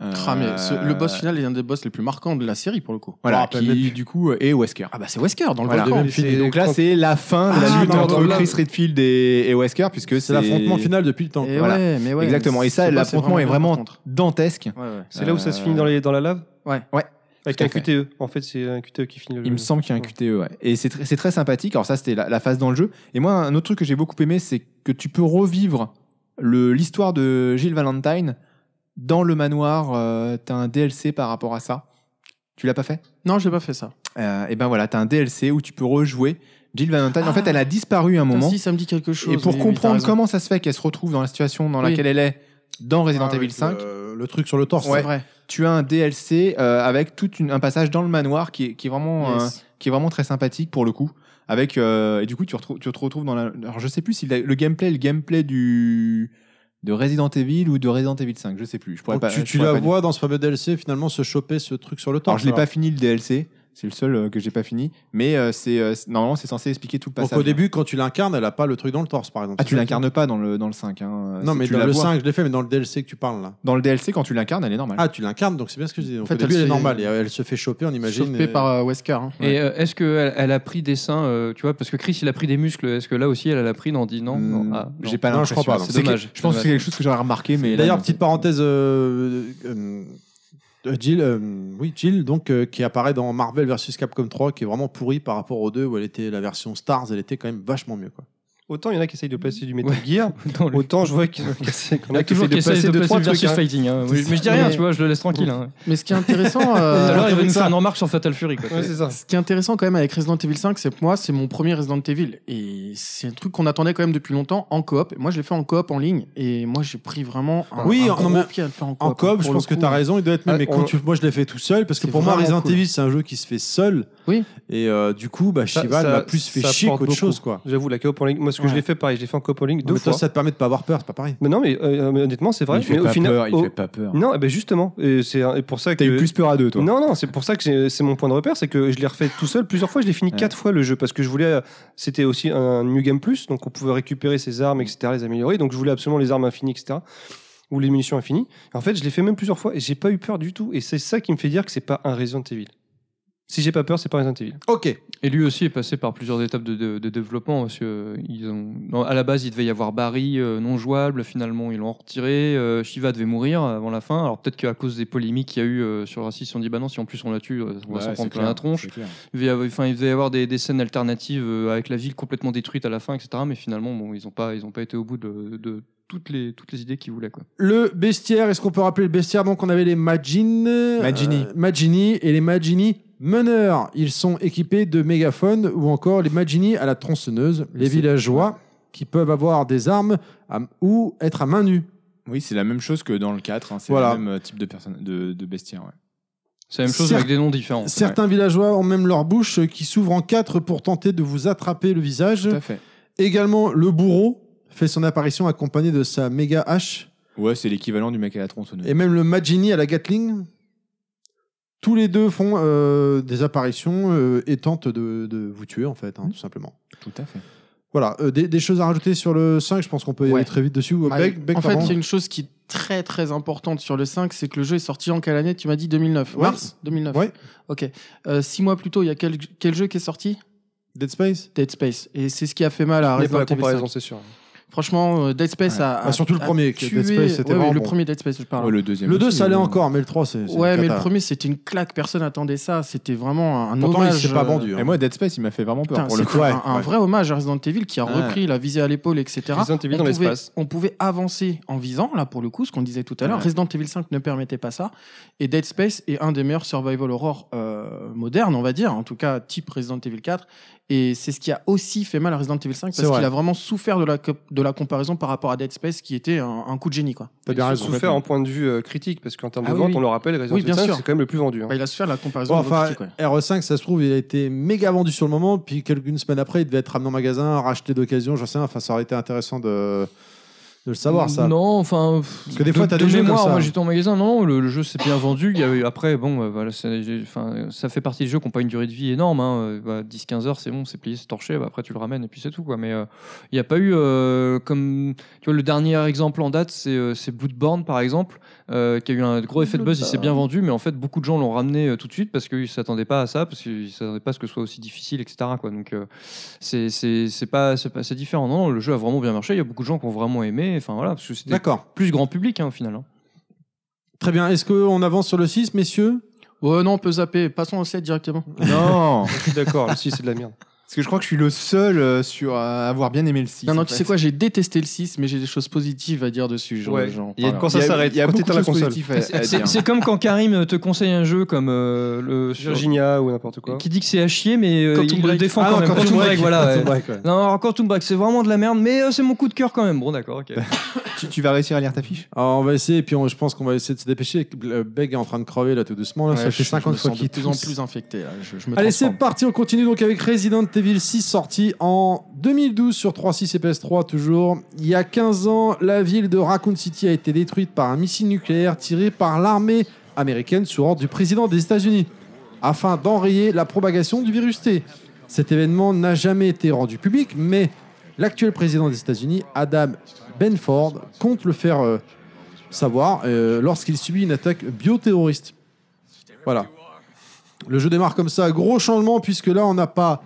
Speaker 8: Euh,
Speaker 5: Ah, mais ce- le boss final est un des boss les plus marquants de la série pour le coup.
Speaker 2: Ah,
Speaker 8: Voilà,
Speaker 5: Oh,
Speaker 8: qui du coup est Wesker.
Speaker 5: Ah bah c'est Wesker dans le
Speaker 8: Voilà.
Speaker 5: volcan.
Speaker 8: Et c'est- donc là, c'est la fin de la
Speaker 2: Ah,
Speaker 8: lutte
Speaker 2: dans le
Speaker 8: entre
Speaker 2: Golden
Speaker 8: Chris Redfield et, et Wesker, puisque
Speaker 2: C'est l'affrontement final depuis le temps.
Speaker 5: Et
Speaker 8: Voilà.
Speaker 5: ouais, mais ouais,
Speaker 8: Exactement. Et ça,
Speaker 5: c'est pas-
Speaker 8: l'affrontement
Speaker 5: c'est
Speaker 8: est vraiment-
Speaker 5: bien, par contre.
Speaker 8: dantesque.
Speaker 5: Ouais, ouais.
Speaker 12: C'est là où ça se
Speaker 8: Euh,
Speaker 12: finit dans, les, dans la lave
Speaker 5: Ouais.
Speaker 8: Ouais.
Speaker 12: Avec
Speaker 8: Tout à
Speaker 12: un
Speaker 8: fait.
Speaker 12: QTE. En fait, c'est un QTE qui finit le jeu.
Speaker 8: Il me semble qu'il y a un
Speaker 12: Ouais.
Speaker 8: QTE, ouais. Et c'est très, c'est très sympathique. Alors ça, c'était la, la phase dans le jeu. Et moi, un autre truc que j'ai beaucoup aimé, c'est que tu peux revivre le- l'histoire de Gilles Valentine dans le manoir. euh, t'as un DLC par rapport à ça. Tu l'as pas fait
Speaker 5: Non, j'ai pas fait ça.
Speaker 8: Euh, Et ben voilà, t'as un DLC où tu peux rejouer Gilles Valentine. En fait, elle a disparu un
Speaker 5: Putain,
Speaker 8: moment.
Speaker 5: si, ça me dit quelque chose.
Speaker 8: Et pour
Speaker 5: oui, oui, t'as
Speaker 8: comprendre
Speaker 5: raison.
Speaker 8: comment ça se fait qu'elle se retrouve dans la situation dans
Speaker 5: Oui.
Speaker 8: laquelle elle est dans Resident
Speaker 2: Ah,
Speaker 8: Evil
Speaker 2: avec
Speaker 8: 5,
Speaker 2: Le, le truc sur le torse.
Speaker 5: C'est vrai.
Speaker 8: tu as un DLC euh, avec tout un passage dans le manoir qui est, qui est vraiment euh,
Speaker 5: Yes.
Speaker 8: qui est vraiment très sympathique pour le coup. Avec euh, et du coup tu, retrouves- tu te retrouves dans la alors je sais plus si la- le gameplay est le gameplay du de Resident Evil ou de Resident Evil 5, je sais plus. Je pourrais
Speaker 2: Donc
Speaker 8: pas.
Speaker 2: tu
Speaker 8: je
Speaker 2: tu
Speaker 8: pourrais
Speaker 2: la
Speaker 8: pas dire.
Speaker 2: vois dans ce fameux DLC finalement se choper ce truc sur le torse.
Speaker 8: Alors je l'ai pas fini le DLC, c'est le seul euh, que j'ai pas fini, mais euh, c'est euh, c'est- normalement c'est censé expliquer tout le
Speaker 2: Donc
Speaker 8: passage.
Speaker 2: au début, quand tu l'incarnes, elle a pas le truc dans le torse par exemple.
Speaker 8: ah tu
Speaker 2: C'est ça
Speaker 8: l'incarnes pas dans le dans le 5 hein.
Speaker 2: Non,
Speaker 8: C'est-
Speaker 2: mais
Speaker 8: tu
Speaker 2: dans
Speaker 8: la
Speaker 2: le
Speaker 8: vois.
Speaker 2: 5, je l'ai fait, mais dans le DLC que tu parles là.
Speaker 8: dans le DLC quand tu l'incarnes, elle est normale.
Speaker 2: Ah, tu l'incarnes, donc c'est bien ce que je disais. Donc,
Speaker 5: En fait,
Speaker 2: au début,
Speaker 5: elle
Speaker 2: elle, est
Speaker 5: se-
Speaker 2: normale. et elle se fait choper, on imagine.
Speaker 5: Chopé
Speaker 2: euh,
Speaker 5: par euh, Wesker. hein.
Speaker 4: Et euh, est-ce qu'elle elle a pris des seins, euh, tu vois, parce que Chris il a pris des muscles, est-ce que là aussi elle, elle a pris Non, dit non. non.
Speaker 8: Hmm,
Speaker 4: Ah, non.
Speaker 8: J'ai pas
Speaker 2: Non, je
Speaker 8: l'impression.
Speaker 2: crois pas, non.
Speaker 8: C'est
Speaker 4: C'est
Speaker 8: que-
Speaker 4: dommage,
Speaker 8: Je pense que
Speaker 4: dommage.
Speaker 8: c'est quelque chose que j'aurais remarqué, mais là,
Speaker 2: D'ailleurs,
Speaker 8: non.
Speaker 2: petite parenthèse, euh, euh, euh, Jill, euh, oui, Jill, donc, euh, qui apparaît dans Marvel vs Capcom 3, qui est vraiment pourri par rapport aux deux où elle était la version Stars, elle était quand même vachement mieux. Quoi.
Speaker 12: Autant il y en a qui essayent de placer du Metal
Speaker 4: Ouais.
Speaker 12: Gear,
Speaker 4: Dans le-
Speaker 12: autant je vois qu'il y en a qui essayent- qu'on
Speaker 4: Il y a toujours
Speaker 12: essayent
Speaker 4: qui essaie de
Speaker 12: deux,
Speaker 4: placer
Speaker 12: trois
Speaker 4: le versus
Speaker 12: hein.
Speaker 4: fighting. hein. Mais mais je dis rien,
Speaker 5: Mais-
Speaker 4: tu vois, je le laisse tranquille. hein.
Speaker 5: Mais ce qui est intéressant, euh,
Speaker 4: Tout à l'heure, il va
Speaker 5: avec
Speaker 4: nous
Speaker 5: ça,
Speaker 4: faire une remarque sur Fatal Fury. quoi.
Speaker 12: Ouais, c'est ça.
Speaker 5: ce qui est intéressant quand même avec Resident Evil 5, c'est que moi, c'est mon premier Resident Evil. Et c'est un truc qu'on attendait quand même depuis longtemps en coop. Et Moi, je l'ai fait en coop en ligne. Et moi, j'ai pris vraiment un,
Speaker 2: Oui,
Speaker 5: un
Speaker 2: en- non,
Speaker 5: gros
Speaker 2: mais
Speaker 5: pied à le faire en coop.
Speaker 2: En
Speaker 5: hein,
Speaker 2: coop,
Speaker 5: Pour
Speaker 2: je
Speaker 5: le
Speaker 2: pense que
Speaker 5: coup,
Speaker 2: tu as raison, il doit être mieux.
Speaker 12: Ah,
Speaker 2: mais quand
Speaker 12: on-
Speaker 2: tu... moi, je l'ai fait tout seul parce que
Speaker 5: C'est
Speaker 2: pour moi,
Speaker 5: vraiment
Speaker 2: Resident
Speaker 5: cool.
Speaker 2: Evil, c'est un jeu qui se fait seul.
Speaker 5: Oui.
Speaker 2: Et euh, du coup, bah,
Speaker 12: Ça-
Speaker 2: Shiva
Speaker 12: ça-
Speaker 2: m'a plus fait
Speaker 12: ça
Speaker 2: chier
Speaker 12: apporte
Speaker 2: qu'autre
Speaker 12: beaucoup.
Speaker 2: chose. Quoi.
Speaker 12: J'avoue, la coop en ligne. Moi, ce que
Speaker 5: Ouais.
Speaker 12: je l'ai fait, pareil, je l'ai fait en coop en ligne deux
Speaker 2: mais toi,
Speaker 12: fois.
Speaker 2: ça te permet de pas avoir peur, c'est pas pareil.
Speaker 12: Mais non, mais, euh, mais honnêtement, c'est vrai.
Speaker 8: il fait
Speaker 12: mais
Speaker 8: pas
Speaker 12: au final,
Speaker 8: peur, il
Speaker 12: au-
Speaker 8: fait pas peur.
Speaker 12: non, eh ben justement, et c'est et pour ça que
Speaker 8: T'as eu plus peur à deux, toi.
Speaker 12: Non, non, c'est pour ça que j'ai- c'est mon point de repère, c'est que je l'ai refait tout seul plusieurs fois, je l'ai fini
Speaker 8: Ouais.
Speaker 12: quatre fois le jeu, parce que je voulais, euh, c'était aussi un New Game Plus, donc on pouvait récupérer ses armes, etc., les améliorer, donc je voulais absolument les armes infinies, etc., ou les munitions infinies. En fait, je l'ai fait même plusieurs fois, et j'ai pas eu peur du tout, et c'est ça qui me fait dire que c'est pas un Resident Evil. Si j'ai pas peur, c'est pas Resident Evil.
Speaker 2: Ok.
Speaker 4: Et lui aussi est passé par plusieurs étapes de, de- de développement. Parce que, euh, ils ont... non, à la base, il devait y avoir Barry euh, non jouable. Finalement, ils l'ont retiré. Euh, Shiva devait mourir avant la fin. Alors peut-être qu'à cause des polémiques qu'il y a eu euh, sur le racisme, ils se sont dit bah non, si en plus on la tue, euh, on va s'en prendre plein la tronche. Il devait y avoir, enfin, il devait y avoir des, des scènes alternatives euh, avec la ville complètement détruite à la fin, etc. Mais finalement, bon, ils n'ont pas, ils ont pas été au bout de, de toutes, les, toutes les idées qu'ils voulaient. Quoi.
Speaker 2: Le bestiaire, est-ce qu'on peut rappeler le bestiaire Donc, on avait les Magin,
Speaker 8: Magini.
Speaker 2: euh, Magini et les Magini meneurs. Ils sont équipés de mégaphones ou encore les Magini à la tronçonneuse, les
Speaker 8: C'est-
Speaker 2: villageois qui peuvent avoir des armes à- ou être à main nue.
Speaker 8: Oui, c'est la même chose que dans le 4. hein, C'est
Speaker 2: Voilà.
Speaker 8: le même euh, type de, personne, de, de bestiaire. ouais.
Speaker 4: C'est la même chose
Speaker 2: Certes-
Speaker 4: avec des noms différents.
Speaker 2: Certains villageois ont même leur bouche euh, qui s'ouvre en quatre pour tenter de vous attraper le visage.
Speaker 8: Tout à fait.
Speaker 2: Également, le bourreau fait son apparition accompagné de sa méga hache
Speaker 8: Ouais, c'est l'équivalent du mec à la tronçonneuse.
Speaker 2: et même le Magini à la Gatling. Tous les deux font euh, des apparitions euh, et tentent de, de vous tuer, en fait, hein,
Speaker 5: Mhm.
Speaker 2: tout simplement.
Speaker 8: Tout à fait.
Speaker 2: Voilà, euh, des, des choses à rajouter sur le 5, je pense qu'on peut y
Speaker 5: Ouais.
Speaker 2: aller très vite dessus. Ou-
Speaker 5: Bah,
Speaker 2: Beck- Beck,
Speaker 5: en fait,
Speaker 2: pardon.
Speaker 5: il y a une chose qui est très très importante sur le 5, c'est que le jeu est sorti en quelle année Tu m'as dit 2009.
Speaker 2: Ouais.
Speaker 5: Mars 2009.
Speaker 2: Ouais.
Speaker 5: Ok. Euh, six mois plus tôt, il y a quel, quel jeu qui est sorti
Speaker 2: Dead Space
Speaker 5: Dead Space. Et c'est ce qui a fait mal à
Speaker 12: Il n'y a pas
Speaker 5: Resident
Speaker 12: la
Speaker 5: Evil 5.
Speaker 12: comparaison, c'est sûr.
Speaker 5: Franchement, euh, Dead Space
Speaker 8: Ouais.
Speaker 5: a, a-
Speaker 2: Ah, surtout le
Speaker 5: a
Speaker 2: premier, que
Speaker 5: tué...
Speaker 2: Dead Space, c'était
Speaker 5: ouais,
Speaker 2: vraiment
Speaker 5: ouais, le
Speaker 2: bon.
Speaker 5: premier Dead Space, je parle.
Speaker 8: Ouais, le deuxième.
Speaker 2: Le 2,
Speaker 8: aussi,
Speaker 2: ça allait
Speaker 8: mais-
Speaker 2: encore, mais le 3, c'est. c'est
Speaker 5: euh, Ouais,
Speaker 2: une
Speaker 5: mais le
Speaker 2: cata.
Speaker 5: premier, c'était une claque. Personne attendait ça. C'était vraiment un
Speaker 2: Pourtant, il
Speaker 5: hommage.
Speaker 2: s'est pas
Speaker 5: euh,
Speaker 2: vendu. hein.
Speaker 8: Et moi, Dead Space, il m'a fait vraiment peur.
Speaker 5: putain,
Speaker 8: pour le
Speaker 5: c'était
Speaker 8: coup.
Speaker 5: un, un vrai hommage à Resident Evil qui a
Speaker 8: Ouais.
Speaker 5: repris la visée à l'épaule, etc.
Speaker 12: Resident Evil
Speaker 5: on,
Speaker 12: dans
Speaker 5: pouvait,
Speaker 12: l'espace.
Speaker 5: on pouvait avancer en visant, là pour le coup, ce qu'on disait tout à l'heure.
Speaker 8: Ouais.
Speaker 5: Resident Evil 5 ne permettait pas ça. Et Dead Space est un des meilleurs survival horror euh, modernes, on va dire, en tout cas type Resident Evil 4. Et c'est ce qui a aussi fait mal à Resident Evil 5
Speaker 2: C'est
Speaker 5: parce
Speaker 2: vrai.
Speaker 5: qu'il a vraiment souffert de la, co- de la comparaison par rapport à Dead Space qui était un, un coup de génie. Quoi.
Speaker 2: T'as bien
Speaker 12: Ils ont
Speaker 2: raison.
Speaker 12: souffert en point de vue euh, critique, parce qu'en termes
Speaker 5: Ah
Speaker 12: de
Speaker 5: oui,
Speaker 12: vente,
Speaker 5: oui.
Speaker 12: on le rappelle, Resident
Speaker 5: Oui,
Speaker 12: Evil
Speaker 5: bien
Speaker 12: 5,
Speaker 5: sûr.
Speaker 12: c'est quand même le plus vendu. hein.
Speaker 5: Bah, il a souffert de la comparaison.
Speaker 2: Bon,
Speaker 5: de l'autre
Speaker 2: enfin,
Speaker 5: critique, ouais.
Speaker 2: RE5, ça se trouve, il a été méga vendu sur le moment, puis quelques semaines après, il devait être ramené en magasin, racheté d'occasion, j'en sais rien. Enfin, ça aurait été intéressant de, de le savoir, ça.
Speaker 4: Non, enfin.
Speaker 2: Parce que des fois, t'as des jeux comme
Speaker 4: mémoires.
Speaker 2: ça.
Speaker 4: Moi, j'étais en magasin. Non, non, le, le jeu s'est bien vendu. Il y a eu- après, bon, euh, voilà, ça, j'ai- enfin, ça fait partie des jeux qui n'ont pas une durée de vie énorme. hein, euh, bah, 10-15 heures, c'est bon, c'est plié, c'est torché. bah, après, tu le ramènes et puis c'est tout. Quoi. Mais euh, il n'y a pas eu euh, comme. Tu vois, le dernier exemple en date, c'est euh, c'est Bloodborne, par exemple, euh, qui a eu un gros effet de buzz. Il s'est bien vendu, mais en fait, beaucoup de gens l'ont ramené euh, tout de suite parce qu'ils ne s'attendaient pas à ça, parce qu'ils ne s'attendaient pas à ce que ce soit aussi difficile, etc. Quoi. Donc, euh, c'est- c'est c'est pas, c'est pas- c'est différent. Non, non, le jeu a vraiment bien marché. Il y a beaucoup de gens qui ont vraiment aimé. Enfin, voilà, parce que c'était
Speaker 2: D'accord.
Speaker 4: plus grand public hein, au final. hein.
Speaker 2: Très bien. Est-ce qu'on avance sur le 6, messieurs
Speaker 5: Ouais, non, on peut zapper. Passons au 7 directement.
Speaker 8: Non
Speaker 12: Je suis d'accord, le 6, c'est de la merde.
Speaker 8: Oh. Parce que je crois que je suis le seul euh, sur à avoir bien aimé le 6.
Speaker 5: non, non,
Speaker 8: en
Speaker 5: tu
Speaker 8: fait.
Speaker 5: sais quoi, j'ai détesté le 6, mais j'ai des choses positives à dire dessus. Genre,
Speaker 12: Ouais.
Speaker 5: genre,
Speaker 12: Il y a-
Speaker 5: voilà.
Speaker 12: quand ça
Speaker 8: Il y a-
Speaker 12: s'arrête,
Speaker 8: il y a
Speaker 12: quand
Speaker 8: beaucoup
Speaker 12: t'étais à la
Speaker 8: de choses
Speaker 12: console.
Speaker 8: positives à- à
Speaker 2: Eh
Speaker 4: C'est
Speaker 8: dire.
Speaker 4: c'est comme quand Karim euh, te conseille un jeu comme euh, le sur-
Speaker 12: Virginia ou n'importe quoi.
Speaker 4: qui dit que c'est à chier, mais euh,
Speaker 5: Quantum
Speaker 4: il le
Speaker 5: Break.
Speaker 4: défend quand
Speaker 2: non,
Speaker 4: même.
Speaker 2: Quantum
Speaker 4: Quantum
Speaker 2: Break,
Speaker 4: Break, voilà.
Speaker 2: Quantum
Speaker 4: ouais.
Speaker 2: Break, ouais.
Speaker 4: Non, alors Quantum Break, c'est vraiment de la merde, mais euh, c'est mon coup de cœur quand même. Bon, d'accord, ok.
Speaker 8: Tu, tu vas réussir à lire ta fiche
Speaker 2: Alors, on va essayer, et puis on- je pense qu'on va essayer de se dépêcher. Le Beg est en train de crever là tout doucement. Là,
Speaker 5: Ouais,
Speaker 2: ça fait
Speaker 5: je- je
Speaker 2: 50
Speaker 5: me
Speaker 2: fois
Speaker 5: sens
Speaker 2: qu'il
Speaker 5: de plus en
Speaker 2: tousse.
Speaker 5: plus infecté. là. Je, je me
Speaker 2: Allez, c'est
Speaker 5: transforme.
Speaker 2: parti. On continue donc avec Resident Evil 6, sorti en 2012 sur 3.6 et PS3 toujours. Il y a 15 ans, la ville de Raccoon City a été détruite par un missile nucléaire tiré par l'armée américaine sous ordre du président des États-Unis afin d'enrayer la propagation du virus T. Cet événement n'a jamais été rendu public, mais l'actuel président des États-Unis, Adam Benford, compte le faire euh, savoir euh, lorsqu'il subit une attaque bioterroriste. Voilà. Le jeu démarre comme ça, gros changement, puisque là, on n'a pas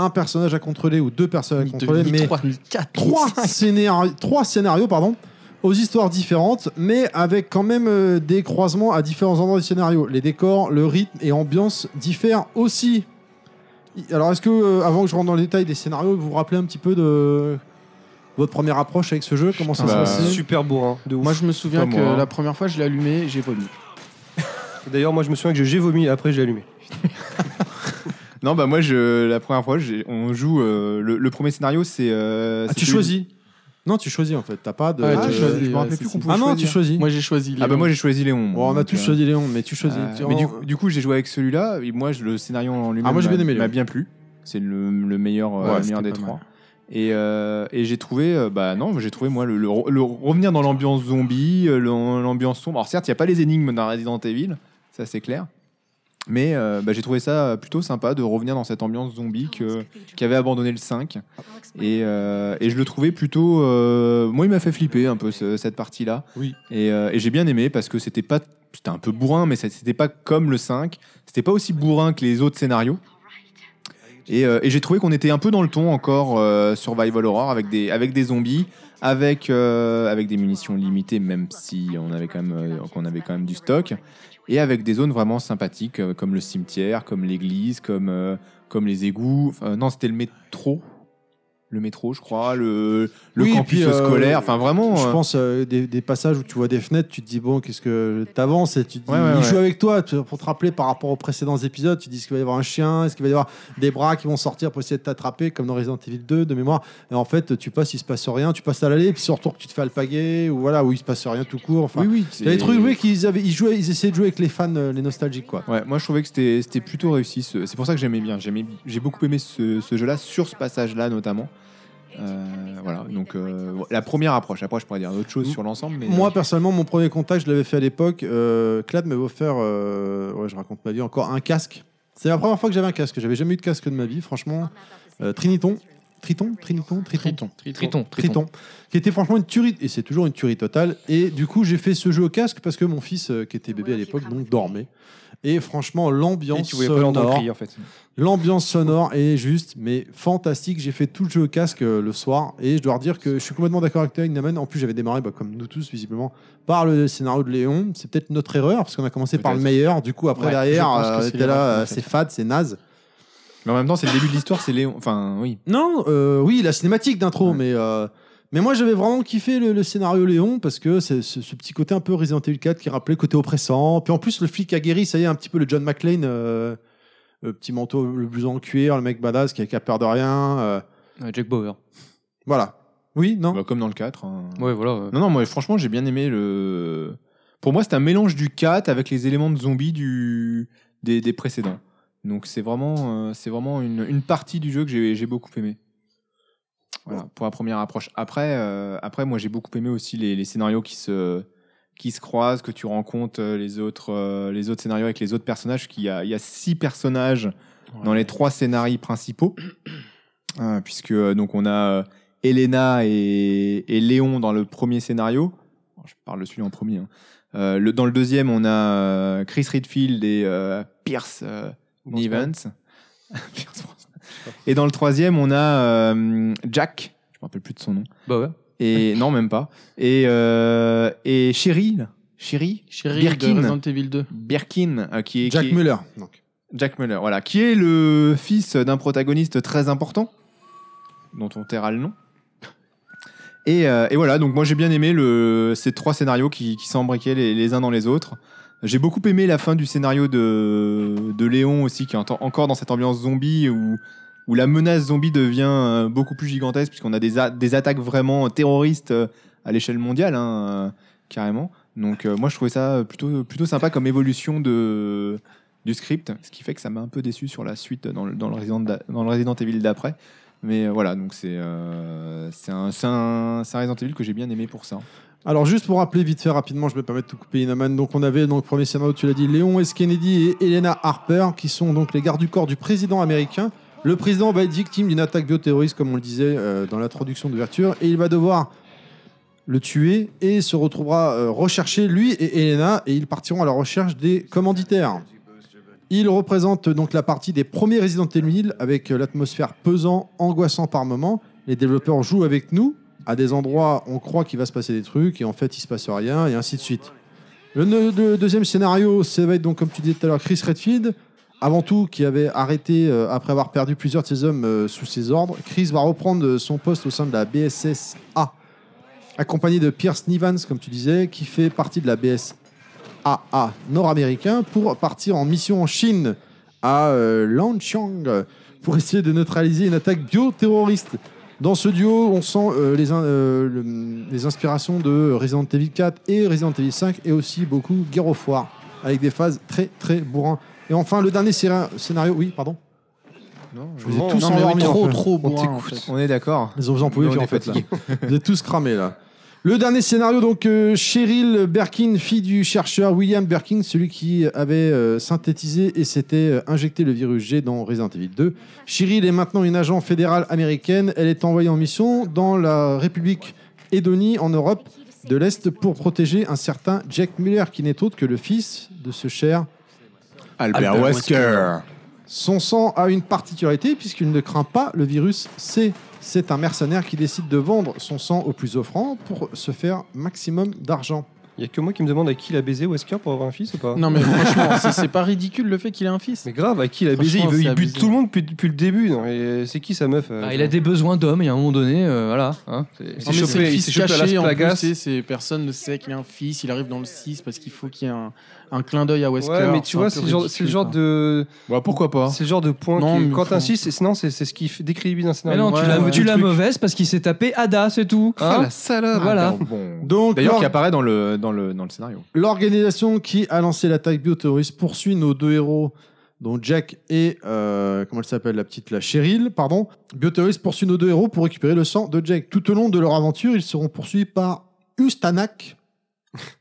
Speaker 2: un personnage à contrôler ou deux personnes à
Speaker 5: Ni deux,
Speaker 2: contrôler,
Speaker 5: ni
Speaker 2: mais
Speaker 5: trois, ni quatre, ni
Speaker 2: trois,
Speaker 5: cinq.
Speaker 2: scénari- trois scénarios pardon, aux histoires différentes, mais avec quand même euh, des croisements à différents endroits du scénario. Les décors, le rythme et ambiance diffèrent aussi. I- Alors, est-ce que, euh, avant que je rentre dans le détail des scénarios, vous vous rappelez un petit peu de votre première approche avec ce jeu Comment ça
Speaker 8: Bah,
Speaker 2: s'est passé
Speaker 12: Super bourrin. De ouf.
Speaker 5: Moi, je me souviens
Speaker 8: Comme
Speaker 5: que
Speaker 8: moi.
Speaker 5: la première fois, je l'ai allumé, et j'ai vomi.
Speaker 12: D'ailleurs, moi, je me souviens que j'ai vomi, après, j'ai allumé.
Speaker 8: Non, bah moi, je, la première fois, j'ai- on joue. euh, le, le premier scénario, c'est. euh,
Speaker 2: Ah, tu
Speaker 8: c'était-
Speaker 2: choisis Non, tu choisis en fait. T'as pas de.
Speaker 5: Ouais,
Speaker 8: Ah,
Speaker 5: tu
Speaker 8: je-
Speaker 5: choisis,
Speaker 8: je me
Speaker 5: ouais,
Speaker 8: rappelle
Speaker 5: si,
Speaker 8: plus qu'on
Speaker 5: si. Oh,
Speaker 8: pouvait
Speaker 2: Ah non, tu
Speaker 8: choisir.
Speaker 2: choisis.
Speaker 5: Moi, j'ai choisi.
Speaker 8: Ah bah
Speaker 5: Léon.
Speaker 8: moi j'ai choisi Léon.
Speaker 2: Bon, on a
Speaker 8: Donc,
Speaker 2: tous
Speaker 8: euh,
Speaker 2: choisi Léon, mais tu choisis.
Speaker 8: euh,
Speaker 2: Tu- oh.
Speaker 8: mais du,
Speaker 2: on-
Speaker 8: du coup j'ai joué avec celui-là. Et moi je- le scénario en lui-même
Speaker 2: Ah, moi, j'ai
Speaker 8: m'a-
Speaker 2: bien aimé,
Speaker 8: m'a
Speaker 2: Léon.
Speaker 8: bien plu. C'est le, le meilleur, euh,
Speaker 5: Ouais,
Speaker 8: le meilleur
Speaker 5: c'était
Speaker 8: des
Speaker 5: pas
Speaker 8: trois.
Speaker 5: mal.
Speaker 8: Et, euh, et j'ai trouvé, euh, bah non, j'ai trouvé moi le, le- le revenir dans l'ambiance zombie, euh, le- l'ambiance sombre. Alors certes, il n'y a pas les énigmes dans Resident Evil, ça c'est clair. Mais euh, bah, j'ai trouvé ça plutôt sympa de revenir dans cette ambiance zombie que, qui avait abandonné le 5. Et, euh, et je le trouvais plutôt. euh, moi, il m'a fait flipper un peu ce- cette partie-là.
Speaker 2: Oui.
Speaker 8: Et, euh, et j'ai bien aimé parce que c'était pas. C'était un peu bourrin, mais ça- c'était pas comme le 5. C'était pas aussi bourrin que les autres scénarios. Et, euh, et j'ai trouvé qu'on était un peu dans le ton encore euh, Survival Horror avec des, avec des zombies, avec, euh, avec des munitions limitées, même si on avait, quand même, euh, qu'on avait quand même du stock, et avec des zones vraiment sympathiques euh, comme le cimetière, comme l'église, comme, euh, comme les égouts. Enfin, euh, non, c'était le métro. Le métro, je crois, le, le
Speaker 2: Oui, et
Speaker 8: campus
Speaker 2: puis, euh,
Speaker 8: scolaire. Enfin, vraiment.
Speaker 2: Je
Speaker 8: euh,
Speaker 2: pense euh, des, des passages où tu vois des fenêtres, tu te dis bon, qu'est-ce que t'avances et tu te dis,
Speaker 8: Ouais, ouais,
Speaker 2: il
Speaker 8: ouais.
Speaker 2: joue avec toi tu- pour te rappeler par rapport aux précédents épisodes. Tu te dis est-ce qu'il va y avoir un chien, est-ce qu'il va y avoir des bras qui vont sortir pour essayer de t'attraper comme dans Resident Evil 2 de mémoire. Et en fait, tu passes, il se passe rien, tu passes à l'allée, puis surtout que tu te fais alpaguer ou voilà où il se passe rien tout court. Enfin,
Speaker 8: oui.
Speaker 2: il y a des
Speaker 8: c'est-
Speaker 2: trucs oui, qu'ils avaient, ils jouaient, ils essayaient de jouer avec les fans, euh, les nostalgiques quoi.
Speaker 8: Ouais, moi je trouvais que c'était c'était plutôt réussi. ce- C'est pour ça que j'aimais bien. J'aimais- J'ai beaucoup aimé ce, ce jeu-là, sur ce passage-là notamment. Euh, voilà, donc euh, la première approche. Après, je pourrais dire d'autres choses sur l'ensemble. Mais...
Speaker 2: Moi personnellement, mon premier contact, je l'avais fait à l'époque. Euh, Clad m'avait offert, euh, ouais, je raconte ma vie encore, un casque. C'est la première fois que j'avais un casque. J'avais jamais eu de casque de ma vie, franchement. Euh, Triniton, Triton, Triniton, Triton.
Speaker 5: Triton.
Speaker 4: Triton, Triton.
Speaker 2: Triton, qui était franchement une tuerie, et c'est toujours une tuerie totale. Et du coup, j'ai fait ce jeu au casque parce que mon fils, euh, qui était bébé à l'époque, donc dormait. Et franchement,
Speaker 12: Et
Speaker 2: l'ambiance
Speaker 12: tu voulais pas l'entendre
Speaker 2: sonore,
Speaker 12: crier, en fait.
Speaker 2: l'ambiance sonore est juste, mais fantastique. J'ai fait tout le jeu au casque euh, le soir, et je dois redire que je suis complètement d'accord avec toi, Ignaman. En plus, j'avais démarré, bah, comme nous tous, visiblement, par le scénario de Léon. C'est peut-être notre erreur, parce qu'on a commencé par le
Speaker 8: Peut-être.
Speaker 2: meilleur. Du coup, après,
Speaker 5: Ouais,
Speaker 2: derrière,
Speaker 5: je pense que
Speaker 2: euh,
Speaker 5: c'est
Speaker 2: t'es
Speaker 5: l'erreur qu'on
Speaker 2: là,
Speaker 5: a
Speaker 2: euh,
Speaker 5: faite.
Speaker 2: c'est fade, c'est naze.
Speaker 8: Mais en même temps, c'est le début de l'histoire, c'est Léon. Enfin, oui.
Speaker 2: Non, euh, oui, la cinématique d'intro, mais, euh, mais moi j'avais vraiment kiffé le, le scénario Léon parce que c'est ce, ce petit côté un peu Resident Evil 4 qui rappelait le côté oppressant. Puis en plus, le flic aguerri, ça y est, un petit peu le John McClane, euh, le petit manteau, le blouson en cuir, le mec badass qui a, qui a peur de rien. euh,
Speaker 4: Ouais, Jack Bauer.
Speaker 2: voilà. Oui, non
Speaker 8: Bah, comme dans le 4. hein.
Speaker 4: Ouais, voilà. euh.
Speaker 8: Non, non, moi franchement, j'ai bien aimé le. Pour moi, c'est un mélange du 4 avec les éléments de zombies du... des, des précédents. Donc, c'est vraiment, euh, c'est vraiment une, une partie du jeu que j'ai j'ai beaucoup aimé. Voilà, pour la première approche. Après, euh, après moi, j'ai beaucoup aimé aussi les, les scénarios qui se, qui se croisent, que tu rencontres euh, les autres, euh, les autres scénarios avec les autres personnages. Qu'il y a, il y a six personnages dans les trois scénarios principaux. Euh, puisque euh, donc on a euh, Elena et, et Léon dans le premier scénario. Bon, Je parle de celui en premier. hein. Euh, le, dans le deuxième, on a euh, Chris Redfield et euh, Pierce euh, Nevins. Pierce Brosnan. et dans le troisième, on a euh, Jack. Je me rappelle plus de son nom.
Speaker 4: Bah ouais.
Speaker 8: Et non, même pas. Et euh, et Cheryl. Cheryl.
Speaker 5: Chérie
Speaker 8: Birkin.
Speaker 5: de Resident Evil 2.
Speaker 8: Birkin, euh, qui est
Speaker 2: Jack
Speaker 8: qui est-
Speaker 2: Muller. donc.
Speaker 8: Jack Muller, voilà, qui est le fils d'un protagoniste très important, dont on taira le nom. Et, euh, et voilà, donc moi j'ai bien aimé le, ces trois scénarios qui, qui s'embriquaient les, les uns dans les autres. J'ai beaucoup aimé la fin du scénario de, de Léon aussi, qui est ento- encore dans cette ambiance zombie où, où la menace zombie devient euh, beaucoup plus gigantesque, puisqu'on a des, a- des attaques vraiment terroristes euh, à l'échelle mondiale, hein, euh, carrément. Donc euh, moi je trouvais ça plutôt, plutôt sympa comme évolution de, du script, ce qui fait que ça m'a un peu déçu sur la suite dans le, dans le, Resident, d'a- dans le Resident Evil d'après. Mais euh, voilà, donc c'est euh, c'est un, c'est un, c'est un Resident Evil que j'ai bien aimé pour ça.
Speaker 2: Alors juste pour rappeler vite fait rapidement, je vais permettre de tout couper Inaman. Donc on avait donc premier scénario, tu l'as dit, Léon S. Kennedy et Elena Harper qui sont donc les gardes du corps du président américain. Le président va être victime d'une attaque bioterroriste comme on le disait euh, dans l'introduction d'ouverture et il va devoir le tuer et se retrouvera euh, recherché lui et Elena et ils partiront à la recherche des commanditaires. Il représente donc la partie des premiers Resident Evil avec euh, l'atmosphère pesant, angoissant par moments. Les développeurs jouent avec nous à des endroits, on croit qu'il va se passer des trucs, et en fait, il se passe rien, et ainsi de suite. Le, ne- le deuxième scénario, ça va être donc, comme tu disais tout à l'heure, Chris Redfield, avant tout, qui avait arrêté euh, après avoir perdu plusieurs de ses hommes euh, sous ses ordres, Chris va reprendre euh, son poste au sein de la BSSA, accompagné de Pierce Nivans, comme tu disais, qui fait partie de la BSAA nord-américain, pour partir en mission en Chine, à euh, Lanchang, pour essayer de neutraliser une attaque bioterroriste. Dans ce duo, on sent euh, les, in- euh, le- les inspirations de Resident Evil 4 et Resident Evil 5, et aussi beaucoup Guerre aux Foires, avec des phases très très bourrins. Et enfin, le dernier scéra- scénario, oui, pardon. je vous ai tous
Speaker 5: mais
Speaker 2: endormis.
Speaker 5: oui,
Speaker 2: en
Speaker 5: trop,
Speaker 2: fait.
Speaker 5: trop
Speaker 2: On
Speaker 5: bourrin, en
Speaker 2: t'écoute.
Speaker 5: fait.
Speaker 8: On est d'accord.
Speaker 2: Ils ont besoin
Speaker 8: Nous,
Speaker 2: de
Speaker 8: on
Speaker 2: en
Speaker 8: est
Speaker 2: fait. là.
Speaker 8: fatigué.
Speaker 2: Vous êtes tous cramés, là. Le dernier scénario, donc, euh, Cheryl Berkin, fille du chercheur William Berkin, celui qui avait euh, synthétisé et s'était euh, injecté le virus G dans Resident Evil 2. Cheryl est maintenant une agent fédérale américaine. Elle est envoyée en mission dans la République Edonie, en Europe de l'Est, pour protéger un certain Jack Miller, qui n'est autre que le fils de ce cher
Speaker 8: Albert, Wesker.
Speaker 2: Son sang a une particularité puisqu'il ne craint pas le virus C. C'est un mercenaire qui décide de vendre son sang au plus offrant pour se faire maximum d'argent.
Speaker 12: Il y a que moi qui me demande à qui il a baisé Wesker pour avoir un fils ou pas
Speaker 5: Non, mais franchement, c'est- c'est pas ridicule le fait qu'il ait un fils.
Speaker 12: Mais grave, à qui il a baisé Il,
Speaker 5: Franchement,
Speaker 12: veut- il
Speaker 5: c'est
Speaker 12: bute
Speaker 5: abusé.
Speaker 12: tout le monde depuis, depuis le début. non, et c'est qui sa meuf euh,
Speaker 4: Ah, il a des besoins d'hommes et à un moment donné, euh, voilà. hein, c'est-
Speaker 5: Non, mais
Speaker 12: chopé-
Speaker 5: c'est le
Speaker 12: il
Speaker 5: fils
Speaker 12: s'est chopé à Las
Speaker 5: caché en plus,
Speaker 12: Plagas.
Speaker 5: tu sais, c'est- personne ne sait qu'il a un fils, il arrive dans le 6 parce qu'il faut qu'il y ait un, un clin d'œil à Wesker.
Speaker 12: Ouais, mais tu
Speaker 5: un
Speaker 12: vois,
Speaker 5: peu
Speaker 12: c'est le genre,
Speaker 5: ridicule,
Speaker 12: c'est le genre
Speaker 5: quoi.
Speaker 12: de,
Speaker 8: Bah, pourquoi pas
Speaker 12: c'est le genre de point.
Speaker 5: Non,
Speaker 12: qui-
Speaker 5: mais
Speaker 12: quand
Speaker 5: faut-
Speaker 12: t'insistes, c'est- non, c'est c'est ce qui fait- décrivit un
Speaker 4: Mais
Speaker 12: scénario.
Speaker 4: non, tu
Speaker 12: Ouais,
Speaker 4: l'as
Speaker 12: ouais.
Speaker 4: tu l'as mauvaise parce qu'il s'est tapé Ada, c'est tout. hein.
Speaker 12: Ah la salope
Speaker 4: voilà.
Speaker 8: Bon.
Speaker 2: Donc,
Speaker 8: D'ailleurs,
Speaker 2: l'or-
Speaker 8: qui apparaît dans le, dans le, dans le scénario.
Speaker 2: l'organisation qui a lancé l'attaque bioterroriste poursuit nos deux héros, dont Jack et. euh, comment elle s'appelle La petite, la Cheryl, pardon. Bioterroriste poursuit nos deux héros pour récupérer le sang de Jack. Tout au long de leur aventure, ils seront poursuivis par Ustanak.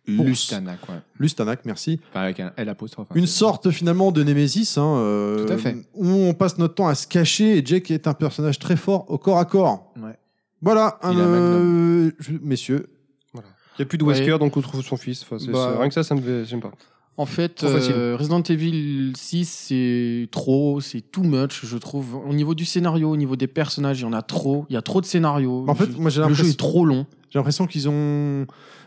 Speaker 8: Lustana, quoi.
Speaker 2: Lustanak, merci.
Speaker 8: Enfin, avec un L apostrophe. hein.
Speaker 2: Une sorte finalement de Némésis, hein, euh,
Speaker 8: Tout à fait.
Speaker 2: où on passe notre temps à se cacher et Jake est un personnage très fort au corps à corps.
Speaker 8: Ouais.
Speaker 2: Voilà,
Speaker 8: Il a
Speaker 2: un,
Speaker 8: un magnum.
Speaker 2: euh, je- messieurs,
Speaker 12: Il n'y a plus de
Speaker 5: Ouais.
Speaker 12: Wesker, donc on trouve son fils. Enfin, c'est-
Speaker 5: Bah.
Speaker 12: c'est- Rien que ça, ça me j'aime pas.
Speaker 5: En fait,
Speaker 12: Trop facile.
Speaker 5: euh, Resident Evil 6, c'est trop, c'est too much, je trouve. Au niveau du scénario, au niveau des personnages, il y en a trop. Il y a trop de scénarios.
Speaker 2: en fait,
Speaker 5: Je-
Speaker 2: moi j'ai
Speaker 5: le jeu
Speaker 2: l'impression
Speaker 5: est trop long.
Speaker 2: j'ai l'impression qu'ils ont.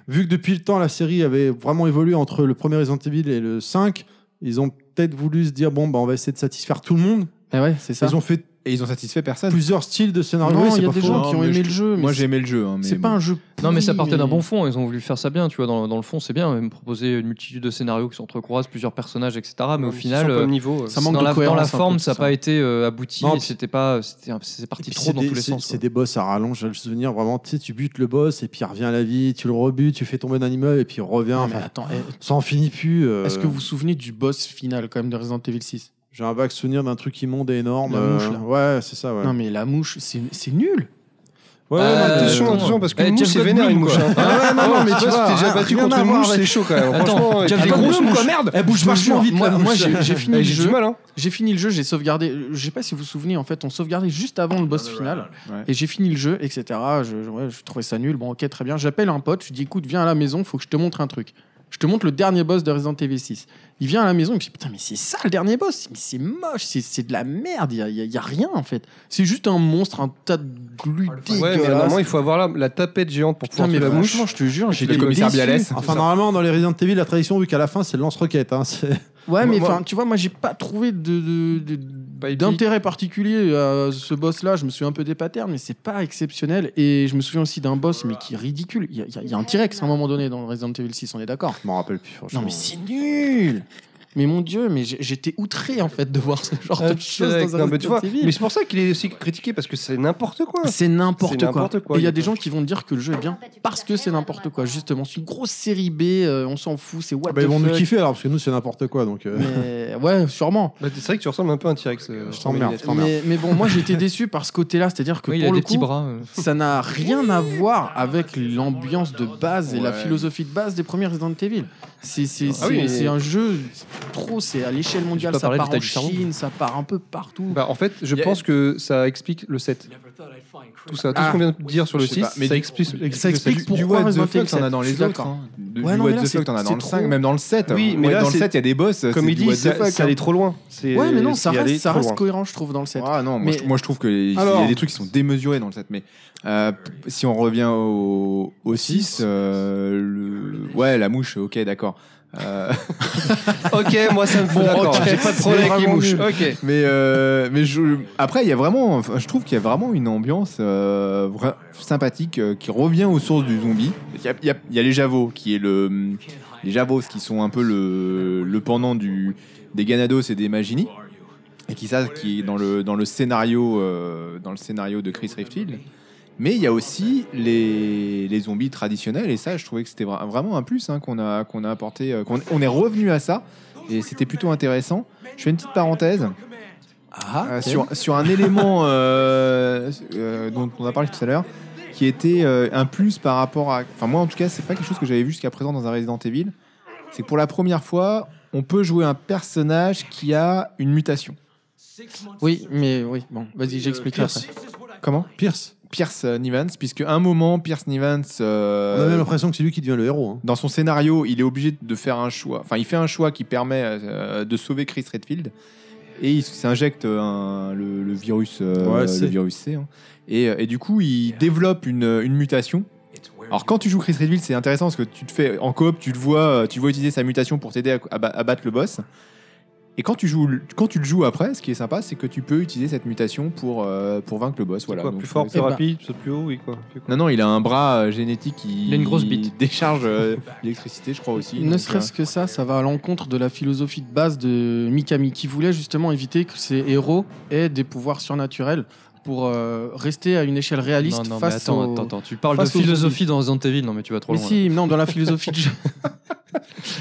Speaker 2: Vu que depuis le temps la série avait vraiment évolué entre le premier Resident Evil et le 5, ils ont peut-être voulu se dire bon, bah, on va essayer de satisfaire tout le monde.
Speaker 5: Mais ouais, c'est ça.
Speaker 2: Ils ont fait
Speaker 8: Et ils ont satisfait personne.
Speaker 2: plusieurs styles de scénario.
Speaker 5: Non,
Speaker 2: Oui,
Speaker 5: il
Speaker 2: c'est
Speaker 5: y a
Speaker 2: pas
Speaker 5: des
Speaker 2: faux.
Speaker 5: gens
Speaker 8: Non,
Speaker 5: qui ont
Speaker 8: mais
Speaker 5: aimé
Speaker 8: je-
Speaker 5: le jeu. mais
Speaker 8: Moi,
Speaker 5: c'est-
Speaker 8: j'ai aimé le jeu. hein, mais
Speaker 5: C'est pas
Speaker 8: bon.
Speaker 5: un jeu.
Speaker 4: Non, mais ça
Speaker 5: pourri,
Speaker 4: partait d'un bon fond. Ils ont voulu faire ça bien, tu vois. Dans, dans le fond, c'est bien. Ils me proposer une multitude de scénarios qui s'entrecroisent, plusieurs personnages, etc. Mais au
Speaker 12: Ils
Speaker 4: final.
Speaker 12: sont pas
Speaker 4: euh,
Speaker 12: au niveau. euh.
Speaker 5: Ça manque
Speaker 4: dans
Speaker 5: de
Speaker 4: la,
Speaker 5: cohérence
Speaker 4: Dans la
Speaker 5: un peu,
Speaker 4: forme,
Speaker 5: tout
Speaker 4: hein, ça n'a
Speaker 5: ça.
Speaker 4: pas été euh, abouti.
Speaker 2: Non,
Speaker 4: et
Speaker 2: puis-
Speaker 4: C'était pas, c'était, un- c'est
Speaker 2: Et
Speaker 4: parti
Speaker 2: puis
Speaker 4: trop
Speaker 2: c'est
Speaker 4: dans
Speaker 2: des-
Speaker 4: tous les
Speaker 2: c'est-
Speaker 4: sens.
Speaker 2: C'est
Speaker 4: quoi.
Speaker 2: des boss à rallonge, j'ai le souvenir vraiment. Tu sais, tu butes le boss et puis il revient à la vie, tu le rebutes, tu fais tomber d'un immeuble et puis il revient.
Speaker 5: Non, mais
Speaker 2: enfin,
Speaker 5: attends, eh,
Speaker 2: ça en finit plus. euh,
Speaker 5: est-ce que vous vous souvenez du boss final quand même de Resident Evil 6
Speaker 2: J'ai un vague souvenir d'un truc immonde et énorme. euh,
Speaker 5: La mouche,
Speaker 2: Ouais, c'est ça, ouais.
Speaker 5: Non, mais la mouche, c'est c'est nul.
Speaker 2: Ouais, ouais, non,
Speaker 4: Euh,
Speaker 2: mais-
Speaker 12: Ah, attention,
Speaker 4: attends.
Speaker 12: attention, parce que
Speaker 4: Eh,
Speaker 12: une mouche,
Speaker 4: Jeff
Speaker 12: c'est vénère, une
Speaker 4: Goldblum,
Speaker 12: mouche.
Speaker 4: quoi.
Speaker 12: hein. Ah ouais, non, mais tu vois, t'es déjà battu
Speaker 2: rien
Speaker 12: contre
Speaker 2: à
Speaker 12: une
Speaker 2: voir
Speaker 12: mouche,
Speaker 2: avec-
Speaker 12: c'est chaud quand même.
Speaker 4: Attends,
Speaker 12: Franchement,
Speaker 4: Jeff
Speaker 12: elle est
Speaker 4: Goldblum,
Speaker 12: grosse mouche.
Speaker 4: quoi, merde
Speaker 2: Elle bouge vachement vite,
Speaker 5: Moi,
Speaker 2: la
Speaker 5: moi,
Speaker 2: mouche.
Speaker 5: j'ai j'ai fini
Speaker 12: Eh,
Speaker 5: le
Speaker 12: J'ai du
Speaker 5: jeu.
Speaker 12: mal, hein.
Speaker 5: J'ai fini le jeu, j'ai sauvegardé. Je sais pas si vous vous souvenez, en fait, on sauvegardait juste avant le boss
Speaker 12: Ah,
Speaker 5: final.
Speaker 8: Ouais.
Speaker 5: Et j'ai fini le jeu, etc. Je, je- ouais, je trouvais ça nul. Bon, ok, très bien. J'appelle un pote, je dis écoute, viens à la maison, faut que je te montre un truc. Je te montre le dernier boss de Resident Evil 6. Il vient à la maison, il me dit putain, mais c'est ça le dernier boss Mais c'est moche, c'est- c'est de la merde, il y a, il y a- il y a rien en fait. C'est juste un monstre, un tas de glu
Speaker 12: Ouais, mais
Speaker 5: dégueulasse.
Speaker 12: normalement, il faut avoir la, la tapette géante pour
Speaker 5: Putain,
Speaker 12: pouvoir
Speaker 5: mais
Speaker 12: tuer la mouche.
Speaker 5: franchement, je te jure, j'ai
Speaker 8: Le
Speaker 5: des
Speaker 8: commissaire Bialès.
Speaker 2: Enfin, normalement, dans les Resident Evil, la tradition, vu qu'à la fin, c'est le lance-roquette. hein, c'est-
Speaker 5: Ouais, mais
Speaker 12: Moi-
Speaker 5: enfin, tu vois, moi, j'ai pas trouvé de- de- de-
Speaker 12: il
Speaker 5: d'intérêt particulier à ce boss-là. Je me souviens un peu des patterns, mais c'est pas exceptionnel. Et je me souviens aussi d'un boss, mais qui est ridicule. Il y a, il y a- il y a un T-Rex à un moment donné dans Resident Evil 6, on est d'accord.
Speaker 2: Je m'en rappelle plus, franchement.
Speaker 5: Non, mais c'est nul Mais mon Dieu, mais j'ai- j'étais outré, en fait, de voir ce genre
Speaker 3: Euh,
Speaker 12: Ah,
Speaker 5: de choses
Speaker 12: direct.
Speaker 5: dans un
Speaker 12: Non, mais tu
Speaker 5: Resident
Speaker 12: vois,
Speaker 5: Evil.
Speaker 12: mais c'est pour ça qu'il est aussi critiqué parce que c'est n'importe quoi.
Speaker 5: C'est n'importe
Speaker 12: C'est
Speaker 5: quoi.
Speaker 12: n'importe quoi,
Speaker 5: Et il y a
Speaker 12: il
Speaker 5: des
Speaker 12: est
Speaker 5: gens qui vont dire que le jeu est bien parce que c'est n'importe quoi. Justement, c'est une grosse série B, euh, on s'en fout, c'est what
Speaker 2: Bah,
Speaker 5: the
Speaker 2: ils vont nous
Speaker 5: fuck.
Speaker 2: kiffer alors, parce que nous, c'est n'importe quoi. Donc, euh,
Speaker 5: Mais ouais, sûrement.
Speaker 12: Bah, c'est vrai que tu ressembles un peu à un T-Rex. euh,
Speaker 2: je t'emmerde, je t'emmerde.
Speaker 5: Mais, mais bon, moi j'étais déçu par ce côté-là, c'est-à-dire que
Speaker 4: Oui, il a
Speaker 5: pour le
Speaker 4: des
Speaker 5: coup,
Speaker 4: petits bras. euh.
Speaker 5: ça n'a rien à voir avec l'ambiance de base et la
Speaker 8: Ouais.
Speaker 5: philosophie de base des premiers Resident Evil. C'est c'est-
Speaker 12: Ah
Speaker 5: c'est-
Speaker 12: oui,
Speaker 5: c'est
Speaker 12: mais-
Speaker 5: un jeu trop, c'est à l'échelle mondiale,
Speaker 4: pas
Speaker 5: ça
Speaker 4: parler
Speaker 5: part
Speaker 4: du
Speaker 5: en
Speaker 4: taille du cerveau.
Speaker 5: Chine, ça part un peu partout.
Speaker 12: Bah, en fait, je
Speaker 8: Y a-
Speaker 12: pense que ça explique le 7. Tout ça, tout ce qu'on vient de dire sur le
Speaker 8: Je sais
Speaker 12: 6,
Speaker 8: pas, mais
Speaker 12: ça
Speaker 8: du-
Speaker 12: explique,
Speaker 5: ça explique
Speaker 12: le
Speaker 8: Du- Du
Speaker 5: pourquoi
Speaker 8: what
Speaker 5: Resident
Speaker 8: the
Speaker 5: Evil
Speaker 8: fuck, t'en as dans
Speaker 5: je suis
Speaker 8: les autres.
Speaker 5: d'accord.
Speaker 8: hein. Du
Speaker 5: Ouais,
Speaker 8: du
Speaker 5: non,
Speaker 8: what
Speaker 5: mais là,
Speaker 8: the
Speaker 5: c'est-
Speaker 8: fuck, t'en as dans
Speaker 5: c'est
Speaker 8: le
Speaker 5: trop.
Speaker 8: 5, même dans le 7.
Speaker 12: Oui,
Speaker 8: Ouais,
Speaker 12: mais là,
Speaker 8: dans le
Speaker 12: c'est-
Speaker 8: 7, il y a des boss.
Speaker 12: Comme
Speaker 8: c'est
Speaker 12: il
Speaker 8: du what
Speaker 12: dit,
Speaker 8: the
Speaker 12: ça,
Speaker 8: fuck,
Speaker 12: ça
Speaker 8: hein.
Speaker 12: allait trop loin. C'est-
Speaker 5: Ouais, mais non, ça
Speaker 12: c'est allé
Speaker 5: reste, ça
Speaker 12: trop
Speaker 5: reste
Speaker 12: loin.
Speaker 5: cohérent, je trouve, dans le set.
Speaker 8: Ah non, moi,
Speaker 5: Mais-
Speaker 8: je, moi, je trouve qu'il
Speaker 2: Alors-
Speaker 8: y a des trucs qui sont démesurés dans le 7, mais euh, p- euh, si on revient au, 6, ouais, la mouche, ok, d'accord. Euh,
Speaker 12: Ok, moi ça me fait d'accord.
Speaker 8: ok,
Speaker 12: J'ai pas de problème avec les
Speaker 8: vraiment
Speaker 12: mouches.
Speaker 8: nul.
Speaker 12: Ok.
Speaker 8: mais euh, mais je- après, il y a vraiment, enfin, je trouve qu'il y a vraiment une ambiance euh, vra- sympathique euh, qui revient aux sources du zombie. Il y a, il y a- il y a les Javos qui est le les Javos qui sont un peu le, le pendant du des Ganados et des Magini et qui ça qui est dans le dans le scénario euh, dans le scénario de Chris Redfield. Mais il y a aussi les, les zombies traditionnels et ça, je trouvais que c'était vra- vraiment un plus hein, qu'on a qu'on a apporté, euh, qu'on on est revenu à ça et c'était plutôt intéressant. Je fais une petite parenthèse. Euh, sur, sur un élément euh, euh, dont on a parlé tout à l'heure, qui était euh, un plus par rapport à. Enfin, moi en tout cas, c'est pas quelque chose que j'avais vu jusqu'à présent dans un Resident Evil. C'est que pour la première fois, on peut jouer un personnage qui a une mutation.
Speaker 5: Oui, mais oui, bon, vas-y, j'expliquerai après.
Speaker 8: Comment
Speaker 2: Pierce.
Speaker 8: Pierce euh, Nivans, puisque à un moment, Pierce Nivans. euh,
Speaker 2: On a même l'impression que c'est lui qui devient le héros. hein.
Speaker 8: dans son scénario, il est obligé de faire un choix. Enfin, il fait un choix qui permet euh, de sauver Chris Redfield. Et il s'injecte un- le, le virus, euh,
Speaker 2: Ouais,
Speaker 8: le
Speaker 2: c'est-
Speaker 8: virus C. hein. Et, euh, et du coup, il développe une, une mutation. Alors, quand tu joues Chris Redfield, c'est intéressant parce que tu te fais en coop, tu le vois, euh, tu le vois utiliser sa mutation pour t'aider à, à ba- à battre le boss. Et quand tu, joues, le- quand tu le joues après, ce qui est sympa, c'est que tu peux utiliser cette mutation pour, euh, pour vaincre le boss. Voilà.
Speaker 3: Quoi,
Speaker 8: Donc,
Speaker 3: plus fort,
Speaker 8: euh,
Speaker 3: plus
Speaker 5: eh ben-
Speaker 3: rapide, saute plus haut, oui quoi. Plus quoi.
Speaker 8: non, non, il a un bras euh, génétique qui
Speaker 4: Il a une grosse bite.
Speaker 8: décharge euh, l'électricité, je crois aussi.
Speaker 5: Ne
Speaker 8: Donc,
Speaker 5: serait-ce que ça, ça va à l'encontre de la philosophie de base de Mikami, qui voulait justement éviter que ses héros aient des pouvoirs surnaturels pour euh, rester à une échelle
Speaker 4: non,
Speaker 5: réaliste
Speaker 4: non, mais
Speaker 5: face
Speaker 4: attends,
Speaker 5: au...
Speaker 4: attends, attends, tu parles de
Speaker 5: face aux
Speaker 4: philosophie dans Resident Evil, non mais tu vas trop
Speaker 5: Mais
Speaker 4: loin.
Speaker 5: si, non, dans la philosophie de jeu.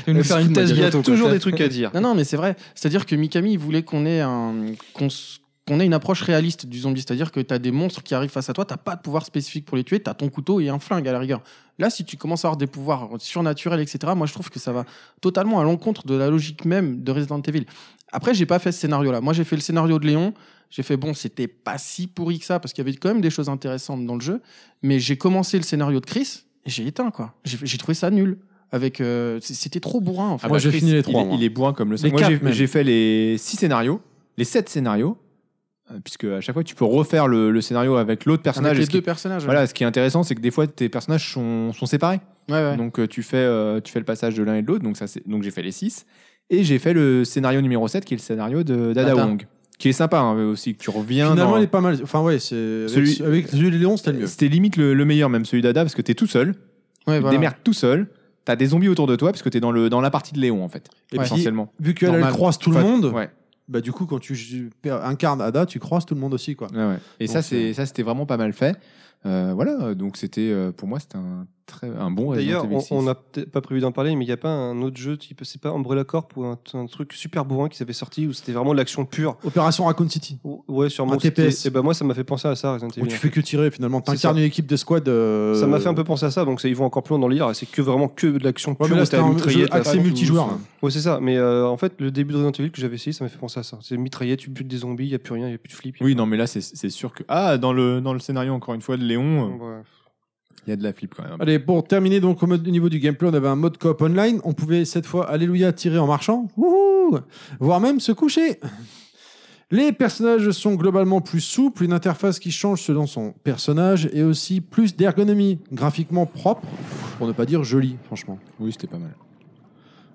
Speaker 4: Tu vas nous faire une thèse
Speaker 12: Il y a
Speaker 4: bientôt. quoi.
Speaker 12: toujours des trucs à dire.
Speaker 5: Non, non, mais c'est vrai. C'est-à-dire que Mikami, il voulait qu'on ait, un, qu'on s- qu'on ait une approche réaliste du zombie. C'est-à-dire que tu as des monstres qui arrivent face à toi, tu pas de pouvoir spécifique pour les tuer, tu as ton couteau et un flingue à la rigueur. Là, si tu commences à avoir des pouvoirs surnaturels, etc., moi je trouve que ça va totalement à l'encontre de la logique même de Resident Evil. Après, j'ai pas fait ce scénario-là. Moi, j'ai fait le scénario de Léon. J'ai fait, bon, c'était pas si pourri que ça, parce qu'il y avait quand même des choses intéressantes dans le jeu. Mais j'ai commencé le scénario de Chris et j'ai éteint, quoi. J'ai j'ai trouvé ça nul. Avec, euh, c- c'était trop bourrin, en fait.
Speaker 8: Ah
Speaker 2: Moi,
Speaker 8: bah,
Speaker 2: j'ai
Speaker 8: Chris,
Speaker 2: fini les trois,
Speaker 8: Il, est-
Speaker 2: moi.
Speaker 8: il est bourrin comme le sang.
Speaker 5: Les
Speaker 8: Moi,
Speaker 5: quatre,
Speaker 8: j'ai-
Speaker 5: même.
Speaker 8: j'ai fait les six scénarios, les sept scénarios, euh, puisque à chaque fois, tu peux refaire le, le scénario avec l'autre personnage.
Speaker 5: Avec
Speaker 8: et
Speaker 5: les
Speaker 8: ce qui-
Speaker 5: deux personnages.
Speaker 8: Voilà, ce qui est intéressant, c'est que des fois, tes personnages sont, sont séparés.
Speaker 5: Ouais, ouais.
Speaker 8: Donc, euh, tu fais, euh, tu fais le passage de l'un et de l'autre. Donc, ça, c'est- donc j'ai fait les six. Et j'ai fait le scénario numéro 7, qui est le scénario de Dada
Speaker 5: Dada.
Speaker 8: Wong, qui est sympa hein, aussi, que tu reviens
Speaker 2: Finalement,
Speaker 8: dans-
Speaker 2: il est pas mal. Enfin, ouais, c'est.
Speaker 8: Celui-
Speaker 2: Avec, avec celui de Léon, c'était le mieux.
Speaker 8: C'était limite le, le meilleur, même celui d'Ada, parce que t'es tout seul.
Speaker 5: Ouais,
Speaker 8: tu te
Speaker 5: voilà.
Speaker 8: démerdes tout seul. T'as des zombies autour de toi parce que t'es dans, le, dans la partie de Léon en fait,
Speaker 2: Et
Speaker 5: Ouais.
Speaker 2: puis,
Speaker 8: essentiellement.
Speaker 2: vu qu'elle elle
Speaker 5: Normal.
Speaker 2: croise tout le
Speaker 8: Enfin,
Speaker 2: monde,
Speaker 8: Ouais.
Speaker 2: bah du coup, quand tu per- incarnes Ada, tu croises tout le monde aussi, quoi.
Speaker 8: Ouais, ouais. Et
Speaker 2: Donc,
Speaker 8: ça, c'est ça, c'était vraiment pas mal fait. Euh, voilà. Donc c'était, euh, pour moi, c'était un très un bon. euh,
Speaker 12: D'ailleurs,
Speaker 8: Resident Evil
Speaker 12: on-
Speaker 8: 6.
Speaker 12: on n'a peut-être pas prévu d'en parler, mais il n'y a pas un autre jeu type, c'est pas Umbrella Corp ou un, un truc super bourrin qui s'avait sorti où c'était vraiment de l'action pure.
Speaker 2: Opération Raccoon City.
Speaker 12: Ou- Ouais, sûrement.
Speaker 2: Un TPS.
Speaker 12: Et ben moi, ça m'a fait penser à ça, Resident
Speaker 2: Où
Speaker 12: Evil.
Speaker 2: tu fais que tirer finalement.
Speaker 12: C'est
Speaker 2: T'incarnes
Speaker 12: ça.
Speaker 2: une équipe de squad. euh,
Speaker 12: Ça m'a fait un peu penser à ça, donc ça, ils vont encore plus loin dans le lire. C'est que vraiment que de l'action
Speaker 2: Ouais,
Speaker 12: pure.
Speaker 2: mais
Speaker 12: où
Speaker 2: là,
Speaker 12: t'as
Speaker 2: c'était
Speaker 12: la
Speaker 2: un
Speaker 12: mitraillette,
Speaker 2: jeu
Speaker 12: t'as
Speaker 2: axé
Speaker 12: tout.
Speaker 2: multijoueur.
Speaker 12: Ouais, c'est ça. Mais euh, en fait, le début de Resident Evil que j'avais essayé, ça m'a fait penser à ça. C'est mitraillette, tu butes des zombies, il n'y a plus rien, il n'y a plus de flip. y a
Speaker 8: Oui,
Speaker 12: pas-
Speaker 8: non, mais là, c'est- c'est sûr que ah, dans le dans le scénario encore une fois de Léon, euh,
Speaker 12: Ouais.
Speaker 8: il y a de la flip quand même.
Speaker 2: Allez, pour terminer donc au, mode- au niveau du gameplay, on avait un mode coop online. On pouvait cette fois, alléluia, tirer en marchant, Wouhou voire même se coucher. Les personnages sont globalement plus souples, une interface qui change selon son personnage et aussi plus d'ergonomie, graphiquement propre, pour ne pas dire joli, franchement.
Speaker 8: Oui, c'était pas mal.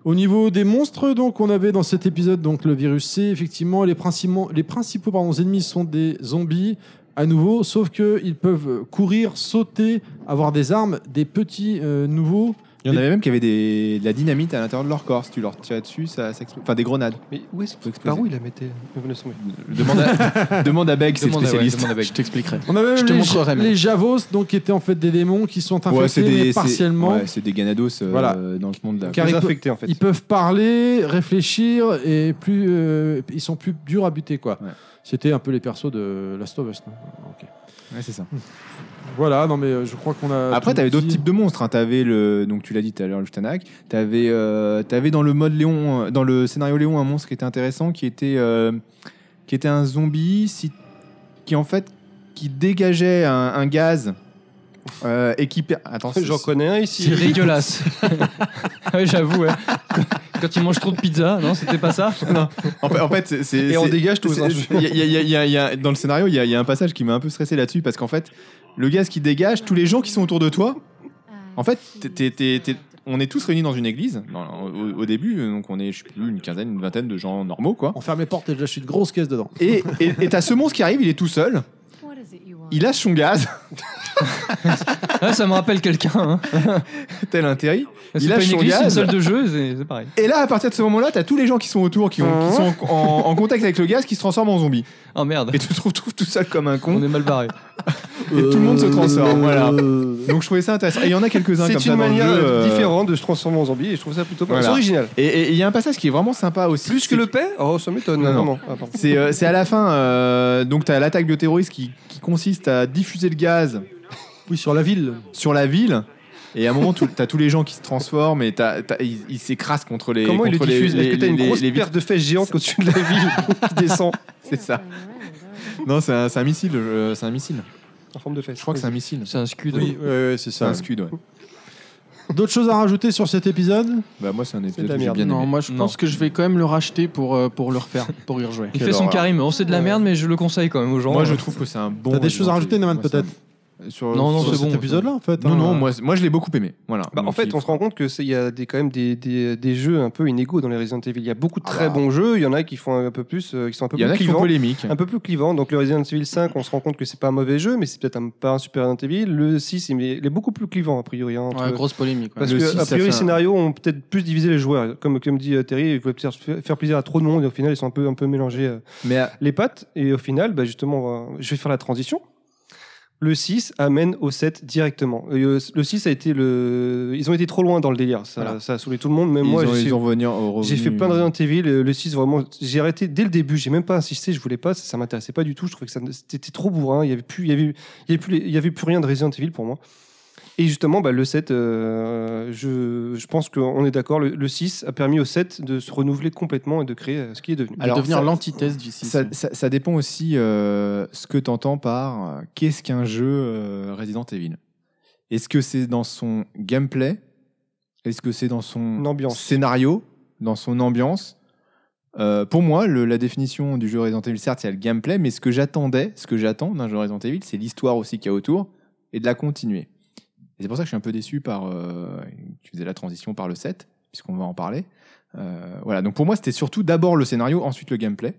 Speaker 2: Au niveau des monstres, donc on avait dans cet épisode donc le virus C. Effectivement, les principaux, les principaux pardon, ennemis sont des zombies à nouveau, sauf que ils peuvent courir, sauter, avoir des armes, des petits euh, nouveaux.
Speaker 8: Il y en
Speaker 2: Et-
Speaker 8: avait même qui avaient des de la dynamite à l'intérieur de leur corps. Si tu leur tirais dessus, ça, ça explose. Enfin, des grenades.
Speaker 12: Mais où est-ce
Speaker 8: Faut
Speaker 12: que.
Speaker 8: exploser.
Speaker 12: Par où il la mettait Mais vous laissez tomber.
Speaker 8: Demande à, demande à Beg, c'est
Speaker 4: Demande à- ouais,
Speaker 8: spécialiste.
Speaker 4: demande à Beck.
Speaker 5: Je t'expliquerai.
Speaker 2: On avait
Speaker 5: Je te
Speaker 2: les,
Speaker 5: montrerai,
Speaker 2: Ja-
Speaker 5: mec.
Speaker 2: les Javos, donc qui étaient en fait des démons qui sont
Speaker 8: Ouais,
Speaker 2: infectés
Speaker 8: c'est
Speaker 2: mais
Speaker 8: des c'est-
Speaker 2: partiellement.
Speaker 8: ouais, c'est des ganados euh,
Speaker 2: Voilà.
Speaker 8: dans ce monde-là.
Speaker 2: Car
Speaker 12: Les
Speaker 2: il peut-
Speaker 12: infectés, en fait.
Speaker 2: Ils peuvent parler, réfléchir et plus, euh, ils sont plus durs à buter quoi.
Speaker 8: Ouais.
Speaker 2: C'était un peu les persos de Last of Us. non Ok.
Speaker 8: Ouais, c'est ça.
Speaker 2: Voilà, non mais euh, je crois qu'on a.
Speaker 8: Après,
Speaker 2: tout
Speaker 8: t'avais d'autres
Speaker 2: dit.
Speaker 8: types de monstres. Hein. T'avais le, donc tu l'as dit tout à l'heure, le Stanak. T'avais, euh, t'avais dans le mode Léon, euh, dans le scénario Léon, un monstre qui était intéressant, qui était, euh, qui était un zombie, si- qui en fait, qui dégageait un, un gaz euh, et qui. per- Attends, c'est-
Speaker 12: J'en connais un
Speaker 4: C'est
Speaker 12: ici.
Speaker 4: dégueulasse. ouais, j'avoue, ouais. Quand- Quand il mange trop de pizza, non, c'était pas ça
Speaker 8: En fait, en fait, c'est- c'est.
Speaker 12: Et on
Speaker 8: c'est-
Speaker 12: dégage tous les
Speaker 8: c'est-
Speaker 12: enjeux.
Speaker 8: c'est- y a- y a- y a- y a- y a- Dans le scénario, il y a, il y a un passage qui m'a un peu stressé là-dessus parce qu'en fait, le gaz qui dégage, tous les gens qui sont autour de toi, en fait, t'es- t'es- t'es- t'es- on est tous réunis dans une église dans- au, au début, donc on est, je sais plus, une quinzaine, une vingtaine de gens normaux, quoi.
Speaker 2: On ferme les portes et je lâche une grosse caisse dedans.
Speaker 8: Et et- et t'as ce monstre qui arrive, il est tout seul, il lâche son gaz,
Speaker 4: Ah, ça me rappelle quelqu'un. hein.
Speaker 8: tel un Terry.
Speaker 4: C'est
Speaker 8: Il
Speaker 4: pas
Speaker 8: lâche
Speaker 4: une
Speaker 8: son
Speaker 4: église, c'est une
Speaker 8: gaz.
Speaker 4: salle de jeu, c'est c'est pareil.
Speaker 8: Et là, à partir de ce moment-là, t'as tous les gens qui sont autour, qui, ont- qui sont en, en- en contact avec le gaz, qui se transforment en zombies.
Speaker 4: Oh merde,
Speaker 8: Et tu te retrouves tout, tout seul comme un con,
Speaker 4: on est mal barré.
Speaker 8: et tout le monde
Speaker 12: Euh,
Speaker 8: se transforme. Voilà. Donc je trouvais ça intéressant. Et il y en a quelques-uns comme
Speaker 3: C'est
Speaker 8: ça
Speaker 3: une
Speaker 8: dans le
Speaker 3: manière
Speaker 8: jeu, euh,
Speaker 3: différente de se transformer en zombie et je trouve ça plutôt pas mal.
Speaker 8: Voilà.
Speaker 3: C'est original.
Speaker 8: Et- Et et il y a un passage qui est vraiment sympa aussi.
Speaker 3: Plus que
Speaker 8: c'est
Speaker 3: le paix Oh, ça m'étonne.
Speaker 8: Non, non.
Speaker 3: vraiment. Ah, pardon.
Speaker 8: C'est euh, c'est à la fin, euh, donc tu as l'attaque bioterroriste qui, qui consiste à diffuser le gaz
Speaker 2: Oui, sur la ville.
Speaker 8: sur la ville. Et à un moment, tu as tous les gens qui se transforment et t'as- t'as- ils ils s'écrasent contre les.
Speaker 3: Comment il le
Speaker 8: contre les-
Speaker 3: diffuse
Speaker 8: les-
Speaker 3: Est-ce que t'as une
Speaker 8: les-
Speaker 3: grosse
Speaker 8: les vitres.
Speaker 3: paire de fesses géantes au-dessus de la ville qui descend
Speaker 8: C'est ça. Non, c'est un, c'est un missile. euh, c'est un missile.
Speaker 3: En forme de fesses.
Speaker 8: Je crois que c'est un missile.
Speaker 4: C'est un scud.
Speaker 2: Oui, ouais, ouais, c'est
Speaker 8: C'est
Speaker 2: ça.
Speaker 8: un scud, ouais.
Speaker 2: D'autres choses à rajouter sur cet épisode
Speaker 8: Bah, moi, c'est un
Speaker 3: de
Speaker 8: épisode
Speaker 3: la
Speaker 8: que j'ai
Speaker 3: merde.
Speaker 8: bien
Speaker 5: non,
Speaker 8: aimé.
Speaker 5: moi je
Speaker 4: Non.
Speaker 5: pense que je vais quand même le racheter pour, euh, pour le refaire, pour y rejouer.
Speaker 4: Il
Speaker 8: Quelle
Speaker 4: fait son
Speaker 8: horreur.
Speaker 4: carime, on sait de la merde, mais je le conseille quand même aux gens.
Speaker 8: Moi, je trouve que c'est un bon.
Speaker 2: T'as des
Speaker 8: Resident
Speaker 2: choses à rajouter,
Speaker 8: Evil.
Speaker 2: Naman,
Speaker 8: Moi, c'est
Speaker 2: peut-être
Speaker 8: un- Sur,
Speaker 4: Non, non,
Speaker 8: sur
Speaker 4: c'est
Speaker 8: cet
Speaker 4: bon.
Speaker 2: Cet
Speaker 8: épisode-
Speaker 2: épisode-là, en fait.
Speaker 8: Non,
Speaker 2: hein.
Speaker 8: non, moi, c'est- moi, je l'ai beaucoup aimé. Voilà.
Speaker 3: Bah, en
Speaker 8: Donc,
Speaker 3: fait,
Speaker 8: il-
Speaker 3: on se rend compte qu'il y a des, quand même des, des, des jeux un peu inégaux dans les Resident Evil. Il y a beaucoup de très
Speaker 8: bah.
Speaker 3: bons jeux, il y en a qui font un peu plus, euh, qui sont un peu
Speaker 8: Il y en
Speaker 3: plus
Speaker 8: a qui font
Speaker 3: clivants.
Speaker 8: polémique.
Speaker 3: Un peu plus clivants. Donc le Resident Evil 5, on se rend compte que c'est pas un mauvais jeu, mais c'est peut-être un- pas un super Resident Evil. Le 6, il est, il est beaucoup plus clivant a priori. hein, entre-
Speaker 5: Ouais, grosse polémique. ouais.
Speaker 3: Parce
Speaker 8: Le
Speaker 3: que
Speaker 8: 6,
Speaker 3: a
Speaker 8: ça
Speaker 3: priori, les
Speaker 8: fait un-
Speaker 3: scénarios ont peut-être plus divisé les joueurs. Comme comme dit euh, Terry, ils voulaient peut-être faire- faire plaisir à trop de monde et au final, ils sont un peu un peu mélangés. euh,
Speaker 8: Mais euh,
Speaker 3: les pattes. Et au final, bah, justement, on va- je vais faire la transition. Le 6 amène au 7 directement. Et, euh, le 6 a été le. Ils ont été trop loin dans le délire. Ça,
Speaker 5: Voilà.
Speaker 3: ça a saoulé tout le monde. Même
Speaker 8: ils
Speaker 3: moi,
Speaker 8: ont-
Speaker 3: j'ai-
Speaker 8: ils ont revenu- ont
Speaker 3: j'ai fait
Speaker 8: revenu-
Speaker 3: plein de Resident Evil. euh, Le 6, vraiment, j'ai arrêté dès le début. J'ai même pas insisté. Je voulais pas. Ça, ça m'intéressait pas du tout. Je trouvais que ça- c'était trop bourrin. Il y avait plus, il y avait, il y avait plus, les- il y avait plus rien de Resident Evil pour moi. Et justement, bah, le 7, euh, je, je pense qu'on est d'accord. Le, le 6 a permis au 7 de se renouveler complètement et de créer euh, ce qui est devenu.
Speaker 5: De
Speaker 8: alors,
Speaker 5: devenir
Speaker 8: ça-
Speaker 5: l'antithèse du 6.
Speaker 8: Ça, ça- ça dépend aussi euh, ce que tu entends par euh, qu'est-ce qu'un jeu euh, Resident Evil. Est-ce que c'est dans son gameplay Est-ce que c'est dans son
Speaker 3: Une ambiance.
Speaker 8: scénario Dans son ambiance Euh, Pour moi, le- la définition du jeu Resident Evil, certes, il y a le gameplay, mais ce que j'attendais, ce que j'attends d'un jeu Resident Evil, c'est l'histoire aussi qu'il y a autour et de la continuer. Et c'est pour ça que je suis un peu déçu par. euh, tu faisais la transition par le 7, puisqu'on va en parler. Euh, voilà, donc pour moi, c'était surtout d'abord le scénario, ensuite le gameplay.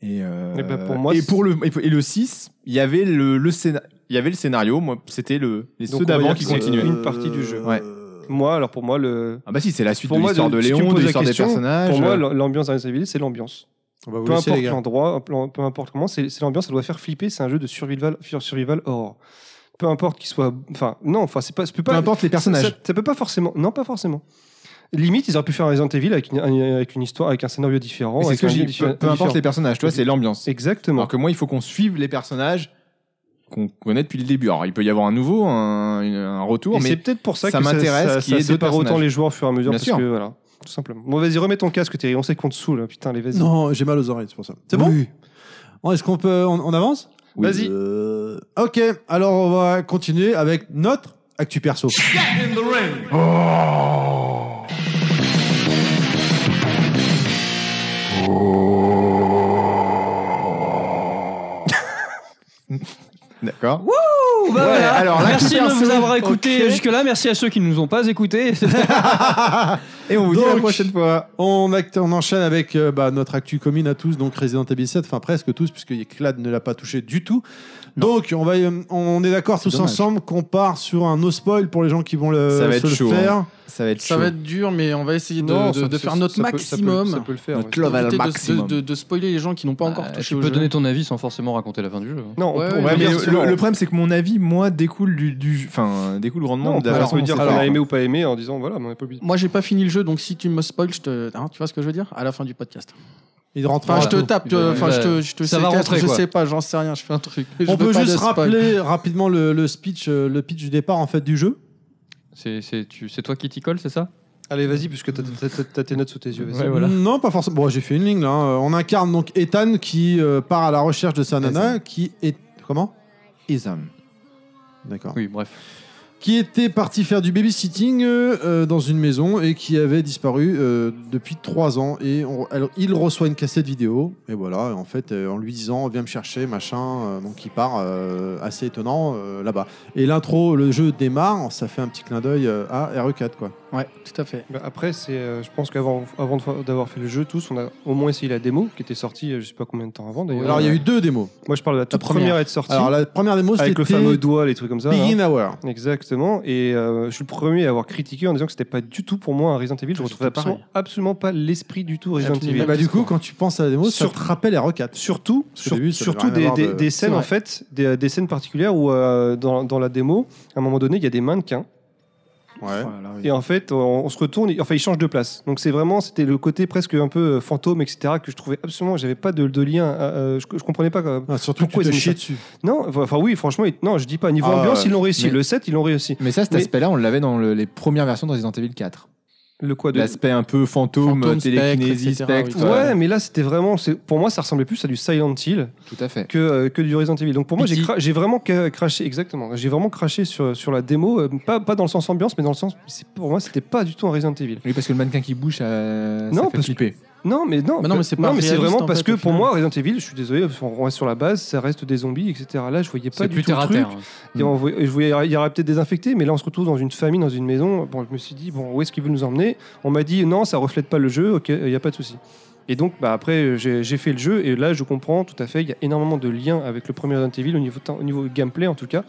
Speaker 8: Et, euh,
Speaker 3: Eh ben, pour moi,
Speaker 8: et
Speaker 3: c'est-
Speaker 8: pour le, et pour- et le 6, il y avait le, le scéna- il y avait le scénario, moi, c'était le, les
Speaker 3: Donc,
Speaker 8: ceux
Speaker 3: on va
Speaker 8: d'avant
Speaker 3: dire
Speaker 8: qui
Speaker 3: que c'est,
Speaker 8: continuaient.
Speaker 3: euh, Une partie du jeu.
Speaker 8: Ouais.
Speaker 3: Moi, alors pour moi, le.
Speaker 8: Ah bah si, c'est la suite
Speaker 3: Pour
Speaker 8: de
Speaker 3: moi,
Speaker 8: l'histoire
Speaker 3: de-
Speaker 8: de
Speaker 3: si tu me
Speaker 8: Léon,
Speaker 3: poses
Speaker 8: de
Speaker 3: la
Speaker 8: l'histoire des
Speaker 3: question,
Speaker 8: personnages. euh.
Speaker 3: Pour moi, l- l'ambiance dans Resident Evil, c'est l'ambiance.
Speaker 2: On va vous
Speaker 3: Peu
Speaker 2: laisser,
Speaker 3: importe
Speaker 2: les gars.
Speaker 3: l'endroit, peu peu importe comment, c'est c'est l'ambiance, ça doit faire flipper. C'est un jeu de survival, fur- survival horror. Peu importe qu'il soit, enfin non, enfin c'est pas, ça peut
Speaker 8: peu
Speaker 3: pas,
Speaker 8: importe les
Speaker 3: ça,
Speaker 8: personnages.
Speaker 3: ça- ça peut pas forcément, non pas forcément. Limite, ils auraient pu faire un Resident Evil avec une, avec une histoire, avec un scénario différent.
Speaker 8: Mais C'est
Speaker 3: avec
Speaker 8: ce que
Speaker 3: un
Speaker 8: j'ai
Speaker 3: jeu
Speaker 8: dit,
Speaker 3: diffé-
Speaker 8: peu, peu importe
Speaker 3: différent.
Speaker 8: les personnages, tu vois, c'est l'ambiance.
Speaker 3: Exactement.
Speaker 8: Alors que moi, il faut qu'on suive les personnages qu'on connaît depuis le début. Alors, il peut y avoir un nouveau, un, une- un retour,
Speaker 3: Et c'est
Speaker 8: mais
Speaker 3: peut-être pour ça,
Speaker 8: ça
Speaker 3: que
Speaker 8: m'intéresse
Speaker 3: ça,
Speaker 8: qu'il y
Speaker 3: ça,
Speaker 8: ait
Speaker 3: ça
Speaker 8: deux
Speaker 3: sépare autant
Speaker 8: personnages.
Speaker 3: les joueurs au fur et à mesure.
Speaker 8: Bien
Speaker 3: parce
Speaker 8: sûr.
Speaker 3: que voilà, tout simplement. Bon, vas-y, remets ton casque, Thierry. On sait qu'on te saoule, hein, putain, les vas-y.
Speaker 2: Non, j'ai mal aux oreilles, c'est pour ça. C'est bon Bon, Est-ce qu'on peut. On, on avance
Speaker 8: Oui.
Speaker 3: Vas-y.
Speaker 2: Euh, Ok, alors on va continuer avec notre actu perso.
Speaker 8: d'accord.
Speaker 4: Ouh, bah
Speaker 8: Ouais,
Speaker 4: voilà.
Speaker 8: alors, la
Speaker 4: merci de
Speaker 8: personne-
Speaker 4: nous avoir écoutés
Speaker 8: Ok.
Speaker 4: jusque-là. Merci à ceux qui ne nous ont pas écoutés.
Speaker 8: Et on vous dit à
Speaker 2: Donc-
Speaker 8: la prochaine fois.
Speaker 2: On, act- on enchaîne avec euh, bah, notre actu commune à tous, donc Resident Evil 7, enfin presque tous, puisque Clad ne l'a pas touché du tout. Donc on, va, y- on est d'accord tous
Speaker 8: dommage.
Speaker 2: ensemble qu'on part sur un no spoil pour les gens qui vont le,
Speaker 8: Ça va
Speaker 2: se
Speaker 8: être
Speaker 2: le
Speaker 8: chaud, hein.
Speaker 2: faire.
Speaker 8: Ça va être
Speaker 5: Ça
Speaker 8: chaud.
Speaker 5: va être dur, mais on va essayer de,
Speaker 3: Non,
Speaker 5: de-
Speaker 3: ça-
Speaker 5: de
Speaker 3: ça-
Speaker 5: faire notre
Speaker 3: ça peut- ça peut-
Speaker 5: maximum.
Speaker 3: Ça peut le faire. ouais.
Speaker 8: Love
Speaker 5: Éviter
Speaker 8: al
Speaker 5: de-
Speaker 8: maximum. Bah,
Speaker 5: De, de- de spoiler les gens qui n'ont pas encore touché
Speaker 4: tu
Speaker 5: au
Speaker 4: peux
Speaker 5: jeu.
Speaker 4: donner ton avis sans forcément raconter la fin du jeu. hein.
Speaker 3: Non, on
Speaker 5: Ouais,
Speaker 3: peut-
Speaker 5: ouais,
Speaker 3: on
Speaker 8: Ouais,
Speaker 3: peut
Speaker 8: mais
Speaker 3: dire
Speaker 8: le,
Speaker 3: justement-
Speaker 8: le problème, c'est que mon avis, moi, découle du, du, enfin, découle grandement
Speaker 3: Non, on
Speaker 8: de la
Speaker 3: peut- on
Speaker 8: façon
Speaker 3: peut
Speaker 8: dont
Speaker 3: dire
Speaker 8: c'est
Speaker 3: qu'on a
Speaker 8: fait.
Speaker 3: aimé ou pas aimé en disant voilà, mais on n'a pas obligé.
Speaker 5: Moi, j'ai pas fini le jeu, donc si tu me spoil, je te. hein, tu vois ce que je veux dire À la fin du podcast.
Speaker 2: Il rentre
Speaker 5: Enfin,
Speaker 2: en
Speaker 5: je te
Speaker 2: retour.
Speaker 5: tape,
Speaker 4: Il va-
Speaker 5: euh, enfin,
Speaker 4: il
Speaker 5: je
Speaker 4: va-
Speaker 5: te, je te
Speaker 4: ça
Speaker 5: sais
Speaker 4: va
Speaker 5: quatre,
Speaker 4: rentrer,
Speaker 5: Je
Speaker 4: quoi.
Speaker 5: sais pas, j'en sais rien, je fais un truc. Je
Speaker 2: On
Speaker 5: veux
Speaker 2: peut
Speaker 5: pas de
Speaker 2: juste
Speaker 5: spoil.
Speaker 2: rappeler rapidement le, le speech, euh, le pitch du départ en fait du jeu.
Speaker 4: C'est- C'est tu- c'est toi qui t'y colle, c'est ça
Speaker 3: Allez, vas-y, puisque t'as- t'as t'as- t'as tes notes sous tes yeux. vas-y.
Speaker 4: Ouais, voilà.
Speaker 2: Non, pas forcément. Bon, j'ai fait une ligne là. hein. On incarne donc Ethan qui euh, part à la recherche de sa nana qui est. Comment
Speaker 8: Isam.
Speaker 2: D'accord.
Speaker 4: Oui, bref.
Speaker 2: qui était parti faire du babysitting euh, euh, dans une maison et qui avait disparu euh, depuis trois ans. Et on- alors, il reçoit une cassette vidéo, et voilà, en fait, euh, en lui disant Viens me chercher, machin. euh, donc, il part euh, assez étonnant euh, là-bas. Et l'intro, le jeu démarre, ça fait un petit clin d'œil euh, à RE4, quoi.
Speaker 5: Ouais, tout à fait.
Speaker 3: Bah, après, c'est, euh, je pense qu'avant avant de fa- d'avoir fait le jeu, tous, on a au moins essayé la démo qui était sortie, euh, je sais pas combien de temps avant d'ailleurs.
Speaker 2: Alors, il y a eu deux démos.
Speaker 3: Moi, je parle de la toute
Speaker 5: première.
Speaker 3: première à être sortie.
Speaker 2: Alors, la première démo, c'était
Speaker 3: avec le fameux hein. doigt, les trucs comme ça. là.
Speaker 2: Begin Hour.
Speaker 3: Exactement. Et euh, je suis le premier à avoir critiqué en disant que c'était pas du tout pour moi un Resident Evil. Je
Speaker 5: J'étais
Speaker 3: retrouvais
Speaker 5: pareil.
Speaker 3: absolument, absolument pas l'esprit du tout Resident
Speaker 5: Absolument.
Speaker 3: Evil.
Speaker 2: Et bah, du coup, quand tu penses à la démo,
Speaker 3: Sur-
Speaker 2: ça te rappelle RE4.
Speaker 3: Surtout,
Speaker 2: Parce que
Speaker 3: sur-
Speaker 2: au début, ça
Speaker 3: surtout
Speaker 2: devait
Speaker 3: des,
Speaker 2: rien
Speaker 3: des-
Speaker 2: avoir de-
Speaker 3: des
Speaker 2: C'est
Speaker 3: scènes
Speaker 5: vrai.
Speaker 3: en fait, des, des scènes particulières où euh, dans, dans la démo, à un moment donné, il y a des mannequins
Speaker 2: Ouais.
Speaker 3: et en fait, on, on se retourne, et- enfin, ils changent de place. Donc c'est vraiment, c'était le côté presque un peu euh, fantôme, etc. que je trouvais absolument, j'avais pas de, de lien, euh, je, je comprenais pas. euh,
Speaker 2: Ah, surtout que
Speaker 3: Pourquoi
Speaker 2: tu te
Speaker 3: ils ont mis
Speaker 2: chies
Speaker 3: ça
Speaker 2: dessus.
Speaker 3: Non, enfin oui, franchement, ils- non, je dis pas niveau
Speaker 8: Ah,
Speaker 3: ambiance,
Speaker 8: ouais.
Speaker 3: ils l'ont réussi.
Speaker 8: Mais-
Speaker 3: Le 7, ils l'ont réussi.
Speaker 8: Mais ça, cet
Speaker 3: Mais-
Speaker 8: aspect-là, on l'avait dans le- les premières versions de Resident Evil 4.
Speaker 3: Le quoi de
Speaker 8: L'aspect un peu fantôme,
Speaker 5: Fantôme,
Speaker 8: télékinésie,
Speaker 5: spectre, etc.,
Speaker 8: spectre.
Speaker 5: oui.
Speaker 3: Ouais, mais là c'était vraiment, c'est- pour moi ça ressemblait plus à du Silent Hill
Speaker 8: Tout à fait.
Speaker 3: que, euh, que du Resident Evil. Donc pour moi j'ai
Speaker 5: Pity.
Speaker 3: cra- j'ai vraiment ca- craché, exactement, j'ai vraiment craché sur, sur la démo, euh, pas, pas dans le sens ambiance, mais dans le sens, c'est- pour moi c'était pas du tout un Resident Evil.
Speaker 8: Oui, parce que le mannequin qui bouge, euh,
Speaker 3: Non,
Speaker 8: ça fait
Speaker 3: parce que-
Speaker 8: flipper.
Speaker 3: Non, mais non,
Speaker 5: Bah non, mais c'est pas
Speaker 3: c'est
Speaker 5: réaliste,
Speaker 3: vraiment
Speaker 5: en
Speaker 3: parce
Speaker 5: fait,
Speaker 3: que
Speaker 5: au
Speaker 3: pour
Speaker 5: final.
Speaker 3: moi Resident Evil, je suis désolé, on reste sur la base, ça reste des zombies, etc. Là je voyais pas
Speaker 4: C'est
Speaker 3: du
Speaker 4: plus
Speaker 3: tout le
Speaker 4: terre à
Speaker 3: truc.
Speaker 4: terre. hein. Mm.
Speaker 3: Et on voyait- je voyais- il y aurait peut-être des infectés, mais là on se retrouve dans une famille, dans une maison. Bon, je me suis dit, bon, où est-ce qu'il veut nous emmener On m'a dit, non, ça reflète pas le jeu, ok, il n'y a pas de souci. Et donc, bah, après, euh, j'ai j'ai fait le jeu, et là je comprends tout à fait, il y a énormément de liens avec le premier Resident Evil, au niveau, au niveau gameplay en tout cas.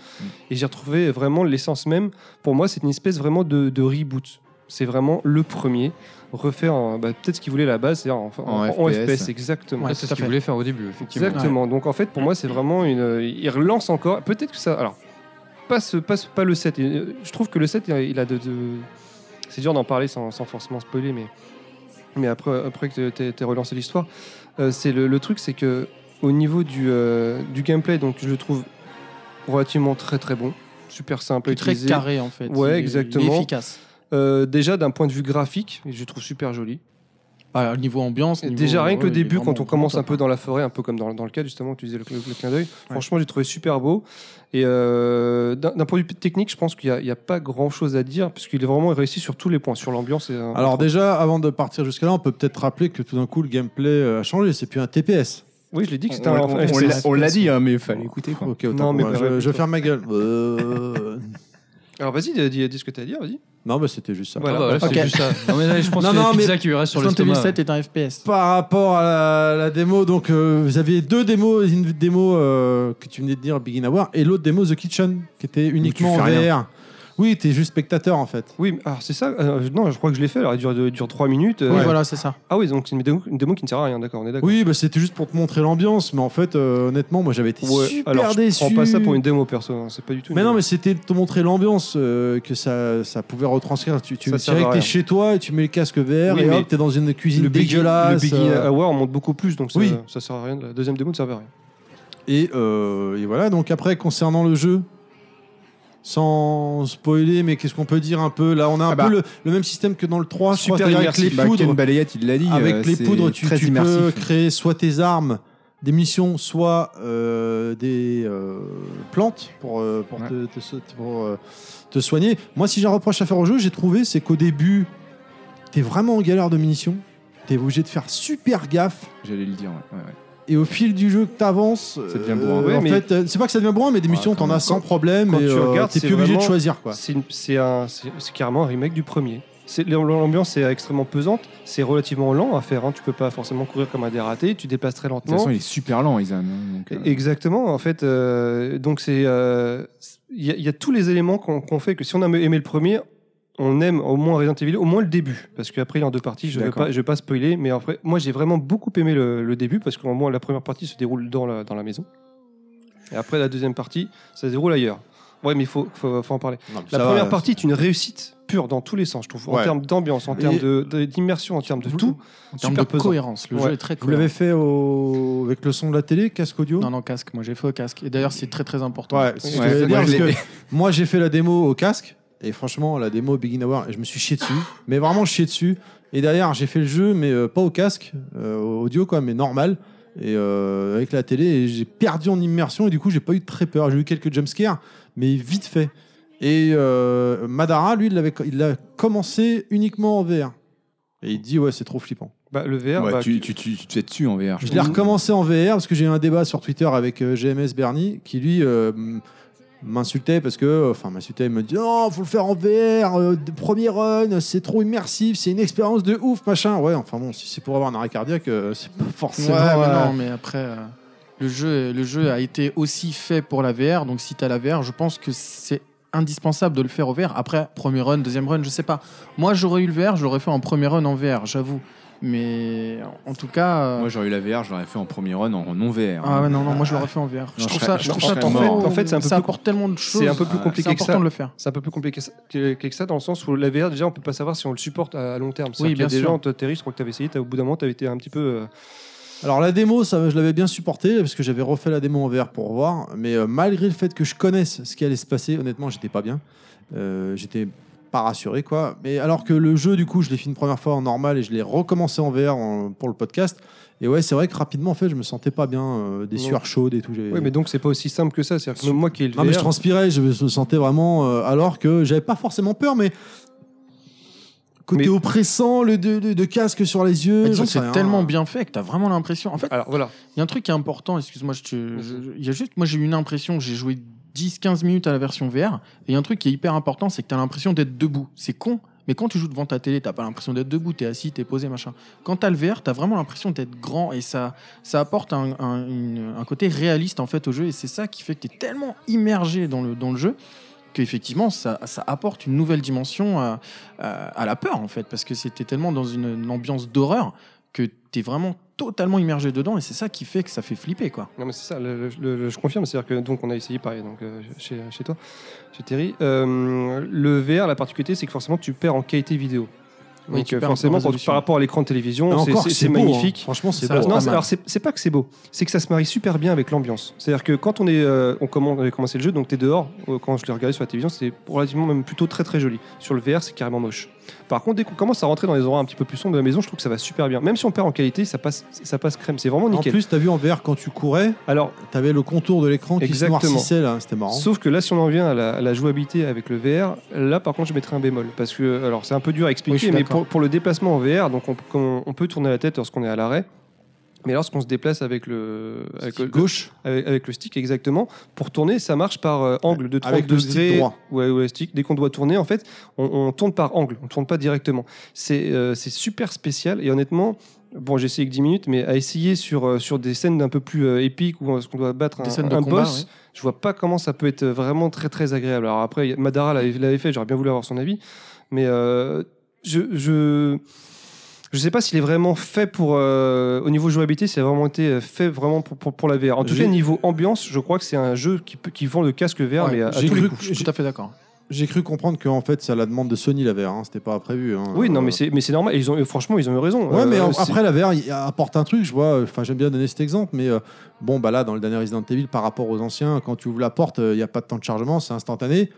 Speaker 3: Et j'ai retrouvé vraiment l'essence même. Pour moi, c'est une espèce vraiment de, de reboot. C'est vraiment le premier, refaire en- bah, peut-être ce qu'il voulait à la base, c'est-à-dire en,
Speaker 8: En
Speaker 3: en- en
Speaker 8: FPS.
Speaker 3: FPS, exactement.
Speaker 5: Ouais,
Speaker 4: c'est
Speaker 5: tout
Speaker 4: ce
Speaker 5: à
Speaker 4: qu'ils
Speaker 5: fait.
Speaker 4: voulaient faire au début, effectivement.
Speaker 3: Exactement. Donc en fait, pour moi, c'est vraiment une. euh, Il relance encore. Peut-être que ça. Alors, pas, ce- pas, ce- pas le 7. Et, euh, Je trouve que le 7, il a de. de- C'est dur d'en parler sans, sans forcément spoiler, mais. Mais après, après que t'aies t'aies relancé l'histoire, euh, c'est le, le truc, c'est que au niveau du, euh, du gameplay, donc je le trouve relativement très très bon, super simple à
Speaker 5: Plus très
Speaker 3: utiliser.
Speaker 5: carré en fait.
Speaker 3: Ouais,
Speaker 5: Il est-
Speaker 3: exactement.
Speaker 5: Il est efficace.
Speaker 3: Euh, déjà d'un point de vue graphique, je le trouve super joli.
Speaker 5: Ah, niveau ambiance. niveau-
Speaker 3: Déjà rien que le
Speaker 5: ouais, il est
Speaker 3: début, quand
Speaker 5: vraiment
Speaker 3: on commence un
Speaker 5: top.
Speaker 3: peu dans la forêt, un peu comme dans, dans le cas justement que tu disais le, le- le clin d'œil, franchement j'ai trouvé super beau. Et euh, d'un d'un point de vue technique, je pense qu'il n'y a, pas grand chose à dire, puisqu'il est vraiment réussi sur tous les points, sur l'ambiance. et, euh,
Speaker 2: Alors déjà, avant de partir jusqu'à là, on peut peut-être rappeler que tout d'un coup, le gameplay euh, a changé. C'est plus un TPS.
Speaker 3: oui, je l'ai dit que c'était
Speaker 8: On-
Speaker 3: un.
Speaker 8: on- on l'a- on l'a dit, hein, mais il fallait écouter. quoi.
Speaker 2: Ok, autant
Speaker 3: Non,
Speaker 2: pour
Speaker 3: mais
Speaker 2: moi.
Speaker 3: bah,
Speaker 2: je,
Speaker 3: ouais,
Speaker 2: je ferme ma gueule. Euh,
Speaker 3: Alors vas-y, dis, dis- dis ce que tu as à dire, vas-y.
Speaker 2: Non, mais c'était juste ça.
Speaker 4: Ah bah,
Speaker 3: Voilà.
Speaker 4: là, c'est
Speaker 5: Ok.
Speaker 4: juste ça. Non, mais là, je pense
Speaker 2: Non,
Speaker 4: que
Speaker 2: non,
Speaker 4: c'est
Speaker 2: mais-
Speaker 4: pizza qui lui reste sur
Speaker 5: Resident Evil
Speaker 4: l'estomac.
Speaker 5: 7 est un FPS.
Speaker 2: Par rapport à la, la démo, donc euh, vous aviez deux démos, une démo euh, que tu venais de dire Begin Hour et l'autre démo The Kitchen qui était uniquement
Speaker 8: tu
Speaker 2: en
Speaker 8: fais rien.
Speaker 2: VR. Oui, t'es juste spectateur en fait.
Speaker 3: Oui, mais- alors c'est ça. euh, non, je crois que je l'ai fait. Alors, il dure, il dure 3 minutes. euh,
Speaker 5: Oui, voilà, c'est ça.
Speaker 3: Ah oui, donc c'est une démo, une démo qui ne sert à rien, d'accord, on est d'accord.
Speaker 2: Oui, bah, c'était juste pour te montrer l'ambiance, mais en fait, euh, honnêtement, moi j'avais été
Speaker 3: Ouais,
Speaker 2: super
Speaker 3: alors, je
Speaker 2: déçu.
Speaker 3: prends pas ça pour une démo perso, hein, c'est pas du tout. une
Speaker 2: Mais non,
Speaker 3: démo.
Speaker 2: mais c'était te montrer l'ambiance euh, que ça, ça pouvait retranscrire. Tu, tu
Speaker 3: Ça
Speaker 2: c'est vrai
Speaker 3: sert à
Speaker 2: que t'es
Speaker 3: rien.
Speaker 2: chez toi et tu mets le casque VR
Speaker 3: Oui,
Speaker 2: et
Speaker 3: mais
Speaker 2: hop, t'es dans une cuisine
Speaker 3: le Biggie- le
Speaker 2: dégueulasse.
Speaker 3: Biggie ah
Speaker 2: euh,
Speaker 3: Hour monte beaucoup plus, donc ça,
Speaker 2: Oui.
Speaker 3: ça sert à rien. La deuxième démo ne servait à rien.
Speaker 2: et, euh, et voilà, donc après, concernant le jeu, sans spoiler, mais qu'est-ce qu'on peut dire un peu Là, on a un
Speaker 8: Ah bah.
Speaker 2: peu le, le même système que dans le 3, je crois,
Speaker 8: Super
Speaker 2: c'est-à-dire avec les
Speaker 8: immersif. Bah, Ken
Speaker 2: poudres.
Speaker 8: Balayette, il l'a dit. euh,
Speaker 2: avec les
Speaker 8: c'est
Speaker 2: poudres, tu,
Speaker 8: très
Speaker 2: tu peux
Speaker 8: immersif.
Speaker 2: créer soit tes armes, des missions, soit euh, des euh, plantes pour, euh, pour,
Speaker 8: Ouais.
Speaker 2: te, te so- pour, euh, te soigner. Moi, si j'ai un reproche à faire au jeu, j'ai trouvé, c'est qu'au début, t'es vraiment en galère de munitions. T'es obligé de faire super gaffe.
Speaker 8: J'allais le dire. ouais, ouais, ouais.
Speaker 2: Et au fil du jeu que t'avances,
Speaker 8: Ça devient
Speaker 2: euh,
Speaker 8: bourrin.
Speaker 3: Ouais,
Speaker 2: en
Speaker 3: mais-
Speaker 2: fait, euh, c'est pas que ça devient bourrin, mais des
Speaker 8: Ouais,
Speaker 2: missions,
Speaker 8: quand
Speaker 2: t'en
Speaker 8: même.
Speaker 2: as sans problème.
Speaker 3: quand
Speaker 2: et,
Speaker 3: tu
Speaker 2: euh,
Speaker 3: regardes,
Speaker 2: t'es
Speaker 3: c'est
Speaker 2: plus obligé de
Speaker 3: vraiment-
Speaker 2: choisir, quoi.
Speaker 3: C'est une- c'est un- c'est- c'est carrément un remake du premier. C'est- L'ambiance est extrêmement pesante, c'est relativement lent à faire. Hein. Tu peux pas forcément courir comme un dératé, tu déplaces très
Speaker 8: De toute
Speaker 3: lentement.
Speaker 8: façon, il est super lent, Ethan. hein, donc, euh,
Speaker 3: E-, Exactement, en fait, euh, donc c'est, euh, c'est- il y, a- il y a tous les éléments qu'on qu'on fait que si on a aimé le premier, on aime au moins Resident Evil, au moins le début, parce qu'après il est en deux parties. Je vais
Speaker 8: D'accord.
Speaker 3: pas, je vais pas spoiler, mais après, moi j'ai vraiment beaucoup aimé le, le début parce qu'au moins la première partie se déroule dans la, dans la maison, et après la deuxième partie, ça se déroule ailleurs. Ouais, mais il faut, faut, faut en parler. La première partie est une réussite pure dans tous les sens, je trouve,
Speaker 2: Ouais.
Speaker 3: en termes d'ambiance, en
Speaker 2: Et-
Speaker 3: termes de- de- d'immersion, en termes de
Speaker 5: Vous-
Speaker 3: tout.
Speaker 5: En termes de
Speaker 3: Super pesant.
Speaker 5: cohérence, le jeu
Speaker 3: Ouais.
Speaker 5: est très
Speaker 2: Vous l'avez fait
Speaker 5: cohérent.
Speaker 8: hein.
Speaker 2: au- avec le son de la télé, casque audio
Speaker 5: Non, non, casque. Moi, j'ai fait au casque. Et d'ailleurs, c'est très très important.
Speaker 2: Ouais, c'est ce que
Speaker 8: Ouais,
Speaker 2: j'allais
Speaker 8: moi,
Speaker 2: dire,
Speaker 8: je
Speaker 2: parce
Speaker 8: l'ai-
Speaker 2: que moi j'ai fait la démo au casque et franchement la démo Begin Hour et je me suis chié dessus, mais vraiment chié dessus. Et derrière j'ai fait le jeu mais euh, pas au casque, euh, audio quoi, mais normal et euh, avec la télé et j'ai perdu en immersion et du coup j'ai pas eu très peur. J'ai eu quelques jumpscares mais vite fait. Et euh, Madara, lui, il l'avait- il l'a commencé uniquement en VR. Et il dit, ouais, c'est trop flippant.
Speaker 3: Bah, le VR,
Speaker 8: Ouais,
Speaker 3: bah,
Speaker 8: tu, tu, tu, tu te fais dessus en VR.
Speaker 2: Je l'ai recommencé en VR parce que j'ai eu un débat sur Twitter avec euh, GMS Bernie qui, lui, euh, m- m'insultait parce que, enfin, m'insultait, il me dit, non, faut le faire en VR, euh, de premier run, c'est trop immersif, c'est une expérience de ouf, machin. Ouais, enfin bon, si c'est pour avoir un arrêt cardiaque, euh, c'est pas
Speaker 5: Ouais,
Speaker 2: forcément.
Speaker 5: mais
Speaker 2: euh,
Speaker 5: non, mais après, euh, le, jeu, le jeu a été aussi fait pour la VR. Donc, si t'as la VR, je pense que c'est indispensable de le faire au VR. Après, premier run, deuxième run, je sais pas. Moi, j'aurais eu le VR, je l'aurais fait en premier run en VR, j'avoue. Mais en tout cas. euh,
Speaker 8: Moi, j'aurais eu la VR, j'aurais fait en premier run en non VR.
Speaker 5: Ah ouais, non, non, moi je l'aurais fait en VR. Je
Speaker 8: je
Speaker 5: trouve
Speaker 8: serais-
Speaker 5: ça,
Speaker 8: je
Speaker 5: je trouve
Speaker 8: serais
Speaker 5: ça trop-
Speaker 8: mort.
Speaker 3: En fait, c'est un peu
Speaker 5: ça
Speaker 3: plus-
Speaker 5: apporte tellement de choses.
Speaker 3: c'est un peu plus
Speaker 8: Ah,
Speaker 5: C'est
Speaker 3: compliqué que
Speaker 5: important
Speaker 3: ça.
Speaker 5: de le faire.
Speaker 3: C'est un peu plus compliqué que ça- que, que ça dans le sens où la VR, déjà, on peut pas savoir si on le supporte à, à long terme.
Speaker 5: Oui,
Speaker 3: Oui,
Speaker 5: bien
Speaker 3: bien y a des
Speaker 5: sûr.
Speaker 3: gens, toi, Terry, je crois que t'avais essayé, t'as- au bout d'un moment, t'avais été un petit peu. euh,
Speaker 2: Alors la démo, ça, je l'avais bien supporté parce que j'avais refait la démo en VR pour voir. Mais euh, malgré le fait que je connaisse ce qui allait se passer, honnêtement, j'étais pas bien. Euh, j'étais pas rassuré quoi. Mais alors que le jeu, du coup, je l'ai fait une première fois en normal et je l'ai recommencé en VR en- pour le podcast. Et ouais, c'est vrai que rapidement, en fait, je me sentais pas bien, euh, des
Speaker 3: Non.
Speaker 2: sueurs chaudes et tout. j'avais-
Speaker 3: Oui, mais donc, c'est pas aussi simple que ça. C'est-à-dire que même moi qui ai le
Speaker 2: non mais je
Speaker 3: VR,
Speaker 2: transpirais, je me sentais vraiment. euh, alors que j'avais pas forcément peur, mais côté
Speaker 3: Mais-
Speaker 2: oppressant, le de, de- de casque sur les yeux.
Speaker 5: Mais
Speaker 2: Euh, j'en
Speaker 5: disons que
Speaker 2: sais
Speaker 5: c'est
Speaker 2: rien.
Speaker 5: tellement bien fait que t'as vraiment l'impression. En fait,
Speaker 3: Alors voilà,
Speaker 5: il y a un truc qui est important, excuse-moi, je te- je- je- il y a juste, moi j'ai eu une impression, j'ai joué 10-15 minutes à la version VR, et il y a un truc qui est hyper important, c'est que t'as l'impression d'être debout. C'est con, mais quand tu joues devant ta télé, t'as pas l'impression d'être debout, t'es assis, t'es posé, machin. Quand t'as le VR, t'as vraiment l'impression d'être grand, et ça, ça apporte un, un- une- un côté réaliste en fait au jeu, et c'est ça qui fait que t'es tellement immergé dans le, dans le jeu qu'effectivement ça, ça apporte une nouvelle dimension à, à- à la peur en fait, parce que c'était tellement dans une- une ambiance d'horreur que tu es vraiment totalement immergé dedans et c'est ça qui fait que ça fait flipper quoi.
Speaker 3: Non, mais c'est ça, le- le- le- je confirme. C'est-à-dire que donc on a essayé pareil donc, euh, chez, chez toi, chez Terry. Euh, le VR, la particularité, c'est que forcément tu perds en qualité vidéo.
Speaker 5: Oui,
Speaker 3: donc
Speaker 5: tu
Speaker 3: euh,
Speaker 5: perds en
Speaker 3: forcément, quand tu-
Speaker 5: résolution.
Speaker 3: par rapport à l'écran de
Speaker 2: Mais
Speaker 3: télévision, c'est-
Speaker 2: encore,
Speaker 3: c'est c'est
Speaker 2: beau, hein.
Speaker 3: magnifique.
Speaker 2: Franchement, c'est
Speaker 5: Ça
Speaker 2: beau.
Speaker 5: reste
Speaker 3: Non,
Speaker 5: pas
Speaker 3: c'est-
Speaker 5: mal.
Speaker 3: alors c'est c'est pas que c'est beau, c'est que ça se marie super bien avec l'ambiance. C'est-à-dire que quand on est, euh, on commence, on a commencé le jeu, donc t'es dehors. euh, quand je l'ai regardé sur la télévision, c'était relativement même plutôt très très joli. Sur le VR, c'est carrément moche. Par contre, dès qu'on commence à rentrer dans les endroits un petit peu plus sombres de la maison, je trouve que ça va super bien. Même si on perd en qualité, ça passe, ça passe crème. C'est vraiment
Speaker 2: En
Speaker 3: nickel.
Speaker 2: plus, t'as vu en VR quand tu courais,
Speaker 3: Alors
Speaker 2: t'avais le contour de l'écran qui
Speaker 3: Exactement.
Speaker 2: se noircissait là, c'était marrant.
Speaker 3: Sauf que là, si on en vient à la, à la jouabilité avec le VR, là par contre, je mettrais un bémol. Parce que, alors c'est un peu dur
Speaker 5: Oui,
Speaker 3: à
Speaker 5: je
Speaker 3: expliquer,
Speaker 5: suis
Speaker 3: mais
Speaker 5: d'accord.
Speaker 3: pour, pour le déplacement en VR, donc on, on- on peut tourner la tête lorsqu'on est à l'arrêt. Mais lorsqu'on se déplace avec le, avec le
Speaker 2: gauche,
Speaker 3: avec, avec le stick exactement, pour tourner, ça marche par euh, angle de 30
Speaker 2: Avec le stick
Speaker 3: degrés.
Speaker 2: droit.
Speaker 3: Ouais, ouais, stick. Dès qu'on doit tourner, en fait, on, on tourne par angle, on tourne pas directement. C'est euh, c'est super spécial et honnêtement, bon, j'ai essayé que 10 minutes, mais à essayer sur, euh, sur des scènes un peu plus euh, épiques où est-ce qu'on doit battre un,
Speaker 5: Des scènes de
Speaker 3: un
Speaker 5: combat,
Speaker 3: boss,
Speaker 5: ouais.
Speaker 3: je vois pas comment ça peut être euh, vraiment très très agréable. Alors après, y a- Madara l'avait l'avait fait, j'aurais bien voulu avoir son avis, mais euh, je. je je sais pas s'il est vraiment fait pour euh, au niveau jouabilité, s'il a vraiment été euh, fait vraiment pour, pour, pour la VR. En tout
Speaker 2: J'ai-
Speaker 3: cas, niveau ambiance, je crois que c'est un jeu qui, peut- qui vend le casque VR,
Speaker 5: Ouais,
Speaker 3: mais à, à
Speaker 2: j'ai
Speaker 3: tous les
Speaker 2: cru-
Speaker 3: coups.
Speaker 5: Je suis tout à fait d'accord.
Speaker 2: j'ai cru comprendre que en fait, c'est à la demande de Sony la VR, hein, c'était pas prévu. hein.
Speaker 3: Oui, non, mais
Speaker 2: Euh,
Speaker 3: c'est mais c'est normal. Ils ont euh, franchement, ils ont eu raison.
Speaker 2: Ouais,
Speaker 3: Euh,
Speaker 2: mais en-
Speaker 3: c'est-
Speaker 2: après la VR il apporte un truc, je vois. Enfin, j'aime bien donner cet exemple, mais euh, bon, bah là, dans le dernier Resident Evil, par rapport aux anciens, quand tu ouvres la porte, euh, il n'y a pas de temps de chargement, c'est instantané.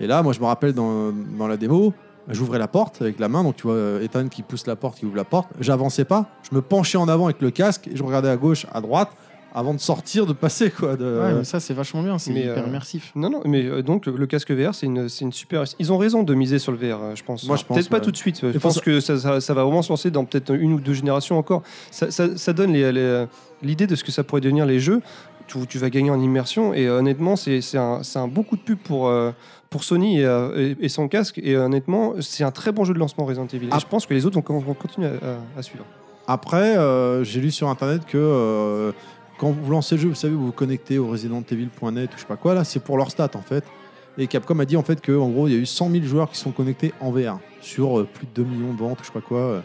Speaker 2: Et là, moi, je me rappelle dans, dans la démo, j'ouvrais la porte avec la main, donc tu vois euh, Ethan qui pousse la porte, qui ouvre la porte. J'avançais pas, je me penchais en avant avec le casque et je regardais à gauche, à droite, avant de sortir, de passer quoi. De...
Speaker 5: Ouais, mais ça c'est vachement bien, c'est
Speaker 3: mais,
Speaker 5: hyper
Speaker 3: euh,
Speaker 5: immersif.
Speaker 3: Non, non, mais euh, donc le, le casque VR, c'est une, c'est une super. Ils ont raison de miser sur le VR, euh, je pense.
Speaker 2: Moi, je pense,
Speaker 3: Peut-être pas
Speaker 2: ouais.
Speaker 3: tout de suite. euh, Je
Speaker 2: faut
Speaker 3: pense
Speaker 2: ça-
Speaker 3: que ça, ça- ça va vraiment se lancer dans peut-être une ou deux générations encore. Ça, ça- ça donne les- les- l'idée de ce que ça pourrait devenir les jeux. Tu, tu vas gagner en immersion et euh, honnêtement, c'est c'est un, c'est un beau coup de pub pour, euh, pour Sony et, euh, et- et son casque. Et euh, honnêtement, c'est un très bon jeu de lancement Resident Evil. Et
Speaker 2: Ah.
Speaker 3: je pense que les autres vont, vont continuer à- à- à suivre.
Speaker 2: Après, euh, j'ai lu sur internet que euh, quand vous lancez le jeu, vous savez, vous vous connectez au ResidentEvil.net ou je sais pas quoi, là, c'est pour leur stat en fait. Et Capcom a dit en fait que en gros, il y a eu 100 000 joueurs qui sont connectés en VR sur euh, plus de 2 millions de ventes ou je sais pas quoi. euh.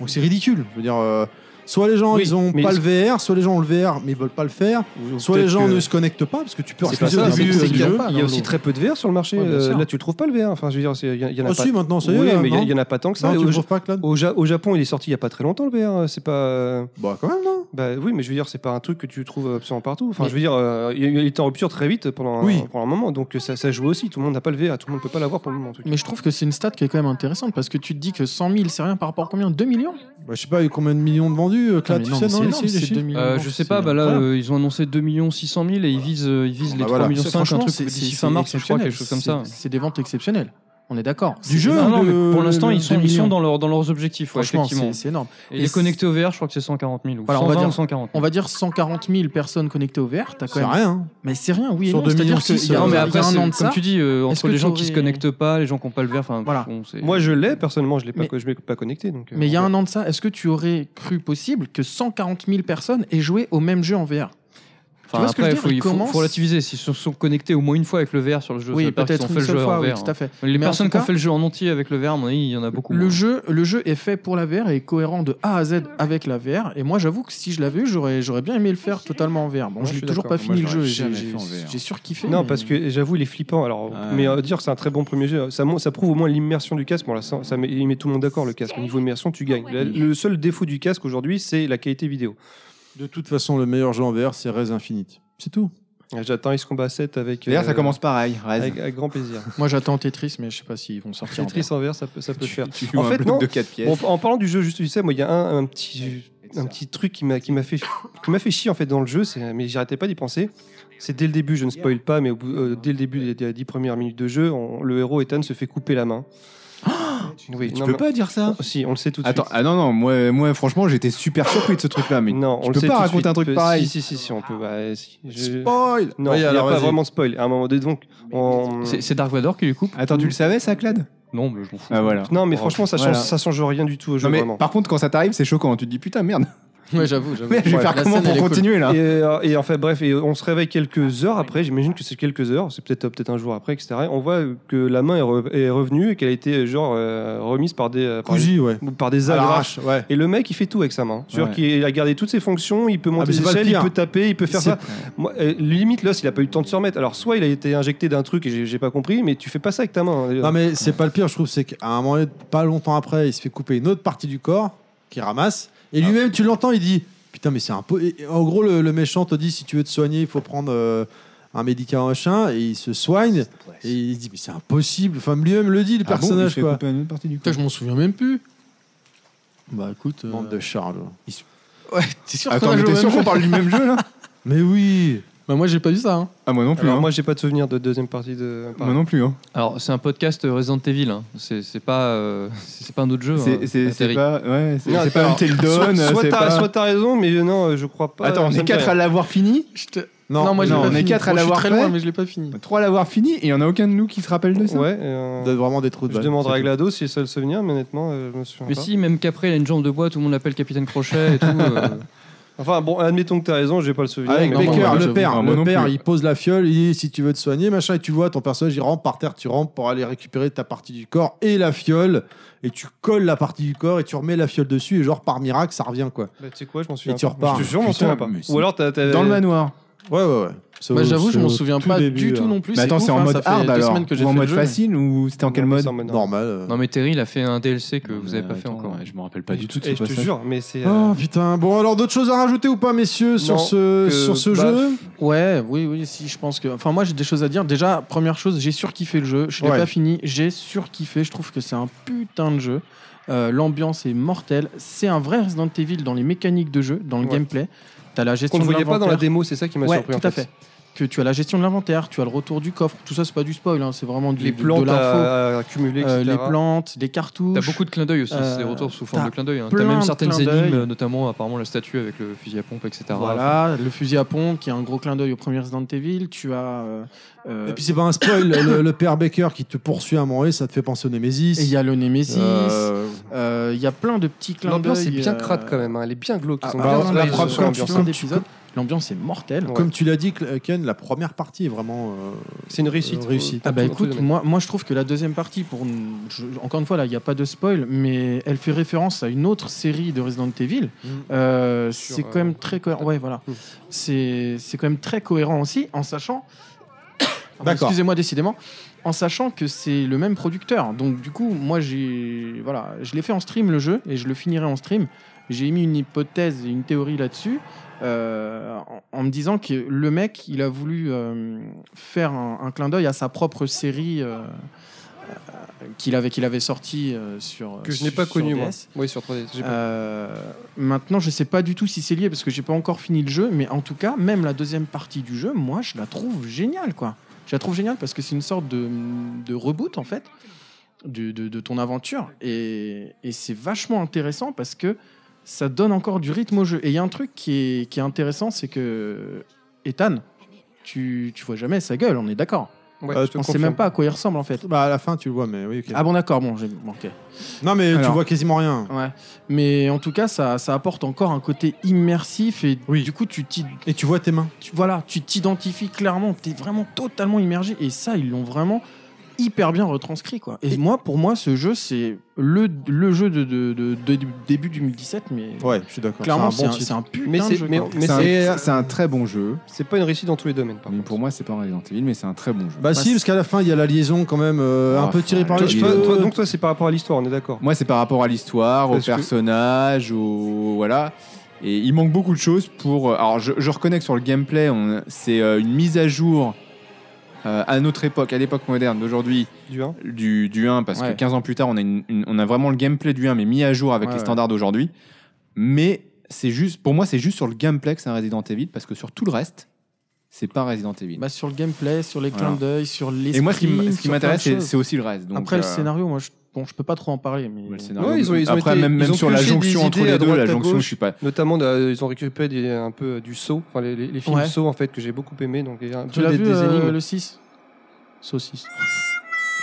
Speaker 2: Donc c'est ridicule. Je veux dire, euh, soit les gens
Speaker 3: Oui,
Speaker 2: ils ont
Speaker 3: mais
Speaker 2: pas le VR, soit les gens ont le VR mais ils veulent pas le faire,
Speaker 3: Ou
Speaker 2: soit
Speaker 3: peut-être
Speaker 2: les gens
Speaker 3: que-
Speaker 2: ne se connectent pas parce que tu peux
Speaker 3: C'est pas
Speaker 2: refuser
Speaker 3: ça,
Speaker 2: au
Speaker 3: c'est
Speaker 2: début
Speaker 3: que-
Speaker 2: euh,
Speaker 3: c'est
Speaker 2: du
Speaker 3: qu'il y a-
Speaker 2: jeu.
Speaker 3: il y a aussi très peu de VR sur le marché.
Speaker 5: Ouais, bien
Speaker 3: Euh,
Speaker 5: sûr.
Speaker 3: là, tu le trouves pas le VR. Enfin, je veux dire, c'est- il y, en- il y en a
Speaker 2: Ah,
Speaker 3: pas.
Speaker 2: si, maintenant ça y est.
Speaker 3: oui,
Speaker 2: là,
Speaker 3: mais il y a-
Speaker 2: non
Speaker 3: il y en a pas tant que ça.
Speaker 2: Non, tu
Speaker 3: Au-
Speaker 2: le trouves pas, Claude
Speaker 3: Au, Ja- au Japon, il est sorti il y a pas très longtemps le VR. euh, C'est pas. euh,
Speaker 2: Bah quand même, non
Speaker 3: Bah oui, mais je veux dire, c'est pas un truc que tu trouves absolument partout. Enfin,
Speaker 5: Mais-
Speaker 3: je veux dire, euh, il y a eu- il était en rupture très vite pendant, un-
Speaker 2: Oui.
Speaker 3: pendant un moment, donc ça, ça joue aussi. Tout le monde n'a pas le VR, tout le monde peut pas l'avoir pour le moment. en tout cas.
Speaker 5: Mais je trouve que c'est une stat qui est quand même intéressante parce que tu te dis que 100 000 c'est rien par rapport à combien 2 millions
Speaker 2: Bah, Je sais pas combien de millions de vendus, vendu, euh, Clad
Speaker 3: Ah,
Speaker 5: mais
Speaker 2: Tu
Speaker 5: non,
Speaker 2: sais,
Speaker 5: mais
Speaker 2: non,
Speaker 5: c'est
Speaker 2: les
Speaker 5: énorme,
Speaker 2: les
Speaker 5: c'est
Speaker 2: chiffres
Speaker 5: 2 millions.
Speaker 4: Euh, je sais pas, bah là euh, ils ont annoncé 2 600 000 et ils visent, euh, ils visent
Speaker 2: Bah
Speaker 4: les 3
Speaker 2: voilà.
Speaker 4: millions
Speaker 5: C'est-
Speaker 4: 5 un
Speaker 5: franchement,
Speaker 4: truc
Speaker 5: c'est-
Speaker 4: d'ici
Speaker 5: c'est
Speaker 4: fin mars, je crois,
Speaker 5: exceptionnel.
Speaker 4: quelque chose comme ça.
Speaker 5: C'est- C'est des ventes exceptionnelles. On est d'accord.
Speaker 2: Du jeu
Speaker 4: Non, non,
Speaker 2: ou de-
Speaker 4: mais pour
Speaker 2: le-
Speaker 4: l'instant
Speaker 2: le-
Speaker 4: ils sont,
Speaker 5: deux
Speaker 4: ils sont
Speaker 5: millions.
Speaker 4: dans, leur, dans leurs objectifs, ouais,
Speaker 5: Franchement,
Speaker 4: effectivement.
Speaker 5: c'est c'est énorme.
Speaker 4: Et
Speaker 5: et
Speaker 4: les
Speaker 5: c'est-
Speaker 4: connectés au VR, je crois que c'est 140 000 ou
Speaker 5: Voilà, on va
Speaker 4: 120
Speaker 5: dire-
Speaker 4: ou 140
Speaker 5: On va dire 140 000 personnes connectées au VR. T'as quand
Speaker 2: C'est
Speaker 5: même.
Speaker 2: rien. hein.
Speaker 5: Mais c'est rien, oui. et
Speaker 2: Sur
Speaker 5: non,
Speaker 2: 2
Speaker 5: c'est-à-dire
Speaker 2: millions
Speaker 5: qu'il y a-
Speaker 2: six,
Speaker 5: il y a
Speaker 2: euh,
Speaker 4: Non, mais après,
Speaker 5: un
Speaker 4: c'est-
Speaker 5: an de
Speaker 4: comme
Speaker 5: ça.
Speaker 4: tu dis, euh,
Speaker 5: Est-ce
Speaker 4: entre
Speaker 5: que
Speaker 4: les
Speaker 5: tu
Speaker 4: gens qui se
Speaker 5: aurais-
Speaker 4: connectent pas, les gens qui n'ont pas le verre, enfin,
Speaker 5: Voilà.
Speaker 4: on sait-
Speaker 3: Moi, je l'ai, personnellement, je ne l'ai pas,
Speaker 5: Mais-
Speaker 3: je l'ai pas connecté. Donc, euh,
Speaker 5: Mais il y a
Speaker 3: on
Speaker 5: un an de ça, est-ce que tu aurais cru possible que 140 000 personnes aient joué au même jeu en VR
Speaker 4: Enfin,
Speaker 5: Tu vois ce que
Speaker 4: après,
Speaker 5: je veux dire
Speaker 4: faut-
Speaker 5: Ils
Speaker 4: il faut,
Speaker 5: commencent-
Speaker 4: faut relativiser. S'ils se sont connectés au moins une fois avec le VR sur le jeu, ça
Speaker 5: Oui,
Speaker 4: veut pas qu'ils
Speaker 5: peut-être
Speaker 4: ont
Speaker 5: une
Speaker 4: fait le
Speaker 5: seule
Speaker 4: jeu
Speaker 5: fois,
Speaker 4: en
Speaker 5: oui,
Speaker 4: VR.
Speaker 8: hein.
Speaker 5: tout à fait.
Speaker 4: Les
Speaker 5: Mais en
Speaker 4: personnes
Speaker 5: tout
Speaker 4: qui ont
Speaker 5: cas-
Speaker 4: fait le jeu en entier avec le VR, à mon avis, il y en a beaucoup.
Speaker 5: Le
Speaker 4: moins.
Speaker 5: jeu, le jeu est fait pour la VR et est cohérent de A à Z avec la VR. Et moi, j'avoue que si je l'avais eu, j'aurais, j'aurais bien aimé le faire totalement en VR. Bon,
Speaker 8: Moi,
Speaker 5: je
Speaker 8: je
Speaker 5: n'ai
Speaker 8: suis
Speaker 5: toujours pas
Speaker 8: d'accord.
Speaker 5: fini
Speaker 8: Moi,
Speaker 5: le jeu.
Speaker 8: j'aurais
Speaker 5: J'ai,
Speaker 8: jamais
Speaker 5: j'ai,
Speaker 8: fait en hein. VR.
Speaker 5: j'ai surkiffé.
Speaker 3: Non,
Speaker 5: mais-
Speaker 3: parce que j'avoue, il est flippant. Alors,
Speaker 8: Ouais.
Speaker 3: mais euh, dire que c'est un très bon premier jeu, ça, mon- ça prouve au moins l'immersion du casque. Bon, là, ça, ça met, il met tout le monde d'accord, le casque. Au niveau immersion, tu gagnes. La- le seul défaut du casque aujourd'hui, c'est la qualité vidéo.
Speaker 2: De toute façon, le meilleur jeu en VR, c'est Res Infinite. C'est tout.
Speaker 3: J'attends X Combat 7 avec.
Speaker 8: D'ailleurs, ça
Speaker 3: euh,
Speaker 8: commence pareil. Rez.
Speaker 3: Avec, avec grand plaisir.
Speaker 5: Moi, j'attends Tetris, mais je sais pas s'ils vont sortir. en
Speaker 3: Tetris en VR, ça peut, ça peut
Speaker 8: Tu-
Speaker 3: faire.
Speaker 8: tu
Speaker 3: En
Speaker 8: joues un
Speaker 3: fait,
Speaker 8: bloc
Speaker 3: non.
Speaker 8: de 4 pièces.
Speaker 3: Bon, en parlant du jeu, juste tu sais, moi, il y a un, un petit, un petit truc qui m'a qui m'a fait qui m'a fait chier en fait dans le jeu, c'est mais j'arrêtais pas d'y penser. C'est dès le début, je ne spoil pas, mais au bout- euh, dès le début des- des dix premières minutes de jeu, on- le héros Ethan se fait couper la main. oui,
Speaker 8: Tu
Speaker 3: non,
Speaker 8: peux
Speaker 3: mais-
Speaker 8: pas dire ça.
Speaker 3: Oh, Si, on le sait tout de
Speaker 8: Attends,
Speaker 3: suite.
Speaker 8: ah non, non, moi, moi franchement, j'étais super surpris de ce truc-là, mais
Speaker 3: non,
Speaker 8: tu
Speaker 3: on le
Speaker 8: peux
Speaker 3: sait
Speaker 8: pas
Speaker 3: tout de
Speaker 8: raconter
Speaker 3: suite.
Speaker 8: un truc
Speaker 3: Euh,
Speaker 8: pareil.
Speaker 3: Si, si, si, si, on peut. bah, si, je-
Speaker 8: Spoil
Speaker 3: Non,
Speaker 8: Oui,
Speaker 3: il n'y a
Speaker 8: alors,
Speaker 3: pas
Speaker 8: vas-y.
Speaker 3: vraiment spoil. À un moment donné, donc, on-
Speaker 4: C'est c'est Dark Vador qui lui coupe
Speaker 8: Attends, tu le savais ça, Clad
Speaker 4: Non, mais je m'en fous.
Speaker 8: Ah voilà.
Speaker 3: non, mais franchement, ça change,
Speaker 8: Voilà.
Speaker 3: ça change rien du tout au jeu.
Speaker 8: Non, mais
Speaker 3: vraiment.
Speaker 8: par contre, quand ça t'arrive, c'est choquant. Tu te dis putain, merde.
Speaker 5: VR. Ouais, j'avoue, j'avoue.
Speaker 8: Mais je vais
Speaker 5: Ouais,
Speaker 8: faire
Speaker 5: la
Speaker 8: comment
Speaker 5: scène, elle
Speaker 8: pour
Speaker 5: est cool.
Speaker 8: continuer
Speaker 2: Hein
Speaker 8: là
Speaker 3: Et, euh, et enfin bref, et on se réveille quelques heures après, j'imagine que c'est quelques heures, c'est peut-être euh, peut-être un jour après, etc. On voit que la main est, re- est revenue et qu'elle a été euh, genre euh, remise par des euh, par,
Speaker 2: Cousu, ouais.
Speaker 3: des- par des
Speaker 2: À
Speaker 3: agrafes.
Speaker 2: l'arrache, ouais.
Speaker 3: Et le mec, il fait tout avec sa main. C'est-à-dire
Speaker 8: Ouais.
Speaker 3: qu'il a gardé toutes ses fonctions, il peut monter
Speaker 2: Ah, mais c'est
Speaker 3: des
Speaker 2: pas le
Speaker 3: échelles, il
Speaker 2: pire.
Speaker 3: peut taper, il peut faire
Speaker 2: C'est-
Speaker 3: ça. Moi, euh, limite, Lost, il a pas eu le temps de se remettre. Alors, soit il a été injecté d'un truc et j'ai- j'ai pas compris, mais tu fais pas ça avec ta main. hein,
Speaker 2: Non, mais c'est pas le pire, je trouve. C'est qu'à un moment, pas longtemps après, il se fait couper une autre partie du corps qu'il ramasse. Et lui-même, tu l'entends, il dit Putain, mais c'est un peu. et- et En gros, le, le méchant te dit Si tu veux te soigner, il faut prendre euh, un médicament, machin. Et il se soigne. Et il dit Mais c'est impossible. Enfin, lui-même le
Speaker 8: Ah
Speaker 2: dit, le personnage, quoi.
Speaker 5: Putain, je m'en souviens même plus. Bah écoute. euh,
Speaker 2: Bande de Charles.
Speaker 5: Ouais, t'es sûr qu'on
Speaker 8: Attends,
Speaker 5: a
Speaker 8: mais
Speaker 5: joué au même
Speaker 8: t'es sûr
Speaker 5: jeu
Speaker 8: qu'on parle du même jeu là
Speaker 2: Mais oui
Speaker 5: Bah moi, j'ai pas vu ça. hein.
Speaker 8: Ah, moi non plus.
Speaker 3: Alors,
Speaker 8: hein.
Speaker 3: moi, j'ai pas de souvenir de deuxième partie de.
Speaker 8: Moi non plus. hein.
Speaker 4: Alors, c'est un podcast Resident Evil. hein. C'est c'est pas, euh, c'est c'est pas un autre jeu. hein,
Speaker 8: C'est- C'est
Speaker 4: Atari.
Speaker 8: c'est pas. Ouais, c'est
Speaker 3: Non,
Speaker 8: c'est pas
Speaker 3: alors,
Speaker 8: Until
Speaker 3: Soit-
Speaker 8: Dawn.
Speaker 3: soit
Speaker 8: c'est
Speaker 3: t'as
Speaker 8: pas-
Speaker 3: soit t'as raison, mais non, euh, je crois pas.
Speaker 8: Attends, on
Speaker 3: Ça
Speaker 8: est
Speaker 3: me
Speaker 8: 4
Speaker 3: dit
Speaker 8: à l'avoir fini,
Speaker 5: Je te-
Speaker 2: Non,
Speaker 5: moi, je l'ai
Speaker 8: non,
Speaker 5: pas
Speaker 8: on est
Speaker 5: fini.
Speaker 8: quatre à
Speaker 5: Moi, je suis
Speaker 8: l'avoir
Speaker 5: très
Speaker 8: fait.
Speaker 5: loin, mais je l'ai pas fini.
Speaker 8: 3 à l'avoir fini, et il y en a aucun de nous qui se rappelle de ça.
Speaker 3: Ouais. euh,
Speaker 2: doit vraiment des trous de
Speaker 3: Je
Speaker 2: balle,
Speaker 3: demanderai
Speaker 2: c'est
Speaker 3: à Glado si c'est ça le souvenir, mais honnêtement, euh, je me souviens
Speaker 4: Mais
Speaker 3: pas.
Speaker 4: si, même qu'après, il a une jambe de bois, tout le monde l'appelle Capitaine Crochet et tout. euh,
Speaker 3: Enfin, bon, admettons que t'as raison, j'ai pas le
Speaker 2: tout.
Speaker 3: souvenir.
Speaker 2: Avec
Speaker 3: mais
Speaker 5: Non, moi,
Speaker 2: Baker,
Speaker 5: moi,
Speaker 2: le
Speaker 5: j'avoue.
Speaker 2: père,
Speaker 8: Ah, moi
Speaker 2: le
Speaker 8: non
Speaker 2: père,
Speaker 8: plus.
Speaker 2: il pose la fiole, il dit si tu veux te soigner, machin, et tu vois ton personnage, il rampe par terre, tu rampes pour aller récupérer ta partie du corps et la fiole, et tu colles la partie du corps et tu remets la fiole dessus, et genre par miracle, ça revient quoi.
Speaker 3: Bah, tu sais quoi, je m'en souviens.
Speaker 2: tu
Speaker 3: pas.
Speaker 2: repars.
Speaker 3: Je te jure, je m'en
Speaker 8: Putain,
Speaker 3: souviens pas.
Speaker 8: mais c'est-
Speaker 3: Ou alors t'as. t'as-
Speaker 8: Dans le manoir.
Speaker 2: Ouais, ouais, ouais. C'est
Speaker 5: Bah,
Speaker 2: au-
Speaker 5: j'avoue, je
Speaker 2: c'est
Speaker 5: m'en
Speaker 2: au
Speaker 5: souviens
Speaker 2: tout
Speaker 5: pas
Speaker 2: début,
Speaker 5: du tout
Speaker 2: hein.
Speaker 5: non plus.
Speaker 8: Mais attends,
Speaker 5: ouf,
Speaker 8: c'est en
Speaker 5: hein,
Speaker 8: mode
Speaker 5: ça fait
Speaker 8: hard
Speaker 5: deux
Speaker 8: alors
Speaker 5: semaines que j'ai
Speaker 8: Ou en
Speaker 5: fait le
Speaker 8: mode
Speaker 5: jeu,
Speaker 8: facile Ou c'était en quel
Speaker 3: Non, mais
Speaker 8: mode
Speaker 3: c'est en mode normal.
Speaker 2: Normal. euh.
Speaker 4: Non, mais Terry, il a fait un DLC que vous avez pas fait
Speaker 8: Attends,
Speaker 4: encore.
Speaker 8: ouais, Je me rappelle pas du tout de
Speaker 3: Et
Speaker 8: ce
Speaker 3: je te
Speaker 8: passage.
Speaker 3: jure, mais c'est. euh,
Speaker 2: Oh putain, bon alors d'autres choses à rajouter ou pas, messieurs, sur
Speaker 3: Non,
Speaker 2: ce,
Speaker 3: que-
Speaker 2: sur ce
Speaker 3: bah,
Speaker 2: jeu
Speaker 5: euh, Ouais, oui, oui, si, je pense que. Enfin, moi, j'ai des choses à dire. Déjà, première chose, j'ai surkiffé le jeu. Je l'ai
Speaker 2: Ouais.
Speaker 5: pas fini. J'ai surkiffé. Je trouve que c'est un putain de jeu. Euh, L'ambiance est mortelle. C'est un vrai Resident Evil dans les mécaniques de jeu, dans le
Speaker 3: Ouais.
Speaker 5: gameplay. T'as la
Speaker 3: Qu'on
Speaker 5: gestion
Speaker 3: ne
Speaker 5: de
Speaker 3: voyait pas dans la
Speaker 5: l'inventaire.
Speaker 3: démo, c'est ça qui m'a
Speaker 5: Ouais,
Speaker 3: surpris.
Speaker 5: tout à fait. Que tu as la gestion de l'inventaire, tu as le retour du coffre. Tout ça, c'est pas du spoil. hein, c'est vraiment du,
Speaker 3: Les
Speaker 5: de- de
Speaker 3: plantes
Speaker 5: l'info.
Speaker 3: à à accumuler,
Speaker 5: Euh,
Speaker 3: etc.
Speaker 5: les plantes, les cartouches.
Speaker 4: T'as beaucoup de clins d'œil aussi,
Speaker 5: Euh,
Speaker 4: c'est des retours sous forme
Speaker 5: t'as
Speaker 4: de clins d'œil. hein. T'as
Speaker 5: plein
Speaker 4: même
Speaker 5: de
Speaker 4: certaines
Speaker 5: clins d'œil.
Speaker 4: énigmes, notamment apparemment la statue avec le fusil à pompe, etc.
Speaker 5: Voilà, le fusil à pompe qui est un gros clin d'œil au premier Resident Evil. Tu as. euh, euh,
Speaker 2: Et puis c'est pas un spoil, le, le père Baker qui te poursuit à mourir, ça te fait penser au Nemesis.
Speaker 5: et il y a le Nemesis. euh,
Speaker 2: Euh,
Speaker 5: Il y a plein de petits clins d'œil.
Speaker 3: L'ambiance est bien
Speaker 5: euh,
Speaker 3: crade quand même, hein, elle est bien glauque.
Speaker 5: Ah,
Speaker 3: ils sont
Speaker 5: bah,
Speaker 3: bien
Speaker 5: alors,
Speaker 3: dans la
Speaker 5: les-
Speaker 3: propre
Speaker 5: sur la
Speaker 3: ambiance.
Speaker 5: fin d'épisode, L'ambiance est mortelle.
Speaker 3: Ouais.
Speaker 2: Comme tu l'as dit, Cl- Ken, la première partie est vraiment. euh,
Speaker 3: C'est une réussite.
Speaker 2: Réussite.
Speaker 5: Ah bah
Speaker 3: Dans tous les
Speaker 5: écoute,
Speaker 3: domaines.
Speaker 5: moi, moi je trouve que la deuxième partie, pour n- je- encore une fois là, il n'y a pas de spoil, mais elle fait référence à une autre série de Resident Evil.
Speaker 2: Mm.
Speaker 5: Euh, c'est
Speaker 3: Sur,
Speaker 5: quand
Speaker 3: euh,
Speaker 5: même très cohérent. Ouais, voilà.
Speaker 3: Mm.
Speaker 5: C'est c'est quand même très cohérent aussi, en sachant. Pardon,
Speaker 2: D'accord.
Speaker 5: Excusez-moi décidément, en sachant que c'est le même producteur. Donc du coup, moi j'ai voilà, je l'ai fait en stream le jeu et je le finirai en stream. J'ai mis une hypothèse et une théorie là-dessus. euh, en, en me disant que le mec, il a voulu euh, faire un, un clin d'œil à sa propre série euh, qu'il avait, qu'il avait sorti euh, sur.
Speaker 3: Que je
Speaker 5: sur-
Speaker 3: n'ai pas
Speaker 5: sur
Speaker 3: connu, moi.
Speaker 5: DS.
Speaker 3: Oui, sur 3DS. j'ai pas-
Speaker 5: Euh, maintenant, je sais pas du tout si c'est lié parce que j'ai pas encore fini le jeu, mais en tout cas, même la deuxième partie du jeu, moi, je la trouve géniale, quoi. Je la trouve géniale parce que c'est une sorte de, de reboot en fait de, de- de ton aventure et, et c'est vachement intéressant parce que ça donne encore du rythme au jeu. Et il y a un truc qui est, qui est intéressant, c'est que Ethan, tu, tu vois jamais sa gueule, on est d'accord.
Speaker 3: Ouais,
Speaker 2: Euh,
Speaker 3: je te
Speaker 5: On sait
Speaker 3: confirme.
Speaker 5: même pas à quoi il ressemble en fait.
Speaker 2: Bah, à la fin, tu le vois, mais oui, ok.
Speaker 5: Ah bon, d'accord, bon, j'ai manqué.
Speaker 2: Non, mais tu
Speaker 5: Alors.
Speaker 2: vois quasiment rien.
Speaker 5: Ouais. Mais en tout cas, ça, ça apporte encore un côté immersif et du coup, tu t'id-
Speaker 2: Et tu vois tes mains.
Speaker 5: tu- voilà, tu t'identifies clairement, tu es vraiment totalement immergé et ça, ils l'ont vraiment hyper bien retranscrit quoi. Et moi, pour moi, ce jeu, c'est le, le jeu de, de- de- de- début 2017, mais
Speaker 2: Ouais, je suis d'accord.
Speaker 5: clairement,
Speaker 2: c'est
Speaker 5: c'est
Speaker 2: un
Speaker 5: un,
Speaker 2: bon titre.
Speaker 5: c'est un putain
Speaker 3: Mais
Speaker 5: de
Speaker 3: c'est-
Speaker 5: jeu.
Speaker 3: mais-
Speaker 2: Bah,
Speaker 5: quoi.
Speaker 3: mais
Speaker 8: C'est un-
Speaker 3: c'est-
Speaker 8: c'est un, très bon jeu.
Speaker 3: C'est pas une réussite dans tous les domaines, par
Speaker 8: Mais
Speaker 3: contre.
Speaker 8: pour moi, c'est pas un Resident Evil, mais c'est un très bon jeu.
Speaker 2: Bah, si, parce qu'à la fin, il y a la liaison quand même euh, un
Speaker 8: Ah,
Speaker 2: peu tirée par
Speaker 8: ouais.
Speaker 2: les
Speaker 3: Toi,
Speaker 8: je-
Speaker 3: toi-
Speaker 2: cheveux.
Speaker 3: toi- donc toi, c'est par rapport à l'histoire, on est d'accord.
Speaker 8: Moi, c'est par rapport à l'histoire, au
Speaker 3: Parce que-
Speaker 8: personnage, au voilà. Et il manque beaucoup de choses pour. euh, Alors, je, je reconnais que sur le gameplay, on- c'est euh, une mise à jour euh, à notre époque, à l'époque moderne d'aujourd'hui,
Speaker 3: Du 1.
Speaker 8: du, du 1, parce
Speaker 5: Ouais.
Speaker 8: que 15 ans plus tard, on a, une- une- on a vraiment le gameplay du 1, mais mis à jour avec
Speaker 5: Ouais,
Speaker 8: les
Speaker 5: ouais.
Speaker 8: standards d'aujourd'hui. Mais c'est juste, pour moi, c'est juste sur le gameplay que c'est un Resident Evil, parce que sur tout le reste, c'est pas Resident Evil.
Speaker 5: Bah, sur le gameplay, sur les
Speaker 8: Voilà.
Speaker 5: clins d'œil, sur les
Speaker 8: Et moi, ce qui, m- ce qui m'intéresse, c'est
Speaker 5: c'est
Speaker 8: c'est aussi le reste. Donc,
Speaker 5: après le
Speaker 8: euh,
Speaker 5: scénario, moi je, bon, je peux pas trop en parler mais
Speaker 8: ouais, le scénario.
Speaker 3: Ah Ouais, ils ont- ils ont
Speaker 8: Après,
Speaker 3: été-
Speaker 8: même,
Speaker 3: ils
Speaker 8: même
Speaker 3: ont
Speaker 8: sur la
Speaker 3: pioché des
Speaker 8: jonction entre
Speaker 3: idées à
Speaker 8: les deux,
Speaker 3: droite,
Speaker 8: la
Speaker 3: à
Speaker 8: jonction,
Speaker 3: gauche.
Speaker 8: je suis pas.
Speaker 3: Notamment, euh, ils ont récupéré des- un peu euh, du saut, enfin les, les- les films
Speaker 5: Ouais.
Speaker 3: saut en fait que j'ai beaucoup aimé, donc il y a un
Speaker 5: Tu
Speaker 3: peu
Speaker 5: l'as
Speaker 3: des,
Speaker 5: vu
Speaker 3: des
Speaker 5: euh,
Speaker 3: énigmes.
Speaker 5: le 6 Saucisse.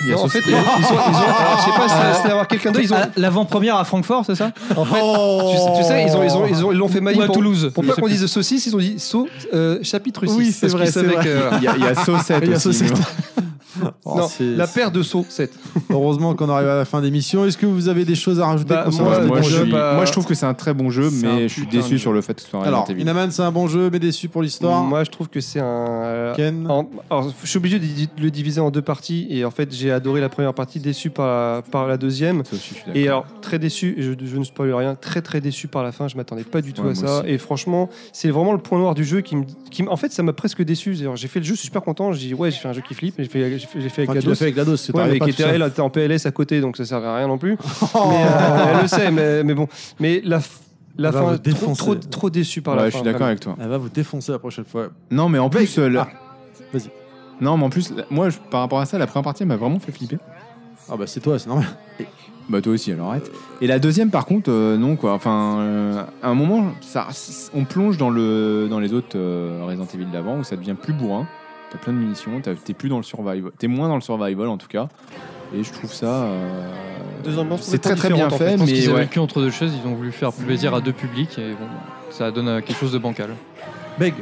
Speaker 8: Il y a
Speaker 3: Non, en
Speaker 8: son-
Speaker 3: fait, ils ont, ils ont- alors, je sais pas, c'est- c'est avoir quelqu'un d'autre. Ils ont,
Speaker 15: Ah, L'avant-première à Francfort, c'est ça
Speaker 3: en fait, tu sais, tu sais, ils ont, ils ont, ils ont, ils l'ont fait
Speaker 15: Ou
Speaker 3: mailler
Speaker 15: à
Speaker 3: pour,
Speaker 15: Toulouse
Speaker 3: pour
Speaker 15: Je
Speaker 3: pas
Speaker 15: sais
Speaker 3: qu'on
Speaker 15: plus.
Speaker 3: dise saucisse, ils ont dit saut euh, chapitre 6.
Speaker 5: Oui, c'est vrai, c'est vrai.
Speaker 4: euh,
Speaker 8: il y a- il y a Saucette
Speaker 5: Il y a
Speaker 8: aussi,
Speaker 5: Saucette.
Speaker 8: mais-
Speaker 2: Oh,
Speaker 3: non,
Speaker 2: c'est-
Speaker 3: la paire de sauts 7.
Speaker 2: Heureusement qu'on arrive à la fin d'émission. Est-ce que vous avez des choses à rajouter
Speaker 3: Bah,
Speaker 2: concernant
Speaker 3: moi,
Speaker 2: ce
Speaker 8: moi,
Speaker 3: bon
Speaker 8: je
Speaker 3: jeu,
Speaker 8: suis-
Speaker 3: bah-
Speaker 8: moi, je trouve que c'est un très bon jeu,
Speaker 5: C'est un
Speaker 8: mais je suis
Speaker 5: putain de
Speaker 8: déçu
Speaker 5: jeu.
Speaker 8: sur le fait que ce soit un
Speaker 2: Alors,
Speaker 8: Resident Evil.
Speaker 2: Inaman, c'est un bon jeu, mais déçu pour l'histoire.
Speaker 3: Moi, je trouve que c'est un.
Speaker 2: Ken.
Speaker 3: en- alors, je suis obligé de di- de le diviser en deux parties, et en fait, j'ai adoré la première partie, déçu par la, par la deuxième.
Speaker 8: Ça aussi, je suis d'accord.
Speaker 3: Et alors, très déçu, je, je ne spoil rien, très très déçu par la fin, je m'attendais pas du tout
Speaker 8: Ouais,
Speaker 3: à
Speaker 8: moi
Speaker 3: ça.
Speaker 8: aussi.
Speaker 3: Et franchement, c'est vraiment le point noir du jeu qui me. Qui, me- en fait, ça m'a presque déçu. D'ailleurs, J'ai fait le jeu, je suis super content, j'ai dit, ouais, j'ai fait un jeu qui flippe, j'ai fait, j'ai fait, j'ai fait avec
Speaker 2: Enfin,
Speaker 3: la
Speaker 2: tu l'as
Speaker 3: dose.
Speaker 2: fait avec la dose, c'est
Speaker 3: Ouais,
Speaker 2: t'arrives
Speaker 3: mais
Speaker 2: pas
Speaker 3: qui
Speaker 2: tout
Speaker 3: était
Speaker 2: seul.
Speaker 3: elle, était en PLS à côté, donc ça servait à rien non plus.
Speaker 2: Oh.
Speaker 3: Mais, euh, elle le sait, mais, mais bon. Mais la, f- la
Speaker 2: Elle va
Speaker 3: fin,
Speaker 2: vous
Speaker 3: trop,
Speaker 2: défoncer.
Speaker 3: trop, trop déçu par
Speaker 8: Ouais,
Speaker 3: la
Speaker 8: je
Speaker 3: fin.
Speaker 8: suis d'accord
Speaker 3: vraiment.
Speaker 8: avec toi.
Speaker 2: Elle va vous défoncer la prochaine fois.
Speaker 8: Non, mais en plus, euh, la-
Speaker 2: Vas-y.
Speaker 8: non, mais en plus, la- moi, je- par rapport à ça, la première partie elle m'a vraiment fait flipper.
Speaker 2: Ah bah c'est toi, c'est normal.
Speaker 8: Bah toi aussi, alors arrête. Et la deuxième, par contre, euh, non quoi. Enfin, euh, à un moment, ça, on plonge dans le, dans les autres euh, Resident Evil d'avant où ça devient plus bourrin. T'as plein de munitions, t'as- t'es plus dans le survival, t'es moins dans le survival en tout cas. Et je trouve ça, euh,
Speaker 3: Deux ambiances
Speaker 8: c'est très très bien
Speaker 3: complètement
Speaker 8: fait,
Speaker 4: Je
Speaker 3: différentes,
Speaker 4: pense
Speaker 8: mais
Speaker 4: qu'ils avaient
Speaker 8: ouais.
Speaker 4: le cul entre deux chaises, ils ont voulu faire plaisir à deux publics et bon, ça donne euh, quelque chose de bancal.
Speaker 2: Beg.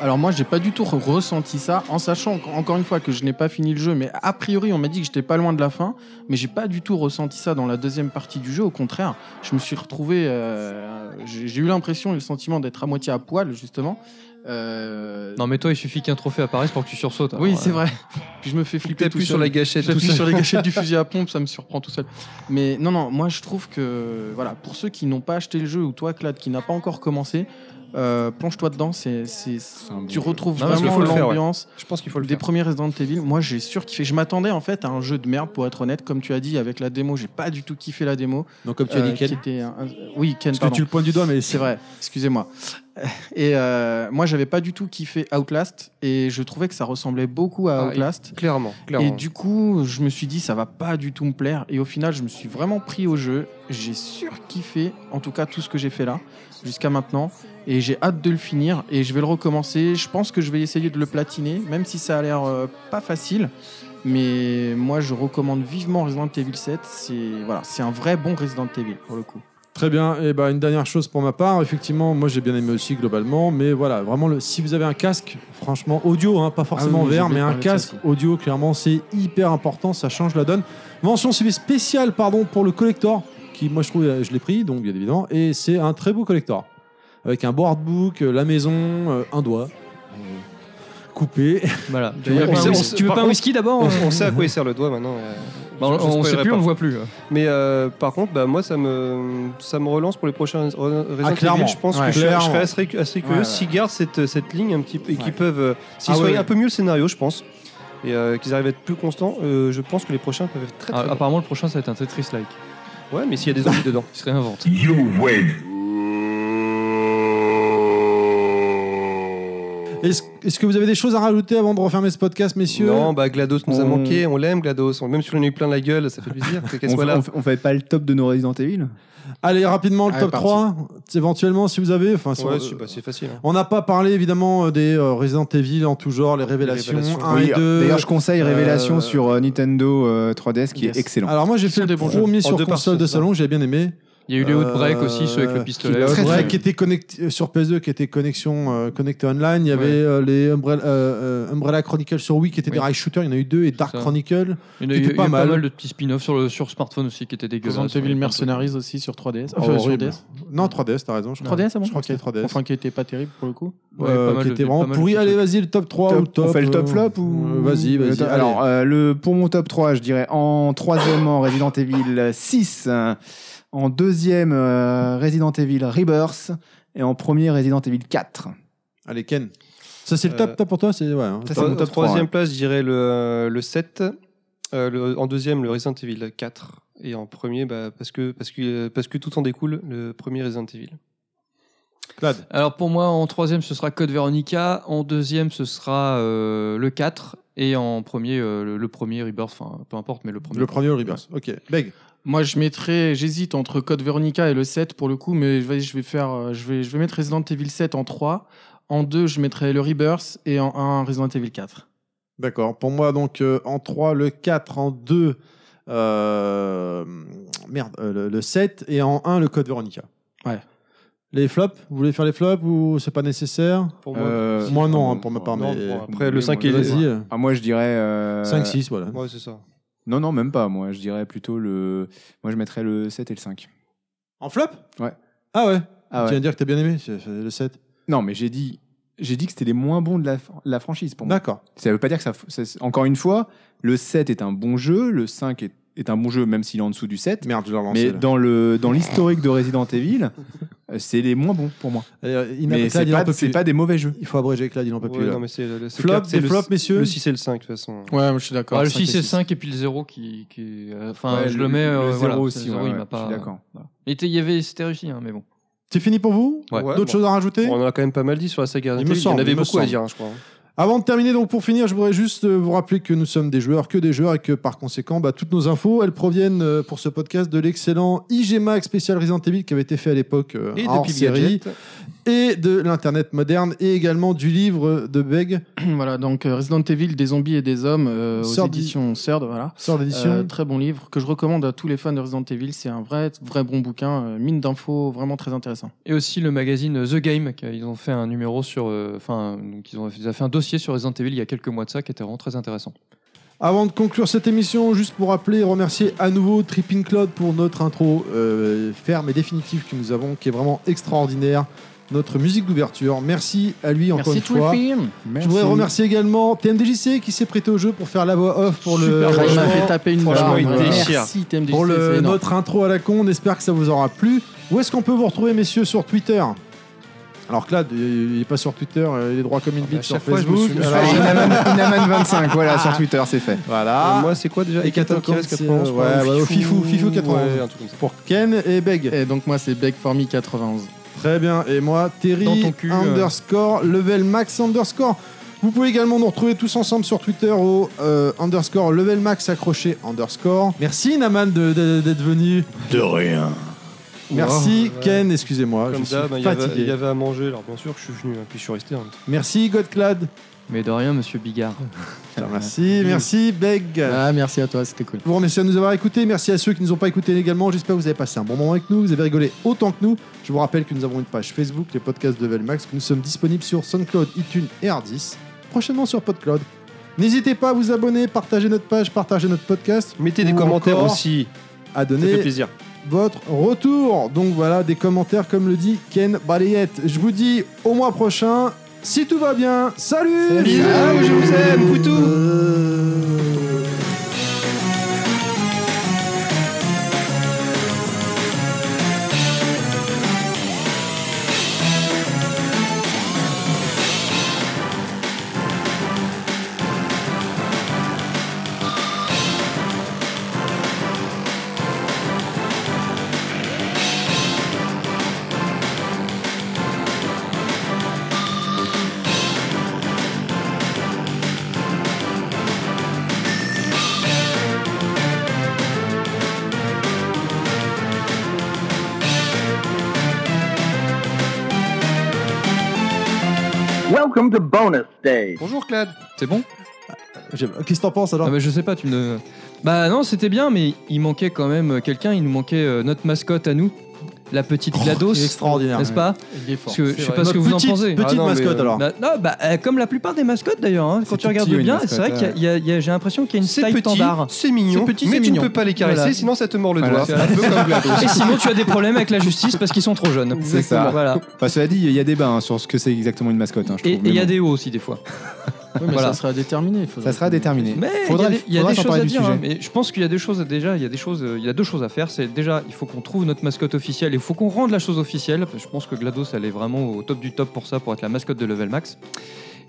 Speaker 5: Alors moi, j'ai pas du tout re- ressenti ça, en sachant qu- encore une fois que je n'ai pas fini le jeu, mais a priori, on m'a dit que j'étais pas loin de la fin, mais j'ai pas du tout ressenti ça dans la deuxième partie du jeu. Au contraire, je me suis retrouvé, euh, j'ai j'ai eu l'impression et le sentiment d'être à moitié à poil justement. Euh,
Speaker 4: Non mais toi, il suffit qu'un trophée apparaisse pour que tu sursautes. alors,
Speaker 5: oui,
Speaker 4: euh,
Speaker 5: c'est vrai. Puis je me fais flipper tout
Speaker 3: T'appuies sur
Speaker 5: seul.
Speaker 3: la gâchette, tout
Speaker 5: J'appuie
Speaker 3: ça.
Speaker 5: sur les gâchettes du fusil à pompe, ça me surprend tout seul. Mais non, non, moi je trouve que, voilà, pour ceux qui n'ont pas acheté le jeu, ou toi, Clad, qui n'a pas encore commencé, euh, plonge-toi dedans, c'est, c'est,
Speaker 8: un bon
Speaker 5: tu retrouves
Speaker 4: Non, parce
Speaker 5: vraiment
Speaker 3: qu'il faut le faire, ouais.
Speaker 5: l'ambiance
Speaker 3: Je pense qu'il faut le
Speaker 5: des
Speaker 3: faire.
Speaker 5: premiers Resident Evil. Moi j'ai surkiffé, je m'attendais en fait à un jeu de merde, pour être honnête, comme tu as dit, avec la démo, j'ai pas du tout kiffé la démo.
Speaker 2: Donc comme tu as
Speaker 5: Euh,
Speaker 2: dit Ken,
Speaker 5: qui était un- un- Oui, Ken,
Speaker 2: parce que
Speaker 5: pardon.
Speaker 2: tu le pointes du doigt, mais
Speaker 5: C'est vrai, excusez-moi. Et euh, moi, j'avais pas du tout kiffé Outlast, et je trouvais que ça ressemblait beaucoup à
Speaker 3: Ah,
Speaker 5: Outlast.
Speaker 3: Clairement,
Speaker 5: Et
Speaker 3: clairement.
Speaker 5: du coup, je me suis dit, ça va pas du tout me plaire. Et au final, je me suis vraiment pris au jeu. J'ai surkiffé, en tout cas, tout ce que j'ai fait là, jusqu'à maintenant. Et j'ai hâte de le finir. Et je vais le recommencer. Je pense que je vais essayer de le platiner, même si ça a l'air euh, pas facile. Mais moi, je recommande vivement Resident Evil 7. C'est voilà, c'est un vrai bon Resident Evil, pour le coup.
Speaker 2: Très bien. Et bah, une dernière chose pour ma part. Effectivement, moi j'ai bien aimé aussi globalement, mais voilà, vraiment, le, si vous avez un casque, franchement, audio, hein, pas forcément
Speaker 5: Ah oui, j'ai
Speaker 2: vert,
Speaker 5: oublié
Speaker 2: mais
Speaker 5: de
Speaker 2: un
Speaker 5: parler de ça
Speaker 2: casque audio, clairement, c'est hyper important, ça change la donne. Mention spéciale, pardon, pour le collector, qui moi je trouve, euh, je l'ai pris, donc bien évidemment, et c'est un très beau collector, avec un boardbook, euh, la maison, euh, un doigt. euh, Coupé.
Speaker 4: Voilà. Tu veux
Speaker 3: D'ailleurs,
Speaker 4: pas
Speaker 3: on
Speaker 4: un
Speaker 3: sait-
Speaker 4: whisky-
Speaker 3: on-
Speaker 4: tu veux
Speaker 3: par
Speaker 4: pas un
Speaker 3: contre-
Speaker 4: whisky d'abord
Speaker 3: On,
Speaker 4: euh
Speaker 2: hein.
Speaker 3: on sait à quoi il sert le doigt maintenant. euh,
Speaker 4: Bah,
Speaker 3: je-
Speaker 4: on,
Speaker 3: je
Speaker 4: on sait
Speaker 3: spoilerai
Speaker 4: plus,
Speaker 3: pas.
Speaker 4: on le voit plus.
Speaker 3: Mais euh, par contre, bah, moi, ça me, ça me relance pour les prochains Resident
Speaker 2: Ah,
Speaker 3: Evil.
Speaker 2: clairement.
Speaker 3: Je pense
Speaker 5: Ouais.
Speaker 3: que je,
Speaker 2: Clairement.
Speaker 3: je serais assez, assez curieux
Speaker 5: Ouais, ouais.
Speaker 3: s'ils gardent cette, cette ligne un petit peu et
Speaker 5: Ouais.
Speaker 3: qu'ils peuvent, euh, s'ils
Speaker 2: Ah,
Speaker 3: soignent
Speaker 2: ouais,
Speaker 3: un peu mieux le scénario, je pense. et euh, qu'ils arrivent à être plus constants, euh, je pense que les prochains peuvent être très très
Speaker 4: Ah,
Speaker 3: bons.
Speaker 4: apparemment, le prochain, ça va être un Tetris-like.
Speaker 3: ah, Ouais, mais s'il y a des envies dedans.
Speaker 4: Il se réinvente.
Speaker 2: Est-ce est-ce que vous avez des choses à rajouter avant de refermer ce podcast, messieurs
Speaker 3: Non, bah GLaDOS nous a
Speaker 8: On-
Speaker 3: manqué, on l'aime GLaDOS, on- même si on en a eu plein la gueule, ça fait plaisir que- qu'elle
Speaker 8: On,
Speaker 3: soit là.
Speaker 8: fait- on fait pas le top de nos Resident Evil
Speaker 2: Allez, rapidement, le
Speaker 5: Allez,
Speaker 2: top
Speaker 5: parti.
Speaker 2: 3, éventuellement, si vous avez. Enfin, si
Speaker 3: Ouais,
Speaker 2: on-
Speaker 3: c'est bah, c'est facile. hein.
Speaker 2: On n'a pas parlé, évidemment, euh, des euh, Resident Evil en tout genre, les révélations,
Speaker 3: révélations.
Speaker 2: 1
Speaker 8: Oui,
Speaker 2: et 2.
Speaker 8: D'ailleurs, je conseille Révélation
Speaker 2: euh,
Speaker 8: sur euh, Nintendo euh, 3DS qui
Speaker 5: Yes.
Speaker 8: est excellent.
Speaker 2: Alors moi j'ai fait
Speaker 5: sont
Speaker 2: le
Speaker 5: des bons jeux.
Speaker 2: premier sur
Speaker 3: deux
Speaker 2: console
Speaker 3: parties,
Speaker 2: de
Speaker 3: c'est ça.
Speaker 2: salon, j'ai bien aimé.
Speaker 4: Il y a eu les hauts break aussi, ceux avec
Speaker 2: Euh,
Speaker 4: le pistolet.
Speaker 8: qui-
Speaker 2: Ouais,
Speaker 8: Très,
Speaker 2: qui était connecté euh, sur PS2, qui était connexion euh, connecté online. Il y avait
Speaker 4: Ouais.
Speaker 2: euh, les Umbrella, euh, euh, Umbrella Chronicle sur Wii, qui étaient
Speaker 4: Oui.
Speaker 2: des rail shooters. Il y en a eu deux et Dark
Speaker 4: ça. Oh,
Speaker 2: Chronicle.
Speaker 4: Il y en a
Speaker 2: qui
Speaker 4: eu,
Speaker 2: était
Speaker 4: il y a eu
Speaker 2: pas
Speaker 4: pas,
Speaker 2: mal.
Speaker 4: mal. de petits spin-offs sur, le- sur smartphone aussi qui étaient dégueulasses.
Speaker 5: Resident Evil
Speaker 4: Ouais,
Speaker 5: Mercenaries aussi sur 3DS.
Speaker 2: Oh,
Speaker 5: Enfin, sur E
Speaker 2: horrible.
Speaker 5: 3DS.
Speaker 2: Non, 3DS, t'as raison. Je crois,
Speaker 5: 3DS, ah bon
Speaker 2: je crois qu'il y a 3DS.
Speaker 5: Enfin, qui était pas terrible pour le coup.
Speaker 4: ouais,
Speaker 2: Euh,
Speaker 4: pas mal
Speaker 2: qui
Speaker 4: de-
Speaker 2: était
Speaker 4: pas
Speaker 2: vraiment
Speaker 4: mal de
Speaker 2: pourri.
Speaker 4: petits
Speaker 2: Allez,
Speaker 4: trucs.
Speaker 2: vas-y, le top 3 ou
Speaker 8: Top.
Speaker 2: le top.
Speaker 8: on fait le top
Speaker 2: euh,
Speaker 8: flop ou
Speaker 2: euh, Vas-y, vas-y.
Speaker 8: Euh,
Speaker 2: Alors,
Speaker 8: Alors, euh, le, pour mon top 3, je dirais en troisièmement Resident Evil 6, euh, en deuxième euh, Resident Evil Rebirth et en premier Resident Evil 4.
Speaker 2: allez, Ken. Ça, c'est le top,
Speaker 3: Euh,
Speaker 2: top pour toi c'est ouais, hein.
Speaker 8: ça, c'est
Speaker 3: En
Speaker 8: mon top
Speaker 3: troisième
Speaker 8: 3, ouais.
Speaker 3: place, je dirais le, le 7. euh, le- en deuxième, le Resident Evil 4. Et en premier, bah, parce, que, parce, que, parce que tout en découle, le premier Resident Evil.
Speaker 2: Clad.
Speaker 4: Alors pour moi, en troisième, ce sera Code Veronica. En deuxième, ce sera euh, le 4. Et en premier, euh, le, le premier Rebirth. Enfin, peu importe, mais le premier.
Speaker 2: Le premier au Rebirth. Ok. Beg.
Speaker 5: Moi, je mettrais, j'hésite entre Code Veronica et le 7 pour le coup, mais je vais, je vais faire, euh, je vais, je vais mettre Resident Evil 7 en 3. En 2, je mettrais le Rebirth et en 1, Resident Evil 4.
Speaker 2: D'accord. Pour moi, donc, euh, en 3, le 4, en 2, euh, merde, euh, le, le 7, et en 1, le code Veronica.
Speaker 5: Ouais.
Speaker 2: Les flops Vous voulez faire les flops ou c'est pas nécessaire
Speaker 3: Pour moi,
Speaker 8: Euh,
Speaker 2: Moi, non,
Speaker 8: bon,
Speaker 2: hein, pour ma part,
Speaker 3: non,
Speaker 2: mais.
Speaker 3: bon, après, le 5
Speaker 8: bon,
Speaker 3: et le
Speaker 2: Vas-y. euh,
Speaker 8: Ah, moi, je dirais. euh,
Speaker 2: 5, 6, voilà.
Speaker 3: Ouais, c'est ça.
Speaker 8: Non, non, même pas. Moi, je dirais plutôt le. Moi, je mettrais le 7 et le 5.
Speaker 2: En flop
Speaker 8: Ouais.
Speaker 2: Ah ouais
Speaker 8: Ah
Speaker 2: Tu
Speaker 8: ouais.
Speaker 2: viens de dire que t'as bien aimé c'est- c'est le 7
Speaker 8: Non, mais j'ai dit. J'ai dit que c'était les moins bons de la, la franchise pour moi.
Speaker 2: D'accord.
Speaker 8: Ça veut pas dire que ça, ça- Encore une fois, le 7 est un bon jeu, le 5 est, est un bon jeu, même s'il est en dessous du 7.
Speaker 2: Merde, je l'ai relancé.
Speaker 8: Mais
Speaker 2: là.
Speaker 8: dans le dans l'historique de Resident Evil, euh, c'est les moins bons pour moi.
Speaker 2: Allez, euh, il n'a-
Speaker 8: Mais
Speaker 2: Clad,
Speaker 8: c'est
Speaker 2: il en
Speaker 8: pas,
Speaker 2: peut
Speaker 8: c'est
Speaker 2: plus.
Speaker 8: pas des mauvais jeux.
Speaker 2: Il faut abréger, Clad, il en peut
Speaker 3: Ouais,
Speaker 2: plus. là.
Speaker 3: non, mais c'est le, le- c'est
Speaker 2: Flop,
Speaker 3: quatre, c'est
Speaker 2: des
Speaker 3: le
Speaker 2: flops,
Speaker 3: six-
Speaker 2: messieurs
Speaker 3: Le 6 et le 5, de toute façon.
Speaker 5: Ouais, je suis d'accord.
Speaker 4: Ah, le 6 et le 5 et puis le 0 qui, qui euh, enfin
Speaker 8: Ouais,
Speaker 4: je le mets euh,
Speaker 8: le
Speaker 4: voilà,
Speaker 8: zéro
Speaker 4: c'est
Speaker 8: aussi.
Speaker 4: le zéro,
Speaker 8: ouais,
Speaker 4: il
Speaker 8: ouais,
Speaker 4: m'a
Speaker 8: je
Speaker 4: pas euh,
Speaker 8: suis d'accord. Voilà.
Speaker 4: Il était il y avait c'était réussi hein, mais bon
Speaker 2: C'est fini pour vous
Speaker 4: Ouais.
Speaker 2: D'autres
Speaker 3: bon.
Speaker 2: choses à rajouter
Speaker 3: On en a quand même pas mal dit sur la saga
Speaker 2: Il
Speaker 3: Resident
Speaker 2: me semble, il
Speaker 3: Evil. Il y en avait
Speaker 2: me
Speaker 3: beaucoup à
Speaker 2: semble.
Speaker 3: dire, hein, je crois.
Speaker 2: Avant de terminer, donc pour finir, je voudrais juste euh, vous rappeler que nous sommes des joueurs, que des joueurs, et que par conséquent, bah, toutes nos infos, elles proviennent euh, pour ce podcast de l'excellent IGMAX spécial Resident Evil qui avait été fait à l'époque euh,
Speaker 3: Et
Speaker 2: en
Speaker 3: depuis
Speaker 2: série,
Speaker 3: Gadget,
Speaker 2: et de l'internet moderne, et également du livre de Beg,
Speaker 5: voilà, donc euh, Resident Evil, des zombies et des hommes euh, aux
Speaker 2: Sort du-
Speaker 5: éditions CERD, voilà.
Speaker 2: sort d'édition.
Speaker 5: Euh, très bon livre que je recommande à tous les fans de Resident Evil. C'est un vrai, vrai bon bouquin, euh, mine d'infos, vraiment très intéressant.
Speaker 4: et aussi le magazine The Game qui a- ils ont fait un numéro sur euh, enfin donc ils ont ils ont fait un dossier sur Resident Evil il y a quelques mois de ça qui était vraiment très intéressant
Speaker 2: Avant de conclure cette émission, juste pour rappeler et remercier à nouveau Tripping Cloud pour notre intro euh, ferme et définitive que nous avons, qui est vraiment extraordinaire, notre musique d'ouverture. Merci à lui encore
Speaker 5: Merci
Speaker 2: une fois.
Speaker 5: Twilfim.
Speaker 2: Je voudrais remercier également TMDJC qui s'est prêté au jeu pour faire la voix off pour le,
Speaker 5: Il m'a
Speaker 2: franchement,
Speaker 5: fait taper une
Speaker 3: franchement,
Speaker 5: barre.
Speaker 3: il déchire.
Speaker 5: Merci TMDJC,
Speaker 2: pour le-
Speaker 5: c'est énorme.
Speaker 2: notre intro à la con. On espère que ça vous aura plu. Où est-ce qu'on peut vous retrouver, messieurs, sur Twitter alors que là, il n'est pas sur Twitter, euh, il est droit comme une bite sur
Speaker 3: chaque fois, je me
Speaker 2: Facebook.
Speaker 3: suis-
Speaker 2: Alors,
Speaker 8: Inaman 25, voilà, sur Twitter, c'est fait.
Speaker 2: voilà.
Speaker 3: Euh, Moi, c'est quoi déjà
Speaker 2: Ah Et
Speaker 3: 14 qui reste 91
Speaker 2: 91, ouais, ouais, au Fifou, Fifou 91.
Speaker 3: Ouais, un truc comme ça.
Speaker 2: Pour Ken et Beg.
Speaker 5: Et donc moi c'est Beg Formy 91.
Speaker 2: Très bien. Et moi,
Speaker 4: Dans
Speaker 2: Terry
Speaker 4: ton cul, euh.
Speaker 2: underscore level max underscore. Vous pouvez également nous retrouver tous ensemble sur Twitter au euh, underscore level max accroché underscore. Merci Naman de- de- d'être venu.
Speaker 1: De rien.
Speaker 2: Merci
Speaker 3: Ouais.
Speaker 2: Ken, excusez-moi, je
Speaker 3: Comme
Speaker 2: suis
Speaker 3: d'hab, hein, il y avait-
Speaker 2: fatigué.
Speaker 3: il y avait à manger, alors bien sûr que je suis venu, hein, puis je suis resté. en même temps.
Speaker 2: Merci Godclad.
Speaker 4: mais de rien monsieur Bigard
Speaker 2: Merci, merci Beg.
Speaker 5: Ah merci à toi, c'était cool.
Speaker 2: Je vous remercie de nous avoir écoutés. Merci à ceux qui nous ont pas écoutés également. J'espère que vous avez passé un bon moment avec nous. Vous avez rigolé autant que nous. Je vous rappelle que nous avons une page Facebook, les podcasts de Velmax, que nous sommes disponibles sur SoundCloud, iTunes et R10. Prochainement sur PodCloud. N'hésitez pas à vous abonner, partager notre page, partager notre podcast,
Speaker 3: Mettez des
Speaker 2: Ou
Speaker 3: commentaires
Speaker 2: encore,
Speaker 3: aussi,
Speaker 2: à
Speaker 3: ça fait
Speaker 2: donner
Speaker 3: plaisir.
Speaker 2: votre retour. Donc voilà, des commentaires comme le dit Ken Balayette. Je vous dis au mois prochain. Si tout va bien, salut
Speaker 3: Bisous, je vous aime, poutou
Speaker 12: Welcome to bonus stage.
Speaker 3: Bonjour Clad.
Speaker 4: C'est bon
Speaker 2: J'ai- Qu'est-ce que t'en penses alors
Speaker 4: Ah bah, Je sais pas, tu me. donnes- Bah non, c'était bien, mais il manquait quand même quelqu'un. Il nous manquait euh, notre mascotte à nous, la petite
Speaker 2: Oh,
Speaker 4: Glados.
Speaker 2: il est extraordinaire,
Speaker 4: N'est-ce
Speaker 2: ouais.
Speaker 4: pas
Speaker 5: Il est fort.
Speaker 4: Parce que je sais pas ce que
Speaker 2: Notre
Speaker 4: vous en
Speaker 2: petite-
Speaker 4: pensez.
Speaker 2: Petite
Speaker 3: Ah non, mais,
Speaker 2: mascotte
Speaker 3: euh,
Speaker 2: alors.
Speaker 4: Bah, non, bah, euh, comme la plupart des mascottes d'ailleurs, hein, quand tu
Speaker 8: tout
Speaker 4: regardes
Speaker 8: petit, une
Speaker 4: bien,
Speaker 8: mascotte,
Speaker 4: c'est vrai qu'il y a- il y a- il y a- j'ai l'impression qu'il y a une
Speaker 3: C'est
Speaker 4: taille
Speaker 3: petit,
Speaker 4: standard.
Speaker 3: c'est mignon,
Speaker 5: C'est petit,
Speaker 3: mais
Speaker 5: c'est
Speaker 3: tu
Speaker 5: mignon.
Speaker 3: ne peux pas les caresser,
Speaker 4: Voilà.
Speaker 3: sinon ça te mord le
Speaker 8: Voilà,
Speaker 3: doigt.
Speaker 8: c'est un peu comme Glados.
Speaker 4: Et sinon, tu as des problèmes avec la justice parce qu'ils sont trop jeunes.
Speaker 8: C'est ça.
Speaker 4: Voilà.
Speaker 8: Enfin, cela dit, il y a débat hein, sur ce que c'est exactement une mascotte. hein, je
Speaker 4: Et et
Speaker 8: trouve,
Speaker 4: il y
Speaker 8: mais
Speaker 4: a
Speaker 8: bon.
Speaker 4: des hauts aussi des fois.
Speaker 5: Oui, mais
Speaker 4: Voilà.
Speaker 5: ça sera déterminé. il faudra-
Speaker 8: Ça sera déterminé.
Speaker 4: Mais il y a
Speaker 8: faudra
Speaker 4: des- il y a
Speaker 8: faudra
Speaker 4: des
Speaker 8: s'en
Speaker 4: choses
Speaker 8: parler
Speaker 4: à
Speaker 8: du
Speaker 4: dire.
Speaker 8: sujet.
Speaker 4: hein, mais je pense qu'il y a des choses déjà, il y a des choses, euh, il y a deux choses à faire. C'est déjà, il faut qu'on trouve notre mascotte officielle. Il faut qu'on rende la chose officielle. parce que Je pense que Glados, elle est vraiment au top du top pour ça, pour être la mascotte de Level Max.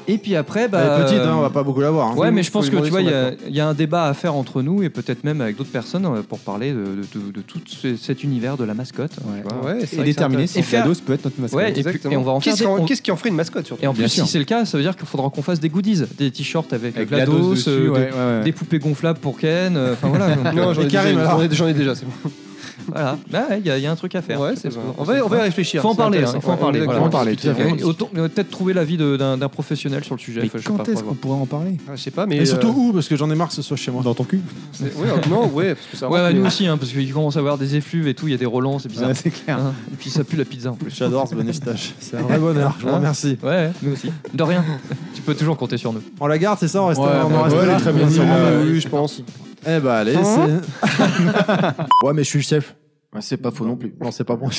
Speaker 4: Et puis après, bah,
Speaker 2: Elle est petite, hein, on
Speaker 4: euh,
Speaker 2: va pas beaucoup la voir. hein.
Speaker 4: Ouais, mais je pense
Speaker 3: lui
Speaker 4: que tu
Speaker 3: demander
Speaker 4: vois,
Speaker 3: son
Speaker 4: il y a- il y, a un débat à faire entre nous et peut-être même avec d'autres personnes euh, pour parler de, de- de- de tout ce- cet univers de la mascotte. tu
Speaker 8: Ouais.
Speaker 4: vois.
Speaker 3: Ouais, c'est
Speaker 8: Et
Speaker 3: vrai que
Speaker 8: déterminer
Speaker 4: c'est
Speaker 8: si
Speaker 4: intéressant.
Speaker 8: Glados peut être notre
Speaker 4: Ouais, et,
Speaker 8: mascotte.
Speaker 4: puis-
Speaker 3: Exactement.
Speaker 4: et on va en faire
Speaker 3: Qu'est-ce
Speaker 4: des-
Speaker 3: qu'en-
Speaker 4: on-
Speaker 3: qu'est-ce qui en ferait une mascotte surtout
Speaker 4: Et en plus,
Speaker 8: sûr.
Speaker 4: si c'est le cas, ça veut dire qu'il faudra qu'on fasse des goodies, des t-shirts avec, le
Speaker 8: Avec
Speaker 4: GLaDOS,
Speaker 8: Glados dessus,
Speaker 4: euh,
Speaker 8: ouais, ouais, ouais.
Speaker 4: des poupées gonflables pour Ken. euh, Enfin voilà. donc,
Speaker 3: Non,
Speaker 4: euh,
Speaker 3: j'en ai,
Speaker 2: Et
Speaker 3: déjà
Speaker 2: Karim,
Speaker 3: une-
Speaker 2: alors
Speaker 3: j'en ai- j'en ai déjà, c'est bon.
Speaker 4: voilà. Bah ouais, il y, a- il y a un truc à faire.
Speaker 3: Ouais,
Speaker 4: Je sais
Speaker 3: c'est
Speaker 4: pas
Speaker 3: bon.
Speaker 4: ce que
Speaker 3: On
Speaker 4: vous en
Speaker 3: va, on va y réfléchir.
Speaker 4: Faut en
Speaker 3: c'est
Speaker 4: parler,
Speaker 3: intéressant.
Speaker 4: hein, faut en parler,
Speaker 3: exactement.
Speaker 8: On va en parler, tout à fait.
Speaker 4: pensez. Et autant- euh, Peut-être trouver l'avis de- d'un d'un professionnel sur le sujet.
Speaker 8: Mais
Speaker 4: enfin, je sais
Speaker 8: quand
Speaker 4: pas,
Speaker 8: est-ce
Speaker 4: faut
Speaker 8: qu'on
Speaker 4: voir.
Speaker 8: pourrait en parler
Speaker 3: Ah, Je sais pas, mais.
Speaker 2: Et surtout
Speaker 3: euh,
Speaker 2: où Parce que j'en ai marre que ce soit chez moi.
Speaker 8: Dans ton cul
Speaker 3: c'est- ouais, euh, non, ouais, parce que ça.
Speaker 4: Ouais,
Speaker 3: rentre,
Speaker 4: bah,
Speaker 3: mais-
Speaker 4: nous aussi, hein, parce qu'il commence à avoir des effluves et tout, il y a des relents, c'est bizarre.
Speaker 8: Ouais, C'est clair.
Speaker 4: Hein, et puis ça pue la pizza en plus.
Speaker 2: J'adore ce bon estache. C'est un vrai bonheur. Je vous remercie.
Speaker 4: Ouais, nous aussi. De rien. tu peux toujours compter sur nous.
Speaker 2: On la garde, c'est ça On reste
Speaker 8: Ouais,
Speaker 2: là, on en
Speaker 8: ouais,
Speaker 2: reste
Speaker 8: ouais,
Speaker 2: là
Speaker 8: elle est très bien,
Speaker 2: On y
Speaker 8: sûr.
Speaker 2: va.
Speaker 8: Euh,
Speaker 3: oui, je pense.
Speaker 2: Eh bah allez, c'est. ouais, mais je suis le chef.
Speaker 5: Ouais, c'est pas faux non plus.
Speaker 2: Non, c'est pas bon.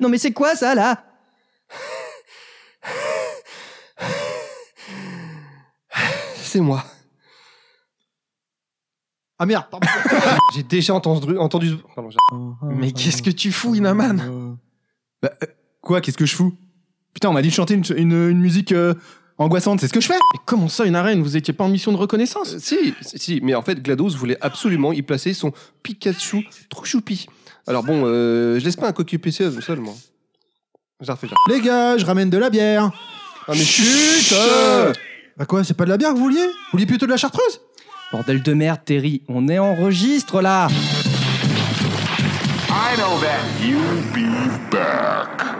Speaker 16: Non mais c'est quoi ça là
Speaker 3: C'est moi.
Speaker 2: ah merde, pardon.
Speaker 3: J'ai déjà entendu. entendu... ce- Pardon, j'ai-
Speaker 5: Mais qu'est-ce que tu fous, Inaman
Speaker 2: Euh,
Speaker 8: Quoi Qu'est-ce que je fous Putain, on m'a dit de chanter une, ch- une- une musique euh, angoissante, c'est ce que je fais
Speaker 5: Mais comment ça, une arène Vous étiez pas en mission de reconnaissance
Speaker 3: Euh, Si, si, si, mais en fait, GLaDOS voulait absolument y placer son Pikachu trop choupi. Alors bon, euh, je laisse pas un coquille PCE comme ça, moi. Je la refais, je la refais.
Speaker 2: Les gars, je ramène de la bière.
Speaker 3: Ah, mais chut euh
Speaker 2: Bah quoi, c'est pas de la bière que vous vouliez Vous vouliez plutôt de la chartreuse
Speaker 16: Bordel de merde, Terry, on est en registre là
Speaker 12: I know that you'll be back.